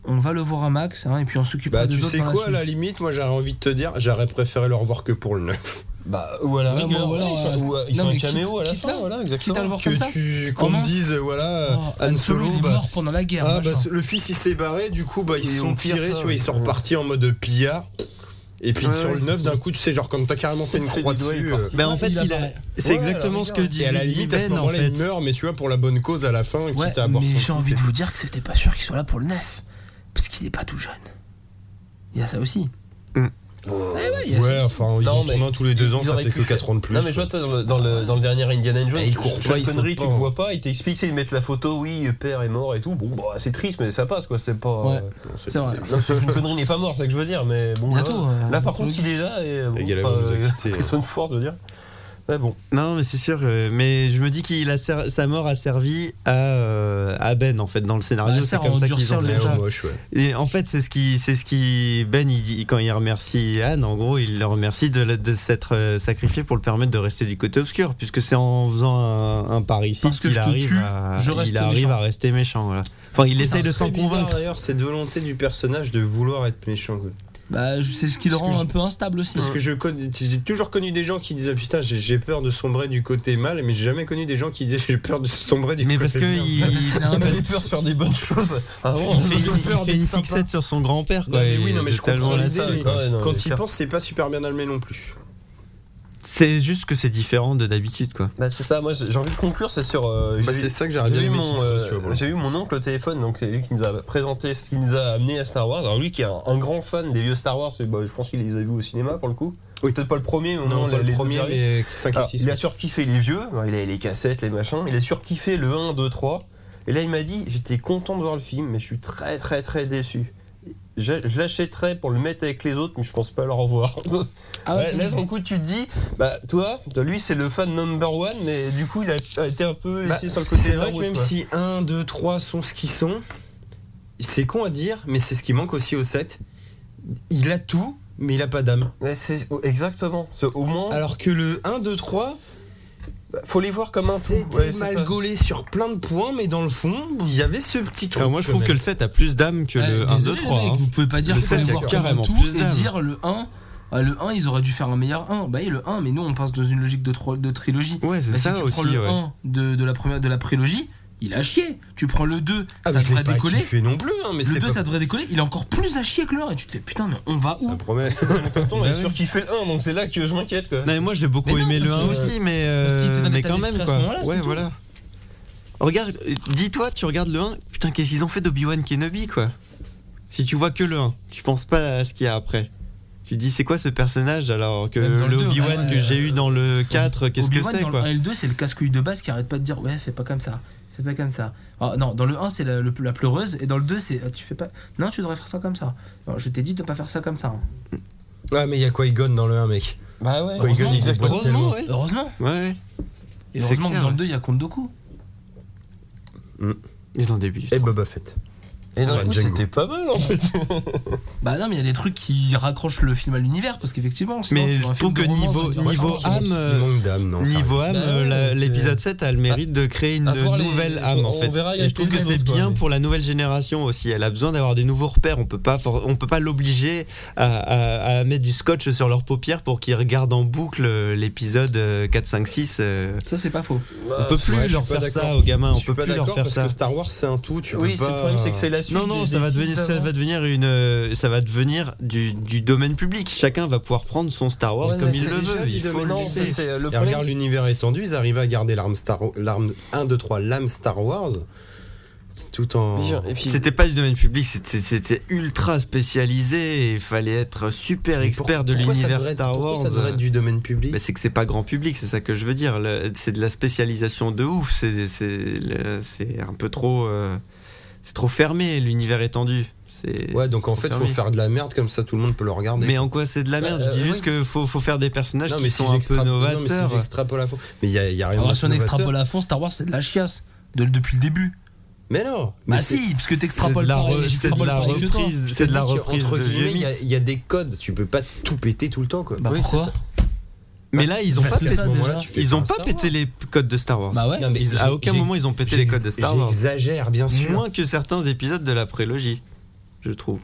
[SPEAKER 4] On va le voir à Max, hein, et puis on s'occupera
[SPEAKER 3] Bah,
[SPEAKER 4] des
[SPEAKER 3] tu
[SPEAKER 4] autres.
[SPEAKER 3] sais
[SPEAKER 4] dans la
[SPEAKER 3] quoi, à
[SPEAKER 4] suite.
[SPEAKER 3] la limite, moi j'aurais envie de te dire, j'aurais préféré le revoir que pour le 9.
[SPEAKER 2] Bah, ou à la
[SPEAKER 4] Ouais,
[SPEAKER 2] rigueur,
[SPEAKER 4] bon, voilà,
[SPEAKER 2] voilà, ils
[SPEAKER 4] euh,
[SPEAKER 2] font- ou, euh, ils
[SPEAKER 4] non,
[SPEAKER 2] font un
[SPEAKER 4] mais quitte-
[SPEAKER 2] caméo à la
[SPEAKER 4] quitte
[SPEAKER 2] fin,
[SPEAKER 4] à-
[SPEAKER 2] voilà,
[SPEAKER 4] quitte à le
[SPEAKER 2] exactement.
[SPEAKER 4] voir comme ça.
[SPEAKER 3] Que tu, qu'on
[SPEAKER 4] Oh,
[SPEAKER 3] me
[SPEAKER 4] mince.
[SPEAKER 3] dise, voilà,
[SPEAKER 4] Oh,
[SPEAKER 3] euh, Han Solo,
[SPEAKER 4] il est
[SPEAKER 3] bah.
[SPEAKER 4] mort pendant la guerre.
[SPEAKER 3] Ah, bah,
[SPEAKER 4] machin.
[SPEAKER 3] le fils il s'est barré, du coup, bah, ils se
[SPEAKER 2] Et
[SPEAKER 3] sont
[SPEAKER 2] on tire
[SPEAKER 3] tirés,
[SPEAKER 2] ça,
[SPEAKER 3] tu vois, ils sont
[SPEAKER 2] ouais.
[SPEAKER 3] repartis en mode pillard. Et puis
[SPEAKER 5] Ouais,
[SPEAKER 3] sur le
[SPEAKER 5] ouais.
[SPEAKER 3] 9, d'un coup, tu sais, genre, quand t'as carrément fait une
[SPEAKER 2] Fait
[SPEAKER 3] croix
[SPEAKER 2] des doigts, il
[SPEAKER 3] dessus.
[SPEAKER 2] part.
[SPEAKER 3] euh,
[SPEAKER 5] Ben en
[SPEAKER 4] Ouais,
[SPEAKER 5] fait,
[SPEAKER 4] il
[SPEAKER 5] il a-
[SPEAKER 4] apparaît.
[SPEAKER 5] c'est
[SPEAKER 2] Ouais,
[SPEAKER 5] exactement
[SPEAKER 2] à la
[SPEAKER 5] ce que
[SPEAKER 2] rigueur.
[SPEAKER 5] dit
[SPEAKER 3] Et à la limite, à ce
[SPEAKER 5] Ben en
[SPEAKER 3] moment-là,
[SPEAKER 5] fait.
[SPEAKER 3] il meurt, mais tu vois, pour la bonne cause à la fin,
[SPEAKER 4] Ouais,
[SPEAKER 3] quitte à avoir son
[SPEAKER 4] mais j'ai
[SPEAKER 3] fils
[SPEAKER 4] envie
[SPEAKER 3] et-
[SPEAKER 4] de vous dire que c'était pas sûr qu'il soit là pour le 9. Parce qu'il est pas tout jeune. Il y a ça aussi.
[SPEAKER 5] Hmm.
[SPEAKER 4] Eh ouais, il y a
[SPEAKER 3] Ouais,
[SPEAKER 4] ça aussi.
[SPEAKER 3] enfin, ils
[SPEAKER 2] Non,
[SPEAKER 3] en
[SPEAKER 2] mais
[SPEAKER 3] tournent un tous les deux ans,
[SPEAKER 2] Ils
[SPEAKER 3] ça
[SPEAKER 2] auraient
[SPEAKER 3] fait
[SPEAKER 2] pu
[SPEAKER 3] que
[SPEAKER 2] faire-
[SPEAKER 3] 4 ans de plus.
[SPEAKER 2] Non, mais je
[SPEAKER 3] quoi.
[SPEAKER 2] vois, toi, dans le, dans le- dans le dernier Indiana Jones,
[SPEAKER 3] Et ils courent
[SPEAKER 2] chaque
[SPEAKER 3] pas, ils sautent
[SPEAKER 2] connerie,
[SPEAKER 3] pas,
[SPEAKER 2] tu le
[SPEAKER 3] hein.
[SPEAKER 2] vois pas, ils t'expliquent, ils mettent la photo, oui, père est mort et tout. Bon, bah, c'est triste, mais ça passe, quoi, c'est pas.
[SPEAKER 4] Ouais.
[SPEAKER 2] euh,
[SPEAKER 4] C'est vrai.
[SPEAKER 2] Non, c'est une connerie, il n'est pas mort, c'est ça que je veux dire, mais bon.
[SPEAKER 4] Bientôt,
[SPEAKER 2] Là,
[SPEAKER 4] euh,
[SPEAKER 2] là, par
[SPEAKER 4] bientôt,
[SPEAKER 2] contre,
[SPEAKER 4] le-
[SPEAKER 2] il est là et. euh, Bon,
[SPEAKER 3] Les gars, là, vous hein. nous avez quittés,
[SPEAKER 2] ils sont forts, je veux dire. Mais bon.
[SPEAKER 5] Non, mais c'est sûr. euh, Mais je me dis qu'il a ser- sa mort a servi à, euh, à Ben en fait dans le
[SPEAKER 4] Bah,
[SPEAKER 5] scénario.
[SPEAKER 4] elle
[SPEAKER 5] C'est
[SPEAKER 4] sert à
[SPEAKER 5] comme ça qu'ils
[SPEAKER 4] endurcir
[SPEAKER 5] ont
[SPEAKER 4] le
[SPEAKER 5] fait
[SPEAKER 3] Mais
[SPEAKER 5] ça.
[SPEAKER 3] au moche, ouais.
[SPEAKER 5] Et en fait, c'est ce qui, c'est ce qui Ben il dit quand il remercie Anne. En gros, il le remercie de, la- de s'être euh, sacrifié pour le permettre de rester du côté obscur, puisque c'est en faisant un, un parricide
[SPEAKER 4] Parce que
[SPEAKER 5] qu'il
[SPEAKER 4] je te
[SPEAKER 5] arrive,
[SPEAKER 4] tue,
[SPEAKER 5] à,
[SPEAKER 4] je reste
[SPEAKER 5] il arrive
[SPEAKER 4] méchant.
[SPEAKER 5] à rester méchant. Voilà. Enfin, il essaye de
[SPEAKER 3] C'est
[SPEAKER 5] s'en
[SPEAKER 3] très bizarre,
[SPEAKER 5] convaincre.
[SPEAKER 3] D'ailleurs, cette volonté du personnage de vouloir être méchant. quoi.
[SPEAKER 4] Bah, je- c'est ce qui le
[SPEAKER 3] Parce que
[SPEAKER 4] rend
[SPEAKER 3] je-
[SPEAKER 4] un peu instable aussi.
[SPEAKER 3] Parce que je connais- j'ai toujours connu des gens qui disaient putain j'ai- j'ai peur de sombrer du côté mal, mais j'ai jamais connu des gens qui disaient j'ai peur de sombrer du
[SPEAKER 5] Mais
[SPEAKER 3] côté
[SPEAKER 5] parce que
[SPEAKER 3] bien.
[SPEAKER 5] il,
[SPEAKER 4] qu'il a un peu-
[SPEAKER 5] il
[SPEAKER 2] peur de faire des bonnes choses. Ah bon
[SPEAKER 5] fait,
[SPEAKER 3] ils ont
[SPEAKER 5] il
[SPEAKER 3] peur
[SPEAKER 5] fait
[SPEAKER 3] d'être
[SPEAKER 5] une
[SPEAKER 3] sympa.
[SPEAKER 5] fixette sur son grand-père.
[SPEAKER 3] Non,
[SPEAKER 5] quoi,
[SPEAKER 3] mais
[SPEAKER 5] et
[SPEAKER 3] oui, non, mais je
[SPEAKER 5] totalement
[SPEAKER 3] comprends
[SPEAKER 5] là-
[SPEAKER 3] l'idée,
[SPEAKER 2] ça,
[SPEAKER 3] mais
[SPEAKER 2] quoi. Ouais, non,
[SPEAKER 3] quand
[SPEAKER 2] c'est
[SPEAKER 3] il
[SPEAKER 2] clair.
[SPEAKER 3] pense, c'est pas super bien allumé non plus.
[SPEAKER 5] C'est juste que c'est différent de d'habitude, quoi.
[SPEAKER 2] Bah, c'est ça, moi j'ai j'ai envie de conclure, c'est sur. euh,
[SPEAKER 3] Bah,
[SPEAKER 2] j'ai-
[SPEAKER 3] c'est ça que j'aurais
[SPEAKER 2] j'ai
[SPEAKER 3] bien
[SPEAKER 2] eu
[SPEAKER 3] aimé
[SPEAKER 2] mon,
[SPEAKER 3] qu'il
[SPEAKER 2] euh,
[SPEAKER 3] fasse, tu vois, voilà.
[SPEAKER 2] J'ai eu mon oncle au téléphone, donc c'est lui qui nous a présenté ce qui nous a amené à Star Wars. Alors lui qui est un, un grand fan des vieux Star Wars, et, bah, je pense qu'il les a vus au cinéma pour le coup.
[SPEAKER 3] Oui.
[SPEAKER 2] Peut-être pas le premier, mais au
[SPEAKER 3] Non,
[SPEAKER 2] moins
[SPEAKER 3] pas
[SPEAKER 2] les-
[SPEAKER 3] le
[SPEAKER 2] les deux
[SPEAKER 3] premier,
[SPEAKER 2] derniers.
[SPEAKER 3] mais Ah, 5 et
[SPEAKER 2] Alors,
[SPEAKER 3] 6.
[SPEAKER 2] il a surkiffé les vieux, hein, il a les cassettes, les machins, il a surkiffé le 1, 2, 3. Et là, il m'a dit J'étais content de voir le film, mais je suis très, très, très déçu. Je, je l'achèterais pour le mettre avec les autres, mais je pense pas le revoir.
[SPEAKER 4] Ah ouais,
[SPEAKER 2] Ouais, là, d'un coup, tu te dis Bah, toi, toi, lui, c'est le fan number one, mais du coup, il a été un peu laissé sur le côté.
[SPEAKER 3] c'est
[SPEAKER 2] de la
[SPEAKER 3] vrai que
[SPEAKER 2] route,
[SPEAKER 3] même
[SPEAKER 2] quoi.
[SPEAKER 3] si 1, 2, 3 sont ce qu'ils sont, c'est con à dire, mais c'est ce qui manque aussi au 7. Il a tout, mais il a pas d'âme.
[SPEAKER 2] Mais c'est- oh, exactement. C'est- Au moins, bah,
[SPEAKER 3] Alors que le 1, 2, 3,
[SPEAKER 2] faut les voir comme un tout.
[SPEAKER 3] c'était
[SPEAKER 2] Ouais, c'est
[SPEAKER 3] mal
[SPEAKER 2] ça.
[SPEAKER 3] gaulé sur plein de points, mais dans le fond, il y avait ce petit truc.
[SPEAKER 5] Alors moi je
[SPEAKER 3] quand
[SPEAKER 5] trouve que
[SPEAKER 3] même.
[SPEAKER 5] le 7 a plus d'âme que
[SPEAKER 4] Eh,
[SPEAKER 5] le 1, 2,
[SPEAKER 4] désolé,
[SPEAKER 5] 3.
[SPEAKER 4] mec,
[SPEAKER 5] hein.
[SPEAKER 4] Vous pouvez pas dire
[SPEAKER 5] Le
[SPEAKER 4] que
[SPEAKER 5] sept,
[SPEAKER 4] vous
[SPEAKER 5] il y a
[SPEAKER 4] voir
[SPEAKER 5] carrément
[SPEAKER 4] tout
[SPEAKER 5] plus
[SPEAKER 4] et
[SPEAKER 5] d'âme.
[SPEAKER 4] dire le 1. ah, le 1, ils auraient dû faire un meilleur 1. Bah, oui, le 1, mais nous, on pense dans une logique de, tro- de trilogie.
[SPEAKER 5] Ouais, c'est
[SPEAKER 4] Bah,
[SPEAKER 5] ça
[SPEAKER 4] si tu
[SPEAKER 5] aussi.
[SPEAKER 4] prends le
[SPEAKER 5] ouais.
[SPEAKER 4] 1 de, de la première de la prélogie, il a chié. Tu prends le 2,
[SPEAKER 3] Ah,
[SPEAKER 4] ça
[SPEAKER 3] mais je
[SPEAKER 4] devrait
[SPEAKER 3] l'ai pas
[SPEAKER 4] décoller.
[SPEAKER 3] kiffé non plus, hein, mais
[SPEAKER 4] Le
[SPEAKER 3] c'est
[SPEAKER 4] 2,
[SPEAKER 3] pas
[SPEAKER 4] ça devrait décoller. Il est encore plus à chier que le 1. Et tu te fais putain, mais on va où
[SPEAKER 3] Ça promet.
[SPEAKER 2] Pourtant, il a surkiffé le 1, donc c'est là que je m'inquiète. quoi.
[SPEAKER 5] Non, mais moi j'ai beaucoup
[SPEAKER 4] Mais non,
[SPEAKER 5] aimé le
[SPEAKER 4] parce
[SPEAKER 5] 1
[SPEAKER 4] que-
[SPEAKER 5] aussi, mais,
[SPEAKER 4] parce qu'il était
[SPEAKER 5] euh,
[SPEAKER 4] dans
[SPEAKER 5] mais
[SPEAKER 4] l'état
[SPEAKER 5] quand même
[SPEAKER 4] d'esprit à
[SPEAKER 5] quoi.
[SPEAKER 4] ce moment-là, c'est
[SPEAKER 5] ouais,
[SPEAKER 4] tout.
[SPEAKER 5] voilà. Regarde, euh, dis-toi, tu regardes le 1, putain, qu'est-ce qu'ils ont fait d'Obi-Wan Kenobi quoi Si tu vois que le 1, tu penses pas à ce qu'il y a après. Tu te dis, c'est quoi ce personnage alors que
[SPEAKER 4] Même dans
[SPEAKER 5] le
[SPEAKER 4] le deux,
[SPEAKER 5] Obi-Wan
[SPEAKER 4] ouais,
[SPEAKER 5] que
[SPEAKER 4] ouais,
[SPEAKER 5] j'ai
[SPEAKER 4] ouais.
[SPEAKER 5] eu dans le 4, qu'est-ce que
[SPEAKER 4] Obi-Wan,
[SPEAKER 5] c'est
[SPEAKER 4] dans
[SPEAKER 5] quoi
[SPEAKER 4] le 1 et le 2, c'est le casse-couille de base qui arrête pas de dire Ouais, fais pas comme ça, fais pas comme ça. Ah, non, dans le 1, c'est la, le- la pleureuse, et dans le 2, c'est Ah, Tu fais pas. Non, tu devrais faire ça comme ça. Non, je t'ai dit de pas faire ça comme ça. hein.
[SPEAKER 3] Ouais, mais il y a Qui-Gon dans le 1, mec.
[SPEAKER 2] Bah ouais.
[SPEAKER 3] Qui-Gon, il déboîte tellement.
[SPEAKER 5] ouais.
[SPEAKER 4] Heureusement.
[SPEAKER 5] Ouais,
[SPEAKER 4] Et
[SPEAKER 5] C'est
[SPEAKER 4] heureusement
[SPEAKER 5] clair.
[SPEAKER 4] que dans le 2, il y a Count Dooku.
[SPEAKER 5] il est dans le début.
[SPEAKER 4] Eh
[SPEAKER 3] Et
[SPEAKER 4] ben,
[SPEAKER 3] Boba Fett.
[SPEAKER 2] Et d'un
[SPEAKER 3] Ouais,
[SPEAKER 2] coup,
[SPEAKER 3] Django.
[SPEAKER 2] c'était pas mal en fait.
[SPEAKER 4] Bah non, mais il y a des trucs qui raccrochent le film à l'univers, parce qu'effectivement, sinon,
[SPEAKER 5] Mais
[SPEAKER 4] tu
[SPEAKER 5] je
[SPEAKER 4] vois un film
[SPEAKER 5] trouve
[SPEAKER 4] de
[SPEAKER 5] que
[SPEAKER 4] romance,
[SPEAKER 5] niveau-
[SPEAKER 4] tu vas dire,
[SPEAKER 5] niveau
[SPEAKER 4] Ouais,
[SPEAKER 3] Il
[SPEAKER 4] c'est
[SPEAKER 5] âme,
[SPEAKER 3] manque-
[SPEAKER 5] euh,
[SPEAKER 3] Il manque d'âme, non. ça
[SPEAKER 5] Niveau âme,
[SPEAKER 2] Bah ouais,
[SPEAKER 5] euh, la-
[SPEAKER 2] c'est-
[SPEAKER 5] l'épisode 7 a le mérite de créer une
[SPEAKER 2] À voir les-
[SPEAKER 5] nouvelle âme en
[SPEAKER 2] on
[SPEAKER 5] fait.
[SPEAKER 2] verra avec
[SPEAKER 5] Et je trouve que
[SPEAKER 2] les
[SPEAKER 5] c'est
[SPEAKER 2] autres, quoi,
[SPEAKER 5] bien
[SPEAKER 2] mais-
[SPEAKER 5] pour la nouvelle génération aussi. Elle a besoin d'avoir des nouveaux repères. On peut pas, for- on peut pas l'obliger à, à- à mettre du scotch sur leurs paupières pour qu'ils regardent en boucle euh, l'épisode euh, 4, 5, 6. euh,
[SPEAKER 4] Ça, c'est pas faux.
[SPEAKER 2] Bah,
[SPEAKER 5] On peut plus
[SPEAKER 3] Ouais, je suis
[SPEAKER 5] leur
[SPEAKER 3] pas
[SPEAKER 5] faire ça
[SPEAKER 3] d'accord.
[SPEAKER 5] aux gamins. On
[SPEAKER 3] Je suis
[SPEAKER 5] peut
[SPEAKER 3] pas
[SPEAKER 5] plus leur
[SPEAKER 3] d'accord
[SPEAKER 5] faire
[SPEAKER 3] parce
[SPEAKER 5] ça.
[SPEAKER 3] que Star Wars c'est un tout, tu peux
[SPEAKER 2] Oui, c'est
[SPEAKER 3] pas.
[SPEAKER 2] le problème, c'est que c'est la suite. hein.
[SPEAKER 5] Non, non,
[SPEAKER 2] des-
[SPEAKER 5] ça
[SPEAKER 2] des
[SPEAKER 5] va,
[SPEAKER 2] six
[SPEAKER 5] devenir, ça
[SPEAKER 2] d'avant.
[SPEAKER 5] va devenir, une, euh, ça va devenir du, du domaine public. Chacun va pouvoir prendre son Star Wars
[SPEAKER 2] Ouais,
[SPEAKER 5] comme
[SPEAKER 2] mais
[SPEAKER 5] il
[SPEAKER 2] c'est
[SPEAKER 5] le
[SPEAKER 2] déjà
[SPEAKER 5] veut.
[SPEAKER 2] du
[SPEAKER 5] Il faut
[SPEAKER 2] domaine
[SPEAKER 5] le
[SPEAKER 2] public,
[SPEAKER 5] laisser.
[SPEAKER 2] c'est- le
[SPEAKER 3] Et
[SPEAKER 2] problème,
[SPEAKER 3] regarde l'univers étendu, ils arrivent à garder l'arme Star, l'arme 1, 2, 3, l'âme Star Wars, tout en.
[SPEAKER 2] Et puis-
[SPEAKER 5] C'était pas du domaine public, c'était- c'était ultra spécialisé et il fallait être super
[SPEAKER 3] Mais
[SPEAKER 5] expert
[SPEAKER 3] pour-
[SPEAKER 5] de
[SPEAKER 3] pourquoi ça
[SPEAKER 5] l'univers
[SPEAKER 3] devrait être-
[SPEAKER 5] Star
[SPEAKER 3] pourquoi
[SPEAKER 5] Wars. euh,
[SPEAKER 3] Ça devrait être du domaine public.
[SPEAKER 5] Mais c'est que c'est pas grand public, c'est ça que je veux dire. Le- C'est de la spécialisation de ouf. c'est- C'est le- c'est un peu trop. euh, c'est trop fermé, l'univers étendu. C'est-
[SPEAKER 3] Ouais, donc en fait, faut
[SPEAKER 5] fermé.
[SPEAKER 3] faire de la merde comme ça, tout le monde peut le regarder.
[SPEAKER 5] Mais en quoi c'est de la merde
[SPEAKER 2] Bah,
[SPEAKER 5] Je dis
[SPEAKER 2] euh,
[SPEAKER 5] juste que faut, faut faire des personnages
[SPEAKER 3] non,
[SPEAKER 5] qui
[SPEAKER 3] mais si
[SPEAKER 5] sont un peu
[SPEAKER 3] j'extrapole- non, mais si
[SPEAKER 5] novateurs. Ah,
[SPEAKER 3] j'extrapole à fond, mais il y, a- il y a rien.
[SPEAKER 4] Alors,
[SPEAKER 3] de
[SPEAKER 4] si on
[SPEAKER 3] novateur.
[SPEAKER 4] extrapole à fond, Star Wars, c'est de la chiasse. de- depuis le début.
[SPEAKER 3] Mais non.
[SPEAKER 4] Bah
[SPEAKER 3] mais c'est-
[SPEAKER 4] si, parce que
[SPEAKER 5] c'est de
[SPEAKER 4] t'extrapoles
[SPEAKER 5] la,
[SPEAKER 4] pas,
[SPEAKER 5] re-
[SPEAKER 4] et tu
[SPEAKER 5] c'est de
[SPEAKER 4] extrapoles
[SPEAKER 5] la
[SPEAKER 4] pas avec le temps.
[SPEAKER 5] reprise,
[SPEAKER 3] je te
[SPEAKER 5] c'est de
[SPEAKER 3] dis
[SPEAKER 5] la
[SPEAKER 3] que,
[SPEAKER 5] reprise
[SPEAKER 3] Entre
[SPEAKER 5] de
[SPEAKER 3] guillemets, il y,
[SPEAKER 5] Gémite.
[SPEAKER 3] a- il y a des codes. Tu peux pas tout péter tout le temps, quoi.
[SPEAKER 4] Bah
[SPEAKER 5] Oui,
[SPEAKER 4] pourquoi
[SPEAKER 5] c'est Mais là, ils ont
[SPEAKER 4] Parce
[SPEAKER 5] pas
[SPEAKER 4] que
[SPEAKER 5] pété-
[SPEAKER 4] ça, déjà-
[SPEAKER 3] fais
[SPEAKER 5] ils
[SPEAKER 3] pas
[SPEAKER 5] ont
[SPEAKER 3] un
[SPEAKER 5] pas
[SPEAKER 3] Star
[SPEAKER 5] pété
[SPEAKER 3] Wars.
[SPEAKER 5] les codes de Star Wars.
[SPEAKER 4] Bah ouais.
[SPEAKER 3] Non, mais
[SPEAKER 5] Ils-
[SPEAKER 3] j'ai-
[SPEAKER 5] à aucun
[SPEAKER 3] j'ai-
[SPEAKER 5] moment ils ont pété les codes de Star Wars.
[SPEAKER 3] J'exagère, bien sûr.
[SPEAKER 5] Moins que certains épisodes de la prélogie, je trouve.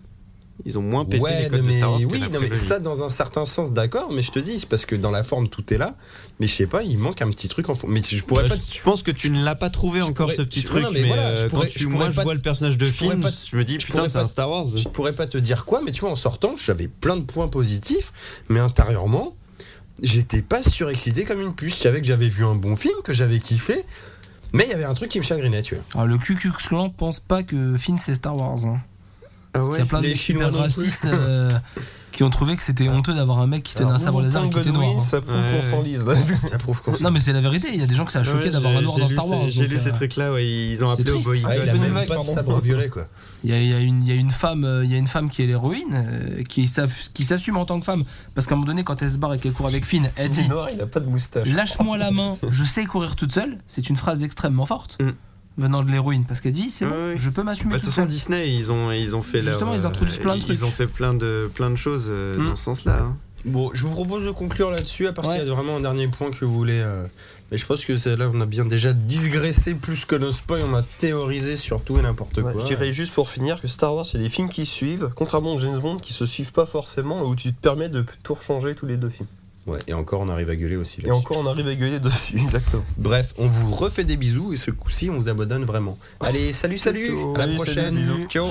[SPEAKER 5] Ils ont moins pété
[SPEAKER 3] ouais,
[SPEAKER 5] les codes
[SPEAKER 3] non,
[SPEAKER 5] de
[SPEAKER 3] mais
[SPEAKER 5] Star Wars. que
[SPEAKER 3] oui,
[SPEAKER 5] la
[SPEAKER 3] non, mais
[SPEAKER 5] prélogie.
[SPEAKER 3] ça dans un certain sens, d'accord, mais je te dis, parce que dans la forme tout est là, mais je sais pas, il manque un petit truc en fond. Mais je pourrais
[SPEAKER 5] Bah,
[SPEAKER 3] pas.
[SPEAKER 5] je, je pense que tu ne l'as pas trouvé
[SPEAKER 3] je
[SPEAKER 5] encore
[SPEAKER 3] pourrais-
[SPEAKER 5] ce petit
[SPEAKER 3] je-
[SPEAKER 5] truc.
[SPEAKER 3] non, mais
[SPEAKER 5] mais
[SPEAKER 3] voilà,
[SPEAKER 5] euh,
[SPEAKER 3] je pourrais-
[SPEAKER 5] quand
[SPEAKER 3] je
[SPEAKER 5] tu, moi,
[SPEAKER 3] pourrais
[SPEAKER 5] je
[SPEAKER 3] pas-
[SPEAKER 5] vois le personnage de
[SPEAKER 3] je pourrais
[SPEAKER 5] Finn,
[SPEAKER 3] pas-
[SPEAKER 5] je me dis
[SPEAKER 3] je
[SPEAKER 5] putain,
[SPEAKER 3] pourrais
[SPEAKER 5] c'est
[SPEAKER 3] pas-
[SPEAKER 5] un Star Wars.
[SPEAKER 3] Je pourrais pas te dire quoi, mais tu vois, en sortant, j'avais plein de points positifs, mais intérieurement, j'étais pas surexcité comme une puce. Je savais que j'avais vu un bon film, que j'avais kiffé, mais il y avait un truc qui me chagrinait, tu vois.
[SPEAKER 4] Alors, Ah, le QQXLan pense pas que Finn c'est Star Wars. Hein.
[SPEAKER 5] Ah
[SPEAKER 4] Il y a plein
[SPEAKER 3] les
[SPEAKER 4] de
[SPEAKER 3] Chinois
[SPEAKER 4] super
[SPEAKER 3] non plus.
[SPEAKER 4] racistes euh, qui ont trouvé que c'était honteux d'avoir un mec qui tenait
[SPEAKER 5] Ah,
[SPEAKER 2] Alors,
[SPEAKER 4] un sabre laser et qui
[SPEAKER 2] Oubontin
[SPEAKER 4] était noir.
[SPEAKER 2] Godwin,
[SPEAKER 4] hein.
[SPEAKER 2] Ça prouve
[SPEAKER 5] Ouais.
[SPEAKER 2] qu'on s'enlise.
[SPEAKER 3] Ça prouve qu'on.
[SPEAKER 4] Non mais c'est la vérité, il y a des gens que ça a choqué d'avoir un noir dans Star Wars.
[SPEAKER 5] J'ai
[SPEAKER 4] donc,
[SPEAKER 5] lu
[SPEAKER 4] euh,
[SPEAKER 5] ces trucs-là, ouais, ils ont
[SPEAKER 4] c'est
[SPEAKER 5] appelé au
[SPEAKER 4] triste.
[SPEAKER 3] Ah, il
[SPEAKER 5] boycott.
[SPEAKER 3] a
[SPEAKER 2] Golden
[SPEAKER 3] même
[SPEAKER 2] Mac,
[SPEAKER 3] pas de
[SPEAKER 2] pardon.
[SPEAKER 3] sabre violet, quoi.
[SPEAKER 4] Il y a, il y a une- il y a une femme, euh, il y a une femme qui est l'héroïne, euh, qui s'aff- qui s'assume en tant que femme, parce qu'à un moment donné, quand elle se barre et qu'elle court avec Finn, elle dit
[SPEAKER 2] noir, il a pas de moustache.
[SPEAKER 4] lâche-moi la main, je sais courir toute seule. C'est une phrase extrêmement forte
[SPEAKER 5] Mm.
[SPEAKER 4] venant de l'héroïne, parce qu'elle dit c'est bon,
[SPEAKER 5] Ouais, ouais.
[SPEAKER 4] je peux m'assumer
[SPEAKER 5] Bah, De
[SPEAKER 4] toute
[SPEAKER 5] toute façon,
[SPEAKER 4] seule.
[SPEAKER 5] Disney, ils ont, ils ont fait leur,
[SPEAKER 4] Justement, ils
[SPEAKER 5] euh,
[SPEAKER 4] introduisent plein de trucs.
[SPEAKER 5] Ils ont fait plein de, plein de choses euh,
[SPEAKER 4] Hmm.
[SPEAKER 5] dans ce sens-là. hein.
[SPEAKER 3] Bon, je vous propose de conclure là-dessus, à part s'il y
[SPEAKER 4] Ouais.
[SPEAKER 3] a vraiment un dernier point que vous voulez. euh, Mais je pense que c'est là, on a bien déjà digressé plus que nos spoil, on a théorisé sur tout et n'importe
[SPEAKER 2] Ouais,
[SPEAKER 3] quoi.
[SPEAKER 2] je dirais juste pour finir que Star Wars, c'est des films qui se suivent, contrairement aux James Bond qui se suivent pas forcément, où tu te permets de tout rechanger tous les deux films.
[SPEAKER 3] Ouais, et encore, on arrive à gueuler aussi
[SPEAKER 2] Et
[SPEAKER 3] là-dessus.
[SPEAKER 2] encore, on arrive à gueuler dessus, exactement.
[SPEAKER 3] Bref, on vous refait des bisous et ce coup-ci, on vous abandonne vraiment. Allez, salut, salut, à la
[SPEAKER 2] Allez, salut,
[SPEAKER 3] prochaine,
[SPEAKER 2] bisous.
[SPEAKER 3] ciao.